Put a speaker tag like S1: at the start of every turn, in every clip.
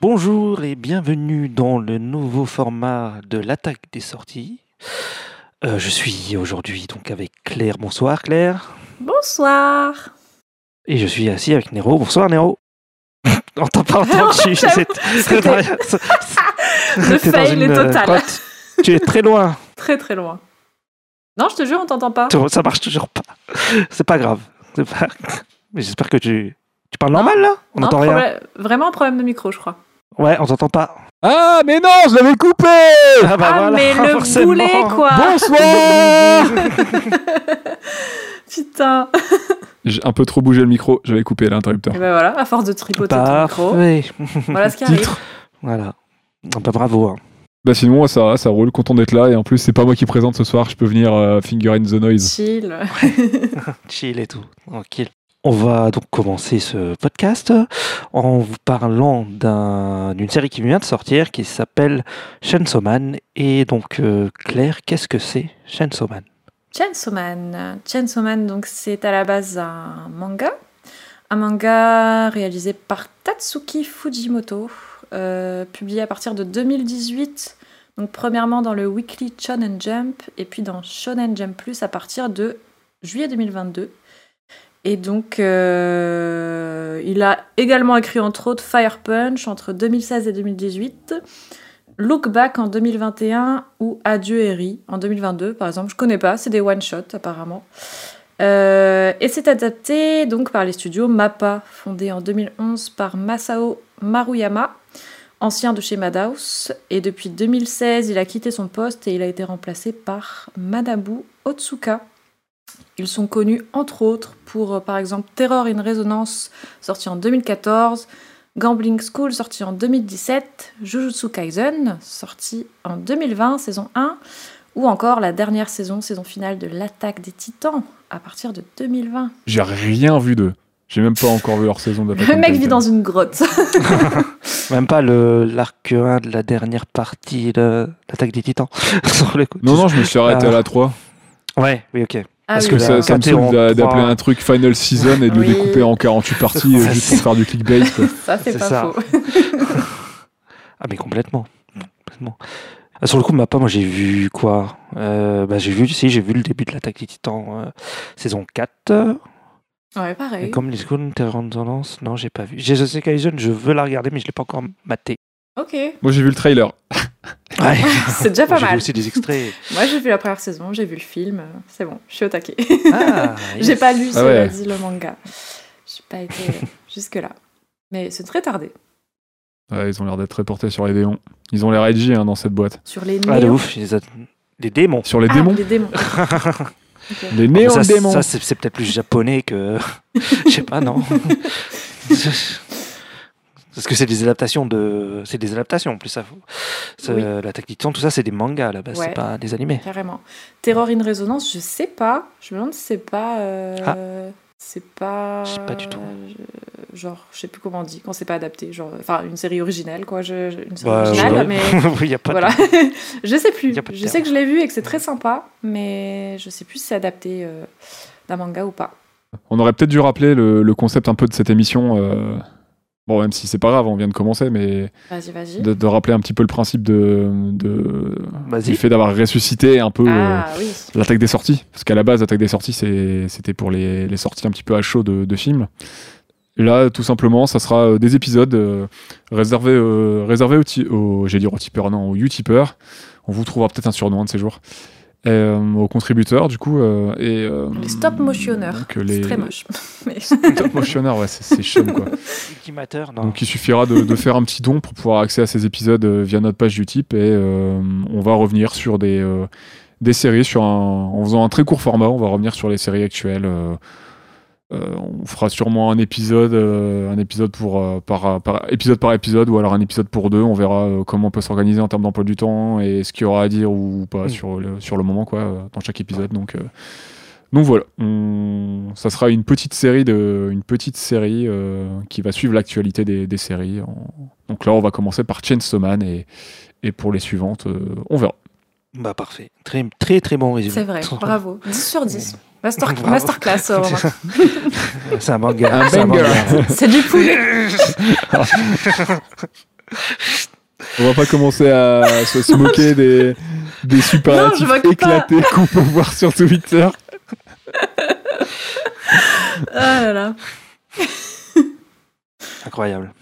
S1: Bonjour et bienvenue dans le nouveau format de l'attaque des sorties. Euh, je suis aujourd'hui donc avec Claire. Bonsoir Claire.
S2: Bonsoir.
S1: Et je suis assis avec Nero. Bonsoir Nero. On t'en parle tant que je suis.
S2: J'avoue,
S1: c'est-
S2: c'était-
S1: c'est-
S2: Le
S1: t'es dans
S2: fail
S1: une,
S2: est
S1: euh,
S2: total.
S1: grotte. Tu es très loin.
S2: Très très loin. Non, je te jure, on t'entend pas.
S1: Tu- Ça marche toujours pas. C'est pas grave. C'est pas- Mais j'espère que tu. Tu parles normal là On
S2: Un
S1: n'entend rien.
S2: problème- Vraiment un problème de micro, je crois.
S1: Ouais, on t'entend pas.
S3: Ah, mais non, je l'avais coupé
S1: Ah, bah
S2: ah,
S1: voilà,
S2: mais le
S1: forcément.
S2: boulet,
S3: Ah.
S2: quoi
S3: Bonsoir
S2: Putain
S3: J'ai un peu trop bougé le micro, j'avais coupé l'interrupteur.
S2: Et ben voilà, à force de tripoter ton micro,
S1: Parfait.
S2: voilà ce qui arrive.
S3: Titre
S1: Voilà. Ah bah, bravo. hein.
S3: Bah sinon, moi, ça, va, ça roule, content d'être là, et en plus, c'est pas moi qui présente ce soir, je peux venir euh, finger in the noise.
S2: Chill.
S1: Chill et tout. Tranquille. On va donc commencer ce podcast en vous parlant d'un- d'une série qui vient de sortir qui s'appelle Chainsaw Man. Et donc, euh, Claire, qu'est-ce que c'est Chainsaw Man
S2: Chainsaw Man. Chainsaw Man, donc c'est à la base un manga. Un manga réalisé par Tatsuki Fujimoto, euh, publié à partir de 2018. Donc premièrement dans le Weekly Shonen Jump et puis dans Shonen Jump Plus à partir de juillet 2022. Et donc euh, il a également écrit entre autres Fire Punch entre 2016 et 2018. Look Back en 2021 ou Adieu Eri en 2022, par exemple. Je connais pas, c'est des one-shots apparemment. Euh, et c'est adapté donc par les studios MAPPA, fondés en 2011 par Masao Maruyama, ancien de chez Madhouse. Et depuis 2016, il a quitté son poste et il a été remplacé par Manabu Otsuka. Ils sont connus entre autres pour euh, par exemple Terror in Resonance, sorti en 2014, Gambling School, sorti en 2017, Jujutsu Kaisen, sorti en 2020, saison 1, ou encore la dernière saison, saison finale de L'Attaque des Titans, à partir de 2020.
S3: J'ai rien vu d'eux. J'ai même pas encore vu leur saison d'attaque.
S2: Le mec vit dans une grotte.
S1: Même pas le- l'arc 1 de la dernière partie de l'attaque des titans. Sur le coup.
S3: Non, non, je me suis arrêté à la 3.
S1: Ouais, oui, ok.
S2: Ah
S3: Parce
S2: oui,
S3: que
S1: là,
S3: ça, ça me
S1: quatre et
S3: saoule
S1: en
S3: d'a-
S1: trois.
S3: d'appeler un truc Final Season et de le
S2: Oui.
S3: découper en 48 parties euh, juste pour faire du clickbait. quoi.
S2: ça, c'est
S1: c'est
S2: pas
S1: ça.
S2: faux.
S1: Ah, mais complètement. complètement. Ah, Sur le coup, Mappa, moi j'ai vu quoi Euh, bah, J'ai vu, si, j'ai vu le début de l'attaque des titans, euh, saison 4.
S2: Ouais,
S1: Et
S2: pareil.
S1: comme les secondes Terre en Tendance, non, j'ai pas vu. Jesus Kaisen, je veux la regarder, mais je l'ai pas encore matée.
S2: Ok,
S3: Moi, j'ai vu le trailer.
S1: Ouais,
S2: c'est déjà pas
S1: j'ai vu
S2: mal.
S1: aussi des extraits.
S2: Moi, j'ai vu la première saison, j'ai vu le film, euh, c'est bon, je suis au taquet.
S1: Ah, yes.
S2: J'ai pas lu,
S3: Ah
S2: cela
S3: ouais.
S2: dit, le manga. J'ai pas été euh, jusque-là. Mais c'est très tardé.
S3: Ouais, ils ont l'air d'être très portés sur les démons. Ils ont l'air edgy hein, dans cette boîte.
S2: Sur les
S1: Ah, de
S2: néons.
S1: ouf, les, a- les démons.
S3: Sur les
S2: Ah,
S3: démons
S2: les démons. Ok.
S3: Les
S1: Mais
S3: néons
S1: ça, c'est-
S3: démons
S1: ça, c'est c'est peut-être plus japonais que. Je sais pas, non. Parce que c'est des adaptations de. C'est des adaptations en plus. Ça... c'est-
S2: Oui.
S1: L'attaque des titans, tout ça, c'est des mangas à la base,
S2: Ouais.
S1: c'est pas des animés.
S2: Carrément. Terror in Resonance, je sais pas. Je me demande si c'est pas. euh,
S1: Ah.
S2: C'est pas.
S1: Je sais pas du tout.
S2: je- Genre, je sais plus comment on dit, quand c'est pas adapté. Genre, enfin, une série originale, quoi. je- je- une série
S1: Bah,
S2: originale,
S1: ouais.
S2: mais.
S1: Il y a pas de-
S2: voilà. je sais plus.
S1: Y a pas de
S2: Je
S1: terme.
S2: sais que je l'ai vu et que c'est très sympa, mais je sais plus si c'est adapté euh, d'un manga ou pas.
S3: On aurait peut-être dû rappeler le, le concept un peu de cette émission. euh, Bon, même si c'est pas grave, on vient de commencer, mais
S2: Vas-y, vas-y.
S3: de, de rappeler un petit peu le principe de, de-
S1: Vas-y.
S3: du fait d'avoir ressuscité un peu euh,
S2: Ah oui.
S3: l'attaque des sorties. Parce qu'à la base, l'attaque des sorties, c'est- c'était pour les, les sorties un petit peu à chaud de, de films. Là, tout simplement, ça sera euh, des épisodes euh, réservés, euh, réservés aux, ti- aux- j'allais dire aux tipeurs, non, aux utipeurs. On vous trouvera peut-être un surnom un de ces jours. Et, euh, aux contributeurs, du coup. euh, et, euh,
S2: Les stop motionneurs.
S3: donc, euh, les-
S2: C'est très moche. Mais-
S3: Top motionneur, ouais, c'est c'est chum, quoi.
S1: Ultimateur, non.
S3: Donc il suffira de, de faire un petit don pour pouvoir accéder à ces épisodes euh, via notre page Utip et euh, on va revenir sur des, euh, des séries sur un, en faisant un très court format, on va revenir sur les séries actuelles. euh, euh, on fera sûrement un épisode, euh, un épisode pour euh, par, par- épisode par épisode ou alors un épisode pour deux. On verra euh, comment on peut s'organiser en termes d'emploi du temps et ce qu'il y aura à dire ou pas
S1: Mm.
S3: sur le sur le moment quoi euh, dans chaque épisode. Donc euh, donc voilà, on- ça sera une petite série, de, une petite série euh, qui va suivre l'actualité des, des séries. En- Donc là, on va commencer par Chainsaw Man et, et pour les suivantes, euh, on verra.
S1: Bah parfait. Très très très bon résumé.
S2: C'est vrai. Bravo. 10 sur 10. Master...
S1: Bravo.
S2: Masterclass, Romain.
S1: C'est un manga.
S3: Un
S1: c'est un
S3: banger.
S1: manga.
S2: C'est du poulet.
S3: On va pas commencer à se, se moquer des, des superlatifs
S2: Non, je moque pas.
S3: éclatés qu'on peut voir sur Twitter.
S2: Ah là là.
S1: Incroyable.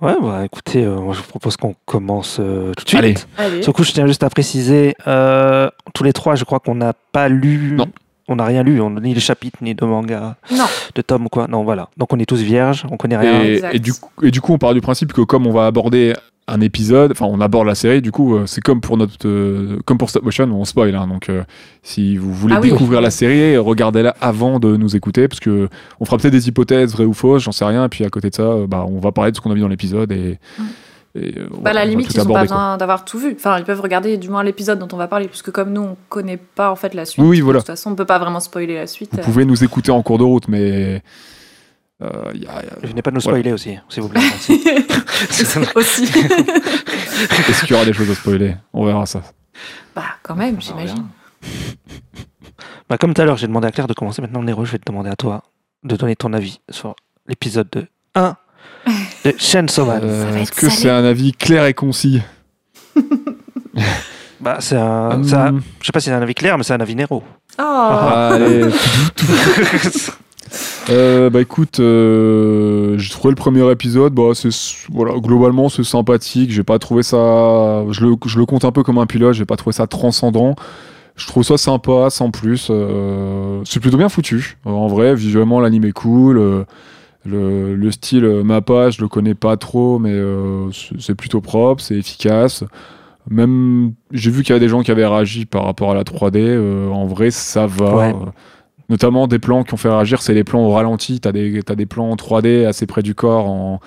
S1: Ouais, bah écoutez, euh, moi je vous propose qu'on commence euh, tout de suite.
S3: Allez.
S2: Allez.
S1: Sur le coup, je tiens juste à préciser, euh, tous les trois, je crois qu'on n'a pas lu.
S3: Non.
S1: On n'a rien lu, on, ni de chapitre, ni de manga,
S2: Non.
S1: de tome ou quoi. Non, voilà. Donc on est tous vierges, on connaît rien.
S3: Et,
S2: Exact.
S3: et du, coup- et du coup, on part du principe que comme on va aborder un épisode, enfin on aborde la série, du coup euh, c'est comme pour notre, euh, comme pour Stop Motion, on spoil. hein. donc euh, si vous voulez
S2: Ah oui.
S3: découvrir la série, regardez-la avant de nous écouter, parce que on fera peut-être des hypothèses vraies ou fausses, j'en sais rien. Et puis à côté de ça, euh, bah, on va parler de ce qu'on a vu dans l'épisode et. et, euh,
S2: Bah, à
S3: on va
S2: la limite,
S3: tout
S2: ils ont pas
S3: aborder, quoi.
S2: besoin d'avoir tout vu. Enfin, ils peuvent regarder du moins l'épisode dont on va parler, puisque comme nous, on connaît pas en fait la suite.
S3: Oui, oui,
S2: De
S3: voilà.
S2: toute façon, on peut pas vraiment spoiler la suite.
S3: Vous pouvez nous écouter en cours de route, mais. euh, y a- y a-
S1: Venez pas nous
S3: Voilà.
S1: spoiler aussi, s'il vous plaît. merci.
S2: aussi.
S3: Est-ce qu'il y aura des choses à spoiler On verra ça.
S2: bah, quand même,
S1: On
S3: Ah,
S2: j'imagine.
S1: Bah, comme tout à l'heure, j'ai demandé à Claire de commencer. Maintenant, Nero, je vais te demander à toi de donner ton avis sur l'épisode de 1 de Chainsaw Man.
S3: Euh,
S2: va
S3: Est-ce
S2: être
S3: que
S2: salé.
S3: c'est un avis clair et concis
S1: Bah, c'est un,
S2: Ah,
S3: Hum.
S1: c'est un- Je sais pas si c'est un avis clair, mais c'est un avis Nero.
S3: Ah,
S2: Oh,
S3: Allez. Euh, bah écoute, euh, j'ai trouvé le premier épisode, bah c'est voilà, globalement c'est sympathique, j'ai pas trouvé ça, je le, je le compte un peu comme un pilote, j'ai pas trouvé ça transcendant. Je trouve ça sympa, sans plus. euh, c'est plutôt bien foutu. Euh, en vrai, visuellement, l'anime est cool. euh, le, le style euh, Mappa, je le connais pas trop, mais euh, c'est c'est plutôt propre, c'est efficace. Même, j'ai vu qu'il y a des gens qui avaient réagi par rapport à la 3D. euh, en vrai, ça va.
S1: Ouais.
S3: Euh, Notamment des plans qui ont fait réagir, c'est les plans au ralenti. T'as des, t'as des plans en 3D assez près du corps en,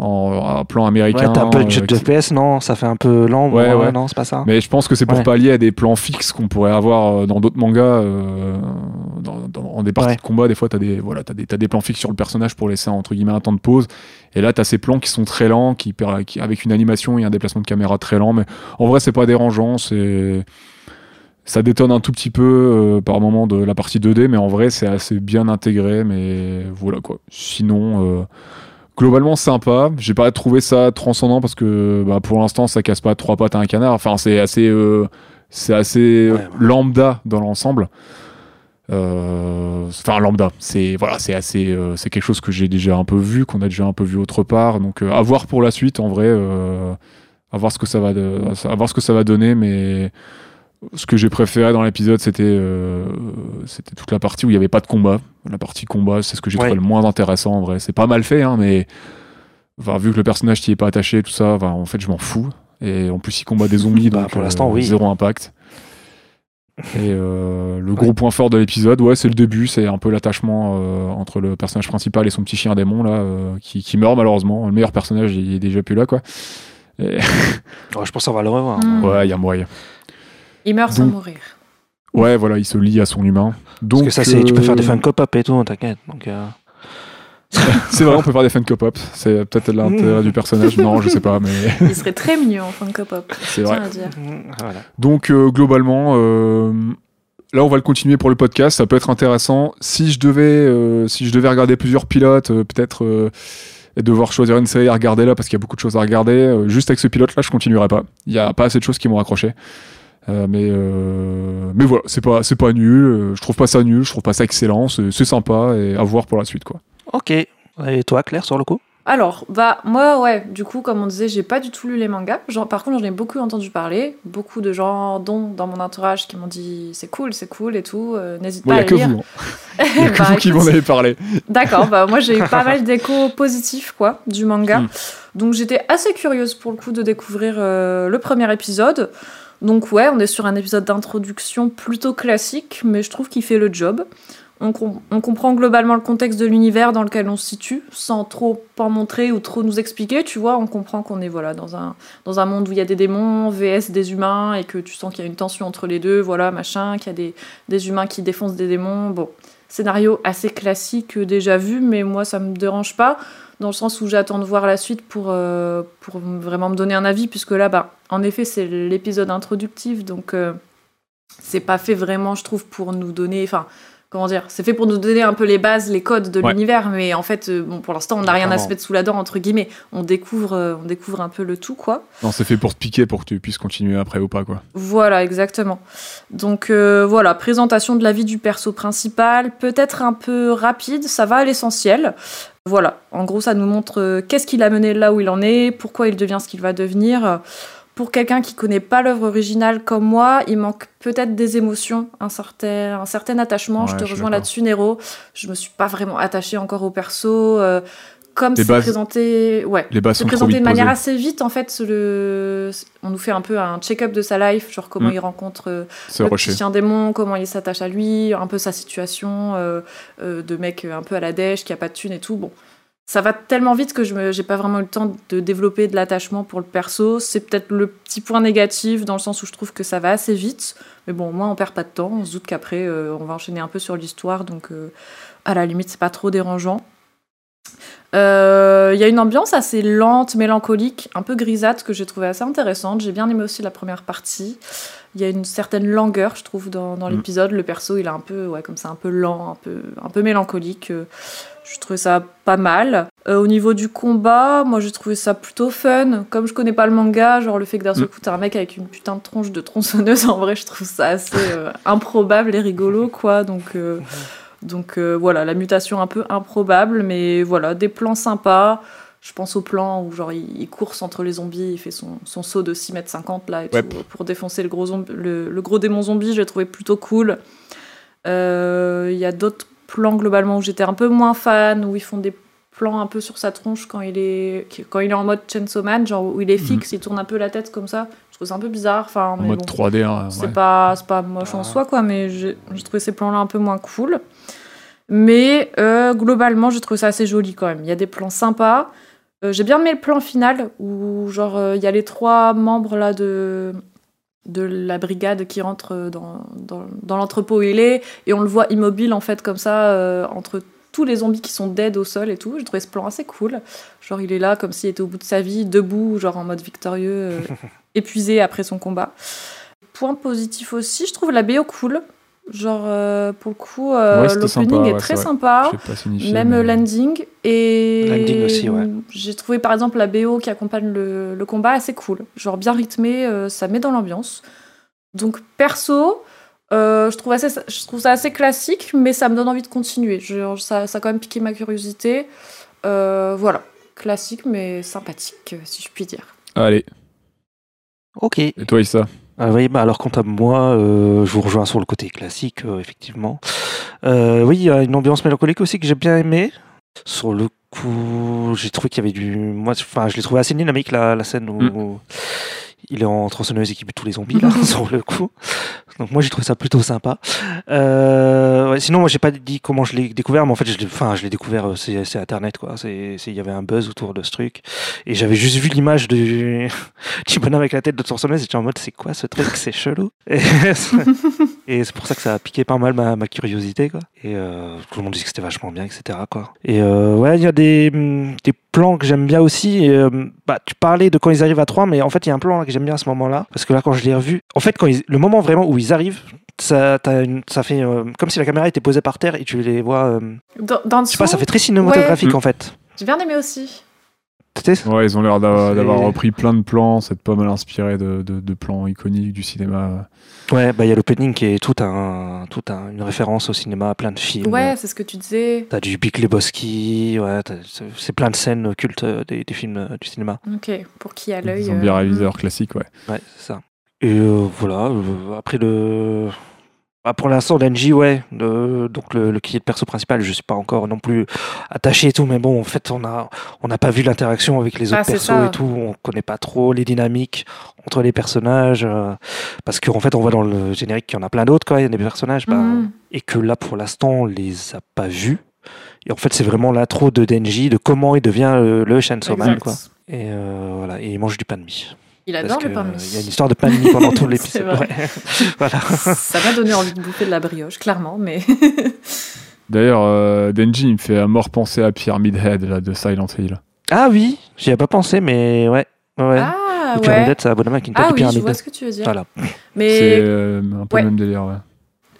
S3: en, en plan américain.
S1: Ouais, t'as un peu de
S3: euh,
S1: chute de
S3: qui-
S1: PS, non Ça fait un peu lent.
S3: Ouais,
S1: bon,
S3: ouais.
S1: Non, c'est pas ça.
S3: mais je pense que c'est pour
S1: Ouais.
S3: pallier à des plans fixes qu'on pourrait avoir euh, dans d'autres mangas. euh, dans, dans- en des parties
S1: Ouais.
S3: de combat, des fois, t'as des, voilà, t'as des, t'as des plans fixes sur le personnage pour laisser entre guillemets un temps de pause. Et là, t'as ces plans qui sont très lents, qui, per- qui- avec une animation et un déplacement de caméra très lent. Mais en vrai, c'est pas dérangeant. C'est ça détonne un tout petit peu euh, par moment de la partie 2D, mais en vrai, c'est assez bien intégré. Mais voilà quoi. Sinon. euh, globalement sympa. J'ai pas trouvé ça transcendant parce que bah, pour l'instant ça casse pas trois pattes à un canard. Enfin c'est assez euh, c'est assez euh,
S1: Ouais, ouais.
S3: lambda dans l'ensemble. Euh, Enfin lambda, c'est voilà, c'est assez, euh, c'est quelque chose que j'ai déjà un peu vu, qu'on a déjà un peu vu autre part. Donc euh, à voir pour la suite en vrai, euh, à voir ce que ça va, de- à voir ce que ça va donner. Mais ce que j'ai préféré dans l'épisode, c'était euh, c'était toute la partie où il n'y avait pas de combat. La partie combat, c'est ce que j'ai
S1: Ouais.
S3: trouvé le moins intéressant en vrai. C'est pas mal fait, hein, mais enfin, vu que le personnage qui est pas attaché, tout ça, enfin, en fait, je m'en fous. Et en plus, il combat des zombies,
S1: Bah,
S3: donc
S1: pour l'instant,
S3: euh,
S1: oui.
S3: zéro impact. Et euh, le gros point fort de l'épisode, ouais, c'est le début, c'est un peu l'attachement euh, entre le personnage principal et son petit chien démon là, euh, qui, qui meurt malheureusement. Le meilleur personnage, il est déjà plus là, quoi. Et-
S1: Ouais, je pense qu'on va le revoir.
S2: Mm.
S3: ouais, il y a moyen.
S2: il meurt sans
S3: Donc-
S2: mourir.
S3: Ouais, voilà, il se lie à son humain. Donc,
S1: Parce que ça, c'est, tu peux faire des
S3: euh,
S1: Funko Pop et tout, t'inquiète. Donc, euh,
S3: C'est vrai, on peut faire des Funko Pop. C'est peut-être l'intérêt du personnage. Non, je sais pas, mais
S2: Il serait très mignon en Funko Pop.
S3: c'est
S2: Tiens
S3: vrai.
S2: à dire.
S1: voilà.
S3: Donc euh, globalement, euh, là on va le continuer pour le podcast, ça peut être intéressant. Si je devais, euh, si je devais regarder plusieurs pilotes, euh, peut-être euh, et devoir choisir une série à regarder là parce qu'il y a beaucoup de choses à regarder. euh, juste avec ce pilote là, je continuerai pas. Il y a pas assez de choses qui m'ont accroché. Euh, mais euh, mais voilà, c'est pas c'est pas nul. euh, Je trouve pas ça nul, je trouve pas ça excellent. C'est c'est sympa et à voir pour la suite quoi.
S1: Ok. Et toi, Claire, sur le coup
S2: Alors, bah, moi, ouais, du coup, comme on disait, j'ai pas du tout lu les mangas. Genre, par contre, j'en ai beaucoup entendu parler. Beaucoup de gens, dont dans mon entourage, qui m'ont dit c'est cool, c'est cool et tout. euh, N'hésite
S3: Bon,
S2: pas
S3: il y
S2: à
S3: a que
S2: lire.
S3: vous, hein. il y a que
S2: Bah,
S3: vous qui
S2: écoute,
S3: m'en avez parlé.
S2: D'accord, bah moi j'ai eu pas mal d'échos positifs quoi du manga.
S3: Mm.
S2: Donc j'étais assez curieuse pour le coup de découvrir euh, le premier épisode. Donc ouais, on est sur un épisode d'introduction plutôt classique, mais je trouve qu'il fait le job. On, com- on comprend globalement le contexte de l'univers dans lequel on se situe, sans trop en montrer ou trop nous expliquer, tu vois. On comprend qu'on est voilà dans un, dans un monde où il y a des démons, VS des humains, et que tu sens qu'il y a une tension entre les deux, voilà, machin, qu'il y a des, des humains qui défoncent des démons. Bon, scénario assez classique euh, déjà vu, mais moi ça me dérange pas, dans le sens où j'attends de voir la suite pour, euh, pour m- vraiment me donner un avis, puisque là, bah, en effet, c'est l'épisode introductif, donc euh, c'est pas fait vraiment, je trouve, pour nous donner. Enfin, comment dire, c'est fait pour nous donner un peu les bases, les codes de
S3: Ouais.
S2: l'univers, mais en fait, euh, bon, pour l'instant, on n'a rien à
S3: Clairement.
S2: se mettre sous la dent, entre guillemets. On découvre, euh, on découvre un peu le tout, quoi.
S3: Non, c'est fait pour te piquer pour que tu puisses continuer après ou pas, quoi.
S2: Voilà, exactement. Donc euh, voilà, présentation de la vie du perso principal, peut-être un peu rapide, ça va à l'essentiel. Voilà, en gros, ça nous montre euh, qu'est-ce qui l'a mené là où il en est, pourquoi il devient ce qu'il va devenir. Pour quelqu'un qui connaît pas l'œuvre originale comme moi, il manque peut-être des émotions, un certain, un certain attachement. je
S3: Ouais,
S2: te
S3: je suis
S2: rejoins
S3: d'accord.
S2: là-dessus, Nero. Je me suis pas vraiment attachée encore au perso. euh, comme
S3: Les
S2: c'est
S3: bases-
S2: présenté, ouais,
S3: Les bases
S2: c'est
S3: sont trop
S2: présenté
S3: vite
S2: de manière
S3: posées.
S2: assez vite en fait. Le... On nous fait un peu un check-up de sa life, genre comment
S3: Mm.
S2: il rencontre euh,
S3: C'est
S2: le
S3: rushé.
S2: petit chien démon, comment il s'attache à lui, un peu sa situation euh, euh, de mec un peu à la dèche qui a pas de thune et tout. Bon, ça va tellement vite que je me... j'ai pas vraiment eu le temps de développer de l'attachement pour le perso. C'est peut-être le petit point négatif dans le sens où je trouve que ça va assez vite, mais bon, au moins on perd pas de temps. On se doute qu'après euh, on va enchaîner un peu sur l'histoire, donc euh, à la limite c'est pas trop dérangeant. Euh, Il y a une ambiance assez lente, mélancolique, un peu grisâtre que j'ai trouvé assez intéressante. J'ai bien aimé aussi la première partie. Il y a une certaine langueur, je trouve, dans, dans
S3: Mm.
S2: l'épisode. Le perso, il est un peu, ouais, comme ça, un peu lent, un peu, un peu mélancolique. Euh, Je trouvais ça pas mal. Euh, au niveau du combat, moi j'ai trouvé ça plutôt fun. Comme je connais pas le manga, genre le fait que d'un seul
S3: Mm.
S2: coup t'as un mec avec une putain de tronche de tronçonneuse, en vrai je trouve ça assez euh, improbable et rigolo quoi. Donc euh, donc euh, voilà, la mutation un peu improbable, mais voilà, des plans sympas. Je pense au plan où genre il, il course entre les zombies, il fait son, son saut de 6 m 50 là et
S3: Ouais.
S2: tout, pour défoncer le gros, zombi- le, le gros démon zombie, je l'ai trouvé plutôt cool. Euh, Il y a d'autres plans globalement où j'étais un peu moins fan, où ils font des plans un peu sur sa tronche quand il est, quand il est en mode Chainsaw Man, genre où il est fixe, il tourne un peu la tête comme ça. Je trouve ça un peu bizarre. Enfin,
S3: Mhm. En
S2: mais
S3: mode
S2: bon.
S3: 3D, hein,
S2: C'est
S3: ouais.
S2: pas, c'est pas moche en
S1: Ah.
S2: soi, quoi, mais j'ai j'ai trouvé ces plans-là un peu moins cool. Mais euh, globalement, j'ai trouvé ça assez joli quand même. Il y a des plans sympas. Euh, j'ai bien aimé le plan final où, genre, euh, il y a les trois membres là de de la brigade qui rentre dans, dans, dans l'entrepôt où il est et on le voit immobile en fait comme ça euh, entre tous les zombies qui sont dead au sol et tout j'ai trouvé ce plan assez cool genre il est là comme s'il était au bout de sa vie debout genre en mode victorieux euh, épuisé après son combat point positif aussi je trouve la BO cool genre euh, pour le coup euh,
S3: Ouais, c'était
S2: l'opening
S3: sympa,
S2: est
S3: ouais,
S2: très
S3: c'est vrai.
S2: sympa
S3: Je sais pas signifier,
S2: même
S3: mais-
S2: landing et
S1: Landing aussi, ouais.
S2: j'ai trouvé par exemple la BO qui accompagne le, le combat assez cool genre bien rythmé euh, ça met dans l'ambiance donc perso euh, je, trouve assez, je trouve ça assez classique mais ça me donne envie de continuer Genre, ça, ça a quand même piqué ma curiosité Euh, voilà classique mais sympathique si je puis dire
S3: Allez,
S1: Ok.
S3: et toi, Issa
S1: Ah oui, bah alors quant à moi, euh, je vous rejoins sur le côté classique, euh, effectivement. Euh, oui, il y a une ambiance mélancolique aussi que j'ai bien aimée. Sur le coup, j'ai trouvé qu'il y avait du... Moi, je- enfin, je l'ai trouvé assez dynamique, la, la scène où... Il est en tronçonneuse et qui bute tous les zombies, là, sur le coup. Donc, moi, j'ai trouvé ça plutôt sympa. Euh, ouais, sinon, moi, j'ai pas dit comment je l'ai découvert, mais en fait, je l'ai, enfin, je l'ai découvert, euh, c'est, c'est Internet, quoi. C'est, c'est- il y avait un buzz autour de ce truc. Et j'avais juste vu l'image du, du bonhomme avec la tête de tronçonneuse et j'étais en mode, c'est quoi ce truc? C'est chelou. Et, c'est- et c'est pour ça que ça a piqué pas mal ma, ma curiosité, quoi. Et, euh, tout le monde disait que c'était vachement bien, etc., quoi. Et, euh, ouais, il y a des, hum, des plans que j'aime bien aussi. Et, euh, bah, tu parlais de quand ils arrivent à 3, mais en fait, il y a un plan là, que j'aime bien à ce moment-là. Parce que là, quand je l'ai revu, en fait, quand ils- le moment vraiment où ils arrivent, ça, t'as une- ça fait euh, comme si la caméra était posée par terre et tu les vois. euh,
S2: dans, dans le
S1: je sais pas,
S2: son,
S1: ça fait très cinématographique
S3: Ouais.
S1: en fait.
S2: j'ai bien aimé aussi
S1: Tu sais
S3: Ouais, ils ont l'air d'a-
S1: C'est-
S3: d'avoir repris plein de plans, c'est pas mal inspiré de, de- de plans iconiques du cinéma. euh,
S1: Ouais, bah il y a l'opening qui est tout un, tout un, une référence au cinéma, à plein de films.
S2: ouais c'est ce que tu disais
S1: T'as du Big Lebowski, ouais, t'as- c'est c'est plein de scènes cultes euh, des, des films euh, du cinéma.
S2: ok pour qui à l'œil
S3: Ils ont bien
S2: euh,
S3: réalisé leur classique, ouais.
S2: Mm.
S1: Ouais, c'est ça. Et euh, voilà, euh, après le. Bah, pour l'instant, l'NJ, ouais. le- donc, le, le qui est le perso principal, je suis pas encore non plus attaché et tout, mais bon, en fait, on a on n'a pas vu l'interaction avec les
S2: Ah,
S1: autres
S2: c'est
S1: persos
S2: ça.
S1: et tout. On connaît pas trop les dynamiques entre les personnages. euh, parce qu'en fait, on voit dans le générique qu'il y en a plein d'autres, quoi. Il y a des personnages. bah,
S2: Mhm.
S1: et que là pour l'instant on les a pas vus. Et en fait c'est vraiment l'intro de Denji de comment il devient euh, le Chainsaw Man
S2: Exact.
S1: quoi. Et euh, voilà, et il mange du pain de mie.
S2: il
S1: Parce
S2: adore
S1: que,
S2: le pain de
S1: euh,
S2: mie.
S1: Il y a une histoire de pain de mie pendant tout l'épisode.
S2: C'est vrai.
S1: Ouais. voilà.
S2: ça m'a donné envie de bouffer de la brioche, clairement, mais
S3: D'ailleurs, euh, Denji, il me fait à mort penser à Pyramid Head là, de Silent Hill.
S1: Ah oui, j'y ai pas pensé mais ouais. ouais.
S2: ah
S1: le
S2: ouais.
S1: pyramidette, c'est un bonhomme avec une tête
S2: Ah
S1: de
S2: oui, je
S1: pyramide.
S2: vois ce que tu veux dire.
S1: Voilà.
S3: C'est
S2: Mais
S3: euh, un peu
S2: Ouais.
S3: le même délire, ouais.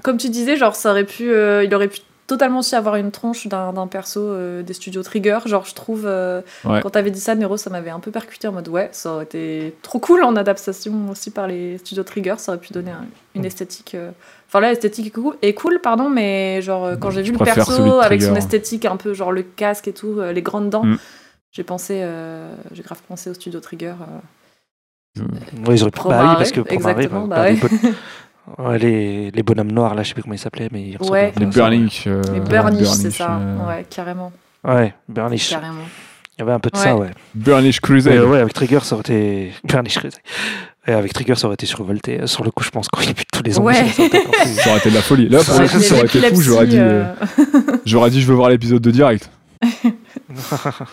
S2: comme tu disais, genre, ça aurait pu, euh, il aurait pu totalement aussi avoir une tronche d'un d'un perso euh, des studios Trigger. Genre, je trouve, euh,
S3: Ouais.
S2: quand t'avais dit ça, Nero, ça m'avait un peu percuté en mode ouais, ça aurait été trop cool en adaptation aussi par les studios Trigger. Ça aurait pu donner un- une
S1: Mm.
S2: esthétique. euh, Enfin, là, l'esthétique est cool, est cool, pardon, mais genre, euh, quand j'ai vu le
S3: préfères Mm. celui de
S2: perso avec son
S3: Trigger.
S2: esthétique un peu, genre le casque et tout, euh, les grandes dents,
S3: Mm.
S2: j'ai pensé, euh, j'ai grave pensé aux studios Trigger. euh,
S1: Ouais, ils auraient pu- Bah oui,
S2: Promare,
S1: parce que Promare,
S2: exactement,
S1: bah,
S2: bah
S1: bah,
S2: ouais.
S1: les, bon- ouais, les, les bonhommes noirs, là, je sais plus comment ils s'appelaient, mais ils ressemblaient
S2: Ouais.
S1: un peu
S3: Les
S1: à ça.
S3: Burnish. euh,
S2: les burnish, c'est
S3: Burnish,
S2: ça.
S3: euh,
S2: Ouais, carrément.
S1: Ouais, Burnish.
S2: Carrément.
S1: Il y avait un peu de ça,
S2: Ouais.
S1: ouais.
S3: Burnish Cruiser.
S1: Euh, ouais, avec Trigger, ça aurait été. Burnish, je sais. Et avec Trigger, ça aurait été survolté. Euh, Sur le coup, je pense qu'il y a plus tous les angles.
S2: Ouais.
S1: ça aurait été encore plus-
S3: Ça aurait été de la folie. Là, pour
S1: Ouais,
S3: le coup,
S1: mais
S3: ça aurait été fou.
S2: l'épilepsie,
S3: J'aurais dit, euh,
S2: euh,
S3: j'aurais dit, je veux voir l'épisode de direct.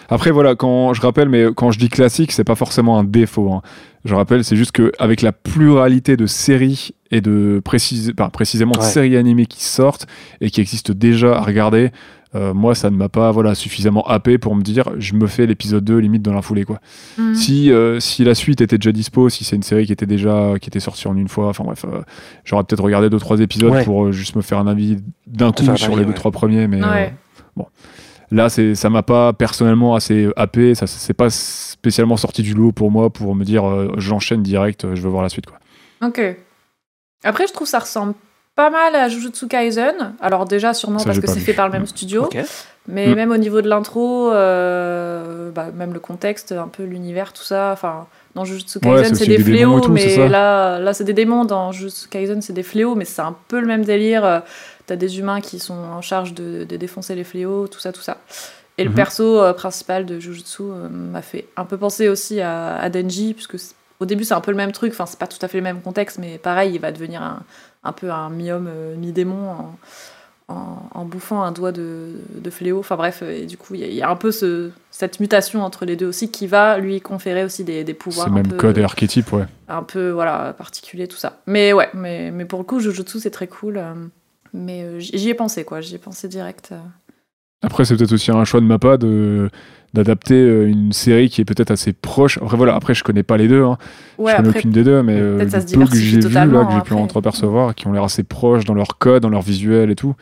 S3: Après, voilà, quand je rappelle, mais quand je dis classique, c'est pas forcément un défaut. hein. Je rappelle, c'est juste que avec la pluralité de séries et de précis... enfin, précisément de
S1: Ouais.
S3: séries animées qui sortent et qui existent déjà à regarder, euh, moi, ça ne m'a pas voilà suffisamment happé pour me dire, je me fais l'épisode 2 limite dans la foulée, quoi.
S2: hmm.
S3: Si, euh, si la suite était déjà dispo, si c'est une série qui était déjà qui était sortie en une fois, enfin bref, euh, j'aurais peut-être regardé deux trois épisodes
S1: Ouais.
S3: pour euh, juste me faire un avis d'un
S1: Te
S3: coup
S1: faire un
S3: sur
S1: avis,
S3: les deux
S1: ouais.
S3: trois premiers, mais
S2: Ouais.
S3: euh, bon, là c'est ça m'a pas personnellement assez happé, ça c'est pas spécialement sorti du lot pour moi pour me dire euh, j'enchaîne direct, euh, je veux voir la suite quoi.
S2: Ok. Après, je trouve ça ressemble pas mal à Jujutsu Kaisen. Alors déjà, sûrement
S3: Ça,
S2: parce
S3: j'ai
S2: que
S3: pas
S2: c'est
S3: vu.
S2: fait par le même studio,
S1: Ok.
S2: mais
S3: Mm.
S2: même au niveau de l'intro, euh, bah, même le contexte, un peu l'univers, tout ça. Enfin, dans Jujutsu
S3: Ouais,
S2: Kaisen,
S3: c'est
S2: c'est
S3: aussi
S2: des,
S3: des démons
S2: fléaux,
S3: et tout, c'est ça.
S2: mais là, là, c'est des démons. Dans Jujutsu Kaisen, c'est des fléaux, mais c'est un peu le même délire. Euh, T'as des humains qui sont en charge de, de défoncer les fléaux, tout ça, tout ça. Et le
S3: Mhm.
S2: perso euh, principal de Jujutsu euh, m'a fait un peu penser aussi à, à Denji, puisque c'est- au début c'est un peu le même truc, enfin c'est pas tout à fait le même contexte, mais pareil, il va devenir un, un peu un mi-homme, euh, mi-démon en, en- en bouffant un doigt de, de fléau. Enfin bref, euh, et du coup il y, a- il y a un peu ce- cette mutation entre les deux aussi qui va lui conférer aussi des, des pouvoirs.
S3: C'est
S2: un
S3: même
S2: peu-
S3: code et archétype ouais.
S2: un peu voilà particulier tout ça mais ouais mais, mais pour le coup Jujutsu c'est très cool euh, mais euh, j'y j'y ai pensé quoi j'y ai pensé direct euh.
S3: Après, c'est peut-être aussi un choix de ma part de d'adapter euh, une série qui est peut-être assez proche. Après voilà, après je connais pas les deux. hein.
S2: ouais
S3: je connais
S2: après
S3: aucune des deux, mais euh,
S2: peut-être ça
S3: le
S2: se
S3: peu que
S2: diversifie
S3: j'ai vu là,
S2: totalement,
S3: que j'ai pu
S2: après.
S3: entreapercevoir, qui ont l'air assez proches dans leur code, dans leur visuel et tout,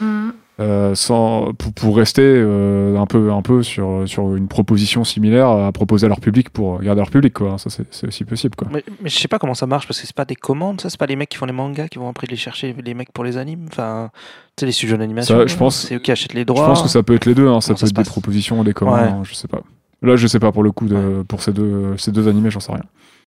S2: Mhm.
S3: euh, sans pour, pour rester euh, un peu un peu sur sur une proposition similaire à proposer à leur public pour garder leur public quoi. Ça c'est c'est aussi possible quoi.
S1: Mais, mais je sais pas comment ça marche parce que c'est pas des commandes, ça, c'est pas les mecs qui font les mangas qui vont après les chercher, les mecs pour les animes. Enfin, tu sais, les studios d'animation.
S3: Ça, je pense-
S1: C'est eux qui achètent les
S3: Je
S1: droits.
S3: pense que ça peut être les deux, hein, ça
S1: Comment
S3: peut
S1: ça se
S3: être des
S1: passe
S3: propositions, des commandes,
S1: Ouais.
S3: hein, je sais pas. Là, je sais pas pour le coup de, pour ces deux ces deux animés, j'en sais rien.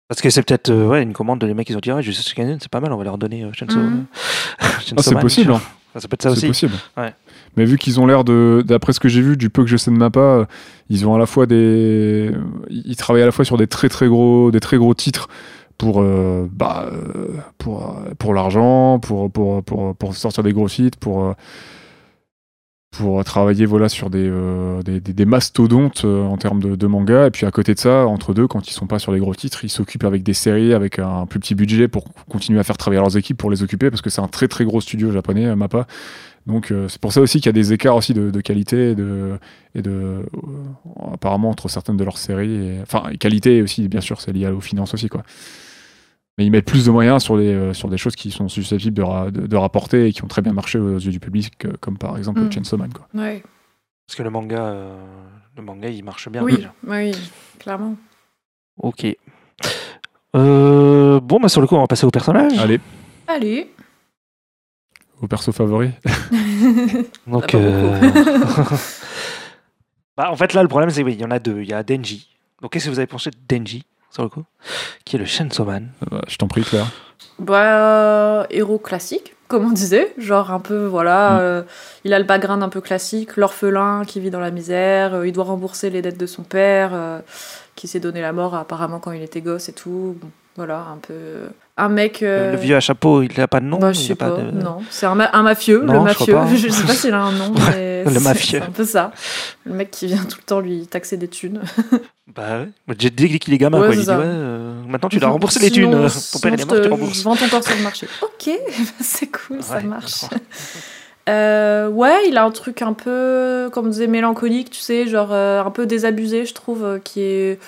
S1: Parce que c'est peut-être euh, ouais, une commande de les mecs, ils ont dit Ouais, Jujutsu Kaisen, c'est pas mal, on va leur donner euh, Chainsaw,
S2: Mhm.
S1: euh, Chainsaw
S3: Ah, c'est
S1: Man,
S3: possible.
S1: tu
S3: hein.
S1: vois. Ça peut être ça aussi.
S3: C'est possible.
S1: Ouais.
S3: Mais vu qu'ils ont l'air de, d'après ce que j'ai vu, du peu que je sais de Mappa, euh, ils ont à la fois des, ils travaillent à la fois sur des très très gros, des très gros titres pour, euh, bah, euh, pour, euh, pour l'argent, pour, pour, pour, pour sortir des gros sites, pour, euh, pour travailler voilà sur des, euh, des, des- des mastodontes euh, en termes de, de manga. Et puis à côté de ça, entre deux, quand ils sont pas sur les gros titres, ils s'occupent avec des séries, avec un plus petit budget pour continuer à faire travailler leurs équipes pour les occuper, parce que c'est un très très gros studio japonais, euh, Mappa. Donc euh, c'est pour ça aussi qu'il y a des écarts aussi de, de qualité et de, et de euh, apparemment entre certaines de leurs séries. et- enfin, et qualité aussi, bien sûr, c'est lié aux finances aussi, quoi. Mais ils mettent plus de moyens sur, les, euh, sur des choses qui sont susceptibles de, ra- de- de rapporter et qui ont très bien marché aux yeux du public, euh, comme par exemple
S2: Mm.
S3: Chainsaw Man. Quoi.
S2: ouais
S1: Parce que le manga, euh, le manga, il marche bien
S2: oui
S1: déjà.
S2: oui clairement
S1: Ok. Euh, bon, bah sur le coup, on va passer au personnage.
S3: Allez,
S2: allez
S3: au perso favori.
S1: Donc,
S2: pas
S1: euh, Ah, bah, en fait, là, le problème, c'est oui, il y en a deux. Il y a Denji. Donc, qu'est-ce que vous avez pensé de Denji, sur le coup Qui est le Chainsaw Man.
S3: Euh, je t'en prie, Claire.
S2: bah euh, héros classique comme on disait genre un peu
S1: Mm.
S2: voilà euh, il a le background un peu classique l'orphelin qui vit dans la misère euh, il doit rembourser les dettes de son père euh, qui s'est donné la mort apparemment quand il était gosse et tout Bon, voilà un peu euh, un mec
S1: Le-
S2: euh,
S1: Le vieux à chapeau, il n'a pas de nom
S2: Bah,
S1: il
S2: je
S1: a
S2: sais pas.
S1: de-
S2: Non, c'est un, ma- un mafieux,
S1: Non,
S2: le
S1: je crois
S2: mafieux.
S1: pas, hein.
S2: Je, sais pas s'il a un nom, mais
S1: Le
S2: c'est-
S1: mafieux.
S2: C'est un peu ça. Le mec qui vient tout le temps lui taxer des thunes.
S1: Bah, ouais. Moi, j'ai- dès qu'il est gamin,
S2: Ouais,
S1: quoi, il
S2: c'est
S1: dit
S2: ça.
S1: Ouais, euh, maintenant tu dois rembourser les thunes. euh,
S2: Sinon-
S1: Ton
S2: sinon,
S1: père, il est
S2: je
S1: mort,
S2: te-
S1: tu
S2: Je
S1: rembourses.
S2: vends ton corps sur le marché. Ok, bah, c'est cool, ça
S1: Ouais,
S2: marche.
S1: d'accord.
S2: Euh, ouais, il a un truc un peu, comme on disait, mélancolique, tu sais, genre euh, un peu désabusé, je trouve, euh, qui est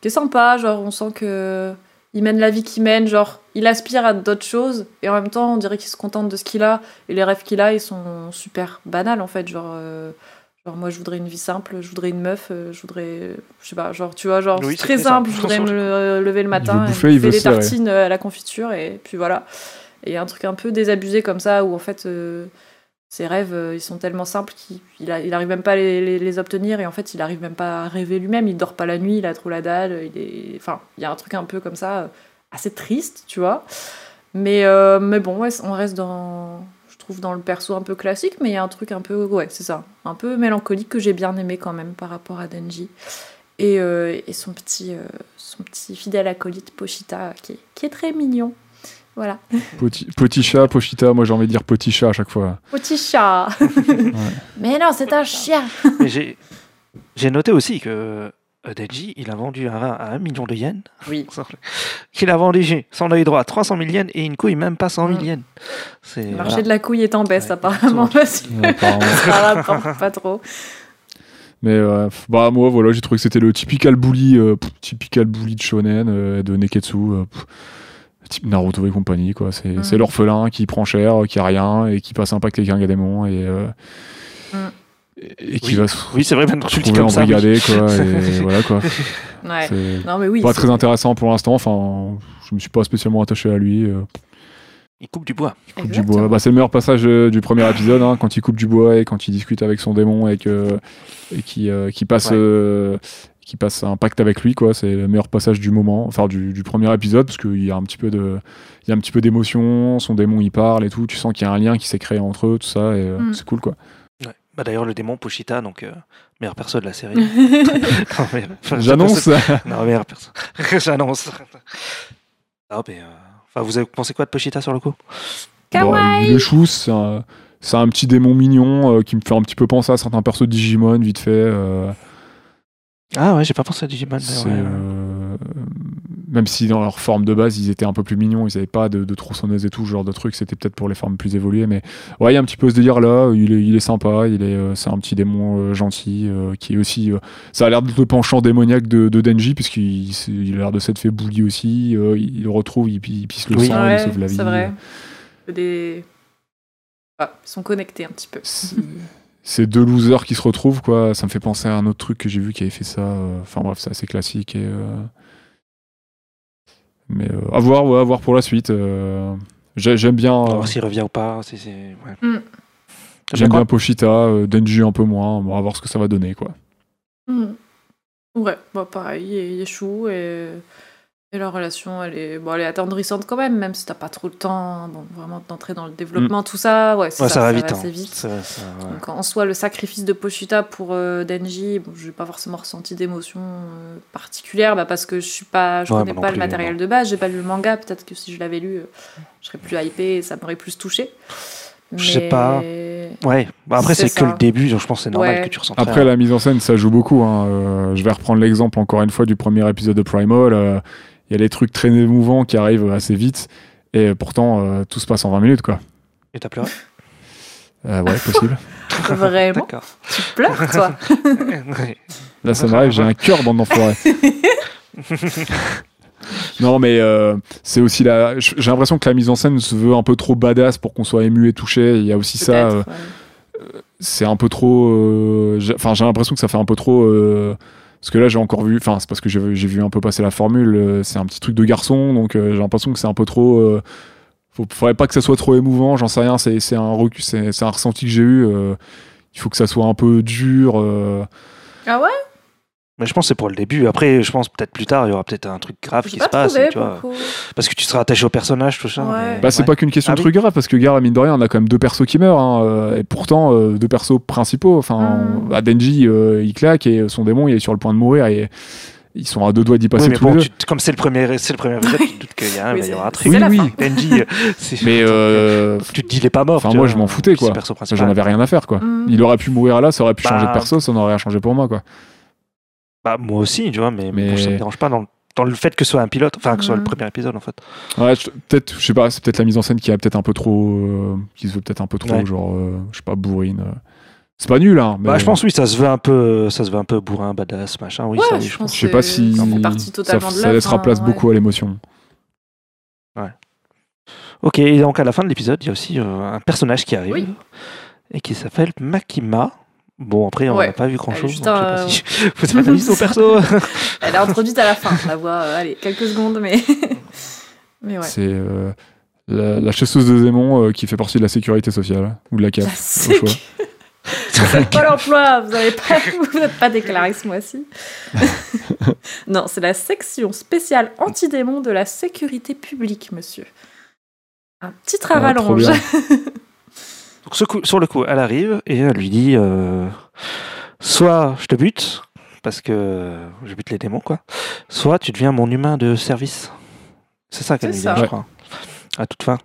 S2: qui est sympa. Genre, on sent que il mène la vie qu'il mène, genre il aspire à d'autres choses et en même temps on dirait qu'il se contente de ce qu'il a et les rêves qu'il a ils sont super banals en fait, genre euh, genre moi je voudrais une vie simple, je voudrais une meuf, euh, je voudrais je sais pas, genre tu vois genre
S1: Oui,
S2: c'est
S1: c'est
S2: très
S1: très
S2: simple,
S1: simple.
S2: je voudrais me le- euh, lever le matin, et
S3: veut bouffer,
S2: me
S3: il
S2: faire
S3: veut
S2: des
S3: serrer.
S2: tartines euh, à la confiture et puis voilà. Et un truc un peu désabusé comme ça où en fait euh, ses rêves, euh, ils sont tellement simples qu'il il a- il arrive même pas à les, les- les obtenir et en fait, il arrive même pas à rêver lui-même. Il dort pas la nuit, il a trop la dalle. Il est... Enfin, il y a un truc un peu comme ça, euh, assez triste, tu vois. Mais, euh, mais bon, ouais, on reste dans, je trouve, dans le perso un peu classique, mais il y a un truc un peu, ouais, c'est ça, un peu mélancolique que j'ai bien aimé quand même par rapport à Denji. Et, euh, et son, petit, euh, son petit fidèle acolyte Pochita qui est, qui est très mignon. Voilà.
S3: Poti- Petit chat, Pochita, moi j'ai envie de dire petit chat à chaque fois.
S2: Petit chat Mais non, c'est un chien
S1: Mais j'ai j'ai noté aussi que euh, Denji, il a vendu un rein à 1 million de yens.
S2: Oui.
S1: Qu'il a vendu son œil droit à 300 000 yens et une couille même pas 100 000
S2: Mm.
S1: yens. C'est
S2: Le
S1: voilà.
S2: marché de la couille est en baisse
S1: Ouais,
S2: apparemment parce que
S3: Ouais, apparemment.
S2: ça rapporte pas trop.
S3: Mais euh, f- bah moi voilà, j'ai trouvé que c'était le typical bully, euh, pff, typical bully de shonen euh, de Neketsu, euh, pff, type Naruto et compagnie quoi. C'est
S2: Mm.
S3: c'est l'orphelin qui prend cher, euh, qui a rien et qui passe un pacte avec un gars démon et euh,
S2: Mm.
S3: et, et qui va se
S1: Oui, c'est vrai, maintenant que tu le dis
S3: trouver
S1: comme ça. oui.
S3: embrigadé quoi. et voilà quoi.
S2: Ouais.
S3: C'est
S2: Non mais oui.
S3: pas
S2: c'est-
S3: très intéressant pour l'instant. Enfin, je me suis pas spécialement attaché à lui. euh,
S1: Il coupe du bois.
S3: coupe du
S2: Exactement.
S3: bois. Bah, c'est le meilleur passage euh, du premier épisode, hein, quand il coupe du bois et quand il discute avec son démon et que et qui qui passe
S1: Ouais.
S3: euh, qui passe un pacte avec lui quoi. C'est le meilleur passage du moment, enfin du, du premier épisode parce qu'il y a un petit peu de il y a un petit peu d'émotion. Son démon il parle et tout. Tu sens qu'il y a un lien qui s'est créé entre eux tout ça et euh,
S2: Mm.
S3: c'est cool quoi.
S1: Ouais. Bah, D'ailleurs, le démon Pochita, donc euh, meilleur perso de la série. non, mais, enfin,
S3: J'annonce.
S1: Non, meilleur perso. J'annonce. Ah, mais, euh, enfin, vous avez pensé quoi de Pochita sur le coup
S2: Kawaii.
S3: le chou c'est un, c'est un petit démon mignon euh, qui me fait un petit peu penser à certains persos de Digimon vite fait. euh,
S1: Ah ouais, j'ai pas pensé à Digimon. mais
S3: C'est,
S1: ouais, ouais.
S3: euh, Même si dans leur forme de base, ils étaient un peu plus mignons, ils n'avaient pas de, de tronçonneuse et tout, ce genre de trucs, c'était peut-être pour les formes plus évoluées, mais ouais, il y a un petit peu ce délire là, il est, il est sympa, il est, euh, c'est un petit démon euh, gentil, euh, qui est aussi, euh, ça a l'air de le penchant démoniaque de, de Denji, puisqu'il il s'est- il a l'air de s'être fait bully aussi, euh, il il le retrouve, il, pi- il pisse le
S1: Oui.
S3: sang, il
S2: Ouais,
S3: sauve la vie. euh,
S2: c'est vrai. Des... Ah, ils sont connectés un petit peu.
S3: C'est- C'est deux losers qui se retrouvent, quoi. Ça me fait penser à un autre truc que j'ai vu qui avait fait ça. euh, Enfin bref, c'est assez classique. Et, euh, Mais euh, à voir, ouais, à voir pour la suite. euh, j'ai- J'aime bien,
S1: On va
S3: euh,
S1: voir s'il revient ou pas. si c'est- ouais.
S2: Mm.
S1: T'as
S3: j'aime
S1: quoi
S3: bien Pochita, euh, Denji un peu moins. Bon, à voir ce que ça va donner, quoi.
S2: Hmm. Ouais, bah pareil, il est- il est chou et, et la relation, elle est, bon, elle est attendrissante quand même, même si t'as pas trop le temps, bon, vraiment d'entrer dans le développement, tout ça, ouais, c'est
S1: Hmm. Ouais, ça, va vite.
S2: assez
S1: hein.
S2: vite.
S1: Ça- ça- ouais.
S2: Donc en soi, le sacrifice de Pochita pour euh, Denji, bon, j'ai pas forcément ressenti d'émotion euh, particulière, bah, parce que je suis pas, je
S1: Ouais,
S2: connais
S1: moi non
S2: pas le
S1: plus,
S2: matériel de base, j'ai pas lu le manga, peut-être que si je l'avais lu, euh, je serais plus hypée et ça m'aurait plus touché.
S1: Je sais pas. Ouais. Bah, après,
S2: C'est
S1: c'est que
S2: ça.
S1: le début, donc je pense que c'est normal
S2: Ouais.
S1: que tu ressentes.
S3: Après, la mise en scène, ça joue beaucoup. hein. Euh, je vais reprendre l'exemple encore une fois du premier épisode de Primal. euh, Il y a des trucs très émouvants qui arrivent assez vite. Et pourtant, euh, tout se passe en 20 minutes, quoi.
S1: Et t'as pleuré
S3: Euh, ouais, possible.
S2: Vraiment,
S1: D'accord.
S2: tu pleures, toi
S1: Ouais.
S3: Là, ça m'arrive, j'ai un cœur, bande d'enfoirés. non, mais euh, c'est aussi la. j- J'ai l'impression que la mise en scène se veut un peu trop badass pour qu'on soit ému et touché. Il y a aussi ça.
S2: Peut-être,
S3: euh,
S2: ouais.
S3: c'est un peu trop. euh, j'ai- Enfin, j'ai l'impression que ça fait un peu trop. euh, parce que là, j'ai encore vu. Enfin, c'est parce que j'ai j'ai vu un peu passer la formule. euh, c'est un petit truc de garçon, donc euh, j'ai l'impression que c'est un peu trop. euh, faut, faudrait pas que ça soit trop émouvant. J'en sais rien. C'est c'est un recul. C'est c'est un ressenti que j'ai eu. euh, il faut que ça soit un peu dur. euh,
S2: Ah ouais
S1: Mais je pense que c'est pour le début. Après, je pense peut-être plus tard, il y aura peut-être un truc grave qui
S2: J'ai pas
S1: Ah, se passe.
S2: trouvé
S1: tu vois.
S2: beaucoup.
S1: Parce que tu seras attaché au personnage, tout ça.
S2: Ouais.
S1: mais-
S3: Bah, c'est
S1: ouais.
S3: pas qu'une question
S1: Ah
S3: de
S1: oui.
S3: truc grave, parce que Gara, mine de rien, on a quand même deux persos qui meurent, hein, euh, et pourtant, euh, deux persos principaux. Enfin,
S2: Mm.
S3: on-
S1: Ah.
S3: bah, Denji, euh, il claque, et son démon, il est sur le point de mourir, et ils sont à deux doigts d'y
S1: Oui,
S3: passer
S1: mais
S3: tous
S1: bon,
S3: les deux.
S1: tu- comme c'est le premier, c'est le premier épisode, tu te doutes qu'il y, a un-
S2: Oui,
S1: bah, il y aura un
S2: c'est
S1: truc.
S3: Oui,
S2: la
S3: oui.
S2: fin.
S1: Denji, c'est-
S3: Mais euh,
S1: tu te dis, il est pas mort.
S3: Enfin,
S1: tu
S3: moi,
S1: vois,
S3: je m'en foutais, quoi.
S1: c'est le perso
S3: ça,
S1: principal.
S3: j'en avais rien à faire, quoi.
S2: Mm.
S3: Il aurait pu mourir là, ça aurait pu changer de
S1: Bah.
S3: perso, ça n'aurait rien changé pour moi, quoi.
S1: Bah, moi aussi, tu vois, mais,
S3: Mais-
S1: bon, ça me dérange pas dans le, dans le fait que ce soit un pilote, enfin que ce soit le
S2: Mhm.
S1: premier épisode en fait.
S3: Ouais, je- peut-être, je sais pas, c'est peut-être la mise en scène qui a peut-être un peu trop. euh, qui se veut peut-être un peu trop,
S1: Ouais.
S3: genre, euh, je sais pas, bourrine. euh. C'est pas nul, hein.
S1: Bah,
S3: mais-
S1: je pense oui, ça se veut un peu, ça se veut un peu bourrin, badass, machin. Oui,
S2: Ouais,
S1: ça, oui,
S2: je pense.
S3: Je sais pas
S2: C'est-
S3: si
S2: ça fait partie
S3: ça,
S2: totalement de
S3: ça
S2: l'œuvre,
S3: laissera
S2: hein,
S3: place
S2: ouais.
S3: beaucoup à l'émotion.
S1: Ok, et donc à la fin de l'épisode, il y a aussi euh, un personnage qui arrive
S2: Oui.
S1: et qui s'appelle Makima. Bon, après, on n'a
S2: Ouais.
S1: pas vu grand chose.
S2: juste
S1: donc je sais pas
S2: un-
S1: si- Vous avez pas mis son perso
S2: Elle est introduite à la fin, on la voit, euh, allez, quelques secondes, mais. mais ouais.
S3: C'est euh, la, la chasseuse de démons euh, qui fait partie de la sécurité sociale hein, ou de la CAF.
S2: La sécu.
S3: choix.
S2: Pôle emploi, vous n'avez pas, vous n'êtes pas déclaré ce mois-ci. non, c'est la section spéciale anti-démon de la sécurité publique, monsieur. Un petit
S3: Ah, trop
S2: travail
S3: bien.
S1: Donc, ce coup- sur le coup, elle arrive et elle lui dit euh, soit je te bute, parce que je bute les démons, quoi, soit tu deviens mon humain de service. C'est ça qu'elle lui
S2: C'est
S1: dit,
S2: ça.
S1: je
S3: Ouais.
S1: crois. À toute fin.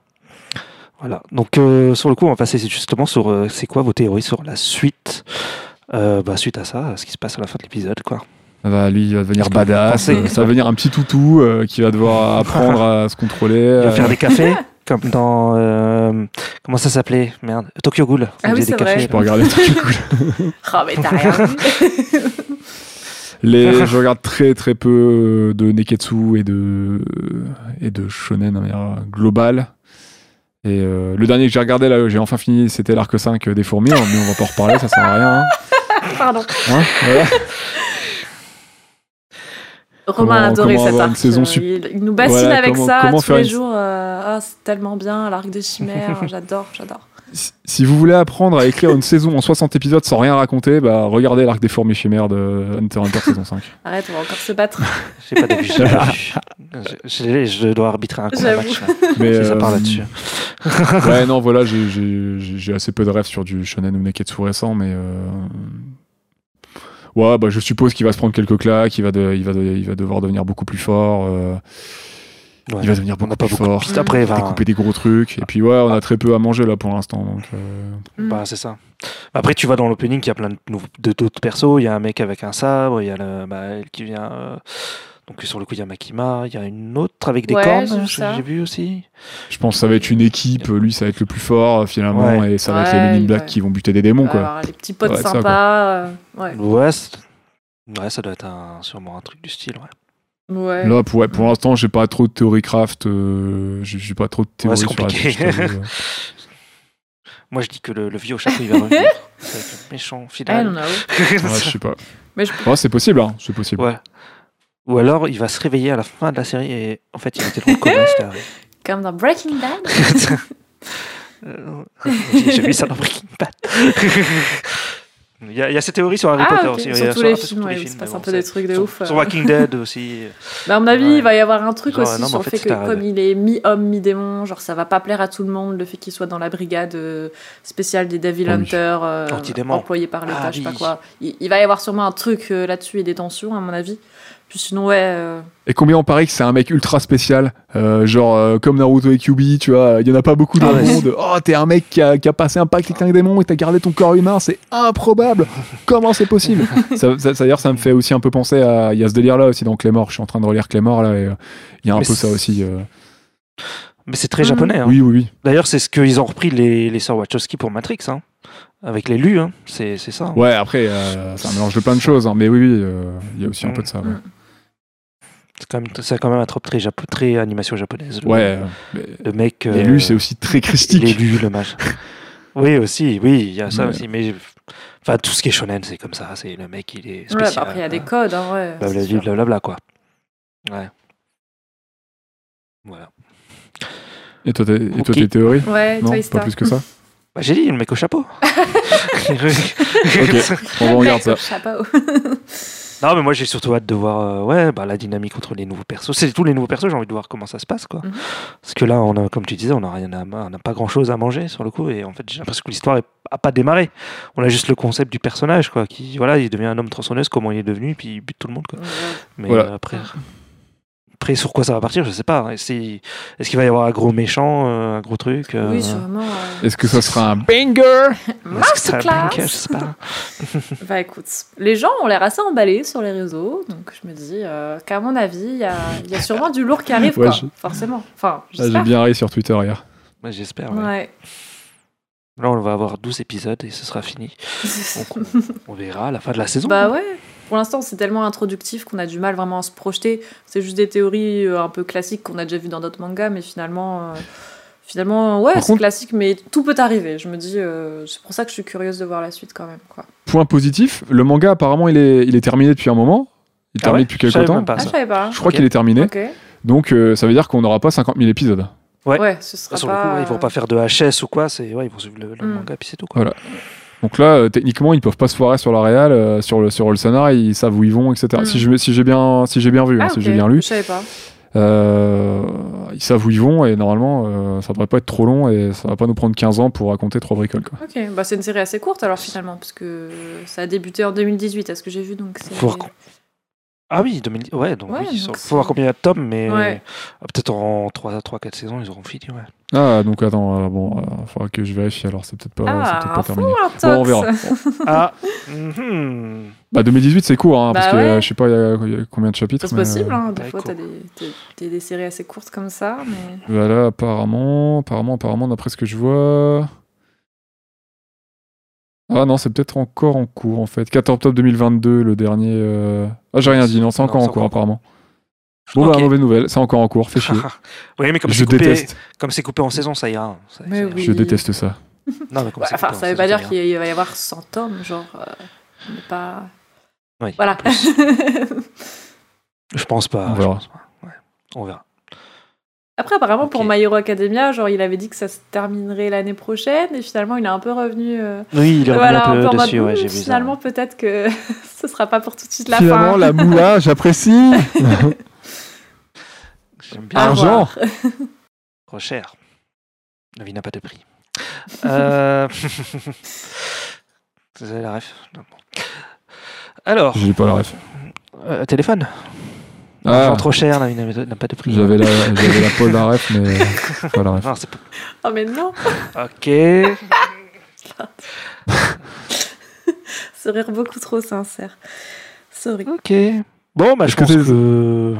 S1: Voilà. Donc, euh, sur le coup, on va passer justement sur euh, c'est quoi vos théories sur la suite. Euh, bah, suite à ça, à ce qui se passe à la fin de l'épisode, quoi.
S3: Ah bah, lui, il va devenir
S1: Parce que vous
S3: badass.
S1: pensez-
S3: euh, ça va devenir un petit toutou euh, qui va devoir apprendre à se contrôler.
S1: Il va
S3: euh,
S1: faire des cafés, comme dans. euh, comment ça s'appelait Merde. Tokyo Ghoul.
S2: Ah
S1: On
S2: oui,
S1: faisait des
S2: c'est vrai.
S1: cafés,
S3: je peux regarder le truc.
S2: Oh, mais t'as rien vu.
S3: Les, je regarde très très peu euh, de Neketsu et de, euh, et de Shonen de manière globale. Et euh, le dernier que j'ai regardé, là, j'ai enfin fini, c'était l'arc 5 des fourmis, hein, mais on va pas en reparler, ça sert à rien. hein.
S2: Pardon.
S3: Hein, voilà. Comment-
S2: Romain a adoré
S3: comment
S2: cet
S3: avoir une
S2: arc.
S3: saison
S2: euh,
S3: sup-
S2: il, il nous bassine
S3: Voilà,
S2: avec
S3: comment-
S2: ça
S3: comment
S2: tous
S3: faire
S2: les
S3: une-
S2: jours. euh, ah, c'est tellement bien, l'arc de chimère, j'adore, j'adore.
S3: Si- Si vous voulez apprendre à écrire une saison en 60 épisodes sans rien raconter, bah, regardez l'arc des fourmis chimères de Hunter x Hunter saison 5.
S2: Arrête, on va encore se battre.
S1: J'ai pas début, j'ai pas vu. Je, je- je dois arbitrer un combat
S2: J'avoue.
S1: match. là.
S3: Mais,
S1: Si ça
S3: euh,
S1: part là-dessus.
S3: ouais, non, voilà, j'ai- j'ai j'ai- j'ai assez peu de rêves sur du shonen ou neketsu récent, mais euh, ouais, bah, je suppose qu'il va se prendre quelques claques, il va, de- il va, de- il va devoir devenir beaucoup plus fort, euh,
S1: Ouais.
S3: il va devenir
S1: On
S3: beaucoup
S1: n'a pas
S3: plus
S1: beaucoup de
S3: fort,
S1: pistes après.
S3: il va
S1: Bah,
S3: découper des gros trucs, et puis ouais, on a très peu à manger là pour l'instant, donc euh,
S2: Mm.
S1: bah, c'est ça. Après, tu vas dans l'opening, il y a plein de nou- de- d'autres persos. Il y a un mec avec un sabre, il y a le, bah, elle qui vient. euh, Donc, sur le coup, il y a Makima, il y a une autre avec des
S2: Ouais, j'ai
S1: cornes,
S2: vu ça.
S1: j'ai j'ai vu aussi.
S3: je pense que ça va être une équipe, lui ça va être le plus fort euh, finalement, et ça va être les
S2: Ouais,
S3: Men in
S2: il
S3: Black
S2: va-
S3: qui vont buter des démons quoi.
S2: Alors, les petits potes
S3: Ouais, ça, quoi.
S2: sympas. euh, ouais.
S1: Ouais, c'est- ouais, ça doit être un- sûrement un truc du style. Ouais,
S2: Ouais.
S3: Là, pour, ouais, pour l'instant, j'ai pas trop de théorie craft, euh, j'ai j'ai pas trop de
S1: Ouais,
S3: théorie
S1: c'est
S3: sur la
S1: compliqué.
S3: suite, je t'avoue, euh.
S1: Moi, je dis que le, le vieux au château, il va revenir. Ça va être le méchant
S2: I don't
S1: final.
S2: know.
S3: Ouais, je sais pas.
S2: Mais je-
S3: Ouais, c'est possible, hein, c'est possible.
S1: Ouais. Ou alors, il va se réveiller à la fin de la série et en fait, il était dans le coma, c'était arrivé.
S2: Comme dans Breaking Bad.
S1: Euh, J'ai j'ai vu ça dans Breaking Bad. Il y, a, il y a cette théorie sur Harry
S2: Ah,
S1: Potter
S2: ok.
S1: aussi. il y a
S2: Sur tous
S1: sur-
S2: les
S1: un peu sur
S2: films,
S1: tous
S2: ouais,
S1: les
S2: il se
S1: films,
S2: passe
S1: mais
S2: un
S1: bon,
S2: peu
S1: c'est-
S2: des trucs de
S1: sur,
S2: ouf.
S1: Sur
S2: euh.
S1: Walking Dead aussi.
S2: Mais à mon avis,
S1: Ouais.
S2: il va y avoir un truc
S1: Genre,
S2: aussi
S1: non, mais en
S2: sur le
S1: fait,
S2: fait,
S1: c'est un
S2: que
S1: raid.
S2: comme il est mi-homme, mi-démon, genre ça va pas plaire à tout le monde le fait qu'il soit dans la brigade euh, spéciale des Devil
S3: Oui.
S2: Hunters euh,
S1: Ah Anti-démon.
S2: employée par l'État,
S1: Ah
S2: je sais pas
S1: oui.
S2: quoi. Il, il va y avoir sûrement un truc euh, là-dessus et des tensions, à mon avis. Puis sinon, ouais. euh,
S3: Et combien on parie que c'est un mec ultra spécial, euh, genre euh, comme Naruto et QB, tu vois, il y en a pas beaucoup dans
S1: Ah
S3: le
S1: ouais.
S3: monde. Oh, t'es un mec qui a, qui a passé un pacte avec un démon et t'as gardé ton corps humain, c'est improbable. Comment c'est possible ça, ça- D'ailleurs, ça me fait aussi un peu penser à, il y a ce délire là aussi dans Claymore. Je suis en train de relire Claymore là, et euh, il y a un
S1: Mais
S3: peu ça
S1: c'est-
S3: aussi. euh.
S1: Mais c'est très
S2: Mhm.
S1: japonais. hein.
S3: Oui, oui, oui.
S1: D'ailleurs, c'est ce qu'ils ont repris les, les sœurs Wachowski pour Matrix. hein. Avec les lus, hein. c'est c'est ça. hein.
S3: Ouais, après, euh, c'est un mélange de plein de choses, hein, mais oui, oui, euh, il y a aussi un peu de ça. Ouais,
S1: C'est quand, même- c'est quand même un trope très, japo- très animation japonaise. Le,
S3: ouais euh, mais
S1: le mec. euh,
S3: l'élu, c'est aussi très christique.
S1: L'élu, le machin. Oui, aussi, oui, il y a ça
S3: Ouais.
S1: aussi. Mais enfin, tout ce qui est shonen, c'est comme ça. C'est le mec, il est
S2: ouais, bah
S1: spécial. euh,
S2: après, il y a des codes, hein, ouais. c'est
S1: blablabla,
S2: sûr.
S1: blablabla, quoi. Ouais. Voilà.
S3: Et toi, t'es- et toi,
S1: Ok.
S3: tes théories
S2: Ouais,
S3: Non,
S2: Toy
S3: pas
S2: Star.
S3: plus que ça.
S1: Bah, j'ai dit, le mec au chapeau.
S3: On regarde ça.
S2: Chapeau.
S1: non, mais moi, j'ai surtout hâte de voir euh, ouais, bah, la dynamique entre les nouveaux persos. C'est tous les nouveaux persos, j'ai envie de voir comment ça se passe, quoi.
S2: Mhm.
S1: Parce que là, on a, comme tu disais, on n'a rien à, on n'a pas grand-chose à manger, sur le coup. Et en fait, j'ai l'impression que l'histoire n'a pas démarré. On a juste le concept du personnage, quoi. Qui, voilà, il devient un homme tronçonneuse, comment il est devenu, puis il bute tout le monde, quoi. Mais
S3: Voilà.
S1: euh, après,
S2: Ah.
S1: après, sur quoi ça va partir, je sais pas. Est-ce est-ce qu'il va y avoir un gros méchant, euh, un gros truc euh,
S2: Oui, sûrement. euh,
S3: Est-ce que ça sera un Ah, banger
S1: est-ce que ça va
S2: Masterclass.
S1: blinker, je sais pas.
S2: Bah écoute, les gens ont l'air assez emballés sur les réseaux, donc je me dis euh, qu'à mon avis, il y a, il y a sûrement du lourd qui arrive,
S3: Ouais,
S2: quoi,
S3: je-
S2: forcément. Enfin,
S3: Ah, J'ai
S2: j'espère.
S3: bien ri sur Twitter hier.
S1: Ouais, J'espère. ouais.
S2: Ouais.
S1: Là, on va avoir 12 épisodes et ce sera fini. Donc, on, on verra à la fin de la saison.
S2: bah ouais, Pour l'instant, c'est tellement introductif qu'on a du mal vraiment à se projeter. C'est juste des théories euh, un peu classiques qu'on a déjà vues dans d'autres mangas, mais finalement, euh, finalement ouais,
S3: Par
S2: c'est
S3: contre-
S2: classique, mais tout peut arriver. Je me dis, euh, c'est pour ça que je suis curieuse de voir la suite quand même. Quoi.
S3: Point positif, le manga apparemment il est, il est terminé depuis un moment. Il est
S1: Ah ouais
S3: terminé depuis
S1: Je
S3: quelques
S1: savais
S3: temps.
S1: même pas
S2: Ah,
S1: ça.
S2: je savais pas.
S3: Je crois
S1: Ok.
S3: qu'il est terminé.
S2: Ok.
S3: Donc euh, ça veut dire qu'on n'aura pas 50 000 épisodes.
S1: Ouais.
S2: Ouais, ce sera
S1: Ah, Sur le
S2: pas.
S1: coup, ouais, ils vont pas faire de HS ou quoi, c'est ouais, ils vont suivre le, le
S2: Hmm.
S1: manga puis c'est tout quoi.
S3: Voilà. Donc là, euh, techniquement, ils ne peuvent pas se foirer sur la Real, euh, sur le sur le sonar, ils savent où ils vont, etc.
S2: Mm.
S3: Si je- si j'ai bien si j'ai bien vu,
S2: Ah,
S3: hein, si
S2: ok.
S3: j'ai bien lu,
S2: Je savais pas.
S3: euh, ils savent où ils vont et normalement, euh, ça devrait pas être trop long et ça va pas nous prendre 15 ans pour raconter trois bricoles. Quoi.
S2: Ok, bah c'est une série assez courte alors finalement, parce que ça a débuté en 2018, à ce que j'ai vu, donc c'est...
S1: Faut voir Ah oui, 2000... ouais, donc
S2: Ouais,
S1: oui,
S2: donc
S1: ils sont-
S2: c'est-
S1: faut voir combien il y a de tomes, mais
S2: Ouais.
S1: ah, peut-être en 3-4 saisons, ils auront fini. Ouais.
S3: Ah donc attends, euh, bon, il faudra que je vérifie. Alors c'est peut-être pas, c'est peut-être
S2: Ah,
S3: pas
S2: un
S3: terminé.
S2: fond, un tox
S3: Bon, on verra.
S1: Ah, mhm.
S3: Bah 2018 c'est court hein,
S2: Bah
S3: parce que
S2: ouais.
S3: euh, je sais pas il y a- il y, a combien de chapitres.
S2: C'est
S3: mais, euh,
S2: possible, hein,
S1: bah,
S2: des fois
S1: cool.
S2: t'as des, t'as- t'as des séries assez courtes comme ça, mais...
S3: Voilà, apparemment, apparemment, apparemment, d'après ce que je vois. Ah non, c'est peut-être encore en cours en fait. 14 octobre 2022, le dernier. euh, Ah, j'ai rien dit, non, c'est
S1: Non,
S3: encore
S1: c'est
S3: en cours Ah,
S1: encore en
S3: apparemment. Bon,
S1: Ok.
S3: bah, mauvaise nouvelle, c'est encore en cours, fais chier.
S1: oui, mais comme
S3: je
S1: c'est coupé,
S3: déteste,
S1: comme c'est coupé en saison, ça ira. hein. Ça-
S2: Mais
S1: ça
S2: oui.
S3: je déteste ça.
S1: Non, mais comme
S2: Ouais,
S1: c'est
S2: enfin,
S1: coupé en
S2: ça veut
S1: saison,
S2: pas dire
S1: ira.
S2: qu'il y- il va y avoir 100 tomes, genre... euh, on n'est pas...
S1: Oui,
S2: Voilà.
S1: Je pense pas.
S3: On
S1: je
S3: verra.
S1: pense pas. Ouais, On verra.
S2: Après, apparemment, pour
S1: Ok.
S2: My Hero Academia, genre, il avait dit que ça se terminerait l'année prochaine, et finalement, il est un peu revenu... euh,
S1: Oui, il est revenu
S2: voilà,
S1: un peu
S2: en mode,
S1: dessus, ouais,
S2: hmm,
S1: j'ai vu ça.
S2: finalement, peut-être que ce sera pas pour tout de suite la fin.
S3: la moula, j'apprécie.
S1: J'aime bien.
S2: À
S3: Ah,
S2: voir.
S3: genre.
S1: Trop cher. La vie n'a pas de prix. euh... Vous avez la ref Non, bon. Alors,
S3: j'ai pas la ref.
S1: euh, téléphone.
S3: Ah.
S1: L'argent trop cher, la vie n'a n'a pas de prix.
S3: J'avais la, j'avais la pause de la ref, mais euh, pas la ref.
S1: Non, c'est pas-
S2: Oh, mais non
S1: Ok.
S2: Ce rire beaucoup trop sincère. Sorry.
S1: Ok. Bon, bah, je
S3: Est-ce que
S1: pense
S3: c'est-
S1: que.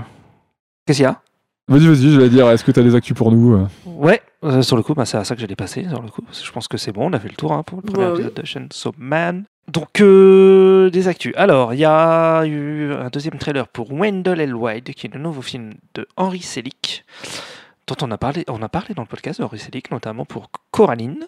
S1: Qu'est-ce qu'il y a
S3: Vas-y, vas-y, je vais dire, est-ce que t'as des actus pour nous euh
S1: Ouais, euh, sur le coup, bah, c'est à ça que j'allais passer. Sur le coup, Parce que je pense que c'est bon, on a fait le tour hein, pour le premier
S2: Bah oui.
S1: épisode de Chainsaw Man. Donc, euh, des actus. Alors, il y a eu un deuxième trailer pour Wendell Wild, qui est le nouveau film de Henry Selick, dont on a parlé, on a parlé dans le podcast de Henry Selick, notamment pour Coraline.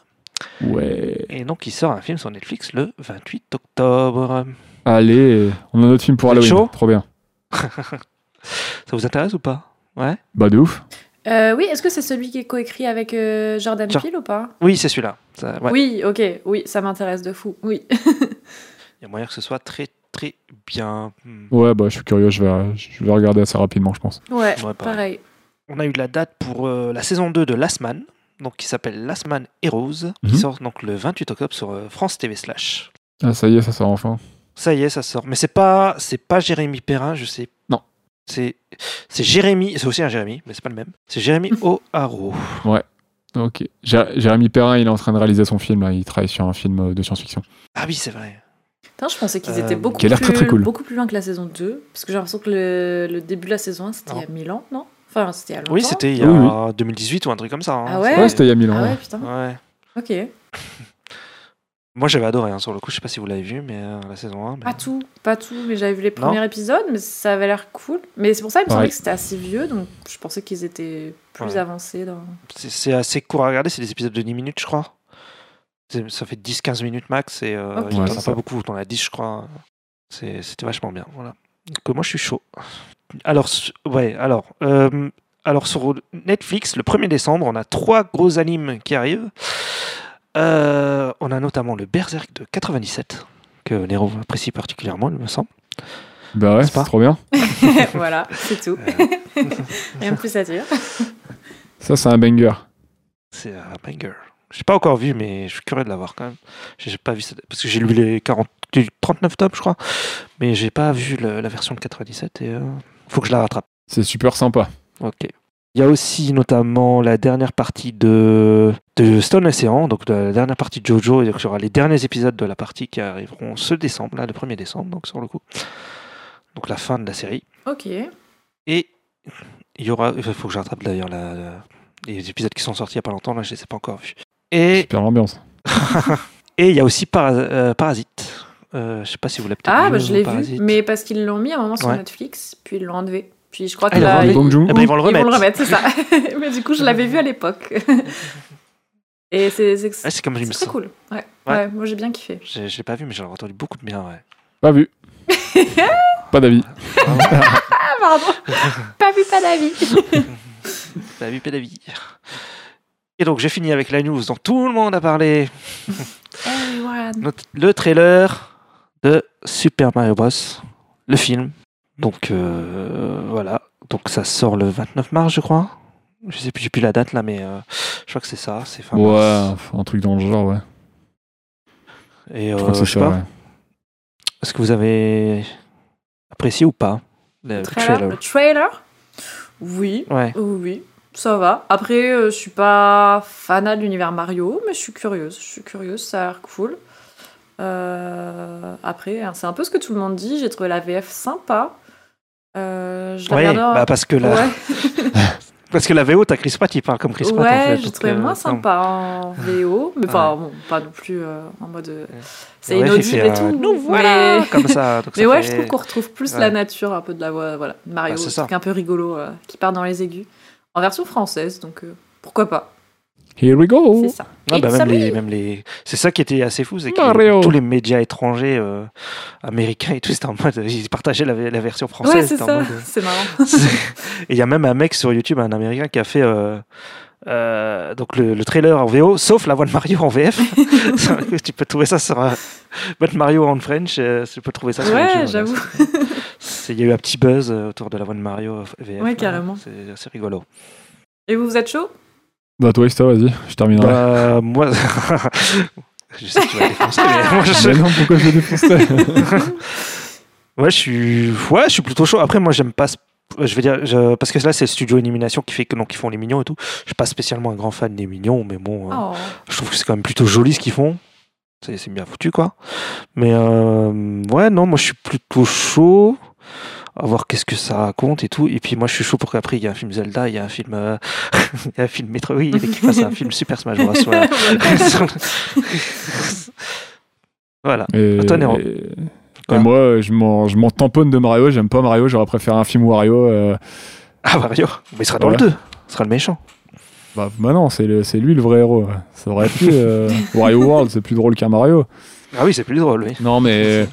S3: Ouais.
S1: Et donc, il sort un film sur Netflix le 28 octobre.
S3: Allez, on a notre film pour
S1: Vous êtes
S3: Halloween.
S1: chaud
S3: Trop bien.
S1: Ça vous intéresse ou pas Ouais
S3: Bah, de ouf.
S2: Euh, oui, est-ce que c'est celui qui est coécrit avec euh, Jordan
S1: Jor-
S2: Peele ou pas
S1: Oui, c'est celui-là. Ça- ouais.
S2: Oui, ok, oui, ça m'intéresse de fou. Oui.
S1: Il y a moyen que ce soit très, très bien. Hmm.
S3: Ouais, bah, je suis curieux, je vais, je vais regarder assez rapidement, je pense.
S2: ouais,
S1: Ouais, pareil.
S2: pareil.
S1: on a eu de la date pour euh, la saison 2 de Last Man, donc qui s'appelle Last Man Heroes,
S3: Mhm.
S1: qui sort donc le 28 octobre sur euh, France TV slash.
S3: Ah, ça y est, ça sort enfin.
S1: Ça y est, ça sort. Mais c'est pas c'est pas Jérémy Perrin, je sais.
S3: Non.
S1: C'est c'est Jérémy, c'est aussi un Jérémy, mais c'est pas le même. C'est Jérémy O'Haro.
S3: Ok. Jé- Jérémy Perrin, il est en train de réaliser son film, là. il travaille sur un film euh, de science-fiction.
S1: Ah oui, c'est vrai.
S2: Putain, je pensais qu'ils
S1: Euh,
S2: étaient beaucoup
S3: qui a
S2: plus,
S3: l'air très, très cool.
S2: beaucoup plus loin que la saison 2, parce que j'ai l'impression que le, le début de la saison 1, c'était il y a 1000 ans, non Enfin, c'était il y a longtemps.
S1: Oui, c'était il y a
S3: Oui,
S1: 2018 ou un truc comme ça. hein.
S2: Ah ouais
S3: Ouais, c'était il y a mille ans.
S2: Ah ouais,
S3: ouais.
S2: putain.
S1: Ouais.
S2: Ok.
S1: Moi j'avais adoré hein, sur le coup, je sais pas si vous l'avez vu, mais euh, la saison 1. mais-
S2: Pas tout, pas tout, mais j'avais vu les premiers épisodes, mais ça avait l'air cool. Mais c'est pour ça, il me
S3: Pareil.
S2: semblait que c'était assez vieux, donc je pensais qu'ils étaient plus
S1: Ouais.
S2: avancés dans.
S1: C'est- C'est assez court à regarder, c'est des épisodes de 10 minutes, je crois. C'est- Ça fait 10-15 minutes max et euh,
S2: Ok.
S1: il y en
S3: Ouais,
S1: a
S3: c'est
S1: pas
S3: ça.
S1: beaucoup, t'en as 10, je crois. C'est- C'était vachement bien. Voilà. Donc, euh, moi, je suis chaud. Alors, su- ouais, alors, euh, alors sur Netflix, le 1er décembre, on a trois gros animes qui arrivent. Euh, on a notamment le Berserk de 97, que Nero apprécie particulièrement, il me semble.
S3: Bah ouais,
S1: C'est pas-
S3: c'est trop bien.
S2: voilà, c'est tout. Rien de plus à dire.
S3: Ça, c'est un banger.
S1: C'est un banger. Je pas encore vu, mais je suis curieux de l'avoir quand même. J'ai j'ai pas vu cette- Parce que j'ai lu les 40... 39 tomes, je crois. Mais j'ai pas vu le- la version de 97 et euh, faut que je la rattrape.
S3: C'est super sympa.
S1: Ok. Il y a aussi notamment la dernière partie de, de Stone Ocean, donc de la dernière partie de Jojo, et donc il y aura les derniers épisodes de la partie qui arriveront ce décembre, là, le 1er décembre, donc sur le coup. Donc la fin de la série.
S2: Ok.
S1: Et il y aura. Il faut que je rattrape d'ailleurs la- la- les épisodes qui sont sortis il y a pas longtemps, là, je les ai pas encore vus. Et
S3: Super ambiance.
S1: Et il y a aussi Para- euh, Parasite, Euh, je sais pas si vous l'avez peut-être
S2: Ah,
S1: vu.
S2: bah, je l'ai vu,
S1: Parasite.
S2: mais parce qu'ils l'ont mis à un moment sur
S1: Ouais.
S2: Netflix, puis ils l'ont enlevé. Puis je crois
S1: Ah,
S2: que
S1: ils l'ont
S2: là,
S1: enlevé.
S2: ils,
S3: Bong Joon-ho.
S1: Eh ben, ils vont le
S2: ils vont
S1: remettre.
S2: le remettre, c'est ça. mais du coup, je l'avais vu à l'époque. Et c'est c'est-
S1: Ouais, Ah, c'est comme je
S2: c'est
S1: me
S2: très
S1: sens.
S2: cool. Ouais.
S1: Ouais.
S2: Ouais, moi, j'ai bien kiffé.
S1: J'ai j'ai pas vu, mais j'en ai entendu beaucoup de bien. Ouais.
S3: Pas vu. pas d'avis.
S2: Ah, pardon Pas vu, pas d'avis
S1: La vie, paix la vie. Et donc, j'ai fini avec la news dont tout le monde a parlé.
S2: Everyone.
S1: Notre- le trailer de Super Mario Bros. Le film. Donc euh, voilà. Donc ça sort le 29 mars, je crois. Je sais plus, j'ai plus la date là, mais euh, je crois que c'est ça. C'est fin
S3: ouais,
S1: mars.
S3: un truc dans le genre, ouais.
S1: Et
S3: Je
S1: euh,
S3: crois que
S1: je
S3: c'est
S1: sais
S3: ça,
S1: pas,
S3: ouais.
S1: est-ce que vous avez apprécié ou pas le,
S2: Le
S1: le
S2: trailer, le trailer Oui,
S1: Ouais.
S2: oui, oui, ça va. Après, euh, je suis pas fanat de l'univers Mario, mais je suis curieuse. Je suis curieuse, ça a l'air cool. Euh, après, hein, c'est un peu ce que tout le monde dit. J'ai trouvé la VF sympa. Euh, je la
S1: Ouais,
S2: regarderai-
S1: bah parce que la,
S2: Ouais,
S1: parce que la VO, t'as Chris Pratt, il parle comme Chris Pratt. en
S2: Ouais,
S1: fait,
S2: j'ai
S1: donc,
S2: trouvé
S1: euh,
S2: moins
S1: non.
S2: sympa en VO, mais enfin, bon, pas non plus euh, en mode euh, c'est
S1: Ouais, j'ai
S2: inaudible
S1: fait
S2: et
S1: un
S2: tout.
S1: Nous voilà
S2: mais-
S1: comme ça. donc
S2: Mais
S1: ça
S2: ouais,
S1: fait-
S2: je trouve qu'on retrouve plus
S1: Ouais.
S2: la nature un peu de la voix, voilà, de Mario,
S1: Bah, c'est
S2: un
S1: ça.
S2: truc un peu rigolo euh, qui part dans les aigus. En version française, donc euh, pourquoi pas
S3: Here we go.
S2: C'est ça.
S1: Ouais,
S2: Et
S1: bah,
S2: ça
S1: même, les,
S2: brille.
S1: même les. C'est ça qui était assez fou, c'est que
S3: Mario.
S1: tous les médias étrangers, euh, américains et tout, c'était en mode. Ils partageaient la, la version française.
S2: ouais, c'est
S1: c'était en
S2: ça,
S1: mode, euh,
S2: c'est marrant.
S1: c'est- et il y a même un mec sur YouTube, un américain, qui a fait. euh, euh, donc le, le trailer en VO, sauf la voix de Mario en VF. tu peux trouver ça sur euh, But Mario en French. euh, tu peux trouver ça sur YouTube.
S2: Ouais,
S1: voilà.
S2: j'avoue.
S1: C'est- Il y a eu un petit buzz euh, autour de la voix de Mario euh, VF.
S2: Ouais,
S1: là.
S2: carrément.
S1: C'est assez rigolo.
S2: Et vous, vous êtes chaud
S3: Bah, toi, Ista, vas-y, je terminerai.
S1: Bah, moi, je sais que tu vas défoncer, mais moi, je-
S3: Mais non, pourquoi je défonçais
S1: Ouais, je suis, ouais, je suis plutôt chaud. Après, moi, j'aime pas. sp- Je veux dire, je- parce que là, c'est le studio Illumination qui fait que donc ils font les mignons et tout. Je suis pas spécialement un grand fan des mignons, mais bon, euh,
S2: Oh.
S1: je trouve que c'est quand même plutôt joli ce qu'ils font. C'est c'est bien foutu, quoi. Mais euh, ouais, non, moi, je suis plutôt chaud. À voir qu'est-ce que ça raconte et tout. Et puis moi, je suis chaud pour qu'après, il y ait un film Zelda, il y a un film, euh, il y a un film Metroid, et qu'ils fassent un film Super Smash Bros. Voilà. voilà.
S3: Et,
S1: Attends, Nero.
S3: et- et
S1: Quoi
S3: moi, euh, je m'en, je m'en tamponne de Mario. J'aime pas Mario. J'aurais préféré un film Wario. euh,
S1: Ah, Mario. Mais il sera dans
S3: Ouais.
S1: le 2. Il sera le méchant.
S3: Bah, bah non, c'est, le- c'est lui le vrai héros. Ça aurait pu. euh, Wario World, c'est plus drôle qu'un Mario.
S1: Ah oui, c'est plus drôle, oui.
S3: Non, mais.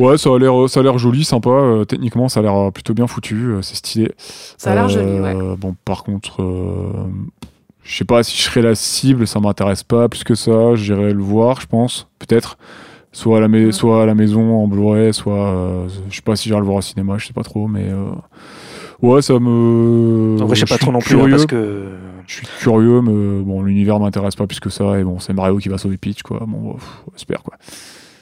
S3: Ouais, ça a l'air, ça a l'air joli, sympa. euh, techniquement, ça a l'air euh, plutôt bien foutu. euh, c'est stylé.
S2: Ça a l'air
S3: Euh,
S2: joli, ouais.
S3: Bon, par contre, euh, je sais pas si je serais la cible, ça m'intéresse pas plus que ça. J'irai le voir, je pense, peut-être. Soit à, la mais-
S2: Mhm.
S3: soit à la maison en Blu-ray, soit. euh, je sais pas si j'irai le voir au cinéma, je sais pas trop, mais. euh, ouais, ça me.
S1: En vrai, je sais pas
S3: suis
S1: trop non plus, hein,
S3: curieux.
S1: parce que.
S3: Je suis curieux, mais bon, l'univers m'intéresse pas plus que ça. Et bon, c'est Mario qui va sauver Peach, quoi. Bon, pff, j'espère, quoi.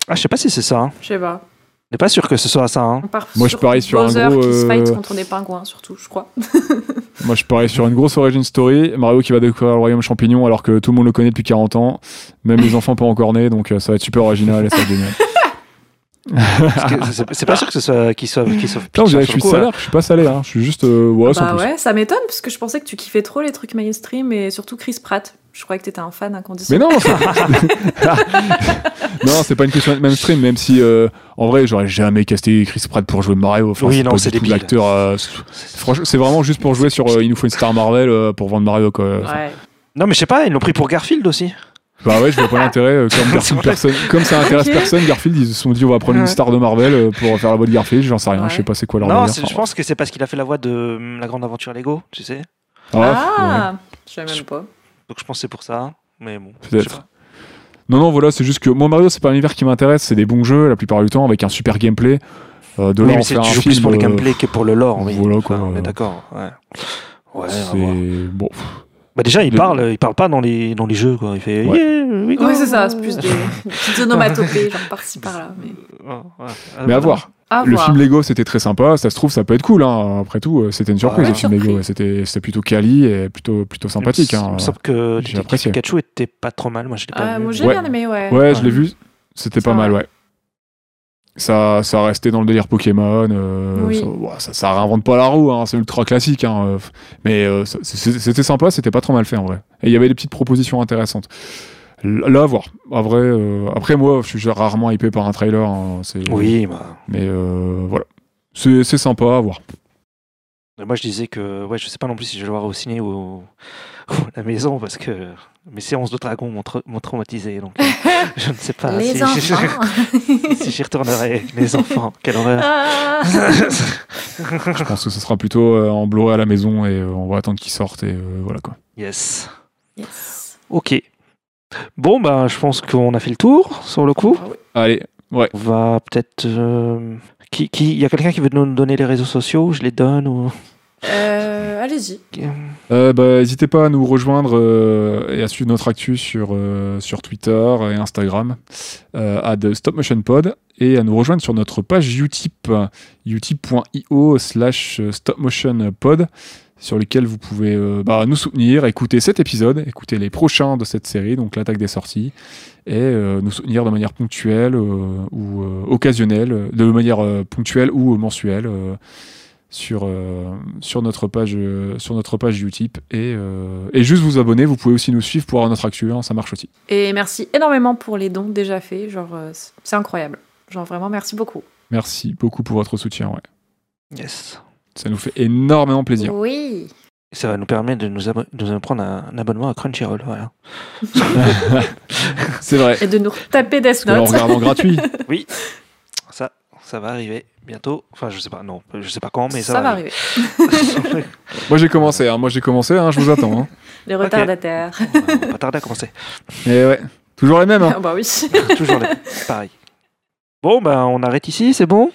S1: Ah, je sais pas si c'est ça. hein.
S2: Je sais pas.
S1: On n'est pas sûr que ce soit ça. hein.
S2: On part
S3: Moi, je parie sur un
S2: Bowser
S3: gros,
S2: qui se
S3: euh, Bah,
S2: fight contre des pingouins, surtout, je crois.
S3: Moi, je parie sur une grosse origin story. Mario qui va découvrir le royaume champignon alors que tout le monde le connaît depuis 40 ans. Même les enfants pas encore nés, donc euh, ça va être super original et ça va être génial.
S1: Parce que c'est- C'est pas sûr que ce soit. Qu'il soit. Qu'il soit
S3: Putain, on
S1: Peach,
S3: dirait
S1: hein,
S3: que
S1: sur
S3: je suis
S1: le coup,
S3: salaire, je suis pas salaire, hein. je suis juste. euh, ouais, sans
S2: bah
S3: plus.
S2: ouais, ça m'étonne, parce que je pensais que tu kiffais trop les trucs mainstream et surtout Chris Pratt. Je croyais que t'étais un fan
S3: Mais
S2: inconditionnel.
S3: non, c'est- non, c'est pas une question de mainstream, même si euh, en vrai, j'aurais jamais casté Chris Pratt pour jouer Mario. Enfin,
S1: Oui,
S3: c'est
S1: non,
S3: pas
S1: c'est
S3: du tout
S1: débile.
S3: l'acteur. euh, c'est- franchement, c'est vraiment juste pour jouer sur euh, Il nous faut une star Marvel euh, pour vendre Mario, quoi. Enfin,
S2: Ouais.
S1: ouais. Non, mais je sais pas, ils l'ont pris pour Garfield aussi.
S3: Bah ouais, je vois pas l'intérêt. euh, Comme, Garfield,
S1: C'est vrai.
S3: personne, comme ça intéresse
S2: Ok.
S3: personne, Garfield, ils se sont dit on va prendre une
S1: Ouais.
S3: star de Marvel euh, pour faire la voix de Garfield. J'en sais rien,
S2: Ouais.
S3: je sais pas c'est quoi leur
S1: non,
S3: délire.
S1: c'est- je pense que c'est parce qu'il a fait la voix de hum, La Grande Aventure Lego, tu sais.
S3: Ah,
S2: Ah, je sais même pas.
S1: Donc je pense que c'est pour ça. hein. Mais bon.
S3: ouais, peut-être. Non, non, voilà, c'est juste que moi, Mario, c'est pas un univers qui m'intéresse. C'est des bons jeux la plupart du temps avec un super gameplay. Euh, de
S1: Oui,
S3: là, en
S1: mais c'est-
S3: faire un
S1: tu joues
S3: film,
S1: plus pour le
S3: euh,
S1: gameplay que pour le lore. Oui.
S3: voilà, quoi,
S1: on est
S3: euh,
S1: d'accord. Ouais. Ouais, on
S3: c'est
S1: va voir.
S3: bon.
S1: Bah déjà, il
S3: de-
S1: parle, il parle pas dans les, dans les jeux, quoi. Il fait.
S3: Ouais.
S1: Yeah, we go.
S2: Ouais, c'est ça, c'est plus des des petites onomatopées, genre par-ci par-là. Mais... Ah,
S1: Ouais, ouais.
S3: Mais à voir.
S2: À
S3: le
S2: voir.
S3: film Lego, c'était très sympa. Ça se trouve, ça peut être cool. hein. Après tout, euh, c'était une surprise.
S1: Ouais,
S3: le film
S2: surprise.
S3: Lego, ouais, c'était c'était plutôt quali et plutôt plutôt sympathique.
S1: Il me-
S3: hein.
S1: Il me semble que
S3: J'ai
S1: Détective
S3: apprécié.
S1: Pikachu était pas trop mal. Moi, je l'ai pas
S2: Ah,
S1: vu.
S2: moi
S1: mais-
S2: j'ai
S3: Ouais.
S2: bien aimé, ouais.
S3: Ouais,
S1: Ouais.
S3: je l'ai vu. C'était pas
S2: Ça
S3: mal,
S2: va.
S3: ouais. Ça, ça restait dans le délire Pokémon. euh,
S2: Oui.
S3: ça, ouah, ça, ça réinvente pas la roue, hein, c'est ultra classique. hein, euh, f- mais euh, ça- c'est- c'était sympa, c'était pas trop mal fait en vrai. Et il y avait des petites propositions intéressantes. Là, à voir. À vrai, euh, après, moi, je suis rarement hypé par un trailer. hein, c'est-
S1: Oui, bah,
S3: Mais euh, voilà. C'est c'est sympa à voir.
S1: moi je disais que ouais, je sais pas non plus si je vais le voir au ciné ou, au- ou à la maison parce que mes séances de dragon m'ont tra- m'ont traumatisé. Donc euh, je ne sais pas
S2: Les
S1: si,
S2: enfants
S1: si j'y retournerai. Les enfants, quelle horreur.
S2: Ah.
S3: Je pense que ce sera plutôt euh, en Blu-ray à la maison et euh, on va attendre qu'il sorte et euh, voilà quoi.
S1: yes.
S2: Yes.
S1: Ok. Bon, bah, je pense qu'on a fait le tour sur le coup.
S3: Allez, ouais.
S1: On va peut-être. euh, Qui, qui... Y a quelqu'un qui veut nous donner les réseaux sociaux Je les donne ou...
S2: Euh, Allez-y.
S3: Euh, bah, N'hésitez pas à nous rejoindre euh, et à suivre notre actu sur, euh, sur Twitter et Instagram euh, à The Stop Motion Pod et à nous rejoindre sur notre page Utip, euh, utip.io slash Stop Motion Pod sur lequel vous pouvez euh, bah, nous soutenir, écouter cet épisode, écouter les prochains de cette série, donc l'attaque des sorties, et euh, nous soutenir de manière ponctuelle euh, ou euh, occasionnelle, euh, de manière euh, ponctuelle ou mensuelle. euh, sur, euh, sur notre page euh, sur notre page Utip et, euh, et juste vous abonner vous pouvez aussi nous suivre pour avoir notre actu hein, ça marche aussi
S2: Et merci énormément pour les dons déjà faits. Genre, euh, c'est- c'est incroyable. Genre, vraiment, merci beaucoup.
S3: merci beaucoup pour votre soutien ouais.
S1: Yes.
S3: ça nous fait énormément plaisir
S2: Oui.
S1: Ça va nous permettre de nous, abo- de nous prendre un, un abonnement à Crunchyroll. Voilà.
S3: c'est vrai
S2: Et de nous taper Death
S3: parce que là, on
S2: Note.
S3: regarde en gratuit
S1: Ça, ça va arriver bientôt. Enfin, je sais pas, non, je sais pas quand, mais ça,
S2: Ça va arriver.
S1: arriver.
S3: moi j'ai commencé hein, moi j'ai commencé hein, je vous attends hein.
S2: Les retardataires.
S1: on va pas tarder à commencer.
S3: et ouais toujours les mêmes hein.
S2: Ah bah oui. C'est
S1: Toujours les- pareil. Bon, ben, on arrête ici, c'est bon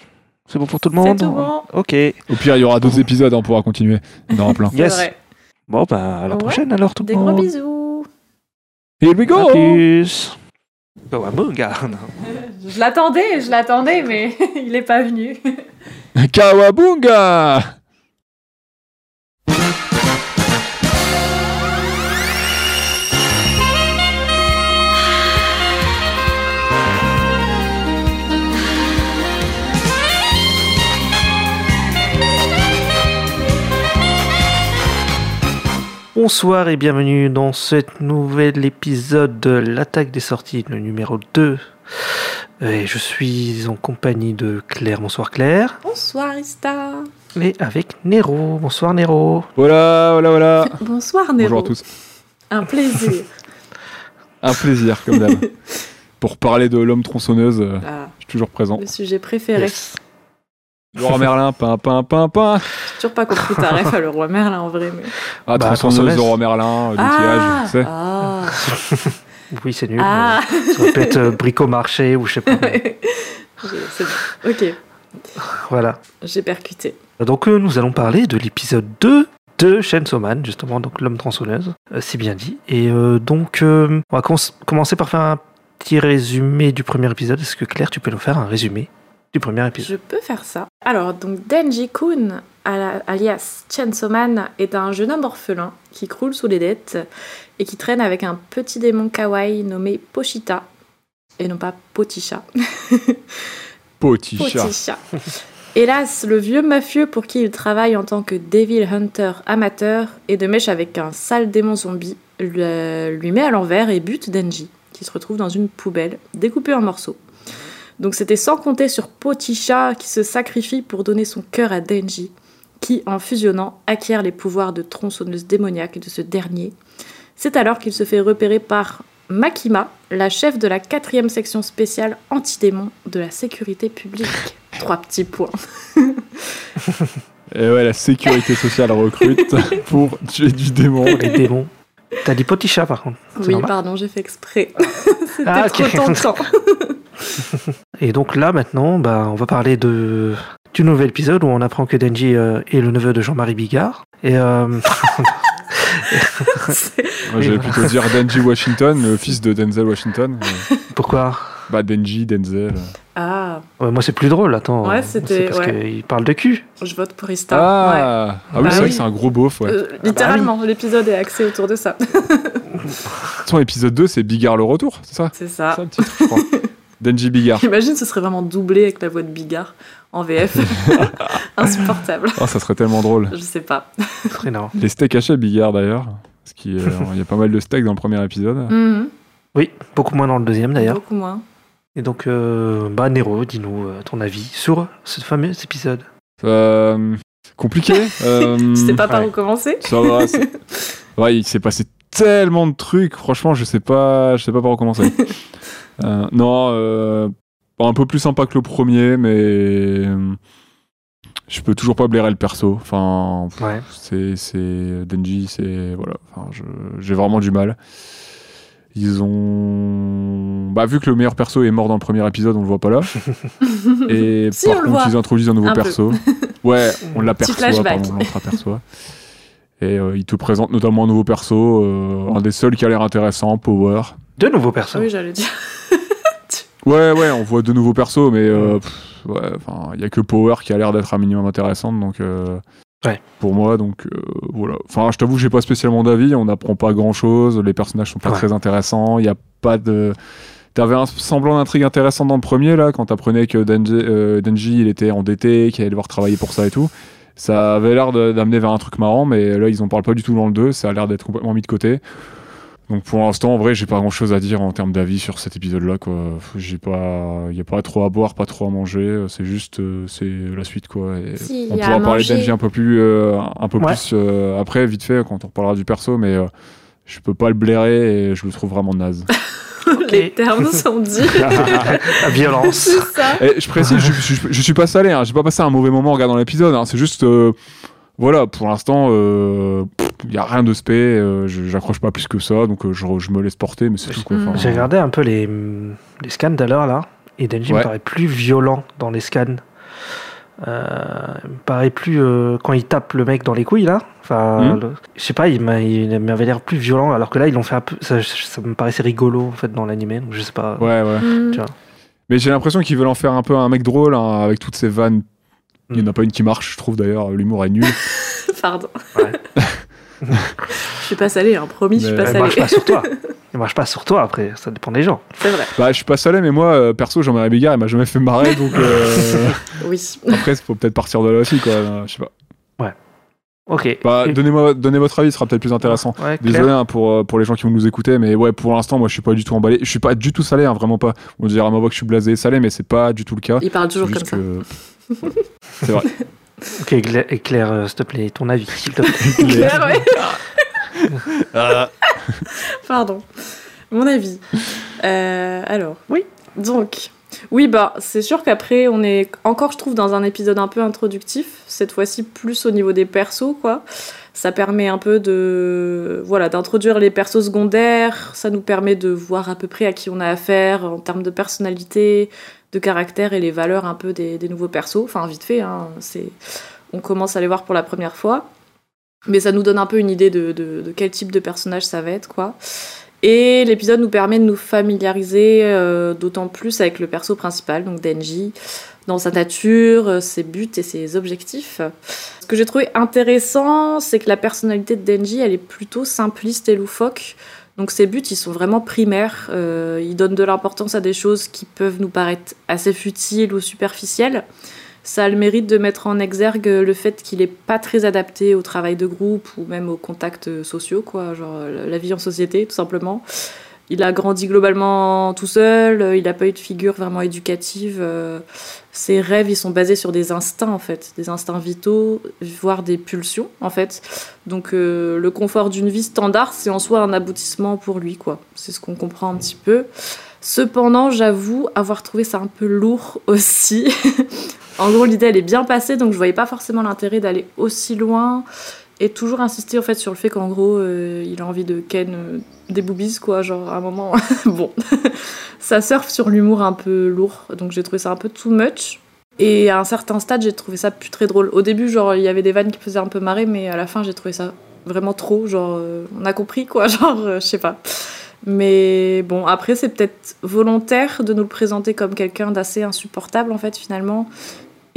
S1: C'est bon pour tout le monde
S2: tout bon.
S1: Ok.
S3: au pire il y aura d'autres épisodes hein, on pourra continuer on en aura plein
S2: C'est
S1: Yes.
S2: vrai.
S1: Bon, ben, à la
S2: Ouais.
S1: prochaine alors, tout
S2: Des
S1: le
S2: gros
S1: monde.
S2: bisous.
S3: here we
S1: À
S3: go
S1: plus. Go Amunga. Non.
S2: Je l'attendais, je l'attendais, mais il n'est pas venu.
S3: Kawabunga
S1: Bonsoir et bienvenue dans ce nouvel épisode de l'attaque des sorties, le numéro 2. Et je suis en compagnie de Claire. Bonsoir Claire.
S2: Bonsoir, Ista.
S1: Et avec Nero. Bonsoir Nero.
S3: voilà voilà voilà
S2: Bonsoir, Nero.
S3: bonjour à tous
S2: Un plaisir.
S3: un plaisir comme d'hab pour parler de l'homme tronçonneuse euh,
S2: Ah,
S3: je suis toujours présent
S2: le sujet préféré.
S1: Yes.
S3: Laura Merlin pain pain pain pain
S2: J'ai toujours pas compris ta ref à le roi Merlin en vrai. Mais...
S3: Ah,
S1: Bah,
S3: tronçonneuse
S1: tronçonneuse.
S3: de Laurent Merlin, euh, l'outillage, tu sais.
S2: Ah,
S1: Oui, c'est nul.
S2: ah.
S1: mais Ça peut être euh, bricomarché ou je sais pas. mais
S2: Ouais. J'ai- C'est bon. Ok,
S1: voilà.
S2: j'ai percuté.
S1: Donc euh, nous allons parler de l'épisode 2 de Chainsaw Man, justement, donc l'homme tronçonneuse, euh, c'est bien dit. Et euh, donc euh, on va cons- commencer par faire un petit résumé du premier épisode. Est-ce que Claire, tu peux nous faire un résumé du premier épisode
S2: Je peux faire ça. Alors, donc Denji Kun, à la- alias Chainsaw Man, est un jeune homme orphelin qui croule sous les dettes et qui traîne avec un petit démon kawaii nommé Pochita, et non pas Poticha.
S3: Petit chat.
S2: Poticha. Hélas, le vieux mafieux pour qui il travaille en tant que Devil Hunter amateur et de mèche avec un sale démon zombie lui lui met à l'envers et bute Denji, qui se retrouve dans une poubelle, découpée en morceaux. Donc c'était sans compter sur Poticha qui se sacrifie pour donner son cœur à Denji, qui, en fusionnant, acquiert les pouvoirs de tronçonneuse démoniaque de ce dernier. C'est alors qu'il se fait repérer par Makima, la chef de la quatrième section spéciale anti-démon de la sécurité publique. Trois petits points.
S3: Et ouais, la sécurité sociale recrute pour tuer du démon.
S1: Les démons. T'as dit poticha par contre. C'est
S2: Oui,
S1: normal.
S2: pardon, j'ai fait exprès. C'était
S1: Ah, ok.
S2: trop tentant.
S1: Et donc là maintenant, bah, on va parler de du nouvel épisode où on apprend que Denji euh, est le neveu de Jean-Marie Bigard. Et euh,
S2: C'est-
S3: Moi, j'allais plutôt dire Denji Washington, le fils de Denzel Washington. Euh,
S1: pourquoi
S3: Bah, Denji, Denzel.
S2: ah,
S1: Ouais, Moi c'est plus drôle, attends.
S2: Ouais,
S1: C'est
S2: c'était-
S1: parce
S2: ouais.
S1: qu'il parle de cul.
S2: je vote pour Ista. ouais.
S3: Ah, ah oui,
S2: Bah
S3: c'est vrai
S2: oui.
S3: que c'est un gros beauf, ouais. De
S1: Ah, bah
S2: Euh, littéralement, l'épisode est axé autour de ça.
S3: toute façon, épisode 2, c'est Bigard le retour, c'est ça
S2: C'est
S3: C'est
S2: ça.
S3: ça le titre, je crois. Denji Bigard.
S2: Imagine, ce serait vraiment doublé avec la voix de Bigard en VF. Insupportable.
S3: Ah, ça serait tellement drôle.
S2: Je sais pas.
S1: Très énorme.
S3: Les steaks hachés Bigard, d'ailleurs. Parce qu'il euh, il y a pas mal de steaks dans le premier épisode.
S2: Mhm.
S1: Oui, beaucoup moins dans le deuxième d'ailleurs.
S2: Beaucoup moins.
S1: Et donc, euh, bah, Nero, dis-nous euh, ton avis sur ce fameux épisode.
S3: Euh, compliqué. euh,
S2: Tu sais pas par
S1: Mhm. ouais.
S2: où commencer
S3: Ça va. c'est- Ouais, il s'est passé tellement de trucs. Franchement, je sais pas, je sais pas par où commencer. Euh, non, euh, un peu plus sympa que le premier, mais euh, je peux toujours pas blairer le perso. Enfin,
S1: Ouais.
S3: c'est c'est Denji, c'est voilà. Enfin, je- j'ai vraiment du mal. Ils ont bah vu que le meilleur perso est mort dans le premier épisode, on le voit pas là. Et
S2: Si,
S3: par
S2: on le
S3: contre,
S2: voit.
S3: ils introduisent un nouveau
S2: Un peu.
S3: perso. ouais, on l'aperçoit,
S2: Petit flashback.
S3: pardon, on l'entreaperçoit. Et euh, il te présente notamment un nouveau perso, euh, un des seuls qui a l'air intéressant, Power.
S1: Deux nouveaux persos.
S2: Oui, j'allais dire.
S3: Ouais, ouais, on voit deux nouveaux persos, mais euh, pff, ouais, enfin, il y a que Power qui a l'air d'être un minimum intéressante, donc euh,
S1: Ouais.
S3: pour moi, donc euh, voilà. Enfin, je t'avoue, que j'ai pas spécialement d'avis. On n'apprend pas grand chose. Les personnages sont pas
S1: Ouais.
S3: très intéressants. Il y a pas de. T'avais un semblant d'intrigue intéressante dans le premier là, quand t'apprenais que Denji, euh, Denji, il était endetté, qu'il allait devoir travailler pour ça et tout. Ça avait l'air de- d'amener vers un truc marrant, mais là ils en parlent pas du tout dans le 2, ça a l'air d'être complètement mis de côté. Donc pour l'instant, en vrai, j'ai pas grand chose à dire en termes d'avis sur cet épisode-là. Quoi, j'ai pas, y a pas trop à boire, pas trop à manger. euh, C'est juste, euh, c'est la suite quoi. Et
S4: Si,
S3: on
S4: y a
S3: pourra
S4: à
S3: parler
S4: manger.
S3: d'Engie un peu plus, euh, un peu
S1: Ouais.
S3: plus euh, après, vite fait, quand on reparlera du perso. Mais euh, je peux pas le blairer et je le trouve vraiment naze.
S2: Les termes sont dits.
S1: La Ah, violence.
S2: C'est ça.
S3: Et Eh, je précise, je, je- je suis pas salé. Hein, j'ai pas passé un mauvais moment en regardant l'épisode. hein, c'est juste, euh, voilà, pour l'instant, il y a rien de spé. euh, je- j'accroche pas plus que ça, donc euh, je, je me laisse porter, mais c'est tout. Quoi,
S2: Mm.
S3: Enfin, euh,
S1: J'ai regardé un peu les, les scans d'alors là, et Denji me
S3: Ouais.
S1: paraît plus violent dans les scans. Euh, il me paraît plus euh, quand il tape le mec dans les couilles là. Enfin,
S3: Mhm.
S1: le- je sais pas, il m'a- il m'avait l'air plus violent alors que là ils l'ont fait un peu. Ça, ça me paraissait rigolo en fait dans l'animé. donc Je sais pas.
S3: Ouais, ouais.
S2: Mm.
S1: Tu vois.
S3: Mais j'ai l'impression qu'ils veulent en faire un peu un mec drôle hein, avec toutes ces vannes. Il n'y en
S1: Mm.
S3: a pas une qui marche, je trouve d'ailleurs, l'humour est nul.
S2: Pardon.
S1: Ouais.
S2: je suis pas salée, hein, promis, je suis
S3: Mais-
S1: Il
S2: pas
S3: Elle
S1: marche
S2: salée.
S1: pas sur toi. Il marche pas sur toi après. Ça dépend des gens.
S2: C'est vrai.
S3: bah, je suis pas salé, mais moi, euh, perso, Jean-Marie Bigard, il m'a jamais fait marrer, donc euh,
S2: Oui.
S3: après, il faut peut-être partir de là aussi, quoi. euh, Je sais pas.
S1: Ok.
S3: Bah,
S1: Et-
S3: donnez-moi donnez votre avis, ce sera peut-être plus intéressant.
S1: Ouais, Claire.
S3: Désolé hein, pour, euh, pour les gens qui vont nous écouter, mais ouais, pour l'instant, moi, je suis pas du tout emballé. Je suis pas du tout salé, hein, vraiment pas. On dirait à ma voix que je suis blasé et salé, mais c'est pas du tout le cas.
S2: Il parle toujours comme
S3: Juste
S2: ça.
S3: que-
S1: Ok, Gla- et Claire, euh, s'il te plaît, ton avis, s'il te plaît.
S2: Claire, ouais. Pardon. Mon avis. Euh, alors.
S1: Oui.
S2: Donc. Oui, bah, c'est sûr qu'après, on est encore, je trouve, dans un épisode un peu introductif. Cette fois-ci, plus au niveau des persos, quoi. Ça permet un peu de. Voilà, d'introduire les persos secondaires. Ça nous permet de voir à peu près à qui on a affaire en termes de personnalité, de caractère et les valeurs un peu des, des nouveaux persos. Enfin, vite fait, hein, c'est... on commence à les voir pour la première fois. Mais ça nous donne un peu une idée de, de- de quel type de personnage ça va être, quoi. Et l'épisode nous permet de nous familiariser euh, d'autant plus avec le perso principal, donc Denji, dans sa nature, euh, ses buts et ses objectifs. Ce que j'ai trouvé intéressant, c'est que la personnalité de Denji, elle est plutôt simpliste et loufoque. Donc ses buts, ils sont vraiment primaires. Euh, il donne de l'importance à des choses qui peuvent nous paraître assez futiles ou superficielles. Ça a le mérite de mettre en exergue le fait qu'il n'est pas très adapté au travail de groupe ou même aux contacts sociaux, quoi, genre euh, la vie en société, tout simplement. Il a grandi globalement tout seul, euh, il n'a pas eu de figure vraiment éducative. euh, Ses rêves, ils sont basés sur des instincts, en fait, des instincts vitaux, voire des pulsions, en fait. Donc euh, le confort d'une vie standard, c'est en soi un aboutissement pour lui, quoi. C'est ce qu'on comprend un petit peu. Cependant, j'avoue avoir trouvé ça un peu lourd aussi. En gros, l'idée, elle est bien passée, donc je voyais pas forcément l'intérêt d'aller aussi loin et toujours insister en fait sur le fait qu'en gros, euh, il a envie de ken euh, des boobies, quoi. Genre, à un moment, bon, ça surfe sur l'humour un peu lourd, donc j'ai trouvé ça un peu too much. Et à un certain stade, j'ai trouvé ça plus très drôle. Au début, genre, il y avait des vannes qui faisaient un peu marrer, mais à la fin, j'ai trouvé ça vraiment trop. Genre, euh, on a compris, quoi. Genre, euh, je sais pas. Mais bon, après, c'est peut-être volontaire de nous le présenter comme quelqu'un d'assez insupportable, en fait, finalement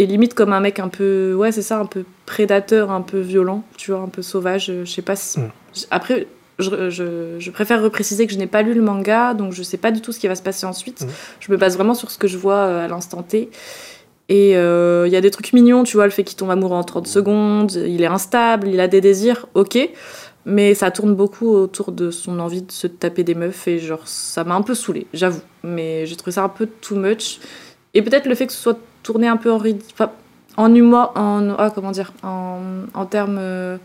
S2: et limite comme un mec un peu ouais c'est ça un peu prédateur un peu violent tu vois un peu sauvage euh, je sais pas si...
S1: Mm.
S2: j- après je, je, je préfère repréciser que je n'ai pas lu le manga donc je sais pas du tout ce qui va se passer ensuite
S1: Mm.
S2: je me base vraiment sur ce que je vois euh, à l'instant T Et il euh, y a des trucs mignons, tu vois, le fait qu'il tombe amoureux en 30 secondes, il est instable, il a des désirs, ok. Mais ça tourne beaucoup autour de son envie de se taper des meufs et genre ça m'a un peu saoulé, j'avoue. Mais j'ai trouvé ça un peu too much. Et peut-être le fait que ce soit tourné un peu en rid- enfin, en humour, en ah, comment dire, en, en termes, euh,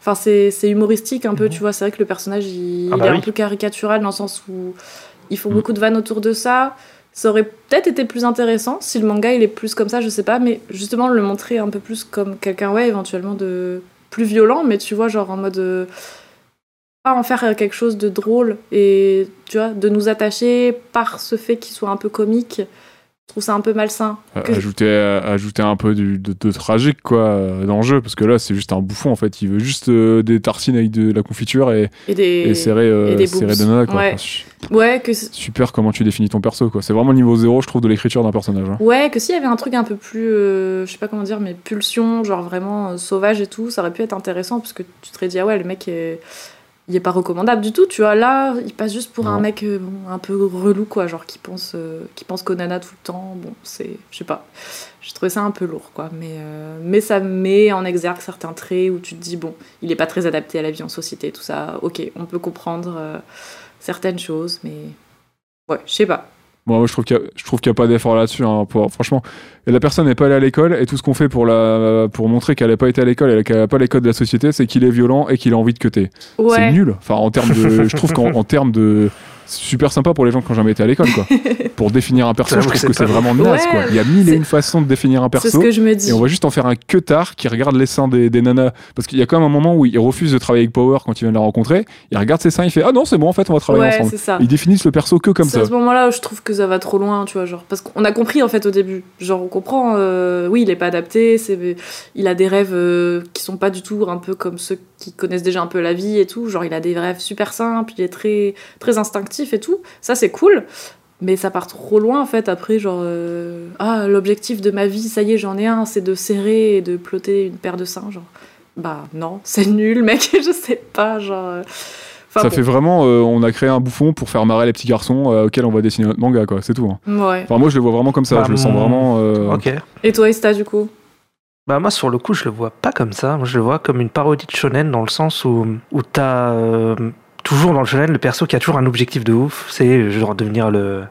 S2: enfin c'est, c'est humoristique un peu,
S1: Mhm.
S2: tu vois. C'est vrai que le personnage il,
S1: Ah
S2: il
S1: bah
S2: est
S1: oui.
S2: un peu caricatural dans le sens où ils font
S3: Mhm.
S2: beaucoup de vannes autour de ça. Ça aurait peut-être été plus intéressant si le manga il est plus comme ça, je sais pas, mais justement le montrer un peu plus comme quelqu'un, ouais, éventuellement de plus violent, mais tu vois, genre en mode. euh, pas en faire euh, quelque chose de drôle et tu vois, de nous attacher par ce fait qu'il soit un peu comique. Je trouve ça un peu malsain.
S3: Euh,
S2: Que-
S3: Ajouter, euh, ajouter un peu du- de, de tragique quoi, euh, dans le jeu, parce que là c'est juste un bouffon en fait, il veut juste euh, des tartines avec de la confiture et,
S2: Et des.
S3: et serrer, euh,
S2: et des
S3: serrer
S2: boobs.
S3: des nanas, quoi.
S2: Ouais.
S3: Enfin, su-
S2: ouais, que c-
S3: super comment tu définis ton perso quoi, c'est vraiment le niveau zéro je trouve de l'écriture d'un personnage. hein.
S2: ouais, que s'il y avait un truc un peu plus, euh, je sais pas comment dire, mais pulsion, genre vraiment euh, sauvage et tout, ça aurait pu être intéressant parce que tu te serais dit ah ouais le mec est- il est pas recommandable du tout, tu vois. Là, il passe juste pour un
S3: Non.
S2: mec euh, bon, un peu relou quoi, genre qui pense euh, qui pense qu'aux nanas tout le temps. Bon, c'est, je sais pas. J'ai trouvé ça un peu lourd quoi, mais euh, mais ça met en exergue certains traits où tu te dis bon, il est pas très adapté à la vie en société, tout ça. Ok, on peut comprendre euh, certaines choses, mais ouais, je sais pas.
S3: Bon, moi je trouve qu'il n'y a, je trouve qu'il y a pas d'effort là-dessus, hein, pour- franchement. Et la personne n'est pas allée à l'école et tout ce qu'on fait pour, la, pour montrer qu'elle n'a pas été à l'école et qu'elle n'a pas les codes de la société, c'est qu'il est violent et qu'il a envie de queuter. C'est
S2: Ouais.
S3: nul. Enfin, en termes de. Je trouve qu'en en termes de. c'est Super sympa pour les gens qui n'ont jamais été à l'école, quoi. Pour définir un perso,
S1: J'avoue
S3: je trouve
S1: que
S3: que
S1: c'est
S3: c'est
S1: pas-
S3: vraiment naze,
S2: Ouais,
S3: quoi. Il y a mille et
S2: c'est-
S3: une façons de définir un
S2: C'est ce
S3: perso.
S2: que je me dis.
S3: Et on va juste en faire un que tard qui regarde les seins des, des nanas. Parce qu'il y a quand même un moment où il refuse de travailler avec Power quand il vient de la rencontrer. Il regarde ses seins, il fait Ah non, c'est bon, en fait, on va travailler
S2: ouais,
S3: ensemble.
S2: c'est ça.
S3: Ils définissent le perso que comme
S2: c'est
S3: ça.
S2: à ce moment-là où je trouve que ça va trop loin, tu vois, genre parce qu'on a compris en fait au début, genre on comprend, euh, oui il est pas adapté, c'est, il a des rêves euh, qui sont pas du tout un peu comme ceux qui connaissent déjà un peu la vie et tout, genre il a des rêves super simples, il est très très instinctif et tout, ça c'est cool, mais ça part trop loin en fait après genre euh, ah l'objectif de ma vie ça y est j'en ai un, c'est de serrer et de ploter une paire de seins genre bah non c'est nul mec je sais pas genre euh, enfin,
S3: ça
S2: bon.
S3: fait vraiment. euh, on a créé un bouffon pour faire marrer les petits garçons euh, auxquels on va dessiner notre manga, quoi. C'est tout. hein.
S2: ouais.
S3: Enfin, moi, je le vois vraiment comme ça.
S1: Bah,
S3: je le sens
S1: mon-
S3: vraiment. euh,
S1: Ok.
S2: Et toi Esta du coup?
S1: Bah moi sur le coup je le vois pas comme ça, moi je le vois comme une parodie de shonen dans le sens où où t'as euh, toujours dans le shonen le perso qui a toujours un objectif de ouf, c'est euh, genre devenir le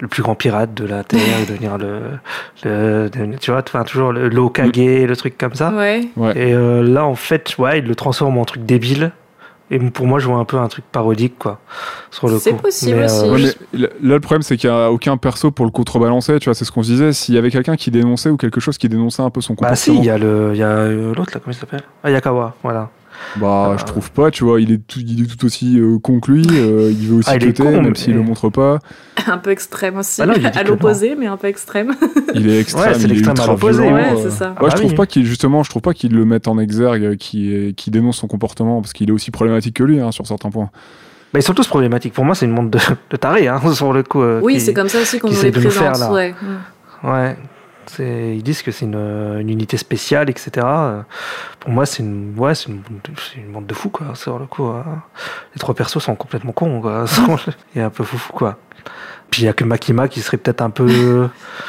S1: le plus grand pirate de la terre, devenir le, le- devenir- tu vois enfin toujours le l'Okage, le truc comme ça.
S2: Ouais.
S1: Et euh, là en fait ouais il le transforme en truc débile et pour moi je vois un peu un truc parodique quoi sur le coup.
S2: C'est possible
S1: Mais,
S2: aussi.
S1: euh,
S3: Ouais, mais là, le problème, c'est qu'il n'y a aucun perso pour le contrebalancer. Tu vois, c'est ce qu'on se disait. S'il y avait quelqu'un qui dénonçait ou quelque chose qui dénonçait un peu son
S1: Bah si,
S3: comportement,
S1: il y a le, il y a euh, l'autre là, comment il s'appelle Ah Yakawa, voilà.
S3: bah,
S1: Ah.
S3: je trouve pas. Tu vois, il est tout, il est tout aussi euh, con que lui. euh, il veut aussi
S1: Ah, il est
S3: queuter,
S1: con,
S3: même
S1: mais-
S3: s'il le montre pas.
S2: un peu extrême aussi.
S1: Bah non, il dit
S2: à
S1: que
S2: l'opposé, mais un peu extrême.
S3: Il est extrême.
S1: Ouais, c'est
S3: il est
S1: l'extrême à
S3: ultra
S1: l'opposé,
S3: violent,
S2: ouais,
S3: euh.
S2: c'est ça.
S1: Ah
S3: Ouais,
S1: bah
S3: je trouve
S1: oui.
S3: pas qu'il justement, je trouve pas qu'il le mette en exergue, euh, qui qui dénonce son comportement parce qu'il est aussi problématique que lui hein, sur certains points.
S1: Bah, ils sont tous problématiques. Pour moi, c'est une montre de, de tarés, hein, sur le coup. euh,
S2: Oui,
S1: qui-
S2: c'est comme ça aussi qu'on
S1: qui
S2: nous
S1: essaie
S2: les
S1: de nous faire,
S2: présente.
S1: là.
S2: ouais. Mm.
S1: Ouais. C'est- Ils disent que c'est une, euh, une unité spéciale, etc. Euh, Pour moi, c'est une, ouais, c'est une, c'est une montre de fou, quoi, sur le coup. hein. Les trois persos sont complètement cons, quoi. Il est un peu foufou, quoi. Puis il y a que Makima qui serait peut-être un peu.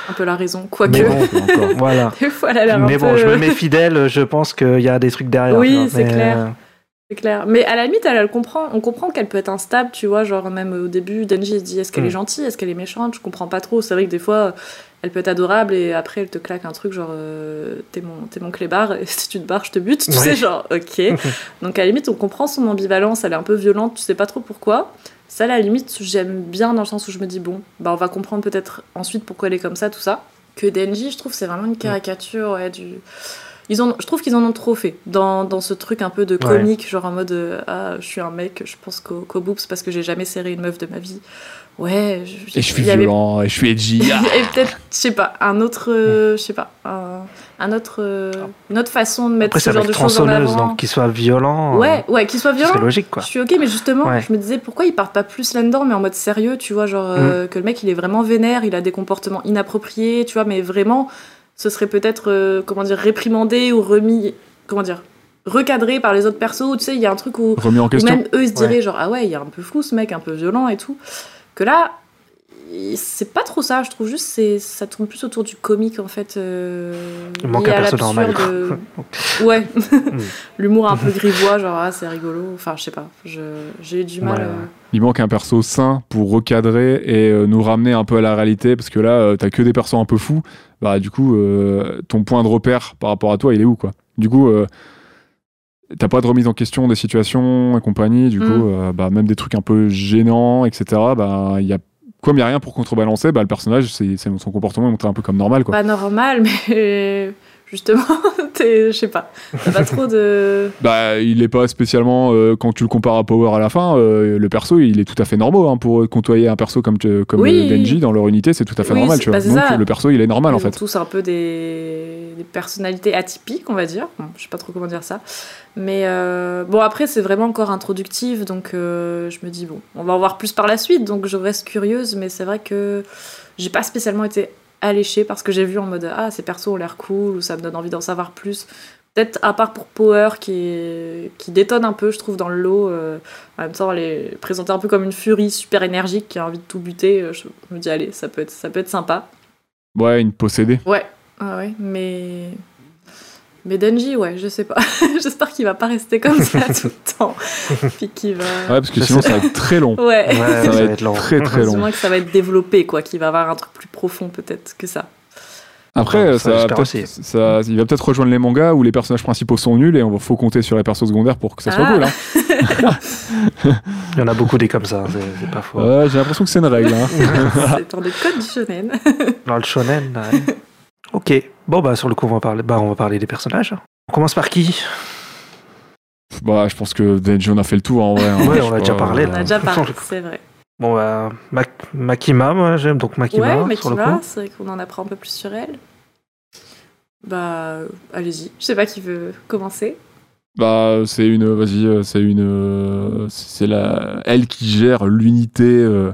S2: Un peu la raison. Quoique,
S1: Mais
S3: Encore,
S1: bon.
S3: encore.
S1: voilà.
S2: des fois, elle a l'air un
S1: Mais bon,
S2: peu-
S1: je me mets fidèle, je pense qu'il y a des trucs derrière.
S2: Oui,
S1: tu vois,
S2: c'est
S1: mais,
S2: clair.
S1: euh,
S2: C'est clair. Mais à la limite, elle, elle comprend. On comprend qu'elle peut être instable, tu vois. Genre, même au début, Denji il dit est-ce qu'elle
S1: Mm.
S2: est gentille Est-ce qu'elle est méchante Je comprends pas trop. C'est vrai que des fois, euh, elle peut être adorable et après, elle te claque un truc genre euh, t'es mon, t'es mon clébard et si tu te barres, je te bute. Tu
S1: Ouais.
S2: sais, genre, ok. Donc, à la limite, on comprend son ambivalence. Elle est un peu violente, tu sais pas trop pourquoi. Ça, à la limite, j'aime bien dans le sens où je me dis bon, bah, on va comprendre peut-être ensuite pourquoi elle est comme ça, tout ça. Que Denji, je trouve, c'est vraiment une caricature ouais, du. Ils ont, je trouve qu'ils en ont trop fait dans, dans ce truc un peu de
S1: Ouais.
S2: comique, genre en mode euh, ah je suis un mec, je pense qu'au qu'au boobs parce que j'ai jamais serré une meuf de ma vie. Ouais. Je,
S3: Et je suis
S2: il y avait-
S3: violent, et je suis edgy. Ah.
S2: et peut-être, je sais pas, un autre, euh, je sais pas, un, un autre, euh, une autre façon de mettre
S1: Après,
S2: ce
S1: c'est
S2: genre
S1: avec
S2: de choses en
S1: tronçonneuse,
S2: avant.
S1: donc qu'il soit violent.
S2: Ouais, ouais, qu'il soit
S1: euh, ce
S2: violent.
S1: serait logique, quoi.
S2: Je suis ok, mais justement,
S1: Ouais.
S2: je me disais pourquoi ils partent pas plus là-dedans, mais en mode sérieux, tu vois, genre
S1: Mm.
S2: euh, que le mec il est vraiment vénère, il a des comportements inappropriés, tu vois, mais vraiment, ce serait peut-être, euh, comment dire, réprimandé ou remis, comment dire, recadré par les autres persos, tu sais, il y a un truc où,
S3: Remis en
S2: où
S3: question.
S2: même eux ils se diraient genre ah ouais, il est un peu fou ce mec, un peu violent et tout, que là, Et C'est pas trop ça, je trouve juste c'est ça tourne plus autour du comique en fait. euh,
S1: Il manque
S2: lié
S1: un
S2: à
S1: personnage
S2: l'absurde,
S1: en
S2: euh, Ouais,
S1: Hmm.
S2: l'humour un peu grivois, genre ah, c'est rigolo. Enfin, je sais pas, je- j'ai eu du mal.
S1: Ouais,
S2: euh,
S3: Il manque un perso sain pour recadrer et euh, nous ramener un peu à la réalité parce que là, euh, t'as que des persos un peu fous. Bah, du coup, euh, ton point de repère par rapport à toi, il est où, quoi Du coup, euh, t'as pas de remise en question des situations et compagnie. Du
S2: Mm.
S3: coup, euh, bah, même des trucs un peu gênants, etc. Bah, il y a comme il n'y a rien pour contrebalancer, bah, le personnage, c'est c'est- son comportement est montré un peu comme normal. Quoi.
S2: Pas normal, mais justement, t'es- je sais pas, t'as pas trop de.
S3: Bah, il est pas spécialement, euh, quand tu le compares à Power à la fin, euh, le perso, il est tout à fait normal. hein, pour côtoyer un perso comme, tu- comme
S2: Oui.
S3: euh, Denji dans leur unité, c'est tout à fait
S2: Oui,
S3: normal.
S2: c'est-
S3: Tu vois.
S2: bah, c'est
S3: Donc
S2: ça.
S3: le perso, il est normal en
S2: Ils ont
S3: fait.
S2: tous un peu des, des personnalités atypiques, on va dire. Bon, je sais pas trop comment dire ça. Mais euh, bon, après, c'est vraiment encore introductif, donc euh, je me dis, bon, on va en voir plus par la suite, donc je reste curieuse, mais c'est vrai que j'ai pas spécialement été alléchée parce que j'ai vu en mode, ah, ces persos ont l'air cool, ou ça me donne envie d'en savoir plus. Peut-être à part pour Power qui, est- qui détonne un peu, je trouve, dans le lot. euh, en même temps, elle est présentée un peu comme une furie super énergique qui a envie de tout buter. euh, Je je me dis, allez, ça peut être, ça peut être sympa.
S3: Ouais, une possédée.
S2: Ouais, ah ouais, mais. Mais Denji, ouais, je sais pas. J'espère qu'il va pas rester comme ça tout le temps. Puis qu'il
S3: Ouais,
S2: va.
S3: parce que
S1: Je
S3: sinon,
S1: sais.
S3: ça va être très long.
S1: Ouais,
S2: Ouais.
S1: ça va être long.
S3: Très très
S2: Du
S3: long.
S2: moins que ça va être développé, quoi, qu'il va avoir un truc plus profond peut-être que ça.
S3: Après,
S1: Ouais,
S3: ça,
S1: ça,
S3: va
S1: j'espère
S3: peut-être-
S1: aussi.
S3: ça- il va peut-être rejoindre les mangas où les personnages principaux sont nuls et on faut compter sur les persos secondaires pour que ça soit
S2: Ah.
S3: cool. hein.
S1: Il y en a beaucoup des comme ça, c'est- c'est pas faux.
S3: Ouais, J'ai l'impression que c'est une règle. hein.
S2: Ah, C'est un des codes du shonen.
S1: Dans le shonen, ouais. Ok. Bon, bah, sur le coup, on va parler, bah, on va parler des personnages. On commence par qui
S3: Pff, bah, je pense que Denji, on a fait le tour en vrai. hein.
S1: Ouais,
S3: Je
S1: on
S3: sais
S1: a déjà
S3: pas,
S1: parlé,
S2: On
S1: là.
S2: a déjà parlé, c'est vrai.
S1: Bon, bah, Mak- Makima, moi, j'aime donc Makima,
S2: ouais, mais
S1: sur
S2: qui
S1: le
S2: va,
S1: coup.
S2: c'est vrai qu'on en apprend un peu plus sur elle. Bah, euh, allez-y. Je sais pas qui veut commencer.
S3: Bah, c'est une, vas-y, euh, c'est une, euh, c'est la, elle qui gère l'unité euh,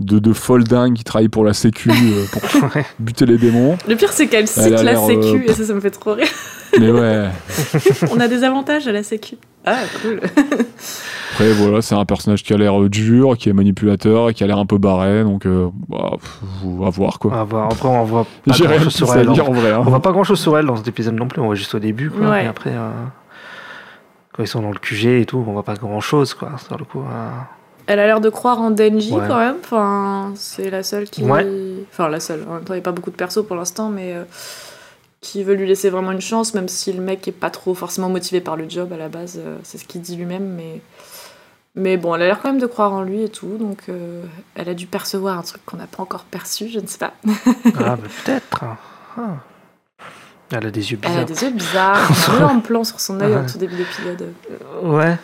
S3: de, de folle dingue qui travaille pour la Sécu euh, pour
S1: Ouais.
S3: buter les démons.
S2: Le pire, c'est qu'elle cite la
S3: l'air,
S2: sécu,
S3: euh,
S2: et ça, ça me fait trop rire.
S3: Mais ouais,
S2: On a des avantages à la sécu. Ah, cool.
S3: après voilà, c'est un personnage qui a l'air euh, dur, qui est manipulateur, et qui a l'air un peu barré, donc euh, bah, pff, à voir quoi.
S1: Ah, bah, après, on voit pas
S3: J'ai rien de
S1: grand-chose
S3: plus
S1: sur
S3: à
S1: elle.
S3: dire en vrai. hein.
S1: On voit pas grand chose sur elle dans cet épisode non plus, on voit juste au début. Quoi.
S2: Ouais.
S1: Et après, euh, quand ils sont dans le QG et tout, on voit pas grand chose quoi, sur le coup. hein.
S2: Elle a l'air de croire en Denji
S1: Ouais.
S2: quand même. Enfin, c'est la seule qui.
S1: Ouais.
S2: Enfin, la seule. En même temps, il n'y a pas beaucoup de persos pour l'instant, mais euh, qui veut lui laisser vraiment une chance, même si le mec est pas trop forcément motivé par le job à la base. euh, c'est ce qu'il dit lui-même, mais. Mais bon, elle a l'air quand même de croire en lui et tout, donc euh, elle a dû percevoir un truc qu'on n'a pas encore perçu, je ne sais pas.
S1: Ah, mais peut-être. hein. Ah. Elle a des yeux
S2: Elle a
S1: bizarres.
S2: des yeux bizarres, un énorme plan sur son œil en tout début d'épisode.
S1: Ouais.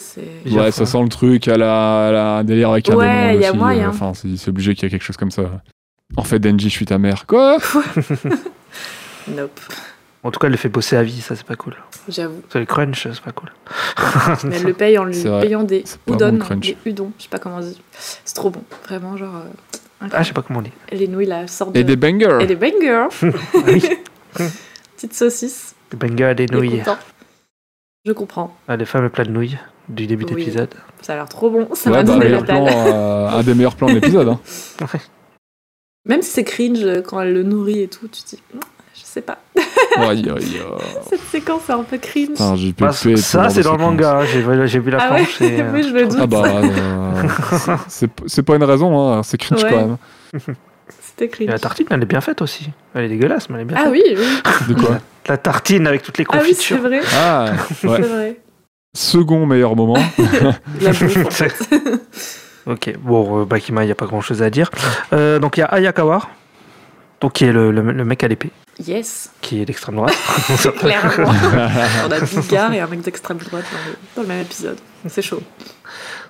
S2: C'est.
S1: plusieurs
S3: Ouais,
S1: fois.
S3: ça sent le truc, elle a, elle a un délire avec un
S2: Ouais,
S3: démon
S2: y a
S3: aussi,
S2: moyen.
S3: euh, Enfin, c'est c'est obligé qu'il y a quelque chose comme ça. En fait, Denji, je suis ta mère. Quoi
S2: Nope,
S1: En tout cas, elle le fait bosser à vie, ça c'est pas cool.
S2: j'avoue.
S1: C'est le crunch, c'est pas cool.
S2: Mais elle le paye en lui
S3: C'est vrai.
S2: payant des
S3: C'est pas bon,
S2: udon, hein,
S3: le crunch.
S2: des udon, je sais pas comment on dit. C'est trop bon, vraiment genre. euh,
S1: Ah,
S2: incroyable.
S1: je sais pas comment on dit.
S2: les nouilles là, elles sortent de...
S3: Et des bangers.
S2: et des bangers,
S1: Ah oui,
S2: petites saucisses,
S1: des bangers, des
S2: il est
S1: nouilles.
S2: content. Je comprends,
S1: Ah, les fameux plats de nouilles du début
S2: Oui.
S1: d'épisode.
S2: ça a l'air trop bon, ça
S3: Ouais,
S2: m'a
S3: bah,
S2: donné
S3: meilleur
S2: la
S3: plan,
S2: dalle.
S3: euh, un des meilleurs plans de l'épisode. hein.
S2: Même si c'est cringe euh, quand elle le nourrit et tout, tu te dis, Mouah, je sais pas,
S3: Aïe, aïe, aïe.
S2: cette séquence est un peu cringe.
S3: Oh. Putain, j'ai
S1: Bah,
S3: pété, ce
S1: ça,
S3: genre
S1: c'est
S3: de
S1: dans le
S3: séquence.
S1: manga. hein. J'ai j'ai vu la
S2: Ah ouais,
S1: planche. et, euh,
S2: oui, je me doute,
S3: Ah bah, euh, c'est c'est pas une raison, hein, c'est cringe
S2: Ouais.
S3: quand même.
S2: c'était
S1: et
S2: cringe.
S1: la tartine, elle est bien faite aussi. Elle est dégueulasse, mais elle est bien
S2: Ah
S1: faite.
S2: oui, oui.
S3: De quoi
S1: La tartine avec toutes les
S2: ah oui, c'est
S1: confitures.
S2: vrai,
S3: Ah,
S2: c'est
S3: ouais.
S2: vrai.
S3: Second meilleur moment.
S2: La bouffe, en fait.
S1: ok, bon, euh, Bakima, il n'y a pas grand chose à dire. Euh, donc il y a Ayakawa, donc, qui est le, le- le mec à l'épée,
S2: Yes,
S1: qui est d'extrême droite.
S2: clairement. On a Bigard et un mec d'extrême droite dans le, dans le même épisode. C'est chaud.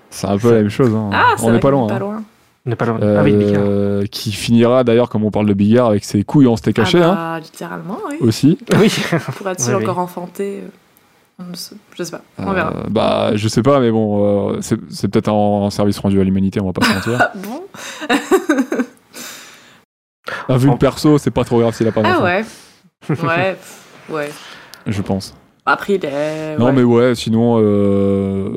S3: C'est un peu la même chose. hein.
S2: Ah, c'est
S3: on
S2: vrai
S3: n'est pas
S2: qu'on
S3: loin.
S2: est
S3: hein.
S2: Pas loin.
S1: Il n'est pas loin.
S3: Euh,
S1: Ah oui, Bigard.
S3: qui finira d'ailleurs, comme on parle de Bigard, avec ses couilles en steak
S2: Ah
S3: haché hein,
S2: bah, littéralement, oui.
S3: aussi.
S1: Oui,
S2: Pour être
S1: Oui,
S2: sûr
S1: oui.
S2: encore enfanté, euh, on ne sait- je sais pas, on
S3: Euh,
S2: verra.
S3: bah, je sais pas, mais bon, euh, c'est c'est peut-être un, un service rendu à l'humanité, on va pas se mentir.
S2: Ah bon
S3: Ah, vu le perso, c'est pas trop grave s'il a pas
S2: Ah
S3: d'enfant,
S2: ouais Ouais, pff, ouais.
S3: je pense.
S2: Après, il est.
S3: Non,
S2: Euh, ouais.
S3: mais ouais, sinon, euh,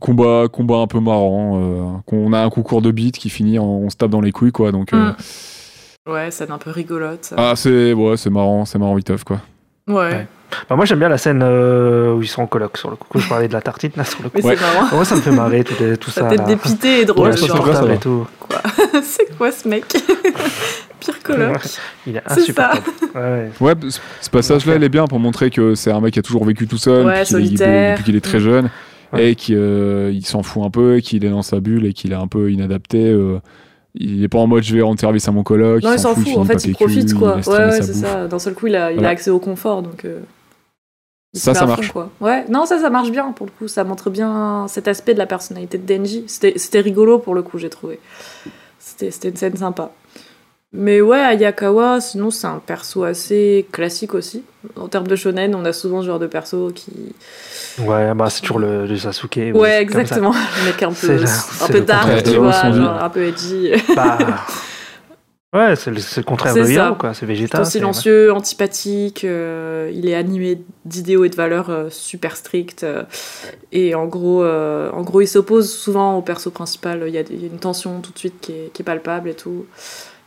S3: combat, combat un peu marrant. euh, qu'on a un concours de beat qui finit, en, on se tape dans les couilles, quoi. Donc, euh,
S2: Mm. Ouais, scène un peu rigolote.
S3: ah, c'est ouais, c'est marrant, c'est marrant, Witoff, quoi.
S2: ouais.
S1: ouais. Bah, moi, j'aime bien la scène euh, où ils sont en colloque. Sur le coup, je parlais de la tartine, là, sur le coup.
S2: Mais
S3: Ouais.
S2: c'est marrant.
S1: Moi, ça me fait marrer tout, les- tout
S2: Sa
S1: ça.
S2: tête
S1: là.
S2: dépitée est
S1: Ouais,
S2: drôle.
S3: ça, c'est
S2: genre.
S3: vrai.
S1: insupportable et tout.
S2: c'est quoi ce mec Pire colloque.
S1: Il est
S2: C'est ça.
S1: insupportable. Ouais, ouais.
S3: Ouais, c- ce passage-là, il est bien pour montrer que c'est un mec qui a toujours vécu tout seul,
S2: Ouais,
S3: puis qu'il est- il est-
S2: solitaire. Mm.
S3: depuis qu'il est très jeune,
S1: Ouais.
S3: et qu'il euh, s'en fout un peu, qu'il est dans sa bulle et qu'il est un peu inadapté. euh, il est pas en mode je vais rendre service à mon coloc.
S2: Non, il s'en fout,
S3: finit
S2: en
S3: par
S2: fait, il
S3: PQ,
S2: profite quoi.
S3: laisse
S2: Ouais,
S3: traîner
S2: ouais,
S3: sa
S2: c'est
S3: bouffe.
S2: ça. D'un seul coup, il a, il a
S3: Voilà.
S2: accès au confort, donc. euh, il se
S3: Ça,
S2: met
S3: ça
S2: à fond,
S3: marche.
S2: quoi. Ouais, non, ça, ça marche bien pour le coup. Ça montre bien cet aspect de la personnalité de Denji. C'était c'était rigolo pour le coup, j'ai trouvé. C'était c'était une scène sympa. Mais ouais, Ayakawa, sinon, c'est un perso assez classique aussi. En termes de shonen, on a souvent ce genre de perso qui.
S1: Ouais, bah, c'est toujours le, le Sasuke. ou
S2: Ouais,
S1: comme ça.
S2: exactement. Le mec un peu,
S1: C'est la-
S2: un
S1: c'est
S2: peu
S1: le
S3: contraire
S2: dark,
S3: de
S2: tu vois,
S3: Rossanji.
S2: genre, un peu edgy.
S1: Bah, Ouais, c'est le, c'est le contraire
S2: C'est
S1: de
S2: ça.
S1: Hiro, quoi. C'est Vegeta.
S2: Plutôt
S1: c'est-
S2: silencieux, antipathique, euh, il est animé d'idéaux et de valeurs euh, super strictes. euh, et en gros, euh, en gros, il s'oppose souvent au perso principal. Il y, a, il y a une tension tout de suite qui est, qui est palpable et tout.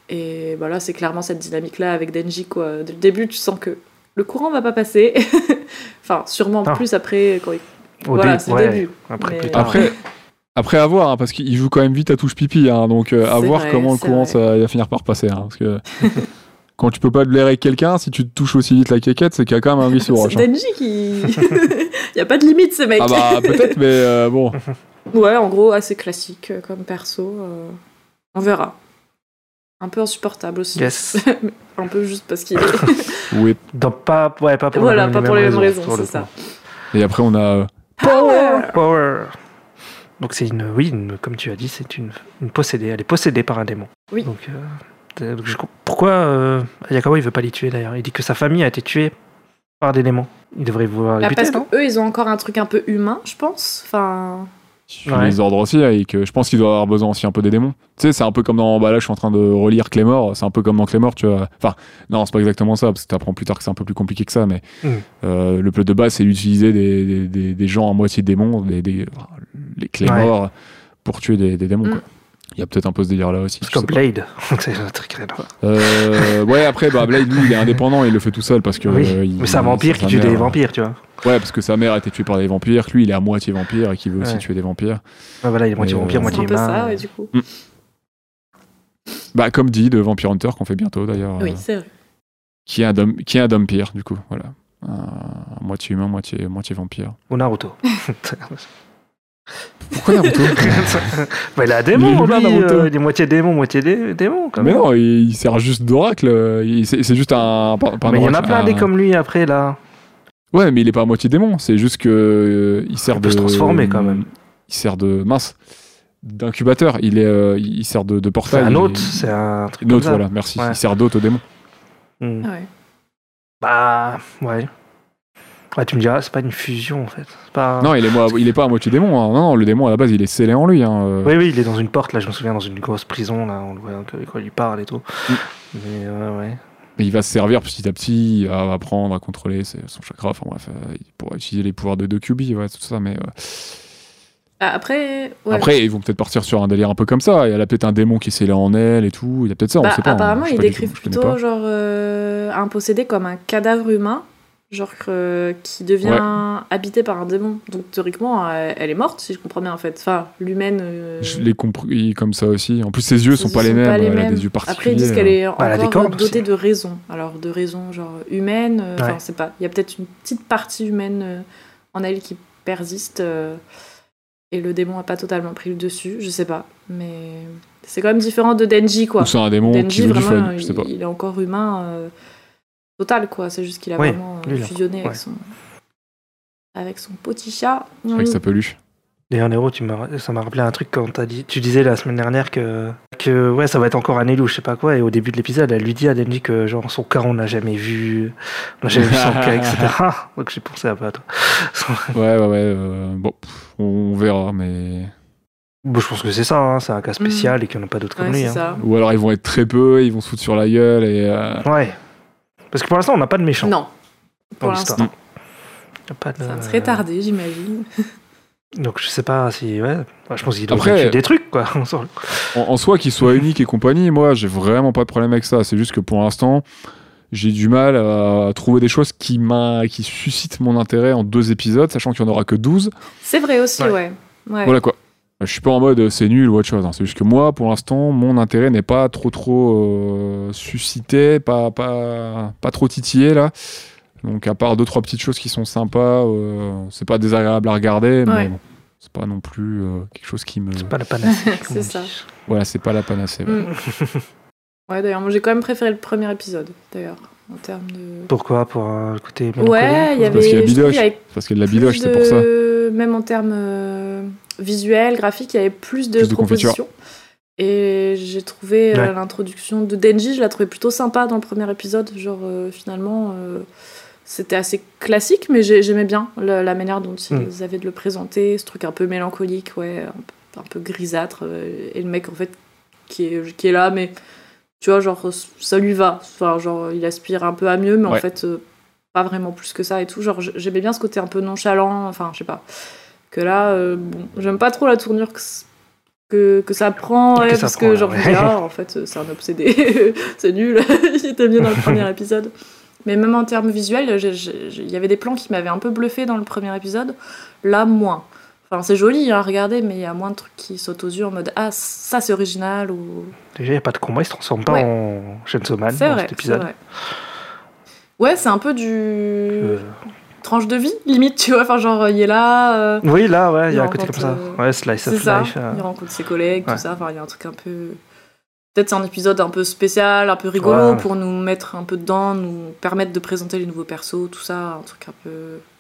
S2: Et voilà, c'est clairement cette dynamique-là avec Denji. Quoi. Dès le début, tu sens que le courant va pas passer. enfin, sûrement
S1: Ah.
S2: plus après. Quand il...
S1: Au
S2: voilà,
S1: dé-
S2: c'est
S1: ouais,
S2: le début.
S1: Après,
S2: Mais-
S1: plus tard.
S3: Après, après à voir, hein, parce qu'il joue quand même vite à touche pipi, hein, donc euh, à
S2: C'est
S3: voir
S2: vrai,
S3: comment le
S2: c'est
S3: courant
S2: vrai.
S3: ça va finir par passer. hein, parce que quand tu peux pas te blairer avec quelqu'un, si tu te touches aussi vite la quéquette, c'est qu'il y a quand même un vice au roche.
S2: C'est
S3: hein.
S2: Denji qui. Il n'y a pas de limite, ce mec.
S3: Ah bah peut-être, mais euh, bon.
S2: Ouais, en gros, assez classique euh, comme perso. euh, on verra. Un peu insupportable aussi.
S1: Yes.
S2: un peu juste parce qu'il est.
S3: Oui.
S1: Dans pas, ouais, pas pour
S2: voilà,
S1: les
S2: pas pour les mêmes raisons,
S1: pour le
S2: c'est ça.
S1: coup.
S3: Et après on a euh,
S2: Power
S1: Power. Donc c'est une, oui, une- comme tu as dit, c'est une, une possédée. Elle est possédée par un démon.
S2: Oui.
S1: Donc, euh, t'es- donc je comp- pourquoi euh, Ayakawa il veut pas les tuer d'ailleurs Il dit que sa famille a été tuée par des démons. Il devrait vouloir les
S2: Bah,
S1: buter,
S2: Parce
S1: non
S2: que eux, ils ont encore un truc un peu humain, je pense. Enfin.
S3: sur
S1: Ouais.
S3: les ordres aussi, et que je pense qu'il doit avoir besoin aussi un peu des démons. Tu sais, c'est un peu comme dans. Bah là, je suis en train de relire Claymore, c'est un peu comme dans Claymore, tu vois. Enfin, non, c'est pas exactement ça, parce que tu apprends plus tard que c'est un peu plus compliqué que ça, mais
S1: Mm.
S3: euh, le plot de base, c'est d'utiliser des, des, des- des gens à moitié démons, des, des, enfin, les Claymore, pour tuer des, des démons,
S2: Mm.
S3: quoi. Il y a peut-être un peu ce délire là aussi.
S1: C'est
S3: je sais
S1: comme Blade. c'est un truc rien à voir.
S3: pas. Euh, ouais, après, bah, Blade, lui, il est indépendant, il le fait tout seul parce que.
S1: Oui,
S3: euh, il-
S1: mais c'est un vampire
S3: sa
S1: qui tue
S3: mère,
S1: des
S3: euh,
S1: vampires, tu vois.
S3: Ouais, parce que sa mère a été tuée par des vampires, lui, il est à moitié vampire et qu'il veut aussi
S1: Ouais.
S3: tuer des vampires.
S1: Ah, voilà, il est moitié
S3: Mais, euh,
S1: vampire,
S2: C'est
S1: moitié
S2: un peu
S1: humain.
S2: ça, ouais, du coup.
S3: Bah, comme dit de Vampire Hunter, qu'on fait bientôt d'ailleurs, euh,
S2: Oui, c'est vrai.
S3: qui, est un dom- qui est un vampire, du coup, voilà. Un- un moitié humain, moitié, moitié vampire.
S1: Ou Naruto.
S3: Pourquoi Naruto
S1: bah, il a un démon,
S3: Il est
S1: lui,
S3: humain, Naruto.
S1: euh, il est moitié démon, moitié dé- démon, quand
S3: Mais
S1: même.
S3: oh, non, il, il sert juste d'oracle. euh, il- C'est c'est juste un. pas- pas un
S1: mais il y en a
S3: oracle,
S1: plein
S3: un-
S1: des comme lui après là.
S3: Ouais, mais il est pas à moitié démon. C'est juste que euh, il sert
S1: Il
S3: de.
S1: peut se transformer, quand même.
S3: Il sert de mince d'incubateur. Il est, euh, il sert de, de
S1: C'est
S3: portail.
S1: un
S3: Il-
S1: hôte, c'est un truc
S3: Une
S1: comme
S3: autre,
S1: ça.
S3: voilà, merci.
S1: Ouais.
S3: Il sert d'hôte au démon.
S1: Hmm.
S2: Ouais.
S1: Bah ouais. Ouais, tu me diras, c'est pas une fusion en fait. C'est Pas...
S3: Non, il est, moi, il est pas à moitié démon. hein. Non, non, le démon à la base, il est scellé en lui. Hein. euh.
S1: Oui, oui, il est dans une porte là, je me souviens, dans une grosse prison là, on le voit que- quand il lui parle et tout.
S3: Mm.
S1: Mais ouais, ouais.
S3: Et il va se servir petit à petit à apprendre, à contrôler ses- son chakra. Enfin bref, euh, il pourra utiliser les pouvoirs de Dokubi, ouais, tout ça. Mais euh,
S2: Ah, Après, ouais.
S3: après, ils vont peut-être partir sur un délire un peu comme ça. Et Elle a peut-être un démon qui est scellé en elle et tout. Il y a peut-être ça,
S2: Bah,
S3: on sait pas. hein.
S2: apparemment,
S3: Je sais
S2: ils
S3: pas du
S2: décrivent
S3: tout, je connais
S2: plutôt
S3: pas.
S2: genre euh, un possédé comme un cadavre humain, genre euh, qui devient habité par un démon. Donc théoriquement, euh, elle est morte, si je comprends bien en fait. Enfin, l'humaine. euh,
S3: Je l'ai compris comme ça aussi. En plus, ses yeux
S2: ses
S3: sont pas les mêmes. elle a
S2: mêmes.
S3: des yeux particuliers. euh,
S2: Après, ils disent qu'elle est encore
S1: euh, bah, elle a des cornes aussi.
S2: dotée de raison. Alors, de raison, genre humaine, euh, enfin,
S1: Ouais.
S2: c'est pas. Il y a peut-être une petite partie humaine euh, en elle qui persiste euh, et le démon a pas totalement pris le dessus, je sais pas. Mais c'est quand même différent de Denji, quoi.
S3: Ou c'est un démon qui
S2: Denji,
S3: veut du
S2: vraiment, euh,
S3: fun. Je sais pas.
S2: il, il est encore humain euh, total, quoi. C'est juste qu'il a
S1: Oui,
S2: vraiment euh,
S1: lui, il a-
S2: fusionné
S1: ouais.
S2: avec son avec son petit chat.
S3: Avec sa peluche.
S1: D'ailleurs, Nero, tu m'as- ça m'a rappelé un truc quand t'as dit, tu disais la semaine dernière que, que ouais, ça va être encore un élu, je sais pas quoi, et au début de l'épisode, elle lui dit à Denji que genre son cas on l'a jamais vu, on n'a jamais vu son cas, etc. Ah, Donc j'ai pensé un peu à toi.
S3: Ouais, ouais, ouais. euh, bon, pff, on verra, mais.
S1: Bon, je pense que c'est ça, hein, c'est un cas spécial et qu'il n'y en a pas d'autres
S2: Mm. Ouais,
S1: comme lui.
S2: c'est
S1: hein.
S2: ça.
S3: Ou alors ils vont être très peu, ils vont se foutre sur la gueule et. euh,
S1: Ouais. Parce que pour l'instant, on n'a pas Euh. de méchant.
S2: Non. Pour
S1: Dans
S2: l'instant.
S1: l'histoire. Y a pas de-
S2: Ça serait tardé, j'imagine.
S1: Donc je sais pas si. Ouais, Moi, je pense qu'il doit
S3: Après-
S1: faire des trucs, quoi. sur le-
S3: En, en soi, qu'il soit unique et compagnie, moi, j'ai vraiment pas de problème avec ça. C'est juste que pour l'instant, j'ai du mal à trouver des choses qui, m'a- qui suscitent mon intérêt en deux épisodes, sachant qu'il n'y en aura que 12.
S2: C'est vrai aussi,
S1: Ouais.
S2: ouais. ouais.
S3: Voilà quoi. Je suis pas en mode euh, c'est nul ou autre chose. hein. C'est juste que moi, pour l'instant, mon intérêt n'est pas trop trop euh, suscité, pas, pas, pas trop titillé là. Donc à part deux trois petites choses qui sont sympas, euh, c'est pas désagréable à regarder, mais
S2: Ouais.
S3: bon, c'est pas non plus euh, quelque chose qui me.
S1: C'est pas la panacée.
S2: C'est
S1: comme on
S2: ça.
S1: dit.
S3: Voilà, c'est pas la panacée. ouais.
S2: Mm. ouais, d'ailleurs, moi j'ai quand même préféré le premier épisode, d'ailleurs, en termes de.
S1: Pourquoi Pour un côté.
S2: Ouais,
S1: mélancolique,
S2: il
S1: ou-
S2: y avait.
S3: qu'il y
S2: je
S3: a
S2: trouve, il
S3: Bidoche,
S2: y avait
S3: C'est Parce qu'il y a de la
S2: plus
S3: bidoche, c'est pour ça.
S2: de- Même en termes euh, visuels, graphiques, il y avait plus de
S3: Plus de confiture.
S2: propositions. Et j'ai trouvé euh,
S1: Ouais.
S2: l'introduction de Denji, je la trouvais plutôt sympa dans le premier épisode. Genre, euh, finalement, euh, c'était assez classique, mais j'ai- j'aimais bien la, la manière dont ils
S1: Mm.
S2: avaient de le présenter, ce truc un peu mélancolique, ouais, un peu, un peu grisâtre. euh, Et le mec, en fait, qui est, qui est là, mais tu vois, genre, ça lui va. Enfin, genre, il aspire un peu à mieux, mais en
S3: Ouais.
S2: fait, euh, pas vraiment plus que ça et tout. Genre, j- j'aimais bien ce côté un peu nonchalant, enfin, je sais pas. Que là, euh, bon, j'aime pas trop la tournure que, c- que, que ça prend,
S1: Que
S2: ouais,
S1: ça
S2: parce
S1: prend,
S2: que genre,
S1: ouais.
S2: je me dis, ah, en fait, euh, c'est un obsédé, c'est nul, il était bien dans le premier épisode. Mais même en termes visuels, j'ai- j'ai- j'ai- il y avait des plans qui m'avaient un peu bluffé dans le premier épisode, là, moins. Enfin, c'est joli, hein, regardez, mais il y a moins de trucs qui sautent aux yeux en mode, ah, ça c'est original, ou
S1: Déjà, il n'y a pas de combat, il se transforme pas
S2: Ouais.
S1: en Chainsaw Man
S2: c'est
S1: dans
S2: vrai,
S1: cet
S2: c'est
S1: épisode.
S2: vrai. Ouais, c'est un peu du.
S1: Euh,
S2: tranche de vie, limite, tu vois. Enfin, genre, il est là, euh,
S1: Oui, là, ouais, il y a
S2: Non,
S1: un côté
S2: quand,
S1: comme ça.
S2: euh,
S1: Ouais, Slice
S2: c'est
S1: of
S2: ça.
S1: Life. euh,
S2: Il rencontre ses collègues,
S1: Ouais.
S2: tout ça. Enfin, il y a un truc un peu. Peut-être c'est un épisode un peu spécial, un peu rigolo
S1: Ouais.
S2: pour nous mettre un peu dedans, nous permettre de présenter les nouveaux persos, tout ça. Un truc un peu,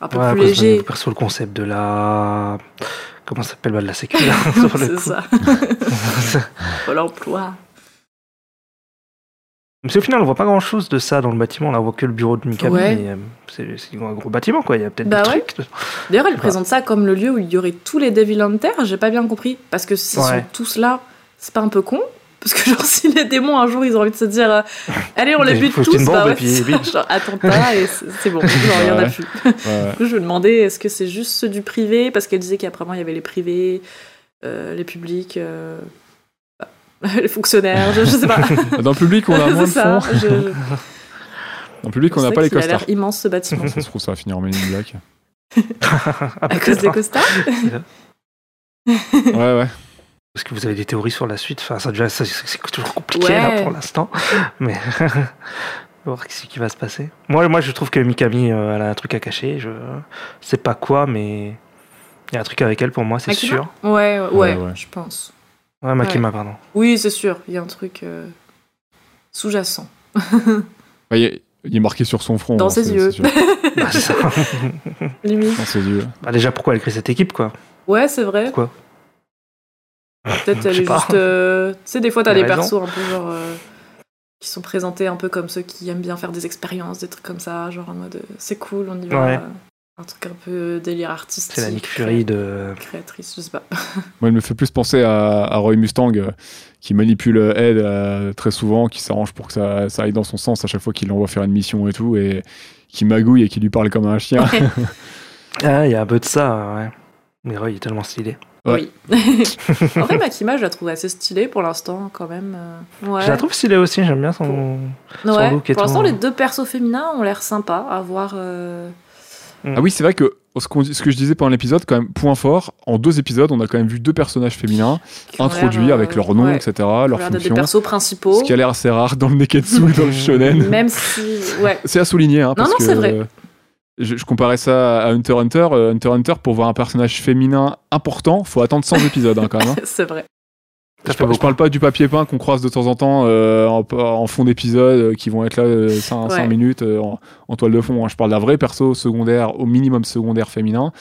S2: un peu
S1: ouais, à
S2: plus
S1: cause de-
S2: léger.
S1: Perso, le concept de la. Comment ça s'appelle bah, De la sécu, là, sur le
S2: c'est
S1: coup.
S2: ça. Voilà, emploi.
S1: Parce qu'au final, on voit pas grand chose de ça dans le bâtiment. Là, on voit que le bureau de Mikami.
S2: Ouais.
S1: mais, euh, c'est c'est un gros bâtiment, quoi. Il y a peut-être
S2: Bah
S1: des
S2: ouais.
S1: trucs.
S2: D'ailleurs, elle
S1: Bah.
S2: présente ça comme le lieu où il y aurait tous les déviants de terre. J'ai pas bien compris. Parce que s'ils
S1: Ouais.
S2: sont tous là, c'est pas un peu con Parce que, genre, si les démons un jour ils ont envie de se dire euh, Allez, on les
S1: Il
S2: bute
S1: faut
S2: tous,
S1: une bombe
S2: bah
S1: et
S2: ouais,
S1: puis,
S2: c'est
S1: bim.
S2: ça, genre, attentat et c'est c'est bon. Genre, il y en a
S3: Ouais.
S2: plus.
S3: Ouais, ouais.
S2: Du coup, je me demandais est-ce que c'est juste ceux du privé Parce qu'elle disait qu'apparemment il y avait les privés, euh, les publics, euh, bah, les fonctionnaires, je, je sais pas.
S3: Dans le public, on a moins
S2: c'est
S3: de
S2: ça.
S3: fonds.
S2: Je, je-
S3: Dans le public,
S2: c'est
S3: on n'a
S2: vrai
S3: pas les
S2: qu'il a l'air
S3: costards.
S2: immense ce bâtiment.
S3: Ça se trouve, ça va finir en Men in Black.
S1: Ah,
S2: à
S1: peut-être,
S2: cause des
S1: hein.
S2: costards
S3: Ouais, ouais.
S1: Parce que vous avez des théories sur la suite. Enfin, ça, déjà, ça, c'est c'est toujours compliqué
S2: Ouais.
S1: là, pour l'instant. Mais on va voir ce qui va se passer. Moi, moi, je trouve que Mikami, euh, elle a un truc à cacher. Je sais pas quoi, mais il y a un truc avec elle pour moi, c'est
S2: Makima
S1: sûr.
S2: ouais, ouais,
S3: Ouais,
S2: ouais,
S3: ouais.
S2: je pense.
S1: Ouais, Makima, pardon.
S2: Oui, c'est sûr, il y a un truc euh, sous-jacent.
S3: Ouais, Il est- il est marqué sur son front.
S2: Dans
S3: hein,
S2: ses
S3: c'est-
S2: yeux.
S3: c'est sûr.
S1: Bah, c'est ça.
S2: Limite.
S3: Dans ses yeux.
S1: Bah, déjà, pourquoi elle crée cette équipe, quoi
S2: Ouais, c'est vrai.
S1: Pourquoi
S2: Peut-être elle
S1: Je sais
S2: est
S1: pas.
S2: juste. euh, Tu sais, des fois, t'as
S1: Elle
S2: des
S1: a
S2: persos un peu genre. euh, qui sont présentés un peu comme ceux qui aiment bien faire des expériences, des trucs comme ça, genre en mode euh, c'est cool, on y va. Euh,
S1: Ouais.
S2: Un truc un peu délire artistique.
S1: C'est la Nick Fury de.
S2: cré- Créatrice, je sais pas.
S3: Moi, elle me fait plus penser à, à Roy Mustang, euh, qui manipule euh, Ed euh, très souvent, qui s'arrange pour que ça, ça aille dans son sens à chaque fois qu'il l'envoie faire une mission et tout, et qui magouille et qui lui parle comme un chien.
S1: Ah, il y a un peu de ça, ouais. Mais Roy est tellement stylé.
S3: Ouais.
S2: Oui. en vrai, Makima, je la trouve assez stylée pour l'instant, quand même. euh, Ouais.
S1: Je la trouve stylée aussi, j'aime bien son. son
S2: Ouais.
S1: look et
S2: Pour l'instant,
S1: tout.
S2: les deux persos féminins ont l'air sympas à voir. euh,
S3: Ah oui, c'est vrai que ce, qu'on dit- ce que je disais pendant l'épisode, quand même, point fort, en deux épisodes, on a quand même vu deux personnages féminins
S2: qui ont l'air,
S3: introduits
S2: euh,
S3: avec leur nom,
S2: ouais,
S3: etc.,
S2: qui ont
S3: leur
S2: l'air d'être
S3: fonction.
S2: des persos principaux.
S3: Ce qui a l'air assez rare dans le Neketsu et dans le Shonen.
S2: Même si. Ouais.
S3: C'est à souligner. Hein, parce
S2: non,
S3: que,
S2: c'est vrai.
S3: euh, Je, je comparais ça à Hunter x Hunter. Euh, Hunter x Hunter, pour voir un personnage féminin important, faut attendre 100 épisodes hein, quand même. hein.
S2: c'est vrai.
S1: Ça
S3: Je,
S1: fait
S3: par- je
S1: beaucoup.
S3: parle pas du papier peint qu'on croise de temps en temps euh, en, en fond d'épisode, euh, qui vont être là 5,
S2: Ouais.
S3: minutes euh, en, en toile de fond. hein. Je parle d'un vrai perso secondaire, au minimum secondaire féminin.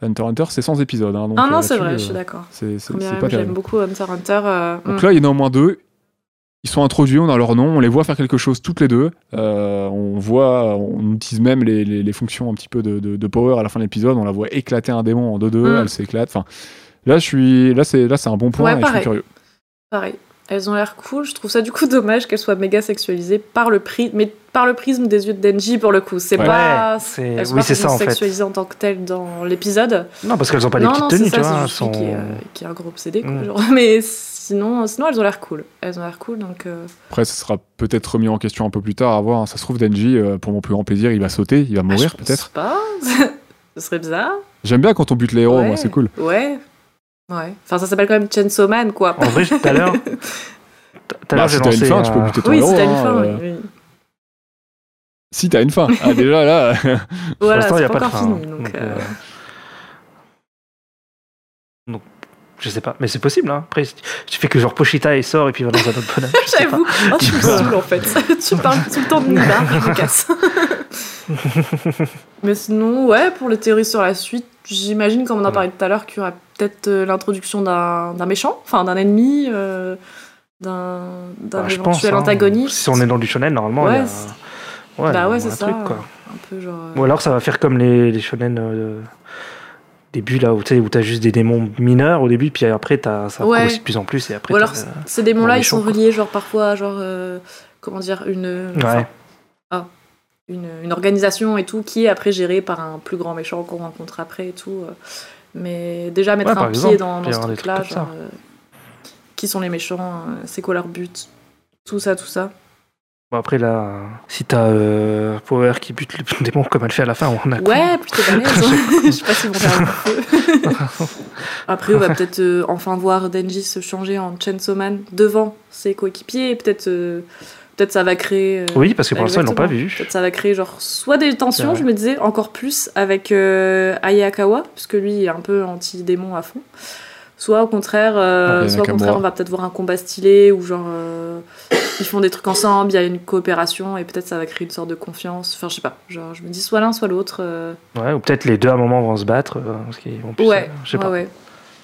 S3: Hunter x Hunter, c'est 100 épisodes. hein, donc,
S2: Ah non,
S3: euh,
S2: c'est vrai, je
S3: là-dessus,
S2: suis
S3: euh,
S2: d'accord.
S3: C'est c'est-
S2: Première
S3: c'est
S2: aime,
S3: pas terrible.
S2: J'aime beaucoup Hunter x Hunter. euh,
S3: Donc
S2: hmm.
S3: là, il y en a au moins deux. Ils sont introduits, on a leur nom, on les voit faire quelque chose toutes les deux. Euh, on voit, on utilise même les, les- les fonctions un petit peu de, de- de power à la fin de l'épisode. On la voit éclater un démon en 2-2,
S2: Mm.
S3: elle s'éclate. Enfin, là, je suis, là, c'est, là, c'est un bon point
S2: Ouais,
S3: et je suis
S2: pareil.
S3: curieux.
S2: Pareil. Elles ont l'air cool. Je trouve ça du coup dommage qu'elles soient méga sexualisées par le prix, mais par le prisme des yeux de Denji pour le coup. C'est
S1: Ouais.
S2: pas.
S1: Ouais, c'est-
S2: elles sont
S1: oui,
S2: pas
S1: c'est ça, en fait.
S2: sexualisées en tant que telles dans l'épisode.
S1: Non, parce qu'elles ont pas des
S2: non,
S1: petites
S2: non,
S1: tenues,
S2: c'est
S1: tu
S2: ça,
S1: vois.
S2: c'est
S1: elles
S2: juste
S1: sont-
S2: lui qui, est, euh, qui est un gros obsédé. quoi,
S1: Mm.
S2: genre. Mais sinon, sinon, elles ont l'air cool. Elles ont l'air cool, donc. euh,
S3: Après, ça sera peut-être remis en question un peu plus tard, à voir. hein. Ça se trouve, Denji, euh, pour mon plus grand plaisir, il va sauter, il va
S2: Ah, je
S3: mourir
S2: pense
S3: peut-être.
S2: pas. Ce serait bizarre.
S3: J'aime bien quand on bute les héros,
S2: Ouais.
S3: moi, c'est cool.
S2: Ouais. Ouais. Enfin, ça s'appelle quand même Chainsaw Man, quoi.
S1: En vrai, tout à l'heure. Tout à l'heure,
S3: Bah,
S1: j'ai
S3: si t'as une
S1: lancé.
S3: fin, tu
S1: un-
S3: peux buter ton
S2: oui,
S3: héros.
S2: c'est à une
S3: hein,
S2: fin.
S3: euh,
S2: oui, oui.
S3: Si t'as une fin. Ah, déjà là.
S1: Pour
S2: Voilà,
S1: l'instant, il n'y
S2: c'est
S1: a pas
S2: pas
S1: de
S2: encore
S1: fin. hein.
S2: fini. Donc,
S1: donc,
S2: euh,
S1: euh, donc, je sais pas, mais c'est possible. Hein. Après, si- tu fais que genre Pochita il sort et puis il va dans un autre bonhomme. je sais pas.
S2: J'avoue, oh, tu me saoules en fait. tu parles tout le temps de Nida, je me casse. Mais sinon, ouais, pour les théories sur la suite, j'imagine, comme on en parlait tout à l'heure, qu'il y aura peut-être euh, l'introduction d'un d'un méchant, enfin d'un ennemi, euh, d'un d'un
S1: Bah, je pense,
S2: éventuel
S1: hein.
S2: antagoniste.
S1: Si on est dans du shonen, normalement, il y a-
S2: Ouais, c'est- Bah
S1: il y a
S2: ouais,
S1: un
S2: c'est ça.
S1: truc, quoi.
S2: Un peu genre. euh,
S1: Ou alors ça va faire comme les, les shonen euh, début là où tu sais, où t'as juste des démons mineurs au début puis après t'as, ça
S2: Ouais.
S1: progresse de plus en plus et après
S2: Ou alors,
S1: t'as-
S2: ces démons-là,
S1: bon,
S2: ils sont
S1: méchant, quoi.
S2: reliés, genre parfois, genre. euh, comment dire Une.
S1: euh, ouais.
S2: enfin, une, une organisation et tout qui est après gérée par un plus grand méchant qu'on rencontre après et tout. euh. Mais déjà mettre
S1: Ouais, par
S2: un
S1: exemple,
S2: pied dans,
S1: il peut
S2: dans
S1: y
S2: ce
S1: avoir des
S2: truc-là,
S1: trucs comme
S2: genre euh, qui sont les méchants, euh, c'est quoi leur but, tout ça, tout ça.
S1: Bon, après là, euh, si t'as euh, Power qui bute le démon comme elle fait à la fin, on a
S2: Ouais, plutôt balèze. Je sais pas si vont faire un coup de feu. Après, on va peut-être euh, enfin voir Denji se changer en Chainsaw Man devant ses coéquipiers. et Peut-être, euh, peut-être ça va créer. euh,
S1: Oui, parce que pour l'instant ils l'ont pas
S2: Exactement.
S1: vu.
S2: Peut-être ça va créer genre soit des
S1: C'est
S2: tensions,
S1: vrai.
S2: je me disais encore plus avec euh, Ayakawa, parce que lui il est un peu anti-démon à fond. Soit au contraire, euh,
S3: Ouais,
S2: soit au
S3: Nakamura.
S2: contraire on va peut-être voir un combat stylé où genre euh, ils font des trucs ensemble, il y a une coopération et peut-être ça va créer une sorte de confiance. Enfin je sais pas, genre je me dis soit l'un soit l'autre. euh,
S1: Ouais, ou peut-être les deux à un moment vont se battre. euh, parce qu'ils vont plus,
S2: Ouais,
S1: euh, je sais
S2: ouais,
S1: pas.
S2: ouais.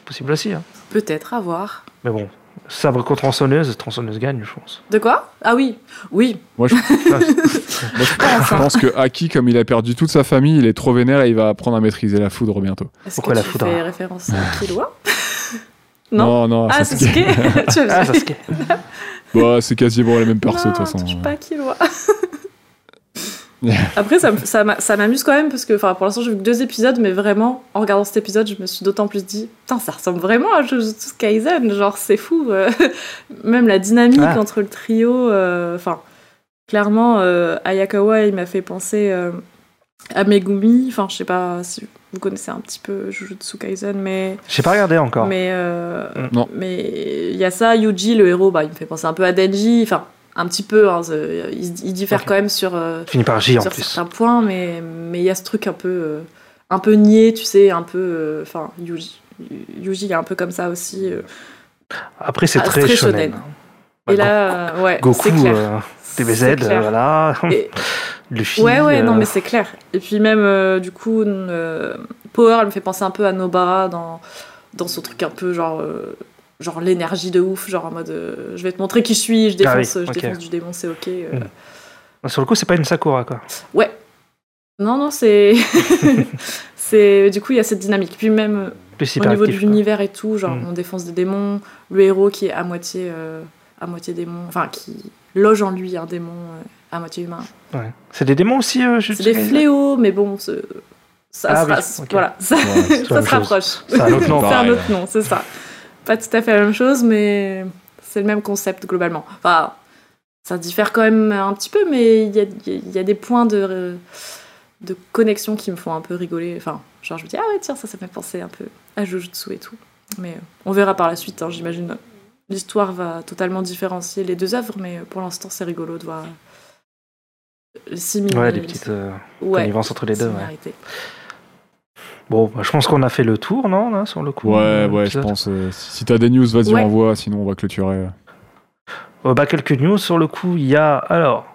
S1: Possible aussi. hein.
S2: peut-être à voir.
S1: Mais bon, sabre contre tronçonneuse, tronçonneuse gagne, je pense.
S2: De quoi Ah oui, oui.
S3: Moi, je, moi, je-
S2: pense,
S3: je
S2: hein.
S3: pense que Aki, comme il a perdu toute sa famille, il est trop vénère et il va apprendre à maîtriser la foudre bientôt.
S2: Est-ce
S1: Pourquoi
S2: que
S1: la
S2: tu
S1: foudre
S2: fais référence à Killua Non.
S3: non, non
S2: Ah,
S3: Sasuke.
S2: Sasuke Tu veux
S1: Ah, Sasuke.
S3: Bah, c'est quasiment la même
S2: Non,
S3: perso, de toute façon.
S2: touche pas à Killua. Après, ça, m- ça m'a- ça m'amuse quand même parce que enfin, pour l'instant, j'ai vu que deux épisodes, mais vraiment, en regardant cet épisode, je me suis d'autant plus dit Putain, ça ressemble vraiment à Jujutsu Kaisen, genre c'est fou. euh. Même la dynamique
S1: Ah.
S2: entre le trio. euh, Enfin, clairement, euh, Ayakawa, il m'a fait penser euh, à Megumi. Enfin, je sais pas si vous connaissez un petit peu Jujutsu Kaisen, mais.
S1: J'ai pas regardé encore.
S2: Mais euh,
S3: Non.
S2: mais il y a ça, Yuji, le héros, bah, il me fait penser un peu à Denji, enfin un petit peu, hein, ce- il, il diffère
S1: Ok.
S2: quand même sur, euh,
S1: Fini par J en
S2: sur
S1: plus.
S2: certains points, mais mais il y a ce truc un peu euh, un peu niais, tu sais, un peu, euh, enfin Yuji, Yuji, il est un peu comme ça aussi. euh.
S1: Après, c'est
S2: Ah,
S1: très,
S2: très
S1: shonen.
S2: shonen.
S1: hein.
S2: Et
S1: Bah,
S2: là, euh, ouais,
S1: Go-
S2: c'est
S1: Goku,
S2: clair.
S1: euh, TBZ,
S2: C'est clair.
S1: euh, voilà.
S2: Et-
S1: Luffy.
S2: Ouais, ouais, non,
S1: euh,
S2: mais c'est clair. Et puis même, euh, du coup, euh, Power, elle me fait penser un peu à Nobara dans, dans son truc un peu genre, euh, genre l'énergie de ouf, genre en mode euh, je vais te montrer qui je suis, je
S1: Ah
S2: défonce,
S1: oui,
S2: je
S1: ok.
S2: défonce du démon, c'est ok. euh.
S1: Mm. Sur le coup, c'est pas une Sakura, quoi.
S2: Non, non, c'est. c'est Du coup, il y a cette dynamique. Puis même, euh,
S1: Plus
S2: au niveau de
S1: hyperactif, quoi.
S2: l'univers et tout, genre
S1: Mm.
S2: on défonce des démons, le héros qui est à moitié, euh, à moitié démon, enfin qui loge en lui un démon euh, à moitié humain.
S1: Ouais. C'est des démons aussi, euh, Jujutsu
S2: C'est des
S1: Kaisen
S2: fléaux, mais bon, ce- ça
S1: Ah
S2: se
S1: oui,
S2: ra-
S1: ok.
S2: voilà, ça,
S3: Ouais, c'est
S1: la
S2: ça
S1: même
S2: se
S1: chose.
S2: rapproche.
S1: C'est un autre nom.
S2: C'est un
S3: Pareil.
S2: autre nom, c'est ça. Pas tout à fait la même chose, mais c'est le même concept globalement. Enfin, ça diffère quand même un petit peu, mais il y a, il y a des points de, de connexion qui me font un peu rigoler. Enfin, genre je me dis, ah ouais, tiens, ça, ça me fait penser un peu à Jujutsu et tout. Mais euh, on verra par la suite, hein, j'imagine. L'histoire va totalement différencier les deux œuvres, mais euh, pour l'instant, c'est rigolo de voir les
S1: Ouais,
S2: similarités.
S1: des petites euh, connivences entre les deux. Ouais.
S2: similarités.
S1: Bon, bah, je pense qu'on a fait le tour, non, là, sur le coup
S3: Ouais,
S1: euh,
S3: ouais, je
S1: l'épisode
S3: pense. euh, si t'as des news, vas-y,
S2: Ouais.
S3: envoie, sinon on va clôturer.
S1: Euh, bah, quelques news sur le coup. Il y a alors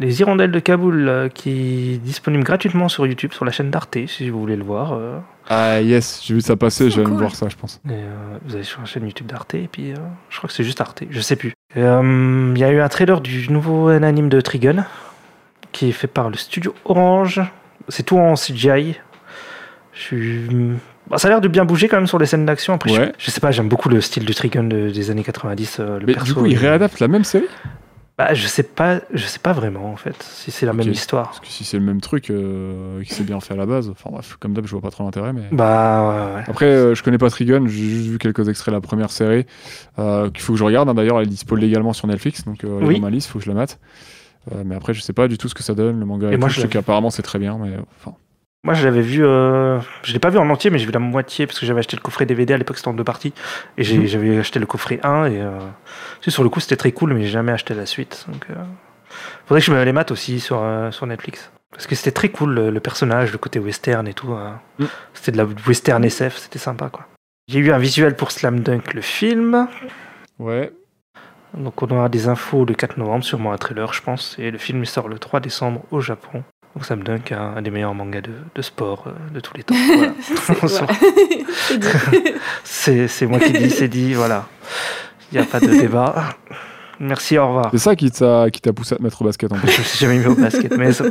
S1: les hirondelles de Kaboul euh, qui est disponible gratuitement sur YouTube, sur la chaîne d'Arte, si vous voulez le voir. euh.
S3: Ah, yes, j'ai vu ça passer, je vais aller me voir ça, je pense.
S1: Et, euh, vous allez sur la chaîne YouTube d'Arte, et puis euh, je crois que c'est juste Arte, je sais plus. Et, euh, Il y a eu un trailer du nouveau anime de Trigun, qui est fait par le studio Orange. C'est tout en CGI. Je suis- Bon, ça a l'air de bien bouger quand même sur les scènes d'action. Après, je-
S3: Ouais.
S1: je, sais pas, j'aime beaucoup le style du Trigun de- des années 90. euh, le
S3: Mais
S1: perso,
S3: du coup, ils
S1: il-
S3: réadaptent la même série
S1: Bah, je sais pas, je sais pas vraiment en fait si c'est la
S3: Ok.
S1: même histoire.
S3: Parce que si c'est le même truc euh, qui s'est bien fait à la base, enfin bref, comme d'hab, je vois pas trop l'intérêt, mais.
S1: Bah, ouais, ouais.
S3: Après, euh, je connais pas Trigun, j'ai juste vu quelques extraits de la première série, euh, qu'il faut que je regarde. hein. D'ailleurs, elle est dispo légalement sur Netflix, donc euh, elle est
S1: Oui.
S3: dans ma liste, faut que je la mate. Euh, mais après, je sais pas du tout ce que ça donne, le manga.
S1: Et
S3: Et
S1: moi, je
S3: tout, je sais
S1: l'ai vu.
S3: qu'apparemment, c'est très bien, mais euh, enfin.
S1: moi je l'avais vu, euh, je l'ai pas vu en entier, mais j'ai vu la moitié parce que j'avais acheté le coffret DVD à l'époque, c'était en deux parties, et j'ai-
S3: Mhm.
S1: j'avais acheté le coffret 1 et euh, tu sais, sur le coup c'était très cool, mais j'ai jamais acheté la suite. Donc, euh, faudrait que je me les mate aussi sur euh, sur Netflix parce que c'était très cool le, le personnage, le côté western et tout. euh.
S3: Mhm.
S1: C'était de la western SF, c'était sympa quoi. J'ai eu un visuel pour Slam Dunk le film.
S3: Ouais,
S1: Donc on aura des infos le 4 novembre, sûrement un trailer je pense, et le film il sort le 3 décembre au Japon. Donc ça me donne un, un des meilleurs mangas de, de sport euh, de tous les temps. Voilà. On s'en-
S2: Ouais. C'est dit.
S1: c'est c'est moi qui dis, c'est dit, voilà. Il n'y a pas de débat. Merci, au revoir.
S3: c'est ça qui t'a qui t'a poussé à te mettre au basket en fait.
S1: Je me suis jamais mis au basket, mais ça-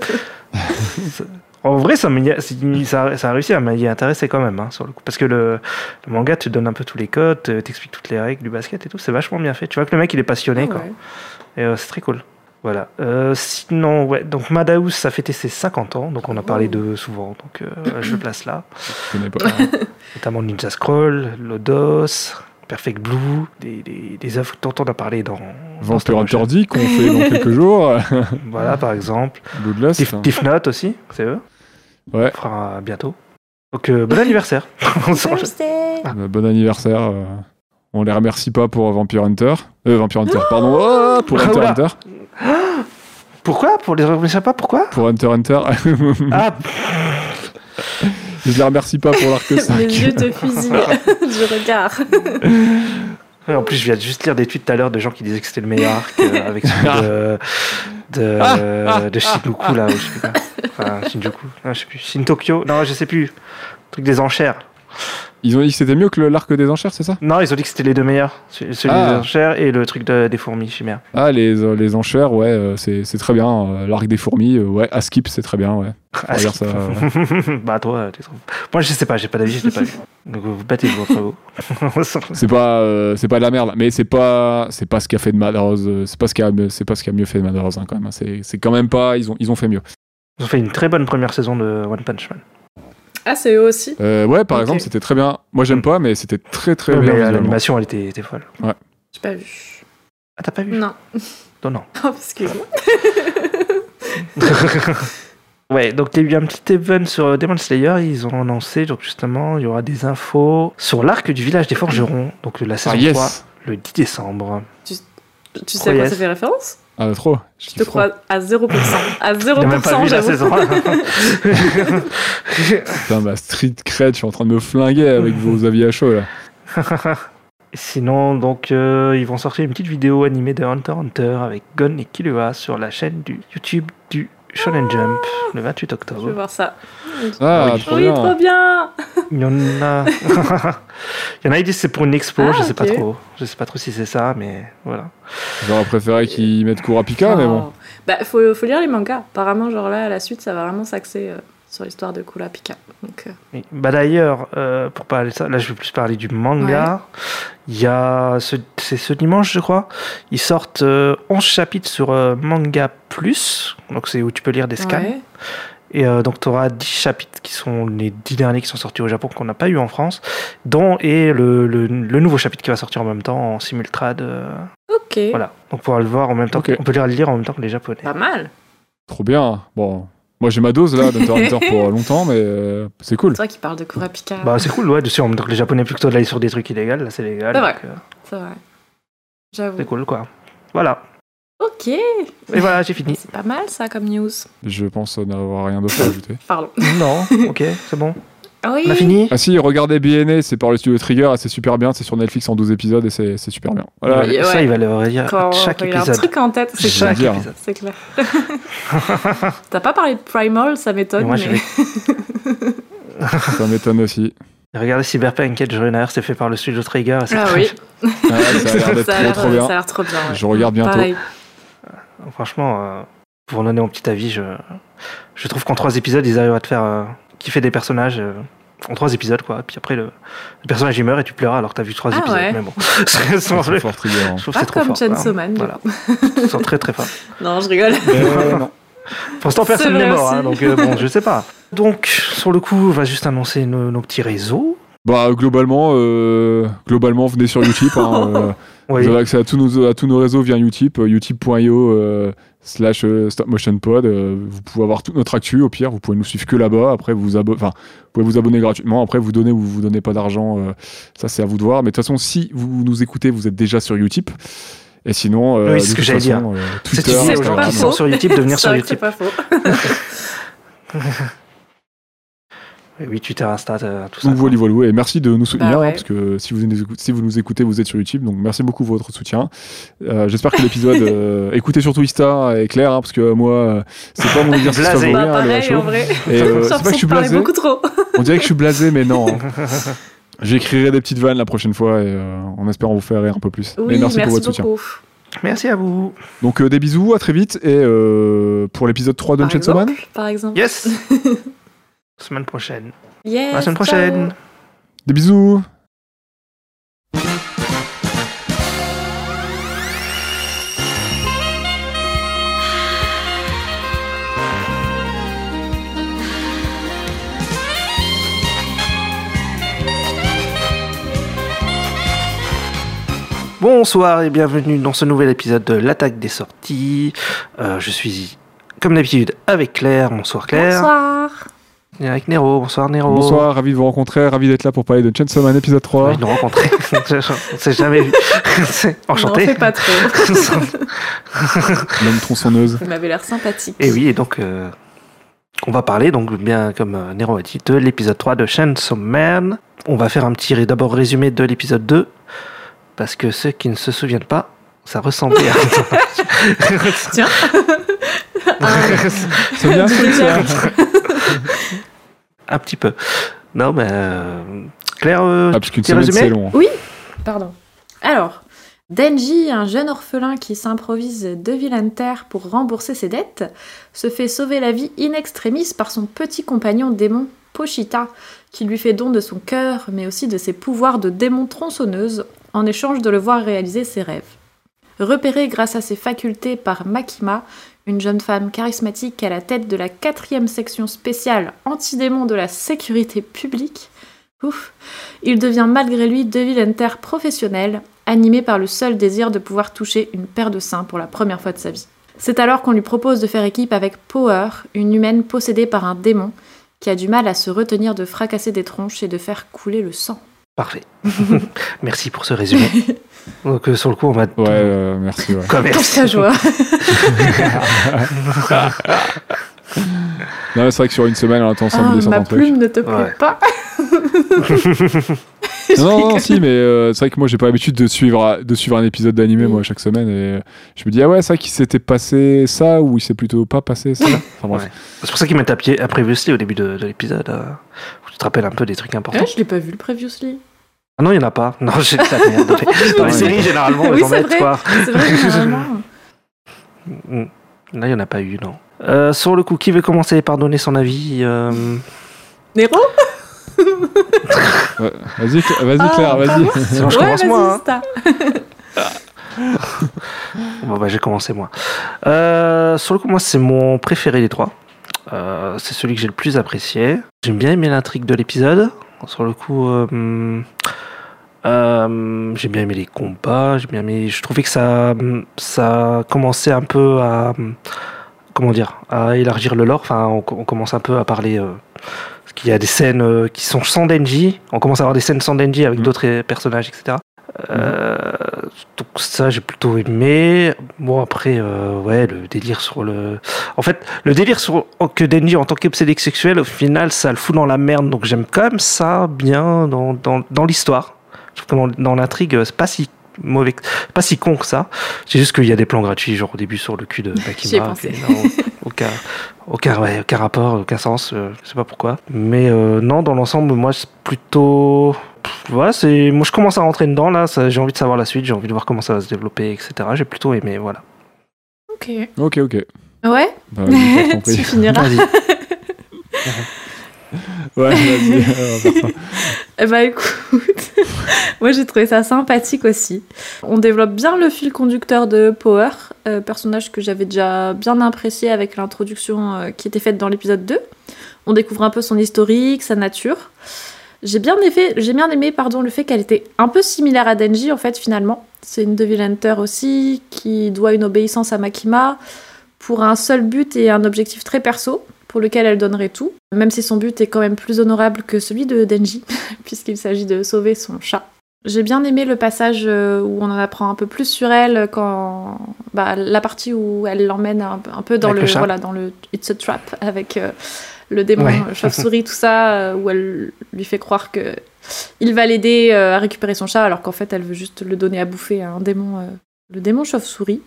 S1: ça- en vrai ça, m'y a- c'est- ça, a- ça a réussi à m'y intéresser quand même, hein, sur le coup. Parce que le, le manga te donne un peu tous les codes, te- t'explique toutes les règles du basket et tout, c'est vachement bien fait. Tu vois que le mec il est passionné quoi.
S2: Ah Ouais.
S1: Et euh, c'est très cool. Voilà. Euh, sinon, ouais, donc Madhouse a fêté ses 50 ans, donc on a parlé
S2: Oh.
S1: d'eux souvent, donc euh, je le place là.
S3: Je connais pas.
S1: Notamment Ninja Scroll, Lodos, Perfect Blue, des, des, des œuvres dont on a parlé dans. dans Star
S3: Vampire
S1: Ocean.
S3: interdit qu'on fait dans quelques jours. euh,
S1: Voilà, par exemple.
S3: Bloodlust.
S1: Tiff, Tiff Note aussi, c'est eux.
S3: hein. Ouais.
S1: On fera bientôt. Donc euh, bon anniversaire. On s'en- Ah,
S2: Thursday.
S3: Euh, Bon anniversaire. euh, On les remercie pas pour Vampire Hunter. Euh, Vampire Hunter, pardon. Oh, pour
S1: Ah,
S3: Hunter
S1: oula.
S3: Hunter.
S1: pourquoi Pour les je sais pas pourquoi
S3: Pour Hunter Hunter.
S1: Ah,
S3: Je les remercie pas pour l'arc
S2: Les
S3: 5.
S2: yeux te fusillent du regard.
S1: Ouais, en plus, je viens de juste lire des tweets tout à l'heure de gens qui disaient que c'était le meilleur arc euh, avec celui de, de, de Shinjuku, là, ou je sais plus quoi. Enfin, Shinjuku, non, je sais plus. Shin Tokyo, non, je sais plus. Truc des enchères.
S3: Ils ont dit que c'était mieux que le- l'arc des enchères, c'est ça
S1: Non, ils ont dit que c'était les deux meilleurs. Ce- Celui
S3: Ah.
S1: des enchères et le truc de- des fourmis chimères.
S3: Ah, les, euh, les enchères, ouais, euh, c'est c'est très bien. Euh, L'arc des fourmis, euh, ouais, à skip, c'est très bien, ouais.
S1: Ah,
S3: Oh, regarde
S1: skip.
S3: ça,
S1: bah, toi, euh, t'es trop- Moi, je sais pas, j'ai pas d'avis, je l'ai pas vu. Donc, vous battez-vous entre vous.
S3: C'est pas, euh, c'est pas de la merde, mais c'est pas, c'est pas ce qu'a fait de Madhouse. euh, C'est pas ce qu'a, c'est pas ce qu'a mieux fait de Madhouse hein, quand même. hein. C'est, c'est quand même pas, ils ont, ils ont fait mieux.
S1: Ils ont fait une très bonne première saison de One Punch Man.
S2: Ah, c'est eux aussi.
S3: Euh, ouais, par
S2: Ok.
S3: exemple, c'était très bien. Moi, j'aime pas, mais c'était très, très
S1: Ouais,
S3: bien.
S1: mais euh,
S3: visuellement.
S1: l'animation, elle était, était folle.
S2: J'ai pas vu.
S1: Ah, t'as pas vu
S2: Non.
S1: Non, non.
S2: Oh, excuse-moi.
S1: Ouais, donc il y a eu un petit event sur euh, Demon Slayer, ils ont annoncé, donc justement, il y aura des infos sur l'arc du village des forgerons, donc la saison
S3: Ah, yes.
S1: 3, le 10 décembre.
S2: Tu sais à quoi
S1: Yes.
S2: ça fait référence
S3: Ah, trop. Je
S2: Je te crois à 0%. À 0%,
S1: J'ai même pas vu la
S2: j'avoue.
S1: saison 1.
S3: Putain, ma street cred, je suis en train de me flinguer avec vos avis à chaud là.
S1: Sinon, donc, euh, ils vont sortir une petite vidéo animée de Hunter x Hunter avec Gon et Killua sur la chaîne du YouTube du Shonen Jump le 28
S2: Je vais
S1: octobre.
S2: voir ça.
S3: Ah,
S1: Oui.
S3: trop
S2: Oui,
S3: bien.
S2: trop bien
S1: Il y en a. il y en a qui disent que c'est pour une expo,
S2: Ah,
S1: je sais pas
S2: ok.
S1: trop. Je sais pas trop si c'est ça, mais voilà.
S3: J'aurais préféré qu'ils mettent Kurapika, mais bon.
S2: Oh. Bah, faut, faut lire les mangas. Apparemment, genre là, à la suite, ça va vraiment s'axer euh, sur l'histoire de Kurapika. Donc, euh,
S1: Oui. Bah d'ailleurs, euh, pour parler de ça, là je vais plus parler du manga. Il y a ce- c'est ce dimanche, je crois. Ils sortent euh, 11 chapitres sur euh, Manga Plus, donc c'est où tu peux lire des scans.
S2: ouais.
S1: Et euh, donc tu auras 10 chapitres qui sont les 10 derniers qui sont sortis au Japon qu'on n'a pas eu en France, dont et le, le- le nouveau chapitre qui va sortir en même temps en simultrade. euh,
S2: Ok.
S1: Voilà, donc on pourra le voir en même temps.
S3: Ok.
S1: que- On peut le lire en même temps que les Japonais.
S2: Pas mal.
S3: Trop bien. hein. Bon, moi j'ai ma dose là d'Hunter x Hunter pour longtemps, mais euh, c'est cool.
S2: Toi qui parles de Kurapika.
S1: Bah c'est cool, ouais, dessus en même temps que les Japonais plutôt d'aller sur des trucs illégaux, là c'est légal.
S2: C'est vrai.
S1: donc, euh,
S2: C'est vrai.
S1: c'est
S2: J'avoue.
S1: cool quoi. Voilà.
S2: Ok.
S1: Et voilà, j'ai fini.
S2: C'est pas mal ça comme news.
S3: Je pense n'avoir rien d'autre à ajouter.
S2: Pardon.
S1: Non, ok, c'est bon.
S2: Ah oui.
S1: On a fini
S3: Ah si, regardez BNA, c'est par le studio Trigger, et c'est super bien, c'est sur Netflix en 12 épisodes et c'est c'est super bien. Voilà.
S2: Oui.
S1: Ça,
S2: ouais.
S1: il va le redire
S2: Quand
S1: à Euh, chaque
S2: il y a un
S1: épisode.
S2: truc en tête, c'est
S3: Chaque-
S2: clair.
S1: Chaque
S3: dire.
S1: épisode.
S2: C'est clair. T'as pas parlé de Primal, ça
S1: Et
S2: m'étonne.
S1: moi,
S2: Mais...
S1: je vais
S3: Ça m'étonne aussi.
S1: regarder Cyberpunk Edge Runner, c'est fait par le studio Trigger. et c'est
S2: Ah
S1: très-
S2: oui,
S3: Ah, ça a l'air d'être
S2: ça a l'air
S3: trop, trop
S2: ça a
S3: bien.
S2: l'air trop bien. ouais.
S3: Je regarde bientôt.
S2: Pareil.
S1: Oh, Franchement, euh, pour donner mon petit avis, je, je trouve qu'en trois épisodes, ils arrivent à te faire euh, kiffer des personnages. euh, en trois épisodes, quoi. Puis après, le, le personnage il meurt et tu pleuras alors que t'as vu trois
S2: Ah
S1: épisodes.
S2: ouais.
S1: Mais bon, c'est
S3: C'est très fort trigger. hein.
S1: Je trouve que
S2: Pas
S1: c'est trop
S2: comme
S1: fort.
S2: Chainsaw Man, du
S1: Voilà. Ils sont très très forts.
S2: Non, je rigole.
S1: Euh, non. Pour l'instant,
S2: C'est
S1: personne n'est
S2: vrai
S1: mort, hein, donc
S2: aussi.
S1: euh, bon, je sais pas. Donc, sur le coup, on va juste annoncer nos, nos petits réseaux.
S3: Bah globalement, euh, globalement, venez sur Utip. hein, euh,
S1: Oui.
S3: Vous avez accès à tous nos, à tous nos réseaux via Utip, euh, utip.io euh, slash euh, stopmotionpod. euh, vous pouvez avoir toute notre actu, au pire, vous pouvez nous suivre que là-bas. Après, vous, vous abo- enfin, vous pouvez vous abonner gratuitement. Après, vous donnez ou vous donnez pas d'argent, euh, ça c'est à vous de voir. Mais de toute façon, si vous nous écoutez, vous êtes déjà sur Utip. Et sinon, euh,
S1: Oui, c'est ce
S3: de
S1: que
S3: toute
S1: j'allais dire.
S3: façon, euh,
S1: C'est
S3: Twitter,
S1: une idée
S2: c'est
S1: aux gens
S2: pas
S1: qui
S2: faux.
S1: sont sur YouTube de venir
S2: C'est
S1: sur
S2: vrai que c'est
S1: YouTube.
S2: pas faux.
S1: Oui, Twitter, Insta, euh, tout ça.
S3: Donc
S1: quoi.
S3: voilà, voilà, et merci de nous soutenir,
S2: Bah ouais.
S3: hein, parce que si vous, nous écoutez, si vous nous écoutez, vous êtes sur YouTube, donc merci beaucoup pour votre soutien. Euh, J'espère que l'épisode, euh, écoutez surtout Ista et Claire, hein, parce que moi, euh, c'est pas mon exercice
S1: Blasé.
S3: favori,
S1: Bah,
S3: hein,
S2: Bah,
S3: le
S2: pareil,
S3: HO.
S2: en vrai.
S3: Et,
S2: J'ai
S3: euh, c'est pas que je
S2: l'impression
S3: suis
S2: de parler
S3: blasé,
S2: beaucoup trop.
S3: on dirait que je suis blasé, mais non. hein. J'écrirai des petites vannes la prochaine fois, et, euh, en espérant vous faire rire un peu plus.
S2: Oui,
S3: mais
S2: merci,
S3: merci, pour votre soutien.
S2: beaucoup.
S1: Merci à vous.
S3: Donc euh, des bisous, à très vite, et euh, pour l'épisode 3 de
S2: Par
S3: Chainsaw Man,
S2: exemple, par exemple.
S1: Yes Semaine prochaine.
S2: Yes,
S1: À la semaine
S2: ciao.
S1: prochaine
S3: des bisous
S1: Bonsoir et bienvenue dans ce nouvel épisode de l'attaque des sorties. Euh, je suis comme d'habitude avec Claire. Bonsoir Claire.
S2: Bonsoir.
S1: Et avec Nero. Bonsoir Nero.
S3: Bonsoir, ravi de vous rencontrer, ravi d'être là pour parler de Chainsaw Man épisode 3.
S1: Ravi de nous rencontrer. On s'est jamais vu. C'est- Enchanté.
S2: N'en fais pas trop.
S3: L'homme tronçonneuse.
S2: Vous m'avez l'air sympathique.
S1: Et oui, et donc euh, on va parler, donc bien comme euh, Nero a dit, de l'épisode 3 de Chainsaw Man. On va faire un petit ré- d'abord résumé de l'épisode 2, parce que ceux qui ne se souviennent pas, ça ressemblait à...
S2: Tiens.
S3: C'est bien
S2: Déjà
S3: fait, ça.
S2: vu.
S1: un petit peu. Non, mais... euh, Claire, euh,
S3: Ah, parce qu'une
S1: Petit
S3: semaine,
S1: résumé
S3: c'est long. hein.
S2: Pardon. Alors, Denji, un jeune orphelin qui s'improvise devil hunter pour rembourser ses dettes, se fait sauver la vie in extremis par son petit compagnon démon Pochita, qui lui fait don de son cœur, mais aussi de ses pouvoirs de démon tronçonneuse, en échange de le voir réaliser ses rêves. Repéré grâce à ses facultés par Makima, une jeune femme charismatique à la tête de la quatrième section spéciale anti-démon de la sécurité publique, ouf, il devient malgré lui Devil Hunter professionnel, animé par le seul désir de pouvoir toucher une paire de seins pour la première fois de sa vie. C'est alors qu'on lui propose de faire équipe avec Power, une humaine possédée par un démon qui a du mal à se retenir de fracasser des tronches et de faire couler le sang.
S1: parfait. Merci pour ce résumé. Donc euh, sur le coup, on va...
S3: Ouais, euh, merci. Ouais.
S1: Commerce.
S2: Tant sa joie.
S3: Non, mais c'est vrai que sur une semaine, hein, on a tendance à
S2: Ah,
S3: oublier
S2: ma
S3: certains trucs.
S2: plume ne te plaît
S1: Ouais.
S2: pas.
S3: Non, non, non, si, mais euh, c'est vrai que moi, j'ai pas l'habitude de suivre, à- de suivre un épisode d'animé,
S2: Oui.
S3: moi, chaque semaine. Et euh, je me dis, ah ouais, c'est vrai qu'il s'était passé ça, ou il s'est plutôt pas passé ça. Enfin, bref.
S1: Ouais. C'est pour ça qu'ils mettent à pied à Previously au début de, de l'épisode. euh, où tu te rappelles un peu des trucs importants.
S2: Ah, je l'ai pas vu le previously.
S1: Ah non, il n'y en a pas. Non, j'ai de la merde. Dans les, dans les séries, généralement,
S2: Oui,
S1: ils en
S2: c'est
S1: mettent,
S2: vrai.
S1: quoi.
S2: C'est vrai que normalement.
S1: Mm. Là, il n'y en a pas eu, non. Euh, sur le coup, qui veut commencer par donner son avis euh,
S2: Nero
S3: Ouais. Vas-y, Cla- vas-y,
S2: Ah,
S3: Claire, vas-y.
S1: Sinon, je
S2: Ouais,
S1: commence
S2: vas-y,
S1: moi. hein.
S2: Zista.
S1: Bon, bah, j'ai commencé moi. Euh, sur le coup, moi, c'est mon préféré des trois. Euh, c'est celui que j'ai le plus apprécié. J'ai bien aimé l'intrigue de l'épisode. Sur le coup, euh, hum, euh, j'ai bien aimé les combats. J'ai bien aimé. Je trouvais que ça, hum, ça commençait un peu à, hum, comment dire, à élargir le lore. Enfin, on, co- on commence un peu à parler. euh, parce qu'il y a des scènes euh, qui sont sans Denji. On commence à avoir des scènes sans Denji avec
S3: Mhm.
S1: d'autres euh, personnages, etc. Euh, donc ça j'ai plutôt aimé. Bon après euh, ouais le délire sur le. En fait le délire sur que Denji en tant qu'obsédé sexuel au final ça le fout dans la merde donc j'aime quand même ça bien dans, dans, dans l'histoire. Je trouve que dans, dans l'intrigue euh, c'est pas si mauvais, que- pas si con que ça. C'est juste qu'il y a des plans gratuits genre au début sur le cul de Makima.
S2: J'y ai pensé.
S1: puis non, aucun aucun ouais, aucun rapport aucun sens euh, je sais pas pourquoi. Mais euh, non dans l'ensemble moi c'est plutôt voilà, c'est moi je commence à rentrer dedans là, ça- j'ai envie de savoir la suite, j'ai envie de voir comment ça va se développer, etc. J'ai plutôt aimé, voilà.
S2: Ok.
S3: Ok, ok.
S2: Ouais,
S3: Bah, j'ai pas
S2: tu
S3: compris.
S2: finiras.
S1: Vas-y.
S3: Ouais, vas-y, on va faire ça.
S2: Eh ben écoute, moi j'ai trouvé ça sympathique aussi. On développe bien le fil conducteur de Power, euh, personnage que j'avais déjà bien apprécié avec l'introduction euh, qui était faite dans l'épisode 2. On découvre un peu son historique, sa nature. J'ai bien, aimé- j'ai bien aimé pardon, le fait qu'elle était un peu similaire à Denji en fait finalement. C'est une Devil Hunter aussi qui doit une obéissance à Makima pour un seul but et un objectif très perso pour lequel elle donnerait tout, même si son but est quand même plus honorable que celui de Denji puisqu'il s'agit de sauver son chat. J'ai bien aimé le passage euh, où on en apprend un peu plus sur elle quand bah, la partie où elle l'emmène un, peu- un peu dans
S1: Avec
S2: le,
S1: le chat.
S2: voilà dans le it's a trap avec euh, le démon
S1: Ouais.
S2: euh, chauve-souris tout ça euh, où elle lui fait croire que il va l'aider euh, à récupérer son chat alors qu'en fait elle veut juste le donner à bouffer à un démon euh, le démon chauve-souris.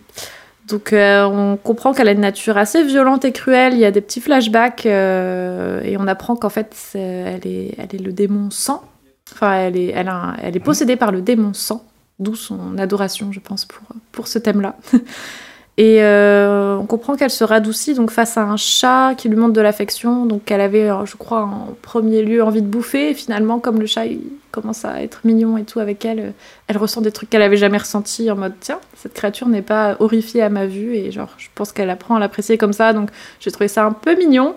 S2: Donc euh, on comprend qu'elle a une nature assez violente et cruelle, il y a des petits flashbacks euh, et on apprend qu'en fait c'est- elle est, elle est le démon sang. Enfin elle est, elle a un- elle est possédée par le démon sang, d'où son adoration je pense pour, pour ce thème-là. Et euh, on comprend qu'elle se radoucit donc face à un chat qui lui montre de l'affection, donc qu'elle avait euh, je crois en premier lieu envie de bouffer et finalement comme le chat il commence à être mignon et tout avec elle, euh, elle ressent des trucs qu'elle avait jamais ressentis en mode tiens cette créature n'est pas horrifiée à ma vue et genre je pense qu'elle apprend à l'apprécier comme ça donc j'ai trouvé ça un peu mignon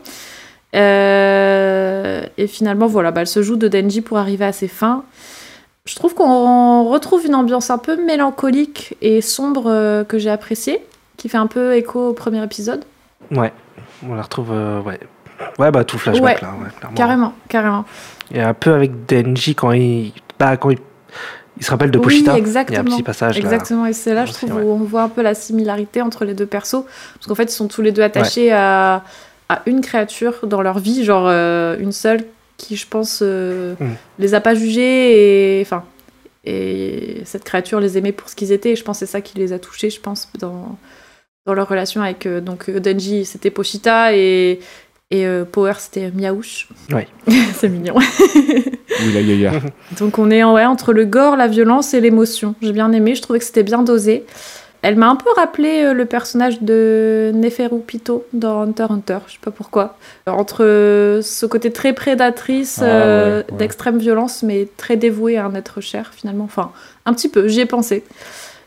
S2: Euh, et finalement voilà bah, elle se joue de Denji pour arriver à ses fins je trouve qu'on retrouve une ambiance un peu mélancolique et sombre euh, que j'ai appréciée qui fait un peu écho au premier épisode
S1: Ouais, on la retrouve. euh, ouais. Ouais, bah tout le flashback
S2: Ouais,
S1: là, ouais, clairement.
S2: carrément carrément
S1: Et un peu avec Denji quand il. Bah, quand il, il se rappelle de Pochita.
S2: oui
S1: il y a un
S2: exactement
S1: petit passage
S2: Exactement, et c'est là, je
S1: Aussi,
S2: trouve,
S1: ouais.
S2: où on voit un peu la similarité entre les deux persos. Parce qu'en fait, ils sont tous les deux attachés à, à une créature dans leur vie, genre euh, une seule qui, je pense, euh,
S1: Mm.
S2: les a pas jugés et. Enfin. Et cette créature les aimait pour ce qu'ils étaient. Et je pense que c'est ça qui les a touchés, je pense, dans, dans leur relation avec. euh, donc, euh, Denji, c'était Pochita et. Et euh, Power, c'était Miaouche.
S1: Ouais.
S2: c'est mignon.
S3: Oui, là, hier, hier.
S2: Donc on est en- ouais, entre le gore, la violence et l'émotion. J'ai bien aimé, je trouvais que c'était bien dosé. Elle m'a un peu rappelé euh, le personnage de Neferu Pito dans Hunter x Hunter, je sais pas pourquoi. Alors, Entre euh, ce côté très prédatrice,
S3: Ah,
S2: euh,
S3: ouais, ouais.
S2: d'extrême violence, mais très dévouée à un être cher finalement. Enfin, un petit peu, j'y ai pensé.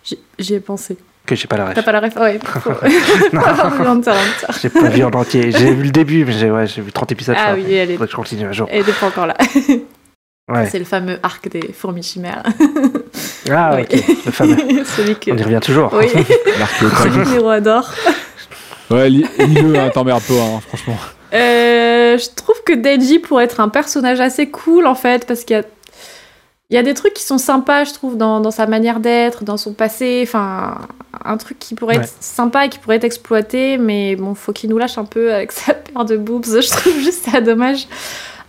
S2: J'y- J'y ai pensé.
S1: là, que j'ai pas la
S2: T'as
S1: ref.
S2: pas la ref Ah Ouais, faut- faut avoir vu Hunter x Hunter.
S1: J'ai pas vu en entier. J'ai vu le début, mais j'ai ouais, j'ai vu 30 épisodes.
S2: Ah
S1: ça.
S2: oui, elle est,
S1: Faudrait que je continue un jour.
S2: elle est pas encore là.
S1: Ouais.
S2: C'est le fameux arc des fourmis chimères.
S1: Ah,
S2: Ouais.
S1: ok. Le fameux.
S2: Celui que.
S1: On y revient toujours.
S2: Oui,
S3: L'arc tragique.
S2: celui que Nero adore.
S3: Ouais, lis- lis-le, hein, t'emmerdes pas, hein, franchement.
S2: Euh, je trouve que Denji pourrait être un personnage assez cool en fait parce qu'il y a il y a des trucs qui sont sympas, je trouve, dans, dans sa manière d'être, dans son passé. Enfin, un truc qui pourrait
S1: Ouais.
S2: être sympa et qui pourrait être exploité, mais bon, faut qu'il nous lâche un peu avec sa paire de boobs. Je trouve juste ça dommage.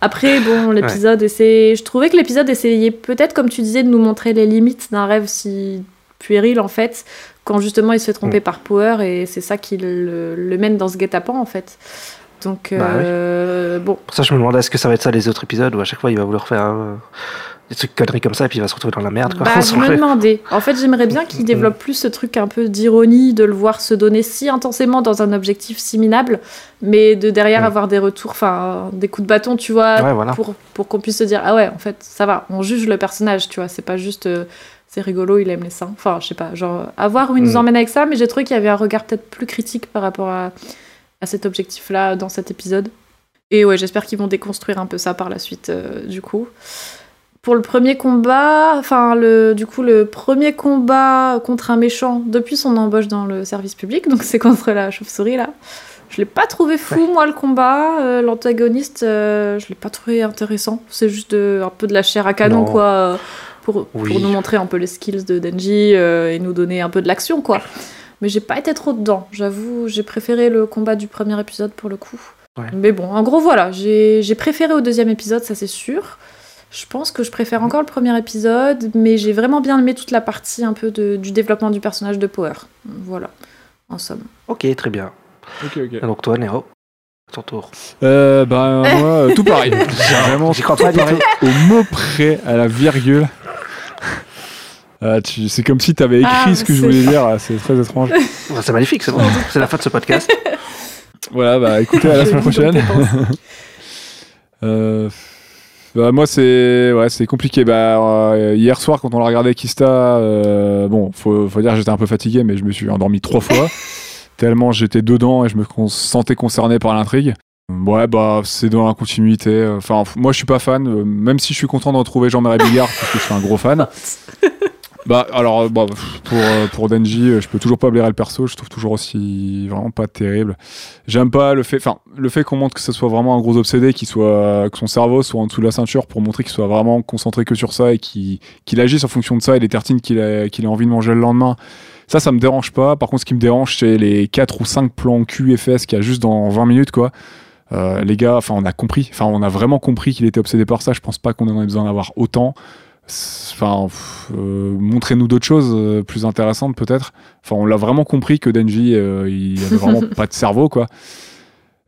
S2: Après, bon, l'épisode essaie. Je trouvais que l'épisode essayait peut-être, comme tu disais, de nous montrer les limites d'un rêve si puéril en fait, quand justement il se fait
S1: Mm.
S2: tromper par Power et c'est ça qui le, le mène dans ce guet-apens en fait. Donc,
S1: Bah oui.
S2: euh, bon,
S1: Pour ça, je me demandais est-ce que ça va être ça les autres épisodes où à chaque fois il va vouloir faire euh, des trucs conneries comme ça et puis il va se retrouver dans la merde. Quoi.
S2: Bah,
S1: On
S2: je
S1: s'en
S2: me
S1: fait. Mm.
S2: demandais. En fait, j'aimerais bien qu'il développe plus ce truc un peu d'ironie, de le voir se donner si intensément dans un objectif si minable, mais de derrière
S1: Mm.
S2: avoir des retours, enfin, des coups de bâton, tu vois,
S1: Ouais, voilà.
S2: pour, pour qu'on puisse se dire, ah ouais, en fait, ça va, on juge le personnage, tu vois, c'est pas juste, euh, c'est rigolo, il aime les seins. Enfin, je sais pas, genre, à voir où il nous
S1: Mm.
S2: emmène avec ça, mais j'ai trouvé qu'il y avait un regard peut-être plus critique par rapport à, à cet objectif-là dans cet épisode. Et ouais, j'espère qu'ils vont déconstruire un peu ça par la suite, euh, du coup. Pour le premier combat, enfin, le, du coup, le premier combat contre un méchant depuis son embauche dans le service public, donc c'est contre la chauve-souris, là. Je l'ai pas trouvé fou, moi, le combat. Euh, L'antagoniste, euh, je l'ai pas trouvé intéressant. C'est juste de- un peu de la chair à canon,
S1: Non.
S2: quoi, euh, pour, pour
S1: Oui.
S2: nous montrer un peu les skills de Denji euh, et nous donner un peu de l'action, quoi. Mais j'ai pas été trop dedans, j'avoue. J'ai préféré le combat du premier épisode pour le coup.
S1: Ouais.
S2: Mais bon, en gros, voilà. J'ai j'ai préféré au deuxième épisode, ça c'est sûr. Je pense que je préfère encore le premier épisode, mais j'ai vraiment bien aimé toute la partie un peu de- du développement du personnage de Power. Voilà, en somme.
S1: Ok, très bien.
S3: Ok, ok.
S1: Et donc toi, Néo, à ton tour.
S3: Euh, bah, moi, euh, tout pareil. Vraiment,
S1: J'y crois pas du
S3: pareil. Au mot près, à la virgule. Ah, tu- c'est comme si t'avais écrit
S2: Ah,
S3: ce que je
S2: c'est-
S3: voulais dire, ah, c'est très étrange.
S1: Ouais, C'est magnifique, c'est bon. C'est la fin de ce podcast.
S3: Voilà, bah écoutez, à la
S2: Je
S3: semaine
S2: lis dans
S3: prochaine.
S2: tes pensées.
S3: Euh, bah, moi, c'est ouais, c'est compliqué. Bah, euh, hier soir, quand on l'a regardé Kista, euh, bon, faut, faut dire que j'étais un peu fatigué, mais je me suis endormi trois fois. tellement j'étais dedans et je me con- sentais concerné par l'intrigue. Ouais, bah, c'est dans la continuité. Enfin, f- moi, je suis pas fan, euh, même si je suis content de retrouver Jean-Marie Bigard, parce que je suis un gros fan. Bah, alors, euh, bah, pff, pour, euh, pour Denji, euh, je peux toujours pas blairer le perso, je trouve toujours aussi vraiment pas terrible. J'aime pas le fait, enfin, le fait qu'on montre que ce soit vraiment un gros obsédé, qu'il soit, que son cerveau soit en dessous de la ceinture pour montrer qu'il soit vraiment concentré que sur ça et qu'il qu'il agisse en fonction de ça et des tartines qu'il a, qu'il a envie de manger le lendemain. Ça, ça me dérange pas. Par contre, ce qui me dérange, c'est les 4 ou 5 plans QFS qu'il y a juste dans 20 minutes, quoi. Euh, les gars, enfin, on a compris, enfin, on a vraiment compris qu'il était obsédé par ça. Je pense pas qu'on en ait besoin d'avoir autant. C'est- Enfin, pff, euh, montrez-nous d'autres choses euh, plus intéressantes, peut-être. Enfin, on l'a vraiment compris que Denji, euh, il avait vraiment pas de cerveau, quoi.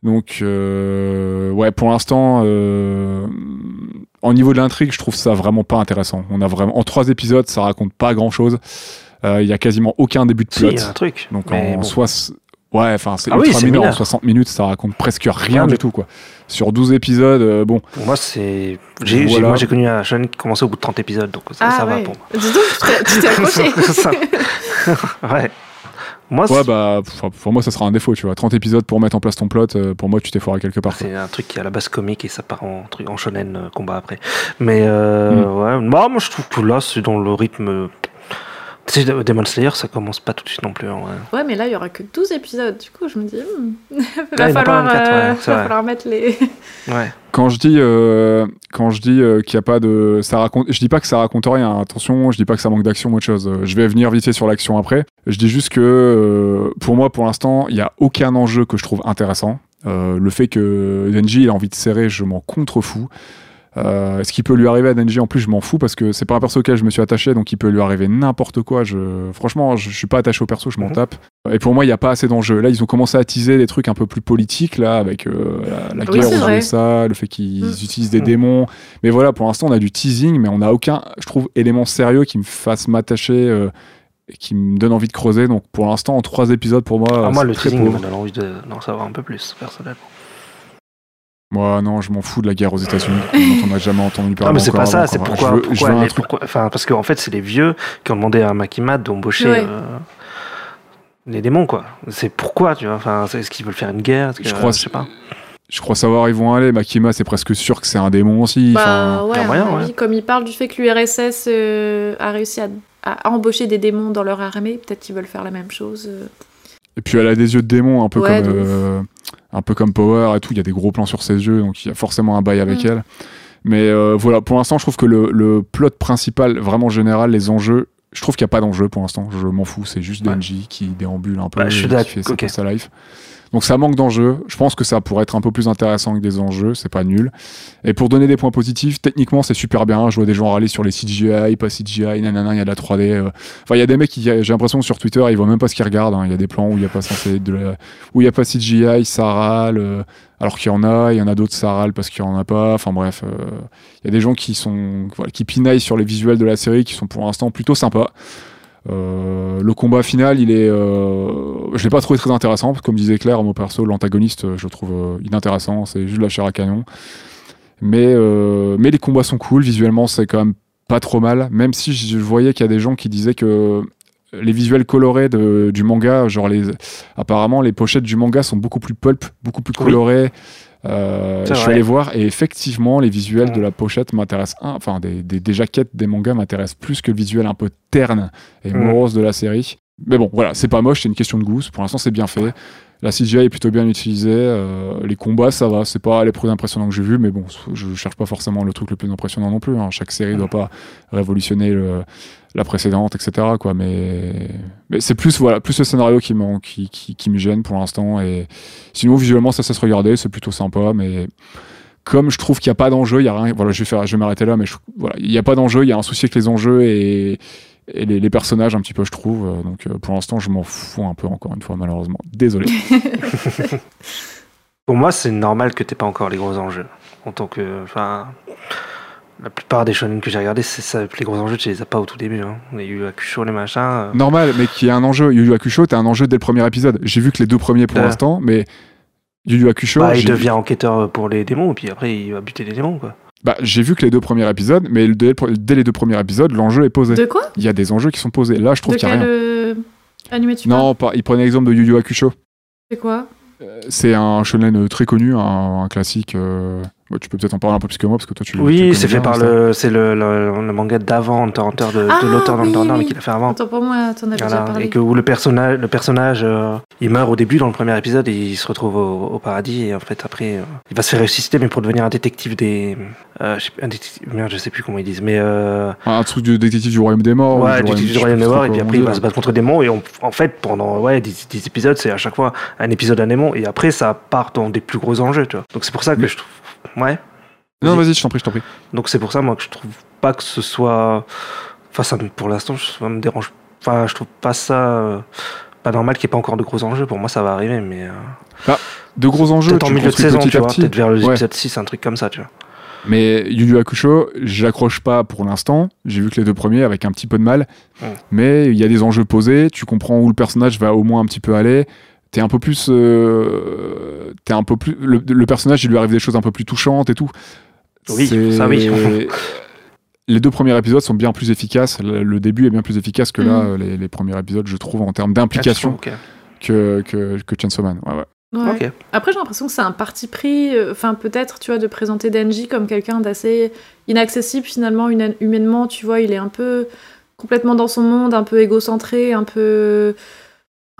S3: Donc, euh, ouais, pour l'instant, euh, en niveau de l'intrigue, je trouve ça vraiment pas intéressant. On a vraiment, en trois épisodes, ça raconte pas grand-chose. Euh, Il y a quasiment aucun début de
S1: Si, hein.
S3: plot.
S1: il y a un truc.
S3: Donc
S1: mais
S3: en
S1: bon.
S3: soit c- ouais, enfin c'est
S1: Ah oui,
S3: ultra
S1: c'est
S3: mineur. En
S1: mineur.
S3: 60 minutes, ça raconte presque rien
S1: Ah, mais-
S3: du tout quoi. Sur 12 épisodes, euh, bon,
S1: Pour moi, c'est. J'ai j'ai-
S3: Voilà.
S1: moi, j'ai connu un jeune qui commençait au bout de 30 épisodes, donc
S2: Ah
S1: ça, ça va pour moi.
S2: Dis donc, tu t'es- tu t'es accroché.
S1: Ça- ouais. Moi,
S3: ouais
S1: Ah, c'est-
S3: bah pff, pour moi ça sera un défaut, tu vois. 30 épisodes pour mettre en place ton plot, euh, pour moi tu t'es foiré quelque part. quoi.
S1: Ah, c'est un truc qui est à la base comique et ça part en, truc- en shonen euh, combat après. Mais euh,
S3: Hmm.
S1: ouais, bah, moi je trouve que là c'est dans le rythme. euh, Tu sais, Demon Slayer ça commence pas tout de suite non plus. hein, ouais.
S2: Ouais, mais là, il y aura que 12 épisodes. Du coup, je me dis, hmm,
S1: Là, il y en
S2: va,
S1: a pas
S2: falloir,
S1: 24, ouais,
S2: euh,
S1: c'est
S2: va
S1: vrai.
S2: falloir mettre les.
S1: Ouais.
S3: Quand je dis euh, quand je dis euh, qu'il y a pas de ça raconte, je dis pas que ça raconte rien. hein. Attention, je dis pas que ça manque d'action ou autre chose. Euh, Je vais venir vite fait sur l'action après. Je dis juste que euh, pour moi pour l'instant il y a aucun enjeu que je trouve intéressant. Euh, le fait que Denji il a envie de serrer, je m'en contrefous. Euh, ce qui peut lui arriver à Denji, en plus, je m'en fous parce que c'est pas un perso auquel je me suis attaché, donc il peut lui arriver n'importe quoi. Je... Franchement, je, je suis pas attaché au perso, je m'en
S1: Mhm.
S3: tape. Et pour moi, il n'y a pas assez d'enjeux. Là, ils ont commencé à teaser des trucs un peu plus politiques, là, avec euh, la, la
S2: Oui,
S3: guerre,
S2: c'est
S3: on
S2: vrai.
S3: ça, le fait qu'ils
S2: Mhm.
S3: utilisent des
S1: Mhm.
S3: démons. Mais voilà, pour l'instant, on a du teasing, mais on n'a aucun, je trouve, élément sérieux qui me fasse m'attacher, euh, et qui me donne envie de creuser. Donc pour l'instant, en trois épisodes, pour moi,
S1: Ah, moi
S3: c'est
S1: le
S3: très
S1: teasing il
S3: pauvre.
S1: me donne envie de- d'en savoir un peu plus personnellement.
S3: Moi, non, je m'en fous de la guerre aux États-Unis, dont on n'a jamais entendu parler.
S1: non mais c'est
S3: encore
S1: pas ça,
S3: avant,
S1: c'est
S3: quoi.
S1: pourquoi,
S3: Je veux- je
S1: pourquoi,
S3: veux un
S1: les-
S3: truc
S1: pourquoi- enfin parce qu'en fait c'est les vieux qui ont demandé à Makima d'embaucher
S2: Ouais.
S1: euh, les démons quoi. C'est pourquoi tu vois, enfin c'est- est-ce qu'ils veulent faire une guerre Est-ce que- euh,
S3: Je crois
S1: je sais pas.
S3: Je crois savoir où ils vont aller. Makima, c'est presque sûr que c'est un démon aussi.
S2: Bah
S3: Enfin,
S2: ouais,
S1: y a
S2: à
S1: moyen,
S2: mon avis, comme ils parlent du fait que l'URSS euh, a réussi à, à embaucher des démons dans leur armée, peut-être qu'ils veulent faire la même chose. euh.
S3: Et puis elle a des yeux de démon, un peu
S2: Ouais,
S3: comme
S2: de ouf.
S3: euh, un peu comme Power et tout. Il y a des gros plans sur ses yeux, donc il y a forcément un bail avec
S2: Mm.
S3: elle. Mais euh, voilà, pour l'instant, je trouve que le, le plot principal, vraiment général, les enjeux, je trouve qu'il n'y a pas d'enjeu pour l'instant. Je m'en fous, c'est juste
S1: Ouais.
S3: Denji qui déambule un peu,
S1: Bah, je suis
S3: et
S1: d'accord,
S3: qui fait sa-
S1: ok.
S3: sa life. Donc ça manque d'enjeux. Je pense que ça pourrait être un peu plus intéressant que des enjeux. C'est pas nul. Et pour donner des points positifs, techniquement, c'est super bien. Je vois des gens râler sur les CGI, pas CGI, nanana, il y a de la 3D. euh. Enfin, il y a des mecs, qui- j'ai l'impression que sur Twitter, ils voient même pas ce qu'ils regardent. hein. Il y a des plans où il n'y a pas censé être de la- où il y a pas CGI, ça râle. euh, Alors qu'il y en a, il y en a d'autres, ça râle parce qu'il y en a pas. Enfin bref, euh, il y a des gens qui sont voilà, qui pinaillent sur les visuels de la série, qui sont pour l'instant plutôt sympas. Euh, le combat final, il est, euh, je l'ai pas trouvé très intéressant. Comme disait Claire, mon perso, l'antagoniste, euh, je le trouve euh, inintéressant. C'est juste de la chair à canon. Mais, euh, mais les combats sont cool. Visuellement, c'est quand même pas trop mal. Même si je voyais qu'il y a des gens qui disaient que les visuels colorés de- du manga, genre les, apparemment, les pochettes du manga sont beaucoup plus pulp, beaucoup plus
S1: Oui.
S3: colorées. Euh,
S1: C'est
S3: je suis
S1: vrai.
S3: allé voir et effectivement, les visuels
S1: Mm.
S3: de la pochette m'intéressent. un- Enfin, des, des, des jaquettes des mangas m'intéressent plus que le visuel un peu terne et
S1: Mm.
S3: morose de la série. Mais bon, voilà, c'est pas moche, c'est une question de goût. Pour l'instant, c'est bien fait. La CGI est plutôt bien utilisée. euh, les combats, ça va. C'est pas les plus impressionnants que j'ai vus, mais bon, je cherche pas forcément le truc le plus impressionnant non plus. hein. Chaque série doit pas révolutionner le- la précédente, etc. Quoi. Mais, mais c'est plus, voilà, plus le scénario qui, m'en- qui, qui, qui me gêne pour l'instant. Et sinon, visuellement, ça, ça se regardait. C'est plutôt sympa, mais comme je trouve qu'il n'y a pas d'enjeu, il y a rien. Voilà, je vais faire, je vais m'arrêter là, mais je- voilà, il n'y a pas d'enjeu. Il y a un souci avec les enjeux et, et les, les personnages un petit peu, je trouve. Euh, Donc, euh, pour l'instant, je m'en fous un peu encore une fois, malheureusement. Désolé.
S1: Pour moi, c'est normal que t'aies pas encore les gros enjeux. En tant que, enfin, la plupart des shonen que j'ai regardés, c'est ça, les gros enjeux, tu les as pas au tout début. Hein. Il y a eu Akusho, les machins. euh,
S3: Normal, mais qu'il y ait un enjeu. Yu Yu Hakusho, t'as un enjeu dès le premier épisode. J'ai vu que les deux premiers pour
S1: Ah.
S3: l'instant, mais Yu Yu Hakusho.
S1: Bah, il
S3: j'ai-
S1: devient enquêteur pour les démons, puis après il va buter les démons, quoi.
S3: bah, j'ai vu que les deux premiers épisodes, mais le- dès, dès les deux premiers épisodes, l'enjeu est posé.
S2: De quoi
S3: Il y a des enjeux qui sont posés. Là, je trouve
S2: De
S3: qu'il n'y a
S2: quel
S3: rien.
S2: euh, animé tu parles
S3: Non, pas- il prenait l'exemple de Yu Yu Hakusho.
S2: C'est quoi
S3: Euh, C'est un shonen euh, très connu, un, un classique. euh, bah, tu peux peut-être en parler un peu plus que moi, parce que toi, tu. tu
S1: Oui,
S3: connais
S1: c'est fait
S3: bien, hein,
S1: par
S3: ça.
S1: le, c'est le, le- le manga d'avant, Hunter x Hunter, de, de
S2: Ah,
S1: l'auteur d'Hunter x
S2: oui,
S1: Hunter, mais
S2: oui.
S1: qu'il a fait avant.
S2: Attends, pour moi, t'en avais déjà
S1: Voilà,
S2: parlé.
S1: et que où le personnage, le personnage euh, il meurt au début dans le premier épisode et il se retrouve au, au paradis et en fait après euh, il va se faire ressusciter mais pour devenir un détective des euh, je sais, un détective- merde je sais plus comment ils disent mais euh,
S3: Un truc du détective du Royaume des Morts.
S1: ouais
S3: ou
S1: détective
S3: je
S1: du
S3: sais
S1: Royaume
S3: plus
S1: des
S3: trop
S1: Morts et puis
S3: comment
S1: après il
S3: on
S1: va
S3: dit,
S1: se battre contre des démons et on- en fait pendant ouais 10, épisodes c'est à chaque fois un épisode un démon et après ça part dans des plus gros enjeux tu vois donc c'est pour ça que
S3: Mais-
S1: je trouve ouais
S3: là. Non, vas-y, je t'en prie, je t'en prie.
S1: donc c'est pour ça, moi, que je trouve pas que ce soit. Enfin, ça, me- pour l'instant, je- ça me dérange. Enfin, je trouve pas ça. euh, Pas normal qu'il n'y ait pas encore de gros enjeux. Pour moi, ça va arriver, mais. euh,
S3: De gros enjeux,
S1: peut-être en
S3: tu
S1: milieu de
S3: construis
S1: saison,
S3: petit
S1: tu
S3: à
S1: vois.
S3: petit.
S1: Peut-être vers
S3: Ouais.
S1: l'épisode 6, un truc comme ça, tu vois.
S3: Mais Yu Yu Hakusho, j'accroche pas pour l'instant. J'ai vu que les deux premiers avec un petit peu de mal.
S1: Mm.
S3: Mais il y a des enjeux posés. Tu comprends où le personnage va au moins un petit peu aller. T'es un peu plus. euh, t'es un peu plus. Le, le personnage, il lui arrive des choses un peu plus touchantes et tout.
S1: Oui,
S3: C'est-
S1: ça oui.
S3: les deux premiers épisodes sont bien plus efficaces. Le, le début est bien plus efficace que là,
S2: Mm.
S3: euh, les, les premiers épisodes, je trouve, en termes d'implication
S1: Ok.
S3: que, que, que Chainsaw Man. Ouais, ouais.
S2: Ouais.
S1: Ok.
S2: Après, j'ai l'impression que c'est un parti pris, euh, enfin peut-être, tu vois, de présenter Denji comme quelqu'un d'assez inaccessible finalement humaine- humainement, tu vois, il est un peu complètement dans son monde, un peu égocentré, un peu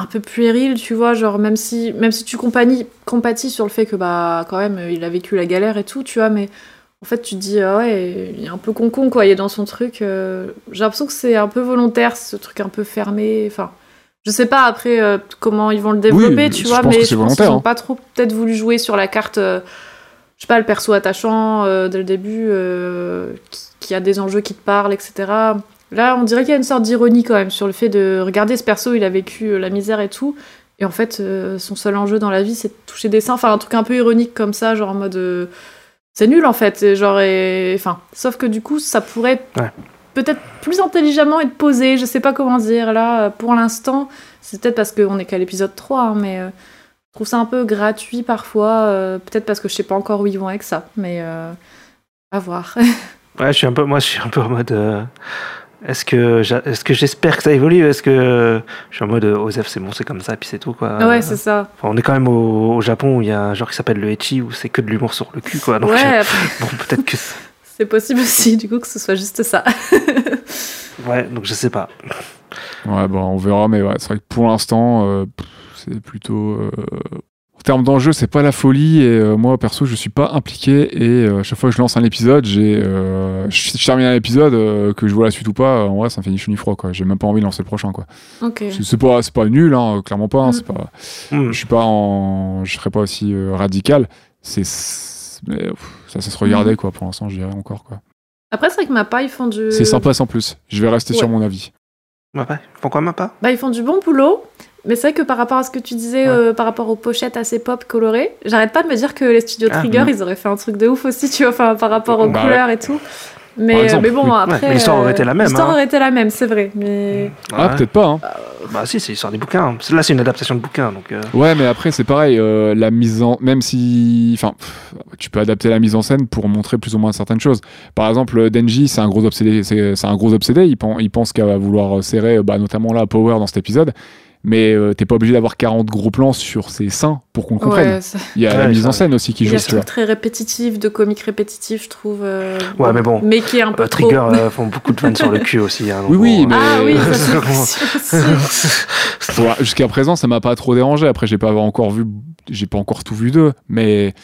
S2: un peu puéril, tu vois, genre même si même si tu compagnie, compatis sur le fait que bah quand même euh, il a vécu la galère et tout, tu vois, mais en fait tu te dis ah ouais, il est un peu con con quoi, il est dans son truc. euh, j'ai l'impression que c'est un peu volontaire ce truc un peu fermé, enfin je sais pas après euh, comment ils vont le développer,
S3: mais
S2: tu
S3: je
S2: vois,
S3: pense
S2: mais
S3: que
S2: je
S3: c'est
S2: pense qu'ils
S3: volontaire,
S2: ont
S3: hein.
S2: pas trop peut-être voulu jouer sur la carte euh, je sais pas, le perso attachant euh, dès le début, euh, qui, qui a des enjeux qui te parlent, etc. Là, on dirait qu'il y a une sorte d'ironie quand même sur le fait de regarder ce perso, il a vécu euh, la misère et tout, et en fait, euh, son seul enjeu dans la vie, c'est de toucher des seins, enfin un truc un peu ironique comme ça, genre en mode euh, c'est nul en fait, et genre et enfin, sauf que du coup, ça pourrait être
S1: Ouais.
S2: peut-être plus intelligemment être posé, je sais pas comment dire là, euh, pour l'instant, c'est peut-être parce qu'on est qu'à l'épisode 3, hein, mais euh, je trouve ça un peu gratuit parfois, euh, peut-être parce que je sais pas encore où ils vont avec ça, mais euh, à voir.
S1: Euh, Ouais, je suis un peu, moi, je suis un peu en mode. euh, Est-ce que j'a- est-ce que j'espère que ça évolue Est-ce que je suis en mode euh, Osef, c'est bon, c'est comme ça, puis c'est tout quoi.
S2: ouais, c'est ça.
S1: Enfin, on est quand même au, au Japon où il y a un genre qui s'appelle le etchi où c'est que de l'humour sur le cul quoi. Donc
S2: ouais, après,
S1: bon, peut-être que c'est-
S2: c'est possible aussi, du coup, que ce soit juste ça.
S1: ouais, donc je sais pas.
S3: Ouais, bon, on verra, mais ouais, c'est vrai que pour l'instant, euh, pff, c'est plutôt. euh, En termes d'enjeu, c'est pas la folie, et euh, moi, perso, je suis pas impliqué, et euh, à chaque fois que je lance un épisode, j'ai. euh, je je termine un épisode, euh, que je vois la suite ou pas, euh, en vrai, ça me fait ni chaud ni froid, quoi. J'ai même pas envie de lancer le prochain, quoi.
S2: ok.
S3: C'est- C'est pas, c'est pas nul, hein, clairement pas, hein, c'est
S2: Mm.
S3: pas.
S1: Hmm.
S3: Je suis pas en. Je serais pas aussi euh, radical, c'est. c'est- mais, pff, ça, ça se
S2: Mm.
S3: regardait, quoi, pour l'instant, je dirais encore, quoi.
S2: Après, c'est vrai que ma pas, ils font du.
S3: C'est sympa sans plus, je vais rester sur
S2: Euh, Ouais.
S3: mon avis.
S1: Ouais, ouais. Pourquoi même pas
S2: Bah, ils font du bon boulot, mais c'est vrai que par rapport à ce que tu disais,
S1: Ouais.
S2: euh, par rapport aux pochettes assez pop colorées, j'arrête pas de me dire que les studios
S1: Ah,
S2: Trigger,
S3: mm.
S2: ils auraient fait un truc de ouf aussi, tu vois, enfin, par rapport aux
S3: Bah
S2: couleurs et tout. Mais,
S3: Par exemple,
S2: mais bon,
S3: oui.
S2: après.
S1: mais l'histoire aurait été la même,
S2: L'histoire
S1: hein.
S2: aurait été la même, c'est vrai. Mais.
S3: Ah,
S1: Ouais.
S3: peut-être pas, hein.
S1: Bah si, c'est l'histoire des bouquins. Là, c'est une adaptation de bouquin, donc. euh,
S3: Ouais, mais après, c'est pareil, euh, la mise en. Même si. Enfin, pff, tu peux adapter la mise en scène pour montrer plus ou moins certaines choses. Par exemple, euh, Denji, c'est un gros obsédé. C'est c'est un gros obsédé. Il, pen- il pense qu'à va vouloir serrer, euh, bah, notamment là, Power dans cet épisode. Mais euh, t'es pas obligé d'avoir 40 gros plans sur ses seins pour qu'on le comprenne.
S2: Ouais, ça-
S3: Il y a la
S1: Ouais,
S3: mise
S1: ça,
S3: en scène aussi qui
S2: il y
S3: joue,
S2: a ce
S3: tu vois.
S2: truc très répétitif, de comique répétitif, je trouve. euh,
S1: Ouais, mais bon.
S2: Mais qui est un peu.
S1: euh,
S2: trop-
S1: Trigger euh, font beaucoup de vannes sur le cul aussi. hein, donc
S3: Oui,
S1: bon, euh,
S3: oui, mais-
S2: Ah oui, Ah, ça c'est
S1: Vraiment.
S2: possible aussi.
S3: Ouais, Jusqu'à présent, ça m'a pas trop dérangé. Après, j'ai pas encore vu, j'ai pas encore tout vu d'eux. Mais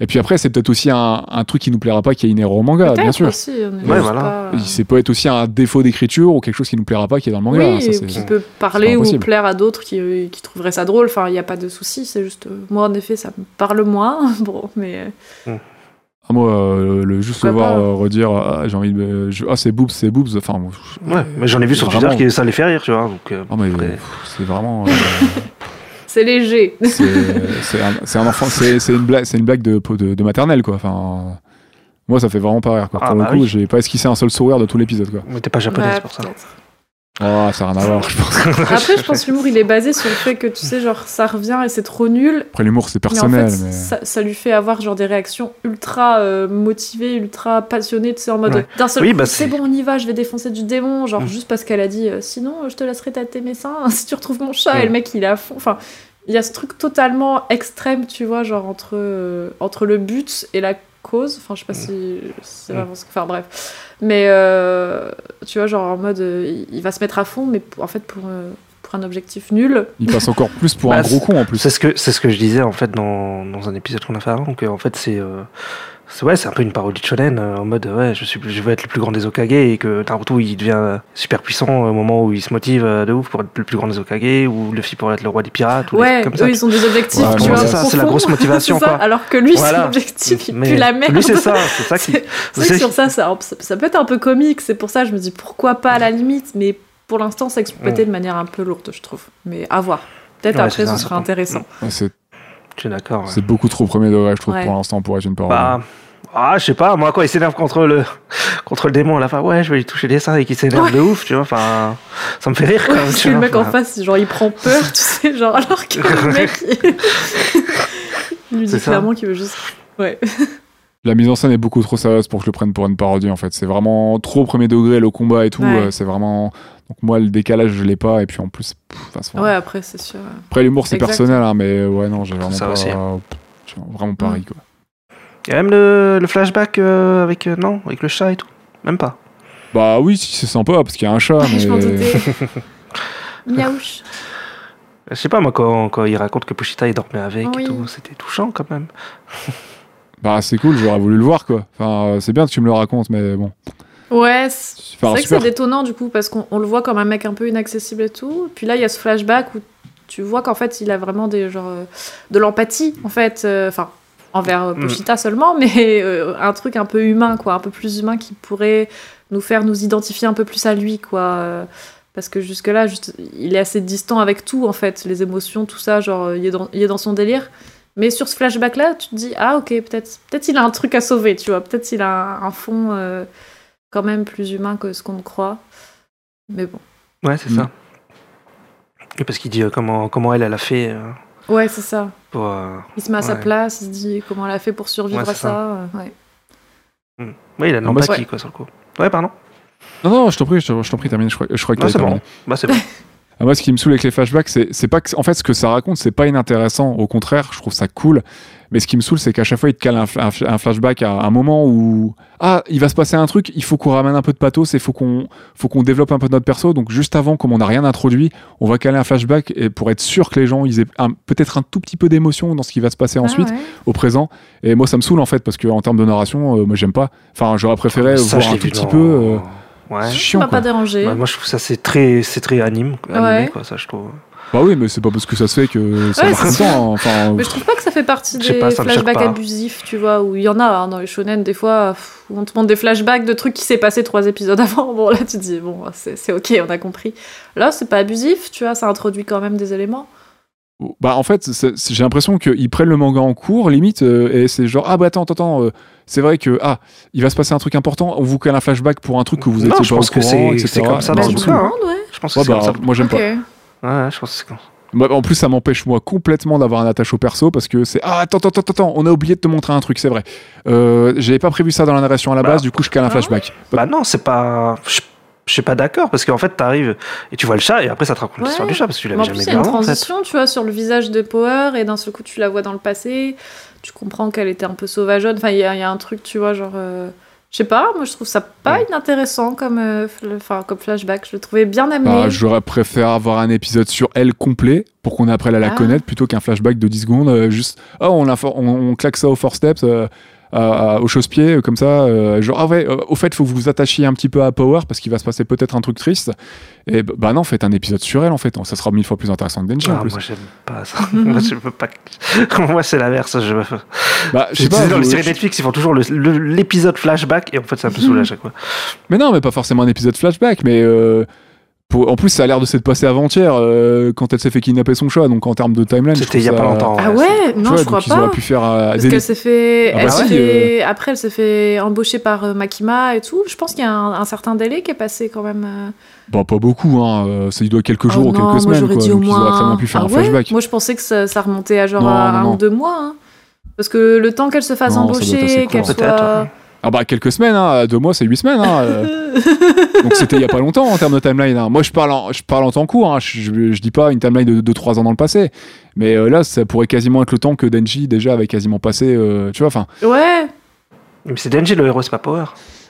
S3: et puis après, c'est peut-être aussi un, un truc qui nous plaira pas, qui est inhérent au manga, bien
S2: Peut-être
S3: sûr.
S2: aussi, on est
S1: Ah, Ouais,
S2: juste
S1: voilà.
S2: pas-
S3: Il- C'est peut être aussi un défaut d'écriture ou quelque chose qui nous plaira pas qui est dans le manga. hein,
S2: oui,
S3: ça, c'est-
S2: qui peut parler ou
S3: impossible.
S2: plaire à d'autres qui, qui trouveraient ça drôle. Enfin, il n'y a pas de souci. C'est juste, euh, moi, en effet, ça me parle moins. Bon, mais euh,
S3: Ah, moi, euh, le, juste
S2: Pourquoi
S3: le voir
S2: pas
S3: euh, redire, ah, j'ai envie de, me- je- ah c'est boobs, c'est boobs. Enfin, moi, je-
S1: Ouais, mais j'en ai vu sur
S3: Vraiment.
S1: Twitter que ça les fait rire, tu vois. Donc, euh,
S3: ah, mais,
S1: après,
S3: pff, c'est vraiment, euh,
S2: c'est léger.
S3: c'est c'est un, c'est un enfant, c'est c'est une blague, c'est une blague de, de, de maternelle quoi. Enfin, moi, ça fait vraiment pas rire quoi.
S1: Ah,
S3: Pour
S1: bah
S3: le coup,
S1: oui.
S3: j'ai pas esquissé un seul sourire de tout l'épisode quoi.
S1: mais t'es pas japonaise
S2: Ouais,
S1: pour ça.
S2: peut-être.
S1: Ah.
S3: Oh, ça n'a rien à voir, je pense.
S2: Après, je pense que l'humour, il est basé sur le fait que, tu sais, genre, ça revient et c'est trop nul.
S3: Après, l'humour, c'est
S2: Mais en
S3: personnel.
S2: fait,
S3: Mais
S2: ça, ça lui fait avoir genre des réactions ultra euh, motivées, ultra passionnées, tu sais, en mode
S1: Ouais.
S2: d'un seul
S1: Oui,
S2: coup,
S1: bah,
S2: c'est
S1: c'est-
S2: bon, on y va, je vais défoncer du démon, genre
S1: Mm.
S2: juste parce qu'elle a dit euh, sinon euh, je te laisserai tâter mes seins si tu retrouves mon chat,
S1: Ouais.
S2: et le mec il est à fond. Enfin, il y a ce truc totalement extrême, tu vois, genre entre, euh, entre le but et la cause. Enfin, je sais pas si c'est
S1: Mm.
S2: vraiment ce que. Enfin, bref. Mais euh, tu vois, genre en mode euh, il- il va se mettre à fond, mais pour- en fait, pour, euh, pour un objectif nul.
S3: Il passe encore plus pour
S1: Bah,
S3: un gros con en plus.
S1: C'est ce que c'est ce que je disais en fait dans, dans un épisode qu'on a fait avant que en fait c'est euh, c'est- ouais c'est un peu une parodie de shonen euh, en mode ouais je suis je veux être le plus grand des Okage et que Naruto il devient euh, super puissant au moment où il se motive euh, de ouf pour être le plus grand des Okage ou Luffy pour être le roi des pirates ou des
S2: Ouais,
S1: trucs comme
S2: eux
S1: ça.
S2: ils ont des objectifs,
S3: Ouais,
S2: tu
S3: non,
S2: vois.
S3: c'est
S1: ça, c'est la
S2: profonds.
S1: grosse motivation,
S2: C'est ça,
S1: quoi.
S2: alors que lui,
S1: Voilà.
S2: son objectif, il
S1: Mais
S2: pue la merde.
S1: Lui c'est ça, c'est ça qui
S2: C'est- C'est vrai que
S1: c'est-
S2: sur ça, ça, ça, peut être un peu comique, c'est pour ça que je me dis pourquoi pas à la limite, mais pour l'instant c'est exploité de manière un peu lourde, je trouve. Mais à voir. Peut-être
S1: Mm. Ouais,
S2: après
S1: c'est ça, Mm.
S2: ce sera
S1: c'est-
S2: intéressant.
S3: Ouais, C'est
S1: je suis d'accord. ouais.
S3: c'est beaucoup trop premier degré, je trouve,
S2: Ouais.
S3: pour l'instant, pour être une parole.
S1: Bah, ah, je sais pas, moi, quand il s'énerve contre le, contre le démon à la fin, ouais, je vais lui toucher les seins et qu'il s'énerve
S2: Ouais.
S1: de ouf, tu vois, enfin, ça me fait rire quand
S2: Ouais,
S1: même.
S2: parce
S1: tu
S2: que le
S1: vois,
S2: mec en
S1: enfin.
S2: face, genre il prend peur, tu sais, genre alors que le mec il- il lui
S1: C'est
S2: dit
S1: ça.
S2: clairement qu'il veut juste. Ouais.
S3: La mise en scène est beaucoup trop sérieuse pour que je le prenne pour une parodie en fait. C'est vraiment trop premier degré le combat et tout.
S2: Ouais.
S3: euh, c'est vraiment. Donc moi le décalage je l'ai pas et puis en plus. pff, enfin, c'est vraiment-
S2: ouais, après c'est sûr.
S3: Après l'humour c'est
S2: Exact.
S3: personnel hein, mais euh, ouais non j'ai vraiment
S1: Ça
S3: pas.
S1: aussi,
S3: pff, j'ai vraiment pas
S2: Mm.
S3: ri, quoi.
S1: Il y a même le, le flashback euh, avec, euh, non, avec le chat et tout. Même pas.
S3: Bah oui si c'est sympa parce qu'il y a un chat
S1: Ah,
S3: mais.
S2: Je m'en doutais. Miaouche.
S1: Je sais pas, moi, quand, quand il raconte que Pushita, il dormait avec
S2: Oui.
S1: et tout, c'était touchant quand même.
S3: Bah c'est cool j'aurais voulu le voir quoi. Enfin euh, c'est bien que tu me le racontes mais bon.
S2: Ouais, c'est-
S3: Enfin,
S2: c'est vrai que
S3: super.
S2: c'est détonnant du coup parce qu'on on le voit comme un mec un peu inaccessible et tout. Puis là, il y a ce flashback où tu vois qu'en fait, il a vraiment des genre euh, de l'empathie en fait, euh, enfin envers euh,
S1: Mm.
S2: Pochita seulement, mais euh, un truc un peu humain quoi, un peu plus humain qui pourrait nous faire nous identifier un peu plus à lui quoi. euh, Parce que jusque-là, juste, il est assez distant avec tout, en fait, les émotions, tout ça, genre, euh, il est dans, il est dans son délire. Mais sur ce flashback-là, tu te dis, ah ok, peut-être peut il a un truc à sauver, tu vois, peut-être il a un, un fond euh, quand même plus humain que ce qu'on ne croit. Mais bon.
S1: Ouais, c'est
S3: Mm.
S1: ça. Et parce qu'il dit euh, comment, comment elle, elle a fait euh,
S2: Ouais, c'est ça.
S1: pour. euh,
S2: Il se met à sa
S1: Ouais.
S2: place, il se dit comment elle a fait pour survivre
S1: Ouais, c'est
S2: à ça. euh, ouais.
S1: Ouais, il a de
S3: Non, bah,
S1: l'empathie,
S2: ouais.
S1: quoi, sur le coup. Ouais, pardon.
S3: Non non je t'en prie je t'en je t'en prie termine je crois, je crois que
S1: Non,
S3: t'avais
S1: c'est
S3: terminé.
S1: bon. Bah, c'est bon.
S3: Ah, moi, ce qui me saoule avec les flashbacks, c'est c'est pas que, en fait ce que ça raconte, c'est pas inintéressant. Au contraire, je trouve ça cool. Mais ce qui me saoule, c'est qu'à chaque fois, il te cale un, fl- un fl- un flashback à un moment où ah, il va se passer un truc. Il faut qu'on ramène un peu de pathos et faut qu'on faut qu'on développe un peu notre perso. Donc juste avant, comme on n'a rien introduit, on va caler un flashback et pour être sûr que les gens ils aient un- peut-être un tout petit peu d'émotion dans ce qui va se passer ensuite
S2: Ah ouais.
S3: au présent. Et moi, ça me saoule en fait parce que en termes de narration, euh, moi j'aime pas. Enfin, j'aurais préféré
S1: Ça, je
S3: voir un
S1: l'ai
S3: tout
S1: vu
S3: petit
S1: dans-
S3: peu. euh,
S1: Ouais.
S3: c'est
S2: Ça
S3: chiant.
S2: m'a
S3: quoi.
S2: pas dérangé.
S1: Bah, moi, je trouve ça, c'est très, c'est très anime, animé,
S2: Ouais.
S1: quoi, ça, je trouve.
S3: Bah oui, mais c'est pas parce que ça se fait que ça
S2: Ouais,
S3: marche tout le
S2: c'est
S3: temps. Enfin,
S2: Mais je trouve pas que ça fait partie
S1: Je sais
S2: des
S1: pas, ça me choque
S2: flashbacks
S1: pas.
S2: abusifs, tu vois, où il y en a hein, dans les shonen, des fois, pff, où on te montre des flashbacks de trucs qui s'est passé trois épisodes avant. Bon, là, tu te dis, bon, c'est c'est ok, on a compris. Là, c'est pas abusif, tu vois, ça introduit quand même des éléments.
S3: Bah en fait, c'est- c'est- j'ai l'impression qu'ils prennent le manga en cours, limite, euh, et c'est genre ah bah attends, attends, attends, euh, c'est vrai que ah il va se passer un truc important, on vous cale un flashback pour un truc que vous
S1: Non,
S3: étiez
S1: je
S3: pas au
S1: pense que
S3: courant,
S1: c'est-
S3: etc.
S1: c'est comme ça
S3: Et
S1: dans
S3: c'est
S1: le
S3: tout.
S2: tout
S1: bouquin,
S2: le
S1: hein.
S2: monde, ouais.
S1: Je pense que
S3: Ouais,
S1: c'est comme
S3: bah, euh,
S1: ça.
S3: moi j'aime
S2: Ok.
S1: Ouais, je pense que c'est comme ça.
S3: Bah, en plus, ça m'empêche moi complètement d'avoir un attache au perso parce que c'est ah attends attends attends attends on a oublié de te montrer un truc c'est vrai euh, j'avais pas prévu ça dans la narration à la
S1: Bah.
S3: base du coup je cale un
S2: Ah.
S3: flashback
S1: Bah non, c'est pas. Je je suis pas d'accord, parce qu'en fait, t'arrives et tu vois le chat, et après, ça te raconte
S2: Ouais.
S1: l'histoire du chat, parce que tu
S2: Mais
S1: l'avais
S2: en
S1: jamais
S2: plus, il y
S1: vu
S2: a une
S1: avant, en fait.
S2: transition, tu vois, sur le visage de Power, et d'un seul coup, tu la vois dans le passé, tu comprends qu'elle était un peu sauvageonne. Enfin, il y, a il y a un truc, tu vois, genre. euh, Je sais pas, moi je trouve ça pas inintéressant comme, euh, fl- enfin, comme flashback. Je le trouvais bien amené.
S3: bah, j'aurais préféré avoir un épisode sur elle complet pour qu'on apprenne à la
S2: Ah.
S3: connaître plutôt qu'un flashback de 10 secondes euh, juste ah on, la for- on, on claque ça au four steps euh, à- à- au chausse-pied euh, comme ça euh, genre ah ouais euh, au fait faut que vous vous attachiez un petit peu à Power parce qu'il va se passer peut-être un truc triste et b- bah non faites un épisode sur elle en fait ça sera mille fois plus intéressant que Denji en
S1: Ah,
S3: plus
S1: moi, j'aime pas ça. moi, je veux pas. que- moi, c'est l'inverse. Je...
S3: bah je sais pas
S1: Tu sais, dans les
S3: vous-
S1: séries Netflix, ils font toujours le- le-
S2: Mhm.
S1: l'épisode flashback, et en fait, ça me saoule à chaque fois.
S3: mais non mais pas forcément un épisode flashback mais euh, Pour- En plus, ça a l'air de s'être passé avant-hier euh, quand elle s'est fait kidnapper son chat. Donc en termes de timeline, je
S1: C'était il y a
S3: trouve
S1: pas
S3: ça-
S1: longtemps.
S2: Ah
S1: c'est-
S2: ouais,
S3: Tu
S2: non,
S3: vois,
S2: je crois
S3: donc ils auraient
S2: pas.
S3: pu faire euh,
S2: Parce
S3: des-
S2: qu'elle s'est fait,
S3: Ah bah
S2: elle s'est
S3: si,
S2: fait- après elle s'est fait embaucher par euh, Makima et tout. Je pense qu'il y a un, un certain délai qui est passé quand même. euh.
S3: Bah, pas beaucoup, hein. euh, ça lui doit quelques jours
S2: Ah non,
S3: ou quelques
S2: moi
S3: semaines.
S2: j'aurais
S3: quoi,
S2: dit au
S3: donc ils auraient très
S2: moins.
S3: bien pu faire
S2: Ah
S3: un
S2: ouais
S3: flashback.
S2: moi je pensais que ça, ça remontait à genre
S3: Non,
S2: à
S3: non,
S2: un
S3: non.
S2: ou deux mois. hein. Parce que le temps qu'elle se fasse
S3: Non, ça doit être assez
S2: embaucher,
S3: court.
S2: qu'elle soit.
S1: Peut-être,
S3: Ah bah quelques semaines, hein, à deux mois c'est huit semaines. hein, euh. Donc c'était il y a pas longtemps en termes de timeline. hein. Moi je parle en, je parle en temps court, hein, je, je- je dis pas une timeline de 2-3 ans dans le passé. Mais euh, là ça pourrait quasiment être le temps que Denji déjà avait quasiment passé, euh, tu vois. Enfin,
S2: Ouais,
S1: Mais c'est Denji le héros, c'est pas Power.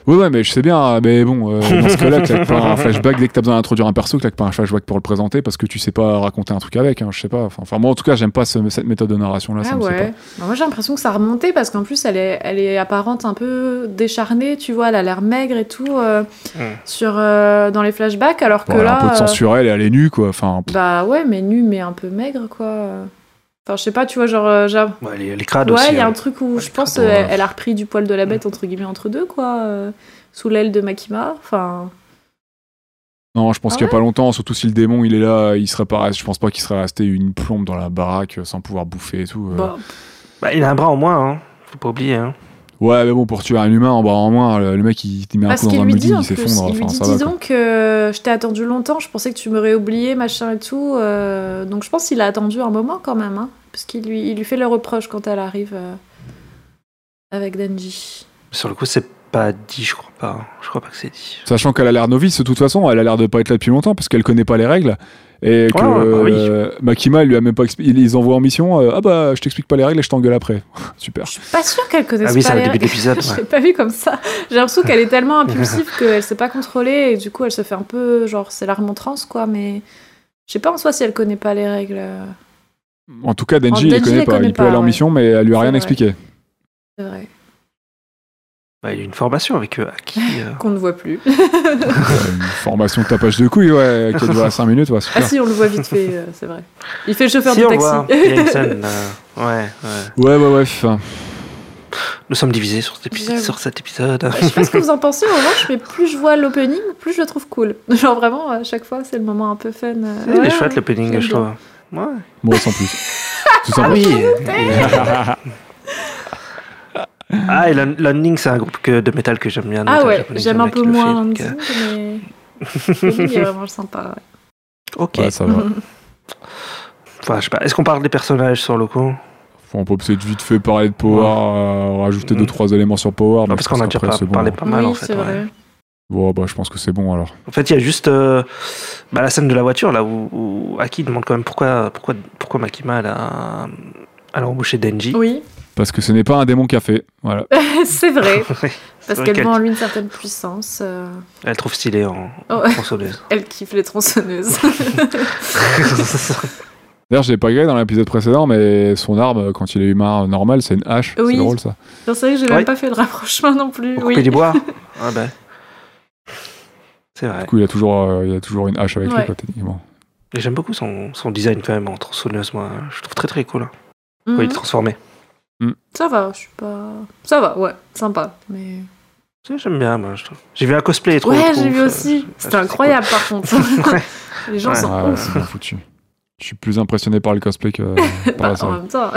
S3: ouais ouais mais je sais bien, hein, mais bon, euh, dans ce cas-là, claque pas un flashback dès que t'as besoin d'introduire un perso, claque pas un flashback pour le présenter parce que tu sais pas raconter un truc avec, hein, je sais pas. Enfin, Enfin moi en tout cas j'aime pas ce- cette méthode de narration là, ça
S2: ah
S3: me plaît pas.
S2: ouais. Bah, moi j'ai l'impression que ça remontait parce qu'en plus elle est, elle est apparente un peu décharnée, tu vois, elle a l'air maigre et tout euh,
S1: Mm.
S2: sur, euh, dans les flashbacks alors que
S3: Bon, elle a
S2: là.
S3: un peu de
S2: euh,
S3: censure elle, elle est nue quoi. Enfin, pff,
S2: Bah ouais, mais nue, mais un peu maigre, quoi. Enfin, je sais pas, tu vois, genre. euh, genre-
S1: Ouais, les, les crades aussi.
S2: Ouais, il y a
S1: hein.
S2: un truc où
S1: Ouais,
S2: je
S1: les
S2: pense
S1: crades,
S2: euh, elle,
S1: ouais.
S2: a repris du poil de la bête, entre guillemets, entre deux, quoi. euh, sous l'aile de Makima. Enfin,
S3: Non, je pense
S2: Ah
S3: qu'il n'y a pas longtemps, surtout si le démon il est là, il serait pas resté- je pense pas qu'il serait resté une plombe dans la baraque euh, sans pouvoir bouffer et tout. euh.
S2: bah,
S1: Bah, il a un bras en moins, hein. faut pas oublier. Hein.
S3: Ouais, mais bon, pour tuer un humain, en bas en moins, le, le mec il, il met un
S2: parce
S3: coup
S2: qu'il
S3: dans un
S2: lui
S3: midi,
S2: dit en
S3: il
S2: plus,
S3: s'effondre.
S2: il lui
S3: Enfin,
S2: dit
S3: ça
S2: dis
S3: va. quoi.
S2: donc, euh, je t'ai attendu longtemps, je pensais que tu m'aurais oublié, machin et tout. euh, donc je pense qu'il a attendu un moment quand même, hein, parce qu'il lui, il lui fait le reproche quand elle arrive euh, avec Denji.
S1: Sur le coup, c'est pas dit, je crois pas. hein. Je crois pas que c'est dit.
S3: Sachant qu'elle a l'air novice, de toute façon, elle a l'air de pas être là depuis longtemps parce qu'elle connaît pas les règles. Et que
S1: Ouais, ouais, bah oui.
S3: euh, Makima il lui a même pas expliqué. Il les envoie en mission euh, Ah bah, je t'explique pas les règles et je t'engueule après. Super.
S2: Je suis pas sûre qu'elle connaisse
S1: Ah oui,
S2: pas
S1: c'est au
S2: les
S1: début de
S2: règles.
S1: l'épisode.
S2: Je
S1: ouais.
S2: l'ai pas vu comme ça. J'ai l'impression qu'elle est tellement impulsive qu'elle sait pas contrôler et du coup elle se fait un peu genre c'est la remontrance quoi mais je sais pas en soi si elle connaît pas les règles. euh,
S3: En tout cas, Denji,
S2: Oh, Denji
S3: il les
S2: les
S3: connaît pas.
S2: connaît
S3: il peut
S2: pas,
S3: aller en
S2: ouais.
S3: mission, mais elle lui a
S2: C'est
S3: rien
S2: vrai.
S3: expliqué.
S2: C'est vrai.
S1: Bah, il a une formation avec eux. à qui, euh,
S2: Qu'on ne voit plus.
S3: Euh, Une formation de tapage de couilles, ouais, qui dure 5 minutes, ouais,
S2: ah
S3: super.
S2: si on le voit vite fait euh, c'est vrai. Il fait le chauffeur
S1: Si
S2: de
S1: on
S2: taxi.
S1: voit, il y a une scène, euh, ouais, ouais.
S3: Ouais, ouais, ouais. enfin,
S1: Nous sommes divisés sur cet épisode.
S2: J'avoue.
S1: Sur cet épisode.
S2: Je sais pas ce que vous en pensez, en revanche, mais plus je vois l'opening, plus je le trouve cool. Genre vraiment, à chaque fois, c'est le moment un peu fun. euh,
S1: Il
S2: ouais.
S1: est chouette le penning,
S2: j'aime
S1: je trouve. Ouais.
S3: Moi, sans plus. Tout
S1: Ah
S3: simplement.
S1: oui. ah, et Lon- Lonning, c'est un groupe que- de métal que j'aime bien. le
S2: Ah
S1: métal
S2: ouais,
S1: japonais,
S2: j'aime un
S1: bien
S2: peu
S1: qui le euh.
S2: moins
S1: fait, donc,
S2: Andy, mais l'opening est vraiment sympa.
S1: euh, Ok.
S3: Ouais, ça va.
S1: Enfin, je sais pas. Est-ce qu'on parle des personnages sur le coup
S3: Enfin, on peut peut-être vite fait parler de Power, euh, rajouter
S1: Mm.
S3: 2-3 éléments sur Power. mais
S1: Non, Parce
S3: je
S1: qu'on
S3: pense
S1: a déjà
S3: qu'après,
S1: par-
S3: c'est bon.
S1: parlé
S3: hein.
S1: pas mal
S2: oui,
S1: en fait.
S2: c'est
S1: ouais.
S2: vrai.
S3: Bon, bah, je pense que c'est bon alors.
S1: En fait, il y a juste euh, bah, la scène de la voiture là où, où Aki demande quand même pourquoi, pourquoi, pourquoi Makima elle a, elle a embauché Denji.
S2: Oui,
S3: Parce que ce n'est pas un démon café. Voilà.
S2: c'est vrai.
S1: C'est
S2: Parce
S1: vrai
S2: qu'elle
S1: qu'elle-
S2: voit en lui une certaine puissance. euh,
S1: Elle trouve stylé en
S2: Oh.
S1: en tronçonneuse.
S2: elle kiffe les tronçonneuses.
S3: D'ailleurs, je l'ai pas gré dans l'épisode précédent, mais son arme, euh, quand il est humain normal, c'est une hache.
S2: Oui.
S3: C'est drôle ça.
S2: Non, c'est vrai que j'ai
S1: Ouais.
S2: même pas fait le rapprochement non plus.
S1: Pour couper
S2: Oui.
S1: du bois Ah ben. C'est vrai.
S3: Du coup, il a toujours, euh, il a toujours une hache avec lui,
S2: Ouais.
S3: quoi, techniquement.
S1: Et J'aime beaucoup son, son design quand même en tronçonneuse, moi. Je trouve très très cool. hein,
S2: Mhm.
S1: Quand il est transformé.
S2: Ça va, je suis pas. Ça va, ouais, sympa. Mais...
S1: Ça, J'aime bien, moi. je trouve. J'ai vu un cosplay trop
S2: Ouais,
S1: trop
S2: j'ai
S1: ouf,
S2: vu
S1: euh,
S2: aussi.
S1: c'est
S2: C'était incroyable par contre.
S1: Ouais.
S2: Les gens
S1: Ouais. Ah,
S2: sont
S3: Ouais, ouais,
S2: ouf.
S3: Ah, c'est bien foutu. Je suis plus impressionné par le cosplay que
S2: Bah,
S3: par la
S2: en
S3: série.
S2: même temps.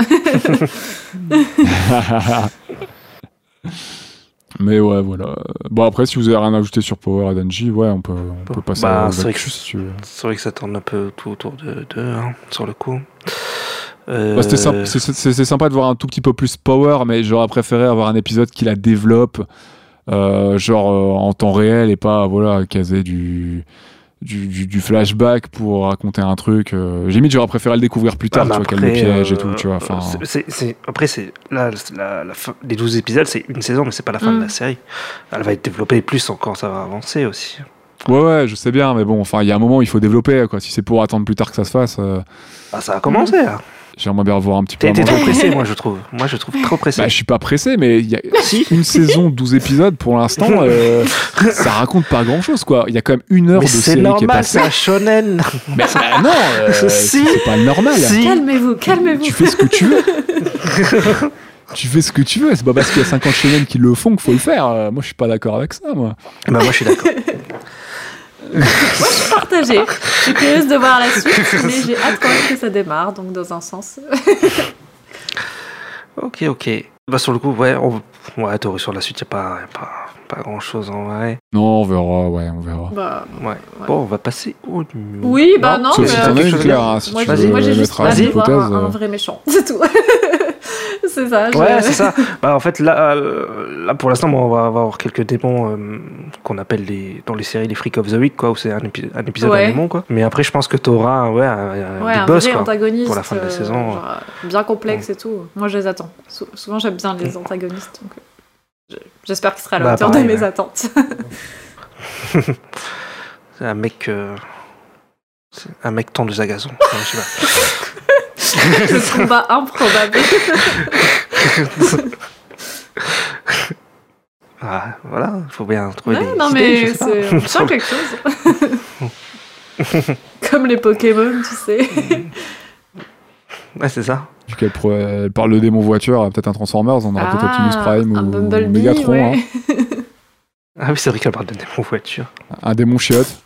S3: mais ouais, voilà. Bon, après, si vous avez rien à ajouter sur Power et Denji, ouais, on peut, on peut passer
S1: Bah,
S3: à
S1: c'est vrai que-
S3: si tu veux.
S1: C'est vrai que ça tourne un peu tout autour de d'eux, hein, sur le coup.
S3: Bah, c'était symp-
S1: Euh,
S3: c'est- c'est c'est sympa de voir un tout petit peu plus Power, mais j'aurais préféré avoir un épisode qui la développe, euh, genre euh, en temps réel et pas voilà caser du du, du- du flashback pour raconter un truc. euh, J'ai mis, j'aurais préféré le découvrir plus
S1: Ah,
S3: tard,
S1: mais
S3: tu vois, qu'elle le
S1: après,
S3: piège et
S1: euh,
S3: tout, tu vois. Enfin,
S1: c'est- c'est- c'est- après, c'est là, la, la fin- les 12 épisodes, c'est une saison, mais c'est pas la fin de
S2: Mm.
S1: la série. Elle va être développée plus encore, ça va avancer aussi.
S3: ouais, ouais, je sais bien, mais bon, enfin, il y a un moment, il faut développer, quoi. Si c'est pour attendre plus tard que ça se fasse, euh,
S1: Ah, ça a commencé. là.
S3: j'aimerais bien revoir un petit peu.
S1: T'as
S3: à
S1: été
S3: manger.
S1: trop pressé, moi, je trouve. Moi, je trouve trop pressé.
S3: Bah, je suis pas pressé, mais il y a
S1: Si.
S3: une saison, 12 épisodes, pour l'instant, euh, ça raconte pas grand chose, quoi. Il y a quand même une heure
S1: mais
S3: de
S1: c'est
S3: série qui est
S1: normal,
S3: passée.
S1: c'est un shonen.
S3: Mais bah non, euh,
S1: Si.
S3: c'est c'est pas normal.
S1: Si.
S2: calmez-vous,
S3: Tu
S2: calmez-vous.
S3: fais ce que tu veux. tu fais ce que tu veux. C'est pas parce qu'il y a 50 shonen qui le font qu'il faut le faire. Euh, Moi, je suis pas d'accord avec ça, moi.
S1: Bah, moi, je suis d'accord.
S4: Moi, je suis partagée. Je suis curieuse de voir la suite, mais j'ai hâte quand même que ça démarre, donc dans un sens.
S2: euh,
S1: Ok, ok. Bah, sur le coup, ouais, on... ouais Tori, sur la suite, il n'y a pas, y a pas, pas grand chose en vrai.
S3: Non, on verra, ouais, on verra.
S4: Bah,
S1: Ouais. Bon, on va passer au numéro.
S4: Oui, bah non,
S3: Sauf
S4: mais-
S3: si
S1: euh,
S3: t'en as
S1: quelque
S3: une
S1: chose
S3: claire, hein, si
S4: Moi,
S3: tu
S4: j'ai-
S3: veux
S4: moi, j'ai juste
S3: mettre à
S4: hâte de voir
S3: l'hypothèse. euh,
S4: un, un vrai méchant, c'est tout. c'est ça. je-
S1: euh. Ouais, c'est ça. Bah, en fait, là, euh, là pour l'instant, bon, on va avoir quelques démons euh, qu'on appelle les, dans les séries les Freak of the Week, quoi, où c'est un, épi- un épisode
S4: Ouais.
S1: un démon, quoi. Mais après, je pense que t'auras ouais, un, un-
S4: Ouais,
S1: du
S4: un
S1: Euh, boss,
S4: vrai
S1: quoi.
S4: antagoniste.
S1: pour la fin de la
S4: euh,
S1: saison. Mm.
S4: genre, euh, bien complexe et tout. Moi, je les attends. Sou- souvent, j'aime bien les antagonistes. donc, euh, je- J'espère qu'il sera à la
S1: Bah,
S4: hauteur
S1: pareil,
S4: de mes
S1: ouais.
S4: attentes.
S1: C'est un mec. euh, c'est un mec tendeuse à gazon. Ouais, je sais pas.
S4: Le combat improbable.
S1: Ah, voilà, il faut bien trouver
S4: Ouais,
S1: des
S4: non,
S1: idées,
S4: mais
S1: je sais pas.
S4: c'est on sent quelque chose. Comme les Pokémon, tu sais.
S1: Ouais, c'est ça.
S3: Du coup, elle, pourrait- elle parle de démon voiture, euh, peut-être un Transformers, on aura peut-être Optimus Prime
S4: Ah, un
S3: ou
S4: Bumblebee,
S3: Megatron,
S4: ouais.
S3: hein.
S1: Ah oui, c'est vrai qu'elle parle de démon voiture.
S3: un démon chiotte.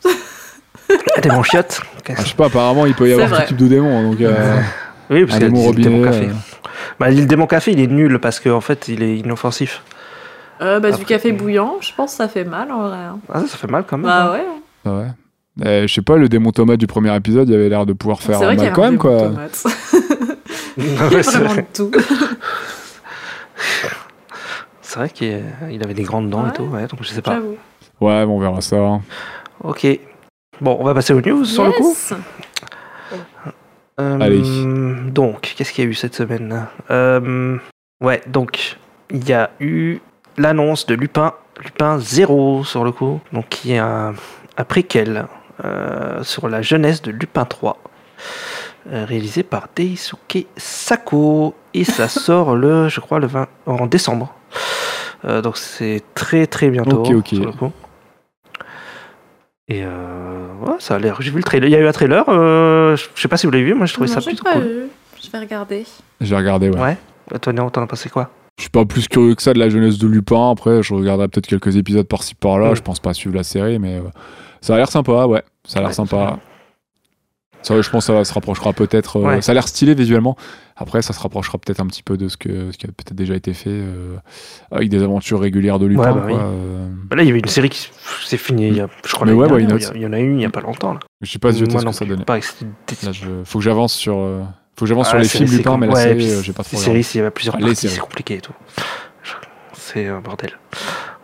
S1: Ah, démon chiotte
S3: Ah, je sais pas, apparemment il peut y
S4: C'est
S3: avoir
S4: vrai.
S3: tout type de démon, donc euh,
S1: Oui, parce
S3: un
S1: que
S3: démon
S1: le
S3: robinet.
S1: démon café.
S3: euh,
S1: Bah, le démon café, il est nul parce qu'en fait, il est inoffensif.
S4: Euh, bah, du
S1: Après-
S4: café bouillant, je pense que ça fait mal en vrai. hein.
S1: Ah, ça, ça fait mal quand même.
S4: Bah ouais,
S3: ah ouais. Euh, je sais pas, le démon tomate du premier épisode, il avait l'air de pouvoir
S4: c'est
S3: faire
S4: vrai qu'il y
S3: mal
S4: a
S3: quand même, quoi.
S4: tomates.
S1: Ouais,
S4: Il y a
S1: c'est
S4: vraiment
S1: vrai,
S4: de tout.
S1: C'est vrai qu'il est- il avait des grandes dents et
S4: Ouais.
S1: tout, ouais, donc je sais pas.
S4: J'avoue.
S3: Ouais, bon, on verra ça. hein.
S1: Ok. Bon, on va passer aux news sur le coup.
S4: Yes.
S1: Euh,
S3: Allez.
S1: Donc, qu'est-ce qu'il y a eu cette semaine Euh, Ouais, donc, il y a eu l'annonce de Lupin, Lupin 0 sur le coup, donc qui est un, un préquel euh, sur la jeunesse de Lupin 3, réalisé par Daisuke Sako, et ça sort le, je crois, le 20, en décembre. Euh, donc c'est très très bientôt
S3: Ok, ok.
S1: sur le coup. Et euh, ouais, ça a l'air. J'ai vu le trailer. Il y a eu un trailer. euh, je je sais pas si vous l'avez vu. Moi, je trouvais
S4: Non,
S1: ça
S4: j'ai
S1: plutôt
S4: pas
S1: cool.
S4: vu. Je vais regarder.
S3: J'ai regardé, ouais.
S1: Ouais. Euh, Toi, Néo, t'en as pensé quoi
S3: Je suis pas plus curieux que ça de la jeunesse de Lupin. Après, je regarderai peut-être quelques épisodes par-ci par-là.
S1: Mm.
S3: Je pense pas suivre la série, mais euh, ça a l'air sympa, ouais. Ça a l'air
S1: Ouais,
S3: sympa. Ça, je pense que ça se rapprochera peut-être. euh,
S1: Ouais.
S3: Ça a l'air stylé visuellement. Après, ça se rapprochera peut-être un petit peu de ce, que, ce qui a peut-être déjà été fait euh, avec des aventures régulières de Lupin.
S1: Ouais, bah
S3: quoi.
S1: oui.
S3: Euh,
S1: Bah Là, il y avait une série qui pff, s'est finie. il y a- je crois
S3: Mais
S1: l'année
S3: ouais,
S1: dernière,
S3: Why Not
S1: il y a- il y en a eu il y a pas longtemps. Là.
S3: Je sais pas si je
S1: Moi
S3: ce
S1: non
S3: que ça donnait.
S1: Pareil, c'était des-
S3: Là, je- faut que j'avance sur. euh, Faut que j'avance
S1: Ah,
S3: sur
S1: la
S3: les
S1: série,
S3: films
S1: c'est
S3: Lupin,
S1: com-
S3: mais la
S1: ouais,
S3: série,
S1: puis
S3: euh, j'ai pas trop
S1: Les
S3: regardé.
S1: séries, s'il y avait plusieurs
S3: Ah, les
S1: parties,
S3: séries.
S1: c'est compliqué et tout. Je- C'est un bordel.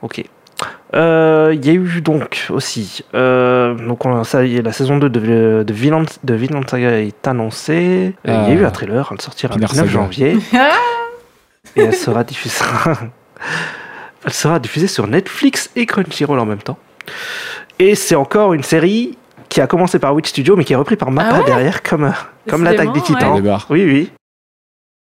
S1: Ok. Euh, Il y a eu donc aussi. euh, donc on, ça, y est, la saison 2 de, de, Vinland, de Vinland Saga est annoncée. Euh, Il y a
S3: Ah.
S1: eu un trailer, elle sortira le
S3: Vinland
S1: 9
S3: Saga.
S1: janvier. et elle sera diffusée. elle sera diffusée sur Netflix et Crunchyroll en même temps. Et c'est encore une série qui a commencé par Witch Studio mais qui est reprise par Mappa
S4: Ah ouais
S1: derrière comme, euh, comme l'attaque des
S4: Décidément,
S1: titans.
S3: ouais. Des barres.
S1: Oui, oui.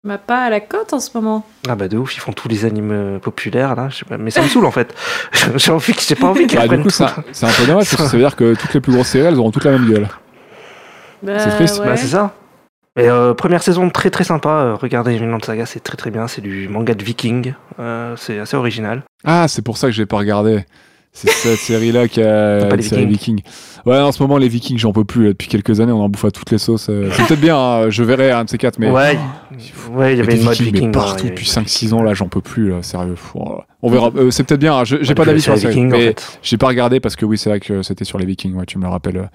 S4: M'a Bah, pas à la cote en ce moment.
S1: Ah bah de ouf, ils font tous les animes euh, populaires là, je sais pas, mais ça me saoule en fait. J'ai envie, que- j'ai pas envie qu'ils
S3: Bah, du
S1: prennent
S3: coup,
S1: tout. hein.
S3: ça- c'est un peu dommage parce que ça veut dire que toutes les plus grosses séries, elles auront toutes la même gueule.
S4: Bah,
S3: triste.
S1: Bah
S4: ouais.
S1: c'est ça. Mais euh, première saison très très sympa, euh, regardez Vinland Saga, c'est très très bien, c'est du manga de viking, euh, c'est assez original.
S3: Ah, c'est pour ça que j'ai pas regardé. C'est cette série-là qui a
S1: T'as pas les
S3: série Vikings. Ouais, en ce moment, les Vikings, j'en peux plus. là. Depuis quelques années, on en bouffe à toutes les sauces. euh. C'est peut-être bien, hein, je verrai un de ces quatre, mais.
S1: ouais, ouais, il y
S3: mais
S1: avait
S3: des
S1: une mode
S3: Vikings,
S1: viking.
S3: mais
S1: ouais, il
S3: partout
S1: y avait-
S3: depuis 5-6 ans, là, j'en peux plus, là, sérieux. Pff, oh, On verra. Euh, c'est peut-être bien, hein, je- j'ai
S1: Ouais,
S3: pas d'avis sur la
S1: série
S3: série.
S1: viking en
S3: mais
S1: fait.
S3: j'ai pas regardé parce que oui, c'est vrai que c'était sur les Vikings, ouais, tu me le rappelles. euh.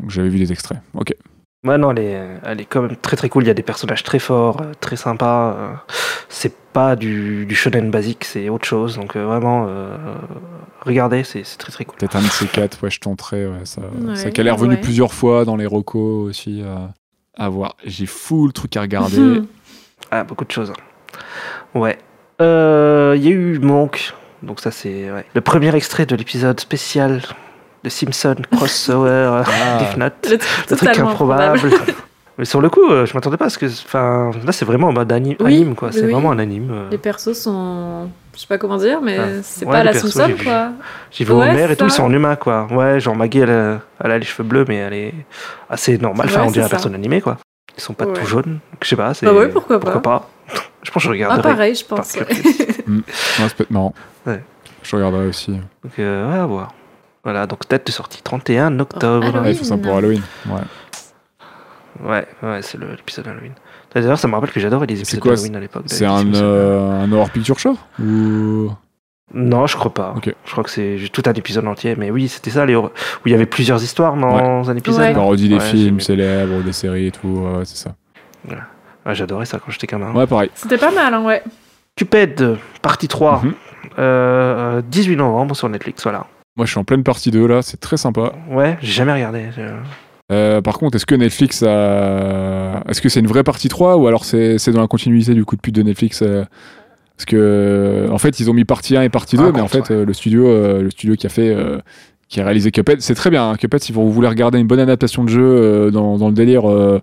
S3: Donc j'avais vu les extraits. Ok.
S1: Ouais non, elle est, elle est quand même très très cool, il y a des personnages très forts, euh, très sympas. euh, C'est pas du, du shonen basique, c'est autre chose, donc euh, vraiment, euh, regardez, c'est c'est très très cool.
S3: Peut-être un de ces quatre, ouais, je tenterai. Ouais, ça,
S4: Ouais,
S3: ça qui a l'air venu
S4: ouais.
S3: plusieurs fois dans les recos aussi. euh, à voir. J'ai full truc à regarder.
S4: Mhm.
S1: Ah, beaucoup de choses. Ouais. Euh, Il y a eu Monk. Donc ça, c'est ouais. le premier extrait de l'épisode spécial de Simpson Crossover euh,
S3: Ah.
S1: Death Note.
S4: Le
S1: Le truc
S4: totalement
S1: improbable. Mais sur le coup, euh, je m'attendais pas à ce que... Enfin, là, c'est vraiment en mode ani-
S4: Oui,
S1: anime, quoi. C'est
S4: oui.
S1: vraiment un anime. euh.
S4: Les persos sont. Je sais pas comment dire, mais
S1: Ah.
S4: c'est
S1: Ouais,
S4: pas
S1: les
S4: la
S1: persos,
S4: Simpson,
S1: j'ai vu.
S4: quoi.
S1: J'ai vu
S4: Ouais,
S1: Homer et tout,
S4: ça.
S1: ils sont en humain, quoi. Ouais, genre Maggie, elle a, elle a les cheveux bleus, mais elle est assez normale. Enfin,
S4: Ouais,
S1: on dirait un
S4: c'est ça.
S1: personne animée, quoi. Ils sont pas
S4: Ouais.
S1: tout jaunes. Donc, Je sais pas, c'est...
S4: Bah ouais, pourquoi pas.
S1: Je pense que je
S4: Ah,
S1: regarderai.
S4: pareil, je
S1: parce
S4: pense.
S1: que-
S4: ouais.
S3: Ouais, c'est peut-être marrant.
S1: Ouais.
S3: Je regarderai aussi.
S1: Donc, euh, ouais, à voir. Voilà, donc date de sortie 31 octobre.
S4: Ah,
S3: Ouais, il faut ça pour Halloween. Ouais.
S1: Ouais, ouais, c'est le- l'épisode Halloween. D'ailleurs, ça me rappelle que j'adorais les épisodes
S3: quoi,
S1: Halloween à l'époque.
S3: C'est
S1: David
S3: un,
S1: Simpson.
S3: euh, un horror picture show Ou-
S1: Non, je crois pas.
S3: Ok.
S1: Je crois que c'est juste tout un épisode entier. Mais oui, c'était ça, les horreurs- où il y avait plusieurs histoires dans un épisode.
S4: Ouais.
S1: là.
S3: parodie des
S1: Ouais,
S3: films
S1: j'ai
S3: célèbres, des séries et tout, ouais, c'est ça.
S1: Ah, J'adorais ça quand j'étais gamin.
S3: Ouais, pareil.
S4: C'était pas mal, hein, ouais.
S1: Cuphead, partie 3,
S3: Mhm.
S1: euh, 18 novembre sur Netflix, voilà.
S3: Moi, je suis en pleine partie 2 là, c'est très sympa.
S1: Ouais, j'ai jamais regardé. euh.
S3: Euh, par contre, est-ce que Netflix a. Est-ce que c'est une vraie partie 3 ou alors c'est c'est dans la continuité du coup de pute de Netflix euh, Parce que, euh, en fait, ils ont mis partie 1 et partie 2,
S1: Ah,
S3: mais en
S1: contre,
S3: fait, euh, le, studio, euh, le studio qui a fait. euh, qui a réalisé Cuphead, c'est très bien. hein, Cuphead, si vous voulez regarder une bonne adaptation de jeu euh, dans, dans le délire. euh,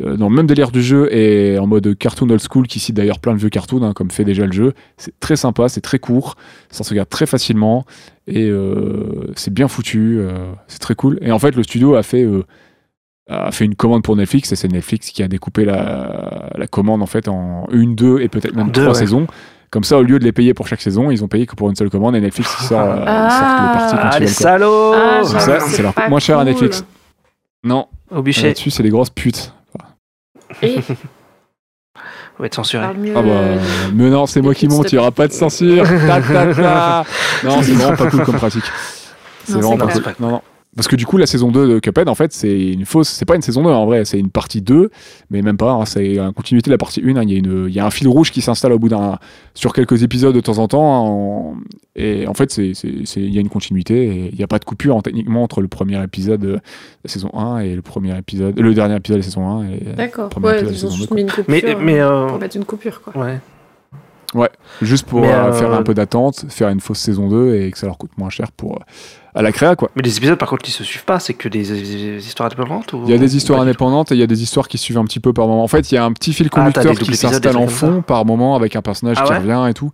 S3: euh, dans le même délire du jeu et en mode cartoon old school qui cite d'ailleurs plein de vieux cartoons hein, comme fait déjà le jeu c'est très sympa c'est très court ça se regarde très facilement et euh, c'est bien foutu, euh, c'est très cool. Et en fait, le studio a fait, euh, a fait une commande pour Netflix et c'est Netflix qui a découpé la, la commande en fait en une, deux et peut-être même
S1: Deux,
S3: trois
S1: ouais.
S3: saisons. Comme ça, au lieu de les payer pour chaque saison, ils ont payé que pour une seule commande et Netflix qui sort, euh, sort
S4: Ah.
S3: le parti quand
S1: Ah,
S3: ils
S1: les
S3: veulent, quoi.
S1: salauds
S4: Ah,
S3: Donc ça,
S4: j'avoue,
S3: c'est
S4: c'est
S3: leur
S4: pas
S3: moins cher à
S4: cool.
S3: Netflix. Non,
S1: Au bûcher,
S3: là-dessus, c'est des grosses putes.
S4: Et
S1: on va être censuré.
S4: parle mieux.
S3: Ah bah,
S4: euh,
S3: mais non, c'est moi qui
S4: putes
S3: monte,
S4: de
S3: il n'y aura pas de censure. Ta, ta, ta. Non, c'est vraiment pas cool comme pratique. C'est
S4: Non,
S3: vraiment
S4: c'est
S3: pas
S1: clair.
S3: cool. Non, non. Parce que du coup, la saison 2 de Cuphead, en fait, c'est une fausse. C'est pas une saison 2 hein, en vrai, c'est une partie 2, mais même pas. hein, c'est la continuité de la partie 1. hein. Il y, a une- il y a un fil rouge qui s'installe au bout d'un. sur quelques épisodes de temps en temps. hein, en- et en fait, c'est- c'est- c'est- il y a une continuité. et Il n'y a pas de coupure hein, techniquement entre le premier épisode de la saison 1 et le, premier épisode, le dernier épisode de la saison 1. Et, euh,
S4: D'accord.
S3: Premier
S4: Ouais,
S3: épisode,
S4: ils ont
S3: saison deux,
S4: juste
S3: quoi.
S4: mis une coupure.
S1: Mais, mais,
S4: euh,
S1: euh,
S4: Pour mettre une coupure, quoi.
S1: ouais.
S3: Juste pour
S1: Mais,
S3: euh,
S1: euh,
S3: faire un peu d'attente, faire une fausse saison 2 et que ça leur coûte moins cher pour euh, à la créa quoi.
S1: Mais les épisodes, par contre, qui se suivent pas, c'est que des, des histoires indépendantes ou...
S3: Il y a des histoires
S1: Ouais.
S3: indépendantes et il y a des histoires qui suivent un petit peu par moment. En fait, il y a un petit fil
S1: Ah, t'as des
S3: conducteur
S1: doubles
S3: qui
S1: épisodes,
S3: s'installe
S1: des
S3: en
S1: trucs comme
S3: fond par moment avec un personnage
S1: Ah
S3: qui
S1: ouais
S3: revient et tout.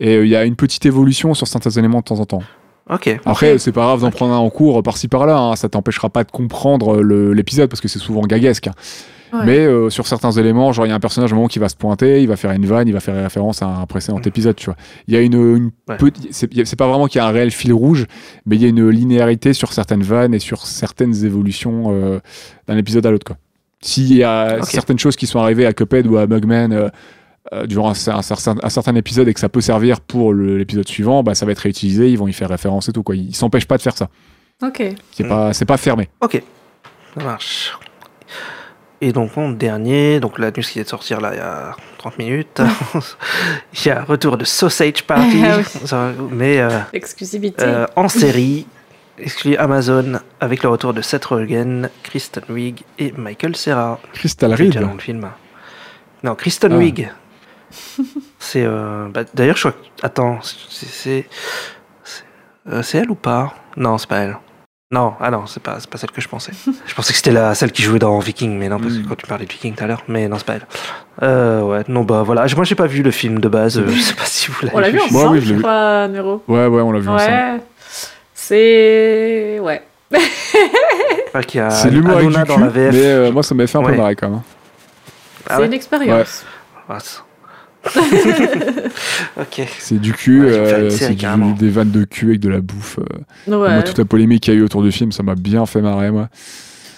S3: Et euh, il y a une petite évolution sur certains éléments de temps en temps.
S1: Ok.
S3: Après,
S4: Ok.
S3: c'est pas grave d'en prendre un en cours euh, par-ci par-là. hein. Ça t'empêchera pas de comprendre euh, le- l'épisode parce que c'est souvent gaguesque. hein.
S4: Ouais.
S3: Mais euh, sur certains éléments, genre il y a un personnage à un moment qui va se pointer, il va faire une vanne, il va faire référence à un précédent épisode, tu vois. Il y a une, une
S1: Mm. Ouais.
S3: petite- c'est il y a- c'est pas vraiment qu'il y a un réel fil rouge, mais il y a une linéarité sur certaines vannes et sur certaines évolutions euh, d'un épisode à l'autre, quoi. S'il y a
S1: Ok.
S3: certaines choses qui sont arrivées à Cuphead ou à Mugman euh, euh, durant un, cer- un certain, un certain épisode et que ça peut servir pour le- l'épisode suivant, bah ça va être réutilisé, ils vont y faire référence et tout, quoi. Ils s'empêchent pas de faire ça.
S4: Ok.
S3: C'est
S1: Mm.
S3: pas, c'est pas fermé.
S1: Ça marche. Et donc, en dernier, donc la news qui vient de sortir là il y a 30 minutes, il y a retour de Sausage Party,
S4: Ah oui.
S1: Ça- mais euh,
S4: Exclusivité.
S1: euh, en série, exclu Amazon, avec le retour de Seth Rogen, Kristen Wiig et Michael Cera.
S3: Crystal
S1: C'est déjà
S3: Reed.
S1: dans le film. Non, Kristen
S3: Ah.
S1: Wiig. C'est. euh, bah, D'ailleurs, je crois. que- Attends, c'est. C'est c'est- euh, c'est elle ou pas Non, c'est pas elle. Non, ah non, c'est pas, c'est pas celle que je pensais. Je pensais que c'était la celle qui jouait dans Viking, mais non, parce que
S3: Mm.
S1: quand tu parlais de Viking tout à l'heure, mais non, c'est pas elle. Euh, ouais, non, bah voilà. Moi, j'ai pas vu le film de base, euh, je sais pas si vous l'avez
S4: On l'a vu
S3: Moi,
S4: ensemble,
S3: oui, je l'ai
S4: je
S3: vu.
S4: crois, Nero.
S3: Ouais, ouais, on l'a vu ensemble.
S4: Ouais. C'est. Ouais.
S1: Enfin, qu'il y a
S3: C'est de l'humour avec du
S1: Anona
S3: cul,
S1: dans la VF.
S3: mais euh, moi ça m'a fait un
S1: Ouais.
S3: peu marrer quand même. hein.
S1: Ah
S4: c'est
S1: ouais
S4: une expérience.
S1: Ah, c'est- ok.
S3: C'est du cul,
S1: Ouais, je vais faire une
S3: euh,
S1: série,
S3: c'est du-
S1: carrément.
S3: des vannes de cul avec de la bouffe. euh.
S4: Ouais.
S3: Moi, toute la polémique qu'il y a eu autour du film, ça m'a bien fait marrer, moi.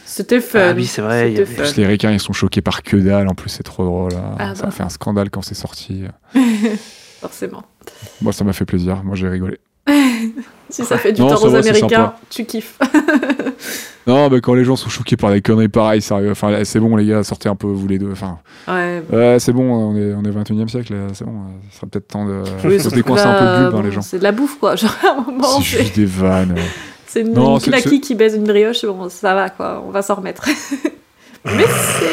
S4: C'était fun.
S1: Ah oui, c'est vrai, il y
S4: C'était
S1: avait-
S4: fun.
S3: Parce que les requins, ils sont choqués par que dalle, en plus, c'est trop drôle. hein.
S4: Ah,
S3: ça a
S4: bah.
S3: fait un scandale quand c'est sorti.
S4: Forcément.
S3: Moi, ça m'a fait plaisir, moi j'ai rigolé.
S4: Si ça fait du
S3: Non,
S4: tort
S3: ça
S4: aux
S3: va, c'est
S4: Américains,
S3: sympa.
S4: tu kiffes.
S3: Non, mais quand les gens sont choqués par des conneries pareilles, sérieux, enfin, là, c'est bon, les gars, sortez un peu, vous les deux. Enfin,
S4: ouais.
S3: ouais, c'est bon, on est, on est 21 e siècle, là, c'est bon, euh, ça serait peut-être temps de
S1: Oui,
S3: faut se
S1: surtout
S3: décoincer un peu
S4: Là,
S3: le bulbe, hein,
S4: bon,
S3: les gens.
S4: C'est de la bouffe, quoi. Genre, à un moment,
S3: C'est
S4: c'est
S3: juste des vannes. ouais.
S4: c'est une
S3: Non, c'est-
S4: claquille qui baise une brioche, bon, ça va, quoi. On va s'en remettre. Mais c'est.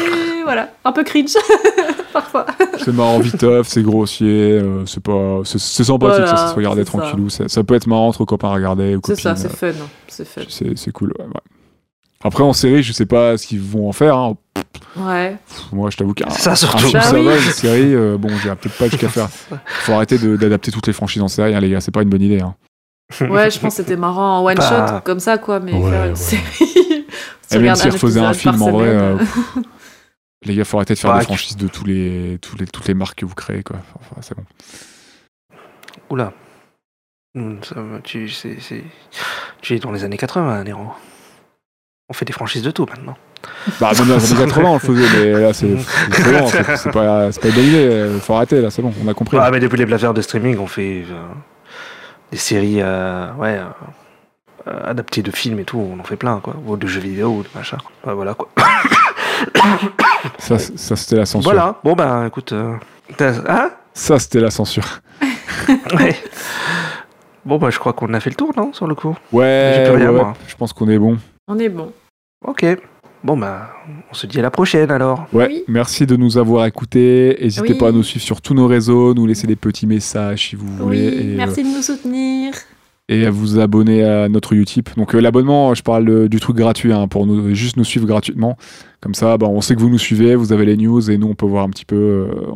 S4: Voilà. Un peu cringe, parfois.
S3: C'est marrant viteuf, c'est grossier, euh, c'est pas, c'est c'est sympathique,
S4: Voilà,
S3: ça, ça se regarder
S4: c'est ça.
S3: tranquillou, ça. ça peut être marrant entre copains à regarder ou
S4: C'est
S3: copines.
S4: ça, c'est
S3: euh,
S4: fun. C'est fun.
S3: c'est c'est cool. ouais, ouais. Après en série, je sais pas ce qu'ils vont en faire. hein.
S4: Ouais.
S3: Pff, moi, je t'avoue qu'un
S1: Ça,
S3: un
S1: surtout.
S3: film,
S4: Bah
S3: ça
S4: oui.
S3: va, une série, euh, bon, j'ai peut-être pas jusqu'à faire. Faut arrêter de- d'adapter toutes les franchises en série, hein, les gars, c'est pas une bonne idée. hein.
S4: Ouais, je pense que c'était marrant en one
S1: Bah.
S4: shot, comme ça, quoi. Mais
S3: Ouais,
S4: faire une
S3: ouais.
S4: série.
S3: Et même si refaisait un film, en vrai, euh,
S4: euh,
S3: pff, les gars, faut arrêter de faire
S1: Bah,
S3: des
S1: tu-
S3: franchises de tous les, tous les, toutes les marques que vous créez, quoi. Enfin, c'est bon.
S1: Oula. Hmm, ça va, tu, c'est- c'est- Tu es dans les années 80, Nero. On fait des franchises de tout maintenant.
S3: Bah, même dans les années 80, on le faisait, mais là, c'est c'est bon, c'est- c'est pas, c'est pas une bonne idée. euh, Faut arrêter, là, c'est bon, on a compris.
S1: Ah, mais depuis les plateformes de streaming, on fait euh, des séries euh, ouais, euh, euh, adaptées de films et tout. On en fait plein, quoi. Ou de jeux vidéo, ou de machin. Ouais, voilà, quoi.
S3: Ça, c'est- ça, c'était la censure.
S1: Voilà. Bon, ben, écoute. euh, t'as- hein
S3: Ça, c'était la censure.
S1: Ouais. Bon, bah, je crois qu'on a fait le tour, non, sur le coup J'ai
S3: Ouais,
S1: plus rien,
S3: ouais, ouais,
S1: moi.
S3: je pense qu'on est bon.
S2: On est bon.
S1: Ok. Bon, bah, on se dit à la prochaine, alors.
S3: Ouais,
S2: Oui.
S3: merci de nous avoir écoutés. N'hésitez
S2: Oui.
S3: pas à nous suivre sur tous nos réseaux, nous laisser des petits messages si vous voulez.
S2: oui,
S3: et, euh,
S2: merci de nous soutenir.
S3: et à vous abonner à notre Utip. Donc euh, l'abonnement, je parle euh, du truc gratuit hein, pour nous juste nous suivre gratuitement. Comme ça, bah, on sait que vous nous suivez, vous avez les news et nous on peut voir un petit peu, euh,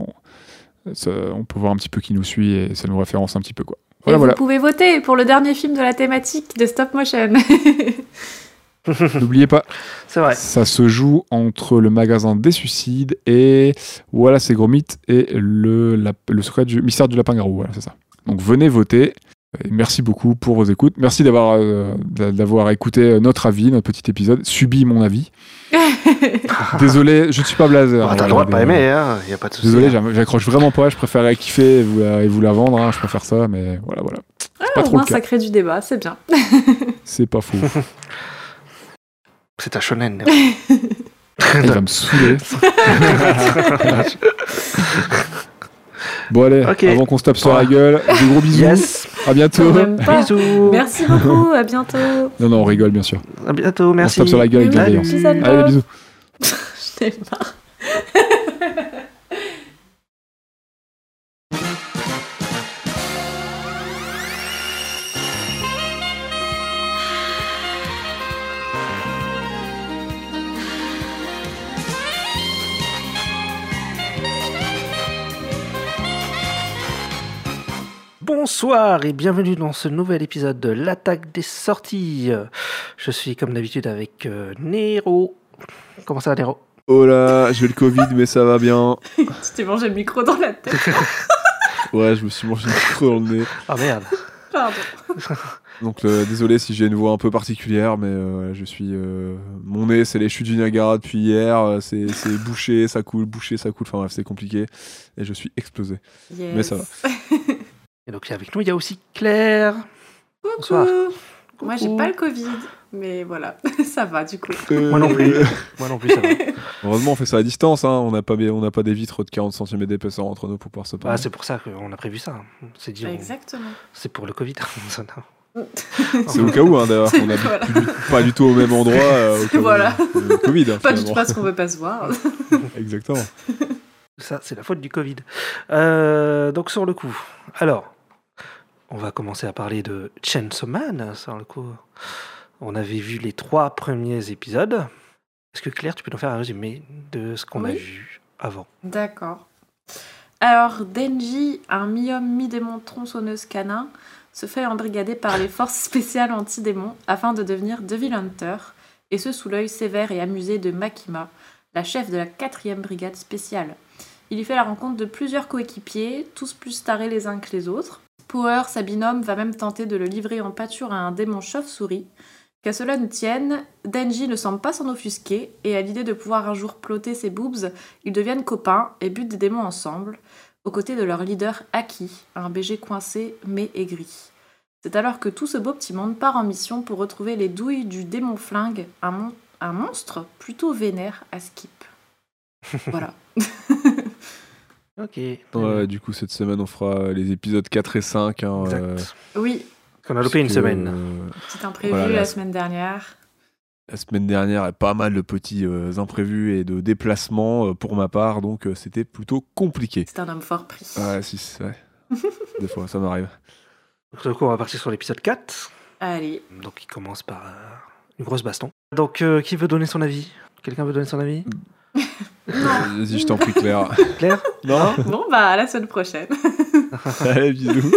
S3: on, ça- on peut voir un petit peu qui nous suit et ça nous référence un petit peu quoi.
S2: Et
S3: Voilà,
S2: vous
S3: voilà.
S2: pouvez voter pour le dernier film de la thématique de stop motion.
S3: N'oubliez pas,
S1: C'est vrai.
S3: ça se joue entre le magasin des suicides et voilà c'est Gromit et le, la- le secret du mystère du lapin garou. Voilà, c'est ça. Donc venez voter. Et merci beaucoup pour vos écoutes. Merci d'avoir euh, d'a- d'avoir écouté euh, notre avis, notre petit épisode, subi mon avis. Désolé, je ne suis pas blazer.
S1: Bah, T'as le
S3: Voilà,
S1: droit de pas
S3: désolé.
S1: aimer, hein. Y a pas de souci.
S3: Désolé, j'aime- j'accroche vraiment pas. Je préfère la kiffer et vous la, et vous la vendre. hein, Je préfère ça, mais voilà, voilà. C'est pas
S2: Au
S3: trop
S2: moins,
S3: le cas.
S2: ça crée du débat, c'est bien.
S3: C'est pas faux.
S1: C'est un shonen.
S3: Il va me saouler. bon, allez,
S1: Ok.
S3: avant qu'on se tape sur la gueule, des gros bisous.
S1: yes.
S3: À bientôt.
S2: Quand même pas.
S1: Bisous.
S2: Merci beaucoup, à bientôt.
S3: Non, non, on rigole, bien sûr.
S1: À bientôt.
S3: On se
S1: Merci.
S3: tape sur la gueule avec
S1: Salut.
S3: bienveillance.
S2: Bisous, Alba.
S3: Allez, bisous.
S2: Je t'ai marre.
S1: Bonsoir et bienvenue dans ce nouvel épisode de l'attaque des sorties. Je suis comme d'habitude avec euh, Nero. Comment ça, Nero
S5: Oh là, j'ai le Covid, mais ça va bien.
S2: Tu t'es mangé le micro dans la tête.
S5: Ouais, je me suis mangé une micro dans le nez.
S1: Ah merde.
S2: Pardon.
S5: Donc, euh, désolé si j'ai une voix un peu particulière, mais euh, voilà, je suis. euh, Mon nez, c'est les chutes du Niagara depuis hier. euh, C'est c'est bouché, ça coule, bouché, ça coule. Enfin bref, c'est compliqué. Et je suis explosé. Mais ça va.
S1: Et donc avec nous, il y a aussi Claire. Bonsoir.
S2: Coucou. Moi, j'ai
S1: Coucou.
S2: pas le Covid, mais voilà, ça va du coup.
S1: Moi non plus. Moi non plus, ça va.
S5: Heureusement, on fait ça à distance. hein. On n'a pas, on n'a pas des vitres de 40 cm d'épaisseur entre nous pour pouvoir se
S1: Bah,
S2: Ah,
S5: parler.
S1: c'est pour ça qu'on a prévu ça. C'est dit, on-
S2: Exactement.
S1: c'est pour le Covid. Ça, non.
S5: c'est au cas où, hein, d'ailleurs. On n'habite
S2: Voilà.
S5: pas du tout au même endroit. euh, au cas où,
S2: Voilà.
S5: euh, le Covid, hein,
S2: Pas du tout
S5: finalement.
S2: parce qu'on veut pas se voir.
S5: Exactement.
S1: Ça, c'est la faute du Covid. Euh, donc, sur le coup. Alors, on va commencer à parler de Chainsaw Man, sur le coup. On avait vu les trois premiers épisodes. Est-ce que Claire, tu peux nous faire un résumé de ce qu'on a
S2: Oui.
S1: vu avant
S2: D'accord. Alors, Denji, un mi-homme, mi-démon tronçonneuse canin, se fait embrigader par les forces spéciales anti-démons afin de devenir Devil Hunter, et ce sous l'œil sévère et amusé de Makima, la chef de la 4ème brigade spéciale. Il y fait la rencontre de plusieurs coéquipiers, tous plus tarés les uns que les autres. Power, sa binôme, va même tenter de le livrer en pâture à un démon chauve-souris. Qu'à cela ne tienne, Denji ne semble pas s'en offusquer, et à l'idée de pouvoir un jour ploter ses boobs, ils deviennent copains et butent des démons ensemble, aux côtés de leur leader Aki, un BG coincé mais aigri. C'est alors que tout ce beau petit monde part en mission pour retrouver les douilles du démon flingue, un, mon- un monstre plutôt vénère à Skip. Voilà.
S1: Ok.
S5: Ouais, du coup, cette semaine, on fera euh, les épisodes 4 et 5. hein,
S1: Exact.
S5: euh,
S2: oui,
S1: Qu'on a loupé une
S5: parce que,
S1: semaine.
S5: euh,
S2: petit imprévu
S5: Voilà,
S2: la
S5: la-
S2: semaine dernière.
S5: la semaine dernière, il y a pas mal de petits euh, imprévus et de déplacements euh, pour ma part, donc euh, c'était plutôt compliqué.
S2: C'est un homme fort pris.
S5: Ouais, si, c'est vrai. Des fois, ça m'arrive.
S1: Donc, sur le coup, on va partir sur l'épisode 4.
S2: Allez,
S1: Donc, il commence par euh, une grosse baston. Donc, euh, qui veut donner son avis Quelqu'un veut donner son avis
S5: Bah. Vas-y, je t'en prie, Claire.
S1: Claire
S5: non
S2: bon bah à la semaine prochaine.
S5: Allez, bisous.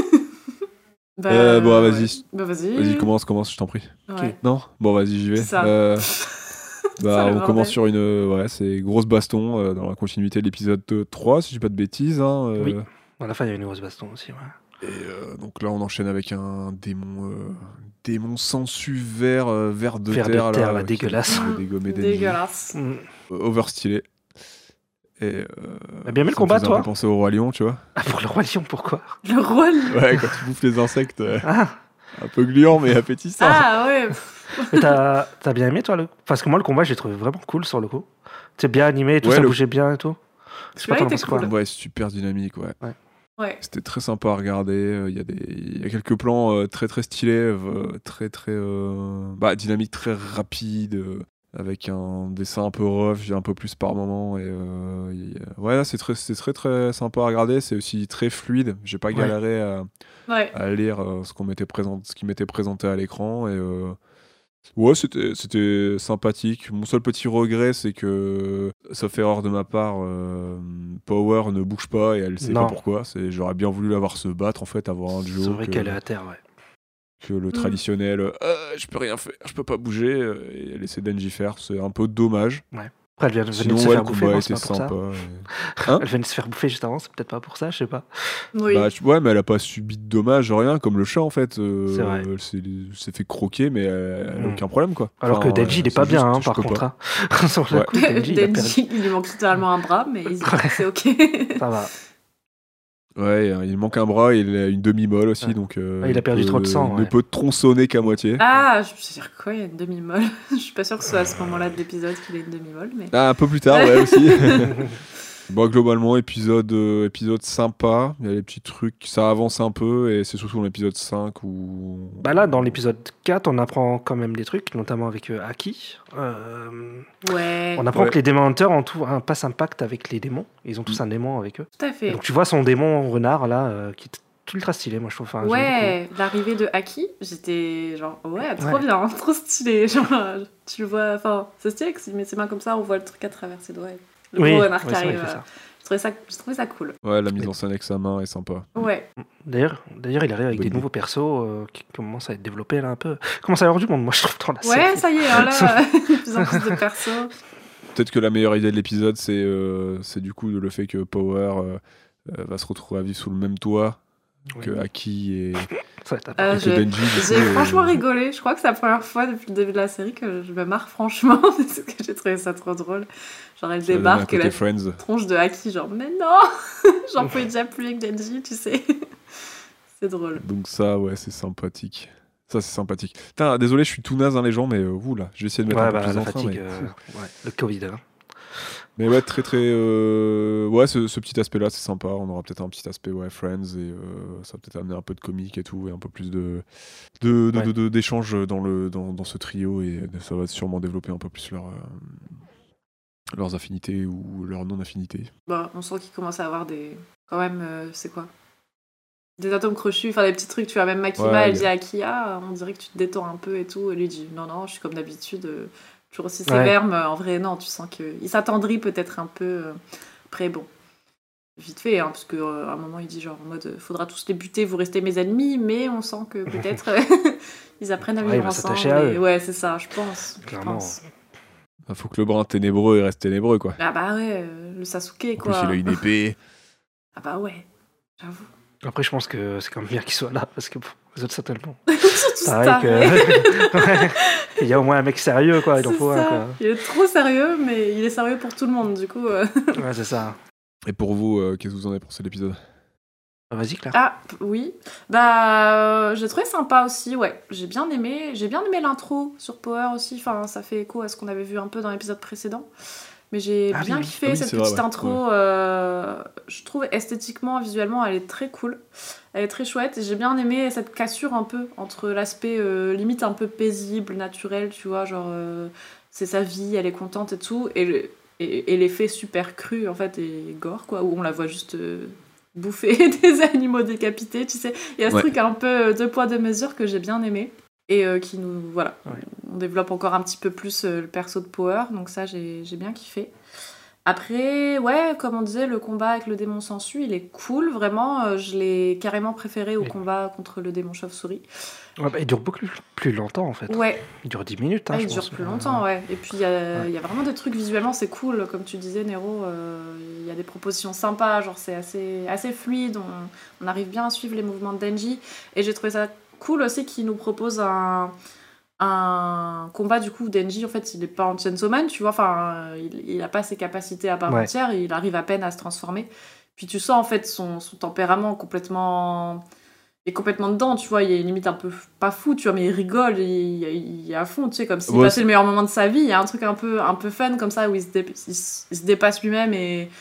S2: Bah,
S5: Euh, bon, vas-y.
S2: ouais. Bah vas-y.
S5: Vas-y, commence, commence, je t'en prie.
S2: Ouais.
S5: Non Bon, vas-y, j'y vais.
S2: C'est ça.
S5: Euh,
S2: C'est
S5: Bah,
S2: ça,
S5: on
S2: le bordel.
S5: commence sur une euh, ouais, c'est grosse baston euh, dans la continuité de l'épisode 3, si je dis pas de bêtises. hein, euh,
S1: Oui. À la fin, il y a une grosse baston aussi. Ouais.
S3: Et euh, donc là, on enchaîne avec un démon, euh, démon sensu vert, euh, vert de
S1: Vert de
S3: terre.
S1: terre,
S3: là,
S1: là,
S3: qui-
S1: dégueulasse.
S3: qui veut dégommer Denji.
S2: Dégueulasse.
S1: Mm.
S3: Euh, Overstylé. Et, euh,
S1: T'as Bah, bien aimé le
S3: ça me
S1: combat,
S3: faisait un
S1: toi
S3: peu penser au Roi Lion, tu vois.
S1: Ah, pour le roi lion, pourquoi
S2: Le rôle.
S3: Ouais, quand tu bouffes les insectes, euh,
S1: Ah,
S3: un peu gluant mais appétissant.
S2: Ah ouais.
S1: mais t'as t'as bien aimé, toi le... Parce que moi, le combat, j'ai trouvé vraiment cool sur le coup. C'est bien animé, et tout
S3: Ouais,
S1: ça
S3: le-
S1: bougeait bien et tout. Je sais pas,
S2: Celui-là
S1: t'en
S2: était
S1: penses quoi
S2: cool.
S3: Ouais, super dynamique, ouais.
S2: Ouais.
S3: C'était très sympa à regarder. euh, Il y, a des- il y a quelques plans euh, très très stylés, euh, très très euh, bah, dynamique, très rapide, euh, avec un dessin un peu rough, j'ai un peu plus par moment. Et, euh, il y a- ouais, c'est très, c'est très très sympa à regarder. C'est aussi très fluide. J'ai pas
S1: Ouais.
S3: galéré à,
S2: Ouais.
S3: à lire euh, ce qu'on m'était présent, ce qui m'était présenté à l'écran et euh, ouais c'était c'était sympathique mon seul petit regret c'est que sauf erreur de ma part euh, Power ne bouge pas et elle sait
S1: Non.
S3: pas pourquoi c'est j'aurais bien voulu la voir se battre en fait avoir un
S1: C'est
S3: duo
S1: vrai
S3: que,
S1: qu'elle Hmm. est à terre, ouais.
S3: que le traditionnel euh, Ah, je peux rien faire je peux pas bouger euh, et laisser Denji faire c'est un peu dommage
S1: Après, elle vient venait
S3: sinon
S1: de se
S3: ouais,
S1: faire
S3: le
S1: bouffer,
S3: combat
S1: non,
S3: était
S1: c'est pas pour
S3: sympa Hein
S1: ça.
S3: et-
S1: Elle venait de se faire bouffer juste avant, c'est peut-être pas pour ça, je sais pas.
S2: Oui.
S3: Bah, tu- ouais, mais elle a pas subi de dommages, rien, comme le chat en fait. Euh,
S1: C'est vrai.
S3: Elle s'est- elle s'est fait croquer, mais elle, elle a
S1: Mm.
S3: aucun problème quoi.
S1: Alors
S3: Enfin,
S1: que Denji, il est
S3: c'est
S1: pas bien,
S3: juste,
S1: hein,
S3: je
S1: par
S3: peux
S1: contre.
S3: pas.
S1: hein. sur le
S3: Ouais.
S1: coup, Denji, il a perdu.
S2: Denji, il lui manque littéralement un bras, mais il-
S1: Ouais.
S2: c'est ok.
S1: Ça va.
S3: Ouais, il manque un bras, il a une demi-molle aussi,
S1: Ouais.
S3: donc. euh,
S1: Ouais, il a perdu
S3: peut-
S1: trop de sang,
S3: Ne
S1: ouais.
S3: peut tronçonner qu'à moitié.
S2: Ah, je veux dire quoi, il y a une demi-molle. Je suis pas sûre que ce soit à ce moment-là de l'épisode qu'il ait une demi-molle, mais.
S3: Ah, un peu plus tard, ouais, aussi. bon, globalement, épisode, euh, épisode sympa. Il y a des petits trucs, ça avance un peu, et c'est surtout dans l'épisode 5 où.
S1: Bah là, dans l'épisode 4, on apprend quand même des trucs, notamment avec euh, Aki. Euh,
S2: Ouais.
S1: on apprend
S3: Ouais. Mm.
S1: que les démons hunters ont tout un passe un pacte avec les démons. Ils ont tous un démon avec eux.
S2: Tout à
S1: Et
S2: fait.
S1: donc tu vois son démon renard là, euh, qui est tout ultra stylé, moi je trouve. Enfin, j'aime
S2: Ouais, l'arrivée de Haki, j'étais genre ouais, trop
S1: Ouais.
S2: bien, trop stylé. Genre, tu le vois, enfin, c'est stylé que s'il met ses mains comme ça, on voit le truc à travers ses doigts. Le
S1: beaucoup. Oui,
S2: gros
S1: ouais,
S2: renard
S1: c'est
S2: qui
S1: vrai, il
S2: arrive.
S1: fait
S2: euh,
S1: ça.
S2: Je trouvais ça, je trouvais ça cool.
S3: Ouais, la mise en scène avec sa main est sympa.
S2: Ouais.
S1: D'ailleurs, d'ailleurs, il arrive avec
S3: Bonne
S1: des
S3: idée.
S1: nouveaux persos euh, qui commencent à être développés là un peu. Commence à y avoir du monde, moi je trouve dans la
S2: Ouais,
S1: série.
S2: ça y est, alors là, de plus en plus de persos.
S3: Peut-être que la meilleure idée de l'épisode, c'est euh, c'est du coup le fait que Power euh, euh, va se retrouver à vivre sous le même toit
S1: Oui.
S3: que Aki et, et
S1: Ça va être
S2: Euh,
S3: que
S2: j'ai-
S3: Denji. du coup,
S2: J'ai
S3: euh,
S2: franchement rigolé. Je crois que c'est la première fois depuis le début de la série que je me marre franchement parce que j'ai trouvé ça trop drôle. Genre elle
S3: ça donne un
S2: débarque et
S3: côté
S2: la
S3: Friends.
S2: tronche de Haki, genre mais non, j'en pouvais déjà plus avec Denji, tu sais. c'est drôle.
S3: Donc ça, ouais, c'est sympathique. Ça, c'est sympathique. Putain, désolé, je suis tout naze, hein, les gens, mais euh, vous, là, je vais essayer de mettre
S1: Ouais,
S3: un peu
S1: bah,
S3: plus
S1: la
S3: en train,
S1: fatigue,
S3: mais...
S1: euh, ouais, le Covid. hein.
S3: mais ouais, très, très... euh, Ouais, ce, ce petit aspect-là, c'est sympa. On aura peut-être un petit aspect, ouais, Friends, et euh, ça va peut-être amener un peu de comique et tout, et un peu plus de de- de-
S1: Ouais.
S3: de- de- d'échanges dans, le, dans, dans ce trio, et ça va sûrement développer un peu plus leur, euh, leurs affinités ou leurs non-affinités.
S2: Bon, Bah, on sent qu'il commence à avoir des. Quand même, euh, c'est quoi Des atomes crochus, enfin des petits trucs, tu vois. Même Makima,
S3: Ouais,
S2: elle
S3: il-
S2: dit à Kia, on dirait que tu te détends un peu et tout. Et lui dit, non, non, je suis comme d'habitude, euh, toujours aussi
S1: Ouais.
S2: sévère, mais en vrai, non, tu sens qu'il s'attendrit peut-être un peu. euh, Après, bon. Vite fait, hein, parce qu'à un moment, il dit genre en mode, euh, faudra tous les buter, vous restez mes ennemis, mais on sent que peut-être ils apprennent à
S1: Ouais, il
S2: vivre
S1: va
S2: ensemble.
S1: s'attacher à
S2: et-
S1: eux.
S2: Ouais, c'est ça, je pense. je
S1: Clairement.
S2: pense.
S3: Il faut que le brin ténébreux, il reste ténébreux, quoi.
S2: Ah bah ouais, euh, le Sasuke,
S3: En
S2: quoi.
S3: plus, il a une épée.
S2: Ah bah ouais, j'avoue.
S1: Après, je pense que c'est quand même bien qu'il soit là, parce que pff, les autres, ça tellement.
S2: Surtout
S1: Pareil
S2: Star.
S1: que- Ouais. Il y a au moins un mec sérieux, quoi. Il en
S2: C'est
S1: faut
S2: ça.
S1: un,
S2: Il est trop sérieux, mais il est sérieux pour tout le monde, du coup. euh.
S1: quoi. Ouais, c'est ça.
S3: Et pour vous, euh, qu'est-ce que vous en avez pensé de l'épisode
S1: Ah, Vas-y, Claire.
S2: Ah, p- oui. Bah, euh, j'ai trouvé sympa aussi, ouais. J'ai bien aimé. J'ai bien aimé l'intro sur Power aussi. Enfin, ça fait écho à ce qu'on avait vu un peu dans l'épisode précédent. Mais j'ai
S1: Ah
S2: bien
S1: oui.
S2: kiffé
S3: Ah oui,
S2: cette
S3: c'est vrai,
S2: petite
S3: ouais.
S2: intro. euh, je trouve esthétiquement, visuellement, elle est très cool. Elle est très chouette. Et j'ai bien aimé cette cassure un peu entre l'aspect euh, limite un peu paisible, naturel, tu vois, genre euh, c'est sa vie, elle est contente et tout, et le- et, et l'effet super cru en fait et gore quoi, où on la voit juste euh, bouffer des animaux décapités, tu sais. Il y a ce
S3: Ouais.
S2: truc un peu euh, deux poids deux mesures que j'ai bien aimé et euh, qui nous voilà,
S1: Ouais.
S2: on développe encore un petit peu plus euh, le perso de Power, donc ça j'ai j'ai bien kiffé. Après, ouais, comme on disait, le combat avec le démon sensu, il est cool, vraiment. euh, je l'ai carrément préféré au
S1: Oui.
S2: combat contre le démon chauve-souris.
S1: Ouais, bah, il dure beaucoup plus longtemps en fait.
S2: Ah. Ouais,
S1: Il dure 10 minutes. hein,
S2: Ah, il
S1: je
S2: dure
S1: pense.
S2: plus longtemps, ouais. Et puis, il y, a-
S1: Ouais.
S2: il y a vraiment des trucs visuellement, c'est cool. Comme tu disais, Nero, euh, il y a des propositions sympas, genre c'est assez, assez fluide. On, on arrive bien à suivre les mouvements de Denji. Et j'ai trouvé ça cool aussi qu'il nous propose un, un combat, du coup, où Denji, en fait, il est pas en Chainsaw Man, tu vois. Enfin, euh, il, il a pas ses capacités à part
S1: Ouais.
S2: entière, il arrive à peine à se transformer. Puis tu sens, en fait, son, son tempérament complètement est complètement dedans, tu vois, il est limite un peu f- pas fou, tu vois, mais il rigole, il, il- il est à fond, tu sais, comme s'il
S3: Ouais,
S2: passait le meilleur moment de sa vie. Il y a un truc un peu, un peu fun comme ça où il se, dé- il se- il se dépasse lui-même et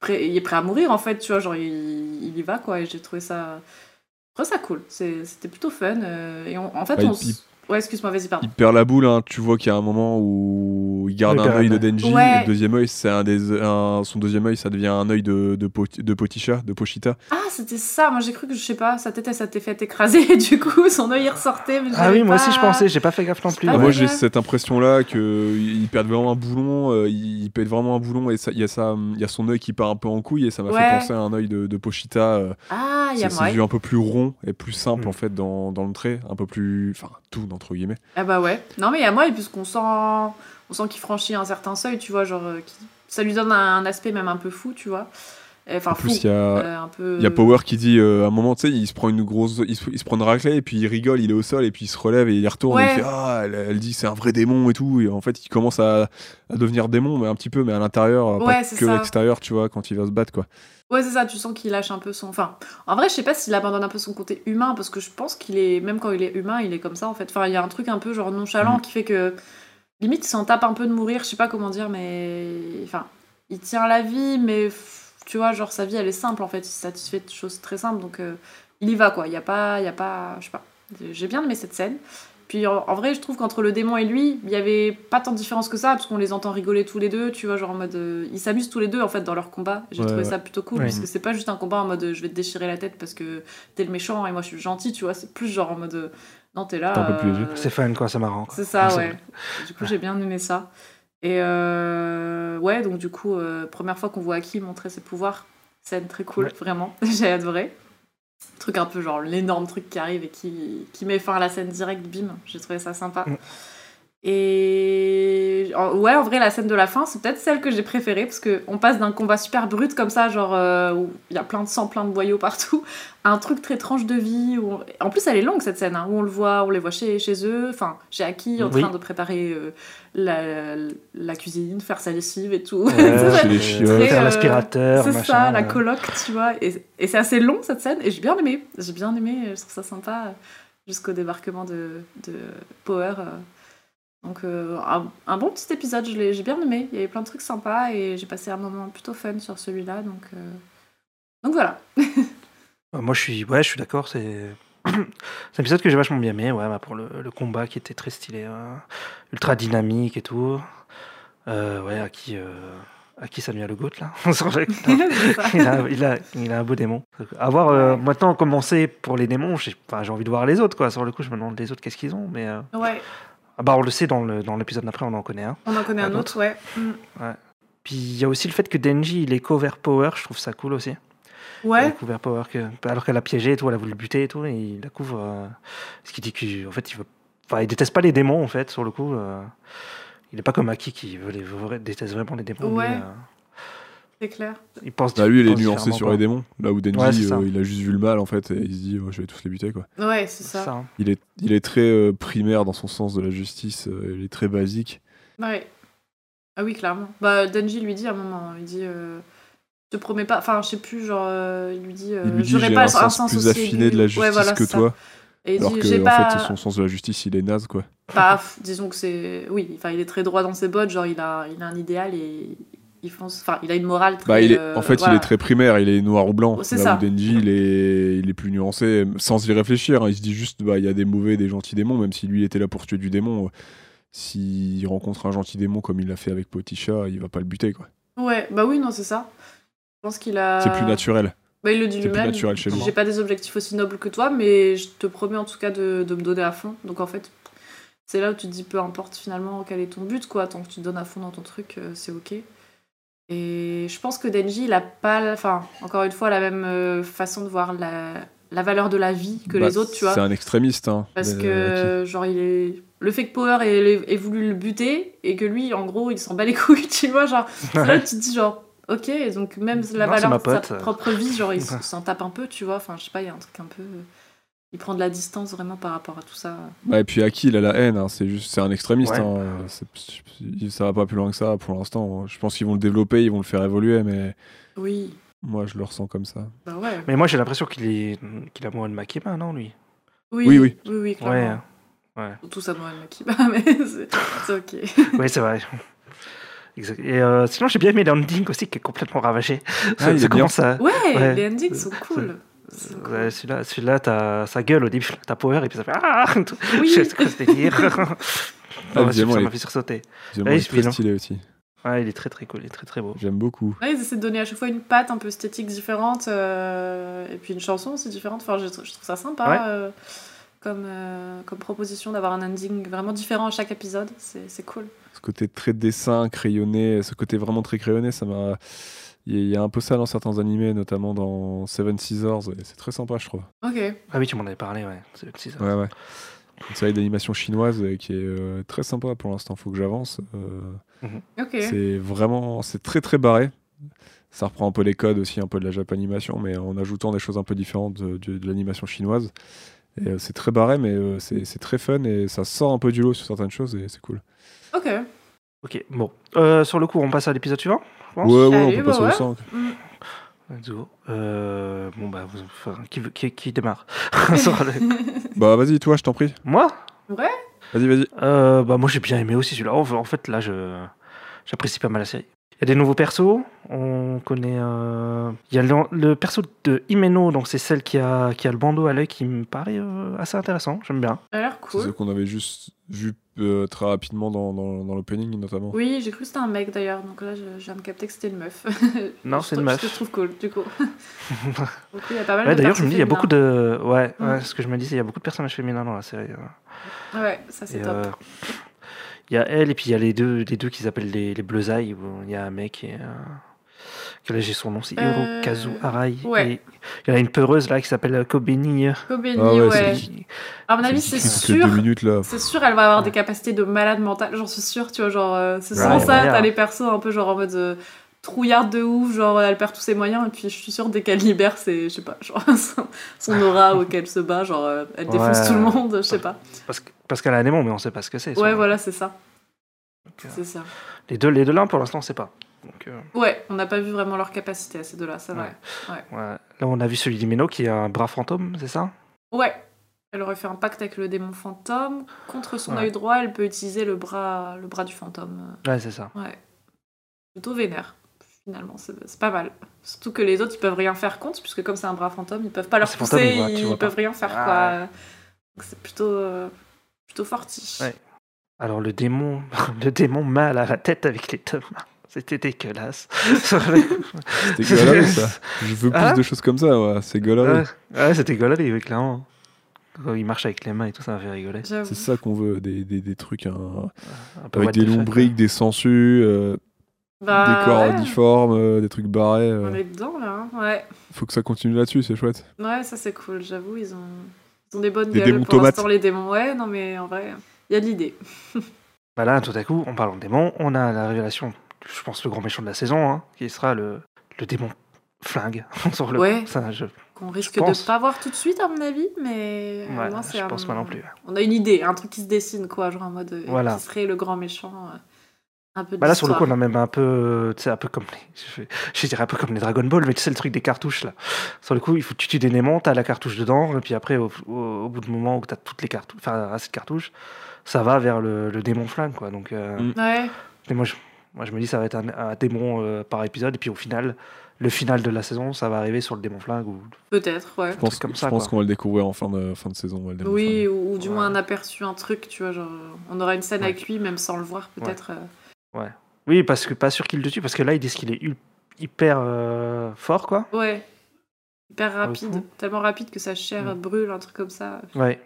S2: prêt- il est prêt à mourir en fait, tu vois, genre il, il y va quoi. Et j'ai trouvé ça, j'ai trouvé ça cool. C'est- C'était plutôt fun. euh, et on- en fait,
S3: Ouais,
S2: on
S3: il-
S2: s- ouais, excuse-moi, vas-y, pardon.
S3: Il perd la boule, hein. tu vois qu'il y a un moment où il garde
S1: Il
S3: un
S1: perd
S3: œil de
S1: un œil.
S3: Denji,
S2: Ouais.
S3: et le deuxième œil, c'est un des, un- son deuxième œil, ça devient un œil de, de, Poti- de Poticha, de Pochita.
S2: Ah, c'était ça. Moi, j'ai cru que je sais pas, sa tête, elle s'était fait écraser et du coup, son œil il ressortait. mais
S1: Ah oui,
S2: j'avais
S1: moi
S2: pas-
S1: aussi je pensais, j'ai pas fait gaffe non
S2: C'est
S1: plus.
S2: pas
S3: Ah,
S1: ouais.
S3: moi
S2: ouais.
S3: j'ai cette impression là qu'il perd vraiment un boulon, euh, il il pète vraiment un boulon et ça- il y, a ça, hum, il y a son œil qui part un peu en couille et ça m'a
S2: Ouais.
S3: fait penser à un œil de, de Pochita. euh,
S2: Ah, il y a
S3: c'est c'est
S2: moi.
S3: vu un peu plus rond et plus simple
S1: Mm.
S3: en fait dans, dans le trait, un peu plus. Enfin, tout entre guillemets.
S2: Ah bah ouais. Non mais à moi, et puisqu'on sent, on sent qu'il franchit un certain seuil, tu vois, genre, euh, qui- ça lui donne un, un aspect même un peu fou, tu vois. Euh, Enfin
S3: en plus,
S2: fou.
S3: il y a.
S2: Euh, un peu.
S3: Il y a Power qui dit euh, à un moment, tu sais, il se prend une grosse. Il se, il se prend une raclée et puis il rigole, il est au sol et puis il se relève et il retourne et
S2: Ouais.
S3: il fait Ah, elle, elle dit c'est un vrai démon et tout. Et en fait, il commence à, à devenir démon, mais un petit peu, mais à l'intérieur, euh,
S2: Ouais,
S3: pas
S2: c'est
S3: que
S2: ça.
S3: l'extérieur, tu vois, quand il va se battre, quoi.
S2: Ouais, c'est ça. Tu sens qu'il lâche un peu son. Enfin, en vrai, je sais pas s'il abandonne un peu son côté humain parce que je pense qu'il est même quand il est humain, il est comme ça en fait. Enfin, il y a un truc un peu genre
S3: Mm.
S2: nonchalant qui fait que limite il s'en tape un peu de mourir. Je sais pas comment dire, mais enfin, il tient la vie, mais pff, tu vois, genre sa vie, elle est simple en fait. Il se satisfait de choses très simples, donc euh, il y va quoi. Il y a pas, il y a pas, je sais pas. J'ai bien aimé cette scène. Puis en, en vrai, je trouve qu'entre le démon et lui, il y avait pas tant de différence que ça, parce qu'on les entend rigoler tous les deux, tu vois, genre en mode. euh, ils s'amusent tous les deux en fait dans leur combat. J'ai
S3: Ouais,
S2: trouvé
S3: ouais.
S2: ça plutôt cool,
S1: Ouais.
S2: parce que c'est pas juste un combat en mode euh, je vais te déchirer la tête parce que t'es le méchant et moi je suis le gentil, tu vois, c'est plus genre en mode. euh, non, t'es là.
S3: T'en peux plus,
S2: euh,
S1: C'est fun quoi, c'est marrant. quoi.
S2: c'est ça,
S1: Ça-
S2: ouais. Du coup, j'ai bien aimé ça. Et euh, ouais, donc du coup, euh, première fois qu'on voit Aki montrer ses pouvoirs, scène très cool,
S1: Ouais.
S2: vraiment. j'ai adoré. Truc un peu genre l'énorme truc qui arrive et qui, qui met fin à la scène directe, bim. J'ai trouvé ça sympa.
S1: Mm.
S2: Et en- ouais, en vrai, la scène de la fin, c'est peut-être celle que j'ai préférée parce que on passe d'un combat super brut comme ça, genre euh, où il y a plein de sang, plein de boyaux partout, un truc très tranche de vie. Où on- En plus, elle est longue cette scène, hein, où on le voit, on les voit chez, chez eux, enfin, chez Aki, en
S1: Oui.
S2: train de préparer euh, la, la cuisine, faire sa lessive et tout.
S1: Ouais,
S3: chez les chiottes.
S1: faire
S2: euh,
S1: l'aspirateur,
S2: c'est
S1: machin.
S2: ça, la
S1: euh.
S2: coloc, tu vois. Et, et c'est assez long cette scène, et j'ai bien aimé. J'ai bien aimé, je trouve ça sympa, euh, jusqu'au débarquement de, de Power. euh. Donc, euh, un, un bon petit épisode, je l'ai- j'ai bien aimé. Il y avait plein de trucs sympas, et j'ai passé un moment plutôt fun sur celui-là, donc. euh, Donc voilà.
S1: Euh, Moi, je suis, ouais, je suis d'accord. C'est c'est un épisode que j'ai vachement bien aimé. Ouais, bah, pour le, le combat qui était très stylé, hein. ultra dynamique et tout. Euh, ouais, à qui, euh, à qui Samuel Le Goat là Sur le-
S2: C'est ça.
S1: hein. il, a, il, a, il a un beau démon. Avoir euh, maintenant commencé pour les démons, j'ai enfin, j'ai envie de voir les autres quoi. Sur le coup, je me demande les autres qu'est-ce qu'ils ont, mais euh,
S2: Ouais,
S1: ah bah on le sait dans le dans l'épisode d'après, on en connaît un.
S2: on en connaît
S1: Un
S2: un, autre, ouais. Mm.
S1: Puis il y a aussi le fait que Denji il est cover power, je trouve ça cool aussi. Elle a
S2: Ouais,
S1: couvert Power que alors qu'elle a piégé et tout, elle a voulu le buter et tout, et il la couvre. euh, ce qui dit qu'en fait, il veut. Enfin, il déteste pas les démons en fait, sur le coup. euh, il est pas comme Aki qui veut les, vra- déteste vraiment les démons. lui,
S2: Ouais.
S1: euh,
S2: c'est clair.
S1: il pense.
S3: Bah, lui, il est
S2: Oh,
S1: pense
S3: nuancé
S1: différemment,
S3: sur
S1: quoi.
S3: les démons, là où Denji,
S1: Ouais, c'est ça.
S3: euh, il a juste vu le mal, en fait, et il se dit, Oh, je vais tous les buter, quoi.
S2: Ouais, c'est
S1: C'est
S2: ça. hein.
S1: ça.
S3: Il est, il est très euh, primaire dans son sens de la justice, euh, il est très basique.
S2: Ouais. Ah oui, clairement. Bah, Denji lui dit à un moment, il dit euh, Je te promets pas, enfin, je sais plus, genre, euh, il lui dit, euh,
S3: Il lui dit,
S2: J'aurai
S3: j'ai
S2: pas
S3: un sens, plus
S2: aussi
S3: affiné de la
S2: aigu.
S3: justice
S2: Ouais, voilà,
S3: que
S2: c'est ça.
S3: toi,
S2: Et il
S3: alors
S2: dit
S3: que,
S2: J'ai
S3: en
S2: pas.
S3: fait, son sens de la justice, il est naze, quoi.
S2: bah, pff, disons que c'est. Oui, enfin, il est très droit dans ses bottes, genre, il a, il a un idéal et il fonce. Enfin, il a une morale très.
S3: Bah, il est,
S2: euh,
S3: en fait,
S2: voilà.
S3: il est très primaire, il est noir ou blanc.
S2: C'est
S3: là
S2: ça.
S3: où Denji, il est, il est plus nuancé, sans y réfléchir. hein. Il se dit juste, bah, il y a des mauvais, des gentils démons, même si lui était là pour tuer du démon. euh, S'il rencontre un gentil démon comme il l'a fait avec Poticha, il va pas le buter, quoi.
S2: Ouais, bah oui, non, c'est ça. Je pense qu'il a.
S3: C'est plus naturel.
S2: Bah, il le dit
S3: C'est plus
S2: lui-même.
S3: naturel chez lui.
S2: J'ai pas des objectifs aussi nobles que toi, mais je te promets en tout cas de, de me donner à fond. Donc en fait, c'est là où tu te dis peu importe finalement quel est ton but, quoi. Tant que tu te donnes à fond dans ton truc, euh, c'est ok. Et je pense que Denji, il a pas, la- enfin, encore une fois, la même euh, façon de voir la, la valeur de la vie que
S3: Bah,
S2: les autres, tu vois.
S3: C'est un extrémiste. hein,
S2: Parce
S3: euh,
S2: que, genre, il est... le fait que Power ait, ait voulu le buter et que lui, en gros, il s'en bat les couilles, tu vois, genre, là, tu te dis, genre, ok, et donc même la
S1: Non, c'est ma
S2: valeur de sa
S1: pote.
S2: propre vie, genre, il s- s'en tape un peu, tu vois, enfin, je sais pas, il y a un truc un peu. Il prend de la distance vraiment par rapport à tout ça.
S3: qui- Ouais, Bah, et puis Aki, il a la haine. hein, c'est juste, c'est un extrémiste.
S1: Ouais.
S3: hein, euh, c'est- il- ça va pas plus loin que ça pour l'instant. Je pense qu'ils vont le développer, ils vont le faire évoluer, mais
S2: Oui,
S3: moi, je le ressens comme ça.
S2: bah ouais.
S1: Mais moi j'ai l'impression qu'il est qu'il est amoureux de Makima, non lui
S2: Oui,
S3: Oui, oui.
S2: oui, oui,
S1: Ouais, hein.
S2: clairement. Tout ça, moi, Makiba, mais c'est c'est ok.
S1: ouais c'est vrai. Exact. Et euh, sinon j'ai bien aimé l'ending aussi qui est complètement ravagé.
S3: Ah, il est
S1: ça
S3: bien.
S1: commence à...
S2: Ouais,
S1: Ouais.
S2: les endings sont cool. Sont cool.
S1: Ouais, celui-là, celui-là, t'as sa gueule au début, t'as power et puis ça fait ah, tout.
S2: Oui.
S1: je sais ce que c'était dire.
S3: Ah,
S1: Non, bah,
S3: évidemment,
S1: ça
S3: il
S1: m'a
S3: est-
S1: fait sursauter.
S3: évidemment, il est
S1: je suis
S3: très
S1: bien.
S3: stylé aussi.
S1: Ouais, il est très très cool, il est très très beau.
S3: J'aime beaucoup.
S2: Ouais, ils essaient de donner à chaque fois une patte un peu esthétique différente euh, et puis une chanson aussi différente. Enfin, je, je trouve ça sympa
S1: Ouais.
S2: euh, comme, euh, comme proposition d'avoir un ending vraiment différent à chaque épisode. C'est c'est cool.
S3: ce côté très dessin crayonné, ce côté vraiment très crayonné, ça m'a. Il y a- il y a un peu ça dans certains animés, notamment dans Seven Scissors, et c'est très sympa, je trouve.
S2: Ok.
S1: Ah oui, tu m'en avais parlé, ouais. C'est c'est ça.
S3: Ouais, ouais. Une série d'animation chinoise euh, qui est euh, très sympa pour l'instant, faut que j'avance. euh,
S2: Ok.
S3: C'est vraiment. C'est très très barré. Ça reprend un peu les codes aussi, un peu de la japanimation, mais en ajoutant des choses un peu différentes de, de- de l'animation chinoise. Et euh, c'est très barré, mais euh, c'est c'est très fun et ça sort un peu du lot sur certaines choses et c'est cool.
S2: Ok.
S1: Ok, bon. Euh, sur le coup, on passe à l'épisode suivant. je pense.
S3: Ouais, ouais,
S2: Allez,
S3: on peut
S2: bah
S3: passer au
S2: ouais.
S3: sang.
S2: Mm.
S1: Enzo, euh, bon bah, vous- enfin, qui, veut- qui, qui démarre Sur le-
S3: Bah vas-y, toi, je t'en prie.
S1: Moi
S3: Vas-y, vas-y.
S1: Euh, Bah moi j'ai bien aimé aussi celui-là. En fait- En fait là, je j'apprécie pas mal la série. Il y a des nouveaux persos. On connaît. euh, Il y a le, le perso de Himeno, donc c'est celle qui a qui a le bandeau à l'œil, qui me paraît euh, assez intéressant. J'aime bien.
S2: Ça a l'air
S3: C'est ce
S2: cool.
S3: qu'on avait juste vu euh, très rapidement dans, dans, dans l'opening, notamment.
S2: Oui, j'ai cru que c'était un mec d'ailleurs, donc là je, je viens de capter que c'était une meuf.
S1: Non,
S2: Je
S1: c'est une
S2: trouve-
S1: meuf.
S2: Ce que je trouve cool, du coup. Donc, il y a pas mal
S1: Ouais,
S2: de
S1: D'ailleurs, je me
S2: parties
S1: dis, il y a beaucoup de.
S2: féminines,
S1: Ouais,
S2: Mm.
S1: ouais, ce que je me dis, c'est il y a beaucoup de personnages féminins dans la série. hein.
S2: hein. Ouais, ça c'est
S1: Et,
S2: top.
S1: euh, Il y a elle et puis il y a les deux, les deux qu'ils appellent les, les bleusailles. où Il y a un mec et. Euh, quel est j'ai son nom C'est Hiro
S2: Euh,
S1: Kazu Arai.
S2: ouais.
S1: Et il y en a une peureuse là qui s'appelle Kobeni.
S2: Kobeni,
S3: Ah ouais,
S2: ouais.
S3: c'est-
S1: Qui-
S2: À mon avis,
S1: c'est
S2: c'est
S1: difficile
S3: Plus que
S2: sûr
S3: deux minutes là.
S2: C'est sûr, elle va avoir
S1: Ouais.
S2: des capacités de malade mentale, j'en suis sûre, tu vois, genre, euh, c'est
S3: Ouais,
S2: sans ça,
S1: ouais.
S2: t'as les persos un peu genre en mode euh, trouillarde de ouf, genre elle perd tous ses moyens, et puis je suis sûre, dès qu'elle libère, c'est, je sais pas, genre son, son aura auquel se bat, genre euh, elle défonce
S1: Ah. Ouais.
S2: tout le monde, je sais pas.
S1: Parce, que- parce qu'elle a un démon, mais on sait pas ce que c'est.
S2: Ouais,
S1: son-
S2: voilà, c'est ça,
S1: donc, euh,
S2: c'est ça.
S1: les deux, les deux là, pour l'instant, on sait pas. Donc, euh,
S2: Ouais, on n'a pas vu vraiment leur capacité à ces deux-là, c'est vrai.
S1: ouais. Là, on a vu celui d'Imeno qui est un bras fantôme, c'est ça
S2: Ouais, elle aurait fait un pacte avec le démon fantôme, contre son
S1: Ouais.
S2: œil droit, elle peut utiliser le bras, le bras du fantôme. euh,
S1: Ouais, c'est ça.
S2: Ouais. Plutôt vénère, finalement, c'est c'est pas mal. Surtout que les autres, ils peuvent rien faire contre, puisque comme c'est un bras fantôme, ils peuvent pas leur
S1: Ah, c'est
S2: pousser,
S1: fantôme, ils voient- tu
S2: ils,
S1: vois pas.
S2: peuvent rien faire,
S1: Ah
S2: quoi. Donc c'est plutôt, euh, plutôt forti.
S1: Ouais. Alors, le démon, le démon mâle à la tête avec les deux mains. C'était dégueulasse.
S3: C'était galerie ça. Je veux plus
S2: Ah.
S1: Hein
S3: de choses comme ça, ouais. C'est galerie.
S1: Ouais, ouais, c'était galerie, oui, clairement. Quand il marche avec les mains et tout, ça m'a fait rigoler.
S2: J'avoue.
S3: C'est ça qu'on veut, des, des, des trucs hein,
S1: Un peu
S3: avec
S1: what
S3: des
S1: the fuck,
S3: lombriques, des sangsues, euh,
S2: Bah,
S3: des corps
S2: ouais,
S3: difformes, euh, des trucs barrés. euh.
S2: On est dedans, là. hein. Ouais.
S3: Faut que ça continue là-dessus, c'est chouette.
S2: ouais, ça c'est cool, j'avoue, ils ont... ils ont des bonnes
S3: Des
S2: gueules
S3: démons
S2: pour l'instant,
S3: tomates.
S2: les démons. Ouais, non mais en vrai, il y a de l'idée.
S1: Bah là, tout à coup, en parlant de démon, on a la révélation, je pense, le grand méchant de la saison, hein, qui sera le, le démon flingue. Sur le
S2: Ouais. Euh,
S1: Ça, je,
S2: Qu'on risque
S1: pense.
S2: de pas voir tout de suite, à mon avis, mais au
S1: ouais,
S2: moins, c'est
S1: je
S2: un-
S1: pense pas non plus.
S2: On a une idée, un truc qui se dessine, quoi, genre en mode euh,
S1: Voilà.
S2: qui serait le grand méchant. euh, un peu de
S1: Bah là, sur le coup,
S2: l'histoire.
S1: on a même un peu, euh, tu sais, un peu comme les, je, je dirais un peu comme les Dragon Ball, mais tu sais, le truc des cartouches, là. Sur le coup, il faut que tu tues des démons, t'as la cartouche dedans, et puis après, au, au- au bout du moment où t'as toutes les cartouches, enfin, assez de cartouches, ça va vers le, le démon flingue, quoi. Donc, euh,
S3: Mm.
S2: Ouais,
S1: et moi, je, moi, je me dis, ça va être un, un démon euh, par épisode, et puis au final, le final de la saison, ça va arriver sur le démon flingue ou
S2: peut-être, ouais.
S3: Je pense,
S1: comme
S3: je
S1: ça,
S3: pense
S1: quoi.
S3: qu'on va le découvrir en fin de, fin de saison. on va le
S2: Oui,
S3: démontrer.
S2: ou, ou du
S1: Ouais.
S2: moins un aperçu, un truc, tu vois, genre euh, on aura une scène
S1: euh, Ouais.
S2: avec lui même sans le voir peut-être. euh.
S1: Oui, parce que pas sûr qu'il le tue, parce que là, ils disent qu'il est hu- hyper euh, fort, quoi.
S2: Ouais. Hyper
S1: le
S2: rapide,
S1: coup.
S2: tellement rapide que sa chair
S1: Ah, Mm.
S2: brûle, un truc comme ça.
S1: Ouais.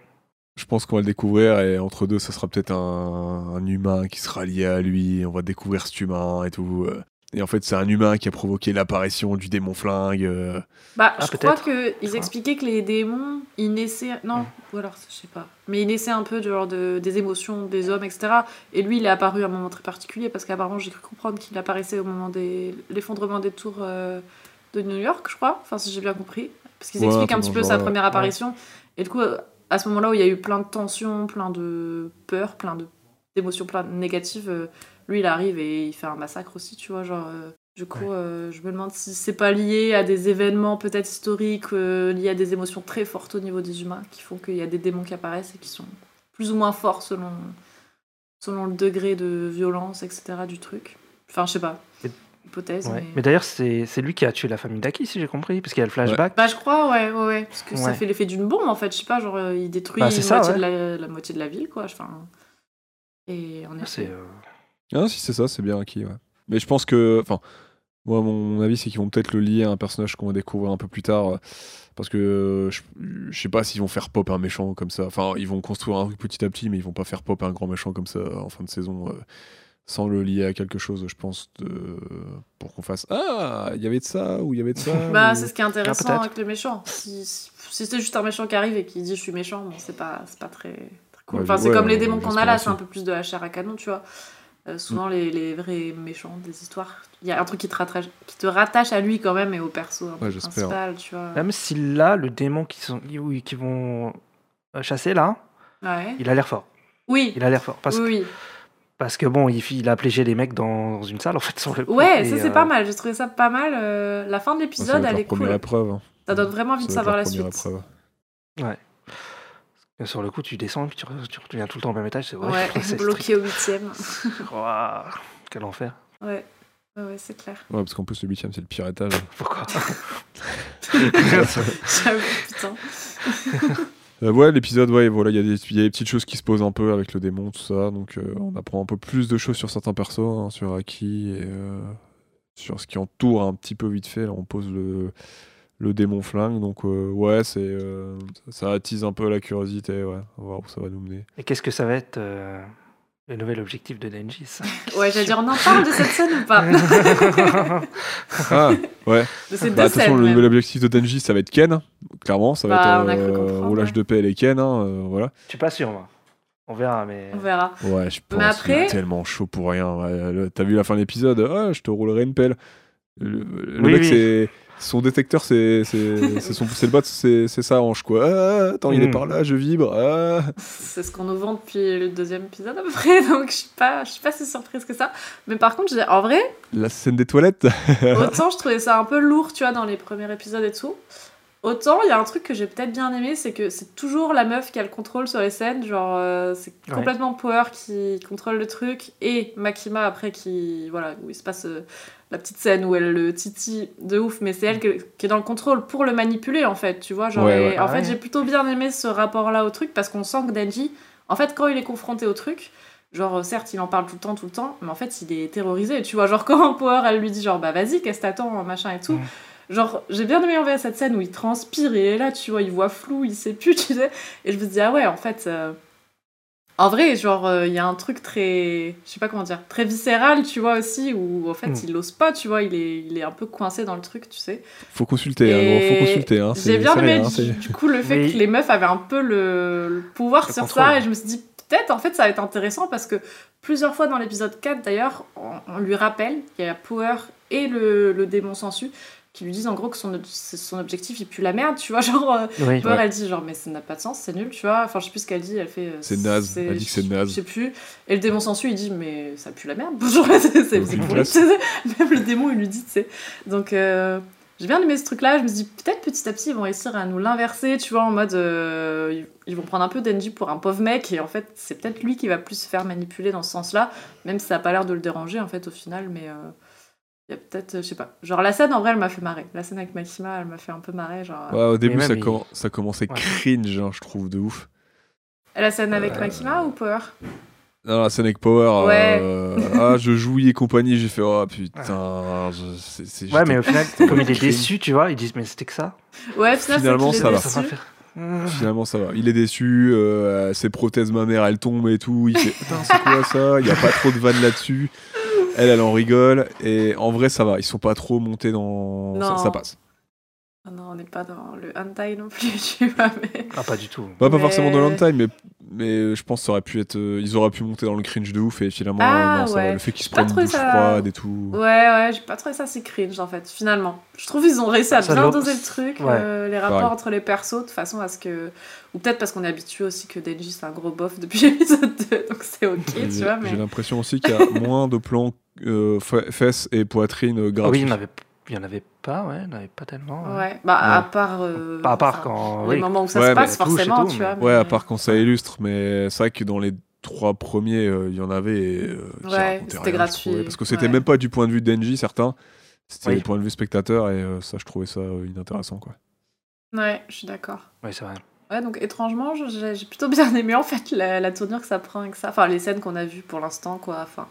S3: Je pense qu'on va le découvrir et entre deux, ça sera peut-être un, un humain qui sera lié à lui. On va découvrir cet humain et tout. euh. Et en fait, c'est un humain qui a provoqué l'apparition du démon flingue. euh,
S2: Bah,
S1: Ah,
S2: je crois
S1: peut-être.
S2: qu'ils expliquaient que les démons, ils naissaient. Non, ou alors, je sais pas. Mais ils naissaient un peu de, genre de, des émotions des hommes, etc. Et lui, il est apparu à un moment très particulier parce qu'apparemment, j'ai cru comprendre qu'il apparaissait au moment de l'effondrement des tours euh, de New York, je crois. Enfin, si j'ai bien compris. Parce qu'ils
S3: Ouais,
S2: expliquent un
S3: bon,
S2: petit peu
S3: genre,
S2: sa
S3: ouais.
S2: première apparition. Et du coup, euh, à ce moment-là où il y a eu plein de tensions, plein de peurs, plein de- d'émotions, plein de négatives, euh, lui, il arrive et il fait un massacre aussi, tu vois, genre... euh, du coup, euh, je me demande si c'est pas lié à des événements peut-être historiques, euh, liés à des émotions très fortes au niveau des humains, qui font qu'il y a des démons qui apparaissent et qui sont plus ou moins forts selon, selon le degré de violence, etc. du truc. Enfin, je sais pas.
S1: Et-
S2: Hypothèse,
S1: Ouais.
S2: mais...
S1: Mais d'ailleurs, c'est c'est lui qui a tué la famille d'Aki, si j'ai compris, parce qu'il y a le flashback.
S2: Bah, je crois, ouais, ouais, ouais. Parce que ça
S1: Ouais.
S2: fait l'effet d'une bombe, en fait. Je sais pas, genre, euh, il détruit
S1: Bah, c'est
S2: une
S1: ça,
S2: moitié
S1: ouais.
S2: de la, la moitié de la ville, quoi. Enfin, et on
S1: C'est
S2: est.
S1: euh,
S3: Ah, si c'est ça, c'est bien acquis, ouais. Mais je pense que. Enfin, moi, mon avis, c'est qu'ils vont peut-être le lier à un personnage qu'on va découvrir un peu plus tard. euh, Parce que euh, je, je sais pas s'ils vont faire pop un méchant comme ça. Enfin, ils vont construire un truc petit à petit, mais ils vont pas faire pop un grand méchant comme ça en fin de saison. euh, sans le lier à quelque chose, je pense, de- pour qu'on fasse Ah, il y avait de ça, ou il y avait de ça.
S2: Bah,
S3: ou-
S2: c'est ce qui est intéressant
S1: peut-être.
S2: avec le méchant. Si, si c'est juste un méchant qui arrive et qui dit je suis méchant, bon, c'est pas, c'est pas très, très cool.
S3: Ouais,
S2: Enfin,
S3: je-
S2: c'est
S3: ouais,
S2: comme les
S3: ouais,
S2: démons qu'on a
S3: j'espère
S2: là,
S3: aussi.
S2: c'est un peu plus de la chair à canon, tu vois. Euh, souvent, les, les vrais méchants des histoires, il y a un truc qui te, rattache, qui te rattache à lui quand même et au perso un peu
S3: Ouais, j'espère.
S2: principal, tu vois.
S1: Même si là, le démon qui sont oui, qui vont euh, chasser là,
S2: Ah Ouais.
S1: il a l'air fort.
S2: Oui,
S1: Il a l'air fort parce que
S2: oui, oui.
S1: parce que bon, il, il a plégé les mecs dans une salle en fait sur le coup.
S2: Ouais,
S1: Et,
S2: ça c'est
S1: euh,
S2: pas mal, j'ai trouvé ça pas mal. euh, la fin de
S3: Ça
S2: l'épisode,
S3: va être
S2: elle
S3: leur
S2: est
S3: première
S2: cool.
S3: épreuve. hein.
S2: Ça donne vraiment envie de
S3: Ça va
S2: savoir
S3: être leur
S2: la
S3: première
S2: suite.
S3: épreuve.
S1: Sur le coup, tu descends et puis tu, re- tu reviens tout le temps au même étage. C'est vrai.
S2: Ouais,
S1: c'est
S2: bloqué au huitième.
S1: strict. Ouah, quel enfer.
S2: Ouais, ouais, ouais, c'est clair.
S3: Ouais, parce qu'en plus, le 8 c'est le piratage.
S1: Pourquoi
S2: J'avoue, putain.
S3: Euh, ouais, l'épisode, ouais, voilà, il y, a des- il y a des petites choses qui se posent un peu avec le démon, tout ça. Donc, euh, on apprend un peu plus de choses sur certains persos, hein, sur Aki et euh, sur ce qui entoure un petit peu vite fait. Là, on pose le, le démon flingue. Donc, euh, ouais, c'est euh, ça attise un peu la curiosité. Ouais, on va voir où ça va nous mener.
S1: Et qu'est-ce que ça va être euh, le nouvel objectif de Denji ça
S2: Ouais, j'allais dire, on en parle de cette scène ou pas De
S3: Ah, ouais.
S2: ces deux
S3: Bah, de toute façon,
S2: scènes.
S3: le
S2: même.
S3: nouvel objectif de Denji, ça va être Ken. Clairement, ça va
S2: Bah, on a
S3: être
S2: cru
S3: euh,
S2: comprendre,
S3: roulage
S2: ouais.
S3: de paix et les Ken. hein, euh, voilà.
S1: Je suis pas sûr, moi. On verra, mais.
S2: On verra.
S3: Ouais, je
S2: Mais
S3: pense qu'il est
S2: après-
S3: tellement chaud pour rien. ouais. Le- T'as vu la fin de l'épisode Ah, je te roulerai une pelle. Le, le
S1: Oui,
S3: mec,
S1: oui.
S3: c'est son détecteur, c'est c'est c'est son c'est le bot, c'est c'est sa hanche quoi. Ah, attends, il est
S1: Mm.
S3: par là, je vibre. ah.
S2: C'est ce qu'on nous vend depuis le deuxième épisode à peu près, donc je suis pas, je suis pas si surprise que ça. Mais par contre, j'ai- en vrai,
S3: La scène des toilettes.
S2: autant je trouvais ça un peu lourd, tu vois, dans les premiers épisodes et tout. Autant il y a un truc que j'ai peut-être bien aimé, c'est que c'est toujours la meuf qui a le contrôle sur les scènes. Genre, euh, c'est
S1: Ouais.
S2: complètement Power qui contrôle le truc et Makima après qui. Voilà, où il se passe euh, la petite scène où elle le titille de ouf, mais c'est elle que- qui est dans le contrôle pour le manipuler en fait, tu vois. Genre,
S3: Ouais,
S2: et
S3: ouais.
S2: en
S1: Ah
S2: fait,
S1: ouais.
S2: j'ai plutôt bien aimé ce rapport-là au truc parce qu'on sent que Denji, en fait, quand il est confronté au truc, genre, euh, certes, il en parle tout le temps, tout le temps, mais en fait, il est terrorisé, tu vois. Genre, quand Power, elle lui dit, genre, bah vas-y, qu'est-ce que t'attends, machin et tout.
S1: Mm.
S2: Genre, j'ai bien aimé en vrai cette scène où il transpire, il est là, tu vois, il voit flou, il sait plus, tu sais. Et je me dis, ah ouais, en fait. euh, En vrai, genre, euh, il y a un truc très. Je sais pas comment dire. Très viscéral, tu vois, aussi, où en fait,
S3: Hmm.
S1: Mm.
S2: il n'ose pas, tu vois, il est, il est un peu coincé dans le truc, tu sais.
S3: Faut consulter, hein,
S2: Et
S3: gros, faut consulter. hein, c'est-
S2: J'ai bien
S3: c'est
S2: aimé
S3: rien, hein,
S2: du,
S3: c'est-
S2: du coup le fait
S1: Mais-
S2: que les meufs avaient un peu le, le pouvoir
S1: Le
S2: sur
S1: contrôle.
S2: ça et je me suis dit peut-être en fait ça va être intéressant parce que plusieurs fois dans l'épisode 4 d'ailleurs on, on lui rappelle qu'il y a Power et le, le démon sensu qui lui disent en gros que son, ob- son objectif il pue la merde tu vois genre euh,
S1: Oui.
S2: Power elle dit genre mais ça n'a pas de sens c'est nul tu vois enfin je sais plus ce qu'elle dit elle fait euh,
S3: C'est naze. Elle dit que c'est naze.
S2: je sais plus et le démon sensu il dit mais ça pue la merde bonjour c'est c'est- c'est
S3: Aucune
S2: pourri.
S3: classe.
S2: même le démon il lui dit tu sais donc euh, j'ai bien aimé ce truc-là. Je me suis dit, peut-être petit à petit, ils vont réussir à nous l'inverser, tu vois, en mode. euh, ils- ils vont prendre un peu d'Engie pour un pauvre mec, et en fait, c'est peut-être lui qui va plus se faire manipuler dans ce sens-là, même si ça a pas l'air de le déranger, en fait, au final, mais. euh, Il y a peut-être, euh, je sais pas. Genre, la scène, en vrai, elle m'a fait marrer. La scène avec Maxima, elle m'a fait un peu marrer. Genre,
S3: Ouais, au début,
S1: même,
S3: ça,
S1: il-
S3: commen- ça commençait
S1: Ouais.
S3: cringe, hein, je trouve, de ouf.
S2: La scène avec
S3: Euh,
S2: Makima ou Power
S3: Non, la scène avec Power.
S2: Ouais.
S3: euh, ah, je jouis et compagnie, j'ai fait, oh putain. je- c'est- c'est-
S1: Ouais,
S3: j'étais-
S1: mais au final, comme il est déçu, tu vois, ils disent mais c'était que ça.
S2: Ouais, finalement,
S3: finalement,
S2: c'est
S3: ça
S2: qu'il
S3: va.
S2: est
S1: Ça va
S2: déçu.
S1: faire. Mmh.
S3: Ah. Finalement, ça va. Il est déçu, euh, ses prothèses, ma mère, elles tombent et tout. Il fait Putain, c'est quoi ça Il n'y a pas trop de vannes là-dessus. elle, elle en rigole. Et en vrai, ça va. Ils sont pas trop montés dans. Ça,
S2: Non.
S3: ça passe.
S2: Ah non, on n'est pas dans le hentai non plus, tu vois, mais...
S1: Ah, pas du tout.
S3: Bah, Pas
S2: Mais-
S3: forcément dans l'entime, mais, mais je pense que ça aurait pu être. euh, Ils auraient pu monter dans le cringe de ouf. Et finalement, euh,
S2: Ah,
S3: non, ça va.
S2: ouais.
S3: le fait qu'ils se
S2: J'ai pas
S3: prennent une
S2: trouvé
S3: douche
S2: ça-
S3: froide et tout.
S2: Ouais, ouais, j'ai pas trouvé ça si cringe, en fait, finalement. Je trouve qu'ils ont réussi à
S1: Ça
S2: bien
S1: lo-
S2: doser le truc,
S1: Ouais.
S2: euh, les rapports
S3: Pareil.
S2: entre les persos, de façon à ce que... Ou peut-être parce qu'on est habitué aussi que Denji, c'est un gros bof depuis l'épisode 2, donc c'est ok,
S3: Et
S2: tu
S3: J'ai
S2: vois, mais...
S3: j'ai l'impression aussi qu'il y a moins de plans euh, fe- fesses et poitrine euh,
S1: Ah oui, il n'y
S3: gratuits.
S1: en, avait- il y en avait pas, ouais, il n'y en avait pas tellement. ouais.
S2: Ouais, bah, à part... euh,
S1: Pas à part
S2: enfin,
S1: quand.
S2: Les
S1: oui.
S2: moments où ça
S3: Ouais,
S2: se
S3: mais
S2: passe,
S1: la touche et
S2: forcément,
S1: tout,
S2: tu
S1: mais-
S2: vois.
S3: ouais, à
S2: mais-
S3: part quand ça illustre, mais c'est vrai que dans les trois premiers, euh, il y en avait. euh, qui
S2: Ouais,
S3: racontaient
S2: c'était
S3: rien, je
S2: gratuit,
S3: trouvais, parce que c'était
S2: ouais.
S3: même pas du point de vue de Denji, certains. C'était
S1: Oui.
S3: du point de vue spectateur, et euh, ça, je trouvais ça euh, inintéressant, quoi.
S2: Ouais, je suis d'accord.
S1: Ouais, c'est vrai.
S2: Ouais, donc étrangement, je- j'ai j'ai plutôt bien aimé en fait la, la tournure que ça prend avec ça. Enfin, les scènes qu'on a vues pour l'instant, quoi. Enfin,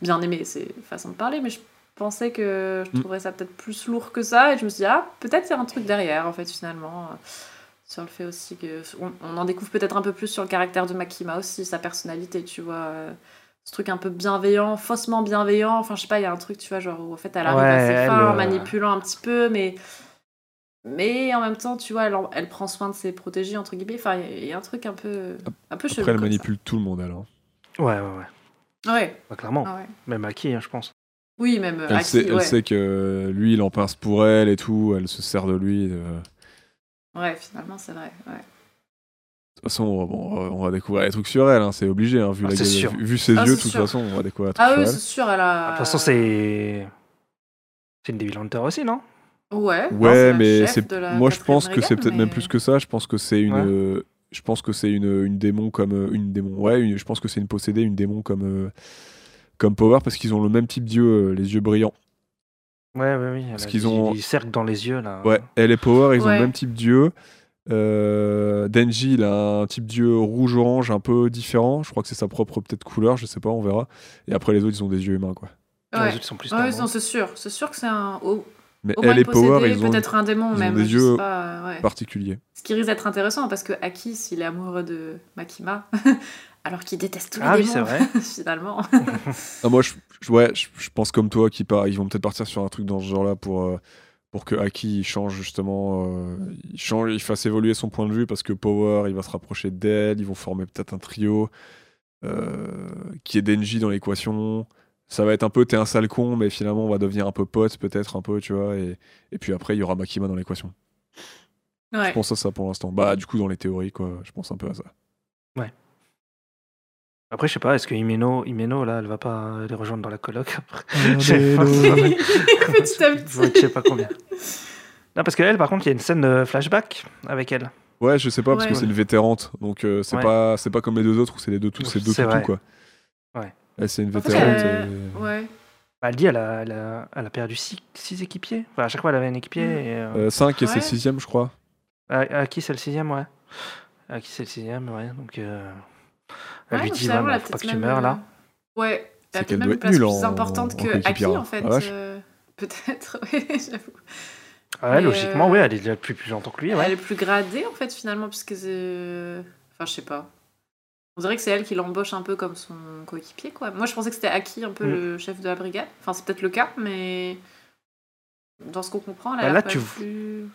S2: bien aimé, c'est une façon de parler, mais je pensais que je
S3: Mm.
S2: trouverais ça peut-être plus lourd que ça. Et je me suis dit, ah, peut-être il y a un truc derrière en fait, finalement. euh, Sur le fait aussi que. On, on en découvre peut-être un peu plus sur le caractère de Makima aussi, sa personnalité, tu vois. euh, Ce truc un peu bienveillant, faussement bienveillant. Enfin, je sais pas, il y a un truc, tu vois, genre où en fait elle arrive
S1: Ouais,
S2: à ses
S1: elle, euh,
S2: fins, manipulant un petit peu, mais. Mais en même temps, tu vois, elle, en- elle prend soin de ses protégés, entre guillemets. Enfin, il y a- il y, a un truc un peu, un peu chelou.
S3: Après, elle
S2: comme
S3: manipule tout le monde, alors.
S1: Ouais, ouais, ouais.
S2: ça. Ouais,
S1: Bah, clairement.
S2: ah ouais.
S1: Même à qui, hein, je pense.
S2: Oui, même. euh,
S3: Elle,
S2: Aki,
S3: sait, elle
S2: ouais.
S3: sait que euh, lui, il en pince pour elle et tout, elle se sert de lui. euh. De
S2: Ouais, finalement, c'est vrai. Ouais.
S3: toute façon, on va- bon, euh, on va découvrir les trucs sur elle, hein, c'est obligé, hein, vu,
S1: Ah,
S3: la
S1: c'est
S3: gueule-
S1: sûr.
S3: vu, vu ses
S2: Ah,
S3: yeux,
S2: c'est
S3: de toute
S2: sûr.
S3: façon, on va découvrir les trucs
S2: Ah
S3: sur
S2: oui,
S3: elle.
S2: c'est sûr, elle
S1: De
S2: a.
S1: toute façon, c'est. C'est une Devil Hunter aussi, non
S2: Ouais, enfin,
S3: Ouais,
S2: la
S3: mais
S2: chef
S3: c'est
S2: de la
S3: moi je pense
S2: quatrième
S3: que c'est
S2: brigade,
S3: peut-être même
S2: mais-
S3: plus que ça. Je pense que c'est une,
S1: Ouais.
S3: euh, je pense que c'est une, une démon comme euh, une démon. Ouais, une- je pense que c'est une possédée, une démon comme euh, comme Power parce qu'ils ont le même type d'yeux, euh, les yeux brillants.
S1: Ouais, ouais, oui.
S3: Parce
S1: elle a
S3: qu'ils
S1: des-
S3: ont-
S1: des cercles dans les yeux, là.
S3: Ouais, elle et Power, ils ont
S2: Ouais.
S3: le même type d'yeux. Euh, Denji, il a un type d'yeux rouge orange un peu différent. Je crois que c'est sa propre peut-être couleur, je sais pas, on verra. Et après les autres, ils ont des yeux humains quoi.
S1: Les
S2: Ouais,
S1: autres sont plus.
S2: Ouais,
S1: normaux.
S2: non, c'est sûr. C'est sûr que c'est un. Au,
S3: Mais
S2: au moins
S3: elle
S2: une
S3: et Power,
S2: possédée,
S3: ils ont
S2: peut-être un démon
S3: ils ont
S2: même.
S3: des
S2: je sais
S3: yeux Bah.
S2: pas, ouais.
S3: particulier.
S2: Ce qui risque d'être intéressant parce que Aki, s'il est amoureux de Makima, alors qu'il déteste tous les
S1: Ah oui,
S2: démons,
S1: c'est vrai.
S2: finalement.
S3: Ah, moi, je, je- ouais, je, je pense comme toi qu'ils par- ils vont peut-être partir sur un truc dans ce genre-là pour, euh, pour que Aki il change justement, euh, il, change, il fasse évoluer son point de vue parce que Power il va se rapprocher d'elle, ils vont former peut-être un trio euh, qui est Denji dans l'équation. Ça va être un peu t'es un sale con, mais finalement on va devenir un peu pote peut-être un peu, tu vois. Et, et puis après il y aura Makima dans l'équation.
S2: Ouais.
S3: Je pense à ça pour l'instant. Bah du coup dans les théories quoi, je pense un peu à ça.
S1: Après, je sais pas, est-ce que Imeno, Imeno, là, elle va pas les rejoindre dans la coloc après
S3: Regardez
S1: pas.
S3: l'eau.
S2: Petit à
S1: Je sais
S2: petit.
S1: pas combien. Non, parce que elle, par contre, il y a une scène euh, flashback avec elle.
S3: Ouais, je sais pas parce
S2: Ouais.
S3: que c'est une vétérante, donc euh, c'est
S1: Ouais.
S3: pas c'est pas comme les deux autres où c'est les deux toutes, c'est deux
S1: C'est
S3: toutous
S1: vrai.
S3: quoi.
S1: Ouais.
S3: Elle, c'est une
S2: En fait,
S3: vétérante.
S2: euh,
S3: euh,
S2: Ouais.
S1: Bah, Elle dit, elle a, elle a, elle a perdu 6 équipiers. Enfin, à chaque fois, elle avait un équipier.
S2: Mm.
S1: Et, euh,
S3: euh, cinq et c'est
S2: Ouais.
S3: le sixième, je crois.
S1: à, à qui c'est le sixième, ouais. À qui c'est le sixième, ouais. Donc, euh, elle lui
S2: Ouais, Ah, donc
S1: dit, ouais,
S2: finalement,
S1: bah,
S2: la
S1: faut pas que
S2: petite
S1: tu
S2: même,
S1: meurs, là.
S2: euh, Ouais,
S3: C'est
S2: la peut-être
S3: qu'elle
S2: même
S3: doit
S2: une
S3: être
S2: place
S3: nulle
S2: plus
S3: en-
S2: importante
S3: en
S2: que Aki,
S3: coéquipière.
S2: en fait.
S3: Ah, vache.
S2: euh, Peut-être, oui, j'avoue.
S1: Ah, ouais,
S2: Mais,
S1: logiquement,
S2: euh,
S1: oui, elle est là depuis plus longtemps que lui,
S2: Elle
S1: ouais.
S2: est plus gradée, en fait, finalement, puisque c'est. euh, Enfin, je sais pas. On dirait que c'est elle qui l'embauche un peu comme son coéquipier, quoi. Moi, je pensais que c'était Aki, un peu
S1: Mm.
S2: le chef de la brigade. Enfin, c'est peut-être le cas, mais. Dans ce qu'on comprend, elle
S1: Bah,
S2: a
S1: là,
S2: l'air quand
S1: tu
S2: même
S1: v-
S2: plus-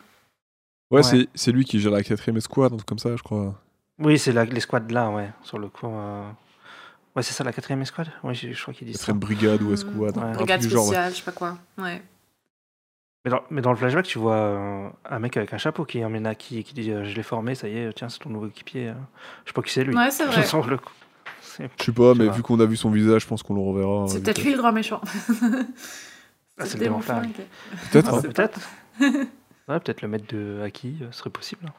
S3: Ouais,
S1: Ouais.
S3: c'est- c'est lui qui gère la quatrième escouade, un truc comme ça, je crois.
S1: Oui, c'est la- l'escouade là, ouais, sur le coup. euh. Ouais, c'est ça, la quatrième escouade Oui, je je crois qu'ils disent ça.
S3: Quatrième brigade ou escouade,
S1: Ouais.
S3: un truc
S2: Brigade
S3: du genre. ouais.
S2: spéciale, je sais pas quoi. Ouais.
S1: Mais dans, mais dans le flashback, tu vois euh, un mec avec un chapeau qui emmène Aki et qui dit euh, Je l'ai formé, ça y est, tiens, c'est ton nouveau équipier. euh. Je sais pas qui c'est lui.
S2: Ouais, c'est vrai.
S1: Sur le coup. C'est- ah,
S3: Je sais pas,
S1: Je
S3: mais
S1: sais pas.
S3: vu qu'on a vu son visage, je pense qu'on le reverra. euh,
S2: C'est
S3: vite
S2: peut-être
S3: fait.
S2: lui le grand méchant.
S1: Ah, c'est
S2: le
S1: le démon flingue.
S2: flingue.
S3: Peut-être.
S1: Ah,
S3: hein.
S2: c'est
S1: peut-être. Ouais, peut-être le maître de Aki euh, serait possible. hein.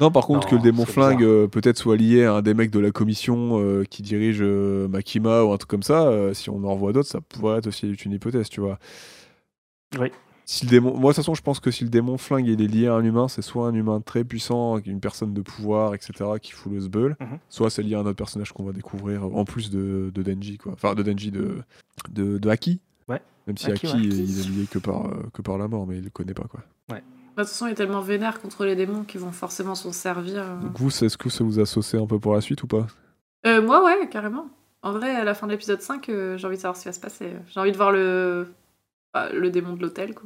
S3: Non, par contre,
S1: Non,
S3: que le démon
S1: c'est
S3: flingue
S1: bizarre.
S3: euh, peut-être soit lié à un des mecs de la commission euh, qui dirige euh, Makima ou un truc comme ça, euh, si on en revoit d'autres, ça pourrait être aussi une hypothèse, tu vois.
S1: Oui.
S3: Si le démon... Moi, de toute façon, je pense que si le démon flingue il est lié à un humain, c'est soit un humain très puissant, une personne de pouvoir, etc., qui fout le sbeul,
S1: Mhm.
S3: soit c'est lié à un autre personnage qu'on va découvrir euh, en plus de, de Denji, quoi. Enfin, de Denji, de, de, de Haki.
S1: Ouais.
S3: Même si
S1: Haki,
S3: Haki,
S1: ouais.
S3: il est lié que par, euh, que par la mort, mais il le connaît pas, quoi.
S2: Bah, De toute façon, il est tellement vénère contre les démons qu'ils vont forcément s'en servir. euh.
S3: Donc, vous, c'est- est-ce que ça vous a saucé un peu pour la suite ou pas
S2: Euh, moi, ouais, carrément. En vrai, à la fin de l'épisode 5, euh, j'ai envie de savoir ce qui va se passer. J'ai envie de voir le, bah, le démon de l'hôtel. quoi.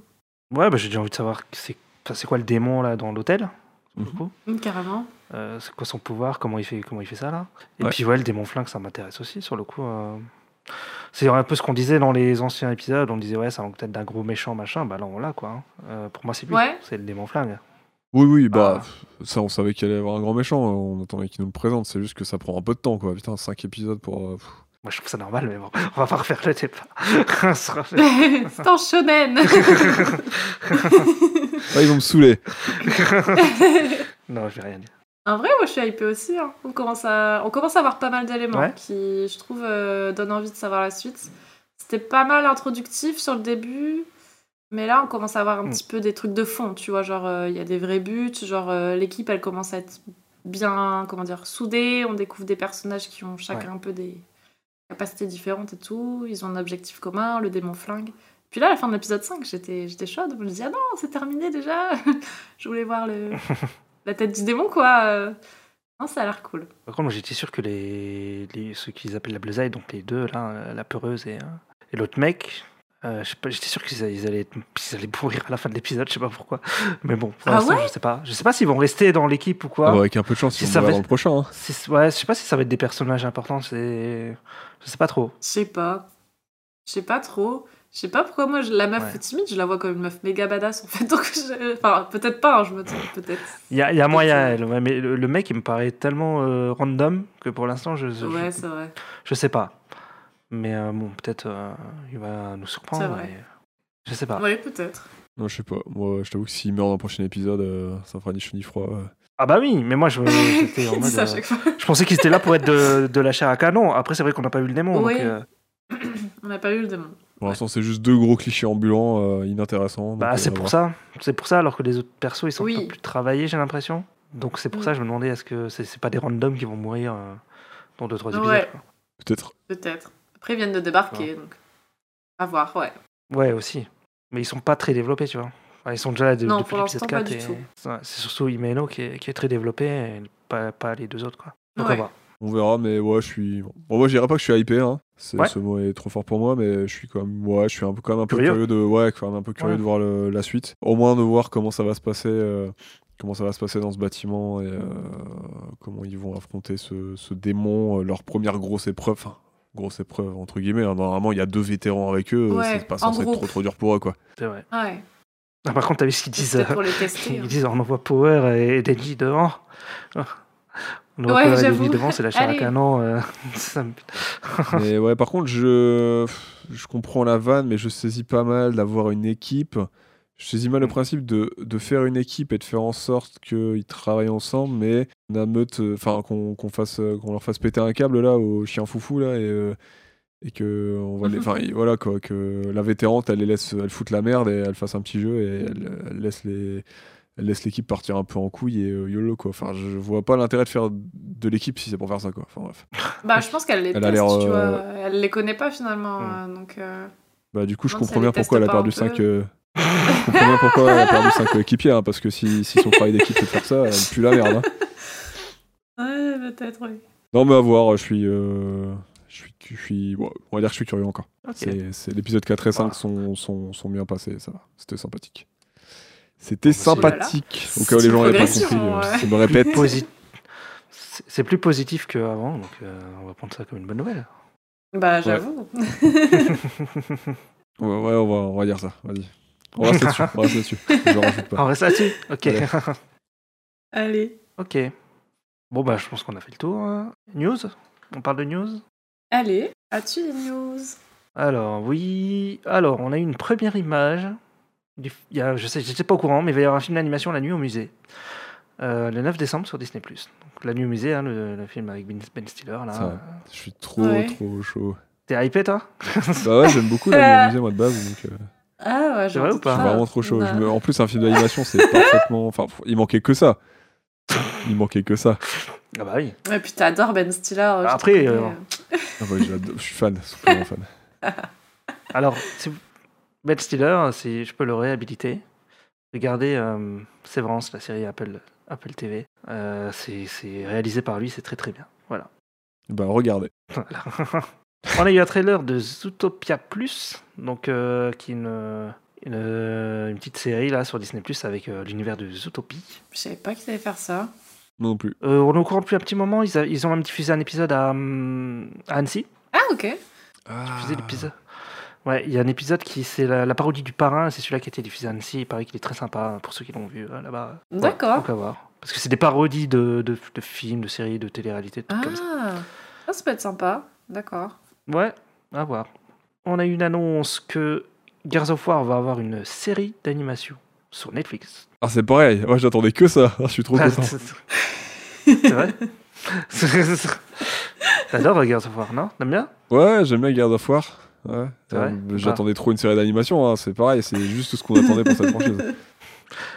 S1: Ouais, bah, j'ai déjà envie de savoir que c'est enfin, c'est quoi le démon là dans l'hôtel. pour le
S3: Mhm.
S1: coup.
S2: Mm, Carrément.
S1: Euh, c'est quoi son pouvoir Comment il fait Comment il fait ça là Et
S3: Ouais.
S1: puis ouais, le démon flingue, ça m'intéresse aussi sur le coup. euh. C'est un peu ce qu'on disait dans les anciens épisodes. On disait ouais, ça va peut-être d'un gros méchant machin. Bah là, on l'a quoi. hein. Euh, pour moi, c'est lui.
S2: Ouais.
S1: C'est le démon flingue.
S3: Oui, oui, bah,
S1: Ah.
S3: pff, ça, on savait qu'il allait y avoir un grand méchant. euh, On attendait qu'il nous le présente. C'est juste que ça prend un peu de temps, quoi. Putain, 5 épisodes pour. euh, pff.
S1: Moi, je trouve ça normal, mais bon, on va pas refaire le débat. On se refait-
S2: C'est en shonen
S3: Ah, ils vont me saouler.
S1: non, je vais rien dire.
S2: En vrai, moi je suis hypée aussi. hein. On, commence à... on commence à avoir pas mal d'éléments
S1: Ouais.
S2: qui, je trouve, euh, donnent envie de savoir la suite. C'était pas mal introductif sur le début, mais là on commence à avoir un
S1: Mm.
S2: petit peu des trucs de fond, tu vois. Genre, euh, il y a des vrais buts, genre euh, l'équipe elle commence à être bien, comment dire, soudée. On découvre des personnages qui ont chacun un peu des capacités différentes et tout. Ils ont un objectif commun, le démon flingue. Puis là, à la fin de l'épisode 5, j'étais j'étais chaude. Je me disais, ah non, c'est terminé déjà. je voulais voir le. la tête du démon, quoi. euh. Non, ça a l'air cool.
S1: Par contre, moi, j'étais sûr que les, les- ceux qu'ils appellent la bleusaille, donc les deux, là, euh, la peureuse et, euh, et l'autre mec, euh, je sais pas, j'étais sûr qu'ils a- ils allaient, être- qu'ils allaient pourrir à la fin de l'épisode, je sais pas pourquoi. Mais bon, pour
S2: Ah
S1: l'instant, je sais pas. Je sais pas s'ils vont rester dans l'équipe ou quoi.
S3: Ah bah, avec un peu de chance,
S1: Si
S3: ils vont
S1: ça
S3: mourir
S1: fait-
S3: dans le prochain. hein.
S1: C'est- ouais, je sais pas si ça va être des personnages importants, c'est... je sais pas trop.
S2: Je sais pas. Je sais pas trop. Je sais pas pourquoi moi, je- la meuf
S1: Ouais.
S2: timide, je la vois comme une meuf méga badass en fait. Donc, je- Enfin, peut-être pas, hein, je me trompe, peut-être.
S1: Il y a, il y a moyen,
S2: que-
S1: elle, ouais, mais le, le mec, il me paraît tellement euh, random que pour l'instant, je, je,
S2: Ouais,
S1: je,
S2: c'est vrai.
S1: je sais pas. Mais euh, bon, peut-être euh, il va nous surprendre.
S2: vrai.
S1: et- Je sais pas.
S2: Ouais, peut-être.
S3: Non, je sais pas. Moi, je t'avoue que s'il meurt dans le prochain épisode, euh, ça fera ni chaud ni froid. ouais.
S1: Ah bah oui, mais moi, je, j'étais en
S2: Il dit
S1: mode...
S2: ça à
S1: euh,
S2: chaque fois.
S1: Je pensais qu'il était là pour être de, de la chair à canon. Après, c'est vrai qu'on n'a pas vu le démon.
S2: Oui.
S1: donc, euh,
S2: On n'a pas eu le démon.
S3: Pour l'instant, c'est juste deux gros clichés ambulants, euh, inintéressants. donc,
S1: bah,
S3: euh,
S1: c'est pour
S3: voilà.
S1: ça. C'est pour ça, alors que les autres persos, ils sont
S2: Oui.
S1: un peu plus travaillés, j'ai l'impression. Donc, c'est pour
S2: Mm.
S1: ça que je me demandais est-ce que c'est c'est pas des randoms qui vont mourir euh, dans deux, trois
S2: Ouais.
S1: épisodes. quoi.
S3: Peut-être.
S2: Peut-être. Après, ils viennent de débarquer, donc. À voir, ouais.
S1: Ouais, aussi. Mais ils sont pas très développés, tu vois. Enfin, ils sont déjà là de-
S2: Non,
S1: depuis
S2: pour
S1: l'épisode
S2: l'instant, pas
S1: 4.
S2: du
S1: et-
S2: tout.
S1: Ouais, C'est surtout Imeno qui est, qui est très développé, et pas, pas les deux autres, quoi. Donc,
S2: Ouais.
S1: on va.
S3: On verra, mais ouais, je suis. Bon, moi, je dirais pas que je suis hypé. Hein. C'est-
S1: Ouais.
S3: Ce mot est trop fort pour moi, mais je suis quand même, ouais, je suis un peu, quand même un peu
S1: Curieux.
S3: curieux, de, ouais, quand même un peu curieux
S1: Ouais.
S3: de voir le- la suite. Au moins de voir comment ça va se passer, euh, comment ça va se passer dans ce bâtiment et euh, comment ils vont affronter ce, ce démon, euh, leur première grosse épreuve. Enfin, grosse épreuve entre guillemets. hein. Normalement, il y a deux vétérans avec eux. euh,
S2: Ouais,
S3: c'est pas
S2: en
S3: censé être
S2: groupe.
S3: trop trop dur pour eux, quoi.
S1: C'est vrai.
S2: Ouais.
S1: Ah, par contre, t'as vu ce qu'ils disent
S2: C'était pour les tester.
S1: Ils
S2: hein.
S1: disent on envoie Power et Denji devant. Oh. On envoie
S2: Ouais,
S1: Power et Denji
S2: j'avoue.
S1: devant, c'est la chair à
S2: Allez.
S1: canon. euh, ça me-
S3: Mais ouais, par contre, je, je comprends la vanne, mais je saisis pas mal d'avoir une équipe. Je saisis mal le principe de, de faire une équipe et de faire en sorte qu'ils travaillent ensemble, mais la meute, euh, enfin qu'on qu'on fasse, euh, qu'on leur fasse péter un câble là au chien foufou là et, euh, et que on va les, enfin et voilà quoi, que la vétérante elle les laisse, elle fout la merde et elle fasse un petit jeu et elle, elle laisse les, elle laisse l'équipe partir un peu en couille et euh, yolo quoi. Enfin, je vois pas l'intérêt de faire de l'équipe si c'est pour faire ça quoi. Enfin bref.
S2: Bah, je pense qu'elle les
S3: Elle a
S2: teste,
S3: l'air,
S2: tu
S3: euh,
S2: vois. Elle les connaît pas finalement,
S1: Hmm.
S2: euh, donc. euh,
S3: Bah du coup je
S2: Non, ça
S3: comprends
S2: les
S3: bien pourquoi elle
S2: teste
S3: a
S2: pas
S3: perdu
S2: un
S3: 5
S2: peu.
S3: Je comprends bien pourquoi elle a perdu 5 coéquipiers hein, parce que si, si son travail d'équipe c'est de faire ça, elle pue la merde. hein.
S2: Ouais, peut-être, oui.
S3: Non mais à voir, je suis euh, je suis je suis ouais, on va dire que je suis curieux encore. C'est- C'est l'épisode 4 et 5
S1: Voilà.
S3: sont, sont, sont bien passés, ça va. C'était sympathique. C'était
S1: Bon, bah, c'est-
S3: sympathique. Au
S2: C'est
S3: cas où les
S2: une
S3: gens n'avaient pas
S2: progression,
S3: compris, euh,
S2: ouais.
S3: je me répète.
S1: Plus posi- C'est c'est plus positif qu'avant, donc euh, on va prendre ça comme une bonne nouvelle.
S2: Bah, j'avoue.
S3: Ouais, ouais, on va on va dire ça, vas-y. On reste là-dessus, on reste là-dessus. Je rajoute pas.
S1: Ah, On reste là-dessus Ok.
S3: Ouais.
S2: Allez.
S1: ok. Bon, bah, je pense qu'on a fait le tour. hein. News On parle de news
S2: Allez, as-tu des news
S1: Alors, oui. Alors, on a eu une première image. du- il y a- je sais, j'étais pas au courant, mais il va y avoir un film d'animation La Nuit au musée. Euh, le 9 décembre sur Disney. Donc, La Nuit au musée, hein, le, le film avec Ben Ben Stiller. Là.
S3: Ça. Je suis trop
S2: Ouais.
S3: trop chaud.
S1: T'es hypé, toi
S3: Bah ouais, j'aime beaucoup la musique moi de base donc euh,
S2: Ah ouais, j'ai
S1: vrai ou
S2: entendu
S1: pas
S3: Je
S1: Ah,
S3: suis
S2: ça.
S3: vraiment trop chaud.
S2: Bah,
S3: Je me- En plus, un film d'animation, c'est parfaitement. Enfin, faut- il manquait que ça. Il manquait que ça.
S1: Ah bah oui.
S2: Et puis t'adores Ben Stiller. je te
S1: Après,
S2: connais.
S1: euh,
S3: Ah ouais, j'adore- je suis fan, super fan.
S1: Alors, si vous- Ben Stiller, si je peux le réhabiliter, regardez euh, Severance, la série Apple, Apple TV. Euh, c'est c'est réalisé par lui, c'est très très bien. Voilà.
S3: Bah regardez.
S1: On a eu un trailer de Zootopia Plus, donc euh, qui est une, une, une petite série là sur Disney Plus avec euh, l'univers de Zootopie.
S2: Je savais pas qu'ils allaient faire ça.
S3: Moi non plus.
S1: Euh, on est au courant depuis un petit moment. Ils, a- ils ont même diffusé un épisode à, hum, à Annecy.
S2: Ah, ok.
S1: Diffusé
S3: Ah.
S1: l'épisode. Ouais, il y a un épisode qui c'est la, la parodie du parrain. C'est celui-là qui a été diffusé à Annecy. Il paraît qu'il est très sympa hein, pour ceux qui l'ont vu euh, là-bas. Ouais,
S2: D'accord.
S1: donc à voir. Parce que c'est des parodies de, de- de films, de séries, de télé-réalités, de trucs
S2: Ah,
S1: comme ça.
S2: Ah, ça peut être sympa. D'accord.
S1: Ouais, à voir. On a une annonce que Gears of War va avoir une série d'animation sur Netflix.
S3: Ah c'est pareil, moi j'attendais que ça, je suis trop content.
S1: Ah, C'est vrai T'adores euh, Gears of War, non T'aimes bien
S3: Ouais, j'aime bien Guerre of War. Ouais.
S1: C'est vrai Ah.
S3: Euh, J'attendais trop une série d'animation, hein, c'est pareil, c'est juste ce qu'on attendait pour cette franchise.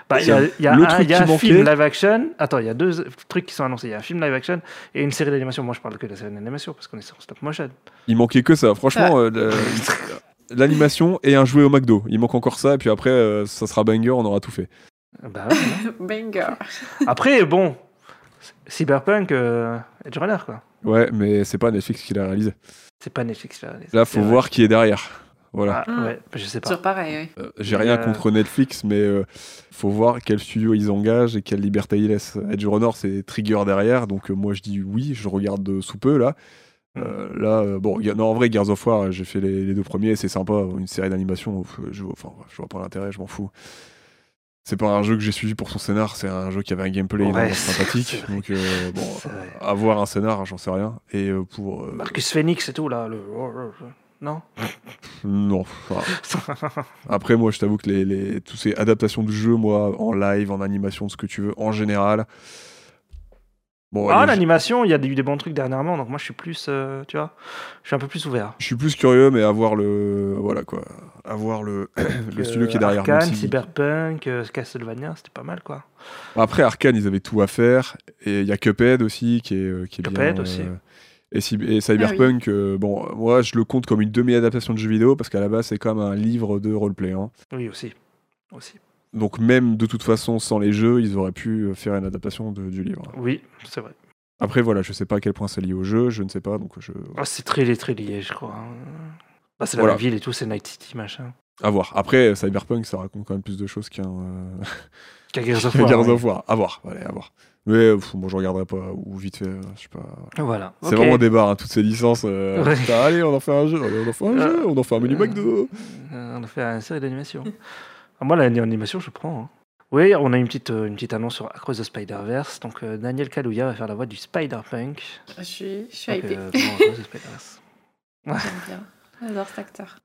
S1: Bah, Il y a, il y a
S3: Le
S1: un,
S3: truc
S1: il y a
S3: qui
S1: un
S3: manquait.
S1: film live action. Attends, il y a deux trucs qui sont annoncés. Il y a un film live action et une série d'animation. Moi, je parle que de la série d'animation parce qu'on est sur stop motion.
S3: Il manquait que ça, franchement. euh, le- L'animation et un jouet au McDo. Il manque encore ça, et puis après, euh, ça sera banger, on aura tout fait.
S1: Bah, ouais, non
S2: Banger.
S1: Après, bon, Cyberpunk, euh, Edge Runner, quoi.
S3: Ouais, mais c'est pas Netflix qui l'a réalisé.
S1: C'est pas Netflix. Là,
S3: Là, faut
S1: C'est vrai.
S3: voir qui est derrière. Voilà.
S1: Ah, ouais, je sais pas.
S2: Sur pareil, oui.
S3: Euh, J'ai rien
S1: Euh.
S3: contre Netflix, mais euh, faut voir quel studio ils engagent et quelle liberté ils laissent. Edge Runner, c'est Trigger derrière, donc euh, moi je dis oui, je regarde de sous peu là. Euh, là, euh, bon, y a- non, en vrai, Gears of War, euh, j'ai fait les, les deux premiers, c'est sympa, une série d'animation, pff, je, vois- enfin, je vois pas l'intérêt, je m'en fous. C'est pas un jeu que j'ai suivi pour son scénar, c'est un jeu qui avait un gameplay
S1: Ouais,
S3: énormément
S1: c'est-
S3: sympathique,
S1: c'est vrai.
S3: donc euh, bon,
S1: C'est vrai.
S3: avoir un scénar, j'en sais rien. Et euh, pour. euh,
S1: Marcus Phoenix et tout, là. Le... Non
S3: non, enfin, Après, moi, je t'avoue que les, les, toutes ces adaptations de jeux, moi, en live, en animation, de ce que tu veux, en général. Bon,
S1: Ah,
S3: allez, je-
S1: l'animation, il y a eu des bons trucs dernièrement, donc moi je suis plus, euh, tu vois, je suis un peu plus ouvert.
S3: je suis plus curieux, mais avoir le. Voilà quoi. Avoir le, le studio qui est
S1: Euh,
S3: derrière. même
S1: Arkane,
S3: si-
S1: Cyberpunk, euh, Castlevania, c'était pas mal quoi.
S3: Après, Arkane, ils avaient tout à faire. Et il y a Cuphead aussi, qui est, euh, qui est
S1: Cuphead
S3: bien.
S1: aussi.
S3: euh, Et, Cy- et Cyberpunk, euh, bon, euh, moi, je le compte comme une demi-adaptation de jeu vidéo, parce qu'à la base, c'est comme un livre de roleplay. hein.
S1: Oui, aussi. aussi.
S3: Donc, même de toute façon, sans les jeux, ils auraient pu euh, faire une adaptation de- du livre.
S1: Oui, c'est vrai.
S3: Après, voilà, je sais pas à quel point c'est lié au jeu, je ne sais pas, donc je.
S1: Ah, c'est très, lié- très lié, je crois. hein. Bah, c'est la
S3: Voilà.
S1: même ville et tout, c'est Night City, machin.
S3: À voir. Après, Cyberpunk, ça raconte quand même plus de choses qu'un. euh,
S1: Qu'à Gears of
S3: qu'un
S1: War,
S3: Gears
S1: oui.
S3: of War. À voir, allez, à voir. Mais pff, bon, je regarderai pas, ou vite fait, euh, je sais pas.
S1: Voilà.
S3: C'est
S1: Ok.
S3: vraiment des barres, hein, toutes ces licences. euh,
S1: Ouais.
S3: putain, allez, on en fait un jeu, allez, on en fait un jeu, on en fait un menu
S1: Euh,
S3: McDo.
S1: Euh, on a fait une série d'animation. Ah, moi, l'animation, je prends. hein. Oui, on a une petite, euh, une petite annonce sur Across the Spider-Verse. Donc, euh, Daniel Kaluuya va faire la voix du Spider-Punk.
S2: Je suis, je suis
S1: Donc,
S2: hypée.
S1: euh, dans Across the Spider-Verse.
S2: J'aime bien. J'adore cet acteur.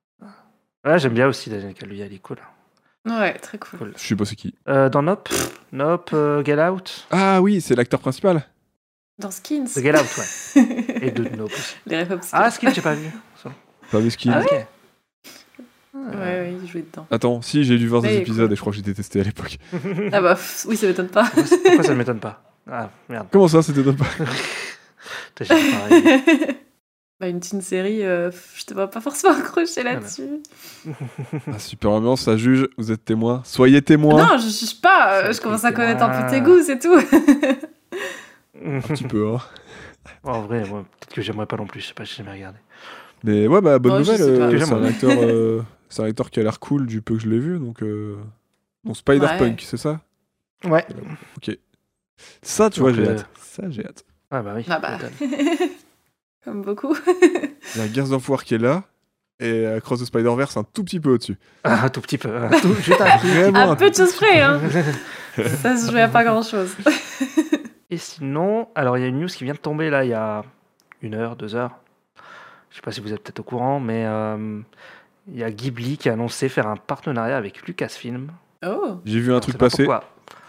S1: Ouais, j'aime bien aussi Daniel Kaluuya, il est cool. hein.
S2: Ouais, très cool.
S3: Je sais pas c'est qui.
S1: Euh, dans Nope, Nope, euh, Get Out.
S3: Ah oui, c'est l'acteur principal.
S2: Dans Skins.
S1: De Get Out, ouais. Et de Nope aussi.
S2: Les refs obscurs.
S1: Ah, Skin, j'ai pas vu.
S3: Pas vu ce qui.
S1: Ah, Euh, ok.
S2: Ouais, ouais, il jouait dedans.
S3: Attends, si, j'ai dû voir
S2: Mais
S3: des
S2: écoute.
S3: épisodes et je crois que j'ai détesté à l'époque.
S2: Ah bah, pff, oui, ça m'étonne pas.
S1: Pourquoi- Pourquoi ça ne m'étonne pas Ah, merde.
S3: Comment ça, c'était pas
S1: Putain, j'ai pareil.
S2: bah, une teen série, euh, pff, je te vois pas forcément accrocher
S1: Voilà.
S2: là-dessus.
S3: Ah, Super ambiance, ça juge, vous êtes témoin. Soyez témoin.
S2: Non, je juge pas. euh,
S1: Ça
S2: je commence à
S1: explique,
S2: connaître un peu
S1: ah.
S2: tes goûts, c'est tout.
S1: Mhm.
S3: Un petit peu, hein.
S1: en vrai, moi, peut-être que j'aimerais pas non plus. Je sais pas, j'ai jamais regardé.
S3: Mais ouais, bah bonne
S2: Ouais, Oh, je
S3: nouvelle.
S2: sais
S3: euh,
S2: pas.
S1: Que
S3: c'est
S1: j'aime.
S3: un acteur, euh, c'est un acteur qui a l'air cool du peu que je l'ai vu, donc. euh, Donc Spider
S2: Ouais.
S3: Punk, c'est ça
S1: Ouais.
S3: Ça, tu
S1: Donc,
S3: vois, j'ai
S1: euh,
S3: hâte. Ça, j'ai hâte.
S1: Ah, bah oui.
S2: Ah bah. Comme beaucoup.
S3: Il y a Gears of War qui est là et euh, Cross the Spider Verse un tout petit peu au-dessus.
S1: Ah, un tout petit peu. un tout- juste un petit
S3: Vraiment.
S2: Un
S3: un
S2: peu de choses près, hein.
S1: peu.
S2: Ça se jouait à pas grand-chose.
S1: Et sinon, alors il y a une news qui vient de tomber là il y a une heure, deux heures. Je sais pas si vous êtes peut-être au courant, mais euh, il y a Ghibli qui a annoncé faire un partenariat avec Lucasfilm.
S2: Oh.
S3: J'ai vu un
S1: Alors,
S3: truc
S1: c'est pas
S3: passer.
S1: pourquoi.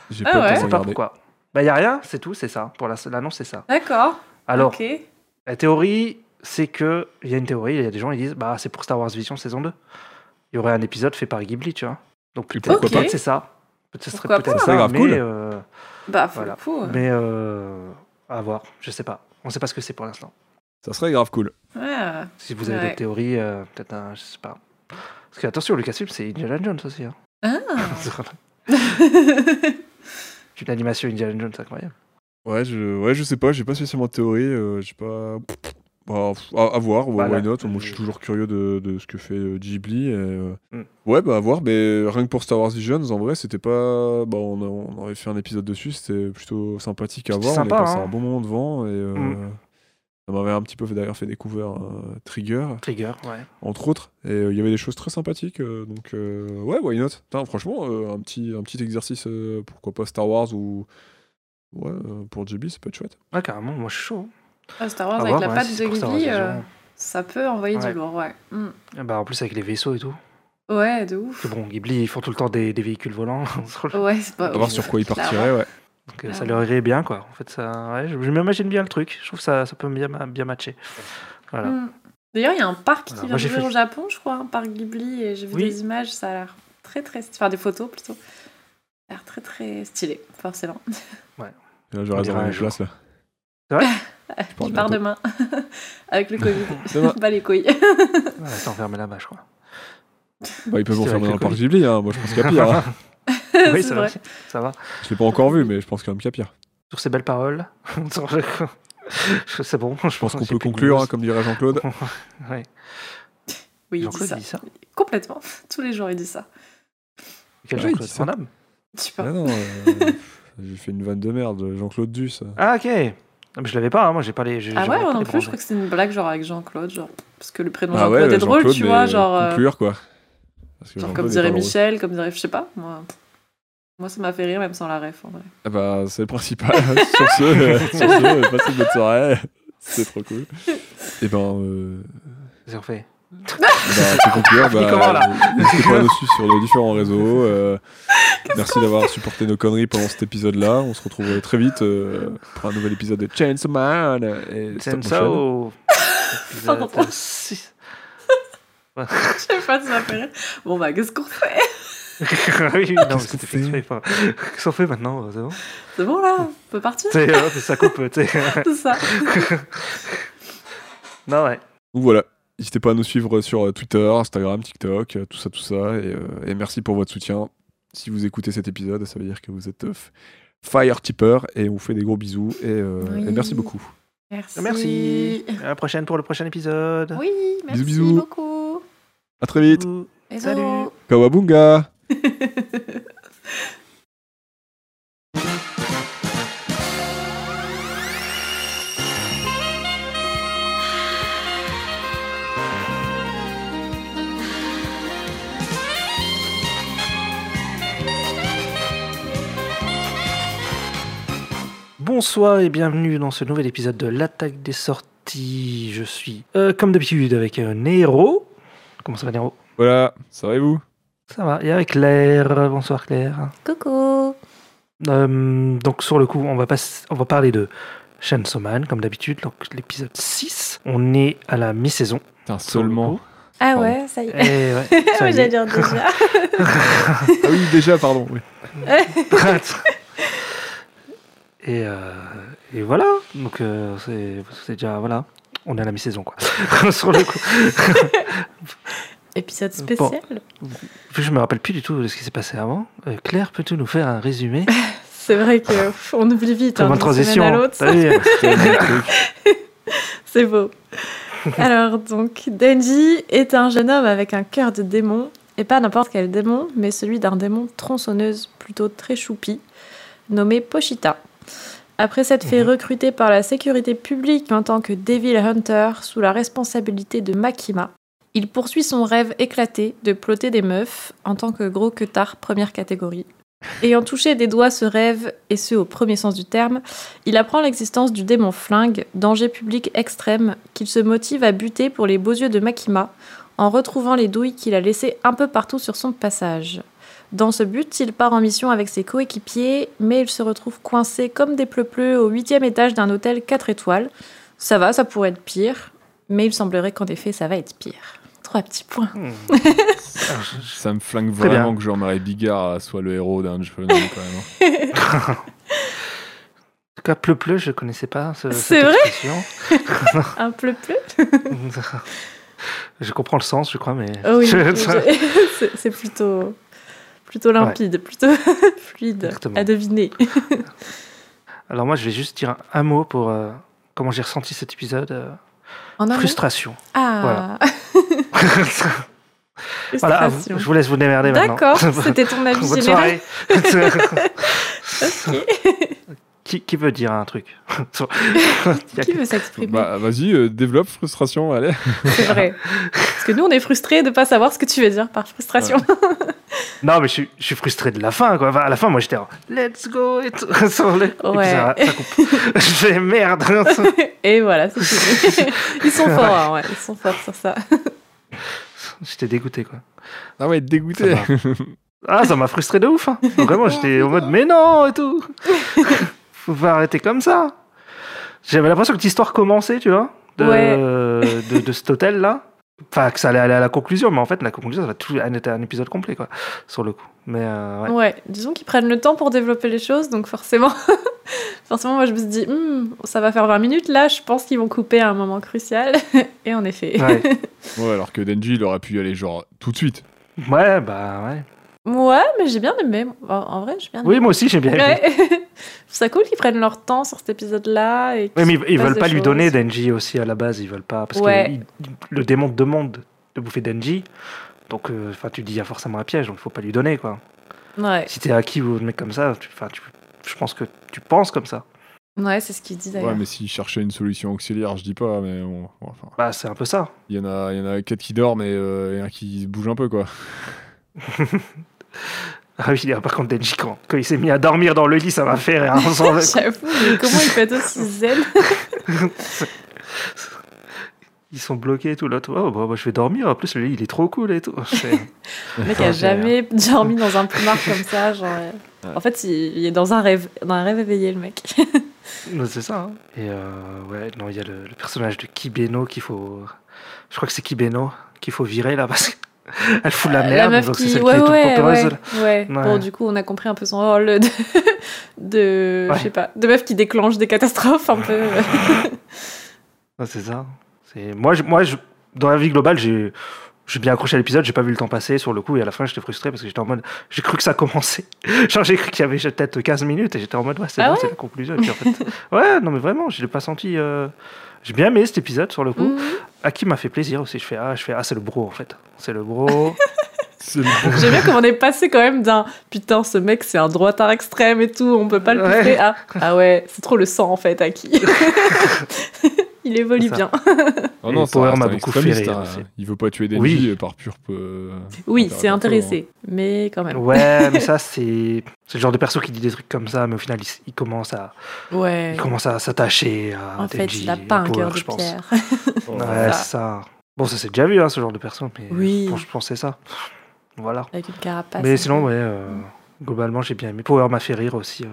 S3: J'ai
S2: Ah
S3: pas
S2: ouais
S1: Je
S3: le temps de
S1: sais pas
S3: regarder.
S1: pourquoi. Bah il y a rien, c'est tout, c'est ça. Pour la- l'annonce, c'est ça.
S2: D'accord.
S1: Alors,
S2: Ok.
S1: la théorie, c'est que il y a une théorie, il y a des gens qui disent bah c'est pour Star Wars Vision saison 2. Il y aurait un épisode fait par Ghibli, tu vois. Donc
S3: Et
S1: peut-être
S2: pourquoi
S1: peut-être
S2: pas
S1: c'est ça. Peut-être ce serait
S2: Pourquoi
S1: peut-être
S2: pas
S1: ça,
S3: C'est grave
S1: mais
S3: cool.
S1: euh,
S2: Bah, pour
S1: Voilà.
S2: le coup.
S1: mais euh, à voir, je sais pas. On sait pas ce que c'est pour l'instant.
S3: Ça serait grave cool.
S2: Ouais.
S1: Si vous avez
S2: Ouais.
S1: des théories, euh, peut-être un. Je sais pas. Parce que attention, Lucasfilm, c'est Indiana Jones aussi. Hein.
S2: Ah.
S1: c'est une animation Indiana Jones incroyable.
S3: Ouais, je, ouais, je sais pas, j'ai pas spécialement de théorie, euh, j'ai pas. Bah, pff, à, à voir, ouais,
S1: Voilà.
S3: why not Moi, je suis toujours curieux de, de ce que fait euh, Ghibli. et, euh,
S1: Mm.
S3: Ouais, bah, à voir, mais rien que pour Star Wars Visions, en vrai, c'était pas. Bah, on, a- on avait fait un épisode dessus, c'était plutôt sympathique à
S1: C'était
S3: voir.
S1: sympa,
S3: on a passé
S1: hein.
S3: un bon moment devant et. euh,
S1: Mm.
S3: Ça m'avait un petit peu d'ailleurs fait découvrir euh, Trigger,
S1: Trigger, ouais.
S3: entre autres. Et euh, il y avait des choses très sympathiques. euh, donc, euh, ouais, why not Putain, Franchement, euh, un, petit, un petit exercice, euh, pourquoi pas Star Wars ou. Ouais, euh, pour JB, ça peut être chouette.
S1: Ah, carrément, moi je suis chaud.
S4: Ah, Star Wars
S1: À
S4: avec
S1: voir,
S4: la
S1: ouais,
S4: patte
S1: si c'est
S4: de
S1: pour Star Wars
S4: Ghibli,
S1: Vision.
S4: euh, ça peut envoyer
S1: Ouais.
S4: du lourd, ouais. Mm.
S1: Ah Bah, en plus, avec les vaisseaux et tout.
S4: Ouais, de
S1: Parce
S4: ouf.
S1: que bon, Ghibli, ils font tout le temps des, des véhicules volants. sur le-
S4: Ouais, c'est pas
S3: À voir sur quoi il partirait,
S4: Clairement.
S3: ouais.
S1: Donc, euh, ça
S4: Ah
S1: leur irait bien, quoi. En fait, ça, ouais, je, je m'imagine bien le truc. Je trouve que ça, ça peut bien, ma- bien matcher. Voilà.
S4: Mm. D'ailleurs, il y a un parc
S1: Voilà, moi,
S4: qui vient
S1: j'ai
S4: d'ouvrir
S1: fait-
S4: au Japon, je crois, un parc Ghibli, et j'ai vu
S1: Oui.
S4: des images, ça a l'air très très... Enfin, des photos plutôt. Ça a l'air très très stylé, forcément.
S3: Et Là,
S1: On
S3: j'aurais
S1: dirait
S3: dans
S1: un
S3: les
S1: jour.
S3: places, là.
S1: C'est
S3: bah,
S1: vrai
S3: Je parle
S4: Il part
S3: bientôt.
S4: demain, avec le
S3: Demain.
S4: Covid. Pas les couilles.
S1: Ouais, c'est enfermé là-bas, je crois.
S3: Bah, ils peuvent
S1: C'est vrai
S3: en faire
S1: que
S3: dans
S1: le
S3: le parc
S1: Covid.
S3: Ghibli, hein. moi je pense qu'il y a pire. hein.
S1: oui,
S4: C'est
S1: c'est vrai.
S4: vrai.
S1: Ça va.
S3: Je l'ai pas encore vu, mais je pense quand même qu'il y a pire.
S1: Sur ces belles paroles, c'est bon. Je
S3: Je pense qu'on
S1: j'ai plus
S3: peut
S1: de
S3: conclure,
S1: news.
S3: hein, comme dirait Jean-Claude.
S1: Ouais.
S4: Oui, il dit
S1: Jean-Claude
S4: ça.
S1: dit ça.
S4: Complètement. Tous les jours, il dit ça.
S1: Quel
S3: Ah, il
S1: Jean-Claude
S3: dit ça.
S1: Van Damme
S4: Je sais
S3: Ah
S4: pas.
S3: non, euh, j'ai fait une vanne de merde, Jean-Claude Duss.
S1: Ah, ok. Ah, mais je l'avais pas, hein, moi j'ai pas les. j'ai-
S4: Ah
S1: j'aurais
S4: ouais,
S1: pas
S4: moi non
S1: les
S4: plus, je
S1: branchés.
S4: crois que c'est une blague genre avec Jean-Claude, genre parce que le prénom
S3: Ah
S4: Jean-Claude est
S3: ouais,
S4: drôle,
S3: Jean-Claude,
S4: tu vois,
S3: mais
S4: genre, euh,
S3: Conclure, quoi. Parce que
S4: genre
S3: Jean-Claude
S4: comme
S3: est
S4: dirait
S3: pas drôle.
S4: Michel, comme dirait, je sais pas, moi, moi ça m'a fait rire même sans la ref en vrai.
S3: Ah bah, c'est le principal. sur ce, euh, sur ce euh, passez une bonne soirée. C'est trop cool. Et ben, euh,
S1: C'est fait.
S3: Bah, pour conclure, bah,
S1: comment, là
S3: euh, n'hésitez pas à nous suivre sur nos différents réseaux. euh, merci d'avoir supporté nos conneries pendant cet épisode-là. On se retrouve euh, très vite euh, pour un nouvel épisode de Chainsaw Man euh, et Stop Motion.
S1: Senso
S4: Pardon.
S1: Épisode 6.
S4: Je sais pas si ça m'a fait rire. Bon bah qu'est-ce qu'on fait
S1: oui, non, mais
S3: qu'on
S1: c'était
S3: fait
S1: fait exprès, enfin, Qu'est-ce qu'on fait maintenant C'est bon Tu
S4: C'est bon là, on peut partir,
S1: sais, hop, ça coupe, tu sais.
S4: c'est ça.
S1: Non, ouais.
S3: Donc voilà. N'hésitez pas à nous suivre sur euh, Twitter, Instagram, TikTok, euh, tout ça, tout ça. Et, euh, et merci pour votre soutien. Si vous écoutez cet épisode, ça veut dire que vous êtes euh, fire tipper et on vous fait des gros bisous et, euh,
S4: Oui.
S3: et merci beaucoup.
S4: Merci.
S1: Merci. À la prochaine pour le prochain épisode.
S4: Oui, merci
S3: bisous.
S4: beaucoup.
S3: À très vite.
S1: Bisous.
S4: Bisous.
S1: Salut.
S3: Kawabunga.
S1: Bonsoir et bienvenue dans ce nouvel épisode de l'attaque des sorties. Je suis, euh, comme d'habitude, avec euh, Nero. Comment ça va, Nero
S3: Voilà, ça va et vous
S1: Ça va. Et avec Claire. Bonsoir, Claire.
S4: Coucou.
S1: Euh, donc sur le coup, on va, pas, on va parler de Chainsaw Man, comme d'habitude, donc l'épisode 6. On est à la mi-saison.
S6: Putain,
S1: sur le
S6: seulement.
S1: coup.
S4: Ah
S3: Pardon.
S4: ouais, ça y
S1: Et
S4: est.
S1: Eh ouais, ça
S4: Ouais,
S1: y
S4: J'allais
S1: est.
S4: dire déjà.
S3: Ah oui, déjà, pardon. oui.
S1: et, euh, et voilà. Donc euh, c'est c'est déjà, voilà. On est à la mi-saison, quoi. sur le coup.
S4: Épisode spécial.
S1: Vu que je me rappelle plus du tout de ce qui s'est passé avant, euh, Claire, peux-tu nous faire un résumé
S4: C'est vrai que pff, on oublie vite
S1: Très
S4: hein,
S1: bonne
S4: d'une semaine
S1: transition.
S4: à
S1: hein.
S4: l'autre.
S1: T'as vu
S3: C'était un truc.
S4: C'est beau. Alors, donc, Denji est un jeune homme avec un cœur de démon, et pas n'importe quel démon, mais celui d'un démon tronçonneuse plutôt très choupi, nommé Pochita. Après s'être fait
S1: Mhm.
S4: recruter par la sécurité publique en tant que Devil Hunter sous la responsabilité de Makima, il poursuit son rêve éclaté de ploter des meufs en tant que gros queutard première catégorie. Ayant touché des doigts ce rêve, et ce au premier sens du terme, il apprend l'existence du démon flingue, danger public extrême, qu'il se motive à buter pour les beaux yeux de Makima, en retrouvant les douilles qu'il a laissées un peu partout sur son passage. Dans ce but, il part en mission avec ses coéquipiers, mais il se retrouve coincé comme des pleupleux au huitième étage d'un hôtel 4 étoiles. Ça va, ça pourrait être pire, mais il semblerait qu'en effet, ça va être pire. Trois petits points.
S1: Hmm.
S6: Ça me flingue
S1: Très
S6: vraiment
S1: bien.
S6: que Jean-Marie Bigard soit le héros d'un jeu quand même. hein.
S1: En tout cas, pleu-pleu, je connaissais pas ce,
S4: C'est
S1: cette
S4: vrai
S1: expression.
S4: Un pleupleux
S1: je comprends le sens, je crois, mais.
S4: Oh oui,
S1: Je-
S4: je- c'est- c'est plutôt, plutôt limpide, plutôt fluide
S1: Exactement.
S4: à deviner.
S1: Alors moi, je vais juste dire un mot pour euh, comment j'ai ressenti cet épisode. euh,
S4: En amont
S1: frustration.
S2: Ah,
S1: voilà, à vous.
S4: Frustration.
S1: je vous laisse vous démerder maintenant.
S4: D'accord, c'était ton avis
S1: Bonne
S4: général.
S1: soirée. qui, qui veut dire un truc Il y a
S4: Qui veut s'exprimer
S3: Bah, vas-y, euh, développe frustration, allez.
S4: C'est vrai. Parce que nous, on est frustrés de pas savoir ce que tu veux dire par frustration.
S1: Non, mais je, suis- je suis frustré de la fin. Quoi. Enfin, à la fin, moi, j'étais en Let's go et tout. Sur le- et puis
S4: Ouais.
S1: ça, ça coupe. je fais merde.
S4: Et voilà, c'est fini. ils sont forts, hein, ouais, ils sont forts sur ça.
S1: j'étais dégoûté. Quoi.
S3: Ah ouais,
S1: Ça
S3: dégoûté.
S1: m'a- ah, ça m'a frustré de ouf. hein. Vraiment, j'étais en mode Mais non et tout. Faut pas arrêter comme ça. J'avais l'impression que l'histoire commençait, tu vois, de, de, de cet hôtel-là. Enfin, que ça allait aller à la conclusion, mais en fait, la conclusion, ça va tout être un épisode complet, quoi, sur le coup. Mais euh, ouais.
S4: Ouais. disons qu'ils prennent le temps pour développer les choses, donc forcément, forcément, moi je me suis dit, Hmm, ça va faire 20 minutes, là, je pense qu'ils vont couper à un moment crucial. Et en effet.
S1: Ouais.
S3: Ouais, alors que Denji, il aurait pu y aller genre tout de suite.
S1: Ouais, bah ouais.
S4: Ah Ouais, mais j'ai bien aimé. En, en vrai, j'ai bien aimé.
S1: Oui, moi aussi, j'ai bien aimé.
S4: Ouais. Je trouve ça cool qu'ils prennent leur temps sur cet épisode-là. et
S1: Oui,
S4: qu'ils
S1: mais ils- ils
S4: fassent
S1: veulent
S4: des
S1: pas lui
S4: choses.
S1: donner Denji aussi à la base, ils veulent pas. Parce
S4: Ouais.
S1: que il- il- le démon te demande de bouffer Denji. Donc, euh, enfin, tu dis, il y a forcément un piège, donc il faut pas lui donner, quoi.
S4: Ouais,
S1: Si t'es acquis ou un mec comme ça, tu, enfin, tu- je pense que tu penses comme ça.
S4: ouais c'est ce qu'il dit d'ailleurs.
S3: Ouais, mais s'il cherchait une solution auxiliaire, je dis pas, mais bon, bon, enfin,
S1: Bah, c'est un peu ça.
S3: il y en a, il y en a quatre qui dorment et, euh, et un qui bouge un peu, quoi.
S1: Ah oui, ah, par contre, Denji, quand, quand il s'est mis à dormir dans le lit, ça m'a fait rire.
S4: J'avoue, mais comment il peut être aussi zen
S1: Ils sont bloqués et tout. L'autre, oh, bah, bah, je vais dormir. En plus, le lit, il est trop cool et tout. Je fais-
S4: Le mec a
S1: Ouais.
S4: jamais dormi dans un plumard comme ça. Genre, euh, En fait, il, il est dans un rêve, dans un rêve éveillé, le mec.
S1: Non, C'est ça. hein. Et euh, ouais, non, il y a le, le personnage de Kibeno qu'il faut. Je crois que c'est Kibeno qu'il faut virer là parce qu'elle fout la Ah, merde.
S4: la meuf
S1: donc c'est
S4: qui.
S1: celle
S4: Ouais,
S1: qui est toute
S4: ouais,
S1: pompéreuse,
S4: ouais,
S1: là.
S4: ouais. Bon,
S1: Ouais.
S4: du coup, on a compris un peu son rôle de. de
S1: Ouais.
S4: Je sais pas. De meuf qui déclenche des catastrophes un peu.
S1: Non, c'est ça. C'est moi, je- moi, je- dans la vie globale, j'ai j'ai bien accroché à l'épisode. J'ai pas vu le temps passer sur le coup et à la fin, j'étais frustré parce que j'étais en mode, j'ai cru que ça commençait. Genre, j'ai cru qu'il y avait peut-être 15 minutes et j'étais en mode, ouais, c'est
S4: Ah
S1: bon,
S4: ouais
S1: c'est la conclusion. Et puis, en fait, ouais, non, mais vraiment, je l'ai pas senti. euh, J'ai bien aimé cet épisode sur le coup.
S4: Mhm.
S1: À qui m'a fait plaisir aussi. Je fais ah, je fais ah, c'est le bro en fait. C'est le bro.
S3: C'est le-
S4: J'aime bien comment on est passé quand même d'un putain, ce mec c'est un droitard extrême et tout, on peut pas le
S1: Ouais.
S4: pousser à ah ouais, c'est trop le sang en fait, à qui Il évolue
S1: C'est ça.
S4: bien.
S3: Ah
S1: Et
S3: non, ça
S1: Power
S3: reste
S1: m'a
S3: un
S1: beaucoup
S3: extrémiste,
S1: fait rire
S3: hein.
S1: aussi.
S3: Il veut pas tuer Denji
S1: Oui.
S3: euh, par pur. euh,
S4: Oui,
S3: intérêt
S4: c'est
S3: perso,
S4: intéressé, mais quand même.
S1: Ouais, mais ça, c'est c'est le genre de perso qui dit des trucs comme ça, mais au final, il, s- il commence à,
S4: Ouais.
S1: il commence à s'attacher à
S4: En fait,
S1: Denji,
S4: il a pas
S1: à
S4: un
S1: Power,
S4: cœur de
S1: je pense.
S4: pierre.
S3: hein. Oh,
S1: Ouais, c'est ça. Bon, ça c'est déjà vu, hein, ce genre de perso, mais
S4: Oui.
S1: je pense- je pensais ça. Voilà.
S4: Avec une carapace.
S1: mais sinon, ouais, euh, globalement, j'ai bien aimé. Power m'a fait rire aussi. euh.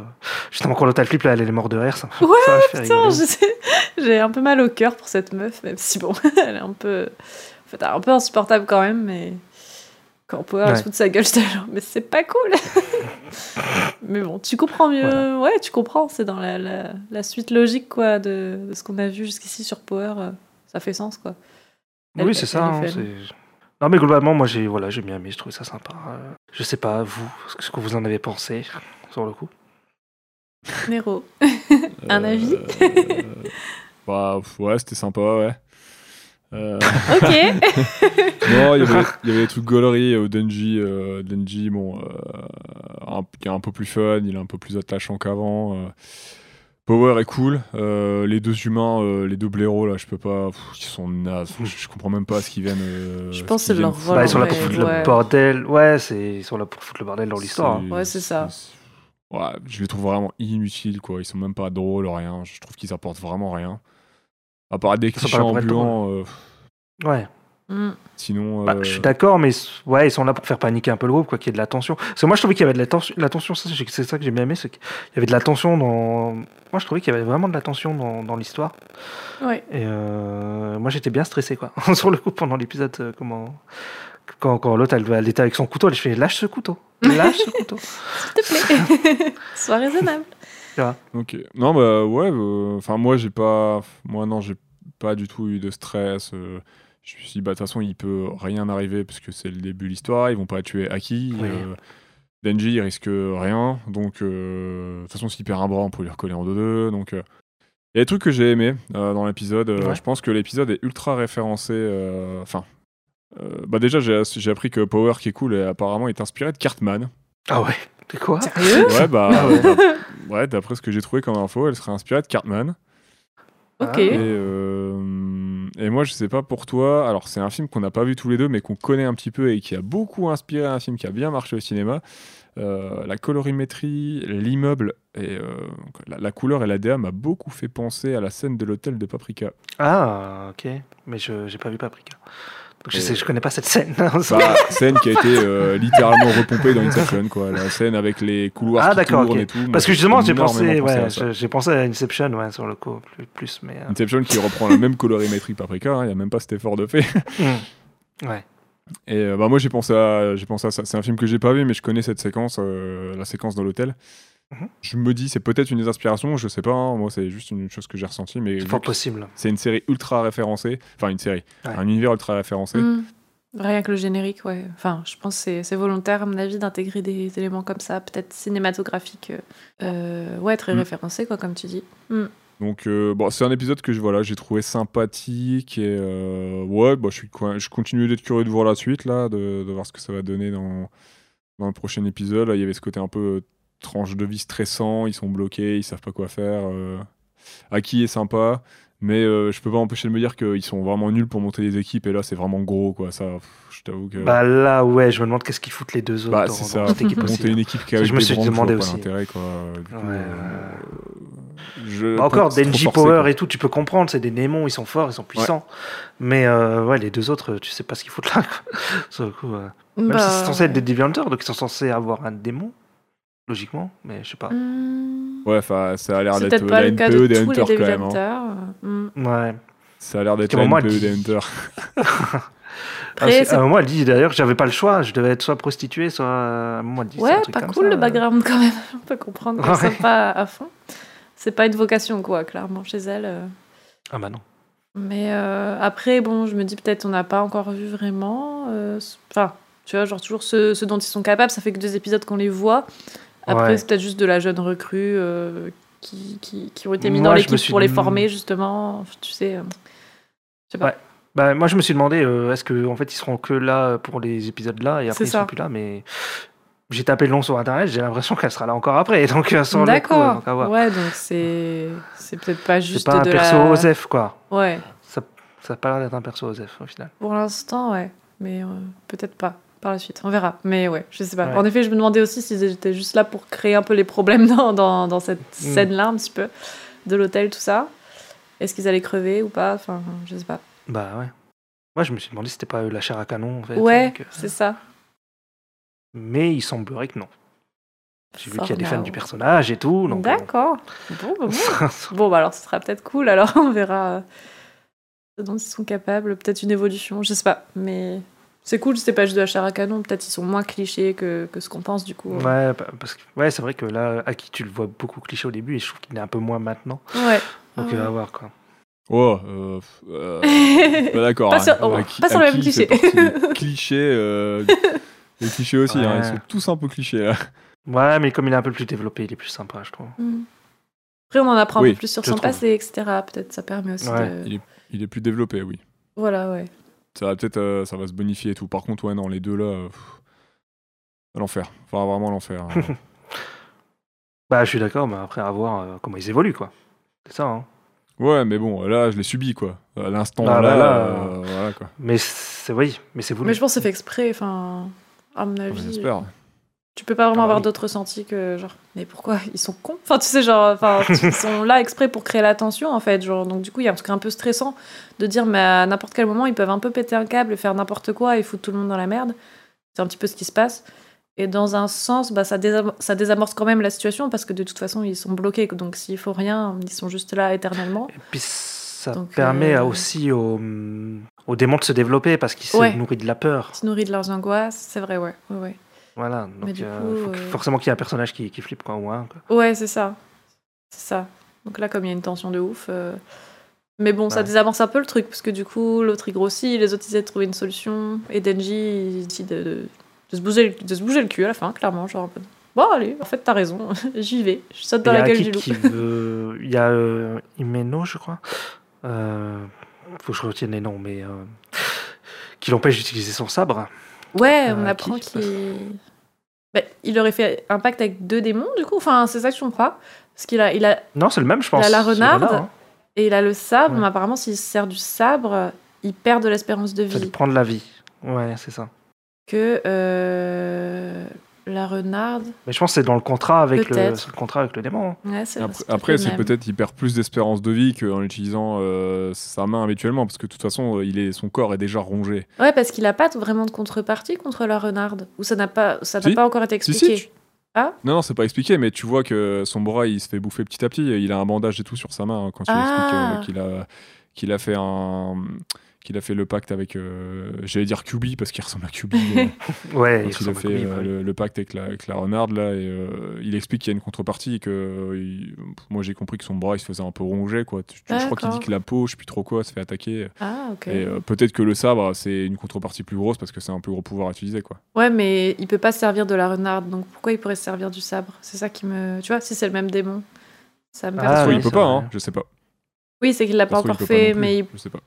S1: Justement, quand l'autre elle flippe, là, elle est morte de rire. Ça,
S4: Ouais,
S1: ça m'a fait
S4: Putain,
S1: rigoler.
S4: je sais- j'ai un peu mal au cœur pour cette meuf, même si bon, elle est un peu, en fait, un peu insupportable quand même, mais quand Power
S1: Ouais.
S4: se fout de sa gueule, j'étais genre, mais c'est pas cool. mais bon, tu comprends mieux,
S1: Voilà.
S4: ouais, tu comprends, c'est dans la, la, la suite logique quoi de, de ce qu'on a vu jusqu'ici sur Power, euh, ça fait sens quoi.
S1: Oui, c'est ça.
S4: Elle
S1: hein,
S4: est fun.
S1: c'est- non, mais globalement, moi, j'ai voilà, j'ai bien aimé. Je trouvais ça sympa. Euh, Je sais pas, vous, ce que vous en avez pensé, sur le coup.
S4: Nero. Un avis
S3: euh, Bah, pff, ouais, c'était sympa, ouais. Euh,
S4: Ok.
S3: non, il y avait- il y avait des trucs gauleries au Denji. euh, Denji, bon, euh, un- qui est un peu plus fun, il est un peu plus attachant qu'avant. euh. Power est cool. euh, les deux humains, euh, les deux blaireaux, là, je peux pas. pff, ils sont nazes. Je, je comprends même pas ce qu'ils viennent. euh,
S4: Je
S3: ce
S4: pense
S3: qu'ils
S4: que leur
S3: viennent
S4: rôle,
S1: bah,
S4: Voilà,
S1: ils sont là
S4: ouais,
S1: pour foutre
S4: ouais.
S1: le bordel. Ouais, c'est... ils sont là pour foutre le bordel dans l'histoire. hein.
S4: Ouais, c'est ça.
S3: Ouais, je les trouve vraiment inutiles, quoi. Ils sont même pas drôles, rien. Je trouve qu'ils apportent vraiment rien. À part des
S1: Ils sont pas
S3: clichés
S1: là pour être
S3: ambulants, euh,
S1: hein. Ouais.
S4: Mm.
S3: sinon.
S1: Bah,
S3: euh,
S1: je suis d'accord, mais s- ouais, ils sont là pour faire paniquer un peu le groupe, quoi, qu'il y ait de la tension. Parce que moi, je trouvais qu'il y avait de la tension. La tension, ça, c'est c'est ça que j'ai bien aimé, c'est qu'il y avait de la tension dans. Moi, je trouvais qu'il y avait vraiment de la tension dans, dans l'histoire.
S4: Ouais.
S1: Et euh, moi, j'étais bien stressé, quoi. Sur le coup, pendant l'épisode, euh, comment. Quand, quand l'autre, elle, elle était avec son couteau, elle fait lâche ce couteau, lâche ce couteau.
S4: S'il te plaît, sois raisonnable.
S3: Ok. Non, bah ouais. euh, Enfin, moi, j'ai pas. Moi, non, j'ai pas du tout eu de stress. euh, Je me suis dit, bah, de toute façon, il peut rien arriver parce que c'est le début de l'histoire. Ils vont pas tuer Aki.
S1: Oui.
S3: euh, Denji, il risque rien. Donc, euh, de toute façon, s'il perd un bras, on peut lui recoller en 2-2. Donc, euh, il y a des trucs que j'ai aimé dans l'épisode. Euh,
S1: Ouais.
S3: Je pense que l'épisode est ultra référencé. euh, Enfin, euh, bah déjà, j'ai j'ai appris que Power, qui est cool, et apparemment, est inspiré de Cartman.
S1: Ah ouais De quoi
S4: Sérieux
S3: Ouais,
S1: Ah
S3: bah, euh, d'ap- ouais, d'après ce que j'ai trouvé comme info, elle serait inspirée de Cartman.
S4: Ok.
S3: Et, euh, et moi, je sais pas pour toi. Alors, c'est un film qu'on n'a pas vu tous les deux, mais qu'on connaît un petit peu et qui a beaucoup inspiré un film qui a bien marché au cinéma. Euh, la colorimétrie, l'immeuble et euh, donc la, la couleur et la DA m'a beaucoup fait penser à la scène de l'hôtel de Paprika.
S1: Ah, ok. Mais je j'ai pas vu Paprika. Donc je
S3: Euh.
S1: sais, je connais pas cette scène. hein,
S3: Bah, scène qui a été euh, littéralement repompée dans Inception, quoi. La scène avec les couloirs
S1: Ah,
S3: qui
S1: d'accord,
S3: tournent
S1: ok.
S3: et tout. Moi,
S1: Parce que justement, j'ai
S3: énormément
S1: pensé, ouais,
S3: à ça.
S1: j'ai- j'ai pensé à Inception, ouais, sur le coup, plus, plus mais. euh,
S3: Inception qui reprend la même colorimétrie que Paprika, il n'y a même pas cet effort de fait.
S1: mm. Ouais.
S3: Et euh, bah, moi j'ai pensé à j'ai pensé à ça. C'est un film que j'ai pas vu, mais je connais cette séquence, euh, la séquence dans l'hôtel.
S1: Mhm.
S3: Je me dis c'est peut-être une des inspirations, je sais pas. hein. moi c'est juste une chose que j'ai ressentie, mais
S1: C'est
S3: vu
S1: fort
S3: que
S1: possible.
S3: c'est une série ultra référencée, enfin une série,
S1: Ouais.
S3: un univers ultra référencé.
S4: Hmm. Rien que le générique, ouais. Enfin, je pense que c'est- c'est volontaire, à mon avis, d'intégrer des éléments comme ça, peut-être cinématographiques. euh, euh, ouais, très
S1: Mm.
S3: Hmm.
S4: référencés, quoi, comme tu dis.
S3: Donc euh, bon, c'est un épisode que je voilà, j'ai trouvé sympathique et euh, ouais, bah, je suis quoi- je continue d'être curieux de voir la suite là, de, de voir ce que ça va donner dans dans le prochain épisode. Là, il y avait ce côté un peu euh, tranche de vie stressant, ils sont bloqués, ils savent pas quoi faire. euh, Aki est sympa, mais euh, je peux pas empêcher de me dire qu'ils sont vraiment nuls pour monter les équipes et là c'est vraiment gros quoi. Ça, pff, je t'avoue que
S1: Bah là, ouais, je me demande qu'est-ce qu'ils foutent les deux autres
S3: Bah,
S1: dans,
S3: c'est
S1: dans
S3: ça.
S1: cette équipe aussi. hein.
S3: monter une équipe qui a
S1: Je me
S3: des
S1: suis
S3: grands, je vois
S1: demandé
S3: pas
S1: aussi.
S3: l'intérêt, quoi. Du coup,
S1: Ouais.
S3: euh, je-
S1: Bah, encore,
S3: peut-être c'est trop
S1: Denji
S3: forcé,
S1: Power
S3: quoi.
S1: et tout, tu peux comprendre, c'est des Némons, ils sont forts, ils sont puissants. Mais euh, ouais, les deux autres, tu sais pas ce qu'ils foutent là. quoi. Sur le coup, euh,
S4: Bah,
S1: Même si c'est censé être des Devianteurs, donc ils sont censés avoir un démon, logiquement, mais je sais pas.
S4: Hmm.
S3: Ouais, enfin, ça
S1: Ah,
S3: a l'air
S4: C'est
S3: d'être
S4: peut-être pas
S3: la
S1: E
S4: le cas
S3: NPE
S4: de
S3: des
S4: tous les
S3: Hunters quand même. hein.
S4: Devianteurs. Hmm.
S1: Ouais.
S3: Ça a l'air d'être
S1: Parce
S3: la
S1: qu'à un moment,
S3: NPE des
S1: elle dit-
S3: Hunters.
S1: Ah, c'est-
S4: Après, c'est-
S1: à un moment, elle dit d'ailleurs, j'avais pas le choix, je devais être soit prostituée, soit. à un moment, elle dit, c'est un
S4: Ouais,
S1: truc
S4: pas
S1: comme
S4: cool
S1: ça,
S4: le
S1: euh.
S4: background quand même. On peut comprendre qu'elle
S1: Ouais.
S4: soit pas à fond. C'est pas une vocation, quoi, clairement, chez elle. euh.
S1: Ah bah non.
S4: Mais euh, après, bon, je me dis peut-être on n'a pas encore vu vraiment. euh, c- Enfin, tu vois, genre toujours ce, ce dont ils sont capables. Ça fait que deux épisodes qu'on les voit. Après,
S1: Ouais.
S4: c'est peut-être juste de la jeune recrue euh, qui, qui, qui ont été mis
S1: Moi,
S4: dans
S1: je me
S4: l'équipe
S1: suis
S4: pour les
S1: dit- hmm.
S4: former, justement. Tu sais. euh, Je sais pas.
S1: Ouais. Bah, moi, je me suis demandé, euh, est-ce que en fait, ils seront que là euh, pour les épisodes là et après
S4: C'est
S1: ils
S4: ça.
S1: seront plus là, mais j'ai tapé le nom sur internet, j'ai l'impression qu'elle sera là encore après, donc euh, sans le coup, euh,
S4: D'accord.
S1: donc, à voir.
S4: ouais, donc c'est c'est peut-être pas juste
S1: c'est pas un
S4: de
S1: perso
S4: la.
S1: Osef quoi.
S4: Ouais.
S1: Ça, ça a pas l'air d'être un perso Osef au final.
S4: Pour l'instant, ouais. Mais euh, peut-être pas. Par la suite, on verra. Mais ouais, je sais pas.
S1: Ouais.
S4: En effet, je me demandais aussi s'ils étaient juste là pour créer un peu les problèmes dans, dans, dans cette
S1: Hmm.
S4: scène-là, un petit peu, de l'hôtel, tout ça. Est-ce qu'ils allaient crever ou pas Enfin, je sais pas.
S1: Bah ouais. Moi, je me suis demandé si c'était pas euh, la chair à canon en fait.
S4: Ouais,
S1: donc, euh,
S4: c'est ça.
S1: mais il semblerait que non. J'ai vu qu'il y a des fans
S4: Fornaro.
S1: du personnage et tout. donc, euh, bon.
S4: D'accord. Bon, bah, bon. Bon, bah alors, ce sera peut-être cool. Alors, on verra euh, ce dont ils sont capables. Peut-être une évolution, je sais pas. Mais c'est cool, c'est pas juste de la chair à canon. Peut-être ils sont moins clichés que, que ce qu'on pense, du coup.
S1: Ouais, pa- parce que ouais, c'est vrai que là, Aki, tu le vois beaucoup cliché au début et je trouve qu'il est un peu moins maintenant.
S4: Ouais.
S1: Donc, on
S4: Ah
S1: va
S4: ouais.
S1: voir quoi.
S3: Oh, euh, pff, euh, bah, d'accord.
S4: Pas
S3: hein.
S4: sur- oh,
S3: Aki-
S4: pas sur le
S3: Aki
S4: même
S3: fait
S4: cliché.
S3: partie des clichés, euh, les clichés aussi, hein, ils
S1: Ouais.
S3: sont tous un peu clichés hein. là.
S1: Ouais, mais comme il est un peu plus développé, il est plus sympa, je trouve.
S4: Mm. Après, on en apprend
S3: Oui,
S4: un peu plus sur
S1: je
S4: son
S1: trouve.
S4: passé, etc. Peut-être ça permet aussi
S1: Ouais.
S4: de.
S3: Il est, il est plus développé, oui.
S4: Voilà, ouais.
S3: Ça va peut-être, euh, ça va se bonifier et tout. Par contre, ouais, non, les deux là, euh, pff, l'enfer. Enfin, vraiment l'enfer. hein.
S1: Bah, je suis d'accord, mais après, à voir euh, comment ils évoluent, quoi. C'est ça, hein.
S3: ouais, mais bon, là, je l'ai subi quoi. À l'instant
S1: Ah,
S3: là,
S1: bah, là,
S3: euh, voilà quoi.
S1: Mais c'est, oui, mais c'est voulu.
S4: Mais je pense que c'est fait exprès, enfin. À mon avis,
S3: J'espère.
S4: tu peux pas
S1: Ah bah
S4: vraiment avoir
S1: oui.
S4: d'autres ressentis que genre, mais pourquoi ils sont cons Enfin, tu sais, genre, enfin, ils sont là exprès pour créer la tension en fait. Genre, donc du coup, il y a un truc un peu stressant de dire, mais à n'importe quel moment, ils peuvent un peu péter un câble et faire n'importe quoi et foutre tout le monde dans la merde. C'est un petit peu ce qui se passe. Et dans un sens, bah, ça, désam- ça désamorce quand même la situation parce que de toute façon, ils sont bloqués. Donc s'ils font rien, ils sont juste là éternellement.
S1: Et puis, ça
S4: Donc,
S1: permet
S4: euh,
S1: aussi au, hum, au démon de se développer parce qu'il s'est
S4: Ouais.
S1: nourri de la peur.
S4: se nourrit de leurs angoisses, c'est vrai, ouais. Ouais, ouais.
S1: Voilà. Donc,
S4: du
S1: euh,
S4: coup,
S1: faut que-
S4: euh,
S1: forcément qu'il y ait un personnage qui, qui flippe, quoi, ou un, quoi.
S4: Ouais, c'est ça. C'est ça. Donc là, comme il y a une tension de ouf. euh, Mais bon, ça
S1: Ouais.
S4: désamorce un peu le truc, parce que du coup, l'autre il grossit, les autres ils essaient de trouver une solution, et Denji il décide de, de se bouger, le- de se bouger le cul à la fin, clairement. Genre, en mode, bon, allez, en fait, t'as raison, j'y vais. Je saute dans
S1: il y a
S4: la gueule
S1: qui-
S4: du loup.
S1: qui veut- Il y a euh, Imeno, je crois. Euh, faut que je retienne les noms, mais. euh, qui l'empêche d'utiliser son sabre.
S4: Ouais,
S1: Euh,
S4: on
S1: qui-
S4: apprend qu'il. Ben, il aurait fait un pacte avec deux démons, du coup. Enfin, c'est ça que je comprends. Parce qu'il a, il a,
S1: Non, c'est le même, je pense.
S4: Il y a la
S1: C'est
S4: renarde.
S1: renard, hein.
S4: et il a le sabre,
S1: Ouais.
S4: mais apparemment, s'il se sert du sabre, il perd de l'espérance de
S1: Ça lui
S4: vie.
S1: prend de la vie. Ouais, c'est ça.
S4: Que euh, la renarde.
S1: Mais je pense que c'est dans le contrat avec le,
S4: Peut-être.
S1: c'est le contrat avec le démon. hein.
S4: Ouais, c'est
S3: Après,
S4: peut-être
S3: après,
S4: le
S3: c'est
S4: même.
S3: peut-être il perd plus d'espérance de vie qu'en utilisant euh, sa main habituellement, parce que de toute façon, euh, il est, son corps est déjà rongé.
S4: Ouais, parce qu'il a pas vraiment de contrepartie contre la renarde. Ou ça n'a pas, ça n'a
S3: Si.
S4: pas encore été
S3: Si, si,
S4: expliqué.
S3: tu- Non, non, c'est pas expliqué, mais tu vois que son bras, il se fait bouffer petit à petit. Il a un bandage et tout sur sa main hein, quand tu lui
S4: Ah.
S3: expliques euh, qu'il a, qu'il a fait un qu'il a fait le pacte avec, euh, j'allais dire Kubi parce qu'il ressemble à Kubi. euh,
S1: Ouais,
S3: quand il a
S1: ressemble à
S3: fait
S1: Khabib,
S3: euh,
S1: ouais.
S3: le, le pacte avec la, avec la renarde là, et, euh, il explique qu'il y a une contrepartie et que euh, il- moi j'ai compris que son bras il se faisait un peu ronger quoi. Tu- tu- je crois qu'il dit
S4: D'accord.
S3: que la peau, je sais plus trop quoi, se fait attaquer.
S4: Ah, ok.
S3: Et euh, peut-être que le sabre c'est une contrepartie plus grosse parce que c'est un plus gros pouvoir à utiliser quoi.
S1: Ah
S4: Ouais, mais il peut pas se servir de la renarde, donc pourquoi il pourrait se servir du sabre C'est ça qui me. Tu vois, si c'est le même démon, ça me
S1: Ah,
S4: perturbe.
S3: Soit
S1: oui,
S3: il peut
S1: c'est
S3: pas,
S1: vrai.
S3: hein, je sais pas.
S4: Oui, c'est qu'il l'a pas
S3: Ça se trouve,
S4: encore
S3: il peut
S4: fait,
S3: non plus,
S4: mais il,
S3: je sais pas.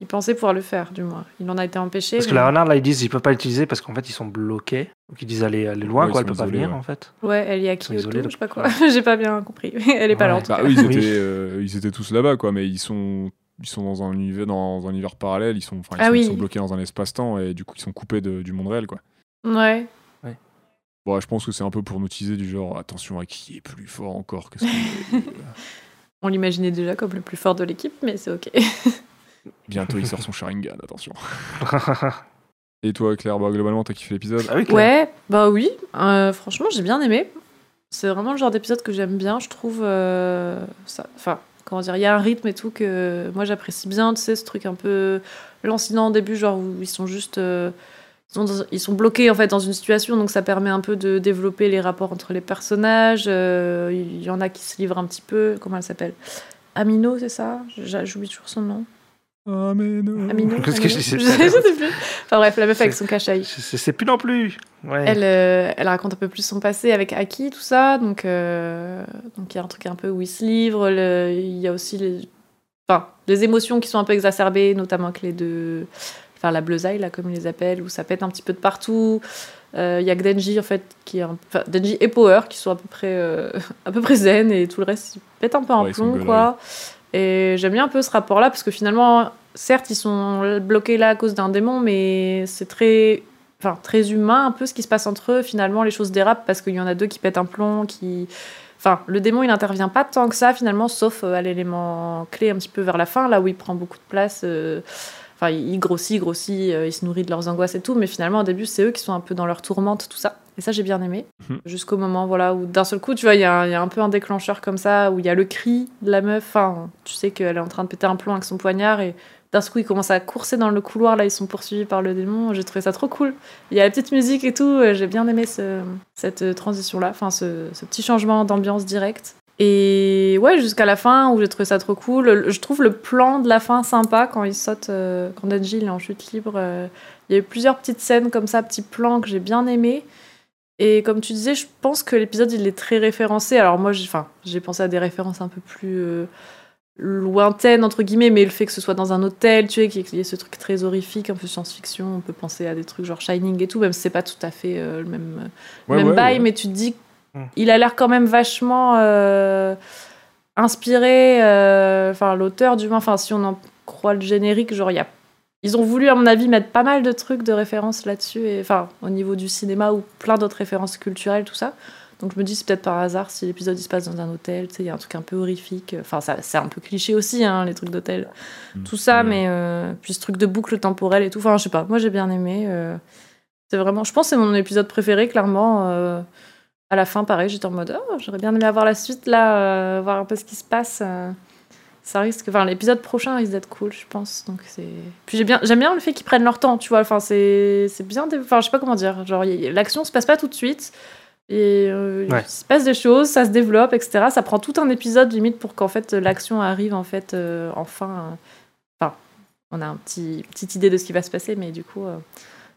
S4: il pensait pouvoir le faire, du moins. Il en a été empêché.
S1: Parce que
S4: mais-
S1: la renarde, là, ils disent qu'il peut pas l'utiliser parce qu'en fait, ils sont bloqués. Donc ils disent aller, aller loin,
S3: Ouais,
S1: quoi,
S3: ils
S1: elle peut
S3: sont
S1: pas
S3: isolés,
S1: venir,
S3: ouais.
S1: en fait.
S4: Ouais, elle y a
S1: sont
S4: qui
S1: isolés,
S4: je
S1: donc-
S4: sais pas quoi. J'ai pas bien compris. elle est pas là. en
S1: Ouais.
S4: tout
S3: Bah,
S4: cas.
S3: eux, ils étaient,
S1: Oui.
S3: euh, ils étaient tous là-bas, quoi, mais ils sont, ils sont dans un univers, dans un univers parallèle. Ils sont, enfin, ils
S4: Ah
S3: sont- ils
S4: oui.
S3: sont bloqués dans un espace-temps et du coup, ils sont coupés de- du monde réel, quoi.
S4: Ouais.
S3: Bon, ouais, je pense que c'est un peu pour nous teaser du genre, attention à qui est plus fort encore. qu'est-ce que-
S4: On l'imaginait déjà comme le plus fort de l'équipe, mais c'est ok.
S3: Bientôt, il sort son Sharingan, attention. Et toi, Claire, bah, globalement, t'as kiffé l'épisode
S1: Ah oui, Claire.
S4: Ouais, bah oui. Euh, franchement, j'ai bien aimé. C'est vraiment le genre d'épisode que j'aime bien, je trouve. euh, ça, enfin, comment dire, il y a un rythme et tout que moi j'apprécie bien. Tu sais, ce truc un peu lancinant au début, genre où ils sont juste. euh, ils, sont dans- ils sont bloqués en fait dans une situation, donc ça permet un peu de développer les rapports entre les personnages. euh, Il y en a qui se livrent un petit peu. Comment elle s'appelle Amino, c'est ça J'a- J'oublie toujours son nom.
S3: Ah, mais non.
S4: Amino
S1: Qu'est-ce que
S4: Amino
S1: je disais
S4: Je sais plus. Enfin bref, la meuf avec son cache
S1: Je sais c'est plus non plus. Ouais.
S4: elle, euh, elle raconte un peu plus son passé avec Aki, tout ça. Donc, euh, donc il y a un truc un peu où il se livre. le- Il y a aussi les, enfin, les émotions qui sont un peu exacerbées, notamment que les deux. Enfin, la bleusaille, là, comme ils les appellent, où ça pète un petit peu de partout. Euh, Il y a que Denji, en fait, qui est un- enfin, Denji et Power, qui sont à peu près, euh, à peu près zen, et tout le reste, ils pètent un peu un
S3: Ouais, ils sont
S4: plomb,
S3: gueulards.
S4: quoi. Et j'aime bien un peu ce rapport-là, parce que finalement, certes, ils sont bloqués là à cause d'un démon, mais c'est très enfin très humain un peu ce qui se passe entre eux finalement les choses dérapent parce qu'il y en a deux qui pètent un plomb qui enfin le démon il intervient pas tant que ça finalement sauf euh, à l'élément clé un petit peu vers la fin là où il prend beaucoup de place euh, enfin il il grossit il grossit euh, il se nourrit de leurs angoisses et tout mais finalement au début c'est eux qui sont un peu dans leur tourmente tout ça et ça j'ai bien aimé
S3: Mhm.
S4: jusqu'au moment voilà où d'un seul coup tu vois il y, a un- il y a un peu un déclencheur comme ça où il y a le cri de la meuf enfin tu sais qu'elle est en train de péter un plomb avec son poignard et d'un seul coup, ils commencent à courser dans le couloir. Là, ils sont poursuivis par le démon. J'ai trouvé ça trop cool. Il y a la petite musique et tout. euh, J'ai bien aimé ce- cette euh, transition-là, enfin ce, ce petit changement d'ambiance directe. Et ouais, jusqu'à la fin où j'ai trouvé ça trop cool. Le- Je trouve le plan de la fin sympa quand il saute, euh, quand Denji il est en chute libre. euh, Il y a eu plusieurs petites scènes comme ça, petits plans que j'ai bien aimé. Et comme tu disais, je pense que l'épisode il est très référencé. Alors moi, j'ai enfin, j'ai pensé à des références un peu plus euh, lointaines entre guillemets, mais le fait que ce soit dans un hôtel, tu sais, qu'il y ait ce truc très horrifique, un peu science-fiction, on peut penser à des trucs genre Shining et tout, même si c'est pas tout à fait euh, le même
S3: Ouais,
S4: même
S3: ouais,
S4: bail,
S3: ouais. Hmm.
S4: mais tu te dis
S1: Mm.
S4: il a l'air quand même vachement euh, inspiré, euh, enfin l'auteur du moins, enfin si on en croit le générique, genre il y a- ils ont voulu à mon avis mettre pas mal de trucs de références là-dessus, et enfin au niveau du cinéma ou plein d'autres références culturelles, tout ça. Donc je me dis c'est peut-être par hasard si l'épisode il se passe dans un hôtel, tu sais il y a un truc un peu horrifique, enfin ça c'est un peu cliché aussi hein, les trucs d'hôtel,
S3: Mm.
S4: tout ça,
S3: Ouais.
S4: mais euh, puis ce truc de boucle temporelle et tout, enfin je sais pas, moi j'ai bien aimé. euh, c'est vraiment, je pense, que c'est mon épisode préféré, clairement. euh, à la fin, pareil, j'étais en mode, oh, j'aurais bien aimé avoir la suite là, euh, voir un peu ce qui se passe. euh. ça risque, enfin, l'épisode prochain risque d'être cool, je pense. Donc c'est. Puis j'ai bien, j'aime bien le fait qu'ils prennent leur temps, tu vois. Enfin, c'est, c'est bien. dé- Enfin, je sais pas comment dire. Genre, y- y- l'action se passe pas tout de suite. Et euh,
S1: Ouais.
S4: il se passe des choses, ça se développe, etc. Ça prend tout un épisode limite pour qu'en fait l'action arrive en fait euh, enfin. euh, Enfin, on a un petit petite idée de ce qui va se passer, mais du coup. euh,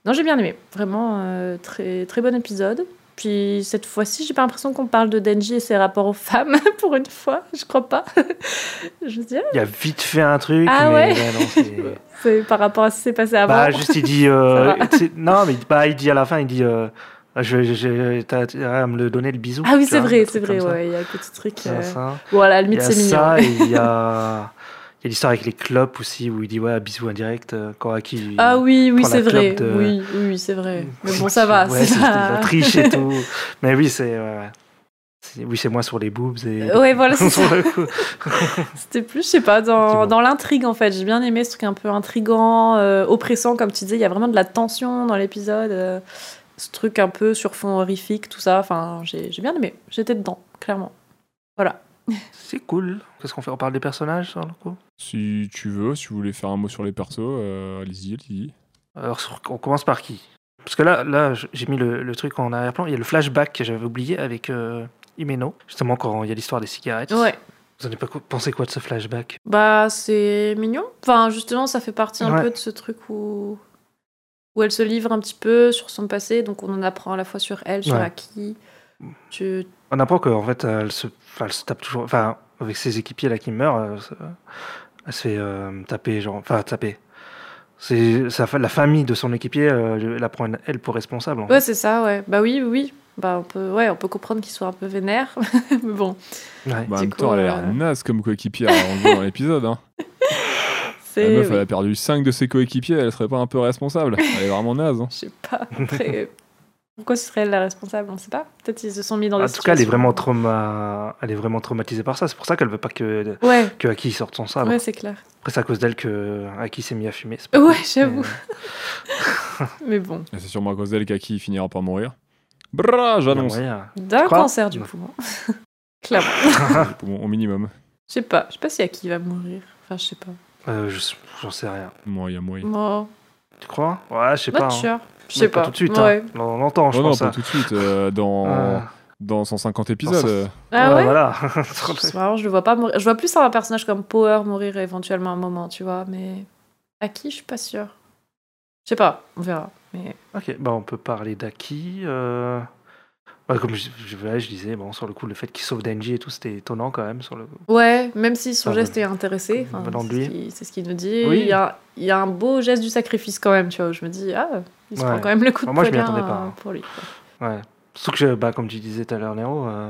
S4: Non, j'ai bien aimé. Vraiment, euh, très, très bon épisode. Puis cette fois-ci, j'ai pas l'impression qu'on parle de Denji et ses rapports aux femmes, pour une fois. Je crois pas. je veux dire,
S1: Il a vite fait un truc.
S4: Ah
S1: mais
S4: ouais
S1: non, c'est-
S4: c'est par rapport à ce qui s'est passé avant.
S1: Bah, juste, il dit. euh,
S4: Ah Ça va.
S1: tu sais, non, mais bah, il dit à la fin, il dit. euh, je, je, je- t'as intérêt à me le donner le bisou.
S4: ah oui,
S1: tu
S4: c'est
S1: vois,
S4: vrai,
S1: un
S4: c'est
S1: truc
S4: vrai.
S1: comme ça.
S4: Ouais, il y a un petit truc.
S1: Il y
S4: euh,
S1: a ça.
S4: Bon, à la
S1: Il y
S4: limite,
S1: a
S4: c'est mignon.
S1: ça et il y a. il y a l'histoire avec les clubs aussi où il dit ouais bisous indirect euh, quand à qui
S4: Ah oui, oui,
S1: Pour la
S4: c'est vrai.
S1: clope de-
S4: Oui, oui, oui, c'est vrai. Mais bon, ça va.
S1: Ouais,
S4: c'est
S1: c'est
S4: pas-
S1: la triche et tout. Mais oui, c'est. ouais, ouais. C'est- Oui, c'est moi sur les boobs. Et...
S4: Ouais, voilà, c'est ça.
S1: Sur le coup.
S4: C'était plus, je sais pas, dans,
S1: Effectivement.
S4: dans l'intrigue en fait. J'ai bien aimé ce truc un peu intrigant, euh, oppressant, comme tu disais. Il y a vraiment de la tension dans l'épisode. euh, ce truc un peu sur fond horrifique, tout ça. Enfin, j'ai j'ai bien aimé. J'étais dedans, clairement.
S1: C'est cool. Qu'est-ce qu'on fait On parle des personnages sur le coup
S3: Si tu veux, si vous voulez faire un mot sur les persos, euh, allez-y, allez-y.
S1: Alors, sur- on commence par qui Parce que là, là j- j'ai mis le, le truc en arrière-plan. Il y a le flashback que j'avais oublié avec euh, Imeno. Justement, quand il y a l'histoire des cigarettes.
S4: Ouais.
S1: Vous en avez pas co- pensé quoi de ce flashback
S4: Bah, c'est mignon. Enfin, justement, ça fait partie un
S1: Ouais.
S4: peu de ce truc où... où elle se livre un petit peu sur son passé. Donc, on en apprend à la fois sur elle, sur
S1: Ouais.
S4: Aki. Tu...
S1: On apprend qu'en fait, elle se, enfin, elle se tape toujours. Enfin, avec ses équipiers là qui meurent, euh, ça- elle se fait euh, taper, genre. Enfin, taper. C'est sa fa- la famille de son équipier, euh, elle la prend une- elle pour responsable. en
S4: Ouais, c'est ça, ouais. Bah oui, oui, oui. Bah, on peut, ouais, on peut comprendre qu'il soit un peu vénère. Mais bon,
S1: fait. Ouais.
S3: Bah, en
S4: Du
S3: même
S4: coup,
S3: temps, elle a l'air
S4: euh,
S3: naze comme coéquipière, on le voit dans l'épisode. Hein. La
S4: c'est.
S3: meuf,
S4: Eh oui.
S3: elle a perdu 5 de ses coéquipiers, elle serait pas un peu responsable. Elle est vraiment naze. hein.
S4: Je sais pas. Après, pourquoi ce serait elle la responsable On sait pas. Peut-être qu'ils se sont mis dans
S1: En
S4: des
S1: tout cas, elle est,
S4: situations-
S1: vraiment trauma... elle est vraiment traumatisée par ça. C'est pour ça qu'elle veut pas que,
S4: Ouais,
S1: que Aki sorte son sabre.
S4: ouais, c'est clair.
S1: Après, c'est à cause d'elle que Aki s'est mis à fumer. c'est pas
S4: Ouais,
S1: cool.
S4: j'avoue.
S1: Mais, euh,
S4: Mais bon,
S3: Et C'est sûrement à cause d'elle qu'Aki finira par mourir. Brrra,
S1: euh,
S3: j'annonce.
S1: il y a
S4: d'un
S1: crois
S4: cancer du
S1: Non.
S4: poumon. clairement.
S1: moyen.
S3: Bon, au minimum.
S4: Je sais pas. Je sais pas si Aki va mourir. Enfin, je sais pas.
S1: Euh, je- J'en sais rien.
S3: Moi, il y a moyen.
S4: Moi,
S1: Tu crois Ouais, je sais pas.
S4: not
S1: hein.
S4: sure. Bah, Je
S1: Mais
S4: sais pas.
S1: tout de suite.
S4: Ouais.
S1: Hein. On l'entend, je
S3: Oh non,
S1: pense.
S3: pas
S1: hein.
S3: tout de suite. euh, dans,
S1: Euh,
S3: dans 150 épisodes.
S1: ça-
S3: euh,
S4: Ah ouais,
S1: Voilà.
S4: C'est marrant, je le vois pas mourir. Je vois plus un personnage comme Power mourir éventuellement à un moment, tu vois, mais à qui je suis pas sûre. Je sais pas, on verra. Mais
S1: ok, bah, on peut parler d'Aki. euh, ouais, comme je, je- ouais, je disais, bon, sur le coup, le fait qu'il sauve Denji et tout, c'était étonnant quand même. Sur le...
S4: ouais, même si son
S1: Ah,
S4: geste est intéressé, enfin,
S1: venant de
S4: c'est
S1: lui.
S4: ce qu'il- c'est ce qu'il nous dit.
S1: Oui.
S4: Il, y a, il y a un beau geste du sacrifice quand même, tu vois. où Je me dis ah, il se
S1: Ouais.
S4: prend quand même le coup de
S1: Moi, je m'y
S4: poignard,
S1: attendais pas,
S4: euh,
S1: hein.
S4: pour lui. quoi.
S1: Ouais. Surtout que, je- bah, comme tu disais tout à l'heure, Nero, euh,